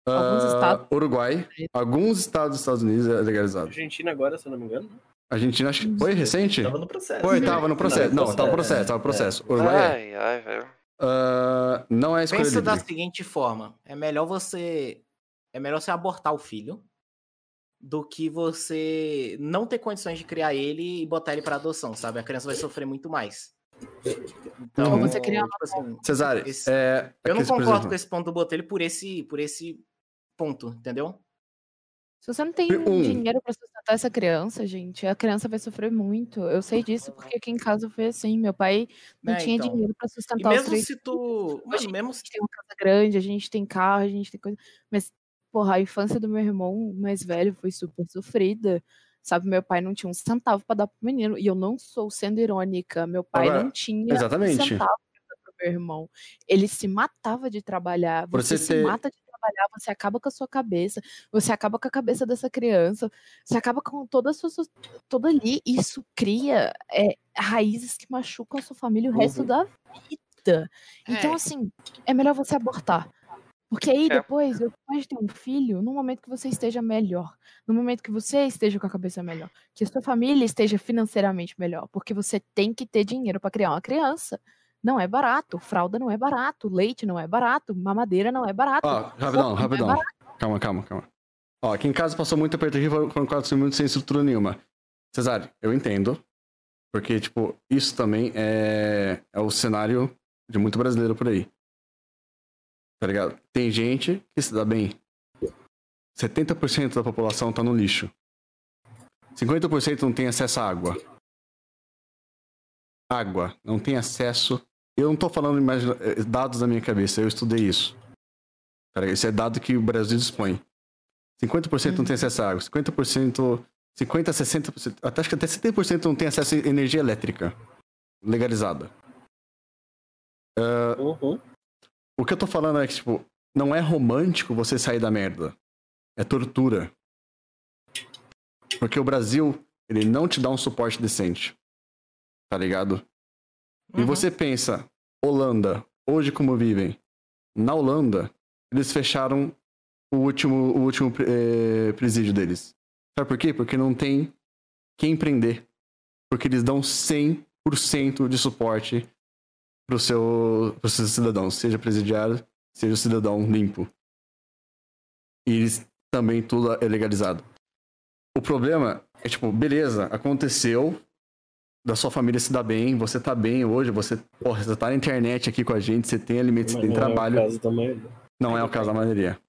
Speaker 10: Alguns
Speaker 1: ah,
Speaker 10: estados.
Speaker 1: Uruguai. Alguns estados dos Estados Unidos é legalizado.
Speaker 4: Argentina agora, se eu não me engano.
Speaker 1: A Argentina acho que foi recente?
Speaker 5: Tava no processo.
Speaker 1: Foi,
Speaker 5: né?
Speaker 1: tava no processo. Não, tava no processo, tava no processo. Uruguai
Speaker 6: Ai,
Speaker 1: é.
Speaker 6: ai, velho.
Speaker 1: Ah, não é escolha
Speaker 11: Pensa da
Speaker 1: livre.
Speaker 11: seguinte forma: é melhor você é melhor você abortar o filho do que você não ter condições de criar ele e botar ele pra adoção, sabe? A criança vai sofrer muito mais. Então,
Speaker 1: Ou
Speaker 10: você criar
Speaker 11: tipo assim,
Speaker 1: Cesare,
Speaker 11: esse-
Speaker 1: é,
Speaker 11: eu não
Speaker 1: aqui, por
Speaker 11: concordo
Speaker 1: exemplo,
Speaker 11: com esse ponto do Botelho por esse por esse ponto, entendeu?
Speaker 10: Se você não tem
Speaker 1: Um.
Speaker 10: dinheiro pra sustentar essa criança, gente, a criança vai sofrer muito. Eu sei disso porque aqui em casa foi assim. Meu pai não
Speaker 11: É,
Speaker 10: tinha
Speaker 11: então.
Speaker 10: dinheiro pra
Speaker 11: E
Speaker 10: sustentar os
Speaker 11: mesmo
Speaker 10: três
Speaker 11: se tu,
Speaker 10: Hoje
Speaker 11: mano, mesmo
Speaker 10: a
Speaker 11: se
Speaker 10: gente tem uma casa grande, a gente tem carro, a gente tem coisa. Mas, porra, a infância do meu irmão mais velho foi super sofrida. Sabe, meu pai não tinha um centavo pra dar pro menino. E eu não sou sendo irônica. Meu pai
Speaker 1: Agora,
Speaker 10: não tinha um
Speaker 1: exatamente.
Speaker 10: centavo pra dar pro meu irmão. Ele se matava de trabalhar.
Speaker 1: Por
Speaker 10: Você
Speaker 1: você
Speaker 10: se
Speaker 1: ter-
Speaker 10: mata de trabalhar, você acaba com a sua cabeça, você acaba com a cabeça dessa criança, você acaba com toda a sua. so- Toda ali. Isso cria é, raízes que machucam a sua família o
Speaker 1: Uhum.
Speaker 10: resto da vida. Então,
Speaker 13: É.
Speaker 10: assim, é melhor você abortar. Porque aí
Speaker 13: É.
Speaker 10: depois, você pode ter um filho no momento que você esteja melhor. No momento que você esteja com a cabeça melhor. Que a sua família esteja financeiramente melhor. Porque você tem que ter dinheiro para criar uma criança. Não é barato. Fralda não é barato. Leite não é barato. Mamadeira não é barato.
Speaker 1: Ó, rapidão,
Speaker 10: roupa não é
Speaker 1: rapidão.
Speaker 10: barato.
Speaker 1: Calma, calma, calma. Ó, aqui em casa passou muito aperto aqui, foram 4 minutos sem estrutura nenhuma. Cesário, eu entendo. Porque, tipo, isso também é, é o cenário de muito brasileiro por aí. Tá ligado? Tem gente que se dá bem. 70% da população tá no lixo. 50% não tem acesso à água. Água. Não tem acesso. Eu não tô falando imagina- eh, dados da minha cabeça, eu estudei isso. Cara, esse é dado que o Brasil dispõe. 50% não tem acesso à água, 50%, 50, 60%, até acho que até 70% não tem acesso à energia elétrica legalizada. Ah, O que eu tô falando é que, tipo, não é romântico você sair da merda. É tortura. Porque o Brasil, ele não te dá um suporte decente. Tá ligado? E você pensa, Holanda, hoje como vivem? Na Holanda, eles fecharam o último, o último eh, presídio deles. Sabe por quê? Porque não tem quem prender. Porque eles dão 100% de suporte pro seu, pro seu cidadão, seja presidiário, seja cidadão limpo. E eles também tudo é legalizado. O problema é, tipo, beleza, aconteceu, da sua família se dar bem, você tá bem hoje, você, porra, você tá na internet aqui com a gente, você tem alimento, você
Speaker 14: Mas
Speaker 1: tem
Speaker 14: não é o
Speaker 1: trabalho.
Speaker 14: caso da
Speaker 4: né?
Speaker 14: maioria.
Speaker 1: Não é o caso da maioria.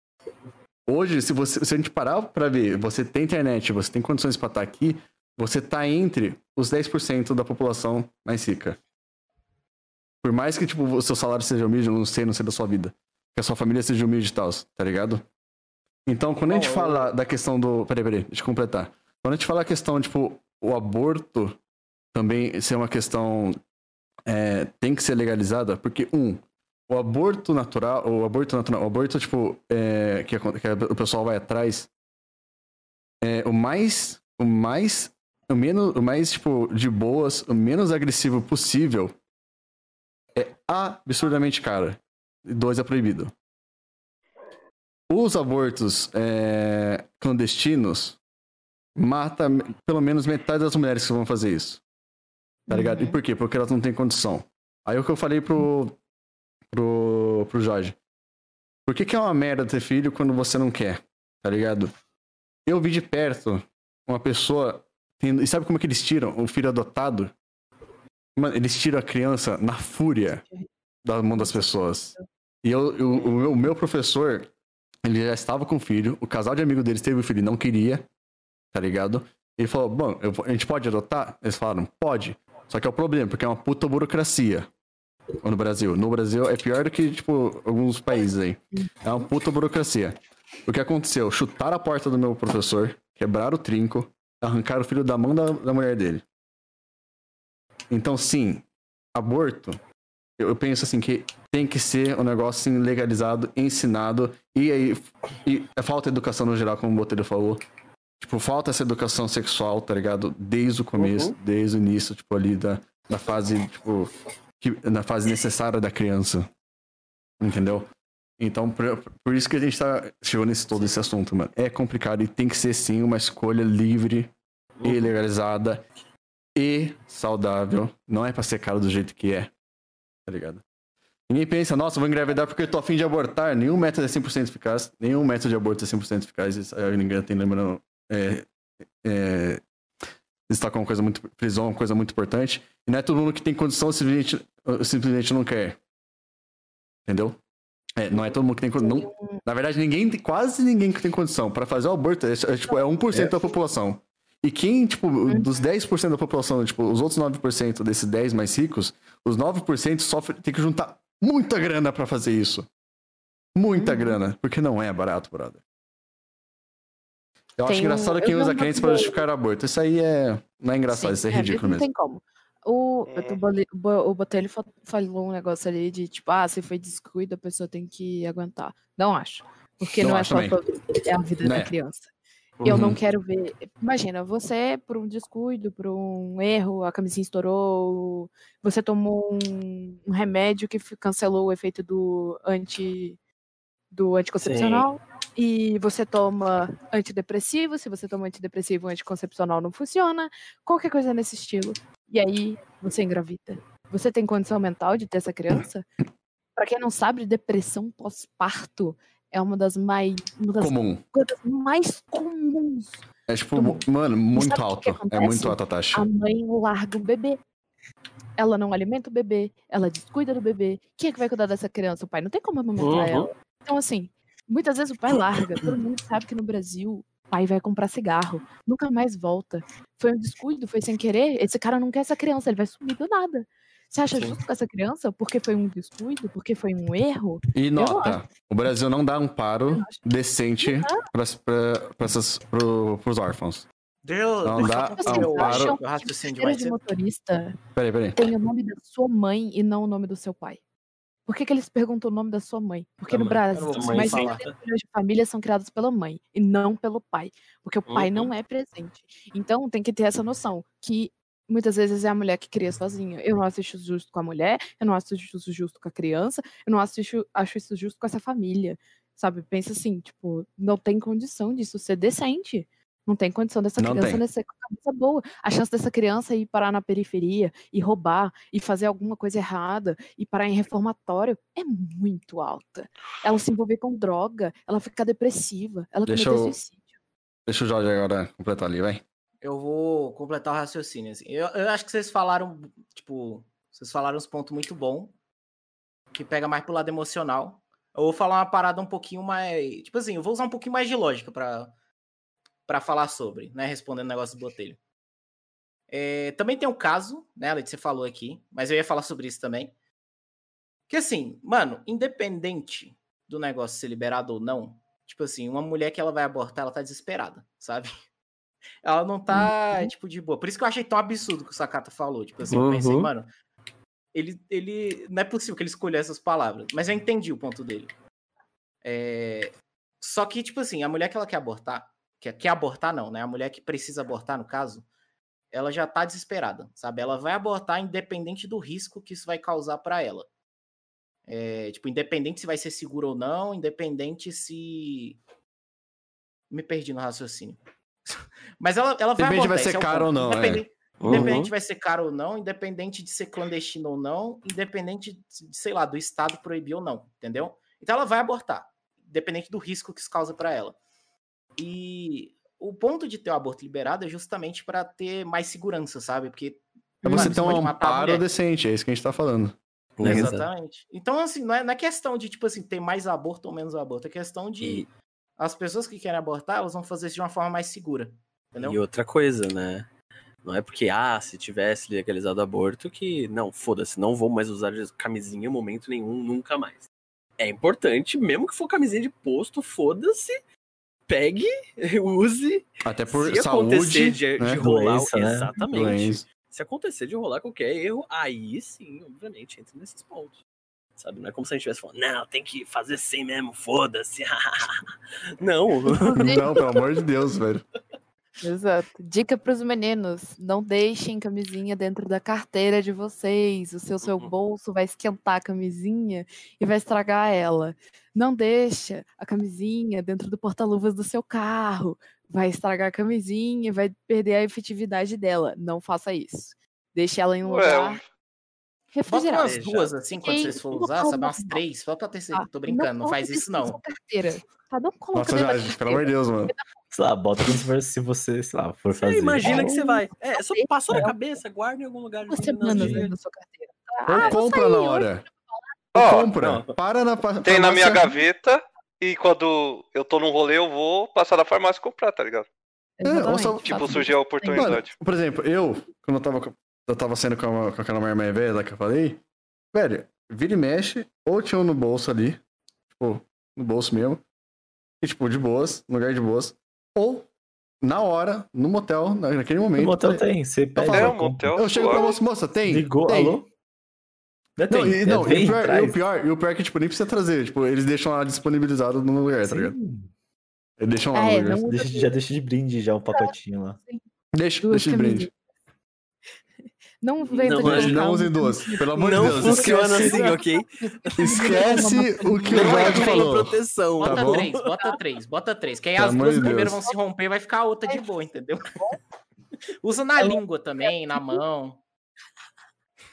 Speaker 1: Hoje, se, você, se a gente parar pra ver, você tem internet, você tem condições pra estar aqui, você tá entre os 10% da população mais rica. Por mais que, tipo, o seu salário seja humilde, eu não sei, não sei da sua vida. Que a sua família seja humilde e tal, tá ligado? Então, quando a gente fala da questão do... Peraí, peraí, deixa eu completar. Quando a gente fala a questão, tipo, o aborto também ser uma questão... é, tem que ser legalizada, porque, um, o aborto natural, o aborto natural, o aborto, tipo, é, que, acon- que o pessoal vai atrás, é, o mais, o mais, o menos, o mais, tipo, de boas, o menos agressivo possível é absurdamente caro. E Dois é proibido. Os abortos é, clandestinos mata me- pelo menos metade das mulheres que vão fazer isso. Tá ligado? E por quê? Porque elas não têm condição. Aí é o que eu falei pro, pro, pro Jorge. Por que, que é uma merda ter filho quando você não quer? Tá ligado? Eu vi de perto uma pessoa. Tendo, e sabe como é que eles tiram o filho adotado? Mano, eles tiram a criança na fúria da mão das pessoas. E eu, eu- o, meu, o meu professor, ele já estava com o filho, o casal de amigo deles teve o filho e não queria, tá ligado? Ele falou, bom, eu vou- a gente pode adotar? Eles falaram, pode. Só que é o problema, porque é uma puta burocracia no Brasil. No Brasil é pior do que, tipo, alguns países aí. É uma puta burocracia. O que aconteceu? Chutaram a porta do meu professor, quebraram o trinco, arrancaram o filho da mão da, da mulher dele. Então, sim, aborto, eu, eu penso assim que tem que ser um negócio assim, legalizado, ensinado, e aí e é falta de educação no geral, como o Botelho falou. Tipo, falta essa educação sexual, tá ligado? Desde o começo, desde o início, tipo, ali da, da fase, tipo, que, na fase necessária da criança. Entendeu? Então, por, por isso que a gente tá chegando nesse todo esse assunto, mano. É complicado e tem que ser sim uma escolha livre e legalizada e saudável. Não é pra ser caro do jeito que é. Tá ligado? Ninguém pensa, nossa, eu vou engravidar porque eu tô afim de abortar. Nenhum método é 100% eficaz. Nenhum método de aborto é 100% eficaz. Isso aí ninguém tem lembrando. É, é, destacar uma coisa muito. Frisou uma coisa muito importante. E não é todo mundo que tem condição simplesmente, simplesmente não quer. Entendeu? É, não é todo mundo que tem condição. Na verdade, ninguém, tem- quase ninguém que tem condição. Pra fazer o aborto, é, é, tipo, é 1% da população. E quem, tipo,
Speaker 10: Uhum.
Speaker 1: dos 10% da população, tipo, os outros 9% desses 10 mais ricos, os 9% sofrem, tem que juntar muita grana pra fazer isso. Muita
Speaker 10: Uhum.
Speaker 1: grana. Porque não é barato, brother. Eu acho
Speaker 10: Tem um-
Speaker 1: engraçado
Speaker 10: eu
Speaker 1: quem
Speaker 10: vi
Speaker 1: usa
Speaker 10: um
Speaker 1: crentes pra
Speaker 10: documentário-
Speaker 1: justificar o aborto. Isso aí é. Não é engraçado, isso é
Speaker 10: Sim,
Speaker 1: ridículo
Speaker 10: Não tem
Speaker 1: mesmo.
Speaker 10: como. O, Eu,
Speaker 13: É.
Speaker 10: eu, tô bole- bo- eu botei ele fa- falou um negócio ali de tipo, ah, se foi descuido, a pessoa tem que aguentar. Não acho. Porque não,
Speaker 14: Não
Speaker 10: é
Speaker 14: acho
Speaker 10: só
Speaker 14: também.
Speaker 10: sobre- é a vida
Speaker 14: Né?
Speaker 10: da criança. E Eu não
Speaker 14: Uhum.
Speaker 10: quero ver. Imagina, você, por um descuido, por um erro, a camisinha estourou, você tomou um, um remédio que fi- cancelou o efeito do anti do anticoncepcional e você toma antidepressivo, se você toma antidepressivo, o anticoncepcional não funciona, qualquer coisa nesse estilo. E aí você engravida. Você tem condição mental de ter essa criança? Pra quem não sabe, depressão pós-parto é uma das mais uma das
Speaker 1: Comum.
Speaker 10: coisas mais comuns.
Speaker 1: É tipo, mu- mano, muito
Speaker 10: Sabe o que
Speaker 1: alto. É
Speaker 10: acontece?
Speaker 1: muito alta a taxa.
Speaker 10: A mãe larga o bebê. Ela não alimenta o bebê, ela descuida do bebê. Quem é que vai cuidar dessa criança? O pai não tem como amamentar
Speaker 14: Uhum.
Speaker 10: ela. Então, assim, muitas vezes o pai larga. Todo mundo sabe que no Brasil o pai vai comprar cigarro, nunca mais volta. Foi um descuido, foi sem querer. Esse cara não quer essa criança, ele vai sumir do nada. Você acha
Speaker 1: Sim.
Speaker 10: justo com essa criança? Porque foi um descuido? Porque foi um erro?
Speaker 1: E
Speaker 10: Eu acho-
Speaker 1: nota, o Brasil não dá um paro decente pras- pra, pra essas, pro, pros órfãos.
Speaker 11: Deus,
Speaker 1: Não dá
Speaker 11: um
Speaker 10: Vocês acham
Speaker 1: amparo.
Speaker 10: um que carteira assim, é de motorista
Speaker 1: Peraí, peraí.
Speaker 10: tem o nome da sua mãe e não o nome do seu pai? Por que, que eles perguntam o nome da sua mãe? Porque no
Speaker 14: Da mãe.
Speaker 10: Brasil,
Speaker 14: Eu não vou
Speaker 10: mais de
Speaker 14: falar.
Speaker 10: 70 filhos de família são criados pela mãe e não pelo pai. Porque o pai
Speaker 14: Uhum.
Speaker 10: não é presente. Então tem que ter essa noção que muitas vezes é a mulher que cria sozinha. Eu não acho isso justo com a mulher, eu não acho isso justo com a criança, eu não acho isso, acho isso justo com essa família. Sabe? Pensa assim, tipo, não tem condição disso ser decente. Não tem condição dessa
Speaker 14: Não
Speaker 10: criança
Speaker 14: tem.
Speaker 10: nascer com a cabeça boa. A chance dessa criança ir parar na periferia e roubar e fazer alguma coisa errada e parar em reformatório é muito alta. Ela se envolver com droga, ela ficar depressiva, ela
Speaker 1: Deixa
Speaker 10: cometer
Speaker 1: eu-
Speaker 10: suicídio.
Speaker 1: Deixa o Jorge agora completar ali, vai.
Speaker 11: Eu vou completar o raciocínio. assim. Eu, eu acho que vocês falaram, tipo, vocês falaram uns pontos muito bons, que pega mais pro lado emocional. Eu vou falar uma parada um pouquinho mais. Tipo assim, eu vou usar um pouquinho mais de lógica pra, pra falar sobre, né? Respondendo o negócio do Botelho. É, também tem um caso, né, Ale, que você falou aqui, mas eu ia falar sobre isso também. Que assim, mano, independente do negócio ser liberado ou não, tipo assim, uma mulher que ela vai abortar, ela tá desesperada, sabe? (laughs) Ela não tá, tipo, de boa. Por isso que eu achei tão absurdo o que o Sakata falou. Tipo assim, eu pensei,
Speaker 14: Uhum.
Speaker 11: mano, ele, ele. Não é possível que ele escolheu essas palavras. Mas eu entendi o ponto dele. É, Só que, tipo assim, a mulher que ela quer abortar, que quer abortar, não, né? A mulher que precisa abortar, no caso, ela já tá desesperada, sabe? Ela vai abortar independente do risco que isso vai causar pra ela. É, tipo, independente se vai ser seguro ou não, independente se. Me perdi no raciocínio. (laughs) Mas ela, ela vai
Speaker 1: Depende se
Speaker 11: abortar.
Speaker 1: vai ser
Speaker 11: esse é o
Speaker 1: caro ou
Speaker 11: ponto.
Speaker 1: não, é.
Speaker 11: Independente,
Speaker 1: Uhum.
Speaker 11: independente vai ser caro ou não, independente de ser clandestino ou não, independente, de, sei lá, do Estado proibir ou não, entendeu? Então ela vai abortar, independente do risco que isso causa pra ela. E o ponto de ter o aborto liberado é justamente pra ter mais segurança, sabe? Porque
Speaker 1: É
Speaker 11: mano,
Speaker 1: você
Speaker 11: isso
Speaker 1: ter
Speaker 11: pode
Speaker 1: um
Speaker 11: matar a
Speaker 1: amparo
Speaker 11: mulher.
Speaker 1: decente, é isso que a gente tá falando. é.
Speaker 11: Exatamente. Então, assim, não é, não é questão de, tipo assim, ter mais aborto ou menos aborto. É questão de as pessoas que querem abortar, elas vão fazer isso de uma forma mais segura. Entendeu?
Speaker 4: E outra coisa, né? Não é porque, ah, se tivesse legalizado aborto, que não, foda-se, não vou mais usar camisinha em momento nenhum, nunca mais. É importante, mesmo que for camisinha de posto, foda-se, pegue, (laughs) use.
Speaker 1: Até por
Speaker 4: se acontecer
Speaker 1: saúde,
Speaker 4: de,
Speaker 1: né?
Speaker 4: de rolar,
Speaker 1: Doença, né?
Speaker 4: exatamente.
Speaker 1: Doença.
Speaker 4: Se acontecer de rolar qualquer erro, aí sim, obviamente, entra nesses pontos. Sabe, não é como se a gente estivesse falando, não, tem que fazer sem mesmo, foda-se. (laughs)
Speaker 1: (laughs)
Speaker 4: não.
Speaker 1: não, pelo amor de Deus, velho.
Speaker 10: Exato. Dica para os meninos: não deixem camisinha dentro da carteira de vocês. O seu,
Speaker 1: Uhum.
Speaker 10: seu bolso vai esquentar a camisinha e vai estragar ela. Não deixa a camisinha dentro do porta-luvas do seu carro. Vai estragar a camisinha e vai perder a efetividade dela. Não faça isso. Deixe ela em um
Speaker 11: Ué,
Speaker 10: lugar.
Speaker 11: Bota
Speaker 10: refrigerado.
Speaker 11: umas duas, assim, quando
Speaker 10: Em
Speaker 11: vocês for
Speaker 10: um
Speaker 11: usar,
Speaker 10: local
Speaker 11: sabe? Umas
Speaker 10: normal.
Speaker 11: três, só pra ter certeza.
Speaker 10: Tá?
Speaker 11: Tô brincando, não
Speaker 10: coloca
Speaker 11: faz isso
Speaker 10: dentro da sua
Speaker 11: não.
Speaker 10: Carteira. Tá? Não coloca
Speaker 5: Nossa,
Speaker 10: dentro da
Speaker 5: Jorge, pelo amor de
Speaker 10: carteira.
Speaker 5: Deus, mano.
Speaker 8: Sei lá, bota como se fosse- se você, sei lá, for fazer.
Speaker 4: Imagina que
Speaker 10: Então,
Speaker 4: você vai. É, só passou na
Speaker 10: né?
Speaker 8: É.
Speaker 4: cabeça, guarda em algum lugar.
Speaker 10: Duas semanas dentro da sua carteira.
Speaker 1: Ou
Speaker 10: Ah, vou
Speaker 1: compra
Speaker 10: sair
Speaker 1: na
Speaker 10: hoje.
Speaker 1: hora.
Speaker 6: Ó,
Speaker 1: Ou compra. Para na pa-
Speaker 6: Tem na minha
Speaker 1: farmácia.
Speaker 6: gaveta e quando eu tô num rolê eu vou passar na farmácia e comprar, tá ligado?
Speaker 1: É, ou só-
Speaker 6: Tipo, surgiu a oportunidade.
Speaker 1: Mano, por exemplo, eu, quando eu tava, com- eu tava saindo com, a- com aquela mulher mais velha lá que eu falei, velho, vira e mexe, ou tinha um no bolso ali, tipo, no bolso mesmo, e tipo, de boas, no lugar de boas, ou na hora, no motel, na- naquele momento.
Speaker 5: motel
Speaker 1: falei-
Speaker 5: tem, você
Speaker 1: eu
Speaker 5: pede,
Speaker 6: um
Speaker 1: falo,
Speaker 5: é, motel,
Speaker 1: Eu chego pra
Speaker 5: suave.
Speaker 1: moça, moça, tem?
Speaker 5: Ligou,
Speaker 1: tem.
Speaker 5: alô? Não,
Speaker 1: Não,
Speaker 5: é tem,
Speaker 1: e, não,
Speaker 5: tem,
Speaker 1: e o pior, e
Speaker 5: traz.
Speaker 1: o pior, e o pior é que, tipo, nem precisa trazer. Tipo, eles deixam lá disponibilizado no lugar, tá ligado? Eles deixam lá
Speaker 10: Ah,
Speaker 1: no
Speaker 10: é,
Speaker 1: lugar.
Speaker 10: não usa
Speaker 5: Deixa- já deixa de brinde já um pacotinho lá.
Speaker 1: Deixa,
Speaker 10: Duas
Speaker 1: deixa de brinde.
Speaker 10: Não vem
Speaker 1: Não,
Speaker 10: de
Speaker 1: não
Speaker 10: colocar
Speaker 1: usem
Speaker 10: um-
Speaker 1: duas, pelo amor de
Speaker 4: Não
Speaker 1: Deus.
Speaker 4: funciona
Speaker 10: (laughs)
Speaker 1: esquece-
Speaker 4: assim, ok?
Speaker 1: Esquece o que o
Speaker 4: Não é
Speaker 1: Jorge
Speaker 4: pela
Speaker 1: falou.
Speaker 4: proteção.
Speaker 1: Tá
Speaker 11: Bota
Speaker 1: bom?
Speaker 11: três, bota três, bota três. Que aí
Speaker 1: Pelo
Speaker 11: as
Speaker 1: amor
Speaker 11: duas
Speaker 1: de
Speaker 11: primeiras vão
Speaker 1: Deus.
Speaker 11: se romper e vai ficar a outra de boa, entendeu? (laughs) Usa na língua também, na mão.
Speaker 7: (laughs)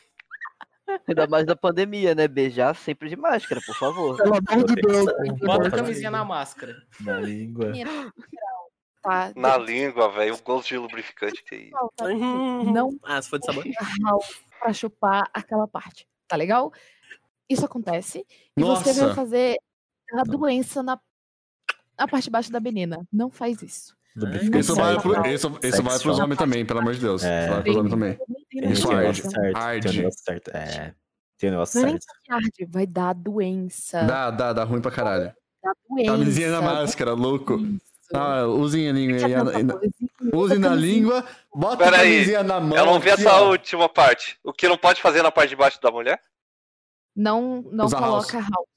Speaker 7: Ainda mais da pandemia, né? Beijar sempre de máscara, por favor.
Speaker 13: Pelo amor de Deus.
Speaker 11: Bota a camisinha na máscara.
Speaker 5: Na língua.
Speaker 4: (laughs)
Speaker 10: Tá,
Speaker 6: Na língua, velho, o gosto de lubrificante que é isso.
Speaker 10: Não, tá bom. Não
Speaker 4: Ah, se for de
Speaker 10: (laughs)
Speaker 4: sabonete.
Speaker 10: arral pra chupar aquela parte, tá legal? Isso acontece. E você
Speaker 1: Nossa.
Speaker 10: vai fazer a doença na, na parte de baixo da menina. Não faz isso.
Speaker 5: Lubrificante
Speaker 1: Isso vale,
Speaker 5: certo,
Speaker 1: pro,
Speaker 5: né?
Speaker 1: isso, isso
Speaker 10: é
Speaker 5: Sexual.
Speaker 1: vale pros homens também, pelo amor de Deus.
Speaker 5: É.
Speaker 1: Isso vale pros homens também.
Speaker 10: Tem
Speaker 5: Tem
Speaker 10: negócio
Speaker 1: Isso
Speaker 5: um negócio
Speaker 1: arde.
Speaker 5: certo. Tem um
Speaker 1: Arde.
Speaker 5: negócio certo. É. Tem um negócio
Speaker 10: Não é nem
Speaker 5: certo.
Speaker 10: que arde, vai dar doença.
Speaker 1: Dá, dá, dá ruim pra caralho.
Speaker 10: Dá doença.
Speaker 1: Camisinha na máscara, louco. Ah, usem a língua. aí, a- na- Usem na
Speaker 10: assim.
Speaker 1: língua, bota a
Speaker 6: Pera aí,
Speaker 1: camisinha na mão.
Speaker 6: Eu não vi
Speaker 1: aqui,
Speaker 6: essa
Speaker 1: ó.
Speaker 6: última parte. O que não pode fazer na parte de baixo da mulher?
Speaker 10: Não, não
Speaker 1: Usa
Speaker 10: coloca house.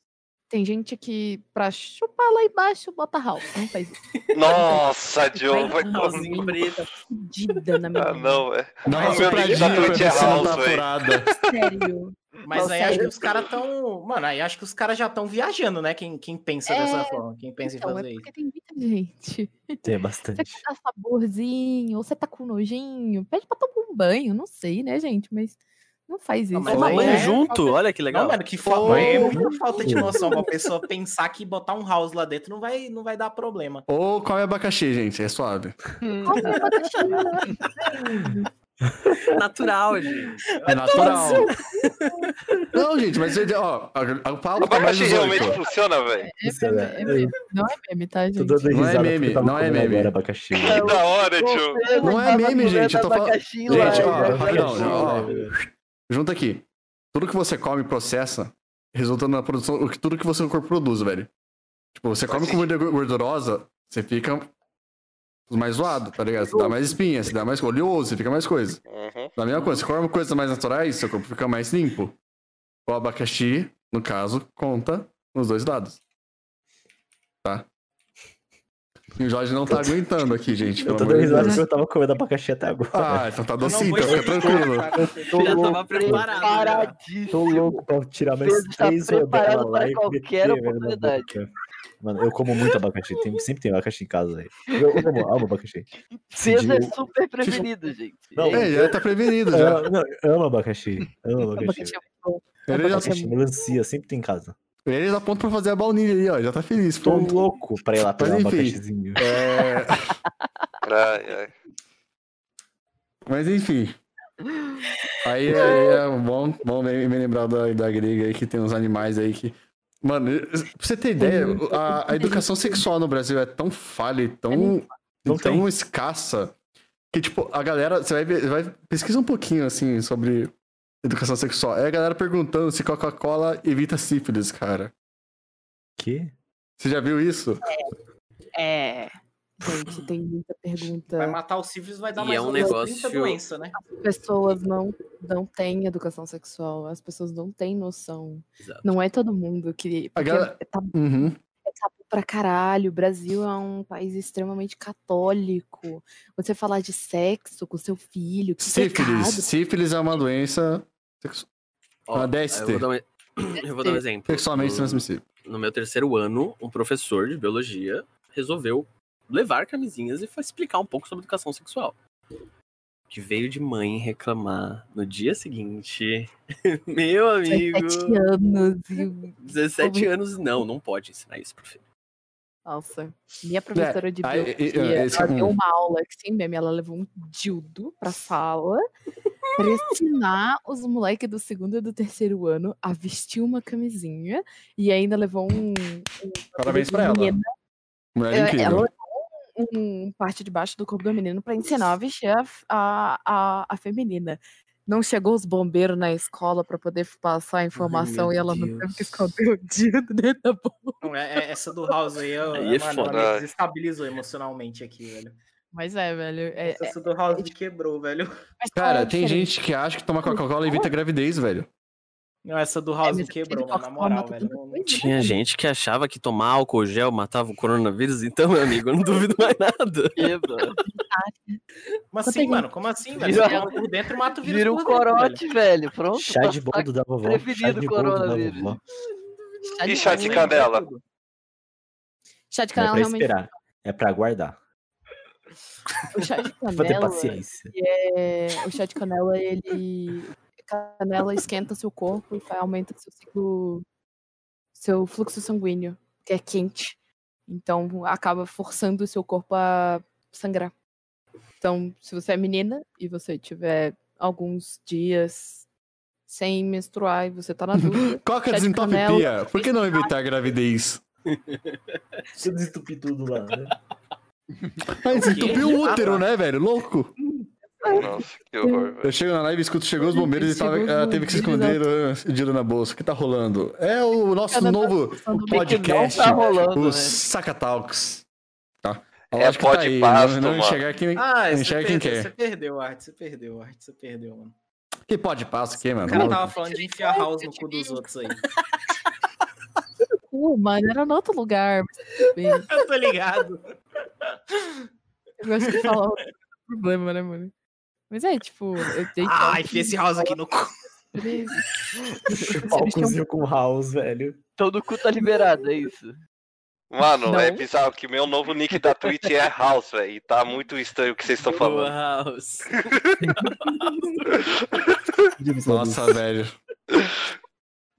Speaker 10: Tem gente que, pra chupar lá embaixo, bota house. Não faz isso.
Speaker 6: Nossa, Diogo, vai com...
Speaker 4: Pauzinho preto.
Speaker 10: Fudida na minha
Speaker 6: Ah, não, velho.
Speaker 1: Dá uma
Speaker 6: O meu link da
Speaker 1: sopradinha pra
Speaker 6: Twitch é
Speaker 1: ver se não
Speaker 6: house,
Speaker 1: tá
Speaker 6: velho.
Speaker 1: furada.
Speaker 10: Sério.
Speaker 11: Mas
Speaker 10: Não,
Speaker 11: aí acho que
Speaker 10: sério.
Speaker 11: os caras estão. Mano, aí acho que os caras já estão viajando, né? Quem, quem pensa
Speaker 10: É,
Speaker 11: dessa forma, quem pensa em
Speaker 10: Então, é
Speaker 11: fazer isso.
Speaker 10: porque tem muita gente.
Speaker 5: Tem
Speaker 10: (laughs) Você
Speaker 5: bastante.
Speaker 10: quer dar saborzinho, ou você tá com nojinho, pede pra tomar um banho, não sei, né, gente? Mas não faz isso.
Speaker 4: Não, mas
Speaker 1: Ou-
Speaker 4: na
Speaker 11: é-
Speaker 4: banho junto, olha que
Speaker 11: Não,
Speaker 4: legal.
Speaker 11: mano, que fa...
Speaker 1: Ou-
Speaker 11: é muita falta de noção pra pessoa pensar que botar um house lá dentro não vai, não vai dar problema.
Speaker 1: Ou come abacaxi, gente, é
Speaker 10: (laughs)
Speaker 1: suave.
Speaker 10: Come abacaxi.
Speaker 4: (laughs)
Speaker 11: né?
Speaker 4: Natural, gente.
Speaker 1: É natural. Não, gente, mas ó, a- a- o Paulo tá mais
Speaker 6: Abacaxi realmente
Speaker 1: 18.
Speaker 6: funciona, velho.
Speaker 10: É meme, é meme. Não é meme, tá,
Speaker 5: Tô
Speaker 10: gente?
Speaker 5: dando
Speaker 1: Não é
Speaker 5: risada
Speaker 1: meme,
Speaker 5: porque eu tava
Speaker 1: não é
Speaker 5: comendo
Speaker 1: meme.
Speaker 5: Agora, abacaxi.
Speaker 6: Que da hora, Diogo.
Speaker 10: Hum.
Speaker 1: Não é meme, gente, eu tô falando- Gente,
Speaker 6: né?
Speaker 1: ó,
Speaker 5: Abacaxi,
Speaker 1: rapidão, ó,
Speaker 5: velho.
Speaker 1: Junta aqui. Tudo que você come e processa, resultando na produção, o que- tudo que o seu corpo produz, velho. Tipo, você come comida gor- gordurosa, você fica mais zoado, tá ligado? Você dá mais espinha, você dá mais oleoso, você fica mais coisa.
Speaker 6: Uhum.
Speaker 1: Da mesma coisa, você come coisas mais naturais, seu corpo fica mais limpo. O abacaxi, no caso, conta nos dois lados. Tá? E o Jorge não tá aguentando aqui, gente.
Speaker 5: Eu
Speaker 1: Pelo
Speaker 5: tô
Speaker 1: amor
Speaker 5: dando
Speaker 1: de
Speaker 5: risada
Speaker 1: Deus.
Speaker 5: porque eu tava comendo abacaxi até agora.
Speaker 1: Ah, então tá
Speaker 11: Eu não
Speaker 1: docinho,
Speaker 11: vou
Speaker 1: então fica
Speaker 11: explicar,
Speaker 1: tranquilo.
Speaker 11: cara.
Speaker 7: (laughs) Tô
Speaker 4: Já tava
Speaker 7: louco,
Speaker 4: preparado, já.
Speaker 7: Paradíssimo.
Speaker 5: Tô louco pra tirar mais
Speaker 7: Pedro está
Speaker 5: três rodelas
Speaker 7: tá preparado
Speaker 5: lá
Speaker 7: para
Speaker 5: e
Speaker 7: qualquer
Speaker 5: meter, velho, na boca.
Speaker 7: oportunidade.
Speaker 5: Mano, eu como muito abacaxi. tem- sempre tem abacaxi em casa, velho. Eu eu amo, amo abacaxi.
Speaker 7: (laughs) César é
Speaker 5: Digo-
Speaker 7: super prevenido, gente.
Speaker 5: Não,
Speaker 1: É, já
Speaker 6: (laughs)
Speaker 1: tá prevenido já.
Speaker 5: Eu, não, eu amo abacaxi. Eu amo abacaxi.
Speaker 10: Abacaxi é muito bom.
Speaker 1: Ele já, tá-
Speaker 5: Abacaxi, melancia, sempre tem em casa.
Speaker 1: ele já aponta pra fazer a baunilha ali, ó. Já tá feliz,
Speaker 5: Tô
Speaker 1: pronto.
Speaker 5: louco pra ir lá pegar um
Speaker 1: enfim.
Speaker 5: abacaxizinho.
Speaker 1: É,
Speaker 6: Ai, ai.
Speaker 1: mas enfim. Aí
Speaker 5: (laughs)
Speaker 1: é, é bom, bom me me lembrar da, da grega aí que tem uns animais aí que. Mano, pra você ter ideia,
Speaker 5: Uhum.
Speaker 1: a, a educação sexual no Brasil é tão falha e tão,
Speaker 5: Não
Speaker 1: tão
Speaker 5: tem.
Speaker 1: escassa que, tipo, a galera. Você vai, ver- vai pesquisa um pouquinho assim sobre educação sexual. É a galera perguntando se Coca-Cola evita sífilis, cara.
Speaker 5: Que?
Speaker 1: Você já viu isso?
Speaker 10: É. Gente, tem muita
Speaker 11: Vai
Speaker 10: pergunta.
Speaker 11: matar o Sirius vai dar
Speaker 4: E
Speaker 11: mais
Speaker 4: é um
Speaker 11: umas 30
Speaker 4: negócio-
Speaker 11: doença, né?
Speaker 10: As pessoas não, não têm educação sexual, as pessoas não têm noção.
Speaker 4: Exato.
Speaker 10: Não é todo mundo que.
Speaker 1: A
Speaker 10: porque
Speaker 1: galera-
Speaker 10: é tabu-
Speaker 1: Uhum.
Speaker 10: é tabu pra caralho. O Brasil é um país extremamente católico. Você falar de sexo com seu filho, que
Speaker 1: Sífilis.
Speaker 10: pecado.
Speaker 1: Sífilis é uma doença sexu-
Speaker 4: Ó,
Speaker 1: Ah, DST.
Speaker 4: Eu vou dar um, (coughs) eu vou dar um exemplo.
Speaker 1: sexualmente
Speaker 4: No-
Speaker 1: transmissível.
Speaker 4: no meu terceiro ano, um professor de biologia resolveu levar camisinhas e foi explicar um pouco sobre educação sexual. Que veio de mãe reclamar no dia seguinte. (laughs) meu amigo,
Speaker 10: 17 anos. E...
Speaker 4: 17 anos, não, não pode ensinar isso pro filho.
Speaker 10: Nossa, minha professora de
Speaker 1: Né, aí,
Speaker 10: biologia,
Speaker 1: e- e- esse-
Speaker 10: ela deu
Speaker 1: hum.
Speaker 10: uma aula que sem meme, ela levou um dildo pra (laughs) sala pra ensinar os moleques do segundo e do terceiro ano a vestir uma camisinha e ainda levou um... um
Speaker 1: Parabéns
Speaker 10: de
Speaker 1: pra ela.
Speaker 10: menina.
Speaker 1: Mulher
Speaker 10: Ela-
Speaker 1: incrível.
Speaker 10: Ela levou um, um parte de baixo do corpo do menino pra ensinar a vestir a, a, a, a feminina. Não chegou os bombeiros na escola pra poder passar a informação e ela não teve que esconder o (laughs) dildo dentro da boca.
Speaker 11: Não, é- é- Essa do House aí, eu,
Speaker 4: Aí é
Speaker 11: mano, ela
Speaker 6: foda.
Speaker 11: me desestabilizou emocionalmente aqui, velho.
Speaker 10: Mas é, velho. É, é-
Speaker 11: Isso do House me quebrou, velho.
Speaker 10: mas qual é
Speaker 1: Cara,
Speaker 10: a
Speaker 1: tem
Speaker 10: diferença?
Speaker 1: gente que acha que tomar Coca-Cola evita gravidez, velho.
Speaker 11: Não, essa do
Speaker 10: É,
Speaker 11: House me quebrou, mano, na moral, velho. Não- não-
Speaker 14: Tinha gente que achava que tomar álcool gel matava o coronavírus, então, meu amigo, eu não duvido mais nada.
Speaker 11: Como assim, mano? Como assim, velho?
Speaker 14: Vira-
Speaker 11: Você toma por dentro e mata o vírus
Speaker 7: Vira
Speaker 11: por
Speaker 7: o
Speaker 11: dentro,
Speaker 7: corote, velho. Pronto.
Speaker 5: Chá de boldo da vovó. Chá
Speaker 7: Prevenido
Speaker 5: de
Speaker 7: o
Speaker 5: boldo da
Speaker 7: coronavírus.
Speaker 5: vovó.
Speaker 6: E chá de canela?
Speaker 10: Chá de
Speaker 5: Não é
Speaker 10: canela
Speaker 5: pra
Speaker 10: realmente.
Speaker 5: esperar, é pra
Speaker 11: (laughs)
Speaker 5: aguardar.
Speaker 10: (laughs) O chá de
Speaker 5: ter
Speaker 10: canela.
Speaker 5: paciência.
Speaker 10: ele é- O chá de canela, ele. Canela esquenta seu corpo e fa- aumenta seu ciclo. Seu fluxo sanguíneo, que é quente. Então acaba forçando o seu corpo a sangrar. Então, se você é menina e você tiver alguns dias sem menstruar e você
Speaker 5: (laughs)
Speaker 10: tá na dúvida.
Speaker 1: Coca
Speaker 10: chá de
Speaker 1: desentope
Speaker 10: canela-
Speaker 1: pia. Por que não é evitar a gravidez?
Speaker 5: Se eu desentupir tudo lá, né?
Speaker 1: Ah, desentupiu o útero, né, velho? Louco.
Speaker 6: Nossa, que horror,
Speaker 1: Eu chego na live, escuto, chegou os bombeiros e tava-
Speaker 6: Chegou os
Speaker 1: ela teve que se esconder o dinheiro na bolsa. O que tá rolando? É o nosso
Speaker 6: Cada
Speaker 1: novo
Speaker 6: discussão do
Speaker 1: podcast,
Speaker 6: Big Bang tá rolando,
Speaker 1: o
Speaker 6: né?
Speaker 1: Saca Talks. Tá? A
Speaker 6: É
Speaker 1: lógica tá aí,
Speaker 6: podpasto,
Speaker 1: não, não
Speaker 6: mano.
Speaker 1: enxergar quem,
Speaker 11: Ah,
Speaker 1: não
Speaker 11: você
Speaker 1: enxerga
Speaker 11: perdeu,
Speaker 1: quem quer.
Speaker 11: você perdeu, Art, você perdeu, Art, você perdeu, mano.
Speaker 1: Que pode passo aqui,
Speaker 5: Ah,
Speaker 11: O
Speaker 1: mano.
Speaker 11: cara
Speaker 1: Maluco.
Speaker 11: tava falando de enfiar house no cu dos outros aí.
Speaker 10: Uh, mano, era no outro lugar. Mas tudo bem.
Speaker 11: Eu tô ligado.
Speaker 10: Eu gosto de falar o problema, né, mano? Mas é, tipo, eu tenho.
Speaker 11: Ah, enfia esse house aqui no cu.
Speaker 5: Palcozinho com house, velho.
Speaker 7: Todo cu tá liberado, é isso.
Speaker 6: Mano, é
Speaker 7: Não.
Speaker 6: bizarro que meu novo nick da Twitch é House, velho. E tá muito estranho o que vocês estão falando.
Speaker 14: House.
Speaker 1: Nossa, velho.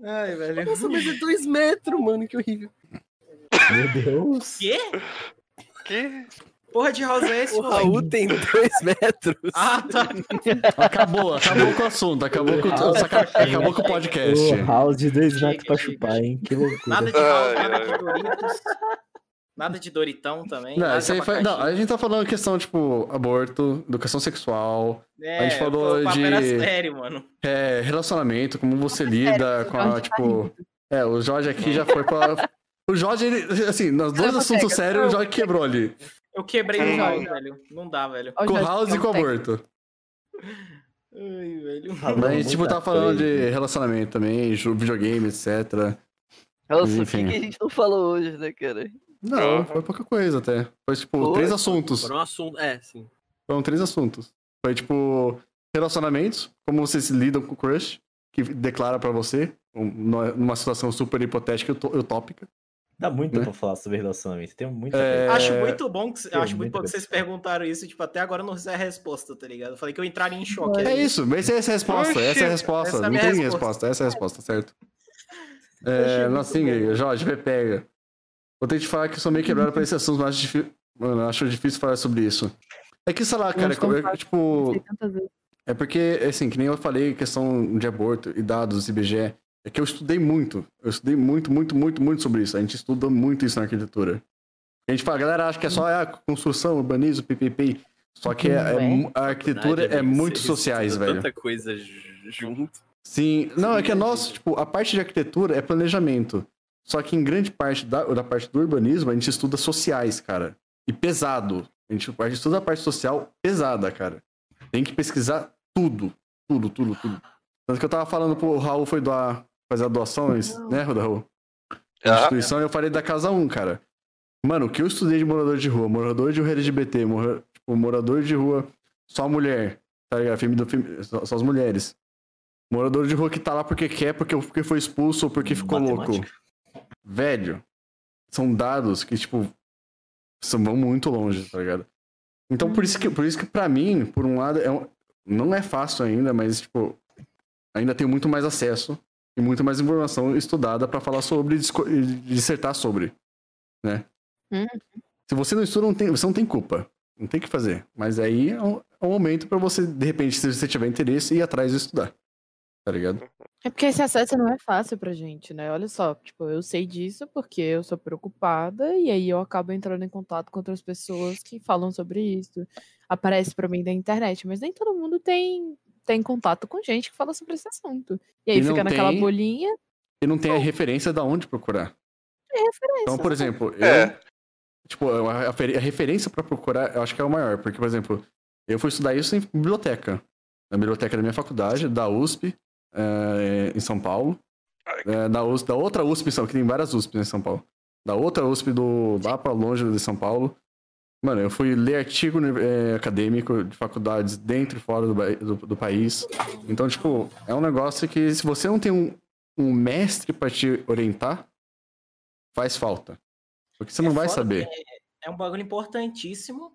Speaker 11: Ai, velho.
Speaker 4: Nossa, mas é dois metros, mano, que horrível.
Speaker 5: Meu Deus.
Speaker 11: Quê?
Speaker 6: Que?
Speaker 11: Porra de house é esse,
Speaker 14: O Raul tem dois metros.
Speaker 11: Ah, tá.
Speaker 1: Acabou, acabou com o assunto, acabou com, o- saca- acabou com o podcast.
Speaker 5: Ô, house de dois metros pra chupar, hein? Que loucura.
Speaker 11: Nada de house, nada de Doritos. Nada de Doritão também.
Speaker 1: Não,
Speaker 11: nada
Speaker 1: isso
Speaker 11: de
Speaker 1: aí foi-
Speaker 11: abacaxi.
Speaker 1: não, a gente tá falando questão, tipo, aborto, educação sexual.
Speaker 11: É,
Speaker 1: a gente
Speaker 11: pô,
Speaker 1: falou
Speaker 11: o papo
Speaker 1: de.
Speaker 11: era sério, mano.
Speaker 1: É, relacionamento, como você lida com
Speaker 11: tá
Speaker 1: a, tipo. É, o Jorge aqui já foi pra. O Jorge, ele, assim, nos dois
Speaker 11: Caramba,
Speaker 1: assuntos
Speaker 11: pega,
Speaker 1: sérios, o
Speaker 11: não.
Speaker 1: Jorge quebrou ali.
Speaker 11: Eu quebrei
Speaker 1: Hum.
Speaker 11: o house, velho. Não dá, velho.
Speaker 1: Com o House e com o aborto.
Speaker 11: Ai, velho.
Speaker 1: Mas, tipo, tá falando de relacionamento também, ju- videogame, etc.
Speaker 7: Nossa, o que,
Speaker 1: Enfim.
Speaker 7: que a gente não falou hoje, né, cara?
Speaker 6: Uhum.
Speaker 1: Não, foi pouca coisa até. Foi, tipo,
Speaker 7: Foi,
Speaker 1: três
Speaker 7: foi-
Speaker 1: assuntos.
Speaker 4: Por um assunto. É,
Speaker 14: assim.
Speaker 4: sim.
Speaker 1: Foram três assuntos. Foi tipo, relacionamentos, como vocês lidam com o crush, que declara pra você, um- numa numa situação super hipotética e utó- utópica.
Speaker 5: Dá muito pra falar sobre relacionamento. Tem muita
Speaker 1: Né? É,
Speaker 5: coisa.
Speaker 11: Acho muito bom que,
Speaker 5: Tem
Speaker 11: acho muito
Speaker 5: muita
Speaker 11: bom que
Speaker 5: coisa.
Speaker 11: vocês perguntaram isso, tipo, até agora eu não sei a resposta, tá ligado? Eu falei que eu entraria em choque.
Speaker 1: É isso, mas essa é a resposta,
Speaker 11: Oxi,
Speaker 1: essa é a resposta.
Speaker 11: essa é a
Speaker 1: Não
Speaker 11: minha
Speaker 1: tem
Speaker 11: resposta.
Speaker 1: resposta, essa é a resposta, certo?
Speaker 11: (laughs)
Speaker 1: É, não assim, Greg, Jorge, me pega. Vou ter que falar que eu sou meio quebrado pra esse assunto, mas acho difícil, mano, eu acho difícil falar sobre isso. É que, sei lá, cara,
Speaker 10: como
Speaker 1: eu-
Speaker 10: faz,
Speaker 1: tipo,
Speaker 10: tantas vezes.
Speaker 1: É porque, assim, que nem eu falei, questão de aborto e dados, IBGE, é que eu estudei muito. Eu estudei muito, muito, muito, muito sobre isso. A gente estuda muito isso na arquitetura. A gente fala, a galera acha que é só a construção, urbanismo, PPP. Só que é- é mu- a arquitetura é muito sociais, velho.
Speaker 14: Tanta coisa ju- junto.
Speaker 1: Sim, não, é que a nossa, tipo, a parte de arquitetura é planejamento. Só que em grande parte da, da parte do urbanismo, a gente estuda sociais, cara. E pesado. A gente, a gente estuda a parte social pesada, cara. Tem que pesquisar tudo. Tudo, tudo, tudo. Tanto que eu tava falando pro Raul foi doar, fazer doações, né, Raul? Da instituição, eu falei da casa 1, cara. Mano, o que eu estudei de morador de rua, morador de rua LGBT, mora- tipo, morador de rua só mulher, tá ligado? Femi- do femi- só, só as mulheres. Morador de rua que tá lá porque quer, porque, porque foi expulso ou porque ficou louco. Velho, são dados que, tipo, são, vão muito longe, tá ligado? Então, por isso que, por isso que pra mim, por um lado, é um- não é fácil ainda, mas, tipo, ainda tenho muito mais acesso e muito mais informação estudada pra falar sobre e disco- e dissertar sobre, né? Se você não estuda, não tem, você não tem culpa. Não tem o que fazer. Mas aí é um, é um momento pra você, de repente, se você tiver interesse, ir atrás e estudar. Tá ligado?
Speaker 10: É porque esse acesso não é fácil pra gente, né? Olha só, tipo, eu sei disso porque eu sou preocupada e aí eu acabo entrando em contato com outras pessoas que falam sobre isso. Aparece pra mim na internet, mas nem todo mundo tem tem contato com gente que fala sobre esse assunto. E aí
Speaker 1: E não
Speaker 10: fica naquela
Speaker 1: tem
Speaker 10: bolinha
Speaker 1: E não tem a referência da onde procurar.
Speaker 10: de né? referência.
Speaker 1: Então, por exemplo, Então, eu, Tipo, a, a feri- a referência pra procurar, eu acho que é o maior. Porque, por exemplo, eu fui estudar isso em biblioteca. Na biblioteca da minha faculdade, da USP, eh, em São Paulo. Eh, da, USP, da outra USP, em São- que tem várias USPs em São Paulo. Da outra USP do, lá pra longe de São Paulo. Mano, eu fui ler artigo uni- eh, acadêmico de faculdades dentro e fora do, ba- do, do país. Então, tipo, é um negócio que se você não tem um, um mestre pra te orientar, faz falta. Porque você não vai
Speaker 11: foda,
Speaker 1: saber.
Speaker 11: É, é um bagulho importantíssimo.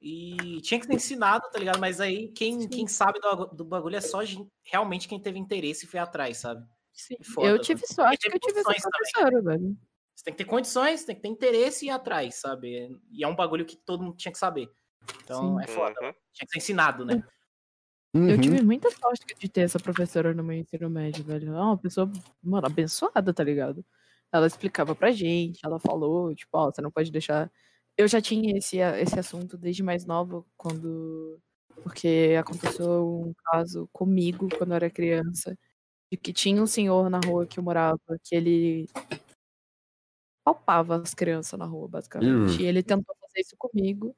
Speaker 11: E tinha que ser ensinado, tá ligado? Mas aí quem, quem sabe do, agu- do bagulho é só gen- realmente quem teve interesse e foi atrás, sabe?
Speaker 10: Sim,
Speaker 11: foda,
Speaker 10: eu tive
Speaker 11: mano.
Speaker 10: sorte
Speaker 11: Porque
Speaker 10: que eu tive
Speaker 11: teve
Speaker 10: essa
Speaker 11: opções também.
Speaker 10: professora, velho.
Speaker 11: Você tem que ter condições, tem que ter interesse e ir atrás, sabe? E é um bagulho que todo mundo tinha que saber. Então
Speaker 10: Sim.
Speaker 11: é foda. Tinha que ser ensinado,
Speaker 10: (laughs)
Speaker 11: né?
Speaker 10: Eu tive muita sorte de ter essa professora no meu ensino médio, velho. É uma pessoa, mano, abençoada, tá ligado? Ela explicava pra gente, ela falou, tipo, ó, você não pode deixar. Eu já tinha esse, esse assunto desde mais nova, quando. Porque aconteceu um caso comigo quando eu era criança. De que tinha um senhor na rua que eu morava, que ele palpava as crianças na rua, basicamente.
Speaker 13: Ih.
Speaker 10: E ele tentou fazer isso comigo.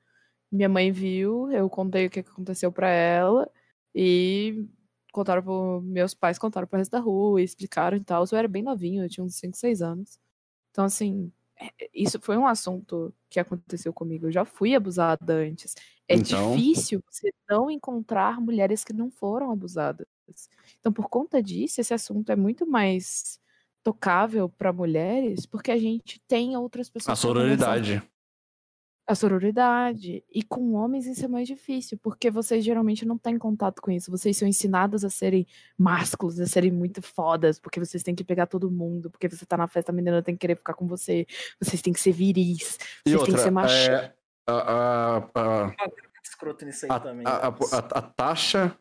Speaker 10: Minha mãe viu, eu contei o que que aconteceu pra ela e contaram pro, meus pais contaram pro resto da rua e explicaram e tal. Eu era bem novinho, eu tinha uns 5, 6 anos. Então, assim, é- é- isso foi um assunto que aconteceu comigo. Eu já fui abusada antes. É
Speaker 13: Então-
Speaker 10: difícil você não encontrar mulheres que não foram abusadas. Então, por conta disso, esse assunto é muito mais tocável para mulheres, porque a gente tem outras
Speaker 1: A
Speaker 10: pessoas. pra conversar
Speaker 1: sororidade.
Speaker 10: a sororidade. E com homens isso é mais difícil, porque vocês geralmente não têm contato com isso. Vocês são ensinados a serem másculos, a serem muito fodas, porque vocês têm que pegar todo mundo, porque você tá na festa, a menina tem que querer ficar com você, vocês têm que ser viris, vocês
Speaker 1: E
Speaker 10: têm
Speaker 1: outra,
Speaker 10: que ser macho.
Speaker 1: é, a, a, a,
Speaker 11: Escroto nisso aí
Speaker 1: a,
Speaker 11: Ah, também.
Speaker 1: a- a- a- a taxa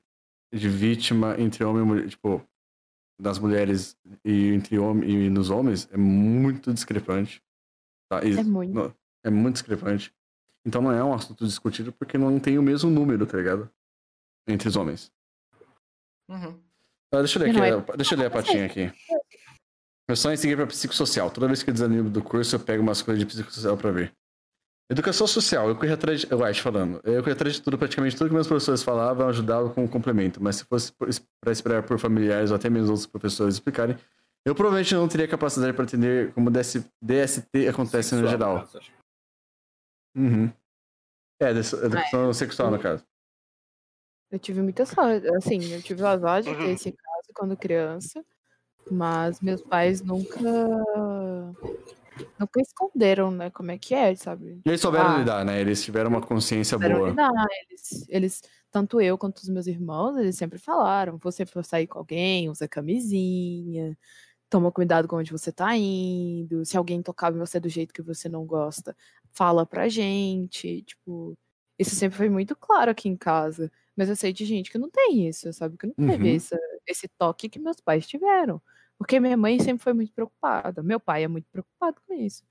Speaker 1: de vítima entre homem e mulher, tipo, das mulheres e entre homem e nos homens é muito discrepante. tá? E
Speaker 10: É muito.
Speaker 1: não- é muito discrepante. Então não é um assunto discutido porque não tem o mesmo número, tá ligado? Entre os homens.
Speaker 11: Uhum.
Speaker 1: Ah, deixa eu ler
Speaker 11: E não
Speaker 1: aqui,
Speaker 11: é-
Speaker 1: a- deixa eu
Speaker 10: Ah,
Speaker 1: ler a patinha aqui. Eu só instiguei pra psicossocial. Toda vez que eu desanimo do curso, eu pego umas coisas de psicossocial pra ver. Educação social, eu corri atrás de... Eu acho, falando. Eu corri atrás de tudo, praticamente tudo que meus professores falavam ajudava com o complemento, mas se fosse por- pra esperar por familiares ou até mesmo outros professores explicarem, eu provavelmente não teria capacidade pra entender como DS DST acontece no geral.
Speaker 6: (laughs)
Speaker 1: Uhum. É, des- educação sexual, no caso.
Speaker 10: Eu tive muita sorte, assim, eu tive o azar de
Speaker 1: Uhum.
Speaker 10: ter esse caso quando criança, mas meus pais nunca nunca esconderam, né, como é que é, sabe?
Speaker 1: E eles souberam
Speaker 10: Ah,
Speaker 1: lidar, né? Eles tiveram uma consciência
Speaker 10: souberam
Speaker 1: boa.
Speaker 10: lidar, eles, eles- tanto eu quanto os meus irmãos, eles sempre falaram, você for sair com alguém, usa camisinha, toma cuidado com onde você tá indo, se alguém tocar em você do jeito que você não gosta, fala pra gente, tipo, isso sempre foi muito claro aqui em casa, mas eu sei de gente que não tem isso, sabe, que não teve
Speaker 13: Uhum.
Speaker 10: essa- esse toque que meus pais tiveram, porque minha mãe sempre foi muito preocupada, meu pai é muito preocupado com isso.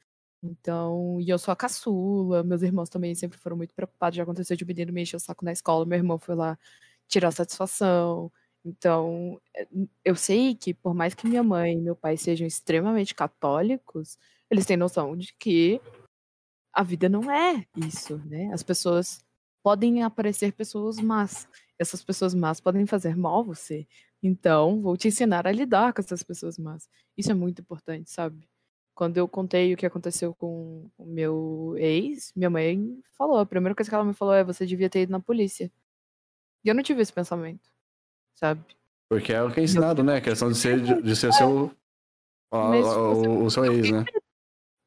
Speaker 10: Então, e eu sou a caçula, meus irmãos também sempre foram muito preocupados. Já aconteceu de um menino me encher o saco na escola, meu irmão foi lá tirar satisfação. Então, eh, eu sei que por mais que minha mãe e meu pai sejam extremamente católicos, eles têm noção de que a vida não é isso, né? As pessoas podem aparecer pessoas más. Essas pessoas más podem fazer mal a você. Então, vou te ensinar a lidar com essas pessoas más. Isso é muito importante, sabe? Quando eu contei o que aconteceu com o meu ex, minha mãe falou, a primeira coisa que ela me falou é você devia ter ido na polícia. E eu não tive esse pensamento, sabe?
Speaker 1: Porque é o que é ensinado, né? A questão de ser, de, de ser o seu. a-
Speaker 10: É. Mas
Speaker 1: a-
Speaker 10: você-
Speaker 1: o, o seu ex, né?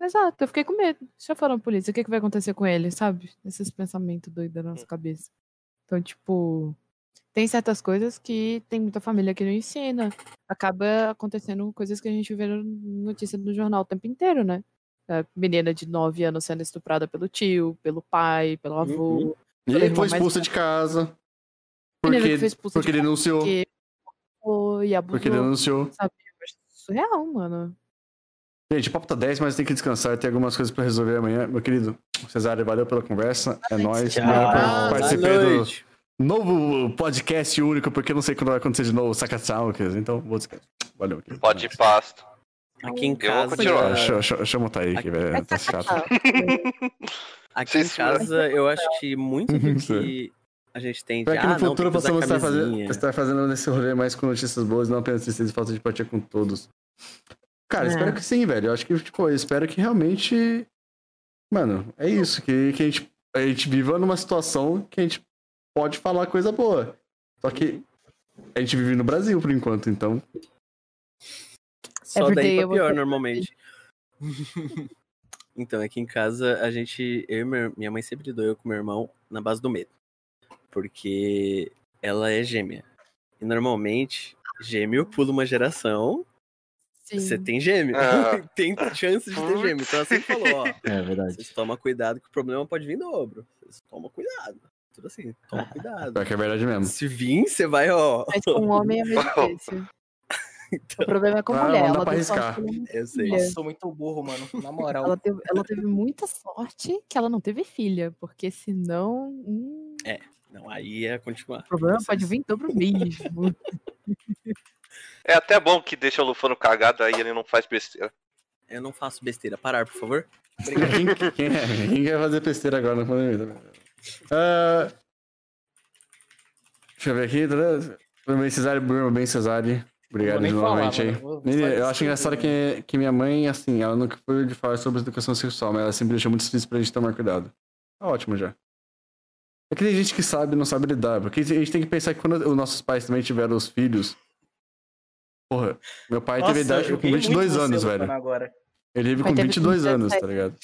Speaker 10: Exato, eu fiquei com medo. Se eu for na polícia, o que, que vai acontecer com ele, sabe? Esses pensamentos doidos na
Speaker 1: Hum.
Speaker 10: nossa cabeça. Então, tipo, tem certas coisas que tem muita família que não ensina. Acaba acontecendo coisas que a gente vê no- notícia no jornal o tempo inteiro, né? A menina de 9 anos sendo estuprada pelo tio, pelo pai, pelo avô.
Speaker 1: Uhum. E
Speaker 10: pelo
Speaker 1: ele
Speaker 10: irmão
Speaker 1: foi
Speaker 10: mais
Speaker 1: expulso
Speaker 10: velho.
Speaker 1: de casa.
Speaker 10: Menino é que
Speaker 1: Porque,
Speaker 10: foi expulso
Speaker 1: porque
Speaker 10: de casa
Speaker 1: denunciou.
Speaker 10: porque abusou e abusou.
Speaker 1: Porque denunciou.
Speaker 10: Sabe? É Surreal, mano.
Speaker 1: Gente, o papo tá 10, mas tem que descansar. Tem algumas coisas pra resolver amanhã. Meu querido Cesário, valeu pela conversa. É nóis.
Speaker 5: Tchau.
Speaker 1: Obrigado por
Speaker 5: Boa
Speaker 1: participar do
Speaker 5: noite.
Speaker 1: novo podcast único, porque eu não sei quando vai acontecer de novo o Sakatsaukas. Então, vou descansar. Valeu. querido.
Speaker 6: Pode ir pasto.
Speaker 11: Aqui em
Speaker 6: Eu
Speaker 11: casa.
Speaker 6: vou continuar.
Speaker 1: Chama- chama- Chama o Taíque, velho. Tá chato.
Speaker 4: Aqui em casa, eu acho que muito do que a gente tem de.
Speaker 1: Como é Uhum. que no
Speaker 4: ah, não,
Speaker 1: futuro
Speaker 4: tem que
Speaker 1: você
Speaker 4: usar
Speaker 1: não está
Speaker 4: camisinha.
Speaker 1: fazendo, você tá fazendo esse rolê mais com notícias boas, não apenas tristeza e falta de empatia com todos? Cara,
Speaker 4: É.
Speaker 1: espero que sim, velho. Eu acho que, tipo, eu espero que realmente. Mano, é isso. Que, que a, gente, a gente viva numa situação que a gente pode falar coisa boa. Só que a gente vive no Brasil por enquanto, então.
Speaker 4: Só daí pra pior,
Speaker 1: eu
Speaker 4: normalmente. então, aqui em casa, a gente. Eu e meu- minha mãe sempre lidou eu com meu irmão na base do medo. Porque ela é gêmea. E normalmente, gêmeo pula uma geração. Você tem gêmeo.
Speaker 5: Ah.
Speaker 4: (laughs) tem chance de ter gêmeo. Então ela sempre falou, ó.
Speaker 5: É verdade.
Speaker 4: Vocês tomam cuidado que o problema pode vir dobro. Vocês tomam cuidado. Tudo assim, toma cuidado.
Speaker 1: Pior que é verdade mesmo.
Speaker 4: Se vir, você vai, ó.
Speaker 10: Mas com homem
Speaker 14: (laughs)
Speaker 10: é mais difícil. O problema é com mulher. Ela deu sorte que ela não
Speaker 4: Eu
Speaker 10: teve
Speaker 4: sei.
Speaker 10: filha.
Speaker 11: Nossa, sou muito burro, mano. Na moral.
Speaker 10: Ela teve, ela teve muita sorte que ela não teve filha, porque senão hum,
Speaker 4: É, não, aí é continuar.
Speaker 10: o problema pode vir em dobro mesmo.
Speaker 6: É até bom que deixa o Lufano cagado aí ele não faz besteira.
Speaker 4: Eu não faço besteira. Parar, por favor.
Speaker 1: Quem, quem, quem quer fazer besteira agora na pandemia? Tá Ah, deixa eu ver aqui. tá- Tudo bem, Cesário? Bruno, bem, Cesário. Obrigado
Speaker 5: Não vou nem
Speaker 1: novamente
Speaker 5: falar,
Speaker 1: aí.
Speaker 5: mano. Vou-
Speaker 1: Nini, eu
Speaker 5: só
Speaker 1: acho
Speaker 5: descrever,
Speaker 1: engraçado que, que minha mãe, assim, ela nunca foi de falar sobre educação sexual, mas ela sempre deixou muito difícil pra gente tomar cuidado. Tá ótimo já. É que tem gente que sabe e não sabe lidar, porque a gente tem que pensar que quando os nossos pais também tiveram os filhos. Porra, meu pai
Speaker 11: Nossa,
Speaker 1: teve idade
Speaker 11: eu
Speaker 1: com
Speaker 11: ri muito
Speaker 1: 22
Speaker 11: você,
Speaker 1: anos,
Speaker 11: Lucano,
Speaker 1: velho.
Speaker 11: Agora.
Speaker 1: Ele vive
Speaker 11: Vai
Speaker 1: com
Speaker 11: ter
Speaker 1: 22 anos, tá
Speaker 11: 17.
Speaker 1: ligado?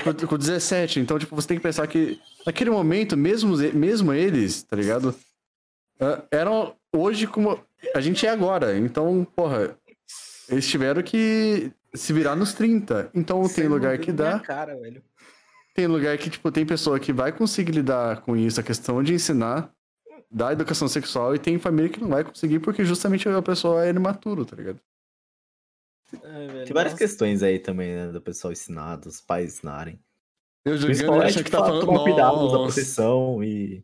Speaker 1: Ah, com, com 17. Então, tipo, você tem que pensar que naquele momento, mesmo, ze- mesmo eles, tá ligado? Ah, eram hoje como a gente é agora. Então, porra, eles tiveram que se virar nos 30. Então, tem lugar que
Speaker 11: Minha
Speaker 1: dá.
Speaker 11: cara, velho.
Speaker 1: Tem lugar que, tipo, tem pessoa que vai conseguir lidar com isso, a questão de ensinar da educação sexual, e tem família que não vai conseguir porque justamente a pessoa é imaturo, tá ligado?
Speaker 4: É.
Speaker 5: Tem várias questões aí também, né? Do pessoal ensinar, dos pais ensinarem.
Speaker 1: Eu jogando,
Speaker 5: Principalmente,
Speaker 1: achei que tá
Speaker 5: tipo,
Speaker 1: falando-
Speaker 5: tomar cuidado da
Speaker 1: Nossa.
Speaker 5: proteção e.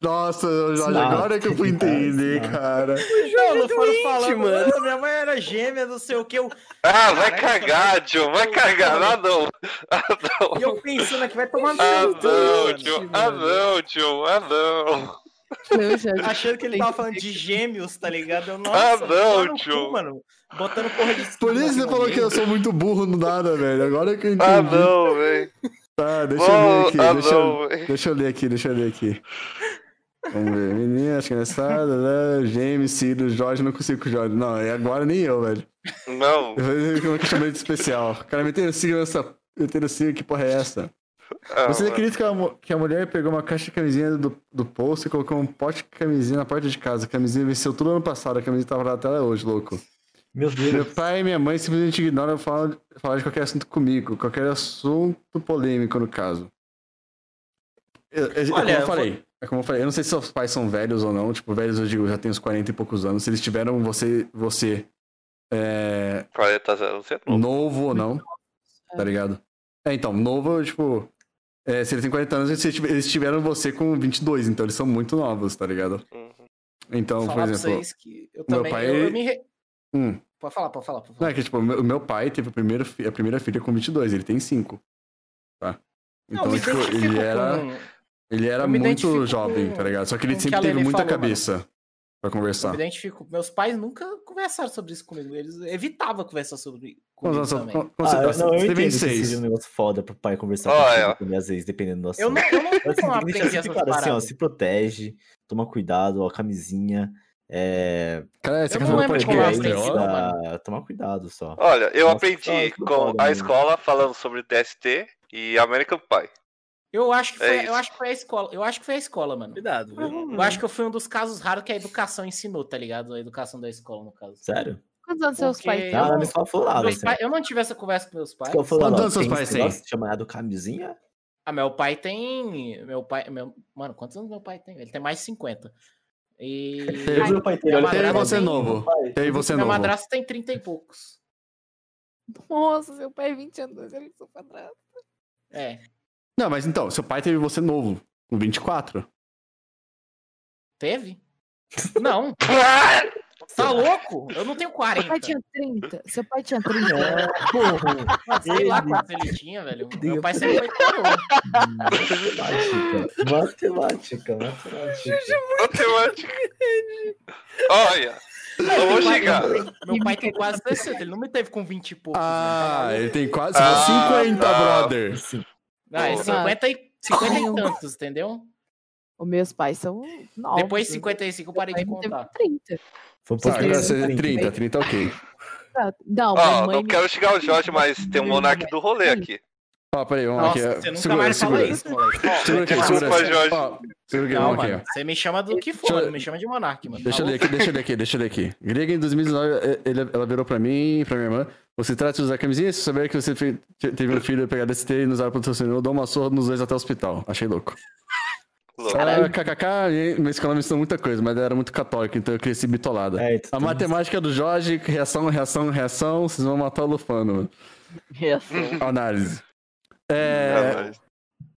Speaker 1: Nossa, Jorge,
Speaker 5: Ensinar,
Speaker 1: agora é que eu fui
Speaker 5: ensinar,
Speaker 1: entender,
Speaker 11: né?
Speaker 5: ensinar.
Speaker 1: cara.
Speaker 11: Não, não foram falando,
Speaker 4: mano.
Speaker 11: mano. Minha mãe era gêmea, não sei o que. Eu...
Speaker 6: Ah, vai cagar, tio. Vai cagar. Ah, não.
Speaker 11: E eu pensando aqui, vai tomar no
Speaker 6: Ah,
Speaker 11: cu,
Speaker 6: não,
Speaker 11: mano.
Speaker 6: tio. Ah, não, tio. Ah, não.
Speaker 11: Achando que ele tava falando de gêmeos, tá ligado? Eu,
Speaker 6: Ah,
Speaker 11: nossa,
Speaker 6: não,
Speaker 11: tomar no cu,
Speaker 6: tio.
Speaker 11: mano. Botando porra de
Speaker 1: Por isso você falou que eu sou muito burro no nada, velho. Agora que eu entendi.
Speaker 6: Ah, não, velho.
Speaker 1: Tá, deixa
Speaker 6: Bom,
Speaker 1: eu ver aqui.
Speaker 6: ah,
Speaker 1: deixa,
Speaker 6: não,
Speaker 1: eu,
Speaker 6: velho.
Speaker 1: deixa eu ler aqui, deixa eu ler aqui. Vamos ver. Menina, acho que é engraçado, né? James, Ciro, Jorge, não consigo com o Jorge. Não, e agora nem eu, velho.
Speaker 6: Não.
Speaker 1: Eu falei que eu chamei de especial. Cara, meteram signo nessa. Meteram signo, que porra é essa?
Speaker 6: Ah,
Speaker 1: Vocês
Speaker 6: mano.
Speaker 1: acreditam que a, mu- que a mulher pegou uma caixa de camisinha do, do posto e colocou um pote de camisinha na porta de casa? A camisinha venceu tudo ano passado, a camisinha tava lá até hoje, louco.
Speaker 5: Meu Deus.
Speaker 1: Meu pai e minha mãe simplesmente ignoram falar, falar de qualquer assunto comigo, qualquer assunto polêmico, no caso. Eu- eu- é
Speaker 11: Olha,
Speaker 1: como
Speaker 11: eu
Speaker 1: eu falei. É como eu falei, eu não sei se seus pais são velhos ou não, tipo, velhos eu digo, já tem uns 40 e poucos anos. Se eles tiveram você, você é,
Speaker 6: 40 anos, você é novo.
Speaker 1: novo ou não, tá ligado? É, então, novo, tipo, é, se eles têm 40 anos, eles tive- eles tiveram você com 22, então eles são muito novos, tá ligado?
Speaker 6: Uhum.
Speaker 1: Então,
Speaker 11: Falar
Speaker 1: por
Speaker 11: pra
Speaker 1: exemplo,
Speaker 11: vocês que eu
Speaker 1: meu
Speaker 11: também.
Speaker 1: pai-
Speaker 11: eu, eu me re-
Speaker 1: hum,
Speaker 11: Pode falar, pode falar. Pode falar.
Speaker 1: não, é que, tipo, o meu, o meu pai teve o primeiro fi- a primeira filha com 22, ele tem 5. Tá? Então,
Speaker 11: Não, me
Speaker 1: tipo,
Speaker 11: identifico
Speaker 1: ele era,
Speaker 11: com-
Speaker 1: ele era
Speaker 11: eu me
Speaker 1: muito
Speaker 11: identifico
Speaker 1: jovem,
Speaker 11: com-
Speaker 1: tá ligado? Só que
Speaker 11: com
Speaker 1: ele
Speaker 11: o
Speaker 1: sempre
Speaker 11: que a
Speaker 1: teve
Speaker 11: Lene
Speaker 1: muita
Speaker 11: falou, né?
Speaker 1: cabeça pra
Speaker 11: Eu
Speaker 1: conversar.
Speaker 11: me identifico. Meus pais nunca conversaram sobre isso comigo. Eles evitavam conversar sobre
Speaker 1: Quantos
Speaker 11: comigo
Speaker 1: anos-
Speaker 11: também.
Speaker 1: quantos-
Speaker 5: Ah, eu-
Speaker 1: quantos-
Speaker 5: não, eu
Speaker 1: você tem
Speaker 5: entendo que
Speaker 1: 26.
Speaker 5: seja um negócio foda pro pai conversar
Speaker 6: Ah,
Speaker 1: Ó,
Speaker 5: com
Speaker 1: é, ó.
Speaker 5: o filho, às vezes, dependendo do assunto.
Speaker 11: Eu não, eu não,
Speaker 5: Mas, assim, tem que
Speaker 11: aprendi
Speaker 5: deixar
Speaker 11: essas
Speaker 5: assim, cara, assim, ó,
Speaker 11: paradas.
Speaker 5: se protege, toma cuidado, ó, camisinha. É...
Speaker 1: Cara,
Speaker 11: essa Eu não questão do lembro como podcast, eu aprendi,
Speaker 5: Toma cuidado só.
Speaker 6: Olha, eu
Speaker 5: Nossa,
Speaker 6: aprendi
Speaker 5: que
Speaker 6: com
Speaker 5: foda,
Speaker 6: a
Speaker 5: mano.
Speaker 6: escola falando sobre DST e American Pie.
Speaker 11: Eu acho que
Speaker 6: É
Speaker 11: foi,
Speaker 6: isso.
Speaker 11: eu acho que foi a escola. Eu acho que foi a escola, mano.
Speaker 4: Cuidado.
Speaker 10: Uhum.
Speaker 11: Eu acho que eu fui um dos casos raros que a educação ensinou, tá ligado? A educação da escola, no caso.
Speaker 5: Sério?
Speaker 10: Quantos anos seus
Speaker 11: Porque
Speaker 10: pais têm?
Speaker 5: Não, na minha escola falou nada,
Speaker 11: meus
Speaker 5: isso
Speaker 11: pais-
Speaker 5: aí.
Speaker 11: eu não tive essa conversa com meus pais.
Speaker 5: Escola falou nada, ó,
Speaker 1: anos seus
Speaker 5: tem esse
Speaker 1: pais têm?
Speaker 5: negócio Chamado camisinha?
Speaker 11: Ah, meu pai tem. Meu pai. Meu... Mano, quantos anos meu pai tem? Ele tem mais de 50. E.
Speaker 1: Teve,
Speaker 11: Meu madrasto
Speaker 1: teve você
Speaker 11: tem-
Speaker 1: novo. Teve você
Speaker 11: Meu
Speaker 1: novo.
Speaker 11: madrasto tem 30 e poucos.
Speaker 10: Nossa, seu pai é 20 anos, ele sou padrasto.
Speaker 11: É.
Speaker 1: Não, mas então, seu pai teve você novo, com 24. (laughs)
Speaker 11: Teve? Não. Tá louco? Eu não tenho
Speaker 10: Seu pai
Speaker 11: 40.
Speaker 10: tinha 30. Seu pai tinha 30. né?
Speaker 1: É,
Speaker 11: Ah, Sei lá quantos ele tinha, velho. Meu pai sempre foi
Speaker 10: (laughs)
Speaker 11: coroa.
Speaker 5: Matemática, matemática, matemática.
Speaker 11: (laughs)
Speaker 6: Matemática. Olha. Eu vou chegar.
Speaker 11: Meu pai tem quase 60, ele não me teve com 20 e poucos. né?
Speaker 1: Ah, ele tem quase
Speaker 6: Ah,
Speaker 1: 50,
Speaker 6: tá.
Speaker 1: brother.
Speaker 11: Ah, é 50 e, 50 e tantos, entendeu?
Speaker 10: Os meus pais são novos.
Speaker 11: Depois de 55 eu parei de contar.
Speaker 10: 30.
Speaker 5: Foi
Speaker 1: Tá,
Speaker 10: Vocês-
Speaker 1: 30, 30 ok.
Speaker 10: Ah, Não, minha
Speaker 6: Ó,
Speaker 10: mãe
Speaker 6: não
Speaker 10: me-
Speaker 6: quero chegar o Jorge, mas tem um monarca do rolê aqui.
Speaker 1: Ó, peraí, vamos
Speaker 11: Nossa,
Speaker 1: aqui.
Speaker 11: você nunca
Speaker 1: segura,
Speaker 11: mais fala
Speaker 1: segura.
Speaker 11: isso, moleque.
Speaker 1: Segura aqui,
Speaker 6: Desculpa,
Speaker 1: segura aqui.
Speaker 6: Jorge.
Speaker 1: Ó, segura aqui,
Speaker 11: Não,
Speaker 1: vamos
Speaker 11: mano,
Speaker 1: aqui.
Speaker 11: você me chama do que
Speaker 1: Deixa
Speaker 11: for,
Speaker 1: eu-
Speaker 11: não me chama de monarque, mano.
Speaker 1: Deixa
Speaker 11: Tá
Speaker 1: eu ler
Speaker 11: louco?
Speaker 1: aqui, deixa eu ler aqui, deixa eu ler aqui. Grega em 2019, eh, ele- ela virou pra mim e pra minha irmã. Você trata de usar camisinha? Se souber que você fe- te- teve um filho pegar DST e nos usar pro seu senhor, eu dou uma surra nos dois até o hospital. Achei louco. Ah, kkk, e- meus economistas são muita coisa, mas eu era muito católico, então eu cresci bitolada. a matemática do Jorge, reação, reação, reação, vocês vão matar o Lufano, mano. Hum.
Speaker 7: Reação.
Speaker 1: Análise. É...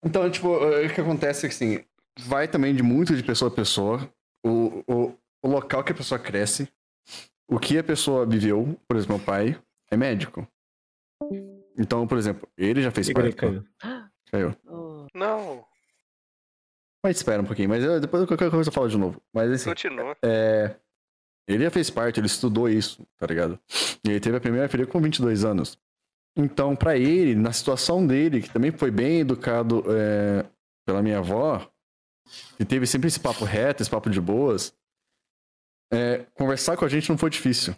Speaker 1: Então, tipo, o que acontece é que, assim, vai também de muito de pessoa a pessoa, o, o, o local que a pessoa cresce, o que a pessoa viveu, por exemplo, meu pai é médico. Então, por exemplo, ele já fez
Speaker 5: Ih,
Speaker 1: parte.
Speaker 5: caiu.
Speaker 1: Caiu.
Speaker 6: Não.
Speaker 1: Mas espera um pouquinho, mas eu- depois qualquer coisa eu falo de novo. Mas assim.
Speaker 6: Continua.
Speaker 1: É, ele já fez parte, ele estudou isso, tá ligado? E ele teve a primeira filha com 22 anos. Então, pra ele, na situação dele, que também foi bem educado é, pela minha avó, que teve sempre esse papo reto, esse papo de boas, é, conversar com a gente não foi difícil.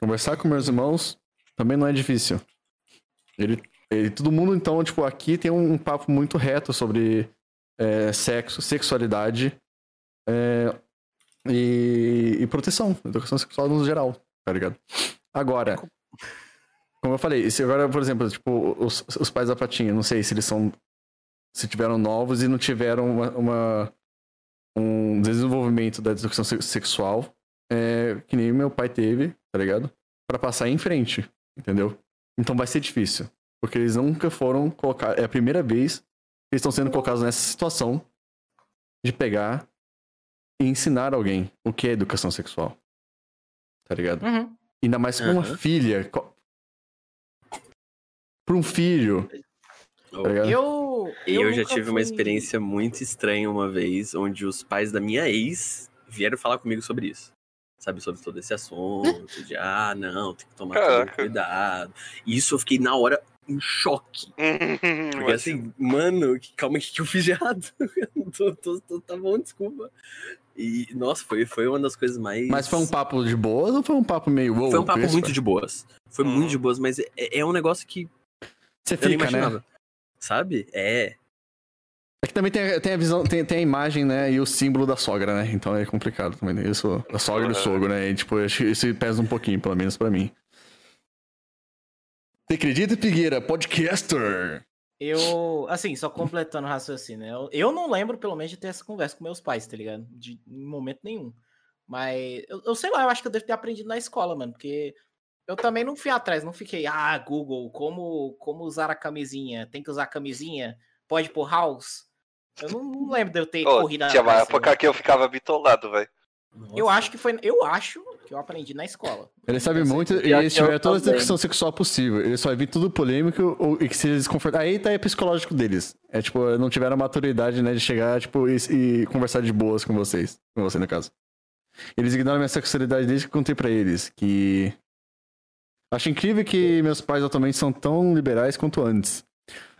Speaker 1: Conversar com meus irmãos também não é difícil. Ele, ele- todo mundo, então, tipo, aqui tem um, um papo muito reto sobre é, sexo, sexualidade é, e, e proteção, educação sexual no geral, tá ligado? Agora, como eu falei, se agora, por exemplo, tipo, os, os pais da Patinha, não sei se eles são. se tiveram novos e não tiveram uma, uma- um desenvolvimento da educação se- sexual é, que nem meu pai teve, tá ligado? Pra passar em frente, entendeu? Então vai ser difícil. Porque eles nunca foram colocar. É a primeira vez que eles estão sendo colocados nessa situação de pegar e ensinar alguém o que é educação sexual. Tá ligado?
Speaker 11: Uhum.
Speaker 1: Ainda mais pra uma
Speaker 11: Aham.
Speaker 1: filha. co- Pra um filho. Tá ligado?
Speaker 11: Eu,
Speaker 14: Eu,
Speaker 11: eu
Speaker 14: já
Speaker 11: nunca
Speaker 14: tive uma
Speaker 11: fui-
Speaker 14: experiência muito estranha uma vez, onde os pais da minha ex vieram falar comigo sobre isso. Sabe, sobre todo esse assunto, de ah, não, tem que tomar todo
Speaker 6: Caraca.
Speaker 14: cuidado. E isso eu fiquei na hora em choque. Porque assim, mano, que- calma, o que que eu fiz de errado? Tô- tô- tô- tá bom, desculpa. E, nossa, foi, foi uma das coisas mais.
Speaker 1: Mas foi um papo de boas ou foi um papo meio. "Uou,
Speaker 14: Foi um papo
Speaker 1: isso,
Speaker 14: muito
Speaker 1: cara?"
Speaker 14: de boas.
Speaker 11: Uhum.
Speaker 14: Foi muito de boas, mas é, é um negócio que.
Speaker 1: Você
Speaker 14: eu não
Speaker 1: fica, né?
Speaker 14: imaginava. Sabe? É.
Speaker 1: É que também tem, a- tem a visão, tem, tem a imagem, né? E o símbolo da sogra, né? Então é complicado também. né? Isso, a sogra e
Speaker 11: É.
Speaker 1: o sogro, né? E, tipo, acho que isso pesa um pouquinho, pelo menos pra mim. Você acredita, Pigueira? Podcaster!
Speaker 11: Eu, assim, só completando o raciocínio, né, eu, eu não lembro, pelo menos, de ter essa conversa com meus pais, tá ligado? De, em momento nenhum. Mas, eu, eu sei lá, eu acho que eu devo ter aprendido na escola, mano, porque eu também não fui atrás, não fiquei, ah, Google, como, como usar a camisinha? Tem que usar a camisinha? Pode pôr house? Eu não, não lembro de eu ter
Speaker 6: Ô,
Speaker 11: corrido
Speaker 6: tinha uma
Speaker 11: atrás, tá
Speaker 6: época
Speaker 11: ligado?
Speaker 6: que eu ficava bitolado, velho.
Speaker 11: Eu acho que foi, eu acho que eu aprendi na escola.
Speaker 1: Ele sabe muito e
Speaker 11: Pior
Speaker 1: ele
Speaker 11: que eu
Speaker 1: tiver toda a
Speaker 11: também.
Speaker 1: discussão sexual possível. Ele só evita tudo polêmico ou, e que seja desconfortável. Aí tá aí psicológico deles. É tipo, não tiveram a maturidade, né? De chegar, tipo, e, e conversar de boas com vocês. Com você, no caso. Eles ignoram minha sexualidade desde que eu contei pra eles. Que. Acho incrível que meus pais atualmente são tão liberais quanto antes.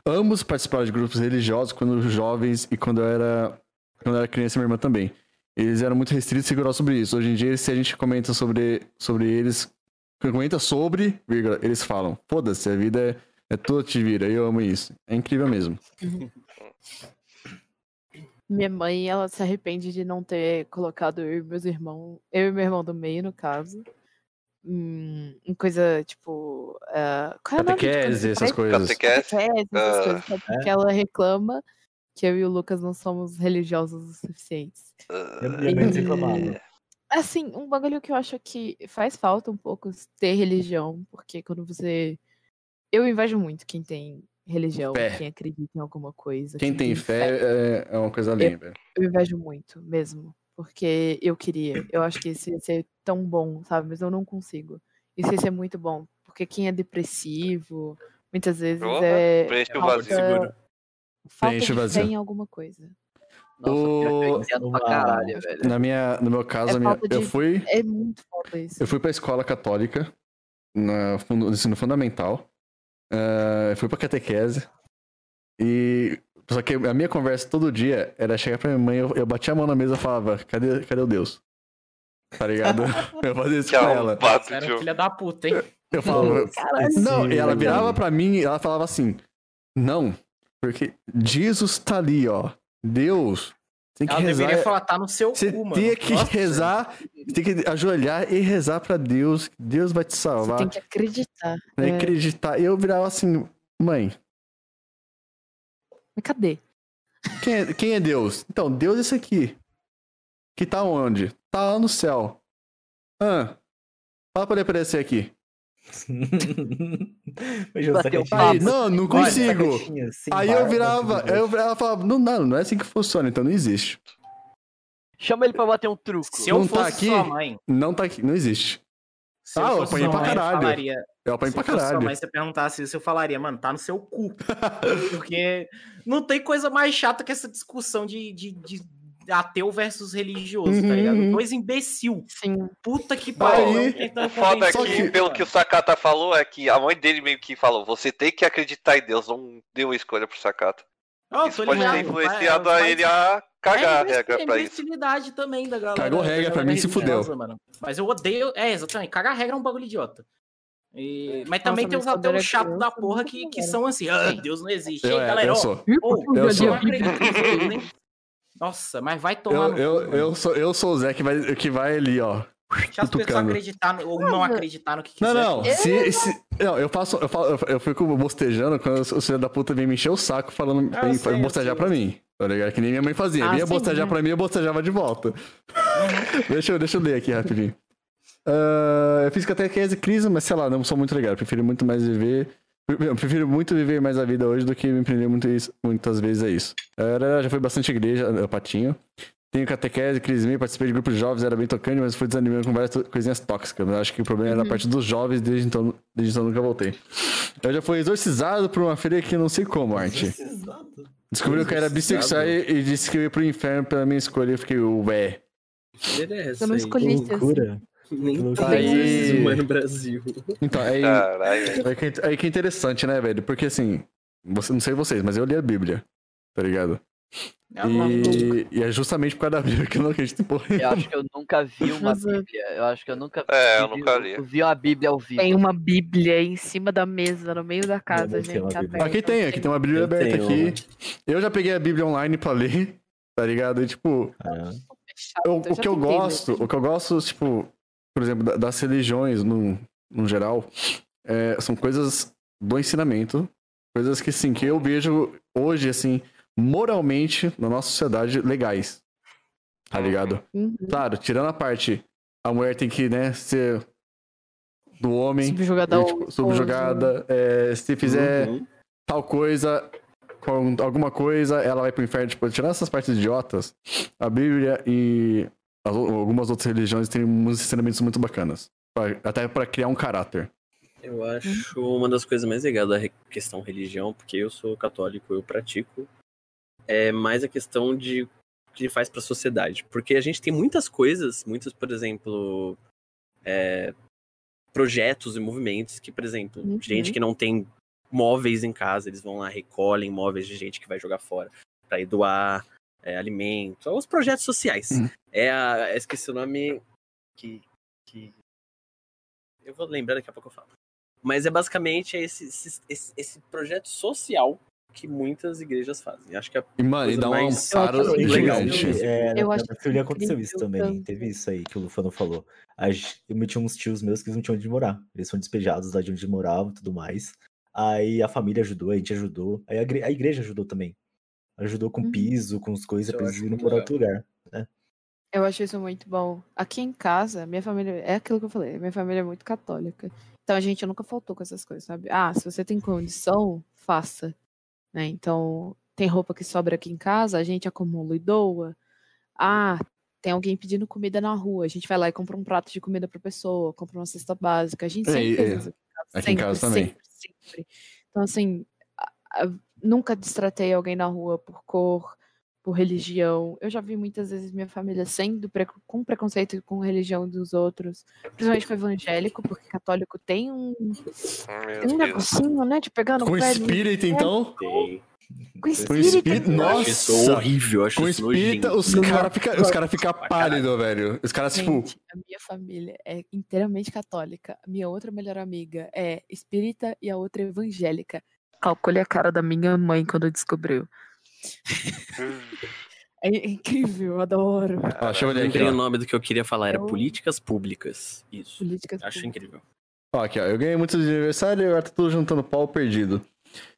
Speaker 1: Ambos participaram de grupos religiosos quando jovens e quando eu era, quando eu era criança, e minha irmã também. Eles eram muito restritos e rigorosos sobre isso. Hoje em dia, se a gente comenta sobre, sobre eles, comenta sobre, vírgula, eles falam: foda-se, a vida é, é toda te vira, eu amo isso. É incrível mesmo.
Speaker 10: Minha mãe, ela se arrepende de não ter colocado eu e meus irmãos, eu e meu irmão do meio, no caso, hum, em coisa tipo. ah, qual é o nome de quando
Speaker 1: Catequese,
Speaker 10: você
Speaker 1: essas
Speaker 10: faz?
Speaker 1: coisas.
Speaker 6: Catequese?
Speaker 10: Catequese, essas
Speaker 6: Ah.
Speaker 10: coisas, sabe? Porque
Speaker 6: É.
Speaker 10: ela reclama que eu e o Lucas não somos religiosos o suficientes.
Speaker 5: Minha
Speaker 14: é
Speaker 5: mãe reclamava.
Speaker 10: Assim, um bagulho que eu acho que faz falta um pouco ter religião, porque quando você. Eu invejo muito quem tem religião,
Speaker 1: Fé.
Speaker 10: quem acredita em alguma coisa.
Speaker 1: Quem tem fé é, é uma coisa linda.
Speaker 10: Eu invejo muito mesmo. Porque eu queria. Eu acho que isso ia ser tão bom, sabe? Mas eu não consigo. Isso ia ser muito bom. Porque quem é depressivo, muitas vezes
Speaker 6: Porra,
Speaker 10: é.
Speaker 6: preenche o
Speaker 10: falta-
Speaker 6: vazio. Segura.
Speaker 10: Falta
Speaker 1: Preenche
Speaker 10: de
Speaker 1: o
Speaker 10: fé
Speaker 1: vazio.
Speaker 10: em alguma coisa.
Speaker 1: O-
Speaker 7: pra caralho, velho.
Speaker 1: Na minha, no meu caso,
Speaker 10: É
Speaker 1: a minha-
Speaker 10: falta
Speaker 1: eu
Speaker 10: de-
Speaker 1: fui.
Speaker 10: É muito foda isso.
Speaker 1: Eu fui pra escola católica, na, fun- no ensino fundamental. Ah, eu fui pra catequese. E. Só que a minha conversa todo dia era chegar pra minha mãe, eu, eu batia a mão na mesa e falava, cadê, cadê o Deus? Tá ligado?
Speaker 10: (laughs)
Speaker 1: Eu fazia isso
Speaker 6: é
Speaker 11: Que
Speaker 6: um
Speaker 1: pra ela.
Speaker 11: Cara, filha da puta, hein?
Speaker 1: Eu falava.
Speaker 11: Caralho.
Speaker 1: Não, e ela virava pra mim e ela falava assim: Não, porque Jesus tá ali, ó. Deus. Tem que
Speaker 11: Ela
Speaker 1: rezar. é
Speaker 11: deveria falar, tá no seu
Speaker 1: Você
Speaker 11: cu, mano.
Speaker 1: tem que
Speaker 11: Nossa.
Speaker 1: rezar, tem que ajoelhar e rezar pra Deus. que Deus vai te salvar.
Speaker 10: Tem que acreditar.
Speaker 1: Tem que
Speaker 10: É.
Speaker 1: acreditar. E eu virava assim, mãe.
Speaker 10: Mas cadê?
Speaker 1: Quem é, quem é Deus? Então, Deus é esse aqui. Que tá onde? Tá lá no céu. Ah, fala pra ele aparecer aqui. (laughs)
Speaker 5: Mas eu
Speaker 1: Bateu
Speaker 5: sacatinha.
Speaker 1: papo. Não, não
Speaker 5: Olha,
Speaker 11: tá
Speaker 1: consigo.
Speaker 5: sacatinha,
Speaker 11: assim,
Speaker 5: sem
Speaker 1: Aí eu
Speaker 5: barba,
Speaker 1: virava,
Speaker 5: tudo
Speaker 1: aí eu virava e falava, não, não, não é assim que funciona, então não existe.
Speaker 7: Chama ele pra bater um truco.
Speaker 1: não tá aqui, não tá aqui, não existe.
Speaker 11: Se
Speaker 1: ah, eu,
Speaker 11: fosse
Speaker 1: apanhei
Speaker 11: sua
Speaker 1: pra
Speaker 11: mãe,
Speaker 1: caralho.
Speaker 11: falaria-
Speaker 1: Eu apanhei
Speaker 11: se
Speaker 1: pra
Speaker 11: fosse sua
Speaker 1: caralho.
Speaker 11: mãe, se eu perguntasse isso, eu falaria, mano, tá no seu
Speaker 1: (laughs)
Speaker 11: cu. Porque não tem coisa mais chata que essa discussão de, de, de ateu versus religioso, tá
Speaker 6: Uhum,
Speaker 11: ligado?
Speaker 6: uhum.
Speaker 11: Dois imbecil.
Speaker 10: Sim.
Speaker 11: Puta que
Speaker 1: Tá
Speaker 11: pariu.
Speaker 6: Aí,
Speaker 11: tentando
Speaker 6: o foda é
Speaker 11: convencer
Speaker 6: que,
Speaker 11: o
Speaker 6: pelo
Speaker 11: cara.
Speaker 6: que o Sakata falou, é que a mãe dele meio que falou: você tem que acreditar em Deus, não deu uma escolha pro Sakata.
Speaker 11: Ah,
Speaker 6: Isso
Speaker 11: tô
Speaker 6: pode
Speaker 11: ligado,
Speaker 6: ter influenciado
Speaker 11: mas-
Speaker 6: a ele a cagar
Speaker 11: é,
Speaker 6: a regra pra isso.
Speaker 11: imbecilidade também da galera.
Speaker 1: Cagou
Speaker 11: da
Speaker 1: regra É, pra
Speaker 11: galera
Speaker 1: mim, se fudeu.
Speaker 11: religiosa, Mano. Mas eu odeio. É, exatamente. Cagar regra é um bagulho idiota. E- Mas
Speaker 3: É. Nossa,
Speaker 11: também tem
Speaker 3: mas
Speaker 11: uns
Speaker 3: quando era
Speaker 11: ateus chatos da
Speaker 3: criança,
Speaker 11: porra que, que são assim: ah, Deus não existe.
Speaker 1: Eu
Speaker 11: Ei,
Speaker 1: era,
Speaker 11: galera,
Speaker 1: eu
Speaker 11: ó,
Speaker 1: sou.
Speaker 11: ou,
Speaker 1: Eu sou.
Speaker 11: não um acredito nisso, aí, né? nem- Nossa, mas vai tomar
Speaker 1: Eu,
Speaker 11: no
Speaker 1: eu,
Speaker 11: cu, mano.
Speaker 1: eu, sou, eu sou o Zé que vai, que vai ali, ó.
Speaker 11: Deixa as pessoas
Speaker 1: cutucando.
Speaker 11: acreditar no- ou não acreditar no que quiser.
Speaker 1: Não, não.
Speaker 11: pô.
Speaker 1: Se, se- não, eu faço. Eu, falo, eu fico bostejando quando o filho da puta vem me encher o saco falando
Speaker 11: Ah, eu
Speaker 1: vem
Speaker 11: sei, eu
Speaker 1: bostejar
Speaker 11: sei.
Speaker 1: pra mim. Tá ligado? Que nem minha mãe fazia.
Speaker 11: Ah,
Speaker 1: vinha
Speaker 11: sim,
Speaker 1: bostejar
Speaker 11: né?
Speaker 1: pra mim, eu bostejava de volta.
Speaker 11: Uhum.
Speaker 1: (laughs) deixa, eu, deixa eu ler aqui rapidinho. Ah, eu fiz catequese crise, mas sei lá, não sou muito legal. Eu prefiro muito mais viver. Eu prefiro muito viver mais a vida hoje do que me prender muito isso- muitas vezes a isso. Era, já foi bastante igreja, eh, patinho. Tenho catequese, crismi, participei de grupos de jovens, era bem tocante, mas fui desanimando com várias to- coisinhas tóxicas. Mas acho que o problema era a
Speaker 8: Uhum.
Speaker 1: parte dos jovens, desde então, desde então nunca voltei. Eu já fui exorcizado por uma filha que não sei como, Arte. Descobriu que eu era bissexual e, e disse que eu ia pro inferno pela minha escolha. Eu fiquei, ué.
Speaker 14: é
Speaker 4: Interessa
Speaker 10: Eu não
Speaker 4: aí.
Speaker 10: escolhi ser
Speaker 1: Loucura.
Speaker 4: Nem
Speaker 1: Loucura.
Speaker 4: tem
Speaker 1: Aí.
Speaker 4: racismo é no Brasil.
Speaker 1: Então, aí.
Speaker 6: Caralho.
Speaker 1: Aí que, aí que é interessante, né, velho? Porque assim, você, não sei vocês, mas eu li a Bíblia, tá ligado?
Speaker 7: É uma É
Speaker 1: E, e é justamente por causa da Bíblia que eu não acredito em porra
Speaker 7: Eu acho que eu nunca vi uma
Speaker 10: Mas é.
Speaker 7: Bíblia. Eu acho que eu nunca
Speaker 6: É,
Speaker 7: vi,
Speaker 6: eu nunca li.
Speaker 7: vi uma Bíblia ao vivo.
Speaker 13: Tem uma Bíblia em cima da mesa, no meio da casa,
Speaker 7: Deus, tem
Speaker 13: gente.
Speaker 7: uma
Speaker 13: tá
Speaker 7: Bíblia.
Speaker 13: perto.
Speaker 1: Aqui tem, aqui tem uma Bíblia
Speaker 7: Eu
Speaker 1: aberta
Speaker 7: tenho
Speaker 1: aqui. Eu já peguei a Bíblia online pra ler, tá ligado? E tipo,
Speaker 7: Ah.
Speaker 1: eu-
Speaker 10: eu
Speaker 1: o
Speaker 10: já
Speaker 1: que eu
Speaker 10: tentei ler.
Speaker 1: gosto, o que eu gosto, tipo, por exemplo, da- das religiões no, no geral, é, são coisas do ensinamento, coisas que sim, que eu vejo hoje, assim, moralmente, na nossa sociedade, legais. Tá
Speaker 7: Uhum.
Speaker 1: ligado?
Speaker 10: Uhum.
Speaker 1: Claro, tirando a parte, a mulher tem que, né, ser do homem.
Speaker 10: Subjugada
Speaker 1: e,
Speaker 10: ao- né?
Speaker 1: tipo, subjugada. é, se fizer
Speaker 10: Uhum.
Speaker 1: tal coisa, com alguma coisa, ela vai pro inferno. Tipo, tirando essas partes idiotas, a Bíblia e as ou- algumas outras religiões têm uns ensinamentos muito bacanas. pra- até pra criar um caráter.
Speaker 4: Eu acho uma das coisas mais legais da re- questão religião, porque eu sou católico, eu pratico, é mais a questão de o que faz pra sociedade. Porque a gente tem muitas coisas, muitos, por exemplo, é, projetos e movimentos que, por exemplo,
Speaker 14: Uhum.
Speaker 4: gente que não tem móveis em casa, eles vão lá, recolhem móveis de gente que vai jogar fora pra ir doar é, alimentos, os projetos sociais. É a, eu esqueci o nome que, que eu vou lembrar daqui a pouco eu falo. Mas é basicamente esse, esse, esse, esse projeto social que muitas igrejas fazem. Acho que é
Speaker 1: E, mano, e
Speaker 4: coisa
Speaker 1: dá um
Speaker 4: mais
Speaker 1: amparo
Speaker 4: legal.
Speaker 1: gigante.
Speaker 5: É,
Speaker 4: Eu
Speaker 5: na-
Speaker 4: acho
Speaker 5: na Filha aconteceu isso também. Teve isso aí que o Lufano falou. A gen- Eu tinha uns tios meus que eles não tinham onde morar. Eles foram despejados lá de onde moravam e tudo mais. Aí a família ajudou, a gente ajudou. Aí a, igre- a igreja ajudou também. Ajudou com piso, com as coisas,
Speaker 10: Isso eu
Speaker 5: pra eles
Speaker 10: acho
Speaker 5: irem
Speaker 10: muito
Speaker 5: morar em outro lugar. Né?
Speaker 10: Eu acho isso muito bom. Aqui em casa, minha família. É aquilo que eu falei, minha família é muito católica. Então a gente nunca faltou com essas coisas, sabe? Ah, se você tem condição, faça. Né? Então, tem roupa que sobra aqui em casa, a gente acumula e doa. Ah, Tem alguém pedindo comida na rua, a gente vai lá e compra um prato de comida pra pessoa, compra uma cesta básica. A gente
Speaker 1: É,
Speaker 10: sempre
Speaker 1: e-
Speaker 10: fez
Speaker 1: é.
Speaker 10: isso
Speaker 1: Aqui em casa também.
Speaker 10: Sempre, sempre. Então, assim, a- a- nunca destratei alguém na rua por cor, por religião. Eu já vi muitas vezes minha família sendo pre- com preconceito com a religião dos outros, principalmente com evangélico, porque católico tem um, tem um negocinho, né, de pegar no
Speaker 1: Com
Speaker 10: pé.
Speaker 1: espírita,
Speaker 10: é,
Speaker 1: então?
Speaker 10: Com
Speaker 1: Com
Speaker 10: espírita.
Speaker 1: espírita.
Speaker 10: cara.
Speaker 1: Nossa!
Speaker 14: isso horrível, eu acho
Speaker 1: Com
Speaker 14: isso
Speaker 1: espírita,
Speaker 14: nojento.
Speaker 1: os caras ficam cara fica pálido, velho. Os caras, tipo.
Speaker 10: Gente, a minha família é inteiramente católica. A minha outra melhor amiga é espírita e a outra é evangélica.
Speaker 13: Calcule a cara da minha mãe quando descobriu.
Speaker 10: É incrível, eu adoro.
Speaker 1: Ah,
Speaker 14: Ah,
Speaker 1: deixa eu olhar aqui,
Speaker 14: Lembrei
Speaker 1: ó.
Speaker 14: o nome do que eu queria falar, era
Speaker 10: Eu-
Speaker 14: políticas públicas. Isso.
Speaker 10: Políticas
Speaker 14: Acho incrível.
Speaker 1: Ó, aqui, ó. Eu ganhei muito de aniversário e agora tá tudo juntando pau perdido.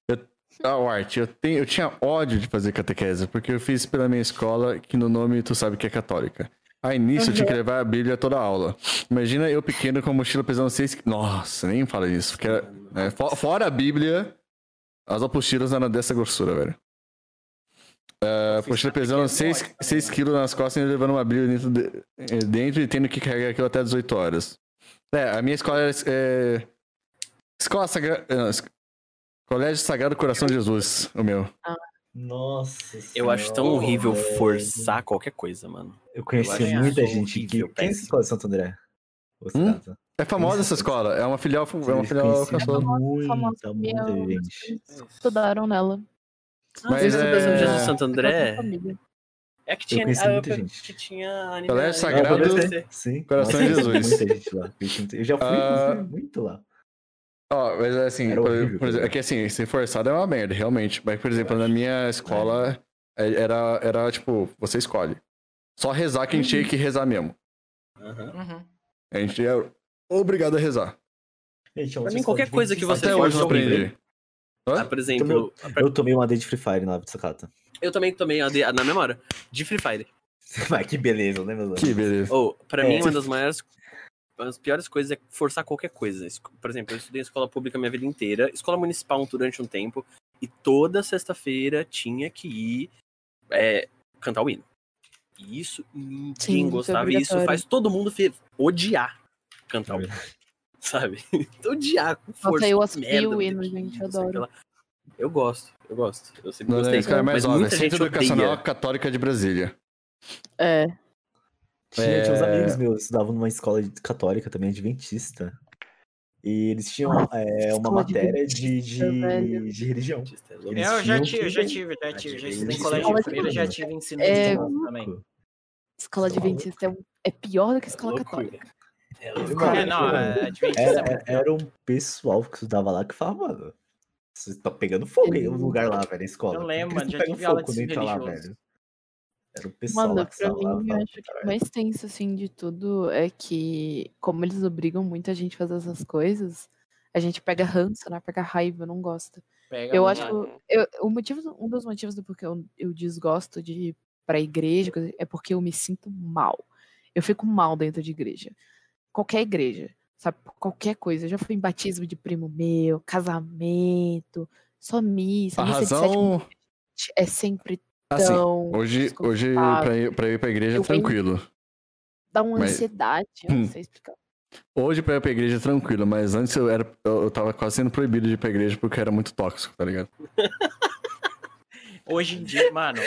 Speaker 1: Eu... Ah, o Art, eu, tenho... eu tinha ódio de fazer catequese, porque eu fiz pela minha escola, que no nome tu sabe que é católica. Aí nisso eu tinha que levar a Bíblia toda a aula. Imagina eu pequeno com a mochila pesando seis. qui- Nossa, nem fala isso. Porque era- né, fo- Fora a Bíblia, as apostilas eram dessa grossura, velho. Ah, Pochila pesando
Speaker 5: tá
Speaker 1: 6 quilos nas costas e levando uma brilha dentro, de- eh, dentro e tendo que carregar aquilo até 18 horas. É, a minha escola era. eh, escola Sagrada. Colégio Sagrado Coração de Jesus, o meu.
Speaker 5: Nossa.
Speaker 14: Eu acho tão
Speaker 5: Senhora,
Speaker 14: horrível
Speaker 5: velho.
Speaker 14: forçar qualquer coisa, mano.
Speaker 5: Eu conheci
Speaker 14: acho
Speaker 5: muita
Speaker 14: isso
Speaker 5: gente que.
Speaker 14: horrível,
Speaker 5: Quem é essa escola de Santo André? Você
Speaker 1: Hum?
Speaker 5: tá?
Speaker 1: É famosa essa escola, é uma filial, é uma filial
Speaker 5: Conheci
Speaker 1: caçula.
Speaker 5: muita, muita gente.
Speaker 10: Estudaram nela.
Speaker 1: Mas Desde é-
Speaker 14: São um Jesus Santo André?
Speaker 4: É que
Speaker 5: Eu
Speaker 4: tinha,
Speaker 5: conheci
Speaker 4: ah,
Speaker 5: muita
Speaker 4: eu-
Speaker 5: gente.
Speaker 4: que tinha
Speaker 1: Colégio
Speaker 4: anime-
Speaker 1: Sagrado.
Speaker 4: anime-
Speaker 1: Coração-
Speaker 5: Sim, Sim.
Speaker 1: Coração
Speaker 5: Nossa,
Speaker 1: de
Speaker 5: (laughs)
Speaker 1: Jesus.
Speaker 5: Muita gente lá. conheci muita- Eu já fui
Speaker 1: Ah.
Speaker 5: inclusive, muito lá.
Speaker 1: Ó, mas assim,
Speaker 5: Era
Speaker 1: por,
Speaker 5: horrível,
Speaker 1: por exemplo, é que assim, ser forçado é uma merda, realmente. Mas, por exemplo, na minha escola, é- era, era tipo, você escolhe. Só rezar quem
Speaker 5: Uhum.
Speaker 1: tinha que rezar mesmo. A gente era obrigado a rezar.
Speaker 5: Gente, é um
Speaker 14: Pra mim, qualquer coisa que você
Speaker 1: Até
Speaker 14: for
Speaker 1: hoje eu não
Speaker 14: jogar-
Speaker 1: aprendi. Hã?
Speaker 14: Ah, por exemplo,
Speaker 5: Eu tomei uma AD de Free Fire na (laughs) Bitsakata.
Speaker 14: eu também tomei a de- a- na mesma hora, de Free Fire.
Speaker 5: Mas que beleza, né, meus
Speaker 1: Que beleza.
Speaker 14: Ou, pra
Speaker 5: É.
Speaker 14: mim, uma das maiores. Uma das piores coisas é forçar qualquer coisa. Es- Por exemplo, eu estudei em escola pública minha vida inteira, escola municipal durante um tempo, e toda sexta-feira tinha que ir é, cantar o hino. E isso ninguém
Speaker 10: Sim, isso é
Speaker 14: gostava, e isso
Speaker 10: obrigatório.
Speaker 14: faz todo mundo fe- odiar cantar o hino.
Speaker 5: É
Speaker 14: Sabe? (laughs) odiar com força.
Speaker 10: Nossa, eu
Speaker 14: que
Speaker 10: assumi
Speaker 14: merda,
Speaker 10: o
Speaker 14: meu
Speaker 10: hino,
Speaker 14: Deus,
Speaker 10: gente, eu
Speaker 14: não sei o que
Speaker 10: adoro.
Speaker 14: lá. Eu gosto, eu gosto. Eu sempre
Speaker 1: Não, não,
Speaker 14: gostei.
Speaker 1: esse cara é mais
Speaker 14: mas
Speaker 1: óbvio.
Speaker 14: muita
Speaker 1: Centro
Speaker 14: gente
Speaker 1: Educacional
Speaker 14: odeia.
Speaker 1: Católica de Brasília.
Speaker 10: É.
Speaker 5: Tinha, tinha uns
Speaker 1: É.
Speaker 5: amigos meus que estudavam numa escola de- católica também, adventista. E eles tinham é, uma
Speaker 10: escola
Speaker 5: matéria de,
Speaker 10: adventista,
Speaker 5: de,
Speaker 10: velho.
Speaker 5: de religião.
Speaker 14: É,
Speaker 5: Eles
Speaker 11: É, Eu já
Speaker 5: tinham
Speaker 11: tive,
Speaker 5: que-
Speaker 11: já tive, já tive. Já estudei em
Speaker 5: Eles
Speaker 11: colégio
Speaker 5: tinham
Speaker 11: de
Speaker 5: que-
Speaker 11: freira, já tive ensino
Speaker 10: É,
Speaker 11: de também.
Speaker 10: Escola adventista é, um- é pior do que escola católica.
Speaker 11: É, não, é, adventista é
Speaker 5: tipo, Era, era um pessoal que estudava lá que falava, mano, você tá pegando fogo aí no lugar lá, velho, na escola.
Speaker 11: Eu
Speaker 5: Por que
Speaker 11: lembro,
Speaker 5: que
Speaker 11: mano,
Speaker 5: eles não
Speaker 11: já
Speaker 5: pegam
Speaker 11: tive aula de
Speaker 5: fogo dentro lá,
Speaker 11: religioso.
Speaker 5: velho? Era o pessoal
Speaker 10: Mano,
Speaker 5: lá que
Speaker 10: pra
Speaker 5: estava lá. eu
Speaker 10: mim, eu
Speaker 5: falava,
Speaker 10: acho que o mais tenso, assim, de tudo é que, como eles obrigam muita gente a fazer essas coisas, a gente pega ranço, né? Pega raiva, não gosta.
Speaker 11: Pega
Speaker 10: eu
Speaker 11: muito.
Speaker 10: acho. Eu, o motivo, um dos motivos do porquê eu, eu desgosto de ir pra igreja coisa- é porque eu me sinto mal. Eu fico mal dentro de igreja. Qualquer igreja, sabe? Qualquer coisa. Eu já fui em batismo de primo meu, casamento, só missa.
Speaker 1: A
Speaker 10: missa de sétimo
Speaker 1: razão.
Speaker 10: dia é sempre
Speaker 1: Assim,
Speaker 10: tão.
Speaker 1: hoje, hoje pra, ir, pra ir pra igreja é
Speaker 10: Então, Eu venho-
Speaker 1: tranquilo.
Speaker 10: dá uma
Speaker 1: mas-
Speaker 10: ansiedade, eu não
Speaker 1: Hum.
Speaker 10: sei explicar.
Speaker 1: Hoje pra ir pra igreja é tranquilo, mas antes eu, era, eu, eu tava quase sendo proibido de ir pra igreja porque eu era muito tóxico, tá ligado?
Speaker 11: Hoje em
Speaker 1: (laughs)
Speaker 11: dia, mano,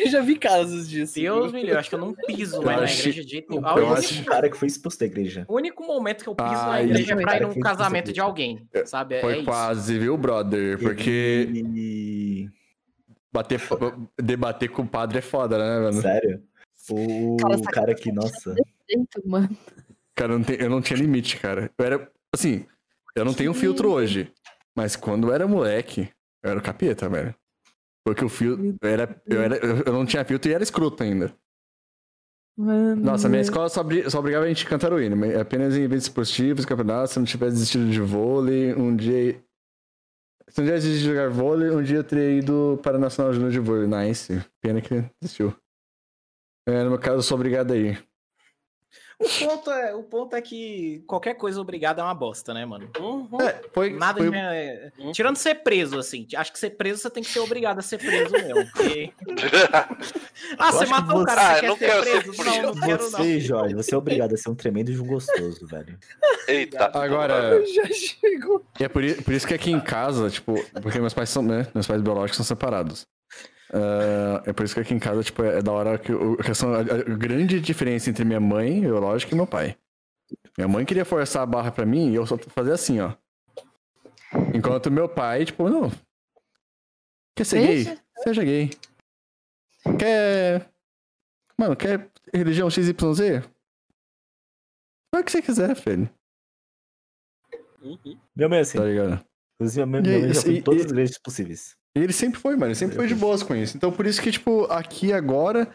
Speaker 4: Eu já vi casos disso.
Speaker 11: Deus
Speaker 4: viu?
Speaker 11: me livre, eu acho que eu não piso mais
Speaker 5: Eu
Speaker 11: na
Speaker 5: acho-
Speaker 11: igreja de jeito nenhum.
Speaker 5: Eu
Speaker 11: Olha,
Speaker 5: acho um cara que foi expulso da igreja.
Speaker 11: O único momento que eu piso na
Speaker 1: Ah,
Speaker 11: igreja
Speaker 5: isso.
Speaker 11: é pra ir
Speaker 5: Cara,
Speaker 11: num
Speaker 5: foi
Speaker 11: casamento
Speaker 5: isso.
Speaker 11: de alguém, sabe? É, é
Speaker 1: Foi
Speaker 11: isso.
Speaker 1: quase, viu, brother? Porque
Speaker 5: E...
Speaker 1: bater, debater com o padre é foda, né, mano?
Speaker 5: Sério? O
Speaker 10: Cara,
Speaker 5: cara,
Speaker 10: essa
Speaker 5: que, nossa.
Speaker 10: Gente, mano,
Speaker 1: Cara, eu não, te- eu não tinha limite, cara. Eu era. Assim, eu não tenho filtro hoje. Mas quando eu era moleque, eu era o capeta, velho. Porque o filtro. Eu, era, eu, era, eu eu não tinha filtro e era escroto ainda.
Speaker 10: mano.
Speaker 1: Nossa,
Speaker 15: Hum.
Speaker 1: a minha escola só, bri- só obrigava a gente a cantar o hino. mas Apenas em eventos esportivos, campeonatos, se não tivesse desistido de vôlei, um dia. Se não tivesse desistido de jogar vôlei, um dia eu teria ido para a Nacional Júnior de Vôlei. Nice. Pena que desistiu. É, no meu caso, eu sou obrigado aí.
Speaker 11: O ponto, é, o ponto é que qualquer coisa obrigada é uma bosta, né, mano?
Speaker 5: Uhum.
Speaker 1: foi-
Speaker 11: Nada
Speaker 1: foi-
Speaker 11: de- é, Tirando ser preso, assim. Acho que ser preso você tem que ser obrigado a ser preso mesmo.
Speaker 5: (laughs)
Speaker 11: porque- ah,
Speaker 5: Eu
Speaker 11: você
Speaker 5: acho que
Speaker 11: matou o
Speaker 5: você-
Speaker 11: cara, você
Speaker 5: Ah,
Speaker 11: quer
Speaker 5: eu não
Speaker 11: ser
Speaker 5: quero
Speaker 11: preso? Não, não quero não.
Speaker 5: Você, Jorge, você é obrigado a ser um tremendo de um gostoso, velho.
Speaker 6: Eita.
Speaker 1: Agora,
Speaker 4: (laughs) Já chegou.
Speaker 1: E é por, i- por isso que aqui em casa, tipo, porque meus pais são, né? Meus pais biológicos são separados. Ah, é por isso que aqui em casa, tipo, é, é da hora que, o, que são a, a grande diferença entre minha mãe biológica e meu pai. Minha mãe queria forçar a barra pra mim e eu só fazia assim, ó. Enquanto meu pai, tipo, não. Quer ser gay?
Speaker 15: Deixa.
Speaker 1: Seja gay. Quer. Mano, quer religião XYZ? Faz o que você quiser, filho.
Speaker 14: Uhum.
Speaker 5: Minha mãe é assim.
Speaker 1: Tá ligado?
Speaker 5: Inclusive, minha,
Speaker 1: E
Speaker 5: minha
Speaker 1: é
Speaker 5: mãe já
Speaker 1: isso,
Speaker 5: foi
Speaker 1: e-
Speaker 5: em todas
Speaker 1: e-
Speaker 5: as igrejas possíveis.
Speaker 1: E ele sempre foi, mano. Ele sempre foi de boas com isso. Então, por isso que, tipo, aqui agora,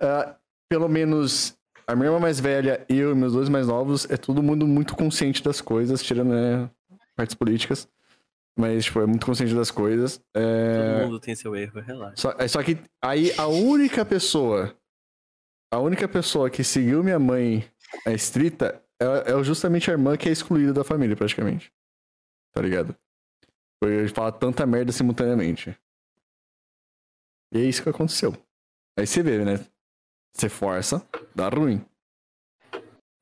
Speaker 1: ah, pelo menos a minha irmã mais velha, eu e meus dois mais novos, é todo mundo muito consciente das coisas, tirando, né, partes políticas. Mas, tipo, é muito consciente das coisas. É...
Speaker 14: Todo mundo tem seu erro, relaxa.
Speaker 1: Só, é só que aí a única pessoa. A única pessoa que seguiu minha mãe a estrita é, é justamente a irmã que é excluída da família, praticamente. Tá ligado? Por eu falar tanta merda simultaneamente. E é isso que aconteceu. Aí você vê, né? Você força, dá ruim.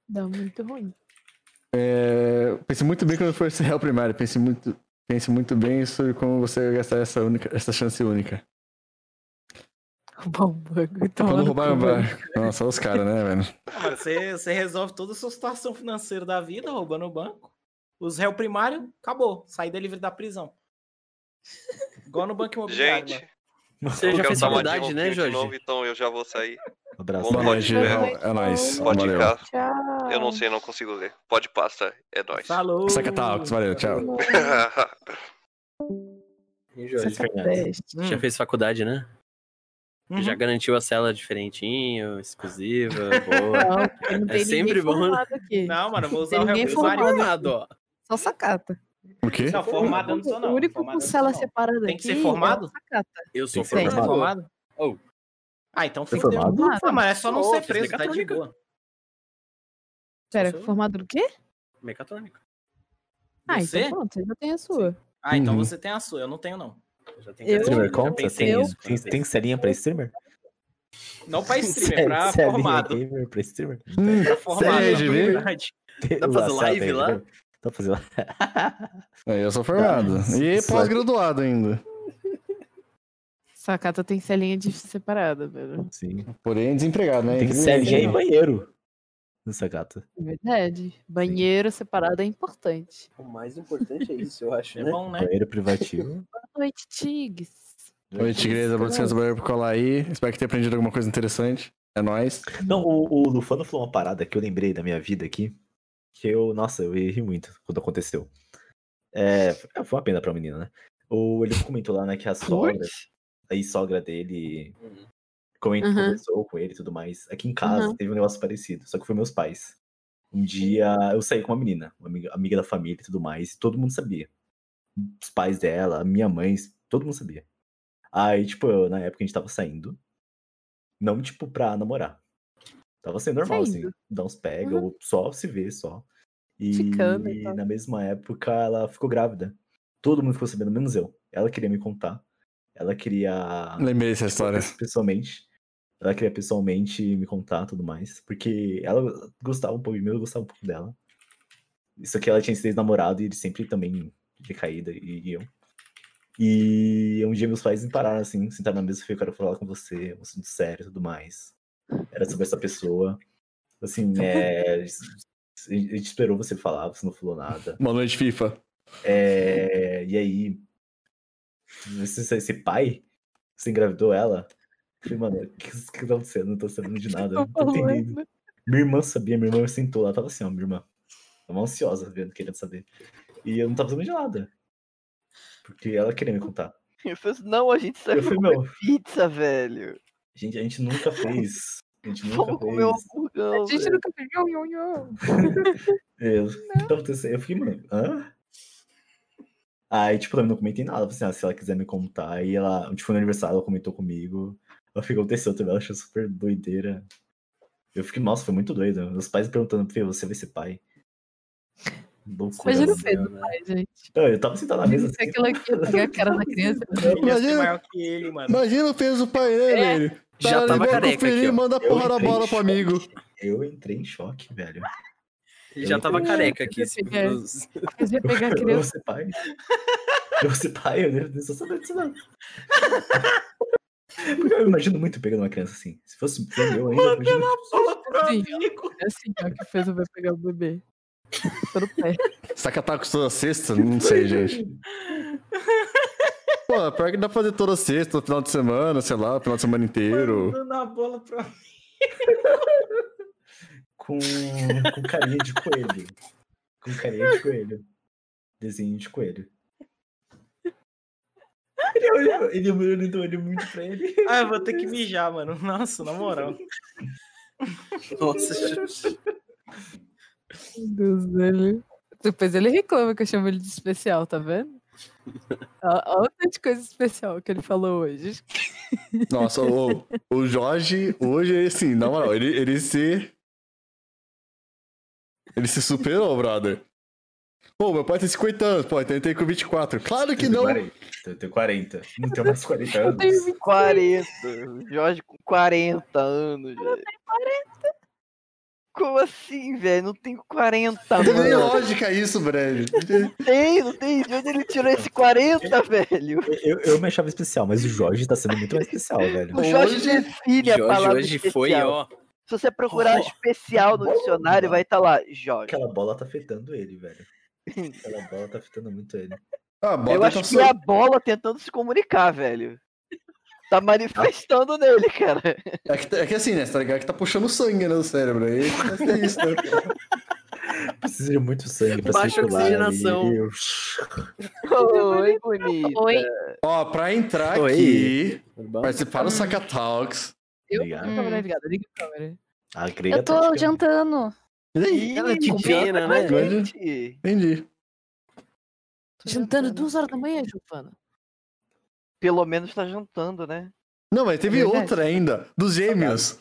Speaker 10: Dá muito ruim.
Speaker 1: É, pense muito bem quando for ser réu primário. Pense muito, pense muito bem sobre como você vai gastar essa, única, essa chance única.
Speaker 10: Roubar um
Speaker 1: É
Speaker 10: banco e tomar
Speaker 1: Quando
Speaker 10: no
Speaker 1: roubar,
Speaker 10: cu,
Speaker 1: vai.
Speaker 10: velho.
Speaker 1: Nossa, os caras, né, velho?
Speaker 5: (laughs)
Speaker 11: Ah, mas Você, você resolve toda a sua situação financeira da vida roubando o banco. Os réu primário, acabou. Saída livre da prisão. Igual no banco imobiliário.
Speaker 6: Gente,
Speaker 11: mano.
Speaker 6: Você
Speaker 11: já fez
Speaker 6: saudade,
Speaker 11: faculdade, né, Jorge?
Speaker 6: Novo, então eu já vou sair.
Speaker 5: Abraço.
Speaker 6: Bom,
Speaker 1: Valeu,
Speaker 6: pode
Speaker 1: geral.
Speaker 6: ver.
Speaker 1: É nóis.
Speaker 6: Pode
Speaker 1: Valeu.
Speaker 6: ficar. Eu não sei, não consigo ler. Pode passar. É nóis.
Speaker 11: Falou.
Speaker 1: Saca Talks,
Speaker 14: (laughs)
Speaker 1: valeu, tchau.
Speaker 14: Jorge
Speaker 6: Você tá
Speaker 14: Fernandes?
Speaker 6: best.
Speaker 14: Já
Speaker 6: Hum.
Speaker 14: fez faculdade, né?
Speaker 11: Uhum.
Speaker 14: Já garantiu a cela diferentinho,
Speaker 11: (laughs)
Speaker 14: exclusiva,
Speaker 10: Não,
Speaker 14: boa.
Speaker 10: porque não tem
Speaker 14: é sempre
Speaker 10: ninguém
Speaker 14: bom, né?
Speaker 10: formado aqui.
Speaker 11: Não, mano, eu vou usar
Speaker 10: Tem
Speaker 11: o réu
Speaker 10: ninguém
Speaker 11: primário.
Speaker 10: formado.
Speaker 14: ó.
Speaker 10: Só sacata.
Speaker 1: O quê?
Speaker 11: Não, formado eu não sou, não.
Speaker 10: O único
Speaker 11: Formado eu
Speaker 10: com
Speaker 11: não
Speaker 10: cela
Speaker 11: sou, não.
Speaker 10: separada aqui.
Speaker 11: Tem que ser formado?
Speaker 10: é Sacata.
Speaker 14: Eu
Speaker 10: Tem
Speaker 11: sou
Speaker 10: que ser
Speaker 11: formado.
Speaker 10: formado.
Speaker 14: Oh.
Speaker 11: Ah, então
Speaker 10: Você é
Speaker 11: fudeu.
Speaker 10: formado?
Speaker 11: Ah, mas é só não
Speaker 10: Sou,
Speaker 11: ser
Speaker 10: fiz
Speaker 11: preso, tá de
Speaker 10: mecatrônica.
Speaker 11: boa.
Speaker 10: Pera, formado do quê?
Speaker 14: Mecatrônica.
Speaker 10: Ah,
Speaker 11: Você?
Speaker 10: então pronto, você já tem a sua.
Speaker 11: Ah, então
Speaker 5: Uhum.
Speaker 11: você tem a sua, eu não tenho, não.
Speaker 10: que- Eu-
Speaker 5: Streamer
Speaker 10: já
Speaker 5: conta?
Speaker 10: pensei
Speaker 5: Tem,
Speaker 10: nisso,
Speaker 5: tem, tem serinha pra streamer?
Speaker 11: Não pra streamer,
Speaker 5: (laughs)
Speaker 11: pra
Speaker 5: Serinha
Speaker 11: formado.
Speaker 5: gamer pra streamer?
Speaker 1: Hum.
Speaker 11: Pra formado,
Speaker 5: Hum, sério,
Speaker 11: na
Speaker 5: de
Speaker 11: verdade.
Speaker 5: Dá
Speaker 1: pra fazer live lá?
Speaker 5: Dá pra fazer lá. (laughs) é
Speaker 1: Aí eu sou
Speaker 5: Ah,
Speaker 1: formado. E
Speaker 5: Só-
Speaker 1: pós-graduado ainda.
Speaker 10: Sacata tem selinha de separada, velho.
Speaker 5: Sim.
Speaker 1: Porém, desempregado, né?
Speaker 5: Tem
Speaker 1: Infelizmente,
Speaker 5: serinha e
Speaker 1: né?
Speaker 5: banheiro. Nessa gata.
Speaker 10: É Verdade. Banheiro separado é importante.
Speaker 14: O mais importante é isso, eu acho.
Speaker 11: É bom, né?
Speaker 5: Banheiro privativo.
Speaker 10: Boa noite, Tigres.
Speaker 1: Oi, Tigresa, agradecendo trabalho por colar aí. Espero que tenha aprendido alguma coisa interessante. É nóis.
Speaker 5: Não, o, o Lufano falou uma parada que eu lembrei da minha vida aqui. Que eu, nossa, eu ri muito quando aconteceu. É, foi uma pena pra menina, né? O, ele comentou lá, né, que a sogra, a sogra dele comentou,
Speaker 8: Uhum.
Speaker 5: conversou com ele e tudo mais. Aqui em casa
Speaker 8: Uhum.
Speaker 5: teve um negócio parecido, só que foi meus pais. Um dia eu saí com uma menina, uma amiga, amiga da família e tudo mais, e todo mundo sabia. Os pais dela, a minha mãe, todo mundo sabia. Aí, tipo, eu, na época a gente tava saindo. Não, tipo, pra namorar. Tava sendo normal, assim.
Speaker 8: Saindo.
Speaker 5: Dar uns pega,
Speaker 8: Uhum.
Speaker 5: ou só se ver, só. E
Speaker 8: Ficando e tal.
Speaker 5: na mesma época ela ficou grávida. Todo mundo ficou sabendo, menos eu. Ela queria me contar. Ela queria. tipo,
Speaker 1: Lembrei dessa história.
Speaker 5: Pessoalmente. Ela queria pessoalmente me contar tudo mais. Porque ela gostava um pouco de mim, eu gostava um pouco dela. Isso aqui ela tinha esse ex-namorado e ele sempre também decaída e eu. E um dia meus pais me pararam assim, sentaram na mesa e falei, eu quero falar com você, um assunto sério e tudo mais. Era sobre essa pessoa.
Speaker 1: (laughs)
Speaker 5: Assim, é, a gente esperou você falar, você não falou nada.
Speaker 1: Boa noite, FIFA.
Speaker 5: É, e aí, esse, esse pai, você engravidou ela? Eu falei, mano, o que, o que tá acontecendo? Eu Não tô sabendo
Speaker 7: (laughs)
Speaker 5: de
Speaker 7: tá
Speaker 5: nada, eu não tô entendendo. Minha irmã sabia, minha irmã sentou lá, tava assim, ó, minha irmã. Tava ansiosa, vendo, querendo saber. E eu não tava sabendo de nada. Porque ela queria me contar.
Speaker 7: (laughs) Eu falei, não, a gente saiu
Speaker 5: Eu fui,
Speaker 7: pra comer
Speaker 5: meu.
Speaker 7: pizza, velho.
Speaker 5: Gente, a gente nunca fez. A gente nunca
Speaker 7: Vamos
Speaker 5: fez.
Speaker 7: comer um hamburgão.
Speaker 10: A gente
Speaker 7: velho.
Speaker 10: nunca fez. Iô, iô, iô.
Speaker 5: Eu, o que tá acontecendo? Eu fiquei, mano, hã? Aí, tipo, também não comentei nada. Falei assim, ah, se ela quiser me contar. Aí ela, tipo, no aniversário, ela comentou comigo. Ela ficou aconteceu também, ela achou super doideira. Eu fiquei, nossa, foi muito doido. Meus pais perguntando, Fê, você vai ser pai? Loucura.
Speaker 10: Imagina o
Speaker 5: mano.
Speaker 14: né?
Speaker 10: Pedro, pai, gente. é
Speaker 5: Não, eu tava sentado na
Speaker 15: (laughs) É
Speaker 5: mesa. assim.
Speaker 10: Imagina aquela que ia pegar a cara da criança.
Speaker 1: Imagina-
Speaker 11: maior que ele, mano.
Speaker 1: Imagina o peso do pai,
Speaker 5: É.
Speaker 1: né, velho?
Speaker 5: Já
Speaker 1: Tá,
Speaker 5: tava
Speaker 1: ele vai
Speaker 5: careca
Speaker 1: conferir
Speaker 5: aqui,
Speaker 1: e
Speaker 5: ó.
Speaker 1: manda a
Speaker 5: Eu
Speaker 1: porra da
Speaker 5: entrei em
Speaker 1: bola pro amigo.
Speaker 5: Eu entrei em choque, velho.
Speaker 4: Ele já tava careca aqui.
Speaker 10: Você quer-
Speaker 5: (laughs)
Speaker 10: você ia pegar a
Speaker 5: Eu vou
Speaker 10: criança.
Speaker 5: ser pai. Eu vou ser pai, eu não eu só sabia disso, não. Porque eu imagino muito pegando uma criança assim. Se fosse filho meu ainda, eu imagino...
Speaker 10: Sim, é assim, ó, que fez eu ver pegar o bebê. Todo pé.
Speaker 1: Será que ela tá com toda sexta? Não sei, gente. Pô, pior que dá pra fazer toda sexta, final de semana, sei lá, final de semana inteiro.
Speaker 11: Dando a bola pra
Speaker 5: com, com carinha de coelho. Com carinha de coelho. Desenho de coelho. Ele olhou, ele olhou do olho muito pra ele.
Speaker 11: Ah, eu vou ter que mijar, mano. Nossa, na moral.
Speaker 4: Nossa, gente.
Speaker 10: Meu Deus dele. Depois ele reclama que eu chamo ele de especial, tá vendo? Olha olha o tanto de coisa especial que ele falou hoje.
Speaker 1: Nossa, o, o Jorge, hoje, assim, na moral, ele, ele se. Ele se superou, brother. Pô, meu pai tem 50 anos, pô, então ele tem com 24. Claro que não!
Speaker 5: Eu tenho 40. Não tenho mais 40 anos.
Speaker 7: 40. o Jorge com 40 anos. Eu tenho 40. Como assim, velho? Não tenho 40,
Speaker 1: Não tem nem
Speaker 7: mano.
Speaker 1: lógica isso, velho.
Speaker 7: Não tem, não tem. De onde ele tirou esse 40, Tá velho?
Speaker 5: Eu, eu me achava especial, mas o Jorge tá sendo muito mais especial, velho.
Speaker 7: O Jorge
Speaker 1: Hoje-
Speaker 7: define a
Speaker 5: Jorge
Speaker 7: palavra
Speaker 5: hoje
Speaker 7: especial.
Speaker 5: foi, ó.
Speaker 7: Se você procurar
Speaker 5: Ó.
Speaker 7: especial no dicionário, vai tá estar lá, Jorge.
Speaker 5: Aquela bola tá afetando ele,
Speaker 7: (laughs)
Speaker 5: velho. Aquela bola tá afetando muito ele.
Speaker 1: Ah,
Speaker 7: Eu acho que é a bola tentando se comunicar, velho. Tá manifestando nele, cara.
Speaker 1: É que, é que assim, né? Você tá ligado que tá puxando sangue né, do cérebro. Aí é isso, né?
Speaker 5: (laughs) Precisa de muito sangue pra
Speaker 1: Baixa
Speaker 5: circular
Speaker 1: oxigenação.
Speaker 5: e- e eu-
Speaker 7: Oi, bonita.
Speaker 10: Oi.
Speaker 1: Ó, pra entrar
Speaker 5: Oi.
Speaker 1: aqui,
Speaker 5: Tudo bom?
Speaker 1: participar do Saca Talks.
Speaker 10: Eu
Speaker 5: Obrigado.
Speaker 10: Hum. Câmera ligada, liga a câmera.
Speaker 5: A grega
Speaker 15: Eu tô
Speaker 5: tá de-
Speaker 15: jantando.
Speaker 1: Ela é
Speaker 4: pequena, né?
Speaker 1: Entendi.
Speaker 10: Jantando duas horas da manhã, Giovana.
Speaker 7: Pelo menos tá jantando, né?
Speaker 1: Não, mas teve
Speaker 7: Verdade.
Speaker 1: outra ainda, dos gêmeos.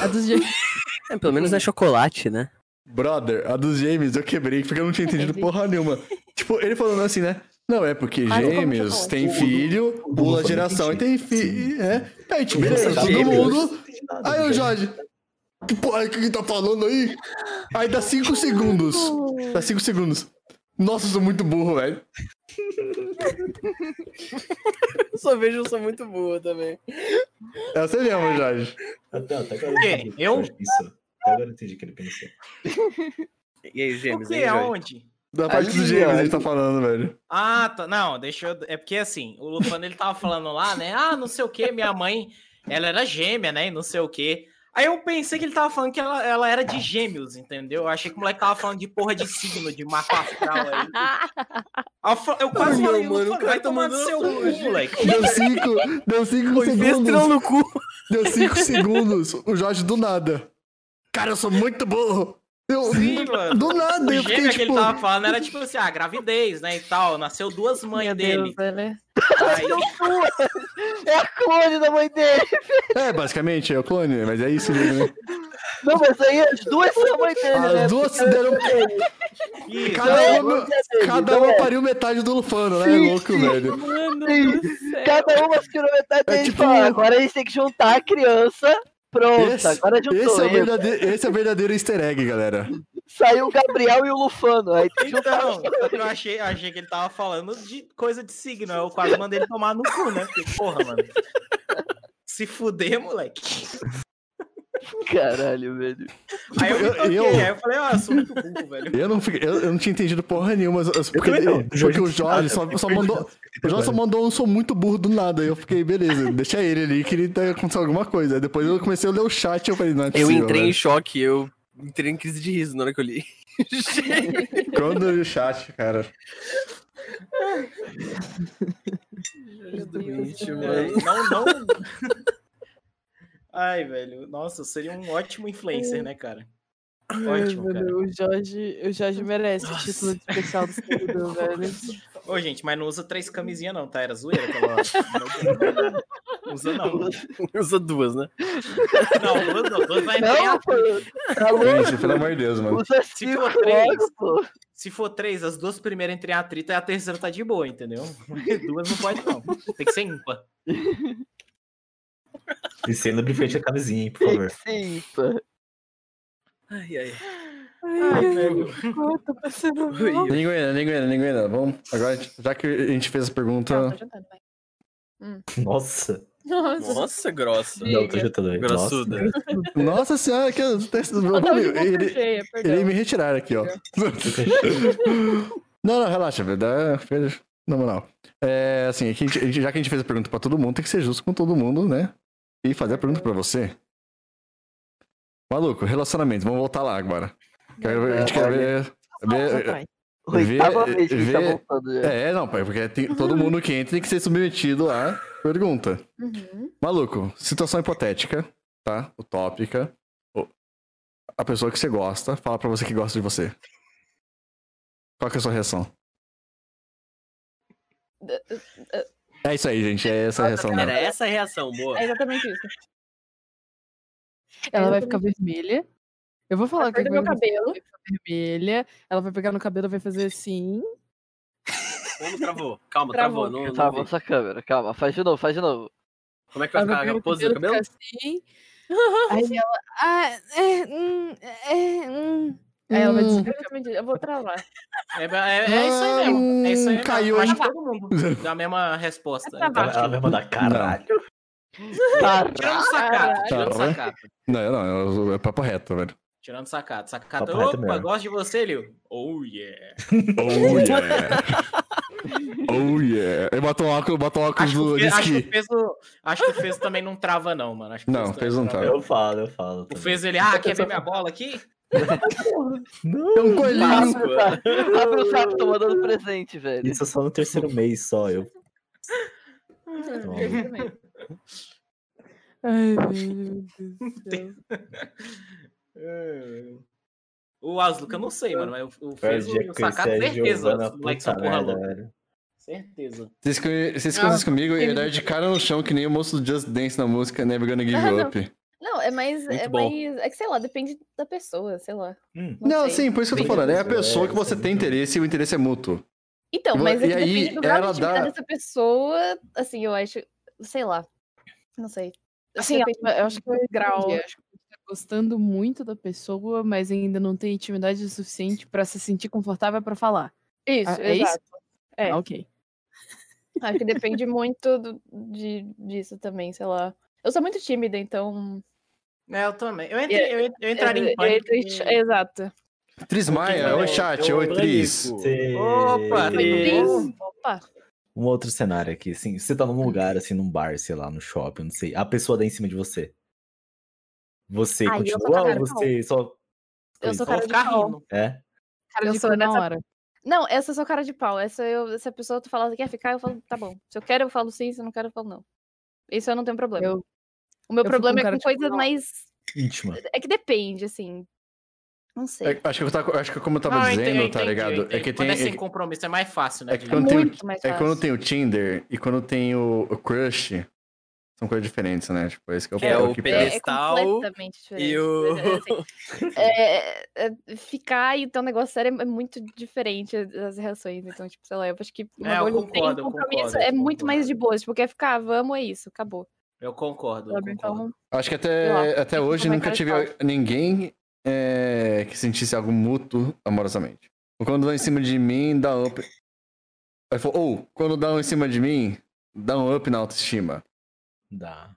Speaker 10: A dos gêmeos.
Speaker 1: (laughs)
Speaker 4: É, pelo menos é chocolate, né?
Speaker 1: Brother, a dos gêmeos eu quebrei porque eu não
Speaker 4: É
Speaker 1: tinha entendido porra nenhuma. Tipo, ele falando assim, né? Não, é porque
Speaker 4: Mas como
Speaker 1: gêmeos
Speaker 4: chocolate.
Speaker 1: tem filho, pula a geração e tem filho. É. Aí, tipo, beleza,
Speaker 4: Nossa,
Speaker 1: todo
Speaker 4: gêmeos.
Speaker 1: mundo. Aí, o Jorge. Que porra que ele tá falando aí? Aí dá 5 segundos. Dá 5 segundos. Nossa, eu sou muito burro, velho.
Speaker 4: Eu só vejo, eu sou muito boa também.
Speaker 1: É você mesmo, Jorge.
Speaker 5: Até, até agora
Speaker 11: Quê?
Speaker 5: entendi o tá que o Jorge pensou. Até agora eu entendi o que ele pensou.
Speaker 4: E aí, gêmeos?
Speaker 11: O quê?
Speaker 4: hein, Jorge?
Speaker 11: é Aonde?
Speaker 1: Da parte dos gêmeos ele tá falando, velho.
Speaker 11: Ah, tá. Não, deixa eu. É porque assim, o Lufano ele tava falando lá, né? Ah, não sei o que, minha mãe, ela era gêmea, né? E não sei o que. Aí eu pensei que ele tava falando que ela, ela era de gêmeos, entendeu? Eu achei que o moleque tava falando de porra de signo, de mapa astral aí. Aí Eu, fa- eu quase
Speaker 4: Não,
Speaker 11: falei,
Speaker 4: mano, o
Speaker 11: mano,
Speaker 4: cara
Speaker 11: vai
Speaker 4: tá
Speaker 11: tomar no
Speaker 4: mandando
Speaker 11: seu
Speaker 4: hoje.
Speaker 11: cu, moleque.
Speaker 1: Deu 5 deu cinco
Speaker 4: Foi
Speaker 1: segundos.
Speaker 4: mestrão no cu.
Speaker 1: Deu 5 segundos. O Jorge do nada. Cara, eu sou muito burro. Eu,
Speaker 11: Sim, mano.
Speaker 1: Do nada,
Speaker 11: O
Speaker 1: eu
Speaker 11: gêmeo
Speaker 1: fiquei
Speaker 11: que ele
Speaker 1: tipo.
Speaker 11: tava falando era tipo assim, ah, gravidez, né, e tal. Nasceu duas mães dele. Aí,
Speaker 7: É a clone da mãe dele.
Speaker 1: É, basicamente, é o clone, mas é isso mesmo, né?
Speaker 7: Não, mas aí as duas são a mãe dele, né?
Speaker 1: As duas se deram.
Speaker 11: Isso.
Speaker 1: Cada
Speaker 7: Não,
Speaker 1: uma,
Speaker 7: não é
Speaker 1: cada
Speaker 7: dele,
Speaker 1: uma
Speaker 7: não é.
Speaker 1: pariu metade do Lufano, né? Louco, velho.
Speaker 7: Cada uma tirou metade dele.
Speaker 1: tipo-
Speaker 7: e falou, agora a gente tem que juntar a criança. Pronto,
Speaker 1: Esse,
Speaker 7: agora juntou.
Speaker 1: esse é o
Speaker 7: isso.
Speaker 1: verdadeiro, esse é o verdadeiro easter egg, galera.
Speaker 7: Saiu o Gabriel e o Lufano. Aí tem que juntar
Speaker 11: Então, só que eu achei, achei que ele tava falando de coisa de signo. Eu quase mandei ele tomar no cu, né? Porque, porra, mano. Se fuder, moleque.
Speaker 7: Caralho, velho.
Speaker 11: Aí eu, me
Speaker 1: Eu-
Speaker 11: toquei,
Speaker 1: eu-
Speaker 11: aí eu falei, ó, eu sou muito burro, velho.
Speaker 1: Eu não, fiquei- eu, eu não tinha entendido porra nenhuma. eu- eu- Porque,
Speaker 5: também não,
Speaker 1: ele-
Speaker 5: o
Speaker 1: porque
Speaker 5: Jorge
Speaker 1: o
Speaker 5: não tinha
Speaker 1: Jorge
Speaker 5: nada,
Speaker 1: só,
Speaker 5: eu
Speaker 1: só
Speaker 5: fiquei
Speaker 1: mandou.
Speaker 5: perdido,
Speaker 1: O Jorge só mandou um sou muito burro do nada. Aí eu fiquei, beleza, (laughs) deixa ele ali que ele tá acontecendo alguma coisa. Aí depois eu comecei a ler o chat e eu falei, não, é
Speaker 4: Eu
Speaker 1: possível,
Speaker 4: entrei em
Speaker 1: velho.
Speaker 4: choque, eu entrei em crise de riso na hora que eu (laughs) li.
Speaker 15: Uhum.
Speaker 1: Quando eu li o chat, cara.
Speaker 11: É, não, não. Ai, velho. Nossa, eu seria um ótimo influencer, né, cara? Ótimo,
Speaker 10: Ai,
Speaker 11: cara.
Speaker 10: mano, O Jorge, o Jorge merece o título de especial do (laughs) servidor, velho.
Speaker 11: tá Ô, gente, mas não usa três camisinhas, não, tá? Era zoeira aquela hora. Usa não.
Speaker 4: (laughs) Usa duas, né?
Speaker 11: Não, duas não. Duas vai
Speaker 7: Não,
Speaker 11: entrar.
Speaker 7: pô. Tá louco?
Speaker 1: Gente, pelo amor de Deus, mano.
Speaker 7: Usa
Speaker 11: Se
Speaker 7: cinco
Speaker 11: for três,
Speaker 7: logo, pô.
Speaker 11: se for três, as duas primeiras entrem em atrito e a terceira tá de boa, entendeu? (laughs) Duas não pode, não. Tem que ser ímpar.
Speaker 5: (laughs) E sendo frente a camisinha, hein, por
Speaker 7: Tem
Speaker 5: favor.
Speaker 7: que ser ímpar.
Speaker 4: Ai, ai.
Speaker 10: Eu
Speaker 6: tá
Speaker 10: tô
Speaker 4: (laughs)
Speaker 10: passando
Speaker 4: Ui,
Speaker 10: mal.
Speaker 1: Linguena, linguena, linguena. Vamos. Agora, já que a gente fez a pergunta.
Speaker 10: Tá jantando, vai. Hum.
Speaker 5: Nossa.
Speaker 10: Nossa.
Speaker 4: Nossa, grossa.
Speaker 5: Não, tô jantando aí.
Speaker 4: Grossuda.
Speaker 5: Nossa.
Speaker 1: (laughs) Nossa senhora, que.
Speaker 10: é Eu tava de boca
Speaker 1: Ele,
Speaker 10: cheia, perdão.
Speaker 1: ele me retirar aqui, ó. (laughs) Não, não, relaxa, velho. Dá- fez- Na moral. É, assim, aqui a gente- a gente- já que a gente fez a pergunta pra todo mundo, tem que ser justo com todo mundo, né? E fazer a pergunta pra você. Maluco, relacionamento, vamos voltar lá agora. Quero- a gente quer ver. ver
Speaker 10: Atrás.
Speaker 7: Oitava
Speaker 1: Vê-
Speaker 7: vez que tá
Speaker 1: vê-
Speaker 7: voltando já.
Speaker 1: é, não, pai, porque tem- todo mundo que entra tem que ser submetido à pergunta.
Speaker 10: Uhum.
Speaker 1: Maluco, situação hipotética, tá? Utópica. O- A pessoa que você gosta fala pra você que gosta de você. (laughs) Qual que é a sua reação? É isso aí, gente. É essa a reação
Speaker 4: Era
Speaker 1: dela.
Speaker 4: essa a reação, boa.
Speaker 15: É exatamente isso.
Speaker 10: Ela vai
Speaker 15: Exatamente.
Speaker 10: ficar vermelha. Eu vou falar
Speaker 15: A
Speaker 10: que
Speaker 15: cor do meu
Speaker 10: vai
Speaker 15: cabelo.
Speaker 10: ficar vermelha. Ela vai pegar no cabelo, vai fazer assim.
Speaker 4: Como travou? Calma,
Speaker 10: Travou.
Speaker 4: travou. não- não
Speaker 7: Tá,
Speaker 4: vi.
Speaker 7: nossa câmera, calma. Faz de novo, faz de novo.
Speaker 4: Como é que vai
Speaker 10: Ela vai
Speaker 4: ficar
Speaker 10: pegar
Speaker 4: a
Speaker 10: no
Speaker 4: pose do
Speaker 10: cabelo,
Speaker 4: cabelo?
Speaker 10: fica assim. Aí ela. Ah, é, hum, é, hum. Aí ela vai
Speaker 1: Hum.
Speaker 10: desligar.
Speaker 15: Exatamente isso. Eu vou travar.
Speaker 11: É, é- é isso aí mesmo. É isso
Speaker 10: Hum,
Speaker 11: aí mesmo.
Speaker 1: Caiu,
Speaker 11: Acho
Speaker 1: hein?
Speaker 11: que
Speaker 10: tá
Speaker 11: todo mundo dá a mesma resposta.
Speaker 15: Vai travar.
Speaker 5: Ela, ela vai mandar caralho.
Speaker 11: (laughs)
Speaker 1: Tá,
Speaker 11: Tirando sacado,
Speaker 1: Caralho.
Speaker 11: tirando sacado.
Speaker 1: tá, né? Não, não, é o papo reto, velho.
Speaker 11: Tirando sacado. Sacado.
Speaker 5: Papo reto
Speaker 11: Opa,
Speaker 5: Tá mesmo.
Speaker 11: gosto de você, Liu. Oh yeah. (laughs)
Speaker 1: (laughs) Oh yeah! Oh yeah! Ele botou um óculos, botou um óculos
Speaker 11: Acho que, o
Speaker 1: do, de
Speaker 11: Fe- acho que o
Speaker 1: esqui.
Speaker 11: Fezo, acho que o Fezo também não trava, não, mano. Acho que o
Speaker 1: Não,
Speaker 11: Fezo
Speaker 1: fez um
Speaker 11: trava.
Speaker 1: tal.
Speaker 5: Eu falo, eu falo.
Speaker 11: O
Speaker 5: também.
Speaker 11: Fezo, ele, ah, quer ver minha bola aqui?
Speaker 7: (laughs)
Speaker 1: É um coelhinho!
Speaker 7: Abre o saco, tô mandando um presente, velho.
Speaker 5: Isso só no terceiro mês, só. Eu... Toma.
Speaker 15: Exatamente.
Speaker 10: Ai, meu Deus do céu.
Speaker 11: É. O Asluca, eu não sei, mano, mas o, o Fezo
Speaker 5: Perdi
Speaker 11: e
Speaker 5: a
Speaker 11: o sacado, certeza.
Speaker 5: Giovana,
Speaker 11: Os moleques são
Speaker 5: puta
Speaker 11: porra
Speaker 5: merda,
Speaker 11: louca.
Speaker 5: velho.
Speaker 11: Certeza.
Speaker 1: Vocês conhe- vocês conhecem comigo? Ele é de cara no chão, que nem o moço do Just Dance na música Never Gonna Give
Speaker 15: Ah,
Speaker 1: You
Speaker 15: não.
Speaker 1: Up.
Speaker 15: Não, é mais. É
Speaker 4: Muito bom.
Speaker 15: mais. É que sei lá, depende da pessoa, sei lá.
Speaker 5: Hum.
Speaker 1: Não,
Speaker 15: sei.
Speaker 1: sim, por isso que eu tô
Speaker 5: Bem
Speaker 1: falando. É a
Speaker 5: interessante,
Speaker 1: pessoa que
Speaker 5: isso é
Speaker 1: você
Speaker 5: muito
Speaker 1: tem
Speaker 11: então.
Speaker 5: bom.
Speaker 1: interesse e o interesse é mútuo.
Speaker 15: Então,
Speaker 1: E vo-
Speaker 15: mas é que
Speaker 1: e aí,
Speaker 15: depende do grau de
Speaker 1: ela
Speaker 15: intimidade
Speaker 1: dá-
Speaker 15: dessa pessoa. Assim, eu acho. Sei lá. Não sei. Acho que
Speaker 10: Assim,
Speaker 15: depende
Speaker 10: eu, eu acho que o
Speaker 15: do
Speaker 10: grau.
Speaker 15: dia.
Speaker 10: Eu acho que você tá gostando muito da pessoa, mas ainda não tem intimidade o suficiente pra se sentir confortável pra falar.
Speaker 15: Isso,
Speaker 10: Ah, é Ah, isso?
Speaker 15: exato. É.
Speaker 10: Ah, ok.
Speaker 15: Acho que depende muito do- de, disso também, sei lá. Eu sou muito tímida, então.
Speaker 11: É, eu também. Eu, entrei, eu, eu
Speaker 10: é,
Speaker 11: entraria em
Speaker 15: eu- eu- eu-
Speaker 11: pânico. com-
Speaker 15: Exato.
Speaker 1: Tris Maia,
Speaker 11: Não,
Speaker 1: oi É, chat, oi Tris.
Speaker 5: Você-
Speaker 11: Opa, tá bom?
Speaker 15: Opa!
Speaker 5: Um outro cenário aqui, assim, você tá
Speaker 15: Uhum.
Speaker 5: num lugar, assim, num bar, sei lá, no shopping, não sei, a pessoa dá em cima de você. Você
Speaker 15: Aí eu sou
Speaker 5: continua ou
Speaker 15: cara de
Speaker 5: você só...
Speaker 15: Eu sou cara
Speaker 5: Coisa.
Speaker 11: Vou
Speaker 15: de
Speaker 11: ficar
Speaker 15: pau.
Speaker 11: rindo.
Speaker 5: É?
Speaker 10: Cara
Speaker 15: Eu
Speaker 10: de
Speaker 15: sou
Speaker 10: cu na
Speaker 15: nessa-
Speaker 10: hora.
Speaker 15: Não, essa eu sou cara de pau. Essa eu, se a pessoa tu falar, você quer ficar? Eu falo, tá bom. Se eu quero, eu falo sim, se eu não quero, eu falo não. Isso eu não tenho problema.
Speaker 10: Eu-
Speaker 15: o meu
Speaker 10: eu fico
Speaker 15: problema
Speaker 10: um
Speaker 15: é
Speaker 10: cara
Speaker 15: com
Speaker 10: de pau
Speaker 15: coisas
Speaker 10: na hora.
Speaker 15: mais.
Speaker 5: Íntima.
Speaker 15: É que depende, assim. Não sei.
Speaker 1: É, acho, que eu tava, acho que como eu tava
Speaker 11: Não, Ah, eu
Speaker 1: dizendo,
Speaker 11: entendi, eu
Speaker 1: tá
Speaker 11: entendi, eu
Speaker 1: ligado? É
Speaker 11: entendi.
Speaker 1: que tem.
Speaker 11: Quando é
Speaker 1: É,
Speaker 11: sem compromisso é mais fácil, né?
Speaker 1: é que
Speaker 11: de-
Speaker 1: quando tem,
Speaker 15: Muito mais
Speaker 1: é que quando
Speaker 15: fácil.
Speaker 1: tem o Tinder e quando tem o, o Crush, são coisas diferentes, né? Tipo, esse que é o
Speaker 4: Que é
Speaker 1: papel
Speaker 4: o
Speaker 1: que
Speaker 4: PD.
Speaker 1: pega.
Speaker 15: É, é
Speaker 4: pedestal
Speaker 15: completamente diferente.
Speaker 4: E o.
Speaker 15: (laughs) É, assim, é- é- ficar e ter um negócio sério é muito diferente as reações. Então, tipo, sei lá, eu acho que uma
Speaker 11: É, eu
Speaker 15: bolha
Speaker 11: concordo,
Speaker 15: sem
Speaker 11: eu
Speaker 15: compromisso
Speaker 11: concordo, eu
Speaker 15: é muito mais
Speaker 11: concordo.
Speaker 15: de boa. Tipo, quer ficar, vamos, é isso, acabou.
Speaker 11: Eu concordo, eu
Speaker 15: Tá
Speaker 10: Sabe?
Speaker 11: concordo.
Speaker 10: Então,
Speaker 1: Acho que
Speaker 10: Sei
Speaker 1: até, até
Speaker 10: eu
Speaker 1: hoje
Speaker 10: sou
Speaker 1: nunca
Speaker 10: cara de
Speaker 1: tive
Speaker 10: pau.
Speaker 1: ninguém é, que sentisse algo mútuo amorosamente. Ou Quando dá em cima de mim, dá um up. Aí falou, ou quando dá um em cima de mim, dá um up na autoestima.
Speaker 5: Dá.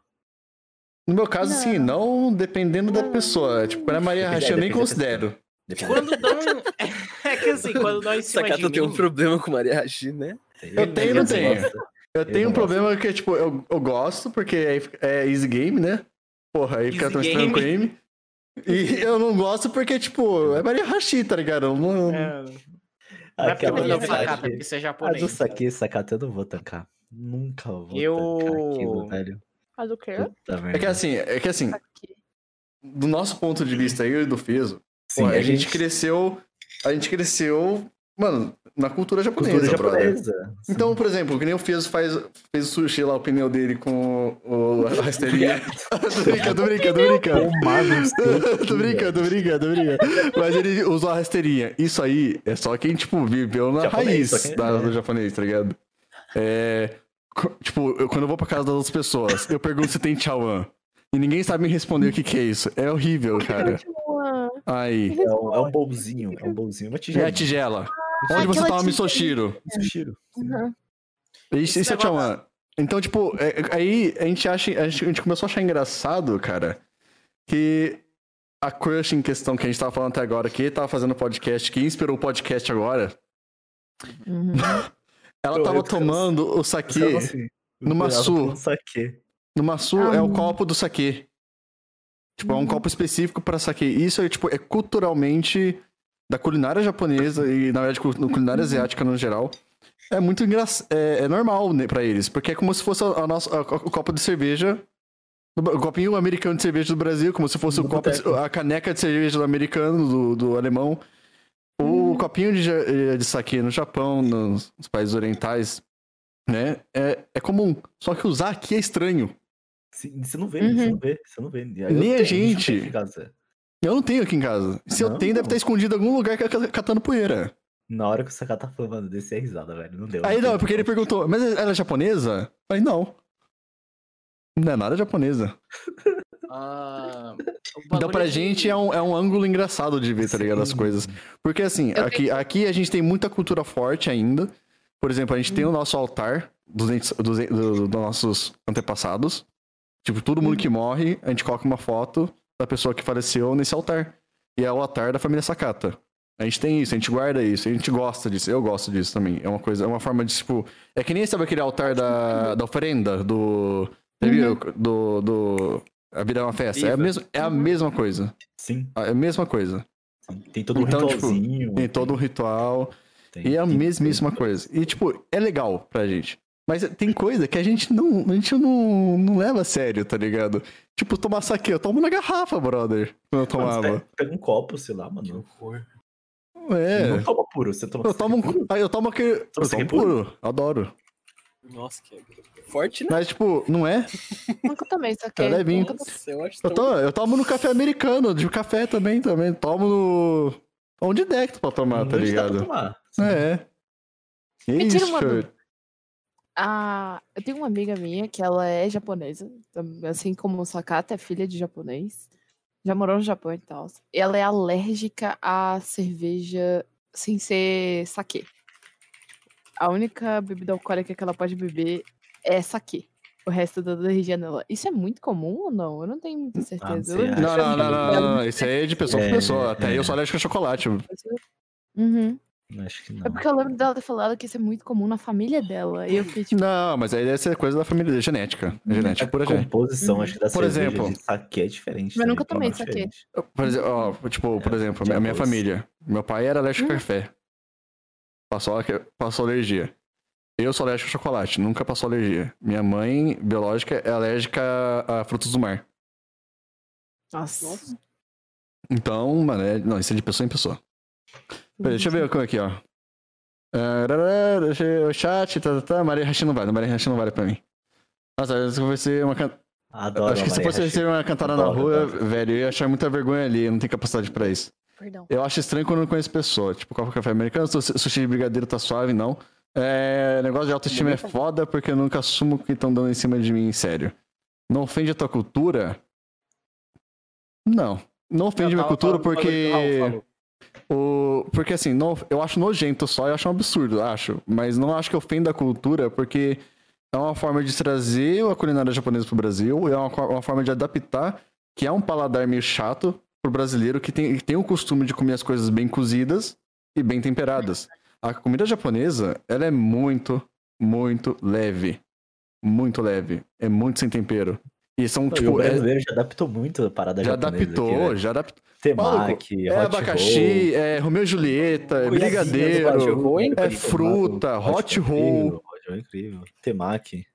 Speaker 1: No meu caso, assim, não dependendo da pessoa. Tipo, quando a Maria
Speaker 5: É Depende-
Speaker 1: Racha, eu nem
Speaker 5: depende da pessoa.
Speaker 1: considero.
Speaker 5: Depende.
Speaker 11: Quando dão. (laughs) É que assim, quando dão em cima de
Speaker 4: Sacata
Speaker 11: mim.
Speaker 4: tem um problema com Maria Rachi, né?
Speaker 1: Eu tenho,
Speaker 5: é
Speaker 1: não tenho.
Speaker 5: gosto.
Speaker 1: Eu tenho um
Speaker 5: não gosto.
Speaker 1: problema que, tipo, eu, eu gosto, porque aí fica- é easy game, né? Porra, aí fica
Speaker 11: Easy
Speaker 1: tão estranho com
Speaker 11: game.
Speaker 1: game. E (laughs) eu não gosto porque, tipo, é Maria Hashi, tá ligado? Eu não-
Speaker 11: É, não é porque eu
Speaker 5: Aquela
Speaker 11: vou dar um
Speaker 5: amizade-
Speaker 11: sacado, é porque você é
Speaker 5: Ah, do
Speaker 11: japonês.
Speaker 5: saque, sacata, eu não vou tancar. Nunca vou
Speaker 11: Eu-
Speaker 15: (laughs)
Speaker 5: tancar aquilo, velho. tá
Speaker 10: A do quê?
Speaker 5: Puta merda.
Speaker 1: É que assim, é que assim,
Speaker 10: Aqui.
Speaker 1: do nosso ponto de vista aí, eu e do Fiso,
Speaker 5: Sim,
Speaker 1: pô, a, gente cresceu. A gente cresceu Mano, na (laughs) cultura japonesa.
Speaker 5: Cultura
Speaker 1: brother.
Speaker 5: japonesa,
Speaker 1: Então, por exemplo, que nem o Fez faz, fez o sushi lá, o pneu dele com o,
Speaker 5: (laughs)
Speaker 1: o, a rasteirinha. (laughs) tô brincando, tô brincando, tô brincando. (laughs) tô brincando, tô brincando, tô brincando. Mas ele usou a rasteirinha. Isso aí é só quem, tipo, viveu na
Speaker 5: Japonês, só
Speaker 1: raiz
Speaker 5: quem-
Speaker 1: da- do japonês, tá ligado? É, co- tipo, eu- quando eu vou pra casa das outras pessoas, eu pergunto se tem tchauan. E ninguém sabe me responder o que que é isso. É horrível, cara. Aí.
Speaker 5: É um, é um bolzinho, é um bolzinho, uma tigela.
Speaker 1: É a tigela.
Speaker 5: Ah,
Speaker 1: Onde você
Speaker 5: aquela
Speaker 1: tava,
Speaker 5: tigela.
Speaker 1: Misoshiro?
Speaker 5: Misoshiro.
Speaker 1: Isso, isso é Tchauan. Então, tipo, é- é- aí a gente, acha, a, gente, a gente começou a achar engraçado, cara, que a crush em questão que a gente tava falando até agora, que tava fazendo podcast, que inspirou o podcast agora, ela
Speaker 10: Uhum.
Speaker 6: Uhum.
Speaker 5: Eu-
Speaker 1: tava
Speaker 5: eu-
Speaker 1: tomando o saque
Speaker 5: eu- assim, eu- um
Speaker 1: numa
Speaker 5: eu- eu-
Speaker 1: su.
Speaker 5: eu- saque.
Speaker 1: Numa su
Speaker 5: Ah.
Speaker 1: é o copo do saque. Tipo, é um copo específico pra saque. Isso é, tipo, é culturalmente da culinária japonesa e, na verdade, cu- culinária asiática no geral. É muito engraçado. É, é normal né, pra eles, porque é como se fosse a nossa, a- o copo de cerveja. do Bra- O copinho americano de cerveja do Brasil, como se fosse o copo de- a caneca de cerveja do americano, do, do alemão. O
Speaker 5: Uhum.
Speaker 1: copinho de, ja- eh, de saque no Japão, nos nos países orientais, né? É, é comum. Só que usar aqui é estranho.
Speaker 5: Sim, Você não vê,
Speaker 15: Uhum.
Speaker 5: você não vê, você não vê. Eu
Speaker 1: Nem a
Speaker 5: tenho, eu
Speaker 1: gente.
Speaker 5: tenho em casa.
Speaker 1: Eu não tenho aqui em casa. Se eu
Speaker 5: Não?
Speaker 1: tenho, deve estar escondido em algum lugar é ca- ca- catando poeira.
Speaker 5: Na hora que o Saká tá falando, mano, desci a risada, velho. Não deu.
Speaker 1: Aí não,
Speaker 5: deu.
Speaker 1: é porque ele perguntou, mas ela é japonesa? Eu falei, não. Não é nada japonesa.
Speaker 11: Ah, o
Speaker 1: Então,
Speaker 11: bagulho
Speaker 1: pra
Speaker 11: de-
Speaker 1: gente é um, é um ângulo engraçado de ver, tá ligado? As coisas. Porque, assim, aqui, aqui a gente tem muita cultura forte ainda. Por exemplo, a gente tem o nosso altar dos, entes- dos, en- do- do- dos nossos antepassados. Tipo, todo mundo que morre, a gente coloca uma foto da pessoa que faleceu nesse altar. E é o altar da família Sakata. A gente tem isso, a gente guarda isso, a gente gosta disso. Eu gosto disso também. É uma coisa, é uma forma de, tipo. É que nem sabe aquele altar da, da oferenda, do. Você viu? Do, do. A vida é uma festa. É a,
Speaker 5: Viva.
Speaker 1: mesma, é a mesma coisa.
Speaker 5: Sim.
Speaker 1: É a mesma coisa. Então,
Speaker 5: Tem todo um ritualzinho.
Speaker 1: tem todo um ritual. e é a mesmíssima coisa. E, tipo, é legal pra gente. Mas tem coisa que a gente não, a gente não, não leva a sério, tá ligado? Tipo, tomar saque. Eu tomo na garrafa, brother. Quando eu
Speaker 5: Mano, você
Speaker 1: tomava.
Speaker 5: pega- Pega um copo, sei lá, mano.
Speaker 1: É.
Speaker 5: Não toma puro, você toma
Speaker 1: Eu tomo, um- ah, eu tomo aquele. Eu
Speaker 5: saque
Speaker 1: tomo um
Speaker 5: puro?
Speaker 1: puro. Adoro.
Speaker 4: Nossa, que forte, né?
Speaker 1: Mas, tipo, não é?
Speaker 10: Nunca tomei isso aqui.
Speaker 1: É levinho.
Speaker 10: Nunca tomei.
Speaker 4: Eu acho
Speaker 1: Eu tomo, eu tomo no café americano, de café também, também. Tomo no. Onde der que tu pra tomar, tá
Speaker 5: Onde dá pra
Speaker 1: ligado?
Speaker 5: tomar.
Speaker 1: É. Que
Speaker 10: Me tira
Speaker 1: isso,
Speaker 10: uma
Speaker 1: tio.
Speaker 10: dúvida. Ah, eu tenho uma amiga minha que ela é japonesa, tam- assim como o Sakata é filha de japonês, já morou no Japão e tal. E ela é alérgica à cerveja sem ser saquê. A única bebida alcoólica que ela pode beber é saquê. O resto da alergia nela. Isso é muito comum ou não? Eu não tenho
Speaker 5: Ah,
Speaker 10: muita certeza. Eu lembro
Speaker 1: Não,
Speaker 10: que
Speaker 1: não,
Speaker 10: eu
Speaker 1: não,
Speaker 10: vi
Speaker 1: não,
Speaker 10: ela-
Speaker 1: não, não. Isso aí é de pessoa pra
Speaker 5: É,
Speaker 1: pessoa. Até
Speaker 5: é.
Speaker 1: aí eu sou alérgico a chocolate.
Speaker 10: Uhum.
Speaker 5: Acho que não.
Speaker 10: É porque eu lembro dela ter falado que isso é muito comum na família dela. E eu fiquei tipo,
Speaker 1: Não, mas aí deve ser coisa da família, é genética. É genética, pura
Speaker 5: a
Speaker 1: genética.
Speaker 5: composição, acho que da
Speaker 1: Por
Speaker 5: cerveja
Speaker 1: exemplo-
Speaker 5: de saque é diferente.
Speaker 10: mas eu
Speaker 5: também,
Speaker 10: nunca tomei isso
Speaker 5: toma
Speaker 10: aqui.
Speaker 5: diferente.
Speaker 1: Por exemplo, ó, tipo, por exemplo, a minha
Speaker 5: arroz.
Speaker 1: família. Meu pai era alérgico a
Speaker 10: Hum.
Speaker 1: café. Passou, a- passou alergia. Eu sou alérgico a chocolate, nunca passou alergia. Minha mãe, biológica, é alérgica a frutos do mar.
Speaker 10: Nossa.
Speaker 1: Então, mano, é- não, isso é de pessoa em pessoa. Peraí, deixa eu ver como é aqui, ó. Ah, rará, deixa eu- chat, tá, tá, tá. Maria Hashi não vale, Maria Hashi não vale pra mim. Nossa, se eu fosse uma can-
Speaker 5: Adoro
Speaker 1: Acho que
Speaker 5: a
Speaker 1: se
Speaker 5: Maria
Speaker 1: fosse
Speaker 5: Hashi.
Speaker 1: receber uma cantada na
Speaker 5: Adoro,
Speaker 1: rua, velho, eu ia achar muita vergonha ali, eu não tenho capacidade pra isso.
Speaker 10: Perdão.
Speaker 1: Eu acho estranho quando eu não conheço pessoa. Tipo, copo de café americano, su- sushi de brigadeiro tá suave, não. É, negócio de autoestima é foda porque eu nunca assumo que estão dando em cima de mim, sério. Não ofende a tua cultura? Não. Não ofende
Speaker 5: Eu
Speaker 1: minha
Speaker 5: É, tava
Speaker 1: cultura
Speaker 5: falando do bagulho que o Raul
Speaker 1: porque.
Speaker 5: falou.
Speaker 1: O... Porque assim, não... eu acho nojento só, eu acho um absurdo, acho. Mas não acho que ofenda a cultura porque é uma forma de trazer a culinária japonesa pro Brasil, é uma, co- uma forma de adaptar, que é um paladar meio chato pro brasileiro que tem, que tem o costume de comer as coisas bem cozidas e bem temperadas. A comida japonesa, ela é muito, muito leve. Muito leve. É muito sem tempero. E são,
Speaker 5: Não, e
Speaker 1: tipo.
Speaker 5: o
Speaker 1: é-
Speaker 5: brasileiro já adaptou muito a parada
Speaker 1: já
Speaker 5: japonesa aqui,
Speaker 1: adaptou,
Speaker 5: velho.
Speaker 1: já adaptou.
Speaker 5: Temaki,
Speaker 1: Maluco,
Speaker 5: hot
Speaker 1: é
Speaker 5: roll.
Speaker 1: abacaxi, é Romeu e Julieta, é
Speaker 5: Coisinha do hot
Speaker 1: brigadeiro,
Speaker 5: roll, hein,
Speaker 1: é
Speaker 5: cara?
Speaker 1: fruta,
Speaker 5: Hot
Speaker 1: hot
Speaker 5: roll é
Speaker 1: roll.
Speaker 5: incrível, Hot roll é incrível. Temaki.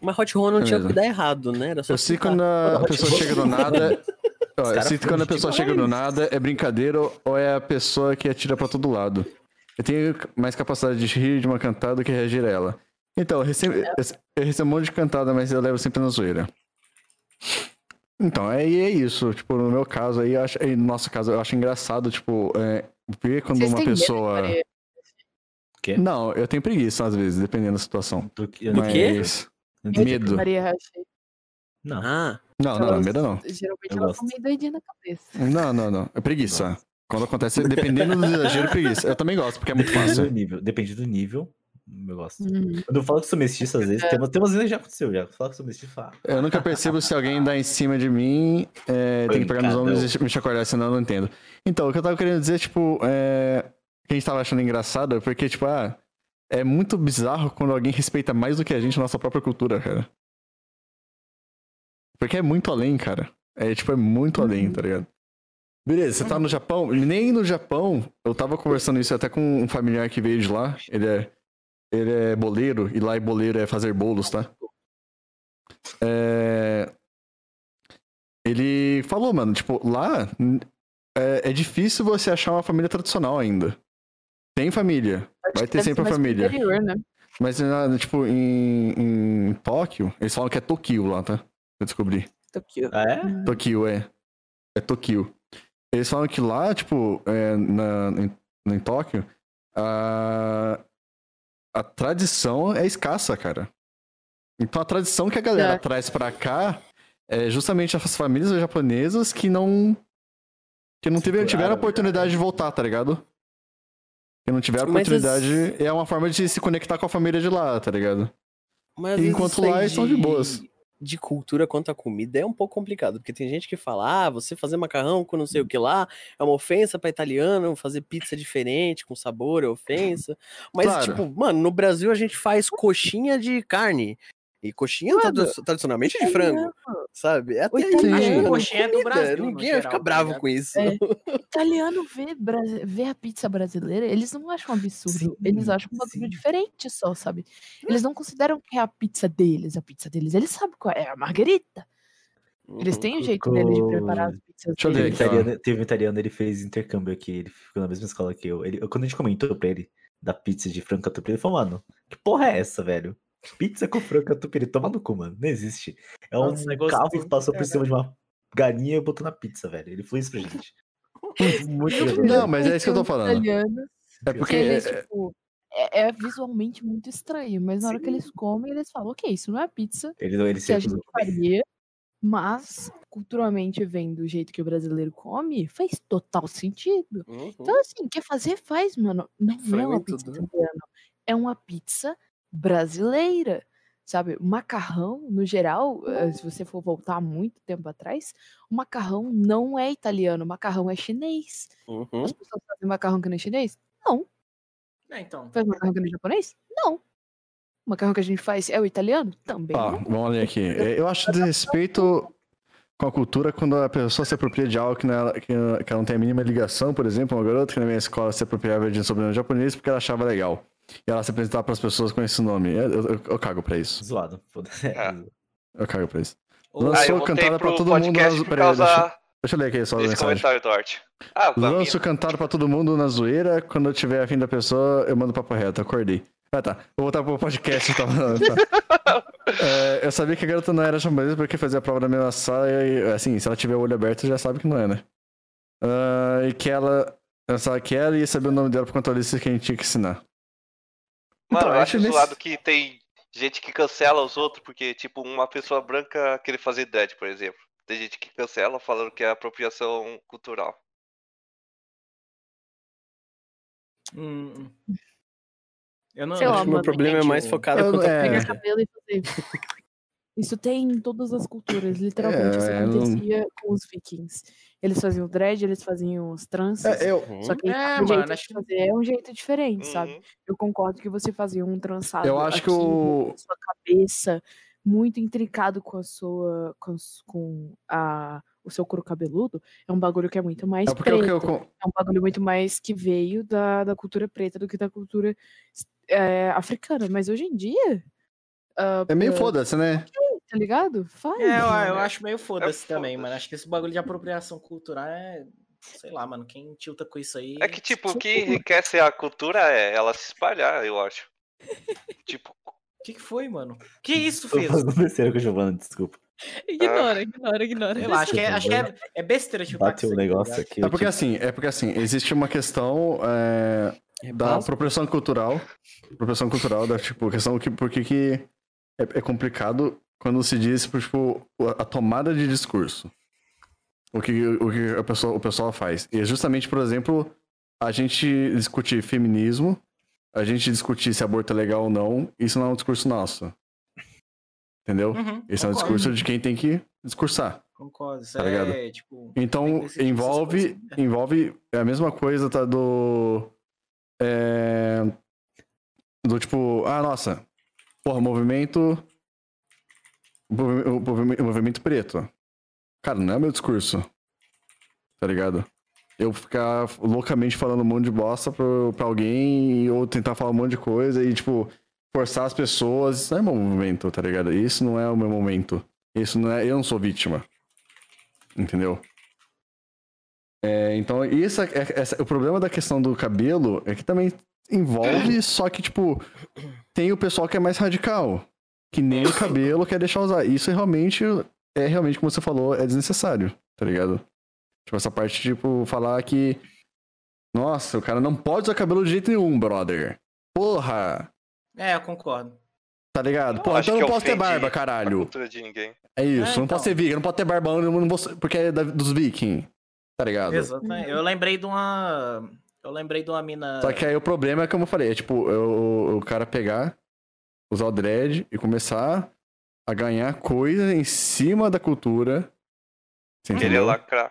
Speaker 4: Mas Hot Roll não tinha o
Speaker 1: Beleza.
Speaker 4: que dar errado, né? Era só
Speaker 1: Eu sei
Speaker 4: fritar. (laughs)
Speaker 1: quando a pessoa chega do nada. Ó,
Speaker 5: Esse
Speaker 1: eu
Speaker 5: cara
Speaker 1: sinto que
Speaker 5: foi
Speaker 1: quando a pessoa
Speaker 5: demais.
Speaker 1: chega do nada, é brincadeira ou- ou é a pessoa que atira pra todo lado. Eu tenho mais capacidade de rir de uma cantada do que reagir a ela. Então, eu recebo, eu eu recebo um monte de cantada, mas eu levo sempre na zoeira. Então, aí é isso. Tipo, no meu caso aí, eu acho, aí, no nosso caso, eu acho engraçado, tipo, é, ver quando
Speaker 13: Vocês
Speaker 1: uma
Speaker 13: têm medo de
Speaker 1: pessoa.
Speaker 13: fazer-
Speaker 1: Não, eu tenho preguiça às vezes, dependendo da situação. Do,
Speaker 5: eu não- Do quê?
Speaker 1: Medo.
Speaker 13: Maria Rachel.
Speaker 5: Não.
Speaker 1: Não, não, não, medo não.
Speaker 13: Geralmente
Speaker 1: Eu
Speaker 13: ela
Speaker 1: gosto.
Speaker 13: come doidinha na cabeça.
Speaker 1: Não, não, não. É preguiça. Quando acontece, dependendo do exagero, é preguiça. Eu também gosto, porque é muito
Speaker 5: Depende do
Speaker 1: fácil.
Speaker 5: nível. Depende do nível. Eu gosto.
Speaker 13: Uhum.
Speaker 5: Quando eu falo que sou mestiço, às vezes,
Speaker 1: É.
Speaker 5: tem, uma- tem umas vezes que já aconteceu, já. Eu falo que sou mestiço, fala.
Speaker 1: Eu nunca percebo se alguém dá em cima de mim, é, tem que pegar nos ombros e me chacoalhar, senão eu não entendo. Então, o que eu tava querendo dizer, tipo, é, que a gente tava achando engraçado é porque, tipo, ah, é muito bizarro quando alguém respeita mais do que a gente a nossa própria cultura, cara. Porque é muito além, cara. É, tipo, é muito além, tá ligado? Beleza, você tá no Japão? Nem no Japão, eu tava conversando isso até com um familiar que veio de lá. Ele é, ele é boleiro, e lá é boleiro é fazer bolos, tá? É, Ele falou, mano, tipo, lá n- é, é difícil você achar uma família tradicional ainda. Tem família, vai É ter
Speaker 13: Deve
Speaker 1: sempre a
Speaker 13: ser mais pro
Speaker 1: família.
Speaker 13: interior, né?
Speaker 1: Mas, na- tipo, em, em Tóquio, eles falam que é Tokio lá, tá? Eu descobri.
Speaker 5: Tokio. Ah, é?
Speaker 1: Tokio, é. É Tokio. Eles falam que lá, tipo, é, na, em, em Tóquio, a, a tradição é escassa, cara. Então a tradição que a galera
Speaker 13: É.
Speaker 1: traz pra cá é justamente as famílias japonesas que não. que não tiveram, tiveram a oportunidade de voltar, tá ligado? Que não tiveram a
Speaker 4: Mas as-
Speaker 1: oportunidade. É uma forma de se conectar com a família de lá, tá ligado?
Speaker 4: Mas às vezes
Speaker 1: Enquanto
Speaker 4: isso aí
Speaker 1: lá eles são de boas.
Speaker 4: De cultura quanto à comida é um pouco complicado, porque tem gente que fala, ah, você fazer macarrão com não sei o que lá é uma ofensa pra italiano, fazer pizza diferente, com sabor é
Speaker 1: (laughs)
Speaker 4: ofensa. Mas,
Speaker 14: Claro.
Speaker 4: tipo, mano, no Brasil a gente faz coxinha de carne. E coxinha
Speaker 14: Mano,
Speaker 4: tradu- tradicionalmente é de
Speaker 14: italiano.
Speaker 4: frango, sabe? É Até
Speaker 10: italiano.
Speaker 4: aí,
Speaker 10: Acho que
Speaker 4: mano,
Speaker 10: coxinha é do
Speaker 4: comida,
Speaker 10: Brasil, no
Speaker 4: Ninguém vai
Speaker 10: geral,
Speaker 4: ficar
Speaker 10: tá
Speaker 4: bravo
Speaker 10: ligado?
Speaker 4: com isso. (laughs)
Speaker 10: É. Italiano vê, bra- vê a pizza brasileira, eles não acham absurdo. eles acham um bagulho diferente só, sabe? Eles não consideram que é a pizza deles, a pizza deles. Eles sabem qual é, é a margarita. Eles
Speaker 4: Uhum.
Speaker 10: têm o jeito deles de preparar as pizzas
Speaker 5: Deixa eu ver.
Speaker 10: deles.
Speaker 5: Teve um italiano, teve um italiano, ele fez intercâmbio aqui, ele ficou na mesma escola que eu. Ele, eu- quando a gente comentou pra ele da pizza de frango catupiry, ele falou, mano, que porra é essa, velho? Pizza com frango catupiry, toma no cu, mano, não existe. É um
Speaker 8: Nossa,
Speaker 5: carro
Speaker 8: gostei,
Speaker 5: que passou por cima de uma galinha e botou na pizza, velho. Ele falou isso pra gente. Muito legal.
Speaker 1: Não, mas é isso que eu tô
Speaker 10: Os
Speaker 1: falando.
Speaker 10: italianos,
Speaker 1: É porque
Speaker 10: eles,
Speaker 1: é-
Speaker 10: tipo, é, é visualmente muito estranho, mas na hora que eles comem, eles falam, ok, isso não é pizza
Speaker 5: Ele não- ele se
Speaker 10: que a
Speaker 5: recusou.
Speaker 10: gente faria, mas culturalmente vendo do jeito que o brasileiro come, faz total sentido.
Speaker 4: Uhum,
Speaker 10: Então, assim, quer fazer, faz, mano. Não é
Speaker 13: Frango
Speaker 10: uma
Speaker 13: em
Speaker 10: pizza
Speaker 13: tudo, né?
Speaker 10: italiana, é uma pizza brasileira. Sabe, o macarrão, no geral, eh, se você for voltar muito tempo atrás, o macarrão não é italiano, o macarrão é chinês.
Speaker 4: uhum.
Speaker 10: As pessoas fazem macarrão que não é chinês? Não.
Speaker 11: É, então.
Speaker 10: Faz macarrão que não é japonês? Não. O macarrão que a gente faz é o italiano? Também.
Speaker 1: Ó,
Speaker 10: não.
Speaker 1: vamos ler aqui. É, Eu acho desrespeito com a cultura quando a pessoa se apropria de algo que, não é- que, não- que ela não tem a mínima ligação. Por exemplo, uma garota que na minha escola se apropriava de um sobrenome japonês porque ela achava legal. E ela se apresentava para as pessoas com esse nome. Eu, eu- eu cago pra isso.
Speaker 5: Zoado, foda-se. é
Speaker 1: Eu cago pra isso.
Speaker 5: Ô,
Speaker 6: Ah, eu
Speaker 1: Lançou
Speaker 6: voltei
Speaker 1: cantada pra
Speaker 6: pro
Speaker 1: todo mundo
Speaker 6: podcast
Speaker 1: nas...
Speaker 6: por
Speaker 1: Peraí,
Speaker 6: causa
Speaker 1: deixa, deixa eu ler aqui É só a
Speaker 6: Desse
Speaker 1: mensagem.
Speaker 6: comentário do Art. Ah, pra mim.
Speaker 1: Lanço cantada pra todo mundo na zoeira. Quando eu tiver afim da pessoa, eu mando papo reto. Acordei. Ah, tá. Vou voltar pro podcast.
Speaker 6: (laughs)
Speaker 1: Tá, tá. É, eu sabia que a garota não era japonesa porque fazia a prova da mesma sala e, assim, se ela tiver o olho aberto, já sabe que não é, né? Ah, e que ela... Eu sabia que ela ia saber o nome dela por conta da lista que a gente tinha que ensinar.
Speaker 6: Mano,
Speaker 1: Então,
Speaker 6: eu
Speaker 1: acho
Speaker 6: acho
Speaker 1: nesse-
Speaker 6: zoado que tem gente que cancela os outros, porque, tipo, uma pessoa branca querer fazer dead, por exemplo. Tem gente que cancela falando que é apropriação cultural.
Speaker 11: Hum. Eu não
Speaker 10: Sei lá,
Speaker 11: acho que
Speaker 10: mano, né,
Speaker 6: é
Speaker 10: gente,
Speaker 6: Tipo,
Speaker 1: Eu-
Speaker 11: quanto a-
Speaker 1: é.
Speaker 10: Pegar cabelo e fazer. Isso tem em todas as culturas, literalmente. isso
Speaker 1: É, eu não-
Speaker 10: acontecia com os vikings. Eles faziam dread, eles faziam os tranças.
Speaker 1: É, eu-
Speaker 10: Só que o
Speaker 1: É, mano,
Speaker 10: jeito
Speaker 1: acho
Speaker 10: de fazer é um jeito diferente, sabe? Eu concordo que você fazia um trançado
Speaker 1: Eu acho que
Speaker 10: aqui,
Speaker 1: o-
Speaker 10: na sua cabeça, muito intricado com a sua. com, a s- com a- o seu couro cabeludo, é um bagulho que é muito mais
Speaker 1: É porque o que eu
Speaker 10: preto.
Speaker 1: con-
Speaker 10: É um bagulho muito mais que veio da, da cultura preta do que da cultura é, africana, mas hoje em dia. ah,
Speaker 1: É meio
Speaker 10: pra-
Speaker 1: foda-se, né?
Speaker 10: Ok, tá ligado? Faz.
Speaker 11: É, eu, eu acho meio foda-se também, mano. Acho que esse bagulho de apropriação cultural é. Sei lá, mano. Quem tilta com isso aí.
Speaker 6: É que, tipo, o que enriquece a cultura é ela se espalhar, eu acho. tipo.
Speaker 11: O que, que foi, mano? Que isso,
Speaker 5: Tô
Speaker 11: fez?
Speaker 5: (laughs) fazendo besteira com a Giovana, desculpa.
Speaker 15: Ignora, ignora, ignora.
Speaker 11: Sei lá, acho que é, acho que é, é besteira, tipo.
Speaker 5: Tá Bateu o negócio aqui.
Speaker 1: É porque assim, é porque assim, existe uma questão é, da apropriação cultural. Apropriação cultural, da tipo, questão que por que que é, é complicado quando se diz, tipo, a tomada de discurso. O que, o que a pessoa, o pessoal faz. E é justamente, por exemplo, a gente discutir feminismo, a gente discutir se aborto é legal ou não, isso não é um discurso nosso. Entendeu?
Speaker 11: Uhum,
Speaker 1: Esse é um
Speaker 11: concordo.
Speaker 1: discurso de quem tem que discursar.
Speaker 11: Concordo. Isso
Speaker 1: Tá ligado?
Speaker 11: é, tipo.
Speaker 1: Então, envolve,
Speaker 11: né?
Speaker 1: envolve a mesma coisa, tá? Do. É, do tipo, ah, nossa, porra, movimento. O movi- o movi- o movimento preto. Cara, não é meu discurso. Tá ligado? Eu ficar loucamente falando um monte de bosta pro, pra alguém, ou tentar falar um monte de coisa e, tipo, forçar as pessoas. Isso não é meu momento, tá ligado? Isso não é o meu momento. Isso não é. Eu não sou vítima. Entendeu? É, então, isso é, é- essa- o problema da questão do cabelo é que também envolve, só que, tipo, tem o pessoal que é mais radical. Que nem o cabelo quer deixar usar. Isso é realmente, é realmente, como você falou, é desnecessário, tá ligado? Tipo, essa parte, tipo, falar que. Nossa, o cara não pode usar cabelo de jeito nenhum, brother. Porra!
Speaker 11: É, eu concordo.
Speaker 1: Tá ligado? Porra,
Speaker 6: acho
Speaker 1: então eu não
Speaker 6: que é
Speaker 1: posso ter
Speaker 6: ofende
Speaker 1: barba,
Speaker 6: a
Speaker 1: caralho.
Speaker 6: cultura de ninguém.
Speaker 1: É isso,
Speaker 11: É,
Speaker 10: Ah,
Speaker 1: não
Speaker 11: então.
Speaker 1: posso ser vegan, não posso ter barbão, eu não vou ser- porque é da- dos vikings. Tá ligado?
Speaker 11: Exatamente. Eu lembrei de uma. Eu lembrei de uma mina.
Speaker 1: Só que aí o problema é como eu falei, é tipo, o, o- o cara pegar, usar o dread e começar a ganhar coisa em cima da cultura. Você
Speaker 6: Querer
Speaker 1: entendeu?
Speaker 6: lacrar.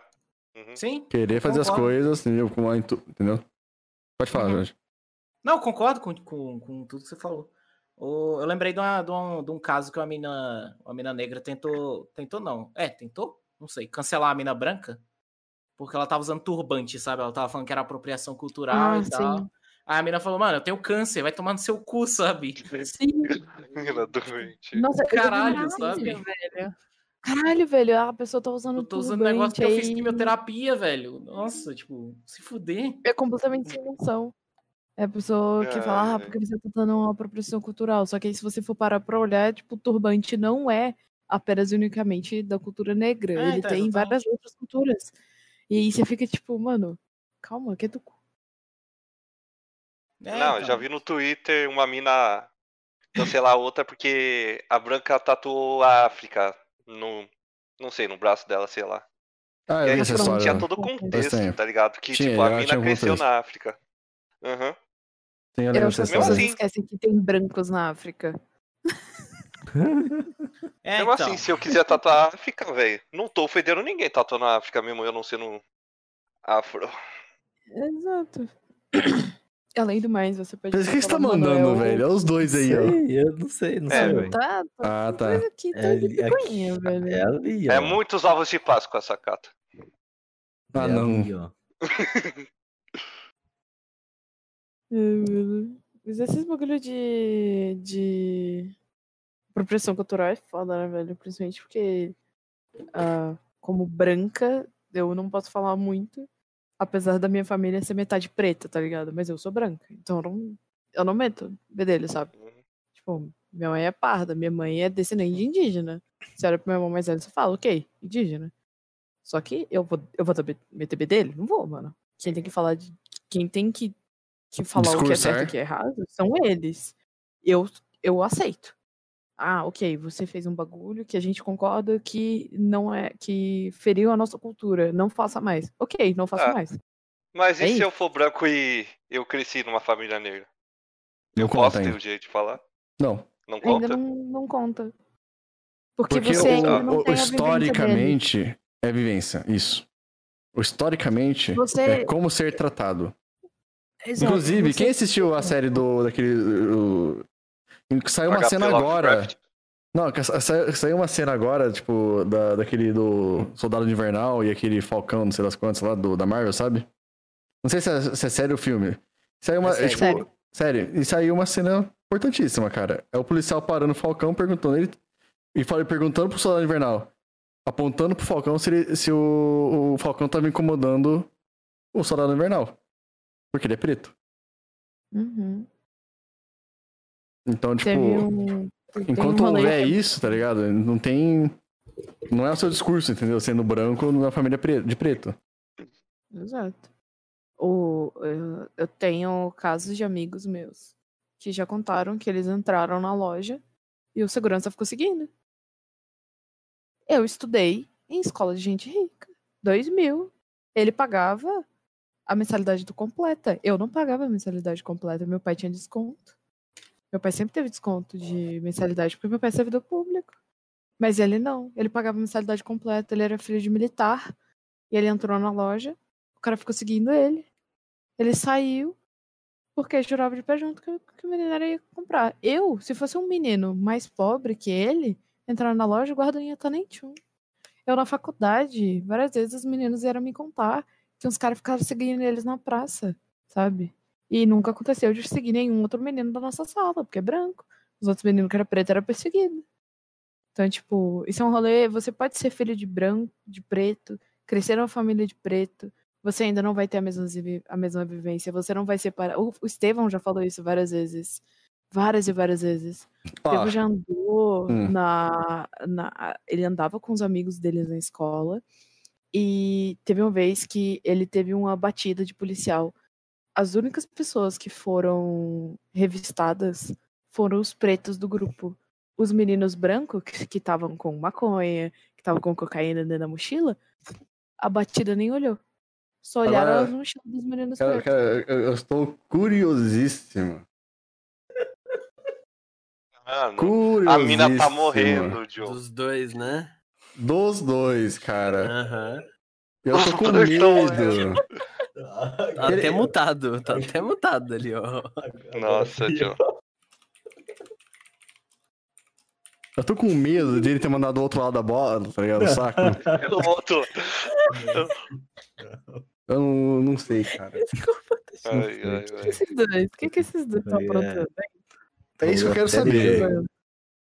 Speaker 6: Uhum.
Speaker 11: Sim.
Speaker 1: Querer fazer as
Speaker 11: Concordo.
Speaker 1: coisas, entendeu? Com a intu- entendeu?
Speaker 10: Uhum.
Speaker 1: Pode falar, Jorge.
Speaker 11: Não, eu concordo com, com, com tudo que você falou. O- eu lembrei de, uma- de um, de um caso que uma mina, uma mina negra tentou. Tentou, não. É, tentou? Não sei. Cancelar a mina branca. Porque ela tava usando turbante, sabe? Ela tava falando que era apropriação cultural
Speaker 10: Ah,
Speaker 11: e tal.
Speaker 10: sim.
Speaker 11: Aí a mina falou, mano, eu tenho câncer, vai tomar no seu cu, sabe?
Speaker 10: Sim.
Speaker 6: Ela é doente.
Speaker 10: Nossa, eu já vi
Speaker 11: Caralho,
Speaker 10: muito
Speaker 11: sabe?
Speaker 10: isso, velho. Caralho, velho, a pessoa tá usando
Speaker 11: Eu tô usando um
Speaker 10: turbante
Speaker 11: negócio que eu fiz
Speaker 10: aí.
Speaker 11: quimioterapia, velho. Nossa, tipo, se fuder.
Speaker 10: É completamente sem noção. É a pessoa que fala, ah,
Speaker 11: Ai.
Speaker 10: porque você tá dando uma apropriação cultural. Só que aí, se você for parar pra olhar, tipo, o turbante não é apenas e unicamente da cultura negra.
Speaker 11: É,
Speaker 10: Ele
Speaker 11: então,
Speaker 10: tem
Speaker 11: exatamente.
Speaker 10: várias outras culturas. E aí você fica tipo, mano, calma, que é do cu. É,
Speaker 6: não,
Speaker 10: então.
Speaker 6: eu já vi no Twitter uma mina cancelar a outra porque a branca tatuou a África no. Não sei, no braço dela, sei lá.
Speaker 1: Ah,
Speaker 6: E
Speaker 1: eu
Speaker 6: aí,
Speaker 1: vi essa
Speaker 6: tipo,
Speaker 1: história.
Speaker 6: tinha todo o
Speaker 1: Faz
Speaker 6: contexto,
Speaker 1: tempo.
Speaker 6: tá ligado? Que,
Speaker 1: Tinha,
Speaker 6: tipo, a
Speaker 1: eu tinha
Speaker 6: mina
Speaker 1: algum
Speaker 6: cresceu
Speaker 1: contexto.
Speaker 6: na África. Aham.
Speaker 1: Sim, eu
Speaker 10: Eu
Speaker 1: lembro
Speaker 10: acho que
Speaker 1: dessa
Speaker 10: as
Speaker 1: história.
Speaker 10: pessoas esquecem que tem brancos na África.
Speaker 11: É,
Speaker 6: mesmo
Speaker 10: então.
Speaker 6: assim, se eu quiser tatuar a África, velho, não tô ofendendo ninguém tatuando a África mesmo, eu não sendo afro.
Speaker 10: Exato. Além do mais, você pode.
Speaker 1: Mas o que você tá
Speaker 10: falar, mano, é
Speaker 1: mandando,
Speaker 10: o-
Speaker 1: velho? Olha os dois aí, ó.
Speaker 5: Sei, eu não sei, não
Speaker 6: É,
Speaker 5: sei.
Speaker 6: velho.
Speaker 10: Tá, tá
Speaker 1: Ah, tá.
Speaker 10: coisa aqui, tá
Speaker 5: É
Speaker 10: de
Speaker 5: ali-
Speaker 10: picuinha, velho.
Speaker 5: É ali, ó.
Speaker 6: É muitos ovos de Páscoa, sacata. tá
Speaker 1: Ah,
Speaker 5: é
Speaker 1: não.
Speaker 5: ali, ó.
Speaker 10: Ai, É, mano. Mas esses bagulho de. de. apropriação cultural é foda, né, velho? Principalmente porque. ah, como branca, eu não posso falar muito. Apesar da minha família ser metade preta, tá ligado? Mas eu sou branca. Então eu não, eu não meto bedelho, sabe? Tipo, minha mãe é parda, minha mãe é descendente de indígena. Você olha pro meu irmão mais velho, você fala, ok, indígena. Só que eu vou, eu vou saber- meter bedelho? Não vou, mano. Quem tem que falar de. Quem tem que que falar o que é certo e
Speaker 1: Discursar.
Speaker 10: o que é errado são eles. Eu, eu aceito. Ah, ok, você fez um bagulho que a gente concorda que não é que feriu a nossa cultura. Não faça mais. Ok, não faça
Speaker 6: Ah.
Speaker 10: mais.
Speaker 6: Mas e
Speaker 10: É
Speaker 6: se
Speaker 10: isso.
Speaker 6: eu for branco e eu cresci numa família negra?
Speaker 1: Não
Speaker 6: eu posso
Speaker 1: conta
Speaker 6: ter
Speaker 1: ainda.
Speaker 6: o direito de falar?
Speaker 1: Não.
Speaker 6: Não
Speaker 10: Ainda
Speaker 6: conta?
Speaker 10: não, não conta. Porque,
Speaker 1: Porque
Speaker 10: você
Speaker 1: o-
Speaker 10: ainda
Speaker 1: o-
Speaker 10: não tem a vivência dele.
Speaker 1: historicamente é vivência, isso. O historicamente
Speaker 10: Você-
Speaker 1: é como ser tratado.
Speaker 10: Exato,
Speaker 1: Inclusive,
Speaker 10: você-
Speaker 1: quem
Speaker 15: (laughs)
Speaker 1: é assistiu a série do daquele o- em que saiu É uma
Speaker 6: HP
Speaker 1: cena agora.
Speaker 6: Lovecraft.
Speaker 1: Não, que sa- sa- saiu uma cena agora, tipo, da, daquele do Soldado Invernal e aquele Falcão, não sei das quantas lá, do, da Marvel, sabe? Não sei se é, se é sério o filme. Saiu uma.
Speaker 11: É sério.
Speaker 1: tipo, sério. E saiu uma cena importantíssima, cara. É o policial parando o Falcão, perguntando ele. E falei, perguntando pro soldado invernal, apontando pro Falcão se, ele- se o, o Falcão tava incomodando o soldado invernal. Porque ele é preto.
Speaker 13: Uhum.
Speaker 1: Então, tipo,
Speaker 13: Teve um- teve
Speaker 1: enquanto
Speaker 13: um rolê-
Speaker 1: houver isso, tá ligado? Não tem. Não é o seu discurso, entendeu? Sendo branco na família pre- de preto.
Speaker 10: Exato. O, eh, eu, eu tenho casos de amigos meus que já contaram que eles entraram na loja e o segurança ficou seguindo. Eu estudei em escola de gente rica. Dois mil. Ele pagava a mensalidade do completa. Eu não pagava a mensalidade completa. Meu pai tinha desconto. Meu pai sempre teve desconto de mensalidade, porque meu pai é servidor público. Mas ele não. Ele pagava a mensalidade completa. Ele era filho de militar. E ele entrou na loja. O cara ficou seguindo ele. Ele saiu. Porque jurava de pé junto que, que o menino era ia comprar. Eu, se fosse um menino mais pobre que ele, entrar na loja, o guarda não ia estar nem tchum. Eu na faculdade, várias vezes os meninos vieram me contar que uns caras ficaram seguindo eles na praça, sabe? E nunca aconteceu de seguir nenhum outro menino da nossa sala, porque é branco. Os outros meninos que era preto era perseguido. Então, tipo, isso é um rolê. Você pode ser filho de branco, de preto, crescer numa família de preto. Você ainda não vai ter a mesma, zivi- a mesma vivência. Você não vai separar. O, o Estevão já falou isso várias vezes. Várias e várias vezes. O
Speaker 1: Ó.
Speaker 10: Estevão já andou
Speaker 1: Hum.
Speaker 10: na, na. Ele andava com os amigos deles na escola. E teve uma vez que ele teve uma batida de policial. As únicas pessoas que foram revistadas foram os pretos do grupo. Os meninos brancos, que que estavam com maconha, que estavam com cocaína dentro da mochila, a batida nem olhou. Só olharam
Speaker 1: Agora-
Speaker 10: as mochilas dos meninos
Speaker 1: Cara,
Speaker 10: pretos.
Speaker 1: cara, eu, eu estou curiosíssimo.
Speaker 6: Ah, não.
Speaker 1: Curiosíssimo.
Speaker 6: A mina tá morrendo, Joe.
Speaker 14: Dos dois, né?
Speaker 1: Dos dois,
Speaker 6: Ah.
Speaker 1: cara.
Speaker 14: Aham.
Speaker 1: Eu
Speaker 6: (laughs)
Speaker 1: tô com
Speaker 14: Os dois.
Speaker 1: medo.
Speaker 14: Tá até mutado, tá até mutado ali, ó.
Speaker 6: Nossa, Joe.
Speaker 1: Eu tô com medo de ele ter mandado o outro lado da bola, tá ligado? O
Speaker 6: (laughs)
Speaker 1: Saco.
Speaker 6: Eu
Speaker 15: (laughs)
Speaker 6: volto.
Speaker 1: Eu não, não sei, cara.
Speaker 6: Ai, ai,
Speaker 10: O
Speaker 15: é
Speaker 10: que esses dois? O que, que esses dois estão
Speaker 5: Aí, é.
Speaker 10: aprontando? hein?
Speaker 1: É isso que eu quero saber.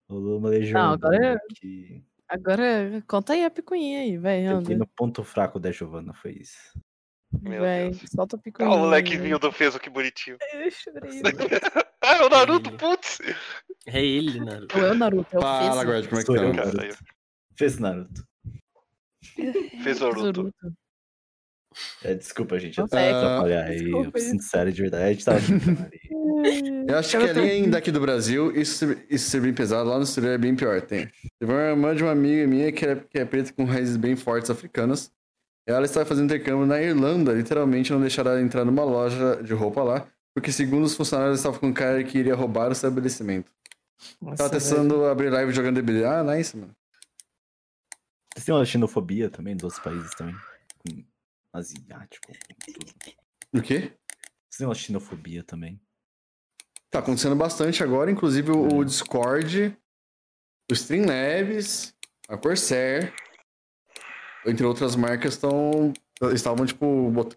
Speaker 5: Rolou uma legião
Speaker 1: um
Speaker 10: Não, agora, é
Speaker 5: urbana que-
Speaker 10: agora conta aí a picuinha aí, vai,
Speaker 5: Peguei
Speaker 10: anda.
Speaker 5: no ponto fraco da Giovana, foi isso.
Speaker 10: Vai, solta a picuinha.
Speaker 6: Olha Ah, o
Speaker 10: aí,
Speaker 6: molequinho
Speaker 1: né?
Speaker 10: vai.
Speaker 6: do Fezo, que bonitinho.
Speaker 10: Eu chorei.
Speaker 6: (laughs) Ah, é o Naruto, putz!
Speaker 14: É ele, Naruto.
Speaker 10: Não é o Naruto, é o
Speaker 1: Fala,
Speaker 10: Fez.
Speaker 1: Guard, como é que
Speaker 5: Sou eu,
Speaker 1: tá?
Speaker 5: Naruto. Fez Naruto.
Speaker 6: Fez Naruto.
Speaker 5: É, desculpa, gente. Eu
Speaker 1: Nossa,
Speaker 5: tava
Speaker 1: é que-
Speaker 5: atrapalhar aí. Eu
Speaker 1: Desculpa,
Speaker 5: sinto sério de verdade. tá A gente
Speaker 1: (laughs)
Speaker 5: tava
Speaker 13: (laughs)
Speaker 1: Eu acho
Speaker 6: tá
Speaker 1: que é além daqui do Brasil, isso, ser- isso ser bem pesado, lá no exterior é bem pior, tem. Teve uma irmã de uma amiga minha que é, que é preta com raízes bem fortes africanas. Ela estava fazendo intercâmbio na Irlanda, literalmente não deixaram ela entrar numa loja de roupa lá, porque segundo os funcionários, ela estava com um cara que iria roubar o estabelecimento.
Speaker 10: Nossa,
Speaker 1: tava testando abrir live jogando DBD. Ah, nice, mano.
Speaker 5: Vocês têm uma xenofobia também dos outros países também? Com asiático. com tudo.
Speaker 1: O quê?
Speaker 5: Vocês têm uma xenofobia também?
Speaker 1: Tá acontecendo bastante agora, inclusive o o Discord, o Streamlabs, a Corsair, entre outras marcas, estão estavam, tipo, bot-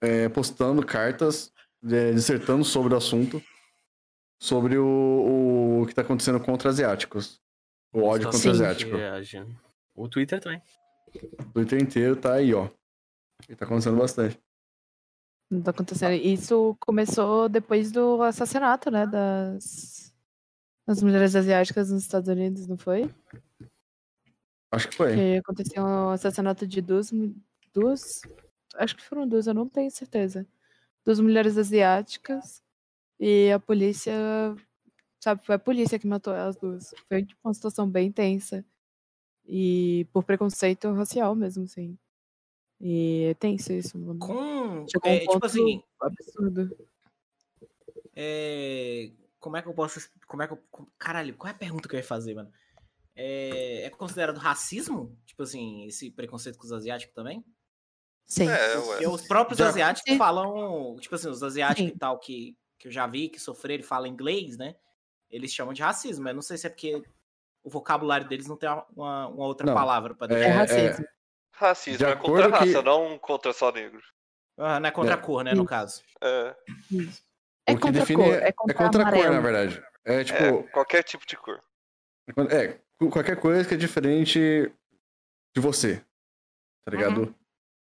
Speaker 1: é, postando cartas, é, dissertando sobre o assunto, sobre o, o que tá acontecendo contra asiáticos. O ódio contra asiático.
Speaker 4: É.
Speaker 14: O Twitter também.
Speaker 1: O Twitter inteiro tá aí, ó. E tá acontecendo bastante.
Speaker 10: Não tá acontecendo. Isso começou depois do assassinato, né? Das, das mulheres asiáticas nos Estados Unidos, não foi?
Speaker 1: Acho que foi.
Speaker 10: Que aconteceu o assassinato de duas, mu- duas. Acho que foram duas, eu não tenho certeza. Duas mulheres asiáticas. E a polícia. Sabe, foi a polícia que matou as duas. Foi tipo, uma situação bem tensa. E por preconceito racial mesmo, assim. E é tenso isso, mano.
Speaker 11: Com.
Speaker 10: Chegou
Speaker 11: é,
Speaker 10: um
Speaker 11: tipo
Speaker 10: ponto
Speaker 11: assim.
Speaker 10: absurdo.
Speaker 11: é, Como é que eu posso. exp- Como é que eu... como- Caralho, qual é a pergunta que eu ia fazer, mano? É, é considerado racismo? Tipo assim, esse preconceito com os asiáticos também?
Speaker 10: Sim.
Speaker 6: É,
Speaker 11: Porque
Speaker 6: ué.
Speaker 11: os próprios
Speaker 6: Já-
Speaker 11: asiáticos falam. Tipo assim, os asiáticos e tal que, que eu já vi, que sofreram e falam inglês, né? Eles chamam de racismo. mas não sei se é porque o vocabulário deles não tem uma, uma- uma outra
Speaker 1: Não,
Speaker 11: palavra pra
Speaker 1: é-
Speaker 11: definir.
Speaker 1: racismo.
Speaker 6: Racismo
Speaker 1: De
Speaker 6: é contra a
Speaker 1: acordo que-
Speaker 6: raça, não contra só negro.
Speaker 11: Ah, não é contra a cor, né, no caso.
Speaker 6: É,
Speaker 1: É o que define é, é contra a cor, na verdade. É tipo,
Speaker 6: é, qualquer tipo de cor.
Speaker 1: É, com qualquer coisa que é diferente de você. Tá ligado?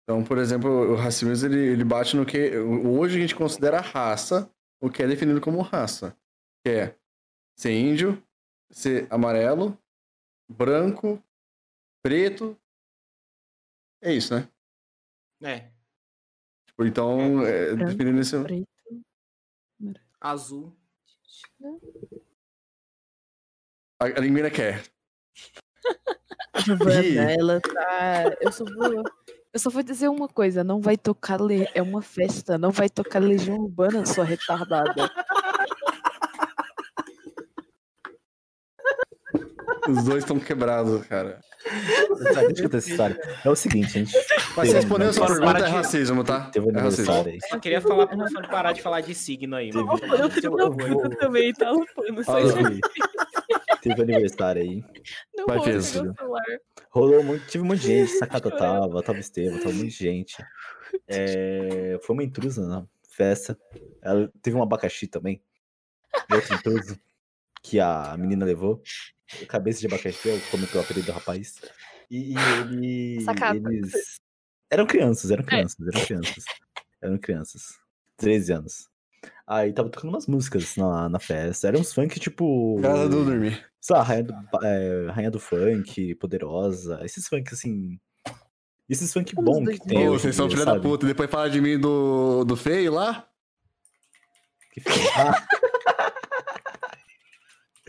Speaker 1: Então, por exemplo, o racismo ele, ele bate no que hoje a gente considera raça, o que é definido como raça. Que é ser índio, ser amarelo, branco, preto. É isso, né?
Speaker 11: É.
Speaker 1: Tipo, então, é,
Speaker 11: Branco,
Speaker 1: definindo esse.
Speaker 11: Azul.
Speaker 1: A, a linguina quer. Ih.
Speaker 10: Giovana, ela tá. Eu só vou. Eu só vou dizer uma coisa, não vai tocar le... é uma festa, não vai tocar Legião Urbana, sua retardada.
Speaker 1: Os dois estão quebrados, cara.
Speaker 5: Tá, deixa eu contar essa história. É o seguinte, gente. um
Speaker 1: Mas você respondeu essa pergunta, é racismo, tá?
Speaker 5: Teve um
Speaker 1: É racismo.
Speaker 5: aniversário aí.
Speaker 11: Só queria falar pro Lufano parar de falar de signo aí. mano.
Speaker 10: Eu tenho uma
Speaker 11: um
Speaker 10: puta também, tá lupando.
Speaker 5: Fala, Yuri. Teve aniversário aí.
Speaker 10: Não
Speaker 5: Vai,
Speaker 10: vou
Speaker 5: Pedro.
Speaker 10: pegar o
Speaker 6: (laughs)
Speaker 10: celular.
Speaker 5: Rolou muito, tive um monte de gente, Sakata tava, tava Estevam, tava um monte de gente. É, foi uma intrusa na festa. Ela teve um abacaxi também. de Outro intruso que a menina levou. Cabeça de abacaxi, eu como que é o apelido do rapaz. E, e ele-
Speaker 8: Sakata.
Speaker 5: eles. Eram crianças, eram crianças, eram crianças. Eram crianças. 13 anos. Aí tava tocando umas músicas assim, na, na festa. Era uns funk tipo.
Speaker 1: Graças a Deus, dormi.
Speaker 5: Sei lá, Rainha do, é, Rainha do Funk, Poderosa. Esses funk assim. Esses funk bom que tem.
Speaker 1: Ô,
Speaker 5: hoje em
Speaker 1: vocês são
Speaker 5: dia,
Speaker 1: filha da
Speaker 5: sabe?
Speaker 1: puta, e depois fala de mim do, do feio lá.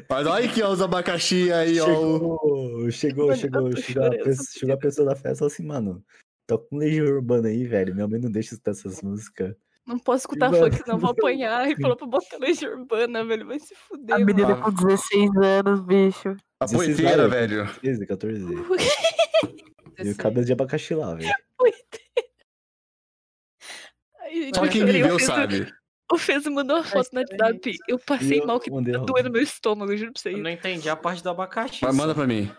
Speaker 1: Mas olha aqui, ó, os abacaxi aí, ó. o-
Speaker 5: Chegou, chegou, chegou, chegou, a pessoa, chegou a pessoa da festa e falou assim, mano, tô com Legião Urbana aí, velho. Minha mãe não deixa escutar essas músicas.
Speaker 15: Não posso escutar
Speaker 5: Mano.
Speaker 15: funk, não vou apanhar. E falou pra botar legião urbana, velho. Vai se fuder.
Speaker 10: A menina
Speaker 15: mano.
Speaker 10: com 16 anos, bicho.
Speaker 1: A
Speaker 5: 16
Speaker 1: poeteira,
Speaker 5: lá,
Speaker 1: velho.
Speaker 10: (laughs)
Speaker 5: 13, 14. E o cabeça de abacaxi lá, velho.
Speaker 15: Ai, gente, tipo,
Speaker 1: Só
Speaker 15: eu
Speaker 1: quem
Speaker 15: chorei,
Speaker 1: viveu
Speaker 15: o Fezo-
Speaker 1: sabe.
Speaker 15: O Fez mandou a foto no WhatsApp. Eu passei
Speaker 11: eu
Speaker 15: mal que
Speaker 1: mandei a
Speaker 15: tá
Speaker 1: foto.
Speaker 15: doendo meu estômago, eu juro pra vocês.
Speaker 11: Eu não entendi a parte do abacaxi.
Speaker 1: Mas manda pra mim.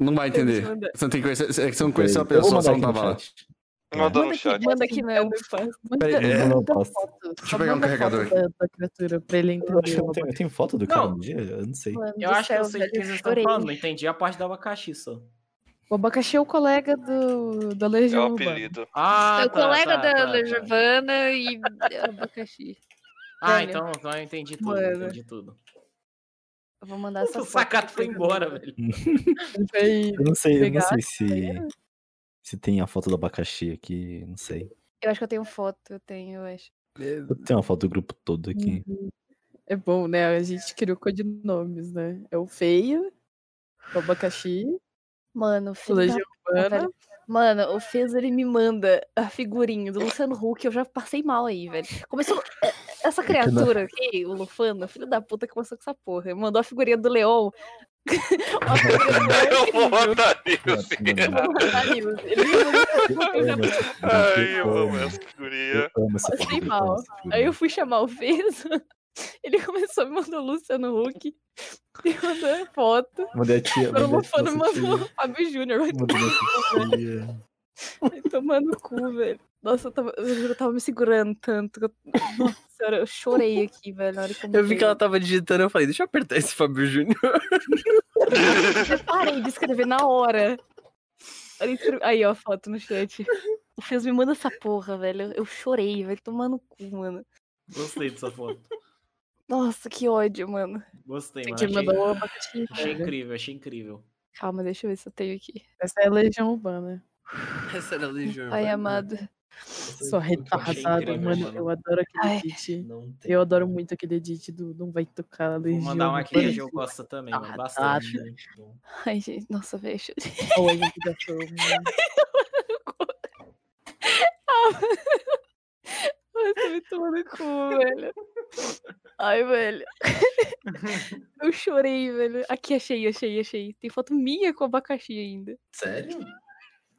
Speaker 1: Não vai entender.
Speaker 15: Eu vou te mandar.
Speaker 1: Você não tem que conhecer, é que você não conheceu a
Speaker 5: Eu vou
Speaker 1: pessoa,
Speaker 5: mandar
Speaker 1: você não
Speaker 5: aqui no
Speaker 1: tava lá.
Speaker 5: chat.
Speaker 6: Mandou no
Speaker 15: Manda
Speaker 6: chat.
Speaker 15: aqui, manda aqui, né? Eu me faço.
Speaker 1: Peraí,
Speaker 10: Manda-
Speaker 1: é,
Speaker 10: manda
Speaker 5: posso.
Speaker 10: foto,
Speaker 1: Deixa
Speaker 10: só
Speaker 1: eu pegar um
Speaker 10: manda foto
Speaker 1: carregador aqui.
Speaker 10: Da, da criatura pra ele
Speaker 5: Eu
Speaker 10: entender.
Speaker 5: acho que eu não tenho, eu tenho foto do cara
Speaker 11: Não.
Speaker 5: um dia? Eu não sei.
Speaker 10: Mano
Speaker 11: Eu
Speaker 10: do
Speaker 11: acho que eu
Speaker 10: céu,
Speaker 11: sei o que
Speaker 10: velho,
Speaker 11: vocês estão
Speaker 10: chorei.
Speaker 11: falando, não entendi a parte do abacaxi só.
Speaker 10: O abacaxi é o colega do, da
Speaker 6: É
Speaker 10: Legião
Speaker 6: o
Speaker 10: Urbana.
Speaker 6: apelido.
Speaker 11: Ah,
Speaker 15: Seu
Speaker 11: tá,
Speaker 15: colega
Speaker 11: tá,
Speaker 15: da
Speaker 11: tá,
Speaker 15: Legião
Speaker 11: tá.
Speaker 15: Urbana (laughs) e abacaxi.
Speaker 11: Ah,
Speaker 15: Velho,
Speaker 11: então, então eu entendi tudo,
Speaker 15: Mano.
Speaker 11: entendi tudo.
Speaker 15: Eu vou mandar essa
Speaker 11: O
Speaker 15: foto.
Speaker 11: sacato foi embora, velho.
Speaker 5: (laughs) Eu não sei, eu não sei se, se tem a foto do abacaxi aqui, não sei.
Speaker 15: Eu acho que eu tenho foto, eu tenho, eu acho.
Speaker 5: Eu tenho uma foto do grupo todo aqui.
Speaker 10: É bom, né? A gente criou codinomes, né? É o feio, o abacaxi,
Speaker 15: Mano,
Speaker 10: o
Speaker 15: filho da
Speaker 10: legião
Speaker 15: puta,
Speaker 10: urbana.
Speaker 15: velho. Mano, o Fez, ele me manda a figurinha do Luciano Huck, eu já passei mal aí, velho. Começou... (coughs) é- Essa criatura aqui, o Lufano, filho da puta, começou com essa porra. Mandou a figurinha do Leon. Uma figurinha do Leon
Speaker 6: Eu vou matar
Speaker 15: Danilo. Ele me mandou essa figurinha.
Speaker 6: Ai, eu amo essa guria.
Speaker 5: Eu amo essa
Speaker 15: Passei
Speaker 5: foto.
Speaker 15: (laughs) mal. Aí eu fui chamar o Fez, (laughs) ele começou, me mandou o Luciano Huck, (laughs) me mandou a foto.
Speaker 5: Mandei a tia.
Speaker 15: Agora o
Speaker 5: mandei a tia,
Speaker 15: Lufano
Speaker 5: nossa
Speaker 15: mandou o
Speaker 5: tia.
Speaker 15: Fábio Júnior, vai
Speaker 5: Mandei nossa tia.
Speaker 15: Ai, Tomando cu, velho. Nossa, eu, tava, eu juro, eu tava me segurando tanto. que eu- Nossa senhora, eu chorei aqui, velho. Na hora que eu,
Speaker 4: Eu vi
Speaker 15: mudei.
Speaker 4: que ela tava digitando, eu falei, deixa eu apertar esse Fábio Júnior.
Speaker 15: Eu parei de escrever na hora. Aí, escre- Aí, ó, a foto no chat. O Fez me manda essa porra, velho. Eu chorei, velho. Tomando cu, mano.
Speaker 11: Gostei dessa foto.
Speaker 15: Nossa, que ódio, mano.
Speaker 11: Gostei, mano.
Speaker 10: Gente, mandou o
Speaker 11: Achei,
Speaker 15: né?
Speaker 10: abacaxi.
Speaker 11: achei
Speaker 10: velho.
Speaker 11: incrível, achei incrível.
Speaker 15: Calma, deixa eu ver se eu tenho aqui.
Speaker 10: Essa é a legião urbana.
Speaker 4: Essa era a Legião.
Speaker 15: Ai,
Speaker 4: Urbana.
Speaker 15: amado.
Speaker 10: Só retardado,
Speaker 11: incrível,
Speaker 10: mano.
Speaker 11: mano.
Speaker 10: Eu adoro aquele edit. Eu adoro muito aquele edit do Não Vai Tocar a Legião.
Speaker 11: Vou mandar uma aqui que a
Speaker 10: Urbana.
Speaker 11: Gil gosta também, mano.
Speaker 10: Ah,
Speaker 11: Bastante. né?
Speaker 15: Ai, gente, nossa, velho. eu chorei.
Speaker 10: Ou a gente
Speaker 15: (laughs)
Speaker 10: né? gastou muito.
Speaker 15: Ai, tá me tomando cu, velho. Ai,
Speaker 11: (laughs)
Speaker 15: velho. Eu chorei, velho. Aqui, achei, achei, achei. Tem foto minha com abacaxi ainda.
Speaker 11: Sério?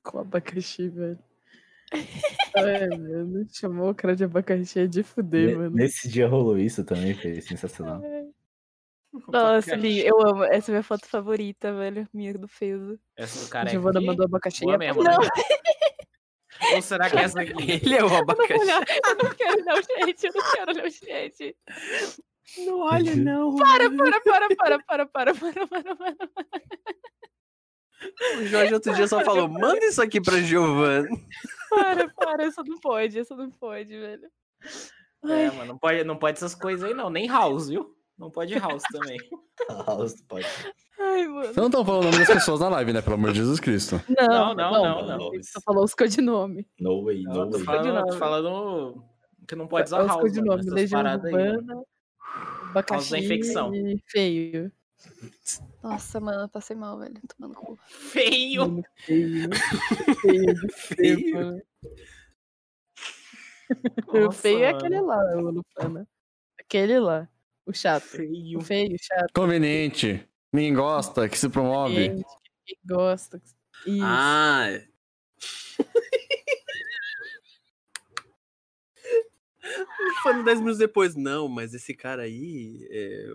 Speaker 10: com abacaxi, velho. É, mano, chamou o cara de abacaxi é de fuder,
Speaker 5: Ne-
Speaker 10: mano.
Speaker 5: Nesse dia rolou isso também, foi sensacional.
Speaker 15: Nossa, lindo. Eu amo. Essa é minha foto favorita, velho. Minha do Fezo.
Speaker 11: Essa do cara
Speaker 10: Giovana
Speaker 11: aqui?
Speaker 10: mandou abacaxi.
Speaker 11: Boa
Speaker 10: é
Speaker 11: mesmo,
Speaker 10: pra-
Speaker 11: né? Ou será que é essa aqui?
Speaker 4: Ele é o
Speaker 15: Eu não vou
Speaker 4: abacaxi.
Speaker 15: olhar. Eu não quero olhar o chat. Eu não quero olhar o chat.
Speaker 10: Não olha,
Speaker 5: Entendi.
Speaker 10: não.
Speaker 15: Para, para, para, para, para, para, para, para, para.
Speaker 4: O Jorge outro dia só falou: manda isso aqui pra Giovanna.
Speaker 15: Para, para, isso não pode, isso não pode, velho.
Speaker 11: É, mano, não pode, não pode essas coisas aí, não. Nem house, viu? Não pode house também.
Speaker 5: House pode.
Speaker 15: Ai, mano.
Speaker 1: Vocês não estão falando o nome das pessoas na live, né? Pelo amor de Jesus Cristo.
Speaker 15: Não,
Speaker 11: Não, não, não, não.
Speaker 15: ele Só falou os codinomes.
Speaker 5: No way,
Speaker 11: Não,
Speaker 5: no
Speaker 11: tô
Speaker 5: way.
Speaker 11: falando, tô falando que não pode
Speaker 15: É
Speaker 11: usar
Speaker 15: os
Speaker 11: house, mano,
Speaker 15: codinomes,
Speaker 11: essas
Speaker 15: Legião
Speaker 11: paradas aí. mano.
Speaker 15: Urbana,
Speaker 11: causa da
Speaker 15: abacaxi
Speaker 11: infecção.
Speaker 15: e feio. Nossa, mano, eu passei mal, velho. Tomando cu.
Speaker 11: Feio!
Speaker 15: Feio. Feio. de
Speaker 11: Feio?
Speaker 15: mano. o
Speaker 11: Nossa,
Speaker 15: feio é
Speaker 11: mano.
Speaker 15: aquele lá, o Lupana. Aquele lá. O chato. Feio. O feio, o chato.
Speaker 1: Conveniente. Ninguém gosta, que se promove.
Speaker 15: Gente, que gosta. Isso.
Speaker 4: Ah. Falando 10 minutos depois, não, mas esse cara aí. É...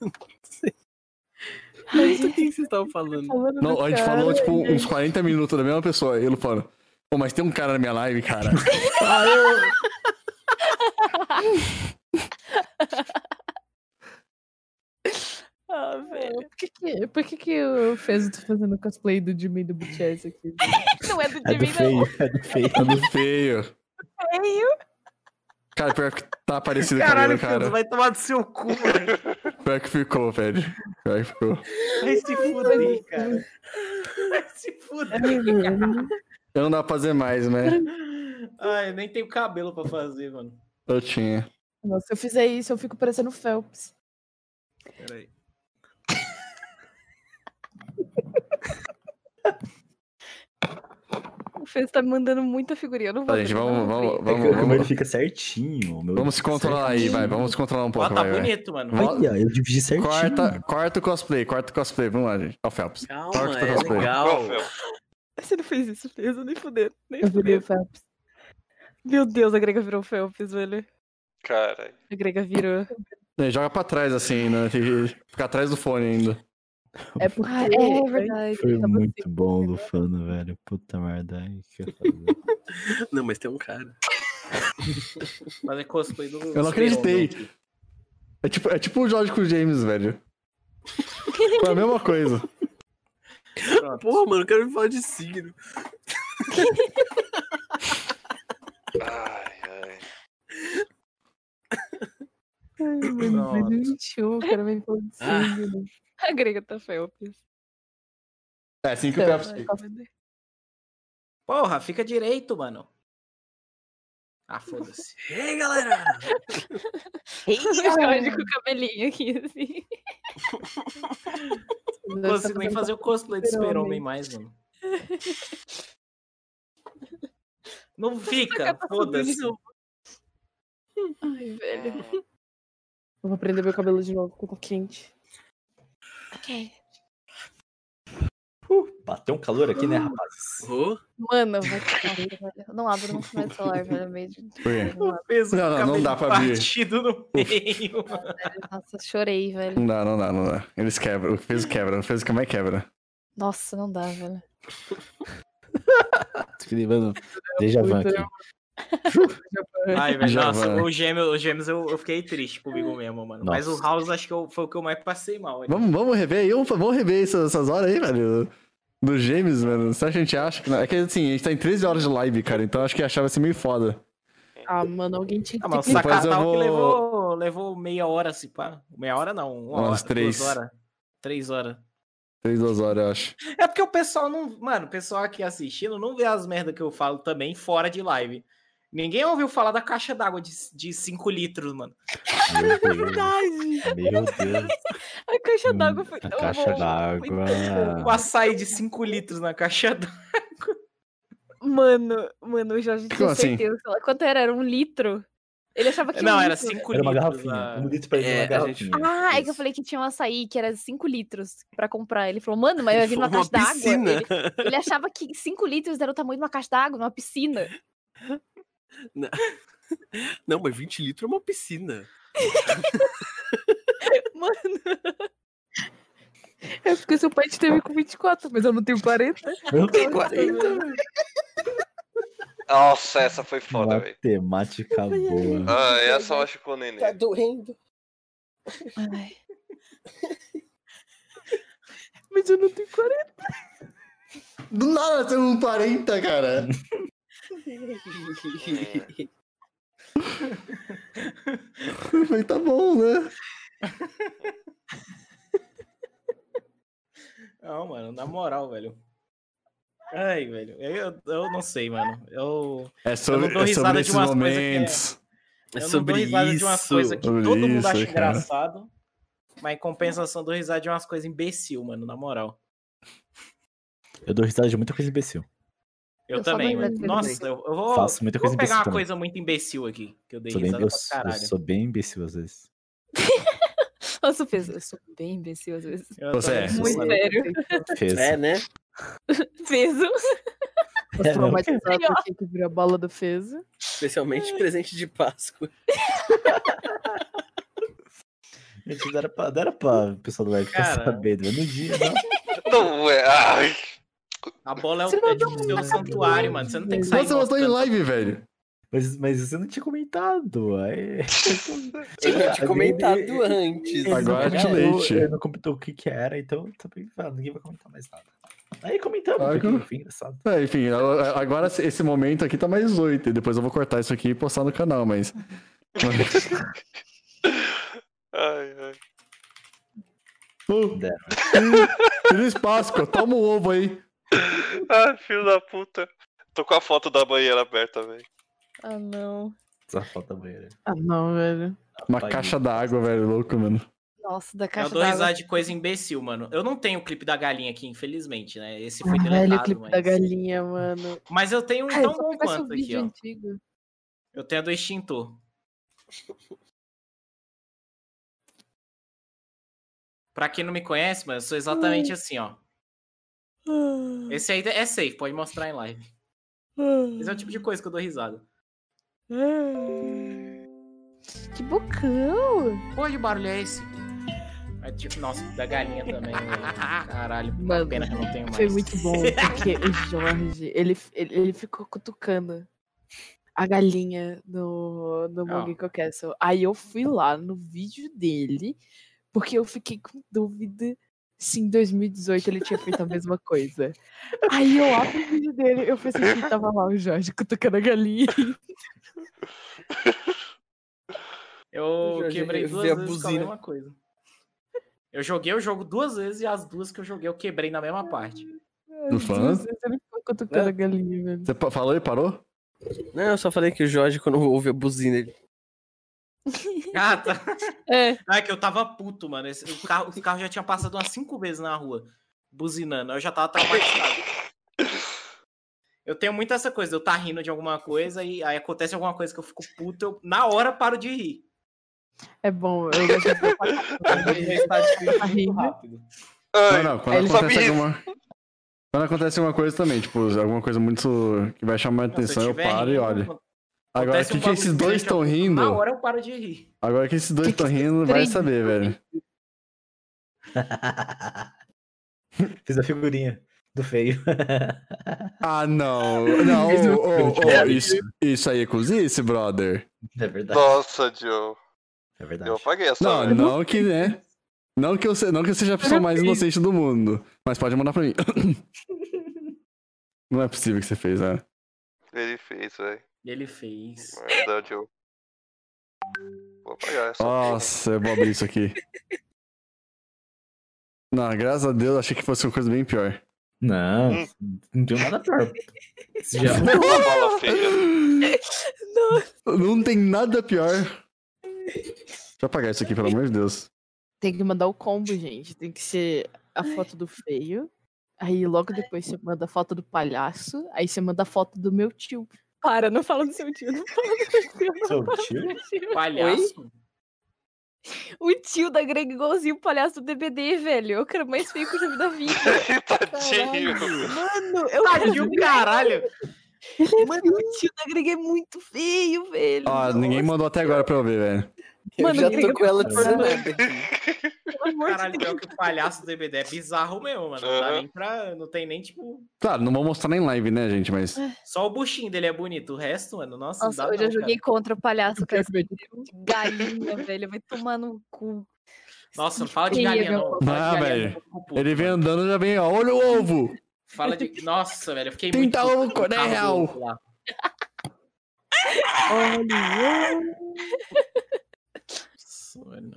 Speaker 4: (laughs) Mas do que que vocês estavam falando?
Speaker 1: Não, a gente falou, tipo, uns 40 minutos da mesma pessoa. E ele falando, pô, mas tem um cara na minha
Speaker 15: (laughs)
Speaker 1: live, cara. Aí eu-
Speaker 15: (laughs) Ah, velho.
Speaker 10: Por que que, por que, que o Fezo tá fazendo cosplay do Jimmy do BTS aqui?
Speaker 15: (laughs) Não é do
Speaker 5: É do
Speaker 15: Jimmy, não.
Speaker 5: feio, é do feio.
Speaker 1: É do feio.
Speaker 15: Feio.
Speaker 1: Cara, pior que tá parecido
Speaker 11: Caralho,
Speaker 1: com a
Speaker 11: Pedro,
Speaker 1: cara.
Speaker 11: vai
Speaker 10: Tá
Speaker 11: tomar do seu cu, velho.
Speaker 1: Pior que ficou, velho. Pior que ficou.
Speaker 11: Vai se fuder aí, cara. Vai se fuder.
Speaker 1: É Eu não dá pra fazer mais, né?
Speaker 11: Ai, eu nem tenho cabelo pra fazer, mano.
Speaker 1: Eu tinha.
Speaker 10: Nossa, se eu fizer isso, eu fico parecendo o Phelps.
Speaker 11: Peraí.
Speaker 15: O Fez tá me mandando muita figurinha. Eu não vou.
Speaker 1: Tá, gente,
Speaker 15: abrir,
Speaker 1: vamos,
Speaker 15: não vou
Speaker 1: vamos,
Speaker 15: abrir.
Speaker 5: É que
Speaker 1: vamos,
Speaker 5: como ele
Speaker 1: vamos,
Speaker 5: fica certinho. meu-
Speaker 1: vamos se controlar aí, vai. Vamos se controlar um
Speaker 5: Ah,
Speaker 1: pouco,
Speaker 11: Ó, tá
Speaker 1: vai, vai.
Speaker 11: bonito, mano.
Speaker 1: Vamos-
Speaker 5: Olha, eu dividi certinho.
Speaker 1: Corta, corta o cosplay, corta o cosplay. Vamos lá, gente. Ó, o Phelps.
Speaker 4: Calma,
Speaker 1: corta
Speaker 4: é legal.
Speaker 15: Você não fez isso, Fez. Eu nem fudendo. Nem
Speaker 10: Eu virei o
Speaker 15: fudendo.
Speaker 10: Phelps.
Speaker 15: Meu Deus, a Grega virou um o Phelps, velho.
Speaker 6: Cara,
Speaker 15: A Grega virou.
Speaker 1: É, Joga pra trás, assim, ainda. Tem que ficar atrás do fone ainda.
Speaker 10: É
Speaker 15: (laughs)
Speaker 10: porque.
Speaker 15: Ah, é, é verdade.
Speaker 5: Foi
Speaker 11: tá
Speaker 15: Tava
Speaker 5: muito bom, Lufano, velho. Puta merda. aí que eu ia fazer.
Speaker 4: Não, mas tem um cara.
Speaker 11: Fazer cosplay do.
Speaker 1: Eu não acreditei. É tipo, é tipo o Jorge com o James, velho. Foi a mesma coisa.
Speaker 4: Porra, mano, eu quero me falar de
Speaker 1: (laughs)
Speaker 4: signo.
Speaker 6: ai, ai.
Speaker 10: Ai, mano,
Speaker 11: Pronto.
Speaker 10: 2021, o cara vem falando de né?
Speaker 4: Ah.
Speaker 10: signo.
Speaker 15: (laughs) A Grega tá Phelps.
Speaker 1: É assim que o
Speaker 10: Então,
Speaker 1: Phelps
Speaker 10: vai,
Speaker 1: fica.
Speaker 11: Porra, fica direito, mano. Ah, (laughs) foda-se.
Speaker 4: E aí, galera?
Speaker 11: (laughs)
Speaker 15: Jorge com o cabelinho aqui, assim.
Speaker 11: Não
Speaker 1: tá
Speaker 11: consigo nem fazer o cosplay de super-homem mais, mano.
Speaker 1: Tá
Speaker 11: Não fica, foda-se.
Speaker 15: Ai, velho.
Speaker 10: Eu vou prender meu cabelo de novo, ficou quente.
Speaker 15: Ok.
Speaker 5: Bateu um calor aqui, né,
Speaker 11: Ah.
Speaker 5: rapaz?
Speaker 4: Ô,
Speaker 15: (laughs) Mano, vai que pariu, velho. Eu Não abro nunca mais o celular, velho. é meio de-
Speaker 1: Por quê?
Speaker 15: Não abro.
Speaker 11: Peso
Speaker 1: Não,
Speaker 11: do
Speaker 1: não, não dá
Speaker 11: cabelo
Speaker 1: pra abrir.
Speaker 11: Partido no meio. mano.
Speaker 15: Nossa, chorei, velho.
Speaker 1: Não dá, não dá, não dá. Eles quebram. O peso quebra. O peso que mais quebra.
Speaker 15: Nossa, não dá, velho.
Speaker 5: Tô lembrando. Deja van aqui.
Speaker 11: Ai, velho,
Speaker 1: Já
Speaker 11: nossa,
Speaker 1: vai.
Speaker 11: o gêmeo, os gêmeos eu, eu fiquei triste comigo mesmo, mano. Mas o
Speaker 5: Nossa.
Speaker 11: House acho que eu- foi o que eu mais passei mal. velho.
Speaker 1: Vamos, vamos rever aí, vamos, vamos rever essas, essas horas aí, velho. Do James, mano. Será que a gente acha que. não? É que assim, a gente tá em 13 horas de live, cara. Então acho que achava assim meio foda.
Speaker 11: É.
Speaker 10: Ah, mano, alguém tinha que
Speaker 11: Ah,
Speaker 10: ter
Speaker 11: mas o
Speaker 10: clipe.
Speaker 1: Depois eu
Speaker 11: Sakatal
Speaker 1: vou-
Speaker 11: que levou, levou meia hora, se pá. Meia hora não, uma
Speaker 1: Umas
Speaker 11: hora,
Speaker 1: três.
Speaker 11: duas horas. Três horas.
Speaker 1: 3, 2 horas, eu acho.
Speaker 11: É porque o pessoal não. Mano, o pessoal aqui assistindo não vê as merdas que eu falo também fora de live. Ninguém ouviu falar da caixa d'água de, de 5 litros, mano. É
Speaker 5: Meu Deus.
Speaker 15: É Verdade.
Speaker 5: Meu
Speaker 11: (laughs)
Speaker 5: Deus.
Speaker 15: A caixa d'água foi
Speaker 5: A
Speaker 15: tão
Speaker 5: caixa
Speaker 15: bom.
Speaker 5: d'água.
Speaker 11: O açaí de 5 litros na caixa d'água.
Speaker 15: Mano, mano, o Jorge tinha
Speaker 1: Como assim?
Speaker 15: certeza. sei lá, Quanto era? Era um litro? Ele achava que
Speaker 11: Não,
Speaker 15: um
Speaker 11: era
Speaker 15: litro.
Speaker 11: 5 litros.
Speaker 5: Era
Speaker 11: ah.
Speaker 5: uma garrafinha.
Speaker 11: a-
Speaker 5: Um litro pra ele
Speaker 4: É,
Speaker 5: era uma
Speaker 4: a gente-
Speaker 5: garrafinha.
Speaker 15: Ah, é que eu
Speaker 5: Isso.
Speaker 15: falei que tinha um açaí que era 5 litros pra comprar. Ele falou, mano, mas vai vir numa
Speaker 4: Uma
Speaker 15: caixa d'água.
Speaker 4: piscina.
Speaker 15: Ele, ele achava que 5 litros era o tamanho de uma caixa d'água, uma piscina.
Speaker 4: Não, mas 20 litros é uma piscina.
Speaker 15: Mano,
Speaker 10: É porque seu pai te teve com 24, mas eu não tenho 40.
Speaker 5: Meu Deus.
Speaker 4: Tem 40.
Speaker 6: Nossa, essa foi foda, velho.
Speaker 5: Matemática boa.
Speaker 2: é
Speaker 6: Ah, essa eu acho que o neném.
Speaker 4: doendo.
Speaker 10: Mas eu não tenho 40.
Speaker 1: Do nada tem um 40, cara. (laughs) Eu falei, tá bom, né?
Speaker 11: Não, mano, na moral, velho. Ai, velho, eu, eu não sei, mano. Eu,
Speaker 1: É sobre,
Speaker 11: eu não dou
Speaker 1: é
Speaker 11: risada
Speaker 1: sobre
Speaker 11: de
Speaker 1: esses
Speaker 11: umas coisas que é-
Speaker 1: momentos.
Speaker 11: eu não dou risada de umas coisas que
Speaker 1: Sobre
Speaker 11: todo mundo
Speaker 1: isso,
Speaker 11: acha
Speaker 1: cara.
Speaker 11: engraçado, mas em compensação dou risada de umas coisas imbecil, mano, na moral.
Speaker 5: Eu dou risada de muita coisa imbecil.
Speaker 11: Eu,
Speaker 5: Eu só
Speaker 11: também,
Speaker 5: dou
Speaker 11: mano.
Speaker 5: risada de
Speaker 11: Nossa,
Speaker 5: imbecil.
Speaker 11: eu, eu vou,
Speaker 5: Faço muita
Speaker 11: eu
Speaker 5: coisa
Speaker 11: vou pegar
Speaker 5: imbecil
Speaker 11: uma
Speaker 5: também.
Speaker 11: coisa muito imbecil aqui, que eu dei
Speaker 5: Sou bem,
Speaker 11: risada
Speaker 5: eu,
Speaker 11: pra
Speaker 5: eu
Speaker 11: caralho.
Speaker 5: sou bem imbecil às vezes.
Speaker 15: Eu sou, pes- eu sou bem imbecil às vezes.
Speaker 5: Eu Você também é. sou,
Speaker 15: Muito
Speaker 5: mano.
Speaker 15: sério.
Speaker 5: Fez.
Speaker 4: É, né?
Speaker 15: (laughs) Peso.
Speaker 10: Os traumatizados
Speaker 15: Pior.
Speaker 10: aqui é que virou a bola do Fezo.
Speaker 4: Especialmente presente de Páscoa.
Speaker 5: Gente, dera pra, dera pra o pessoal do live ficar
Speaker 11: Cara.
Speaker 5: sabendo. mas No dia, não.
Speaker 6: Não, é. Ai.
Speaker 11: A bola é o é tipo seu santuário, mano. Você não tem que sair.
Speaker 1: Nossa, mas tá em
Speaker 11: mostrando.
Speaker 1: live, velho.
Speaker 5: Mas, mas você não tinha comentado. Aí... (laughs)
Speaker 4: Você já tinha comentado antes.
Speaker 5: Agora
Speaker 1: de leite.
Speaker 5: Eu não comentou o que que era, então também, ah, ninguém vai comentar mais nada. Aí comentamos,
Speaker 1: Ah,
Speaker 5: porque,
Speaker 1: eu-
Speaker 5: enfim, engraçado.
Speaker 1: É, enfim, a- a- agora esse- esse momento aqui tá mais oito. E depois eu vou cortar isso aqui e postar no
Speaker 10: (laughs)
Speaker 1: canal, mas.
Speaker 6: Ai, ai.
Speaker 1: Oh. Feliz Páscoa, toma o ovo aí.
Speaker 6: Ai, filho da puta. Tô com a foto da banheira aberta, velho.
Speaker 15: Ah, não.
Speaker 5: Só falta banheira.
Speaker 10: Ah, não, velho.
Speaker 1: Uma caixa d'água, velho, louco, mano.
Speaker 15: Nossa, da
Speaker 11: Eu
Speaker 15: caixa
Speaker 11: dou
Speaker 15: d'água.
Speaker 10: (laughs)
Speaker 11: risada de coisa imbecil, mano. Eu não tenho o clipe da galinha aqui, infelizmente, né? Esse foi
Speaker 10: Ah, velho, o
Speaker 11: deletado,
Speaker 10: clipe
Speaker 11: mas...
Speaker 10: da galinha, mano.
Speaker 11: mas eu tenho um
Speaker 10: Cara,
Speaker 11: tão
Speaker 10: só
Speaker 11: bom
Speaker 10: pegasse um
Speaker 11: quanto aqui,
Speaker 10: vídeo
Speaker 11: ó.
Speaker 10: antigo.
Speaker 11: Eu tenho a do extintor. Pra quem não me conhece, mano, eu sou exatamente assim, ó. Esse aí é safe, pode mostrar em live. Esse é o tipo de coisa que eu dou risada.
Speaker 15: Que bocão!
Speaker 11: Pô, de barulho é esse? É tipo, nossa, da galinha também. velho. Caralho, uma
Speaker 10: Mano,
Speaker 11: pena que eu não tenho mais.
Speaker 10: Foi muito bom, porque o Jorge, ele, ele, ele ficou cutucando a galinha no, no
Speaker 11: Ah.
Speaker 10: Mongico Castle. Aí eu fui lá no vídeo dele, porque eu fiquei com dúvida se em 2018 ele tinha feito a mesma coisa. Aí eu abro o vídeo dele, eu fui assistir, tava lá o Jorge cutucando a galinha.
Speaker 11: Eu
Speaker 4: Jorge,
Speaker 11: quebrei
Speaker 4: eu
Speaker 11: duas
Speaker 4: vi a
Speaker 11: vezes com a
Speaker 4: buzina.
Speaker 11: mesma coisa. Eu joguei o jogo duas vezes e as duas que eu joguei eu quebrei na mesma parte.
Speaker 1: No fã?
Speaker 10: Ele ficou cutucando a galinha, velho.
Speaker 1: Você pa- falou e parou?
Speaker 4: Não, eu só falei que o Jorge, quando ouve a buzina, ele.
Speaker 11: Ah, tá. Ah,
Speaker 15: É.
Speaker 11: que eu tava puto, mano. Esse- o, carro, o carro já tinha passado umas cinco vezes na rua, buzinando. Eu já tava traumatizado. Eu tenho muito essa coisa, de eu tá rindo de alguma coisa e aí acontece alguma coisa que eu fico puto, eu na hora paro de rir.
Speaker 10: É bom, eu
Speaker 15: (laughs)
Speaker 10: gosto de
Speaker 11: Meu estado de
Speaker 15: Tá
Speaker 11: espírito é muito rápido.
Speaker 1: não, não, quando acontece alguma. Quando acontece alguma coisa também, tipo, alguma coisa muito que vai chamar a
Speaker 11: Não, se eu
Speaker 1: atenção, eu
Speaker 11: tiver
Speaker 1: paro e
Speaker 11: rindo,
Speaker 1: olho.
Speaker 11: acontece
Speaker 1: Agora
Speaker 11: Acontece
Speaker 1: que,
Speaker 11: um
Speaker 1: que esses
Speaker 11: bagulho
Speaker 1: dois
Speaker 11: que
Speaker 1: estão
Speaker 11: eu-
Speaker 1: rindo.
Speaker 11: Na hora eu paro de rir.
Speaker 1: Agora que esses dois estão rindo, vai
Speaker 11: três
Speaker 1: saber, velho.
Speaker 5: Fiz a figurinha
Speaker 1: (laughs)
Speaker 5: do feio.
Speaker 1: Ah, não. (laughs) Não,
Speaker 5: Fiz um-
Speaker 1: ô, ô, ô, isso, isso aí é cozice, brother.
Speaker 5: É verdade.
Speaker 6: Nossa, Joe.
Speaker 5: É verdade.
Speaker 6: Eu apaguei essa.
Speaker 1: Não,
Speaker 6: velho.
Speaker 1: não que, né? Não que eu, se- não que eu seja a pessoa mais inocente do mundo. Mas pode mandar pra mim. (coughs) Não é possível que você fez, né?
Speaker 6: Ele fez, velho.
Speaker 11: Ele fez.
Speaker 6: Merda, Joe. Vou apagar essa.
Speaker 1: Nossa, eu vou abrir isso aqui. Não, graças a Deus, achei que fosse uma coisa bem pior.
Speaker 5: Não,
Speaker 1: Hum.
Speaker 6: Hum.
Speaker 5: assim, não deu nada pior. Isso já-
Speaker 6: Bola feia.
Speaker 1: Não tem nada pior. Deixa eu apagar isso aqui, pelo amor de Deus.
Speaker 10: Tem que mandar o combo,
Speaker 13: Tipo
Speaker 10: gente. Tem que ser a foto do feio. Aí logo depois você manda a foto do palhaço. Aí você manda a foto do meu tio.
Speaker 15: Para, não fala do seu tio, não fala do seu tio. não
Speaker 5: Seu
Speaker 15: fala do
Speaker 5: tio?
Speaker 15: seu tio.
Speaker 11: Palhaço?
Speaker 15: O tio da Greg igualzinho o palhaço do DBD, velho. Eu quero mais feio que eu já vi da vida.
Speaker 6: Tadinho.
Speaker 15: Mano, eu
Speaker 11: Tadinho,
Speaker 15: quero-
Speaker 11: caralho.
Speaker 15: Mano, o tio da Greg é muito feio, velho.
Speaker 1: Ó, ninguém mandou até agora pra eu ver, velho.
Speaker 4: Eu
Speaker 15: Mano,
Speaker 4: já
Speaker 15: eu
Speaker 4: tô com ela de
Speaker 15: quero-
Speaker 4: sanada.
Speaker 15: Pelo amor de
Speaker 11: Caralho, pior que o palhaço do DBD é bizarro mesmo, mano. Não dá nem pra. Não tem nem, tipo.
Speaker 1: Claro, não vou mostrar nem live, né, gente? Mas.
Speaker 11: Só o buchinho dele é bonito. O resto, mano, nossa,
Speaker 15: Nossa,
Speaker 11: não dá
Speaker 15: eu já
Speaker 11: não,
Speaker 15: joguei
Speaker 11: cara.
Speaker 15: é contra o palhaço, cara. esse filho de Galinha, velho. Vai tomar no cu.
Speaker 11: Nossa, não fala de
Speaker 1: Queria
Speaker 11: galinha,
Speaker 1: ver
Speaker 11: não.
Speaker 1: o-
Speaker 11: Fala
Speaker 1: Ah,
Speaker 15: é
Speaker 11: de galinha,
Speaker 1: velho.
Speaker 11: não.
Speaker 1: Ele vem andando e já vem, ó, olha o ovo!
Speaker 11: Fala de. Nossa, velho, eu fiquei muito.
Speaker 1: Trinta ovo,
Speaker 11: puto com o
Speaker 1: né,
Speaker 11: carro do-
Speaker 1: real?
Speaker 11: lá.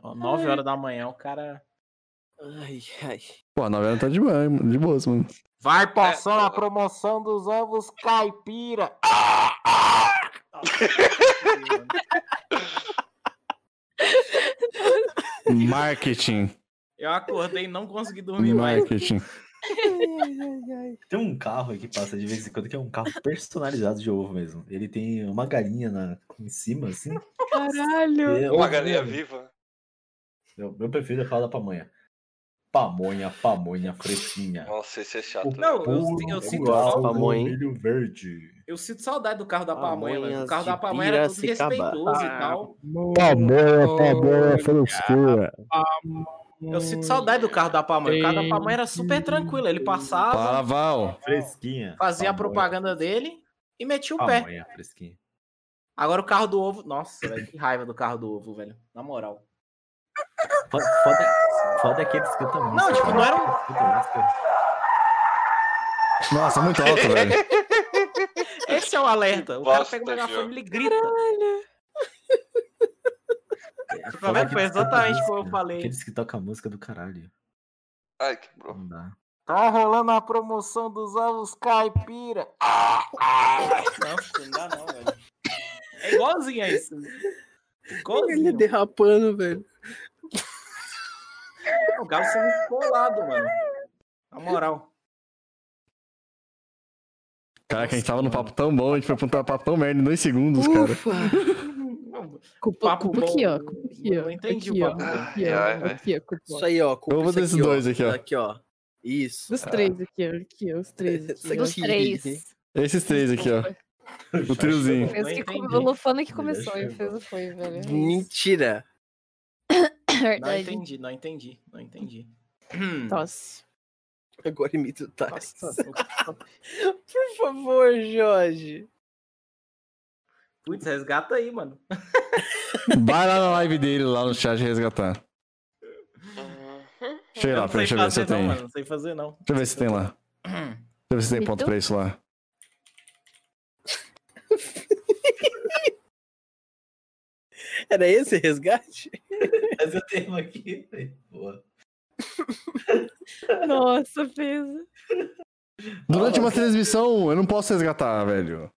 Speaker 11: Ó, Nove horas da manhã, o cara.
Speaker 4: Ai, ai.
Speaker 1: Pô, a novela tá de, boa, de boas, mano.
Speaker 11: Vai passar a promoção dos ovos caipira.
Speaker 1: Marketing.
Speaker 11: Eu acordei e não consegui dormir
Speaker 1: é,
Speaker 11: mais.
Speaker 1: Marketing.
Speaker 5: Tem um carro que passa de vez em quando que é um carro personalizado de ovo mesmo. Ele tem uma galinha na, em cima, assim.
Speaker 10: Caralho!
Speaker 5: É,
Speaker 6: Uma
Speaker 5: ovo
Speaker 6: galinha
Speaker 5: mesmo.
Speaker 6: viva.
Speaker 5: Eu, eu prefiro é falar da pamonha. Pamonha, pamonha, fresquinha.
Speaker 6: Nossa, esse é chato.
Speaker 11: Não, eu- eu sinto falta-
Speaker 5: pamonha.
Speaker 11: Pamonha.
Speaker 5: milho verde.
Speaker 11: Eu sinto saudade do carro da pamonha, mano. O carro da
Speaker 5: de
Speaker 11: pamonha era tudo
Speaker 5: Piracicaba.
Speaker 11: respeitoso e tal.
Speaker 1: Pamonha, pamonha, frescura.
Speaker 11: Eu sinto saudade do carro da pamonha. O carro da pamonha era super tranquilo. Ele passava,
Speaker 1: Fala, Val.
Speaker 5: Fresquinha.
Speaker 11: fazia a
Speaker 5: Pamonha.
Speaker 11: propaganda dele e metia o pé.
Speaker 5: Pamonha, fresquinha.
Speaker 11: Agora o carro do ovo. Nossa, velho, que raiva do carro do ovo, velho. Na moral.
Speaker 5: Foda, foda, foda é que eles cantam música.
Speaker 11: Não, tipo,
Speaker 5: né?
Speaker 11: não era
Speaker 5: Eles cantam música.
Speaker 1: Nossa, muito alto,
Speaker 15: (laughs)
Speaker 1: velho.
Speaker 11: (laughs) Esse é o alerta. O cara pega o megafone e ele grita. Tá
Speaker 5: Foda
Speaker 11: vendo?
Speaker 5: que
Speaker 11: Foi
Speaker 5: eles cantam
Speaker 11: exatamente como eu
Speaker 5: música.
Speaker 11: falei.
Speaker 5: Aqueles que tocam a música do caralho.
Speaker 6: Ai, que bro.
Speaker 5: Não dá.
Speaker 11: Tá rolando a promoção dos ovos caipira. Nossa, não dá não, velho. É igualzinho a isso. Igualzinho.
Speaker 4: Ele derrapando, velho.
Speaker 11: O Galo saiu muito colado, mano. Na moral.
Speaker 1: Caraca, a gente tava num papo tão bom, a gente foi pra um papo tão merda em dois segundos, cara.
Speaker 10: Culpa,
Speaker 11: Papo
Speaker 10: culpa
Speaker 11: bom.
Speaker 10: aqui, ó. Culpa aqui, ó.
Speaker 11: Ah, Eu entendi
Speaker 10: aqui,
Speaker 11: o
Speaker 10: ó,
Speaker 11: papo bom.
Speaker 10: Aqui, ó.
Speaker 6: Ai, ai.
Speaker 10: Aqui, ó. culpa.
Speaker 4: Isso aí, ó.
Speaker 1: É, Eu
Speaker 4: culpa
Speaker 1: vou
Speaker 4: isso
Speaker 1: desses dois aqui, ó.
Speaker 4: Aqui, ó.
Speaker 1: (laughs)
Speaker 4: Isso.
Speaker 10: Dos três aqui, ó. Aqui, ó. Os três aqui. ó.
Speaker 15: Dos três.
Speaker 1: Esses três aqui, ó. O triozinho.
Speaker 15: Fez que come- o Lufano que começou e fez o foi, velho. É isso.
Speaker 4: Mentira.
Speaker 15: (coughs)
Speaker 11: Não
Speaker 15: Verdade.
Speaker 11: entendi, não entendi, não entendi. Hum.
Speaker 10: Tosse.
Speaker 4: Agora imita o Thales. (laughs)
Speaker 11: Nossa, tá
Speaker 4: Por favor, Jorge.
Speaker 11: Putz, resgata aí, mano.
Speaker 1: Vai lá na live dele, lá no chat, resgatar. Deixa eu ir lá,
Speaker 11: não sei
Speaker 1: deixa eu ver se
Speaker 11: fazer
Speaker 1: eu
Speaker 11: não,
Speaker 1: tenho.
Speaker 11: mano.
Speaker 1: Deixa
Speaker 11: Não sei fazer não. Uhum.
Speaker 1: eu ver se
Speaker 11: (laughs)
Speaker 1: tem lá. Deixa eu ver se tem
Speaker 11: Me
Speaker 1: ponto
Speaker 11: deu?
Speaker 1: pra isso lá.
Speaker 4: Era
Speaker 11: (laughs)
Speaker 4: esse resgate?
Speaker 5: Mas eu tenho aqui, velho. Boa.
Speaker 15: (laughs) Nossa, fez.
Speaker 1: Durante uma transmissão, eu não posso resgatar, velho.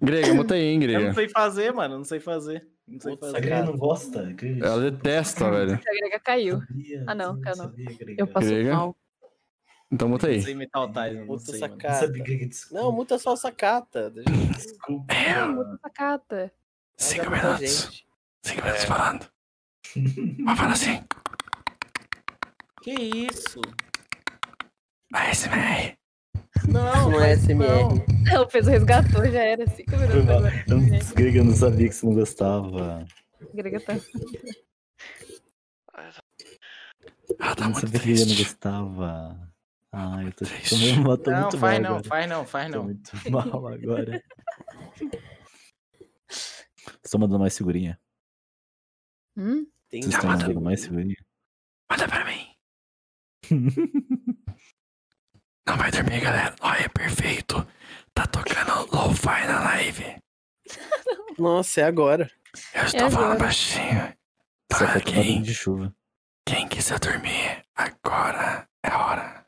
Speaker 1: Grega, muta aí, hein,
Speaker 11: Eu não
Speaker 1: Grega.
Speaker 11: sei fazer, mano. Não sei fazer. Não sei
Speaker 5: A
Speaker 11: fazer.
Speaker 5: Grega não gosta. a Grega
Speaker 1: Ela
Speaker 11: Uhum.
Speaker 1: detesta, velho.
Speaker 15: A grega caiu. Ah, não, caiu não.
Speaker 1: Grega.
Speaker 5: Eu
Speaker 1: Então muta
Speaker 11: Não
Speaker 1: aí.
Speaker 11: sei imitar o Thais, não
Speaker 4: Muta
Speaker 11: sei, mano.
Speaker 4: sacata.
Speaker 11: é
Speaker 4: Não, muta só o sacata. Deixa-
Speaker 15: Ah, muito sacata.
Speaker 1: Cinco
Speaker 4: muita
Speaker 1: minutos. Cinco minutos falando. Mas fala assim.
Speaker 11: Que isso?
Speaker 1: ASMR.
Speaker 11: Não,
Speaker 4: Não é SMR.
Speaker 15: Não, fez o resgatou, já era. Cinco minutos
Speaker 5: (laughs)
Speaker 15: agora.
Speaker 1: Então,
Speaker 5: Antes, Grega, eu não sabia que você não gostava.
Speaker 15: A grega tá.
Speaker 1: Ela tá
Speaker 5: eu não
Speaker 1: muito
Speaker 5: sabia que Grega não
Speaker 1: triste. Tá
Speaker 5: gostava. Ah, eu tô, tô, mesmo, tô
Speaker 11: Não,
Speaker 5: muito
Speaker 11: faz
Speaker 5: mal
Speaker 11: não,
Speaker 5: agora.
Speaker 11: faz não, faz
Speaker 5: Tô
Speaker 11: não.
Speaker 5: muito (laughs) mal agora. Estou mandando mais segurinha.
Speaker 15: Hum?
Speaker 4: Tem
Speaker 5: Vocês estão mandando mais segurinha?
Speaker 1: Manda pra
Speaker 5: (laughs)
Speaker 1: mim. Não vai dormir, galera. Olha, perfeito. Tá tocando lo-fi na live.
Speaker 4: Nossa, é agora.
Speaker 1: Eu estou falando assim, baixinho.
Speaker 5: Só tá tomando de chuva.
Speaker 1: Quem quiser dormir, agora é a hora.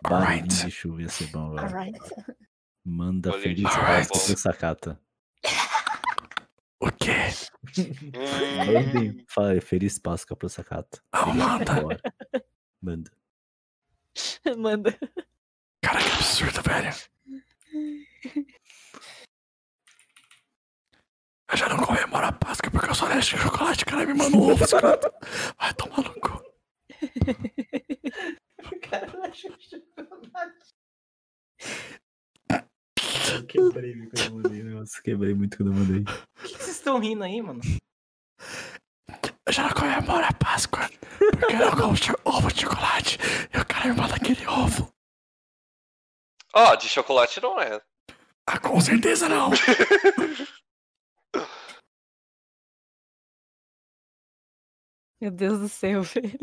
Speaker 5: Barulhinho de chuva ia ser bom, velho.
Speaker 15: Alright. (laughs)
Speaker 5: Manda
Speaker 6: Bolinho de
Speaker 5: feliz
Speaker 6: chuva é
Speaker 5: Páscoa
Speaker 6: bom.
Speaker 5: pro Sakata.
Speaker 1: (laughs) O quê?
Speaker 5: Mandem, fala, feliz Páscoa pro Sakata.
Speaker 1: Não, manda.
Speaker 5: Bora. Manda.
Speaker 15: Manda.
Speaker 1: Cara, que absurdo, velho. Eu já não comemoro a Páscoa porque eu sou alérgico de chocolate, cara. Me manda um ovo, escroto. Vai tomar
Speaker 15: (laughs)
Speaker 1: no cu.
Speaker 15: tá
Speaker 5: Eu quebrei quando eu mandei o negócio. Quebrei muito quando eu mandei.
Speaker 11: Por que que vocês estão rindo aí, mano?
Speaker 1: Eu já não comemoro a Páscoa porque eu não como cho- ovo de chocolate. E o cara me manda aquele ovo.
Speaker 6: Ó, de chocolate não é.
Speaker 1: Ah, com certeza não.
Speaker 15: (laughs) Meu Deus do céu, velho.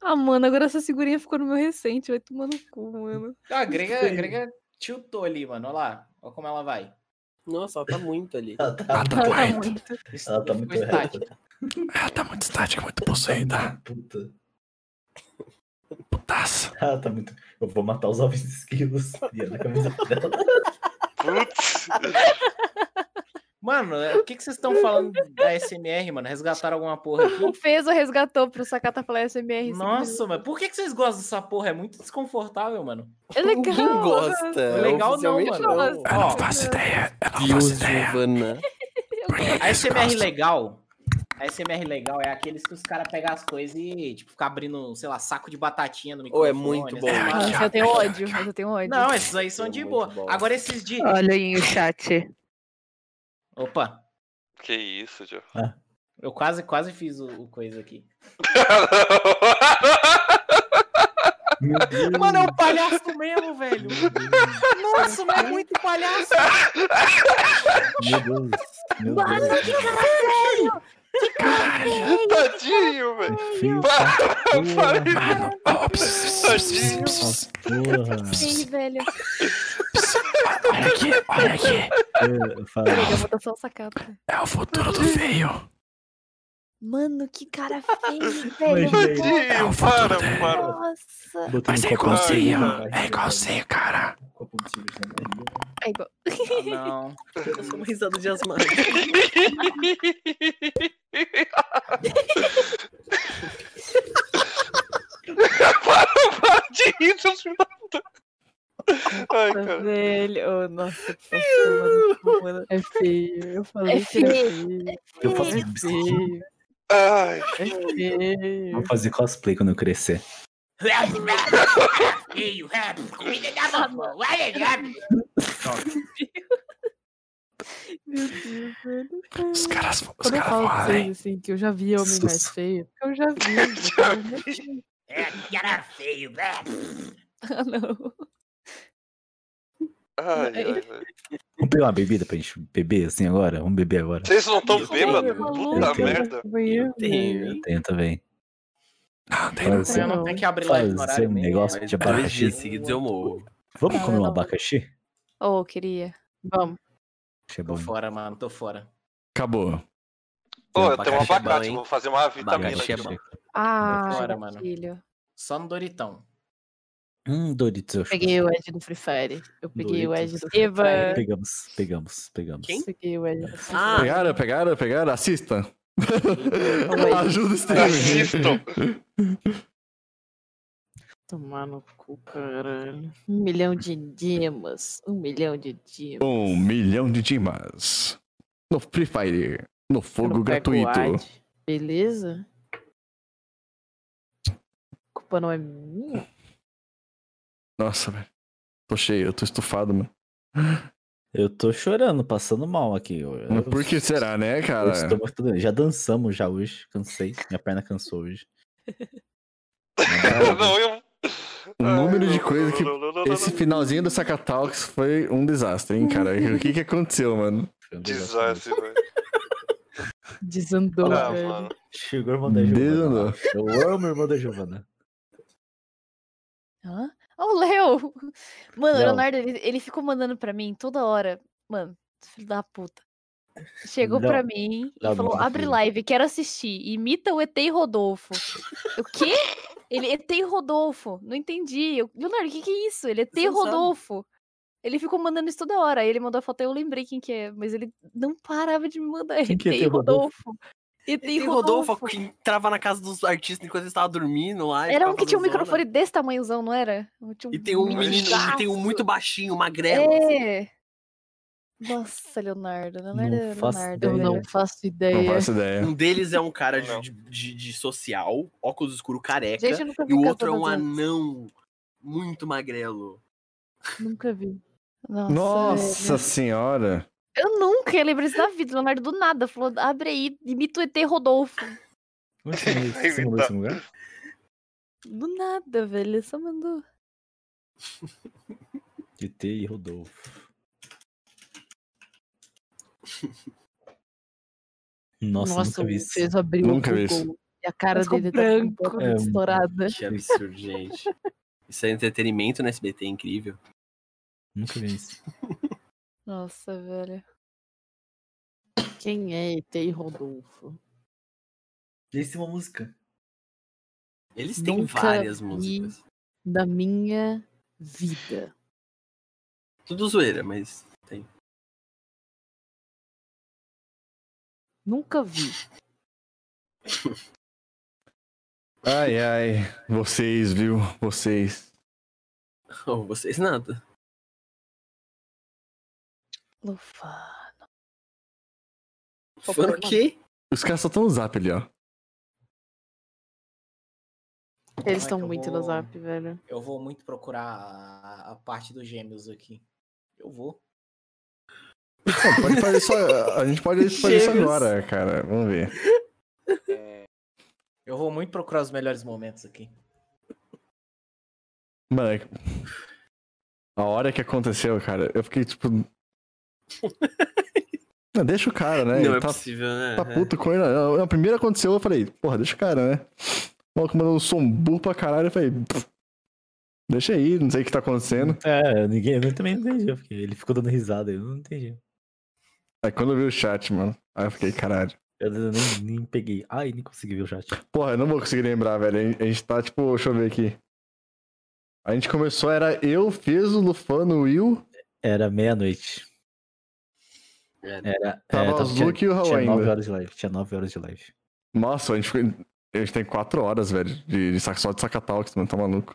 Speaker 15: Ah, mano, agora essa figurinha ficou no meu recente, vai tomar no cu, mano.
Speaker 11: Ah, a grega, a grega tiltou ali, mano. Olha lá. Olha como ela vai.
Speaker 4: Nossa, ela tá muito ali.
Speaker 11: Ela tá,
Speaker 4: Ela tá
Speaker 11: muito-
Speaker 4: muito.
Speaker 11: Ela tá muito
Speaker 4: estática.
Speaker 1: Ela tá muito estática,
Speaker 5: é
Speaker 1: muito possuída.
Speaker 5: Puta.
Speaker 1: Putaça.
Speaker 5: Ela tá muito. Eu vou matar os ovos de esquilos. E ela camisa dela.
Speaker 11: Mano, é, o que, que vocês estão falando da SMR, mano? Resgataram alguma porra aqui?
Speaker 15: O Fez ou resgatou pro Sakata falar SMR.
Speaker 11: Nossa, mano, por que, que vocês gostam dessa porra? É muito desconfortável, mano.
Speaker 15: É legal, Ninguém gosta,
Speaker 11: É legal não,
Speaker 15: oficialmente
Speaker 11: mano.
Speaker 15: não. Eu não
Speaker 11: faço ideia.
Speaker 4: Deus, Giovana.
Speaker 11: A SMR legal. A SMR legal é aqueles que os caras pegam as coisas e, tipo, ficar abrindo, sei lá, saco de batatinha no microfone.
Speaker 4: é muito bom.
Speaker 11: essas
Speaker 4: É,
Speaker 11: paradas.
Speaker 15: Mas eu tenho ódio, mas eu tenho ódio.
Speaker 11: Não, esses aí
Speaker 15: É
Speaker 11: são de boa. Agora esses de.
Speaker 13: Olha aí o chat.
Speaker 11: Opa. É.
Speaker 6: Que isso, Joe.
Speaker 11: Eu quase, quase fiz o, o coisa aqui. Mano, é um palhaço mesmo, velho. Nossa, mas é muito palhaço.
Speaker 5: Meu Deus. Meu Deus.
Speaker 11: é
Speaker 15: Mano, que caralho!
Speaker 6: Tadinho, velho.
Speaker 1: (laughs)
Speaker 5: Mano,
Speaker 6: Tadinho.
Speaker 15: Sim, velho.
Speaker 1: Olha aqui, olha aqui.
Speaker 5: Eu falo,
Speaker 15: Peraí, eu vou dar só um sacata.
Speaker 1: É o futuro do feio.
Speaker 15: Mano, que cara feio, velho.
Speaker 1: Mas, gente,
Speaker 15: Nossa.
Speaker 1: É o futuro para, dele. para.
Speaker 15: Nossa.
Speaker 1: Mas é igualzinho, é igualzinho, cara.
Speaker 15: É igual.
Speaker 11: Ah, Não.
Speaker 4: Eu sou uma risada
Speaker 1: (laughs)
Speaker 4: de asma.
Speaker 6: para, para de rir, seus filhos da puta. Ai, cara.
Speaker 15: Velho, oh, nossa, que fofura, mano.
Speaker 13: É feio, eu falei
Speaker 15: É
Speaker 13: que era
Speaker 15: feio.
Speaker 5: Eu faço
Speaker 13: É feio.
Speaker 6: Ai.
Speaker 13: É feio.
Speaker 5: Vou fazer cosplay quando eu crescer.
Speaker 11: Feio, rápido, comida da mamãe. Olha, rápido.
Speaker 13: Meu Deus, velho.
Speaker 1: Os caras, os
Speaker 13: Quando eu falo pra
Speaker 1: caras voaram,
Speaker 13: vocês,
Speaker 1: hein?
Speaker 13: assim, que eu já vi homem mais feio, eu já
Speaker 11: (laughs)
Speaker 13: vi. eu já vi.
Speaker 11: É, cara feio, né? velho.
Speaker 15: Ah, não.
Speaker 6: Ai, ai, ai.
Speaker 5: Vamos pegar uma bebida pra gente beber assim agora? Vamos beber agora.
Speaker 6: Vocês não estão bêbados?
Speaker 5: Eu
Speaker 6: Puta
Speaker 5: tenho.
Speaker 6: merda.
Speaker 13: né?
Speaker 5: Eu tenho também. Não,
Speaker 11: Ah, tem não. Não, não tem que abrir live no horário
Speaker 5: um
Speaker 11: mesmo.
Speaker 5: negócio de
Speaker 14: Dois
Speaker 5: abacaxi.
Speaker 14: dias seguidos eu morro.
Speaker 5: Vamos comer um abacaxi?
Speaker 15: Oh, queria. Vamos.
Speaker 5: Achei
Speaker 11: Tô
Speaker 5: bom.
Speaker 11: fora, mano, tô fora.
Speaker 1: Acabou.
Speaker 6: Pô, eu tenho um
Speaker 11: Abacaxi é bom,
Speaker 6: abacate,
Speaker 11: hein?
Speaker 6: vou fazer uma vitamina
Speaker 11: Abacaxi é
Speaker 6: aqui.
Speaker 11: bom.
Speaker 6: mano.
Speaker 15: Ah,
Speaker 11: Bora, mano.
Speaker 15: filho.
Speaker 11: Só no Doritão.
Speaker 5: Hum, Doritos.
Speaker 13: Peguei o Edge do Free Fire. Eu peguei o Edge do Free
Speaker 15: Eva.
Speaker 13: Fire.
Speaker 5: Pegamos, pegamos, pegamos.
Speaker 13: Peguei o Edge do Free
Speaker 4: Ah.
Speaker 13: Fire.
Speaker 1: Pegaram, pegaram, pegaram? Assista.
Speaker 13: Oi.
Speaker 1: Ajuda o stream.
Speaker 13: Tomar no cu, caralho. Um milhão de dimas. Um milhão de dimas.
Speaker 1: (laughs) Um milhão de dimas. No Free Fire. No fogo
Speaker 13: não pego
Speaker 1: gratuito.
Speaker 13: ad. Beleza? A culpa não é minha.
Speaker 1: Nossa, velho. Tô cheio, eu tô estufado, mano.
Speaker 5: Eu tô chorando, passando mal aqui. Eu,
Speaker 1: Mas por que será, né, cara?
Speaker 5: eu estou muito doente. Já dançamos já hoje, cansei. Minha perna cansou hoje.
Speaker 6: Não, (laughs) eu.
Speaker 1: O Um número de coisa que.
Speaker 6: não, não, não,
Speaker 1: Esse finalzinho do Sacatalks foi um desastre, hein, cara? O que que aconteceu, mano?
Speaker 6: Desastre, velho.
Speaker 13: Desandou,
Speaker 6: Ah,
Speaker 13: velho.
Speaker 6: mano.
Speaker 5: Chegou a irmã da Giovana. lá. Eu amo a irmã da Giovana.
Speaker 15: Hã? Ó, o Léo! (laughs) Mano, o
Speaker 5: Léo.
Speaker 15: Leonardo, ele, ele ficou mandando pra mim toda hora. Mano, filho da puta. Chegou
Speaker 5: Léo-
Speaker 15: pra mim e
Speaker 4: Tá
Speaker 5: Léo,
Speaker 15: falou:
Speaker 5: nossa
Speaker 15: abre
Speaker 5: filha.
Speaker 15: live, quero assistir. Imita o ET e Rodolfo. Eu, o quê? Ele ET e Rodolfo. Não entendi. Eu, Leonardo, o que, que é isso? Ele ET e
Speaker 13: Você não sabe.
Speaker 15: Rodolfo. Ele ficou mandando isso toda hora. Aí ele mandou a foto, eu lembrei quem que é, mas ele não parava de me mandar.
Speaker 5: Quem que é
Speaker 15: ET
Speaker 5: ET
Speaker 15: e
Speaker 5: e Rodolfo?
Speaker 15: Rodolfo. ET e
Speaker 4: Tem
Speaker 15: Rodolfo.
Speaker 4: É Rodolfo que entrava na casa dos artistas enquanto eles estavam dormindo lá. e
Speaker 15: Era um
Speaker 4: ficava
Speaker 15: que tinha um
Speaker 4: fazendo zona.
Speaker 15: microfone desse tamanhozão, não era? Tinha
Speaker 4: E tem um menino, e tem um muito baixinho, magrelo. assim.
Speaker 15: É. Nossa, Leonardo. Leonardo,
Speaker 4: Não faço
Speaker 15: Leonardo.
Speaker 13: Eu
Speaker 4: ideia.
Speaker 13: não faço
Speaker 15: É.
Speaker 13: ideia.
Speaker 1: Não faço ideia.
Speaker 4: Um deles é um cara de, de- de- de social, óculos escuro careca.
Speaker 13: Gente, eu nunca vi
Speaker 4: e o
Speaker 13: Casa
Speaker 4: outro é um
Speaker 13: das Antas.
Speaker 4: anão muito magrelo.
Speaker 13: Nunca vi.
Speaker 15: Nossa.
Speaker 1: Nossa
Speaker 15: velho.
Speaker 1: senhora.
Speaker 15: Eu nunca ia lembrar isso da vida. Leonardo do nada falou: abre aí, imita o ET Rodolfo.
Speaker 5: Onde você mandou isso?
Speaker 6: Vai
Speaker 5: Você mandou esse lugar?
Speaker 15: Do nada, velho. Ele só mandou.
Speaker 5: De T e Rodolfo. Nossa, nunca vi
Speaker 6: o
Speaker 5: isso.
Speaker 6: Fez abriu
Speaker 5: Nunca
Speaker 6: o
Speaker 5: vi isso.
Speaker 6: Google e a cara
Speaker 10: Mas ficou
Speaker 6: dele tá
Speaker 10: branco.
Speaker 6: branco,
Speaker 10: É,
Speaker 6: estourada.
Speaker 4: Que absurdo, (laughs) gente. Isso é entretenimento no SBT, é incrível.
Speaker 5: Nunca vi
Speaker 4: (laughs)
Speaker 5: isso.
Speaker 10: Nossa, velho. Quem é ET e Rodolfo?
Speaker 5: Eles têm é uma música.
Speaker 4: Eles têm
Speaker 10: Nunca
Speaker 4: várias
Speaker 10: vi
Speaker 4: músicas.
Speaker 10: Da minha vida.
Speaker 4: Tudo zoeira, mas tem.
Speaker 10: Nunca vi.
Speaker 1: Ai, ai. Vocês, viu? Vocês.
Speaker 4: Ou vocês nada.
Speaker 10: Lufano.
Speaker 4: Lufano o quê?
Speaker 1: Os caras só estão no zap ali, ó.
Speaker 10: Eles
Speaker 11: Ai,
Speaker 10: estão
Speaker 11: é que eu
Speaker 10: muito
Speaker 11: vou-
Speaker 10: no zap, velho.
Speaker 11: Eu vou muito procurar a, a parte dos gêmeos aqui. Eu
Speaker 10: (laughs)
Speaker 11: vou.
Speaker 1: Pô, Então, pode fazer isso. A gente pode fazer isso
Speaker 11: Gêmeos.
Speaker 1: agora, cara. Vamos ver.
Speaker 11: É, Eu vou muito procurar os melhores momentos aqui.
Speaker 1: Mano, é que- a hora que aconteceu, cara, eu fiquei
Speaker 4: (laughs)
Speaker 1: tipo. Não, deixa o cara, né?
Speaker 4: Não
Speaker 1: Ele
Speaker 4: é
Speaker 1: tá,
Speaker 4: possível, né?
Speaker 1: Tá puto com ele. Não, A primeira aconteceu, eu falei, porra, deixa o cara, né? O maluco mandou um som burro pra caralho, eu falei, "Pff, deixa aí, não sei o que tá acontecendo.
Speaker 5: É, ninguém, eu também não entendi, porque ele ficou dando risada, eu não entendi.
Speaker 1: Aí É, quando eu vi o chat, mano, aí eu fiquei, caralho.
Speaker 5: Eu nem, nem peguei. Ai, nem consegui ver o chat.
Speaker 1: Porra, eu não vou conseguir lembrar, velho. A gente- A gente tá, tipo, deixa eu ver aqui. A gente começou, era eu, fiz o Lufano, o Will.
Speaker 5: Era meia-noite.
Speaker 4: Era,
Speaker 5: é,
Speaker 1: Tava o
Speaker 5: tinha-
Speaker 1: Zuki e o né? Raul
Speaker 5: Tinha nove
Speaker 1: ainda.
Speaker 5: horas de live, tinha 9 horas de live.
Speaker 1: Nossa, a gente, foi- a gente tem quatro horas, velho, de, de sac- só de Sacatalks, mano, tá maluco.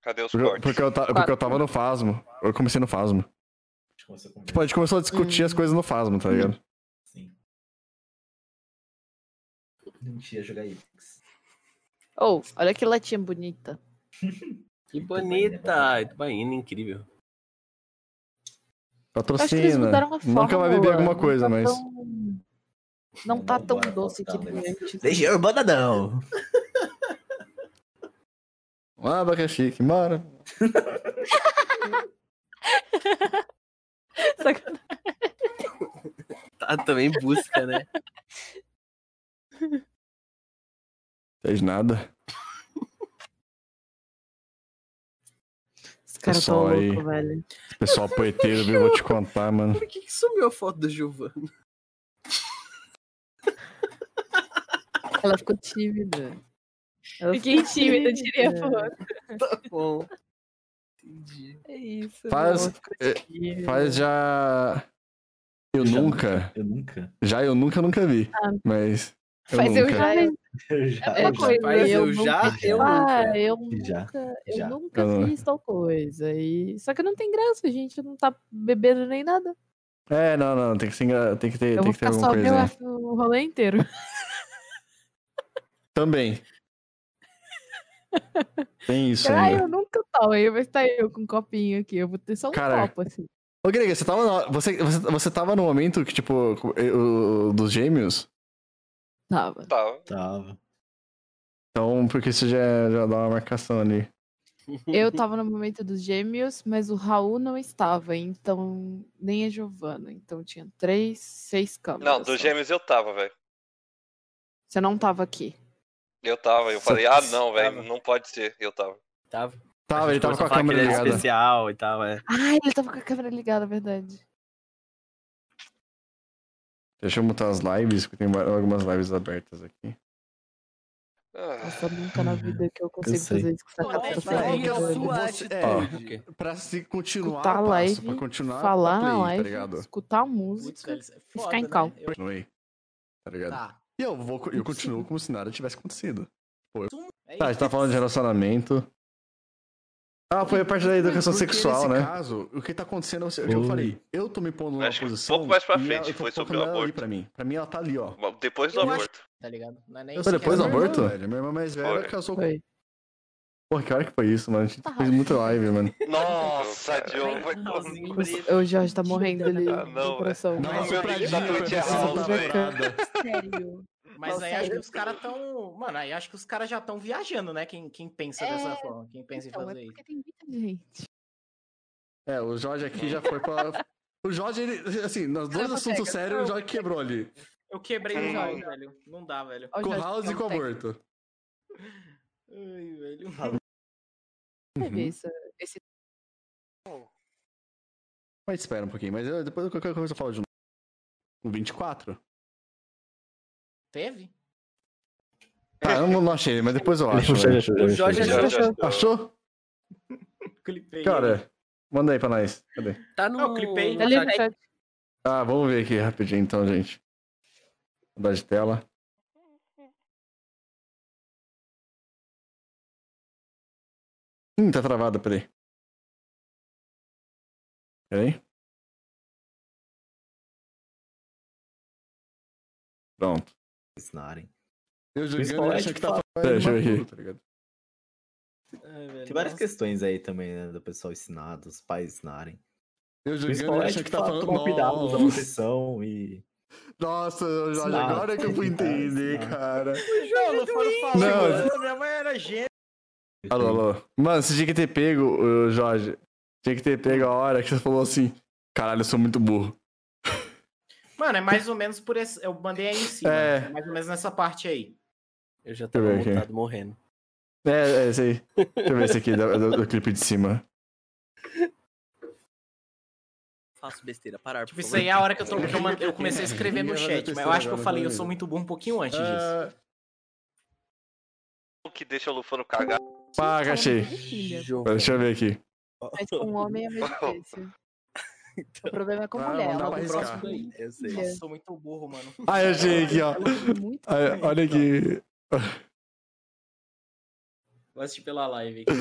Speaker 2: Cadê os
Speaker 1: Porque, porque, eu, ta- porque eu tava no Fasmo. Eu comecei no Fasmo. Tipo, a gente começou a discutir as coisas no Fasmo, tá ligado?
Speaker 5: Mentira, jogar aí.
Speaker 10: Oh, olha que latinha
Speaker 1: (laughs)
Speaker 10: bonita.
Speaker 4: Que
Speaker 14: né?
Speaker 4: bonita! é Tubaína, incrível.
Speaker 10: Acho que eles
Speaker 1: Patrocina.
Speaker 10: mudaram a
Speaker 1: Nunca vai
Speaker 10: fórmula,
Speaker 1: beber alguma
Speaker 10: não
Speaker 1: coisa,
Speaker 10: tá
Speaker 1: mas.
Speaker 10: tão- (laughs) Não tá tão doce que nem antes.
Speaker 5: Legião Urbana não!
Speaker 1: Ah, abacaxi, que mora.
Speaker 4: (laughs) Tá também busca, né?
Speaker 1: Fez nada.
Speaker 10: Os caras tão
Speaker 1: Pessoal aí.
Speaker 10: loucos, velho.
Speaker 1: Esse Pessoal poeteiro, viu? Vou te contar, mano.
Speaker 4: Por que, que sumiu a foto da Giovana?
Speaker 10: Ela ficou tímida. Ela
Speaker 15: Fiquei
Speaker 10: ficou
Speaker 15: tímida, tirei a
Speaker 10: tímida.
Speaker 15: foto.
Speaker 4: Tá bom.
Speaker 15: É isso.
Speaker 1: Faz.
Speaker 15: não.
Speaker 1: eh, Faz já. Eu nunca.
Speaker 5: Eu nunca.
Speaker 1: Já eu nunca, nunca vi.
Speaker 10: Ah.
Speaker 1: Mas. Eu
Speaker 10: Faz eu
Speaker 1: nunca.
Speaker 10: já, eu-
Speaker 5: Eu já.
Speaker 10: Tá É uma coisa,
Speaker 4: Mas eu,
Speaker 10: eu
Speaker 4: já,
Speaker 10: nunca-
Speaker 4: eu
Speaker 10: Ah,
Speaker 4: nunca.
Speaker 10: eu
Speaker 5: Já.
Speaker 10: nunca, eu
Speaker 5: Já.
Speaker 10: nunca
Speaker 1: Eu não-
Speaker 10: fiz tal coisa. E... Só que não tem graça, gente. Não tá bebendo nem nada.
Speaker 1: É, não, não. Tem que, ser engra- tem que ter,
Speaker 10: Eu
Speaker 1: tem
Speaker 10: vou
Speaker 1: que ter
Speaker 10: ficar
Speaker 1: alguma coisa.
Speaker 10: sóbria
Speaker 1: né?
Speaker 10: o o rolê inteiro. (laughs)
Speaker 1: Também. Tem isso
Speaker 10: ah,
Speaker 1: ainda.
Speaker 10: eu nunca tal. Aí vai estar eu com um copinho aqui. Eu vou ter só um
Speaker 1: Cara,
Speaker 10: copo,
Speaker 1: (laughs)
Speaker 10: assim.
Speaker 1: Ô, Greg, você tava, na- você, você, você tava no momento que, tipo, o, o- dos gêmeos?
Speaker 10: Tava.
Speaker 2: Tava.
Speaker 5: Tava.
Speaker 1: Então, porque você já, já dá uma marcação ali.
Speaker 10: Eu tava no momento dos gêmeos, mas o Raul não estava, então nem a Giovana. Então tinha três, seis câmeras.
Speaker 2: Não, dos
Speaker 10: só.
Speaker 2: gêmeos eu tava, velho.
Speaker 10: Você não tava aqui.
Speaker 2: Eu tava, eu
Speaker 4: Só-
Speaker 2: falei, ah não, velho, não pode ser, eu tava.
Speaker 4: Tava.
Speaker 1: Tava, ele tava com
Speaker 4: Começou
Speaker 1: a
Speaker 4: falar que
Speaker 1: câmera
Speaker 4: ele era
Speaker 1: ligada.
Speaker 4: especial e tal, é.
Speaker 10: Ah, ele tava com a câmera ligada, é verdade.
Speaker 1: Deixa eu mutar as lives, porque tem va- algumas lives abertas aqui.
Speaker 4: Ah.
Speaker 10: Nossa, nunca na vida que eu consigo
Speaker 1: sei.
Speaker 10: fazer isso com essa cara.
Speaker 1: Mas é que a sua
Speaker 10: Você-
Speaker 1: atitude. Pra se continuar,
Speaker 10: Escutar a
Speaker 1: passo,
Speaker 10: live,
Speaker 1: pra continuar,
Speaker 10: falar
Speaker 1: play,
Speaker 10: na
Speaker 1: tá
Speaker 10: live,
Speaker 1: ligado?
Speaker 10: escutar a música
Speaker 11: Putz, velho, isso é
Speaker 10: e
Speaker 11: foda,
Speaker 10: ficar em
Speaker 11: né?
Speaker 10: calma.
Speaker 11: Eu-
Speaker 1: Continuei. Tá ligado?
Speaker 11: Tá.
Speaker 1: E eu, vou, eu continuo como se nada tivesse acontecido. Pô, eu-
Speaker 11: É
Speaker 1: Tá, a gente tá falando de relacionamento. Ah, foi a parte da educação
Speaker 2: Porque
Speaker 1: sexual,
Speaker 2: nesse
Speaker 1: né? caso, o que tá acontecendo é o que
Speaker 2: eu
Speaker 1: eu
Speaker 2: Oi.
Speaker 1: falei.
Speaker 2: falei,
Speaker 1: Eu tô me pondo assim, numa
Speaker 2: numa Acho que um
Speaker 1: posição.
Speaker 2: posição pouco mais pra e ela- frente, eu tô foi sobre o colocando ela ali aborto.
Speaker 1: "Ah, pra mim. Pra mim, ela tá ali, ó.
Speaker 2: Depois do
Speaker 11: Eu acho-
Speaker 2: aborto.
Speaker 11: Tá ligado? Não é nem
Speaker 1: Eu sou
Speaker 11: sequer
Speaker 1: depois do
Speaker 11: uma-
Speaker 1: aborto? Minha irmã mais velha casou com.
Speaker 10: Foi.
Speaker 1: Porra, que hora que foi isso, mano? A gente fez muita live, mano.
Speaker 2: Nossa, Diogo, vai comigo.
Speaker 10: O Jorge tá morrendo ali
Speaker 1: é
Speaker 2: Ah,
Speaker 10: no
Speaker 2: não,
Speaker 10: coração.
Speaker 2: velho.
Speaker 10: Mas
Speaker 2: Meu dia da noite
Speaker 1: tá
Speaker 2: é house, velho.
Speaker 10: Sério.
Speaker 11: Mas aí
Speaker 10: Nossa,
Speaker 11: acho que
Speaker 10: eu-
Speaker 11: os caras tão. Mano, aí acho que os caras já estão viajando, né? Quem, quem pensa
Speaker 13: É,
Speaker 11: dessa forma, quem pensa em
Speaker 10: Então, é
Speaker 11: fazer isso.
Speaker 10: porque tem muita gente.
Speaker 1: É, o Jorge aqui já foi pra. O Jorge, ele, assim, nos dois
Speaker 11: Não
Speaker 1: assuntos
Speaker 11: consegue.
Speaker 1: sérios,
Speaker 11: Não.
Speaker 1: o Jorge quebrou ali.
Speaker 11: Eu quebrei
Speaker 1: Sim.
Speaker 11: o Jorge, velho. Não dá, velho.
Speaker 1: Com
Speaker 13: um
Speaker 1: House e
Speaker 11: tá
Speaker 1: com aborto.
Speaker 11: Ai, velho.
Speaker 6: Uhum.
Speaker 13: Vai
Speaker 1: Uhum.
Speaker 13: ver essa- esse
Speaker 1: Mas espera um pouquinho, mas eu- depois qualquer coisa eu falo de novo. Um O 24?
Speaker 11: Teve?
Speaker 1: Ah, eu não, não achei, mas depois eu acho.
Speaker 5: Achou,
Speaker 1: né?
Speaker 5: achou, achou,
Speaker 4: Jorge achou.
Speaker 1: Achou? Achou?
Speaker 11: (laughs) Clipei.
Speaker 1: Cara, manda aí pra nós. Cadê?
Speaker 4: Tá no.
Speaker 11: Eu clipei.
Speaker 4: no chat.
Speaker 1: Ah, vamos ver aqui rapidinho então, gente. Mudar de tela. Hum, tá travado, peraí. Peraí. Pronto.
Speaker 5: Snarem.
Speaker 1: Eu jogando,
Speaker 5: Principalmente
Speaker 1: eu acho que tá
Speaker 5: falando
Speaker 1: falando. Deixa eu
Speaker 5: de
Speaker 1: ver
Speaker 5: maduro,
Speaker 1: aqui.
Speaker 5: tá ligado? Tem várias questões aí também, né? Do pessoal ensinar, dos pais ensinarem.
Speaker 1: Eu julgando,
Speaker 5: Principalmente
Speaker 1: eu acho que tá
Speaker 5: pra
Speaker 1: falando
Speaker 5: tomar cuidado
Speaker 1: nossa.
Speaker 5: da
Speaker 1: (laughs)
Speaker 5: nutrição e.
Speaker 1: Nossa, Jorge,
Speaker 5: Ensinar,
Speaker 1: agora que eu fui
Speaker 5: ensinar,
Speaker 1: entender,
Speaker 5: ensinar.
Speaker 1: cara.
Speaker 11: Não, não foram
Speaker 1: Não.
Speaker 11: falando. Minha mãe era gêmea.
Speaker 1: Alô, alô. Mano, você tinha que ter pego, ô, Jorge. Tinha que ter pego a hora que você falou assim: caralho, eu sou muito burro.
Speaker 11: Mano, é mais ou menos por esse. Eu mandei aí em cima.
Speaker 1: É.
Speaker 11: É mais ou menos nessa parte aí.
Speaker 4: Eu já
Speaker 1: Deixa eu
Speaker 4: tava
Speaker 1: ver aqui.
Speaker 4: montado morrendo.
Speaker 1: É, é esse aí. Deixa eu ver esse aqui do, do- do clipe de cima.
Speaker 4: Faço besteira, parar.
Speaker 11: Tipo, isso aí é a hora que eu, tô, que eu, man-
Speaker 1: (laughs)
Speaker 11: eu comecei a escrever no chat. Mas eu acho que eu falei, eu sou muito burro um pouquinho
Speaker 1: Ah,
Speaker 11: antes disso.
Speaker 6: O que deixa o Lufano cagar.
Speaker 1: Paga, achei.
Speaker 4: é
Speaker 1: Pera, Deixa eu ver aqui.
Speaker 13: Mas com homem é meio difícil. O problema é com
Speaker 1: Ah,
Speaker 13: mulher.
Speaker 1: não dá
Speaker 13: ela
Speaker 1: pra
Speaker 13: não
Speaker 1: arriscar.
Speaker 13: gosta de-
Speaker 4: Eu sei.
Speaker 11: Nossa, sou muito burro, mano.
Speaker 1: Ah, eu achei aqui, ó.
Speaker 13: é
Speaker 10: tá
Speaker 1: Aí, olha aqui. (laughs)
Speaker 11: Vou assistir pela live.
Speaker 4: (laughs)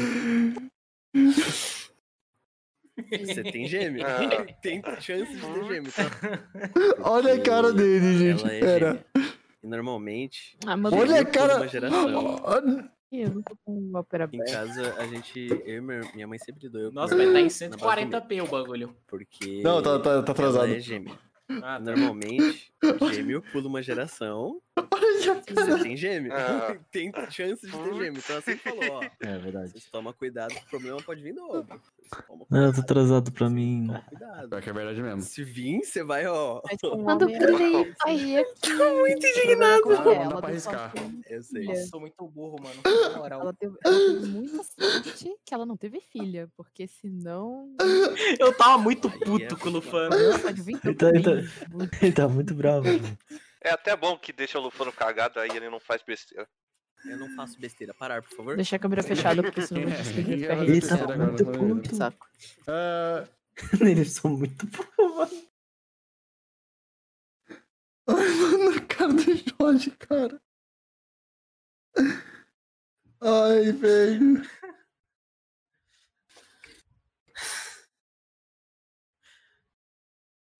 Speaker 4: Você tem gêmeo.
Speaker 1: Ah.
Speaker 4: (laughs) tem chance de ter gêmeo. tá?
Speaker 1: Olha a cara dele, gente.
Speaker 4: Ela é
Speaker 1: Pera.
Speaker 4: gêmea. E normalmente.
Speaker 13: Ah,
Speaker 1: Olha
Speaker 4: gêmeo
Speaker 1: a
Speaker 4: por
Speaker 1: cara- Ah,
Speaker 4: Uma geração.
Speaker 13: Ih, Eu não tô com uma ópera
Speaker 4: Em
Speaker 13: aberta.
Speaker 4: casa, a gente. Eu e minha- minha mãe sempre doeu.
Speaker 11: Nossa,
Speaker 3: (gasps)
Speaker 11: vai tá em 140p o bagulho.
Speaker 4: Porque.
Speaker 1: Não, tá- tá- tá
Speaker 4: ela
Speaker 1: atrasado.
Speaker 4: é gêmea.
Speaker 11: Ah, tá.
Speaker 4: Normalmente, gêmeo pula uma geração. Você tem gêmeo.
Speaker 5: Ah.
Speaker 4: (laughs) tem chance de ter gêmeo. Então ela sempre falou, ó.
Speaker 5: É verdade.
Speaker 4: Vocês tomam cuidado, que o problema pode vir novo.
Speaker 5: Ah, tá atrasado pra mim.
Speaker 4: Cuidado.
Speaker 1: É. Pior que é verdade mesmo.
Speaker 4: Se vir, você vai, ó. (laughs)
Speaker 15: um
Speaker 4: Tá
Speaker 13: Manda o play.
Speaker 15: é
Speaker 10: é
Speaker 15: (laughs)
Speaker 13: Aí
Speaker 15: Tá
Speaker 13: aqui. Tô muito
Speaker 4: indignado.
Speaker 15: né?
Speaker 1: Não dá pra arriscar.
Speaker 4: Eu sei.
Speaker 11: Nossa, sou muito burro, mano. Na moral.
Speaker 13: Ela teve, ela teve muita sorte que ela não teve filha, porque senão.
Speaker 3: um
Speaker 11: (laughs) Eu tava muito
Speaker 4: é
Speaker 11: puto né? com o Lufano.
Speaker 13: Pode vir
Speaker 5: Ele tá, ele tá- ele tá muito bravo. mano.
Speaker 6: É até bom que deixa o Lufano cagado, aí ele não faz besteira.
Speaker 4: Eu não faço besteira. Parar, por favor.
Speaker 13: Deixar a câmera fechada, porque senão
Speaker 4: (laughs)
Speaker 13: eu vou conseguir ficar
Speaker 1: Ele tá
Speaker 13: registrando.
Speaker 1: muito
Speaker 6: é,
Speaker 1: puto.
Speaker 13: Saco.
Speaker 1: Ah,
Speaker 5: Eles são muito.
Speaker 1: Mano, a cara do Jorge, cara. Ai, velho.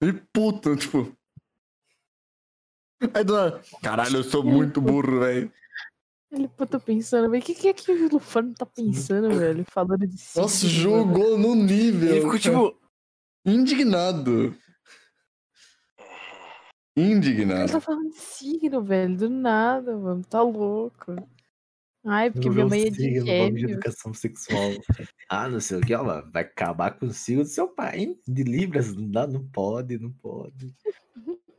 Speaker 1: E puta, tipo. Aí do nada, Caralho, eu sou muito burro, velho.
Speaker 13: Ele pô, tô pensando, velho, o que, que é que o Lufano tá pensando, velho? Falando de si.
Speaker 1: Nossa, jogou no nível.
Speaker 13: Ele ficou, tipo,
Speaker 1: Indignado.
Speaker 13: Ele tá
Speaker 1: Indignado.
Speaker 13: falando de signo, velho, do nada, mano, tá louco. Ai, porque minha
Speaker 5: Jogou
Speaker 13: mãe é de
Speaker 5: signo, bagulho de
Speaker 13: gêmeo.
Speaker 5: educação sexual. ah, não sei o que, ela vai acabar com o signo do seu pai. hein? De Libras, não dá, não pode, não pode.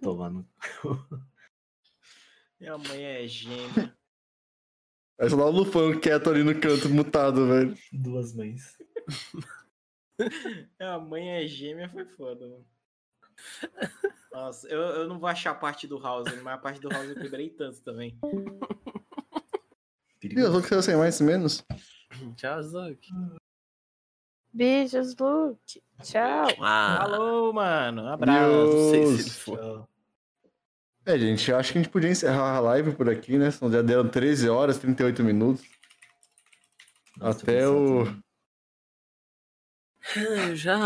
Speaker 5: Tomar no.
Speaker 11: Minha mãe é gêmea. (laughs)
Speaker 1: Aí só dá o Lufão quieto ali no canto, mutado, velho.
Speaker 5: (laughs) Duas mães.
Speaker 11: Minha mãe é gêmea, foi foda, mano. Nossa, eu, eu não vou achar a parte do House, né? mas a parte do House eu quebrei tanto também.
Speaker 1: E as outras sem mais e menos?
Speaker 4: (clears throat) Tchau, Zuck.
Speaker 13: Beijos, Luke. Tchau.
Speaker 1: Ah.
Speaker 4: Ah.
Speaker 11: Alô, mano. Um abraço.
Speaker 1: Não sei
Speaker 4: se ele
Speaker 5: for.
Speaker 1: É, gente, eu acho que a gente podia encerrar a live por aqui, né? Senão já deram 13 horas, 38 minutos. Até o.
Speaker 4: Eu já.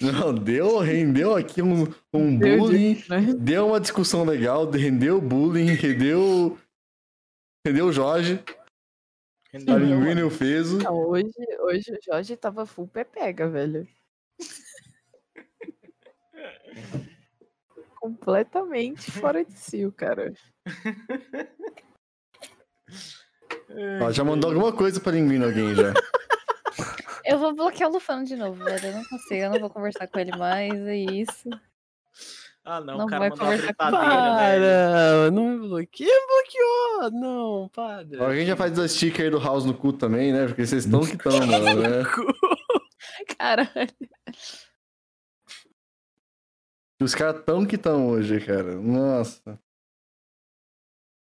Speaker 1: Não, deu, rendeu aqui um, um
Speaker 4: Deu
Speaker 1: bullying,
Speaker 4: disso, né?
Speaker 1: deu uma discussão legal, rendeu bullying, rendeu. Rendeu o Jorge. a
Speaker 10: é um
Speaker 1: linguina e o peso.
Speaker 13: Não, hoje, hoje o Jorge tava full pepega,
Speaker 10: (laughs)
Speaker 13: velho. Completamente fora de si, o
Speaker 10: (laughs)
Speaker 13: cara.
Speaker 1: Ó, já mandou alguma coisa pra linguina alguém já.
Speaker 15: Eu vou bloquear o Lufano de novo, velho. Eu não consigo, eu não vou conversar com ele mais, é isso.
Speaker 11: Ah, não,
Speaker 15: Não
Speaker 11: o cara
Speaker 15: vai
Speaker 11: mandou uma
Speaker 15: conversar
Speaker 11: britadeira, velho.
Speaker 4: Para, não me bloqueia, bloqueou! Não, para.
Speaker 1: Alguém já faz dois stickers aí do House no cu também, né? Porque vocês estão que
Speaker 4: (laughs)
Speaker 1: estão, mano, né?
Speaker 15: Caralho.
Speaker 1: Os caras tão que estão hoje, cara. Nossa. O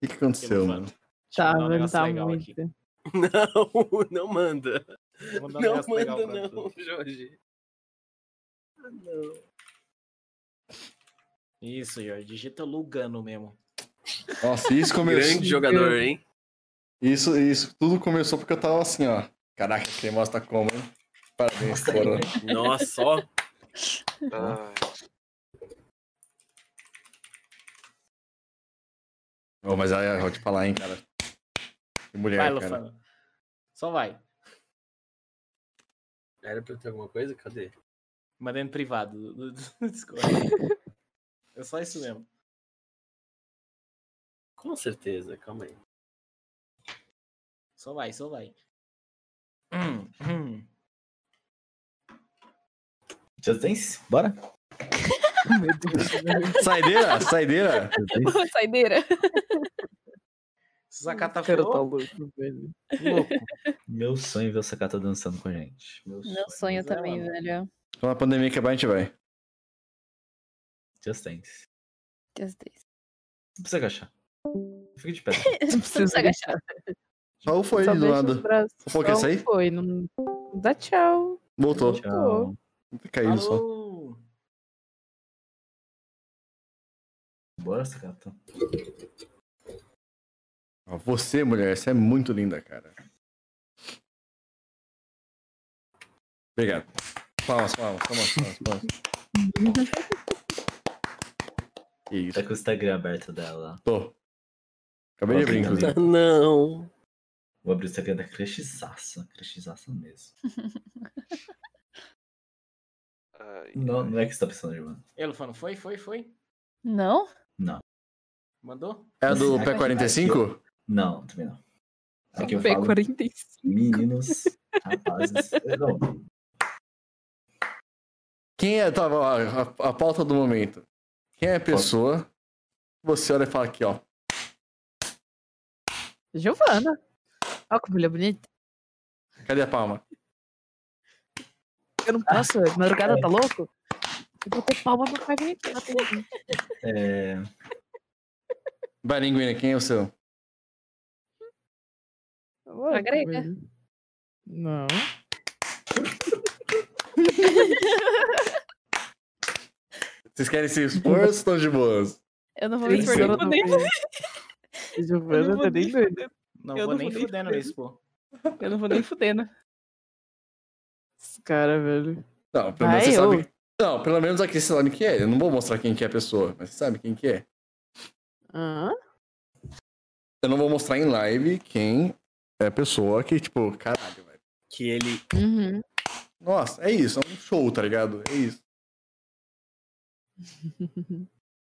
Speaker 1: que, que aconteceu, mano?
Speaker 10: Tá,
Speaker 11: mandar um
Speaker 10: mano,
Speaker 11: negócio
Speaker 10: tá
Speaker 11: legal
Speaker 10: muito.
Speaker 4: (laughs) Não, não manda.
Speaker 11: Vou mandar um
Speaker 4: Não
Speaker 11: negócio legal
Speaker 4: manda,
Speaker 11: pra
Speaker 4: não,
Speaker 11: tu.
Speaker 4: Jorge. Não.
Speaker 11: Isso, Jorge. Digita Lugano mesmo.
Speaker 1: Nossa,
Speaker 11: (laughs)
Speaker 1: isso começou.
Speaker 11: Grande jogador,
Speaker 4: hein?
Speaker 1: Isso, isso. Tudo começou porque eu tava assim, ó. Caraca, quem mostra como, hein? Parabéns, Corona.
Speaker 4: Nossa, ó.
Speaker 1: Ô, mas aí, eu vou te falar, hein, cara. Que mulher,
Speaker 11: vai,
Speaker 1: É, cara.
Speaker 4: (laughs)
Speaker 11: Lufano. Só vai.
Speaker 4: Era pra eu ter alguma coisa? Cadê?
Speaker 11: Mandei no privado do, do- do Discord. é só isso mesmo.
Speaker 4: Com certeza, calma aí.
Speaker 11: Só vai, só vai.
Speaker 10: Hum,
Speaker 5: Just Dance, bora?
Speaker 1: Saideira, saideira.
Speaker 15: (laughs) Saideira.
Speaker 11: Sakata
Speaker 3: cara tá
Speaker 11: falou?
Speaker 3: louco, velho.
Speaker 5: Meu sonho é ver o Sakata dançando com a gente. Meu
Speaker 15: Meu sonho
Speaker 1: é,
Speaker 15: também, velho.
Speaker 1: Quando a pandemia acabar, a gente vai.
Speaker 5: Just Dance.
Speaker 15: Just Dance.
Speaker 5: Não precisa agachar. Fica de pé.
Speaker 15: Não precisa agachar.
Speaker 1: Só o foi
Speaker 10: Só
Speaker 1: do
Speaker 10: deixa
Speaker 1: lado.
Speaker 10: os braços.
Speaker 1: O
Speaker 10: Só
Speaker 1: que é isso aí?
Speaker 10: Foi, não... Dá tchau.
Speaker 1: Voltou.
Speaker 10: Tchau.
Speaker 1: Caiu só.
Speaker 11: Alô?
Speaker 5: Bora, Sakata.
Speaker 1: Ó, Você, mulher, você é muito linda, cara. Obrigado. Palmas, palmas, palmas, palmas, palmas. Que isso.
Speaker 5: Tá com o Instagram aberto dela.
Speaker 1: Tô. Acabei de abrir, inclusive.
Speaker 4: Não.
Speaker 5: Vou abrir o Instagram da Crushzaça. Crushzaça mesmo. não, não é que você tá pensando, irmão.
Speaker 11: Ei, Lufano, foi, foi, foi?
Speaker 15: Não?
Speaker 5: Não.
Speaker 11: Mandou?
Speaker 1: É a do
Speaker 5: Aqui-
Speaker 1: P45?
Speaker 5: Não, também não. Aqui eu falo,
Speaker 10: P45.
Speaker 5: meninos, rapazes. Não,
Speaker 1: Quem é, tava ó, a, a pauta do momento? Quem é a pessoa? que Você olha e fala aqui, ó.
Speaker 10: Giovana. Olha é que mulher bonita.
Speaker 1: Cadê a palma?
Speaker 10: Eu não posso, madrugada tá louco? Eu vou ter palma pra pagar inteira.
Speaker 5: é...
Speaker 1: Vai, Linguina, quem é o seu?
Speaker 15: A
Speaker 13: né?
Speaker 15: grega.
Speaker 10: (laughs) Não.
Speaker 1: Vocês querem se expor ou estão de boas?
Speaker 15: Eu não vou
Speaker 10: Tem
Speaker 15: me
Speaker 1: que ser
Speaker 15: perder.
Speaker 1: outra
Speaker 11: Eu
Speaker 10: Giovana
Speaker 11: não
Speaker 10: tá
Speaker 11: vou
Speaker 10: nem
Speaker 11: nem
Speaker 10: doida.
Speaker 11: fudendo. Não
Speaker 10: Eu
Speaker 11: vou
Speaker 10: não
Speaker 11: nem
Speaker 10: vou nem
Speaker 11: fudendo
Speaker 10: fudendo.
Speaker 11: isso, pô.
Speaker 10: Eu não vou nem né? fudendo. Esse cara, velho.
Speaker 1: Não, pelo menos
Speaker 10: Vai,
Speaker 1: você
Speaker 10: eu.
Speaker 1: sabe. Não, pelo menos aqui você sabe quem é. Eu não vou mostrar quem que é a pessoa, mas você sabe quem que é.
Speaker 10: Hã?
Speaker 1: Eu não vou mostrar em live quem é a pessoa que, tipo, caralho, velho.
Speaker 4: Que ele.
Speaker 10: Uhum.
Speaker 1: Nossa, é isso, é um show, tá ligado? É isso.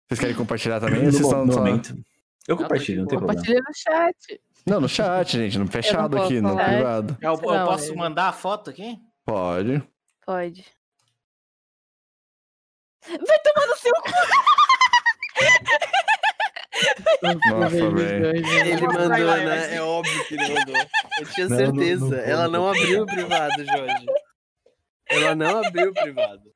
Speaker 1: Vocês querem compartilhar também?
Speaker 5: No
Speaker 1: Vocês
Speaker 5: mo-
Speaker 1: estão
Speaker 5: no
Speaker 1: só-
Speaker 5: momento. Eu compartilho, não tem problema.
Speaker 3: é
Speaker 10: Compartilha no chat.
Speaker 1: Não, no chat, gente, no fechado
Speaker 10: posso
Speaker 1: aqui, no
Speaker 10: falar.
Speaker 1: privado.
Speaker 11: Eu, eu
Speaker 10: Não,
Speaker 11: posso
Speaker 10: é-
Speaker 11: mandar a foto aqui?
Speaker 1: Pode.
Speaker 15: Pode. Vai tomar no seu
Speaker 1: (laughs) Nossa, velho.
Speaker 4: Ele mandou,
Speaker 11: Vai lá,
Speaker 4: né?
Speaker 11: vai.
Speaker 4: É óbvio que ele mandou. Eu tinha
Speaker 5: Não, não-
Speaker 4: certeza.
Speaker 5: não vou,
Speaker 4: Ela
Speaker 5: não
Speaker 4: não
Speaker 5: vou.
Speaker 4: abriu o privado, Jorge. Ela não abriu o privado.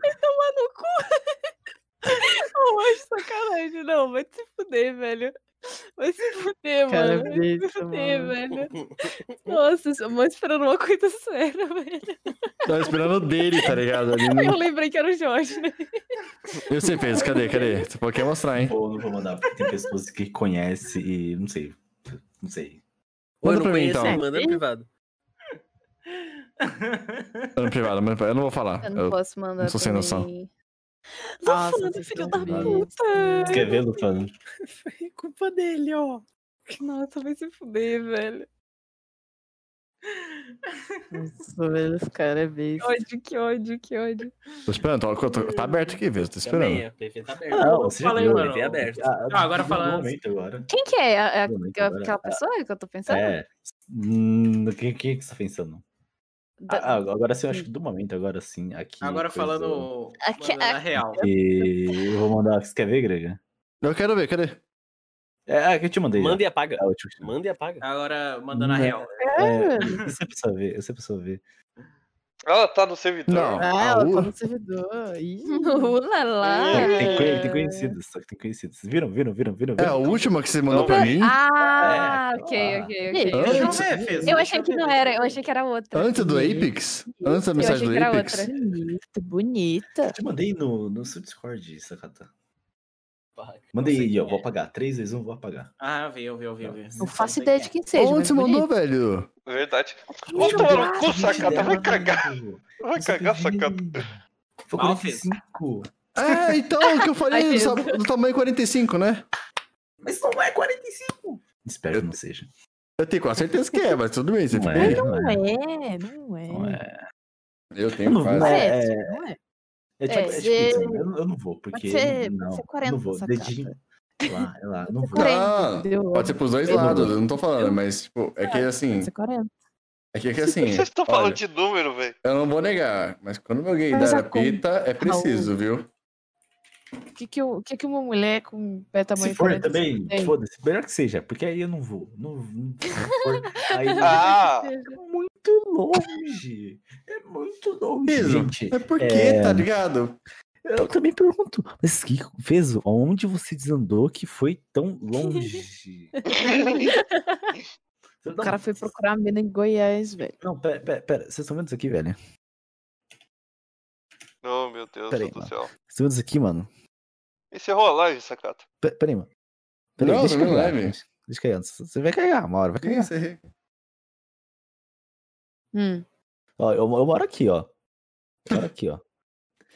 Speaker 15: Vai tomar no cu. (laughs) Ô, hoje, sacanagem. Não, vai se fuder, velho. Vai se fuder,
Speaker 10: Cara,
Speaker 15: mano. Vai
Speaker 10: bonito,
Speaker 15: se fuder,
Speaker 10: mano. (laughs)
Speaker 15: velho. Nossa, eu mãe esperando uma coisa séria, (laughs) velho.
Speaker 1: Tava esperando o dele, tá ligado? Ali
Speaker 10: (laughs)
Speaker 5: Hum.
Speaker 1: no-
Speaker 15: Eu lembrei que era o Jorge, né?
Speaker 1: Eu sei, Pedro, cadê, cadê? Você falou que ia mostrar, hein?
Speaker 5: Ou não vou mandar, porque tem pessoas que conhece e não sei. Não sei.
Speaker 4: Ou eu
Speaker 1: Manda
Speaker 4: não
Speaker 1: pra mim,
Speaker 4: conheço,
Speaker 1: então.
Speaker 4: manda no privado.
Speaker 1: Manda é no privado, manda no privado. Eu não vou falar.
Speaker 15: Eu não posso mandar
Speaker 1: não sou sem
Speaker 15: pra
Speaker 1: noção.
Speaker 15: mim.
Speaker 10: Nossa,
Speaker 15: Lufano,
Speaker 10: vocês
Speaker 15: filho
Speaker 10: são
Speaker 15: da
Speaker 10: besta.
Speaker 15: puta.
Speaker 5: Quer ver, Lufano?
Speaker 15: Foi culpa dele, ó. Nossa, vai se fuder, velho.
Speaker 10: Nossa, velho, esse cara é
Speaker 15: Que
Speaker 10: besta.
Speaker 15: ódio, que ódio, que ódio.
Speaker 1: Tô esperando, tô- tô- tá, aberto aqui, Pedro, tô
Speaker 4: Também,
Speaker 1: esperando.
Speaker 4: a PV tá aberta.
Speaker 5: Não, você
Speaker 11: Fala aí,
Speaker 5: viu,
Speaker 11: mano.
Speaker 5: né?
Speaker 4: PV aberta. um
Speaker 5: Ah,
Speaker 11: Ah, agora
Speaker 5: no
Speaker 11: falando-
Speaker 5: momento agora.
Speaker 15: Quem que é? A- a-
Speaker 5: Não, então
Speaker 15: aquela
Speaker 1: tá
Speaker 5: agora-
Speaker 15: aquela pessoa que eu tô pensando?
Speaker 5: É, Hum, o que, que que você tá pensando?
Speaker 15: Da-
Speaker 5: Ah, agora sim, eu
Speaker 4: Hum.
Speaker 5: acho que do momento, agora sim. Aqui,
Speaker 11: Agora
Speaker 5: coisa-
Speaker 11: falando,
Speaker 15: Aqui-
Speaker 11: mano,
Speaker 13: (laughs)
Speaker 11: na real.
Speaker 5: E eu vou mandar. Você quer ver, Grega?
Speaker 1: Eu quero ver, cadê?
Speaker 5: É, ah, que eu te mandei.
Speaker 4: Manda
Speaker 5: já.
Speaker 4: e apaga.
Speaker 5: Ah, eu te-
Speaker 4: Manda e apaga.
Speaker 11: Agora, mandando a
Speaker 5: Não,
Speaker 11: real.
Speaker 5: É, você precisa ver, você precisa ver.
Speaker 6: Ela tá no servidor.
Speaker 5: Não, Ah, ela tá no
Speaker 13: servidor.
Speaker 15: (laughs) Uh,
Speaker 5: É, que
Speaker 15: Ulala.
Speaker 5: tem, conhe- tem conhecidos, só que tem conhecidos. Viram, viram, viram, viram?
Speaker 1: É a última que você mandou pra mim?
Speaker 15: Ah, ok, ok, ok.
Speaker 1: Ei, deixa eu ver, Fê,
Speaker 15: Eu
Speaker 1: deixa
Speaker 15: achei que não era, eu achei que era
Speaker 5: É.
Speaker 15: outra.
Speaker 1: Antes do Apex? Antes da
Speaker 15: Eu
Speaker 1: mensagem
Speaker 15: achei
Speaker 1: do
Speaker 15: que era
Speaker 1: Apex?
Speaker 15: outra.
Speaker 13: Bonita, bonita.
Speaker 5: Eu te mandei no, no seu Discord, Sakata. Mandei aí, ó. Vou apagar. 3, 2, 1, vou apagar.
Speaker 11: Ah, vi, eu vi, eu vi, eu vi.
Speaker 13: Não faço ideia de
Speaker 5: é
Speaker 13: quem seja.
Speaker 1: Onde
Speaker 13: mas é
Speaker 1: você mandou,
Speaker 13: bonita.
Speaker 1: velho?
Speaker 6: Verdade.
Speaker 13: Ô,
Speaker 6: tomar no cu, sacata. Vai cagar. Vai cagar, sacata.
Speaker 5: Foi 45.
Speaker 1: É, então, o que eu falei
Speaker 5: Ai,
Speaker 1: do, sa- do tamanho 45, né?
Speaker 11: Mas não é 45.
Speaker 5: Espero que não seja.
Speaker 1: Eu tenho quase certeza que é, mas tudo bem. Você
Speaker 5: Não
Speaker 1: fica
Speaker 5: é,
Speaker 1: aí.
Speaker 5: não
Speaker 13: Não é, não é.
Speaker 5: Não é.
Speaker 1: Eu
Speaker 5: Eu
Speaker 1: tenho
Speaker 5: não vou,
Speaker 1: quase.
Speaker 5: é,
Speaker 13: Sete,
Speaker 5: é-
Speaker 13: não é?
Speaker 5: é tipo,
Speaker 13: É,
Speaker 5: é tipo
Speaker 13: ser-
Speaker 5: isso, né? eu, não- eu não vou, porque.
Speaker 13: ser-
Speaker 5: não,
Speaker 13: pode ser
Speaker 5: não
Speaker 13: 40
Speaker 5: vou.
Speaker 13: essa
Speaker 5: Dedinho. Sei lá, sei lá, não vou.
Speaker 13: 40, entendeu?
Speaker 1: Não, Ah, pode ser pros dois
Speaker 13: Eu- Ah,
Speaker 1: lados, eu não tô falando, mas tipo, é que assim.
Speaker 13: Pode ser 40.
Speaker 1: É que, é que assim.
Speaker 6: (laughs) Vocês estão
Speaker 1: olha,
Speaker 6: falando de número, velho.
Speaker 1: Eu não vou negar, mas quando meu gaydar
Speaker 13: Mas a tá
Speaker 1: apita, é preciso, viu?
Speaker 13: O que que, eu- o que que uma mulher com pé
Speaker 10: Tá
Speaker 13: tamanho
Speaker 10: então
Speaker 5: Se for
Speaker 13: 45
Speaker 5: também,
Speaker 13: tem?
Speaker 5: foda-se, melhor que seja, porque aí eu não vou. Não, não- se for,
Speaker 10: (laughs)
Speaker 13: (laughs)
Speaker 5: aí
Speaker 6: Ah!
Speaker 5: muito longe. É muito longe.
Speaker 1: Isso.
Speaker 5: Gente,
Speaker 1: É porque,
Speaker 5: é-
Speaker 1: tá ligado?
Speaker 5: Eu também pergunto, mas que fez? Onde você desandou que foi tão
Speaker 6: (laughs)
Speaker 5: longe?
Speaker 13: O
Speaker 5: tá
Speaker 13: cara foi procurar a mina em Goiás,
Speaker 6: (laughs)
Speaker 13: velho.
Speaker 5: Não, pera, pera, pera. Vocês estão vendo isso aqui, velho? Vocês
Speaker 6: Oh, meu Deus
Speaker 5: Peraí,
Speaker 6: do
Speaker 5: mano.
Speaker 6: céu.
Speaker 5: estão vendo isso aqui, mano?
Speaker 6: Encerrou a live, sacata.
Speaker 5: Pe- Peraí, mano. Peraí,
Speaker 1: Não,
Speaker 5: deixa
Speaker 1: não é
Speaker 5: eu cagar,
Speaker 1: leve.
Speaker 5: gente. Deixa eu cagar. Você vai cagar uma hora, vai cagar.
Speaker 1: Encerrei.
Speaker 4: É.
Speaker 13: Hum.
Speaker 5: Ó, eu, eu moro aqui, ó. Eu moro aqui, ó.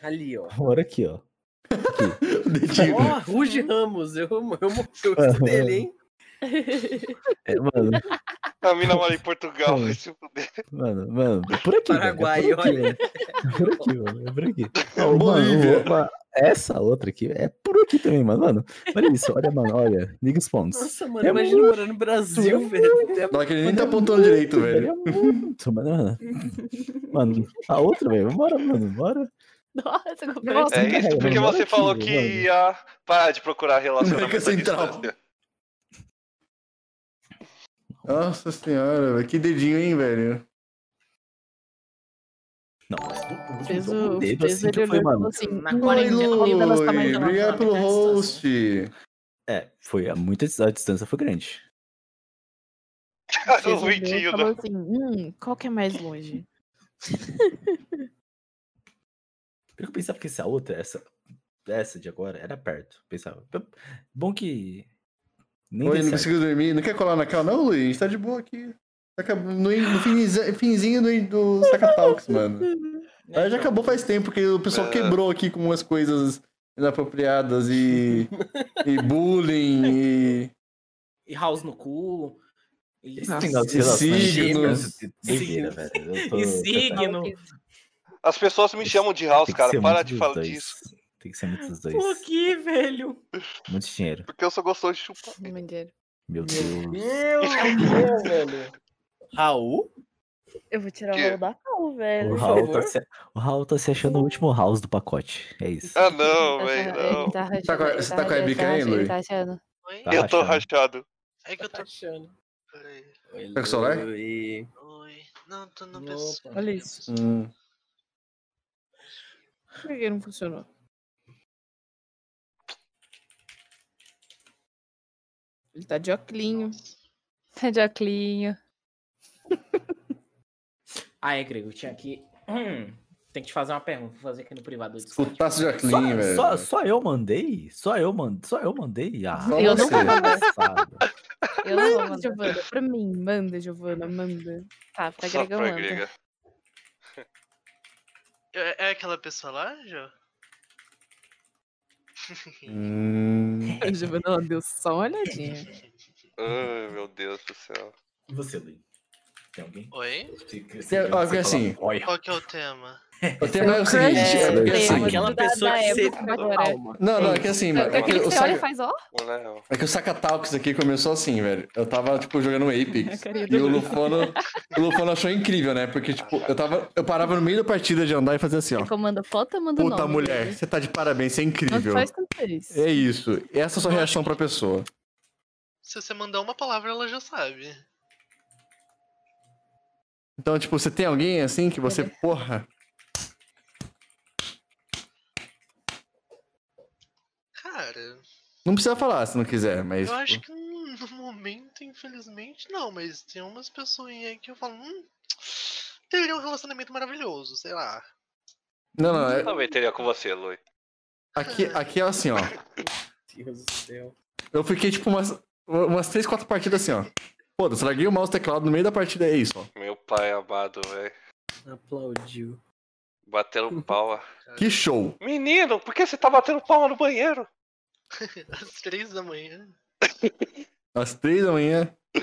Speaker 4: Ali, ó.
Speaker 5: Eu moro aqui, ó.
Speaker 1: (laughs)
Speaker 4: Ó, Ruge Ramos, eu, eu, eu, eu
Speaker 5: Aham.
Speaker 4: dele, hein?
Speaker 5: É, mano,
Speaker 6: A mina mora em Portugal, vai se fuder.
Speaker 5: mano, mano. É por aqui, velho.
Speaker 4: Paraguai,
Speaker 5: é por aqui,
Speaker 4: olha.
Speaker 5: velho. É por aqui, mano. É por
Speaker 6: (laughs)
Speaker 5: aqui. Ó, mano, opa, essa outra aqui é por aqui também, mano. Mano, olha isso. Olha, mano, olha. Liga os pontos.
Speaker 4: Nossa, mano,
Speaker 5: é
Speaker 4: imagina
Speaker 5: muito,
Speaker 4: morar no Brasil, velho.
Speaker 1: Não, que ele nem tá apontando direito, velho.
Speaker 5: É muito, mano. mano. Mano, a outra, velho. Bora, mano, bora.
Speaker 15: (laughs) Nossa, comprei.
Speaker 5: Nossa,
Speaker 6: É
Speaker 5: não
Speaker 6: isso
Speaker 5: carrega,
Speaker 6: porque
Speaker 5: mano,
Speaker 6: você
Speaker 5: bora
Speaker 6: falou
Speaker 5: aqui,
Speaker 6: que
Speaker 5: mano.
Speaker 6: ia parar de procurar relacionamento à
Speaker 1: Central.
Speaker 6: distância.
Speaker 1: Nossa senhora, velho. Que dedinho, hein, velho?
Speaker 5: Não, mas tu- tu- tu-
Speaker 13: Fez
Speaker 5: tu- tu-
Speaker 13: o-
Speaker 5: dedo
Speaker 13: fez
Speaker 5: assim
Speaker 13: ele
Speaker 5: que eu
Speaker 13: olhando e
Speaker 5: falei, mano.
Speaker 13: falou assim,
Speaker 11: Na
Speaker 1: Oi,
Speaker 11: quarentena,
Speaker 1: Lui.
Speaker 11: ainda das tamanhas de
Speaker 1: Obrigado
Speaker 11: relacionamento
Speaker 1: pelo
Speaker 11: à distância.
Speaker 1: host.
Speaker 5: É, foi a, muita, a distância foi grande.
Speaker 6: o
Speaker 13: Fez um dedo e
Speaker 6: Luitinho,
Speaker 13: falou
Speaker 6: né?
Speaker 13: assim, hum, qual que é mais longe?
Speaker 5: Eu pensava que essa outra, essa, essa de agora, era perto. Pensava. p- Bom que. Nem
Speaker 1: Oi,
Speaker 5: deu
Speaker 1: não
Speaker 5: certo.
Speaker 1: conseguiu dormir. Não quer colar na cal, não, Luiz? A gente tá de boa aqui. Acabou No, in- no finiza- finzinho do, do Sacatalks, mano. Aí já acabou faz tempo, porque o pessoal
Speaker 6: É.
Speaker 1: quebrou aqui com umas coisas inapropriadas e. e bullying e.
Speaker 11: E House no cu. E,
Speaker 5: Esse negócio de
Speaker 1: e
Speaker 5: relações
Speaker 1: signos.
Speaker 5: gêmeas, de- Doideira, velho. Eu tô-
Speaker 11: e
Speaker 5: cara,
Speaker 11: signo.
Speaker 6: As pessoas me chamam de House,
Speaker 5: Tem que
Speaker 6: cara.
Speaker 5: ser
Speaker 6: Para
Speaker 5: muito
Speaker 6: de
Speaker 5: dos
Speaker 6: falar
Speaker 5: dois.
Speaker 6: disso.
Speaker 5: Tem que ser muito dos dois.
Speaker 11: Por que, velho?
Speaker 5: Muito dinheiro.
Speaker 6: Porque eu só gosto de chupar.
Speaker 15: Mentira.
Speaker 5: Meu Deus.
Speaker 15: (laughs)
Speaker 11: Meu Deus, velho.
Speaker 4: Raul?
Speaker 15: Eu vou tirar o
Speaker 6: Que?
Speaker 15: Raul da cal,
Speaker 5: O
Speaker 15: velho.
Speaker 5: Raul, tá se... o Raul tá se achando o último house do pacote. É isso.
Speaker 6: Ah, não,
Speaker 15: Ele
Speaker 6: velho,
Speaker 15: tá- ele
Speaker 6: não.
Speaker 15: tá rachando.
Speaker 1: Tá com a-
Speaker 15: ele
Speaker 1: você tá com a
Speaker 15: rachando, ele
Speaker 1: bica aí,
Speaker 15: rachando,
Speaker 1: Luiz?
Speaker 15: Ele tá achando.
Speaker 12: Oi?
Speaker 5: Tá
Speaker 6: eu tô
Speaker 5: rachando.
Speaker 6: rachado.
Speaker 12: (laughs) É que eu tô.
Speaker 4: Tá achando.
Speaker 12: Peraí.
Speaker 1: Tá com celular?
Speaker 4: Oi.
Speaker 12: Oi. Não, tô no
Speaker 11: Opa.
Speaker 12: PC.
Speaker 13: Olha isso.
Speaker 1: Hum.
Speaker 13: Por que não funcionou? Ele tá de oclinho.
Speaker 15: Tá de oclinho.
Speaker 11: Ah, é, Grego, tinha aqui. Hum, tem que te fazer uma pergunta. Vou fazer aqui no privado. do Discord.
Speaker 1: Putaço de
Speaker 5: Só,
Speaker 1: Jacqueline, velho.
Speaker 5: só, só eu mandei? Só eu mandei? Só eu mandei? Ah,
Speaker 1: Só Eu não
Speaker 5: você,
Speaker 1: vou
Speaker 15: mandar.
Speaker 5: desgraçado.
Speaker 15: Eu não vou
Speaker 13: Manda,
Speaker 15: mandar.
Speaker 13: Giovana, pra mim. Manda, Giovana, manda.
Speaker 15: Tá, pra
Speaker 6: Só
Speaker 15: grega eu
Speaker 6: pra
Speaker 15: mando.
Speaker 6: grega.
Speaker 12: É é aquela pessoa lá, Jô?
Speaker 15: (laughs)
Speaker 1: Hum.
Speaker 13: A Giovana, ela deu só uma olhadinha.
Speaker 6: Ai, meu Deus do céu.
Speaker 5: E você, Luiz? Tem alguém?
Speaker 12: Oi?
Speaker 5: Você- você-
Speaker 1: Tem- ó,
Speaker 5: você
Speaker 1: porque
Speaker 5: fala,
Speaker 1: assim-
Speaker 5: Olha,
Speaker 12: Qual que é o tema?
Speaker 1: Eu tenho mais o seguinte, é porque assim.
Speaker 15: Aquela pessoa que você- (laughs) Agora.
Speaker 1: Não, não, é que assim, mano.
Speaker 15: É aquele
Speaker 1: o-
Speaker 15: que
Speaker 1: o
Speaker 15: você olha e
Speaker 1: Saga-
Speaker 15: faz, ó.
Speaker 1: É que o Sakatalks aqui começou assim, velho. Eu tava, tipo, jogando Apex. E o Lufano, o Lufano achou incrível, né? Porque, tipo, eu tava. Eu parava no meio da partida de andar e fazia assim, ó.
Speaker 15: Comanda foto, manda nome.
Speaker 1: Puta mulher, você tá de parabéns, você é
Speaker 15: Não
Speaker 1: incrível.
Speaker 15: faz com isso. (laughs)
Speaker 1: É isso. Essa é a sua reação pra pessoa.
Speaker 12: Se você mandar uma palavra, ela já sabe.
Speaker 1: Então, tipo, você tem alguém assim que você, porra.
Speaker 12: Cara,
Speaker 1: Não precisa falar se não quiser, mas.
Speaker 12: eu
Speaker 1: tipo,
Speaker 12: acho que hum, no momento, infelizmente, não, mas tem umas pessoinhas aí que eu falo, hum, (laughs) teria um relacionamento maravilhoso, sei lá.
Speaker 1: Não, não,
Speaker 6: Eu
Speaker 1: é-
Speaker 6: também teria com você, Lui.
Speaker 1: aqui, aqui é assim, ó.
Speaker 4: Deus do céu.
Speaker 1: Eu fiquei, tipo, umas, umas 3, 4 partidas assim, ó. Foda-se, larguei o mouse e teclado no meio da partida, é isso, ó.
Speaker 6: Meu pai amado, velho.
Speaker 4: Aplaudiu.
Speaker 1: Uhum.
Speaker 6: Bateram palma.
Speaker 1: Que show!
Speaker 6: Menino, por que você tá batendo palma no banheiro?
Speaker 12: Às três da manhã.
Speaker 1: Às 3 da manhã. Eu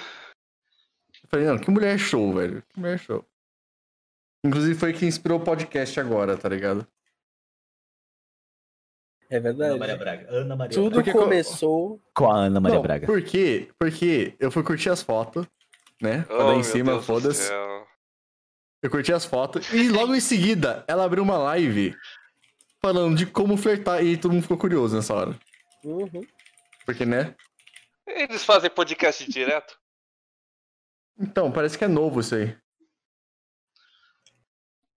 Speaker 1: falei, não, que mulher show, velho. Que mulher show. Inclusive foi quem inspirou o podcast agora, tá ligado?
Speaker 4: É verdade.
Speaker 5: Ana Maria Braga. Ana Maria
Speaker 4: Tudo
Speaker 5: Braga.
Speaker 4: começou.
Speaker 5: Com a Ana Maria
Speaker 1: Não,
Speaker 5: Braga.
Speaker 1: Por quê? Porque eu fui curtir as fotos, né? Pra
Speaker 5: Oh,
Speaker 1: dar em
Speaker 5: meu
Speaker 1: cima,
Speaker 5: Deus do
Speaker 1: foda-se. Eu curti as fotos. E logo em seguida, ela abriu uma live falando de como flertar. E todo mundo ficou curioso nessa hora.
Speaker 4: Uhum.
Speaker 1: Porque, né?
Speaker 6: Eles fazem podcast direto?
Speaker 1: Então, parece que é novo isso aí.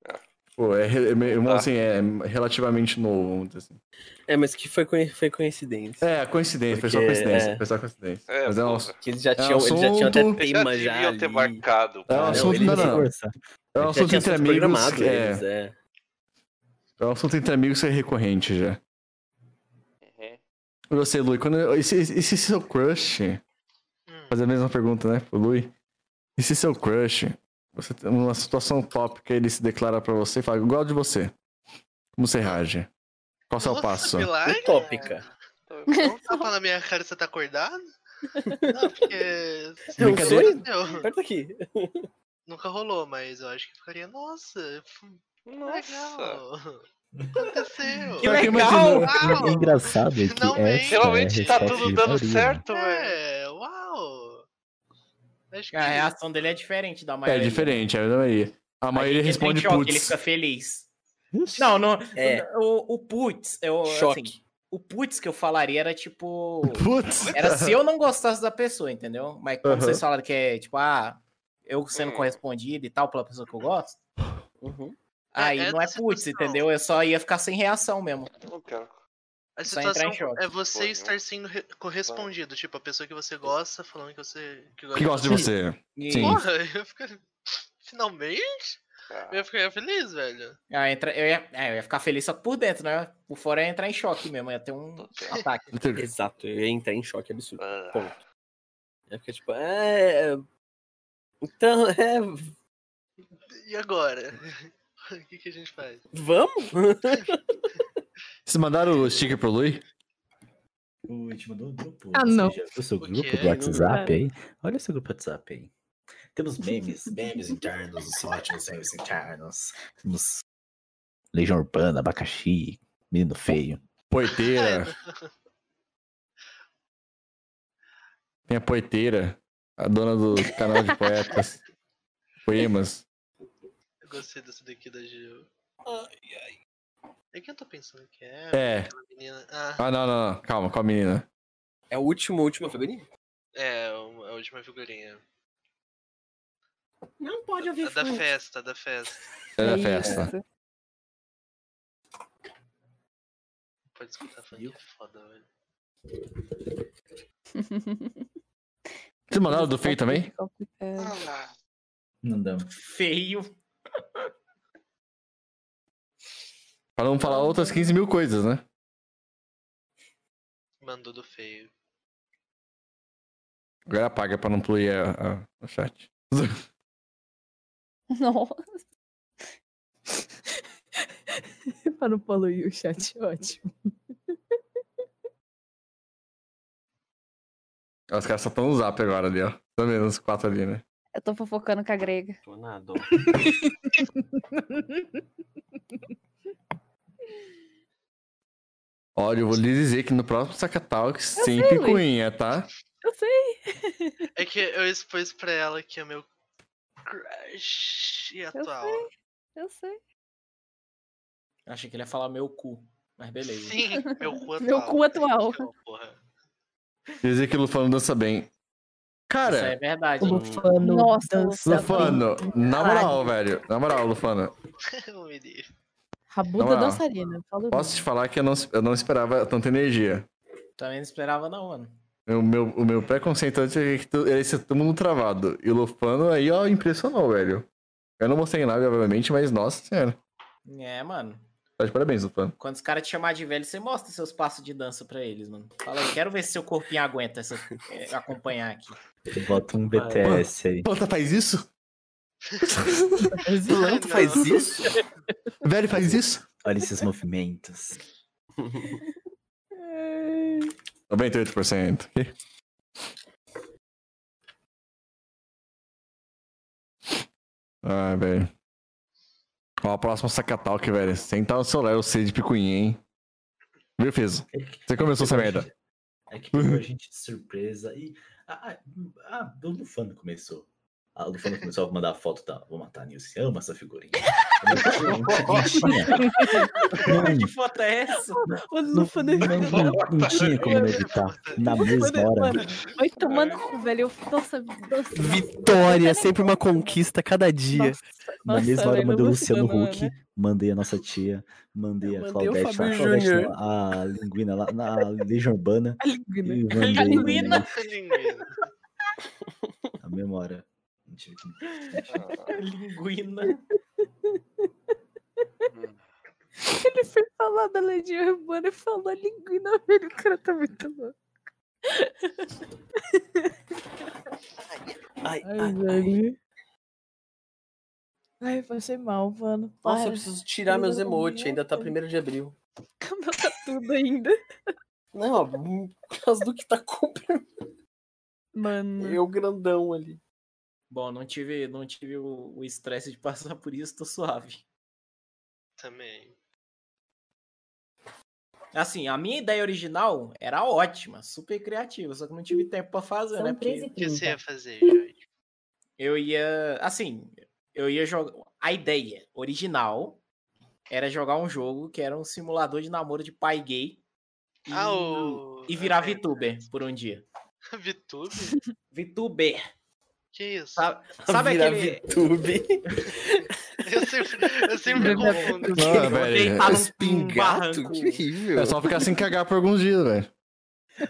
Speaker 5: Ah.
Speaker 1: Pô, é, re- é meio-
Speaker 5: Tá.
Speaker 1: assim, é relativamente novo, vamos dizer assim.
Speaker 4: É, mas que foi, coi- foi coincidência.
Speaker 1: É, coincidência, foi só
Speaker 4: Porque,
Speaker 1: coincidência.
Speaker 4: é.
Speaker 1: Foi só coincidência.
Speaker 4: É,
Speaker 1: Mas é um,
Speaker 4: que eles já
Speaker 1: é um
Speaker 4: tinham- eles já tinham até
Speaker 1: assunto-
Speaker 4: tema Eles já já deviam ter ali. marcado,
Speaker 1: É um
Speaker 4: cara.
Speaker 1: assunto,
Speaker 4: Não,
Speaker 1: não,
Speaker 4: eles-
Speaker 1: não. É um
Speaker 4: Já
Speaker 1: assunto
Speaker 4: tinha
Speaker 1: entre
Speaker 4: assunto
Speaker 1: amigos.
Speaker 4: programado,
Speaker 1: é.
Speaker 4: eles, é.
Speaker 1: É um assunto entre amigos que é recorrente já.
Speaker 11: Uhum.
Speaker 1: E Você, Lui, quando... esse, esse seu crush. Fazer a mesma pergunta, né, pro Lui? E se seu crush, você tem uma situação tópica, ele se declara pra você e fala, eu gosto de você. Como você reage? Qual o seu passo?
Speaker 12: milagre.
Speaker 4: Utópica.
Speaker 12: Dá um tapa na minha cara e você tá acordado? Não,
Speaker 1: (laughs)
Speaker 12: porque.
Speaker 1: Eu
Speaker 12: Nunca
Speaker 1: sou?
Speaker 12: aconteceu.
Speaker 4: Aperta aqui.
Speaker 12: Nunca rolou, mas eu acho que ficaria, nossa. Legal. Aconteceu.
Speaker 3: Tá
Speaker 5: Pior eu imagino-
Speaker 3: né?
Speaker 5: É engraçado que
Speaker 12: Finalmente.
Speaker 5: essa
Speaker 11: Finalmente
Speaker 5: é a
Speaker 11: tá
Speaker 5: resposta
Speaker 11: tudo
Speaker 5: de
Speaker 11: dando
Speaker 5: maioria, né?
Speaker 11: certo.
Speaker 12: É, uau! Acho
Speaker 11: A reação dele é diferente da
Speaker 1: É
Speaker 11: maioria.
Speaker 1: diferente, é a maioria. A maioria
Speaker 11: Ele entra em
Speaker 1: responde
Speaker 11: choque, Ele
Speaker 1: putz.
Speaker 11: fica feliz. Não, não. O, o putz, eu.
Speaker 1: Choque.
Speaker 11: assim, o putz que eu falaria era tipo.
Speaker 1: Putz.
Speaker 11: Era se eu não gostasse da pessoa, entendeu? Mas como
Speaker 1: Aham.
Speaker 11: vocês falaram que é tipo, ah, eu sendo
Speaker 12: É.
Speaker 11: correspondido e tal pela pessoa que eu gosto. Aí não é putz, entendeu? Eu só ia ficar sem reação mesmo.
Speaker 12: A
Speaker 11: Só entrar
Speaker 12: situação
Speaker 11: em choque.
Speaker 12: é você estar sendo re- correspondido, tipo, a pessoa que você gosta falando que você.
Speaker 1: Que gosta de você. Sim. Sim.
Speaker 12: Porra, eu ia ficar. Finalmente?
Speaker 4: Ah.
Speaker 12: Eu ia ficar feliz, velho.
Speaker 11: Ah, entra, eu, ia, é, eu ia ficar feliz só que por dentro, né? Por fora ia entrar em choque mesmo, ia ter um ataque.
Speaker 4: Exato, eu ia entrar em choque absurdo.
Speaker 12: Ah.
Speaker 4: Ponto. É porque, tipo, é. Então, é.
Speaker 12: E agora? (laughs) O que, que a gente faz?
Speaker 4: Vamos?
Speaker 1: (laughs) Vocês mandaram o sticker pro Lui?
Speaker 5: O último do grupo.
Speaker 13: Ah,
Speaker 5: você
Speaker 13: não.
Speaker 5: já viu o seu
Speaker 13: O
Speaker 5: um grupo
Speaker 13: quê?
Speaker 5: do WhatsApp
Speaker 13: Não.
Speaker 5: aí? Olha o seu grupo do WhatsApp aí. Temos memes, memes internos, os ótimos memes internos. Temos Legião Urbana, abacaxi, menino feio.
Speaker 12: (laughs)
Speaker 1: Poiteira. Tem a poeteira, a dona do canal de poetas. Poemas.
Speaker 12: Eu gostei dessa daqui da Gil. É que eu tô pensando que é.
Speaker 1: É.
Speaker 12: aquela menina- Ah,
Speaker 1: Ah, não, não, não. Calma, com a menina.
Speaker 4: É o último, último figurinha?
Speaker 12: é, o- a última figurinha.
Speaker 11: Não pode
Speaker 12: A da festa, a da festa.
Speaker 1: É da festa.
Speaker 12: Pode escutar funk, é foda, velho.
Speaker 1: Vocês mandaram do feio também?
Speaker 5: Não dá.
Speaker 11: Feio.
Speaker 1: Pra não falar outras 15 mil coisas, né?
Speaker 12: Mandou do feio.
Speaker 1: Agora apaga pra não poluir a- a- o chat. (laughs)
Speaker 13: Nossa. Para não poluir o chat, ótimo.
Speaker 1: Os caras só estão no zap agora né? ali, ó. Pelo menos os quatro ali, né?
Speaker 15: Eu tô fofocando com a grega.
Speaker 4: Tô nada.
Speaker 1: Olha, eu vou lhe dizer que no próximo Sacatalk
Speaker 15: Eu
Speaker 1: sem
Speaker 15: sei, Luiz.
Speaker 1: picuinha, tá?
Speaker 15: Eu sei.
Speaker 12: É que eu expus pra ela que é meu crush
Speaker 15: (laughs) Eu
Speaker 12: atual.
Speaker 15: sei. Eu sei.
Speaker 11: Achei que ele ia falar meu cu, mas beleza.
Speaker 12: Sim, meu cu é atual.
Speaker 15: (laughs) Meu cu atual.
Speaker 1: Dizer que o Lufano dança bem. Cara,
Speaker 11: Isso é verdade.
Speaker 15: Nossa,
Speaker 1: Lufano, na
Speaker 10: Caralho.
Speaker 1: moral, velho. Na moral, Lufano.
Speaker 10: Rabuda
Speaker 1: Na moral.
Speaker 10: dançarina. Fala o
Speaker 1: Posso te falar que eu não, eu não esperava tanta energia.
Speaker 11: Também não esperava, não, mano.
Speaker 1: O meu, o meu preconceito antes era que tu- era esse todo mundo travado. E o Lufano aí, ó, impressionou, velho. Eu não mostrei nada, obviamente, mas nossa senhora.
Speaker 11: É, mano.
Speaker 1: Tá de parabéns, Lufano.
Speaker 11: Quando os caras te chamar de velho, você mostra seus passos de dança pra eles, mano. Fala aí, quero ver se seu corpinho aguenta essa- eh, acompanhar aqui.
Speaker 5: Tu bota um BTS aí.
Speaker 1: Planta tá, faz isso?
Speaker 5: Planta faz isso?
Speaker 4: (laughs)
Speaker 1: Velho, faz isso?
Speaker 5: Olha esses movimentos.
Speaker 1: 98%. ok? Ah, velho. Ó, a próxima sacatalk, velho. Sentar no celular, eu sei de picuinha, hein? Viu, Fiz? Você começou essa merda.
Speaker 5: É que pegou a gente de surpresa e. Ah, ah, ah, o Lufano começou. A Lufano começou a mandar foto da. Vou matar a Nilce. Ama essa figurinha.
Speaker 11: que foto é essa?
Speaker 15: O Lufano é
Speaker 5: Não, não, não tinha
Speaker 1: é
Speaker 5: como não evitar. Na mesma hora.
Speaker 15: Oi, tomando cu, velho. Eu- Nossa, nossa.
Speaker 14: Vitória, sempre uma conquista cada dia.
Speaker 5: Na
Speaker 4: Tá
Speaker 5: mesma hora eu mandei o Luciano
Speaker 4: né?
Speaker 5: Huck, mandei a nossa tia, mandei a
Speaker 14: Mandei o
Speaker 5: Claudete lá,
Speaker 14: Fábio
Speaker 5: Claudete
Speaker 14: Júnior.
Speaker 5: não, a Linguina lá, na Legião Urbana. E mandei um
Speaker 11: A linguina.
Speaker 5: a memória.
Speaker 11: Linguina.
Speaker 15: (laughs) Ele foi falar da Legião Urbana e falou a linguina, velho. O cara tá muito
Speaker 4: (laughs)
Speaker 15: louco.
Speaker 10: Ai, velho. Ai, passei mal, mano.
Speaker 4: Nossa, eu
Speaker 10: Para.
Speaker 4: preciso tirar meus emotes, ainda tá 1 de abril.
Speaker 15: (laughs) Meu tá tudo ainda.
Speaker 4: Não, por causa do que tá comprando.
Speaker 12: Uhum.
Speaker 15: Mano.
Speaker 4: Eu grandão ali.
Speaker 11: Bom, não tive, não tive o o estresse de (laughs) passar por isso, tô suave.
Speaker 12: Também.
Speaker 11: Assim, a minha ideia original era ótima, super criativa, só que não tive tempo pra fazer,
Speaker 12: São
Speaker 11: né?
Speaker 12: 13 e O que você ia fazer,
Speaker 11: Eu ia, assim, eu ia jogar. A ideia original era jogar um jogo que era um simulador de namoro de pai gay e,
Speaker 12: Ah, o-
Speaker 11: e virar VTuber por
Speaker 12: (laughs)
Speaker 11: um dia.
Speaker 12: VTube?
Speaker 11: VTuber.
Speaker 12: Que isso?
Speaker 11: Sa- Sabe
Speaker 12: Virar
Speaker 11: aquele.
Speaker 12: Eu sempre, eu sempre confundo. tá
Speaker 1: Não, velho.
Speaker 11: Deitar num
Speaker 1: Espingato,
Speaker 11: barranco.
Speaker 1: É só ficar sem cagar por alguns dias, velho.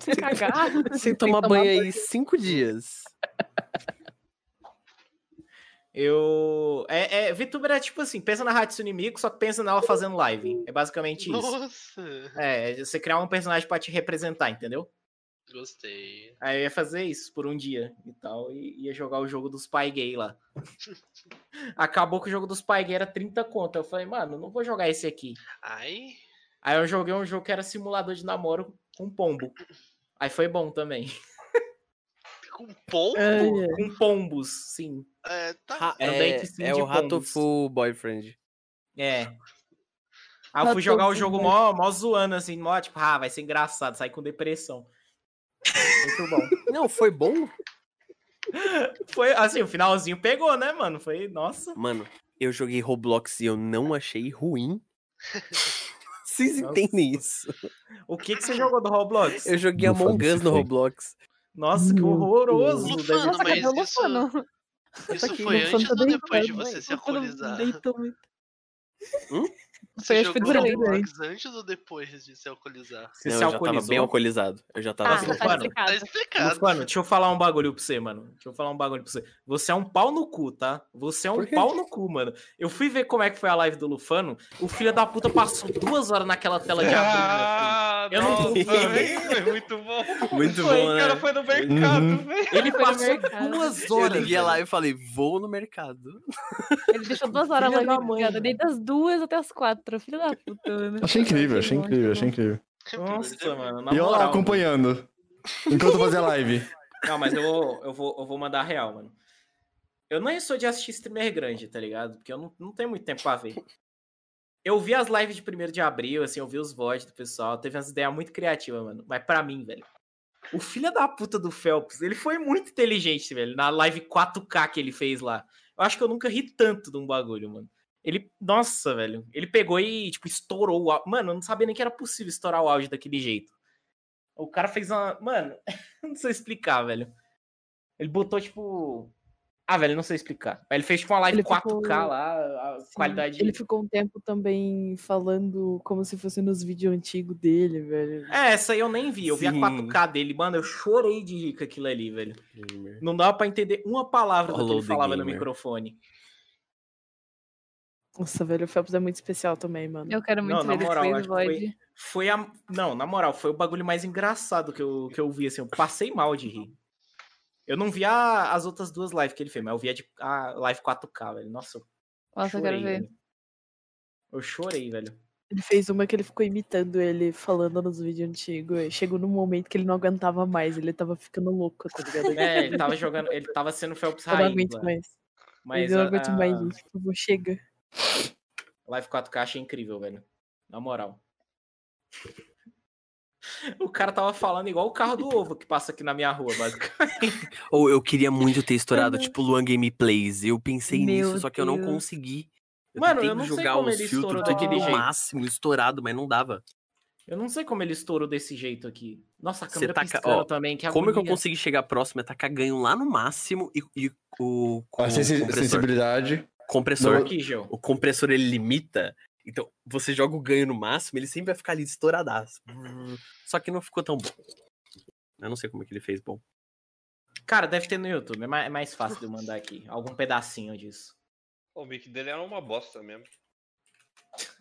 Speaker 4: Sem
Speaker 15: cagar?
Speaker 4: Sem tomar banho aí cinco dias.
Speaker 11: Eu. É, é, VTuber é tipo assim, pensa na Hatsune Miku, só que pensa nela fazendo live. É basicamente isso.
Speaker 12: Nossa,
Speaker 11: É, você criar um personagem pra te representar, entendeu?
Speaker 12: gostei.
Speaker 11: Aí eu ia fazer isso por um dia e tal, e ia jogar o jogo dos pai gay lá. Acabou que o jogo dos pai gay era 30 conto. Eu falei, mano, não vou jogar esse aqui.
Speaker 12: Ai,
Speaker 11: Aí eu joguei um jogo que era simulador de namoro com pombo. Aí foi bom também.
Speaker 12: (laughs) com pombo?
Speaker 11: com pombos, sim.
Speaker 12: É, tá.
Speaker 4: É, Ra-
Speaker 11: Era um
Speaker 4: é,
Speaker 11: date sim
Speaker 4: é
Speaker 11: de
Speaker 4: o Rato
Speaker 11: pombos.
Speaker 4: Full Boyfriend.
Speaker 11: É. Aí Ah, eu fui jogar o jogo mó, mó zoando, assim, mó tipo, ah, vai ser engraçado, sair com depressão. (laughs) Muito bom.
Speaker 4: (laughs) Não, foi bom?
Speaker 11: Foi assim, o finalzinho pegou, né, mano? Foi, nossa.
Speaker 4: Mano, eu joguei Roblox e eu não achei ruim. Vocês
Speaker 11: Nossa.
Speaker 4: entendem isso?
Speaker 11: O que, que
Speaker 15: Uhum.
Speaker 11: você jogou do Roblox?
Speaker 4: Eu joguei Among Us no Roblox.
Speaker 11: Nossa, que horroroso.
Speaker 12: Lufano,
Speaker 11: David.
Speaker 12: mas isso-
Speaker 15: Tá
Speaker 12: Isso
Speaker 15: aqui,
Speaker 12: foi
Speaker 15: Lufano
Speaker 12: antes
Speaker 15: tá
Speaker 12: ou depois de
Speaker 15: deitado,
Speaker 4: né?
Speaker 12: você
Speaker 15: hein?
Speaker 12: se
Speaker 15: Lufano
Speaker 12: alcoolizar?
Speaker 15: deitou muito.
Speaker 4: Hum?
Speaker 15: Foi,
Speaker 12: Você
Speaker 15: acho que
Speaker 12: jogou
Speaker 15: foi durante.
Speaker 12: Roblox antes ou depois de se alcoolizar?
Speaker 11: Você
Speaker 4: não,
Speaker 11: se
Speaker 4: eu já tava
Speaker 11: alcoolizou? (laughs)
Speaker 4: bem alcoolizado. Eu já tava
Speaker 15: Ah,
Speaker 4: assim.
Speaker 15: tá
Speaker 11: Lufano,
Speaker 15: explicado.
Speaker 11: Lufano, deixa eu falar um bagulho pra você, mano. Deixa eu falar um bagulho pra você. Você é um pau no cu, tá? Você é um
Speaker 4: Por quê?
Speaker 11: pau no cu, mano. Eu fui ver como é que foi a live do Lufano. O filho da puta passou duas horas naquela tela de abril.
Speaker 12: Ah,
Speaker 11: Eu não
Speaker 12: nossa,
Speaker 15: (laughs)
Speaker 11: duvido.
Speaker 12: velho, muito bom.
Speaker 4: Muito
Speaker 12: Foi,
Speaker 4: bom,
Speaker 12: O cara
Speaker 4: né?
Speaker 12: foi no mercado,
Speaker 1: Uhum.
Speaker 12: velho.
Speaker 11: Ele
Speaker 15: Foi no
Speaker 11: passou
Speaker 15: mercado.
Speaker 11: duas
Speaker 4: Eu
Speaker 11: horas.
Speaker 4: liguei
Speaker 11: velho.
Speaker 4: lá e falei, vou no mercado.
Speaker 15: Ele deixou duas horas
Speaker 11: Filha
Speaker 15: lá
Speaker 11: da mãe, né?
Speaker 15: ligada,
Speaker 11: velho.
Speaker 15: desde as duas até as quatro. Filho da puta, mano.
Speaker 1: Achei incrível, achei incrível, achei incrível.
Speaker 11: Nossa, mano. Na
Speaker 1: E eu lá
Speaker 11: moral,
Speaker 1: acompanhando. Enquanto eu fazia live.
Speaker 11: Não, mas eu vou, eu vou, eu vou mandar a real, mano. Eu nem sou de assistir streamer grande, tá ligado? Porque eu não, não tenho muito tempo pra ver. Eu vi as lives de 1 de abril, assim, eu vi os votes do pessoal. Teve umas ideias muito criativas, mano. Mas pra mim, velho. O filho da puta do Phelps, ele foi muito inteligente, velho, na live 4K que ele fez lá. Eu acho que eu nunca ri tanto de um bagulho, mano. Ele, nossa, velho. Ele pegou e, tipo, estourou o auge. Mano, eu não sabia nem que era possível estourar o auge daquele jeito. O cara fez uma. Mano, (laughs) não sei explicar, velho. Ele botou, tipo. Ah, velho, não sei explicar. Mas Ele fez, tipo, uma live
Speaker 10: Ele
Speaker 11: 4K
Speaker 10: ficou-
Speaker 11: lá, a qualidade.
Speaker 10: Ele ficou um tempo também falando como se fosse nos vídeos antigos dele, velho.
Speaker 11: É, essa aí eu nem vi. Eu vi
Speaker 10: Sim.
Speaker 11: a 4K dele. Mano, eu chorei de rir com aquilo ali, velho. Não dava pra entender uma palavra do que
Speaker 10: Follow
Speaker 11: ele
Speaker 10: the
Speaker 11: falava no
Speaker 10: gamer.
Speaker 11: microfone.
Speaker 10: Nossa, velho, o Phelps é muito especial também, mano.
Speaker 15: Eu quero muito
Speaker 11: não, na
Speaker 15: ver
Speaker 11: moral,
Speaker 15: depois
Speaker 11: acho
Speaker 15: o
Speaker 11: que foi,
Speaker 15: Void.
Speaker 11: foi a. Não, na moral, foi o bagulho mais engraçado que eu, que eu vi, assim. Eu passei mal de rir. Eu não vi a- as outras duas lives que ele fez, mas eu vi a, de- a live 4K, velho. Nossa, eu
Speaker 10: Nossa, eu quero
Speaker 11: chorei,
Speaker 10: ver.
Speaker 11: velho. Eu
Speaker 10: (laughs)
Speaker 11: chorei, velho.
Speaker 10: Ele fez uma que ele ficou imitando ele falando nos vídeos antigos. e Chegou num momento que ele não aguentava mais, ele tava ficando louco, tá ligado?
Speaker 11: É, ele tava jogando, ele tava sendo Phelps
Speaker 10: Eu não
Speaker 11: Raiz.
Speaker 10: aguento
Speaker 11: lá.
Speaker 10: mais.
Speaker 11: Mas
Speaker 10: eu não
Speaker 11: a-
Speaker 10: aguento mais isso, por favor, chega.
Speaker 11: Live 4K achei incrível, velho. Na moral. (laughs) O cara tava falando igual o carro do ovo que passa aqui na minha rua, basicamente.
Speaker 4: Ou eu queria muito ter estourado, tipo, Luan Gameplays. Eu pensei
Speaker 11: Meu
Speaker 4: nisso, só que eu não
Speaker 11: Deus.
Speaker 4: consegui. Eu
Speaker 11: Mano,
Speaker 4: tentei
Speaker 11: eu não sei
Speaker 4: jogar
Speaker 11: como
Speaker 4: uns
Speaker 11: ele estourou
Speaker 4: filtros tudo
Speaker 11: daquele
Speaker 4: no
Speaker 11: jeito.
Speaker 4: máximo, estourado, mas não dava.
Speaker 11: Eu não sei como ele estourou desse jeito aqui. Nossa, a
Speaker 4: Você
Speaker 11: câmera
Speaker 4: tá
Speaker 11: piscando
Speaker 4: ó,
Speaker 11: também, que
Speaker 4: Como é que eu
Speaker 11: agonia.
Speaker 4: consegui chegar próximo? É tacar ganho lá no máximo e, e o,
Speaker 1: Com a
Speaker 4: o
Speaker 1: sensi-
Speaker 4: compressor.
Speaker 1: sensibilidade.
Speaker 4: Compressor.
Speaker 1: No- Aqui,
Speaker 11: Gil.
Speaker 4: O compressor ele limita. Então, você joga o ganho no máximo, ele sempre vai ficar ali estouradaço. Só que não ficou tão bom. Eu não sei como é que ele fez bom.
Speaker 11: Cara, deve ter no YouTube, é mais, é mais fácil de eu mandar aqui. Algum pedacinho disso. (laughs)
Speaker 2: O mic dele era uma bosta mesmo.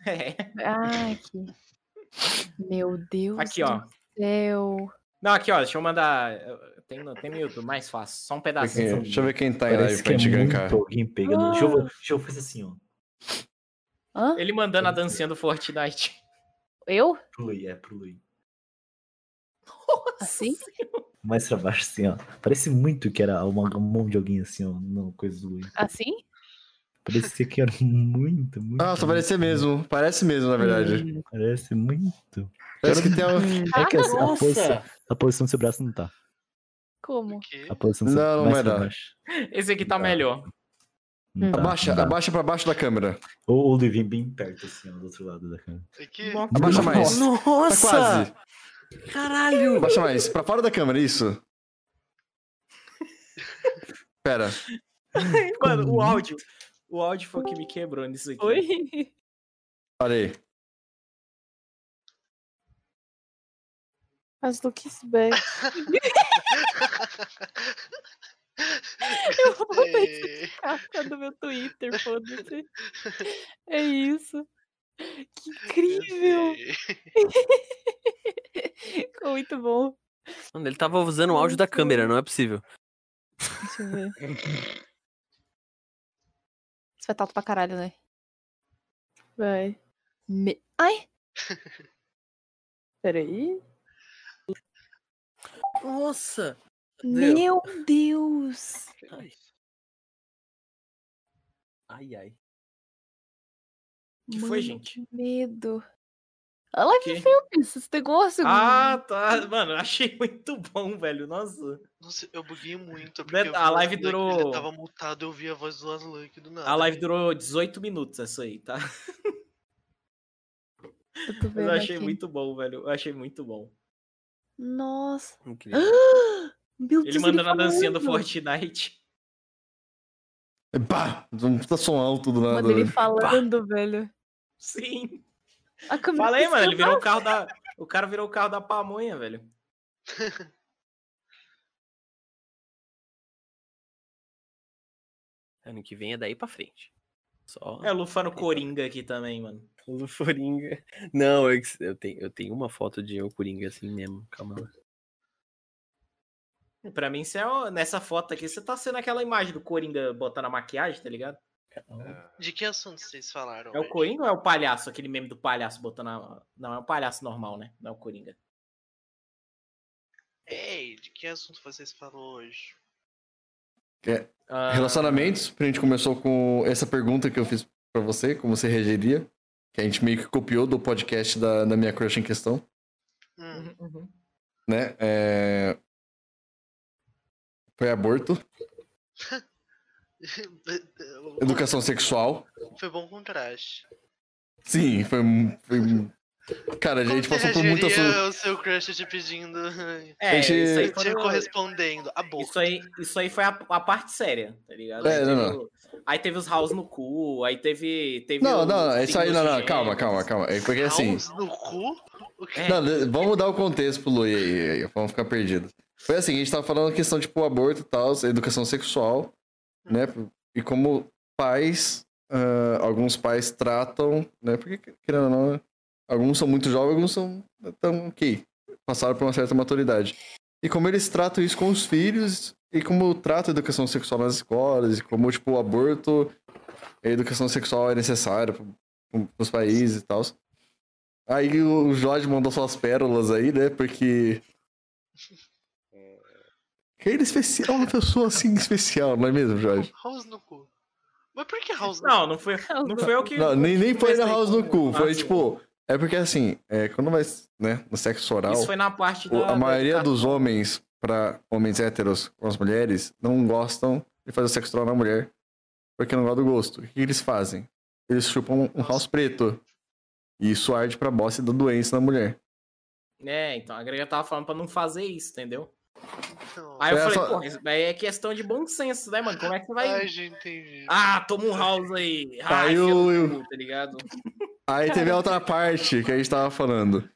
Speaker 11: É.
Speaker 15: Ai, que... Ah, Meu Deus
Speaker 11: Aqui, ó.
Speaker 15: do
Speaker 11: É,
Speaker 15: céu.
Speaker 11: Não, aqui, ó, deixa eu mandar. Tem no, tem no YouTube, mais fácil. Só um pedacinho. só um-
Speaker 1: Deixa eu ver quem tá em
Speaker 5: Parece
Speaker 1: live pra
Speaker 5: que é
Speaker 1: gente
Speaker 5: muito
Speaker 1: gankar.
Speaker 5: alguém pegando.
Speaker 11: Ah.
Speaker 5: Deixa eu, deixa eu fazer assim, ó.
Speaker 11: Ele mandando a dancinha do Fortnite. (laughs)
Speaker 15: Eu?
Speaker 5: Pro Lui, é, pro Lui.
Speaker 15: Assim?
Speaker 5: Mais pra baixo, assim, ó. Parece muito que era uma a mão de alguém, assim, ó. Não, coisa do Lui.
Speaker 15: Assim?
Speaker 5: Parece que era muito, muito.
Speaker 1: Nossa, Ah, parece mesmo. Parece mesmo, na verdade.
Speaker 5: Hum, Parece muito.
Speaker 1: Parece que tem um...
Speaker 5: É que assim, a,
Speaker 15: Nossa!
Speaker 5: posição, a posição do seu braço não tá.
Speaker 15: Como?
Speaker 5: A posição do seu
Speaker 1: Não, não
Speaker 5: mais
Speaker 1: vai
Speaker 5: pra
Speaker 1: dar.
Speaker 5: baixo.
Speaker 11: (laughs) Esse aqui tá melhor.
Speaker 4: Uhum.
Speaker 5: Não tá,
Speaker 1: Abaixa,
Speaker 5: não dá.
Speaker 1: abaixa pra baixo da câmera.
Speaker 5: Ou o Lui vem bem perto, assim, ó, do outro lado da câmera.
Speaker 1: Abaixa mais.
Speaker 4: Nossa!
Speaker 1: Tá quase.
Speaker 4: Caralho!
Speaker 1: Abaixa mais. Pra fora da câmera, isso. Pera.
Speaker 11: (laughs) Mano, o áudio. O áudio foi o que me quebrou nisso aqui.
Speaker 15: Oi?
Speaker 1: Olha aí.
Speaker 10: Mas do que se bem.
Speaker 15: Eu vou botar essa capa do meu Twitter, foda-se. É isso. Que incrível! (laughs) Ficou muito bom.
Speaker 4: Mano, ele tava usando o áudio da câmera, não é possível.
Speaker 15: Deixa eu ver. Isso vai estar alto pra caralho, né?
Speaker 10: Vai.
Speaker 15: Me... Ai!
Speaker 10: Peraí.
Speaker 4: Nossa!
Speaker 15: Meu Deus!
Speaker 4: Ai, ai.
Speaker 11: Que foi, gente?
Speaker 15: Que medo. A live
Speaker 11: Que?
Speaker 15: de filmes, você pegou a segunda.
Speaker 11: Ah, tá. Mano, eu achei muito bom, velho. Nossa.
Speaker 16: Nossa, eu buguei muito. Porque
Speaker 11: Beto,
Speaker 16: eu vi
Speaker 11: a
Speaker 16: o
Speaker 11: live
Speaker 16: Aslan que
Speaker 11: durou-
Speaker 16: Ele tava mutado, eu vi a voz do Aslan aqui do nada.
Speaker 11: A live durou 18 minutos, essa aí, tá?
Speaker 15: Eu tô
Speaker 11: Mas
Speaker 15: vendo
Speaker 11: eu achei
Speaker 15: aqui.
Speaker 11: muito bom, velho. Eu achei muito bom.
Speaker 15: Nossa.
Speaker 4: Incrível.
Speaker 15: (gasps) Meu Deus,
Speaker 11: Ele mandando a
Speaker 15: falando.
Speaker 11: dancinha do Fortnite. (laughs)
Speaker 1: Pá! Não tá som alto do nada.
Speaker 15: Mano, ele
Speaker 1: né?
Speaker 15: falando, velho.
Speaker 11: Sim.
Speaker 15: A câmera tá
Speaker 11: Fala aí, mano. Ele virou o
Speaker 15: piscando.
Speaker 11: carro da. O cara virou o carro da pamonha, (laughs) velho.
Speaker 4: Ano que vem é daí pra frente. Só.
Speaker 11: É, Lufano Coringa aqui também, mano.
Speaker 4: Luforinga. Não, eu, eu, tenho, eu tenho uma foto de eu Coringa assim mesmo. Calma lá.
Speaker 11: Pra mim, você é o- nessa foto aqui, você tá sendo aquela imagem do Coringa botando a maquiagem, tá ligado?
Speaker 16: De que assunto vocês falaram?
Speaker 11: É o Coringa ou é o palhaço? Aquele meme do palhaço botando a... Não, é o palhaço normal, né? Não é o Coringa.
Speaker 16: Ei, de que assunto vocês falaram hoje? (laughs)
Speaker 1: É.
Speaker 11: Ah.
Speaker 1: Relacionamentos, a gente começou com essa pergunta que eu fiz pra você, como você regeria. Que a gente meio que copiou do podcast da, da minha crush em questão.
Speaker 4: Uhum,
Speaker 1: Né? É, Foi aborto, educação sexual.
Speaker 12: Foi bom contraste.
Speaker 1: Sim, foi. foi... Cara, a gente passou por muita.
Speaker 12: Reagiria
Speaker 1: su-
Speaker 12: o seu crush te pedindo.
Speaker 11: É, isso aí
Speaker 12: te
Speaker 11: quando-
Speaker 12: correspondendo. A boca.
Speaker 11: Isso aí, isso aí foi a, a parte séria, tá ligado?
Speaker 1: É,
Speaker 11: aí,
Speaker 1: não,
Speaker 11: teve,
Speaker 1: não.
Speaker 11: o- aí teve os house no cu, aí teve. teve
Speaker 1: Não,
Speaker 11: o-
Speaker 1: não, não, isso aí, não, não,
Speaker 11: gêmeos.
Speaker 1: calma, calma, calma. É porque assim.
Speaker 12: Caos no cu? O quê?
Speaker 1: Não, de- vamos dar o contexto pro Lui aí, aí, vamos ficar perdidos. Foi assim, a gente tava falando questão tipo aborto e tal, educação sexual, né? E como pais, ah, alguns pais tratam, né? Porque, querendo ou não, alguns são muito jovens, alguns são tão ok, passaram por uma certa maturidade. E como eles tratam isso com os filhos, e como tratam a educação sexual nas escolas, e como, tipo, o aborto, a educação sexual é necessária para os países e tal. Aí o Jorge mandou suas pérolas aí, né? Porque. Que ele é especial, uma pessoa assim especial, não é mesmo, Jorge?
Speaker 12: House no cu. Mas por que House no
Speaker 11: Não, não foi, não foi eu que.
Speaker 1: Não, nem, nem foi na house no cu, foi
Speaker 11: Ah, sim.
Speaker 1: tipo. É porque assim, é, quando vai, né, no sexo oral.
Speaker 11: Isso foi na parte
Speaker 1: o-
Speaker 11: da.
Speaker 1: a maioria dos homens, pra homens héteros com as mulheres, não gostam de fazer sexo oral na mulher. Porque não gosta do gosto. O que eles fazem? Eles chupam um house preto. E isso arde pra bosta da doença na mulher.
Speaker 11: É, então a Grega tava falando pra não fazer isso, entendeu? Aí eu
Speaker 1: É,
Speaker 11: falei,
Speaker 1: só-
Speaker 11: pô, isso daí é questão de bom senso, né, mano? Como é que você vai.
Speaker 12: Ai, gente, entendi.
Speaker 11: Ah, toma um house aí. Ah,
Speaker 1: Aí
Speaker 11: enfia no
Speaker 1: eu-
Speaker 11: cu, tá ligado?
Speaker 1: Aí teve a outra parte que a gente tava falando.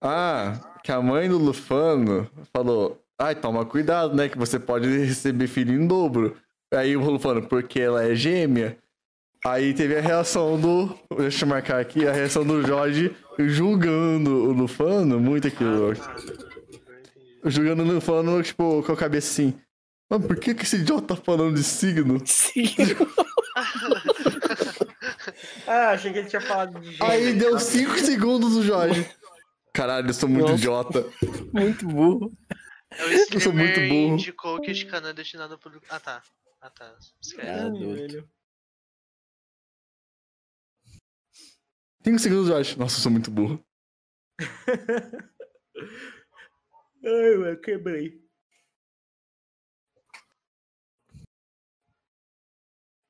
Speaker 1: Ah, que a mãe do Lufano falou: Ai, toma cuidado, né? Que você pode receber filho em dobro. Aí o Lufano, porque ela é gêmea. Aí teve a reação do. Deixa eu marcar aqui, a reação do Jorge julgando o Lufano, muito aquilo. Julgando o Lufano, tipo, com a cabeça assim. Mas por que, que esse idiota tá falando de signo?
Speaker 11: Ah, achei que ele tinha falado de né?
Speaker 1: Aí deu 5 segundos o Jorge. Caralho, eu sou muito idiota.
Speaker 4: (laughs) Muito burro.
Speaker 12: É o
Speaker 1: Eu sou muito
Speaker 12: streamer
Speaker 1: burro.
Speaker 12: indicou que esse canal é destinado pro. Ah tá. Ah tá. Esquece.
Speaker 1: Ah, doido. 5 segundos, Jorge. Nossa, eu sou muito burro.
Speaker 11: Ai, mano, quebrei.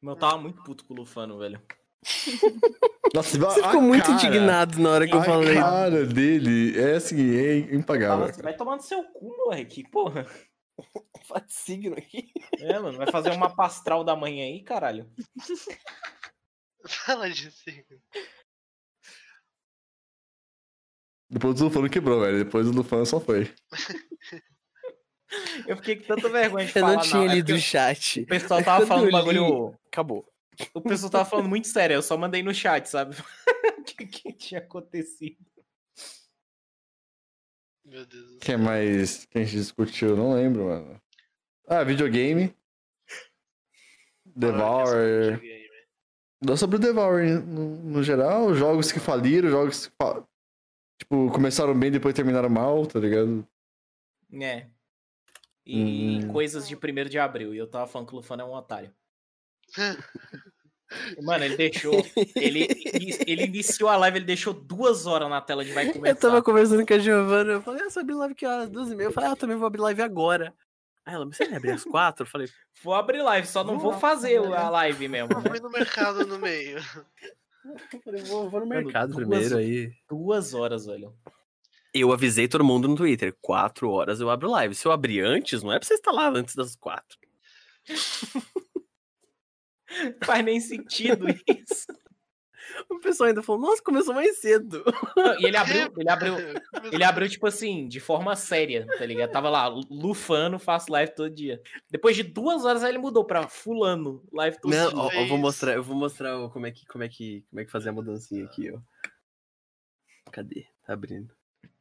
Speaker 11: Meu, eu tava muito puto com o Lufano, velho.
Speaker 1: Nossa,
Speaker 11: Você ficou muito indignado
Speaker 4: na hora
Speaker 11: que eu falei.
Speaker 1: A cara dele é assim, é impagável.
Speaker 11: Fala, assim, vai tomar no seu cu, moleque. Porra. (laughs)
Speaker 4: Faz signo aqui.
Speaker 11: É, mano, vai fazer uma pastral da manhã aí, caralho.
Speaker 12: Fala de signo.
Speaker 1: Depois o Lufano quebrou, velho. Depois o Lufano só foi.
Speaker 11: Eu fiquei com tanta vergonha de
Speaker 4: Eu
Speaker 1: Ah,
Speaker 11: falar.
Speaker 4: não tinha
Speaker 11: é
Speaker 4: lido
Speaker 11: porque
Speaker 4: o chat.
Speaker 11: O pessoal tava falando um bagulho.
Speaker 4: Acabou.
Speaker 11: O pessoal tava falando muito sério, eu só mandei no chat, sabe? (laughs) O que, que tinha acontecido.
Speaker 12: Meu Deus.
Speaker 1: que é mais que a gente discutiu? Eu Não lembro, mano. Ah,
Speaker 12: é
Speaker 1: videogame. Devour. Dá sobre o Devour né? no, no geral. Jogos que faliram, jogos que. fa- Tipo, começaram bem depois terminaram mal, tá ligado?
Speaker 11: É. E
Speaker 1: Hum.
Speaker 11: coisas de 1 de abril. E eu tava falando que o Lufano é um otário. Mano, ele deixou. Ele, ele iniciou a live, ele deixou duas horas na tela de vai
Speaker 4: Eu
Speaker 11: começar.
Speaker 4: tava conversando com a Giovana, eu falei, ah, você abre live que horas? Duas e meia. Eu falei, ah, eu também vou abrir live agora. Aí ela, mas você vai abrir às quatro? Eu falei, é.
Speaker 11: Vou abrir live, só não vou fazer a live
Speaker 4: (laughs)
Speaker 11: mesmo. Né?
Speaker 12: Fui no mercado no meio.
Speaker 11: Vou, no
Speaker 4: mercado primeiro aí.
Speaker 11: Duas horas, velho.
Speaker 4: Eu avisei todo mundo no Twitter, quatro horas eu abro live. Se eu abrir antes, não é pra você estar lá antes das quatro.
Speaker 11: Faz nem sentido (laughs) isso.
Speaker 4: O pessoal ainda falou, nossa, começou mais cedo.
Speaker 11: Não, E ele abriu, (laughs) ele abriu, ele abriu, tipo assim, de forma séria, tá ligado? Tava lá, lufano, faço live todo dia. Depois de duas horas, aí ele mudou pra fulano, live todo
Speaker 4: (laughs) Não,
Speaker 11: dia.
Speaker 4: ó, eu vou mostrar, eu vou mostrar ó, como é que, como é que, como é que fazer a mudancinha aqui, ó. Cadê? Tá abrindo.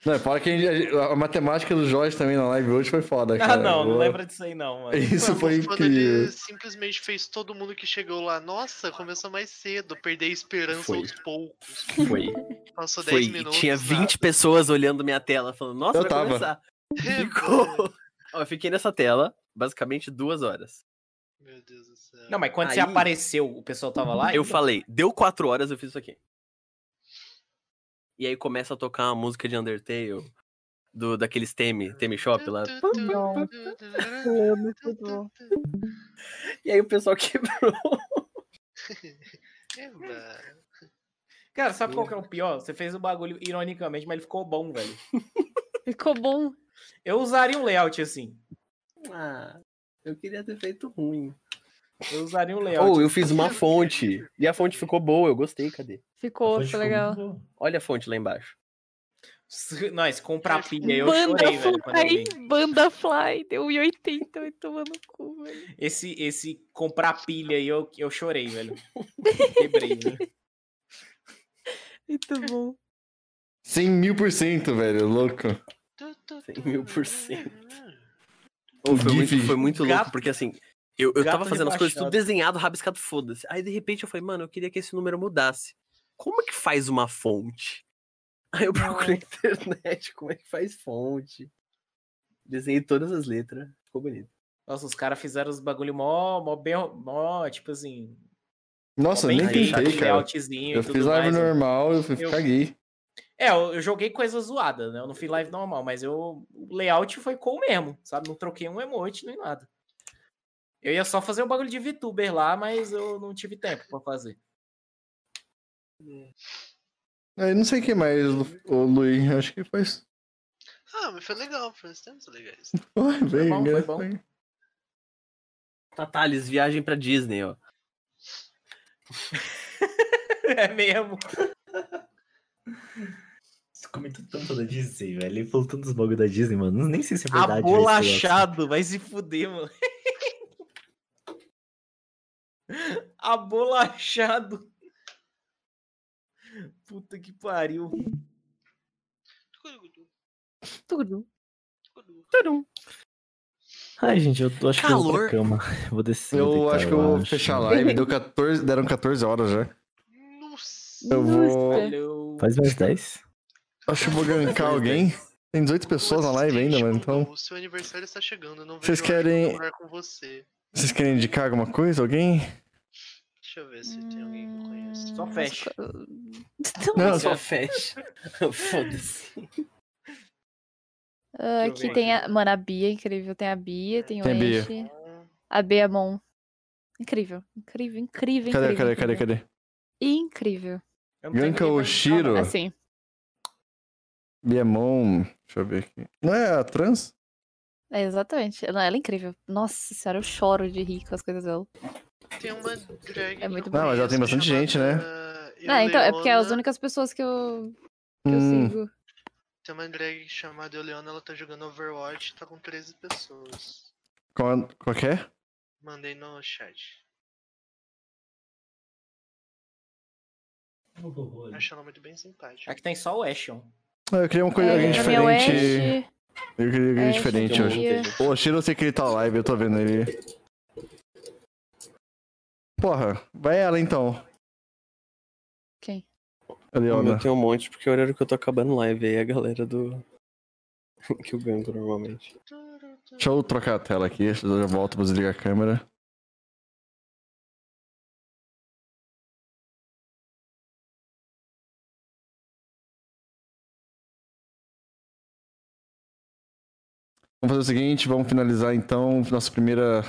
Speaker 1: Não, fora que a, gente- a- a matemática do Jorge também na live hoje foi foda, cara.
Speaker 11: Ah, não, não
Speaker 1: Eu-
Speaker 11: lembra disso aí não,
Speaker 4: (laughs)
Speaker 11: mano.
Speaker 1: Isso foi
Speaker 12: Quando ele
Speaker 1: incrível.
Speaker 12: simplesmente fez todo mundo que chegou lá, nossa, começou mais cedo, perder a esperança
Speaker 4: Foi.
Speaker 12: aos poucos.
Speaker 4: Foi.
Speaker 12: Passou 10
Speaker 4: Foi, e
Speaker 12: minutos.
Speaker 4: tinha 20 pessoas olhando minha tela, falando, nossa,
Speaker 1: Eu
Speaker 4: vai
Speaker 1: tava. (laughs)
Speaker 4: começar. Ficou. Ó, eu fiquei nessa tela, basicamente duas horas.
Speaker 11: Não, mas quando você
Speaker 4: Aí-
Speaker 11: apareceu, o pessoal tava lá? então
Speaker 4: Eu
Speaker 11: ainda?
Speaker 4: falei, deu quatro horas, eu fiz isso aqui. e aí começa a tocar uma música de Undertale, do, daqueles Teme, Teme Shop lá.
Speaker 15: (laughs)
Speaker 4: E aí o pessoal quebrou.
Speaker 11: Cara, sabe qual que é o pior? Você fez o bagulho ironicamente, mas ele ficou bom,
Speaker 4: (laughs)
Speaker 11: velho.
Speaker 15: Ficou bom.
Speaker 11: Eu usaria um layout assim.
Speaker 4: Ah, eu queria ter feito ruim.
Speaker 11: Eu usaria um layout.
Speaker 4: Ou eu fiz uma fonte. E a fonte ficou boa, eu gostei, cadê?
Speaker 15: Ficou,
Speaker 4: A fonte
Speaker 15: foi legal.
Speaker 4: Olha a fonte
Speaker 11: (laughs)
Speaker 4: lá embaixo.
Speaker 11: Nós, comprar pilha, eu
Speaker 15: Banda
Speaker 11: chorei, velho. quando eu vi.
Speaker 15: Fly, Banda Fly, deu 1,80, vai tomar no cu, velho.
Speaker 11: Esse, esse comprar pilha aí, eu, eu chorei,
Speaker 4: (laughs)
Speaker 11: velho. Quebrei, velho.
Speaker 15: Muito bom.
Speaker 1: 100 mil por cento, velho, louco.
Speaker 4: 100 mil por cento.
Speaker 1: O
Speaker 4: Foi
Speaker 1: GIF.
Speaker 4: muito, foi muito louco, porque assim, eu, eu tava
Speaker 1: Gato
Speaker 4: fazendo as coisas tudo
Speaker 1: rebaixado.
Speaker 4: desenhado, rabiscado, foda-se. Aí de repente eu falei, mano, eu queria que esse número mudasse. Como é que faz uma fonte? (laughs) Aí eu procurei na internet como é que faz fonte. Desenhei todas as letras, ficou bonito.
Speaker 11: Nossa, os caras fizeram os bagulho mó, mó bem, mó, tipo assim.
Speaker 1: Nossa,
Speaker 11: Bem
Speaker 1: nem
Speaker 11: feito,
Speaker 1: tentei, cara.
Speaker 11: layoutzinho e
Speaker 1: Eu
Speaker 11: tudo
Speaker 1: fiz live
Speaker 11: mais, né?
Speaker 1: normal, eu, fui-
Speaker 11: Eu-
Speaker 1: caguei.
Speaker 11: É, eu, eu joguei coisa zoada, né? Eu não fiz live normal, mas eu, o layout foi com o mesmo, sabe? Não troquei um emote nem nada. Eu ia só fazer o bagulho de VTuber lá, mas eu não tive tempo pra fazer. (laughs)
Speaker 1: Eu não sei quem mais, Lu- o Luiz, acho que foi...
Speaker 12: Ah, mas foi legal, foi uns tempos legais.
Speaker 1: Foi bem
Speaker 12: bom, foi
Speaker 1: engraçado.
Speaker 4: Tá, Thales, viagem pra Disney, ó.
Speaker 11: É mesmo.
Speaker 5: Você comentou tanto da Disney, velho. Ele falou tantos bagulho da Disney, mano. Nem sei se é verdade. velho, esse negócio.
Speaker 11: Abolachado, vai se fuder, mano. (laughs) Abolachado. Puta que pariu.
Speaker 15: Tudo. Tudo.
Speaker 5: Ai, gente, eu tô, acho que eu vou pra cama. (laughs) Vou descer.
Speaker 1: Eu
Speaker 5: deitar,
Speaker 1: acho que eu vou fechar a live,
Speaker 5: (laughs)
Speaker 1: deu 14, deram 14 horas já. Eu vou...
Speaker 5: Faz mais 10?
Speaker 1: Acho que eu vou gankar alguém. Tem 18 pessoas na live ainda, mano, então...
Speaker 12: O seu aniversário está chegando, eu não
Speaker 1: Vocês
Speaker 12: vejo a hora de
Speaker 1: querem-
Speaker 12: comemorar com você.
Speaker 1: Vocês querem indicar alguma coisa, alguém?
Speaker 12: Deixa eu ver se tem alguém que eu conheço.
Speaker 11: Só fecha.
Speaker 1: Não,
Speaker 4: só
Speaker 1: só-
Speaker 4: fecha. (laughs) Foda-se.
Speaker 15: Ah,
Speaker 4: eu
Speaker 15: aqui
Speaker 4: ver
Speaker 15: tem a. Mano, a Bia, é incrível. Tem a Bia, tem o
Speaker 1: Tem a Bia.
Speaker 15: Ash. A Bia Mon. Incrível, incrível, incrível,
Speaker 1: Cadê,
Speaker 15: incrível.
Speaker 1: cadê, cadê, cadê?
Speaker 15: Incrível.
Speaker 1: Ganka Oshiro,
Speaker 15: Assim.
Speaker 1: Biemon, deixa eu ver aqui. Não é a trans?
Speaker 15: É, exatamente. Não, ela é incrível. Nossa senhora, eu choro de rir com as coisas dela.
Speaker 12: Tem uma drag.
Speaker 15: É muito
Speaker 1: Não, mas já tem bastante gente, né?
Speaker 15: Ah, então, é porque é as únicas pessoas que eu, que eu
Speaker 1: Hum.
Speaker 15: sigo.
Speaker 12: Tem uma drag chamada Eleona, ela tá jogando Overwatch, tá com 13 pessoas.
Speaker 1: Qual, qual que é?
Speaker 12: Mandei no chat. Acho ela muito bem simpática.
Speaker 11: Aqui tem só o Ashion.
Speaker 1: Ah, Eu queria uma coisa,
Speaker 11: É,
Speaker 1: alguém
Speaker 11: pra mim é o
Speaker 1: diferente. Eu queria alguém
Speaker 11: Ash,
Speaker 1: diferente
Speaker 11: tem um
Speaker 1: hoje.
Speaker 11: muita
Speaker 1: O Oshiro, eu sei que ele tá live, eu tô vendo ele. Porra, vai ela então.
Speaker 15: Quem?
Speaker 1: Eliana.
Speaker 4: Eu tenho um monte, porque é o horário que eu tô acabando live aí, a galera do. (laughs) que eu ganho normalmente.
Speaker 1: Deixa eu trocar a tela aqui, eu já volto pra desligar a câmera. Vamos fazer o seguinte, vamos finalizar então nossa primeira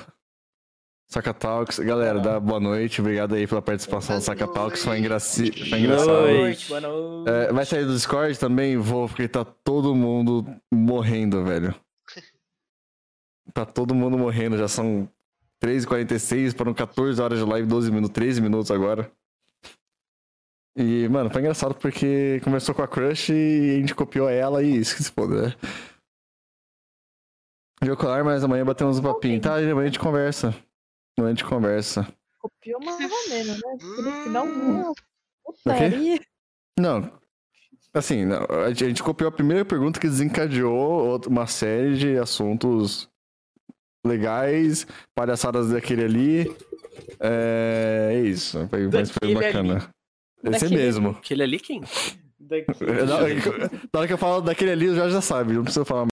Speaker 1: Saca Talks. Galera, dá boa noite, obrigado aí pela participação do Saca Talks, foi, engraci... foi engraçado.
Speaker 11: Boa noite, boa noite.
Speaker 1: É, vai sair do Discord também? Vou, porque tá todo mundo morrendo, velho. Tá todo mundo morrendo, já são 3h46, foram 14 horas de live, 12 minutos, 13 minutos agora. E, mano, foi engraçado porque conversou com a Crush e a gente copiou ela e isso que se foda, né? Jocolar, mas amanhã batemos um papinho, tá? E amanhã a gente conversa. Amanhã a gente conversa.
Speaker 10: Copiou mais ou menos, né? Porque No final, uma putaria.
Speaker 1: Não. Assim, não, a gente a gente copiou a primeira pergunta que desencadeou outra- uma série de assuntos legais, palhaçadas daquele ali. É, é isso. Foi, mas foi
Speaker 4: Daquele
Speaker 1: bacana.
Speaker 4: é ali.
Speaker 1: Esse mesmo. (laughs)
Speaker 4: Aquele ali quem?
Speaker 1: Na hora que- na hora que eu falo daquele ali, o Jorge já sabe, não precisa falar mais.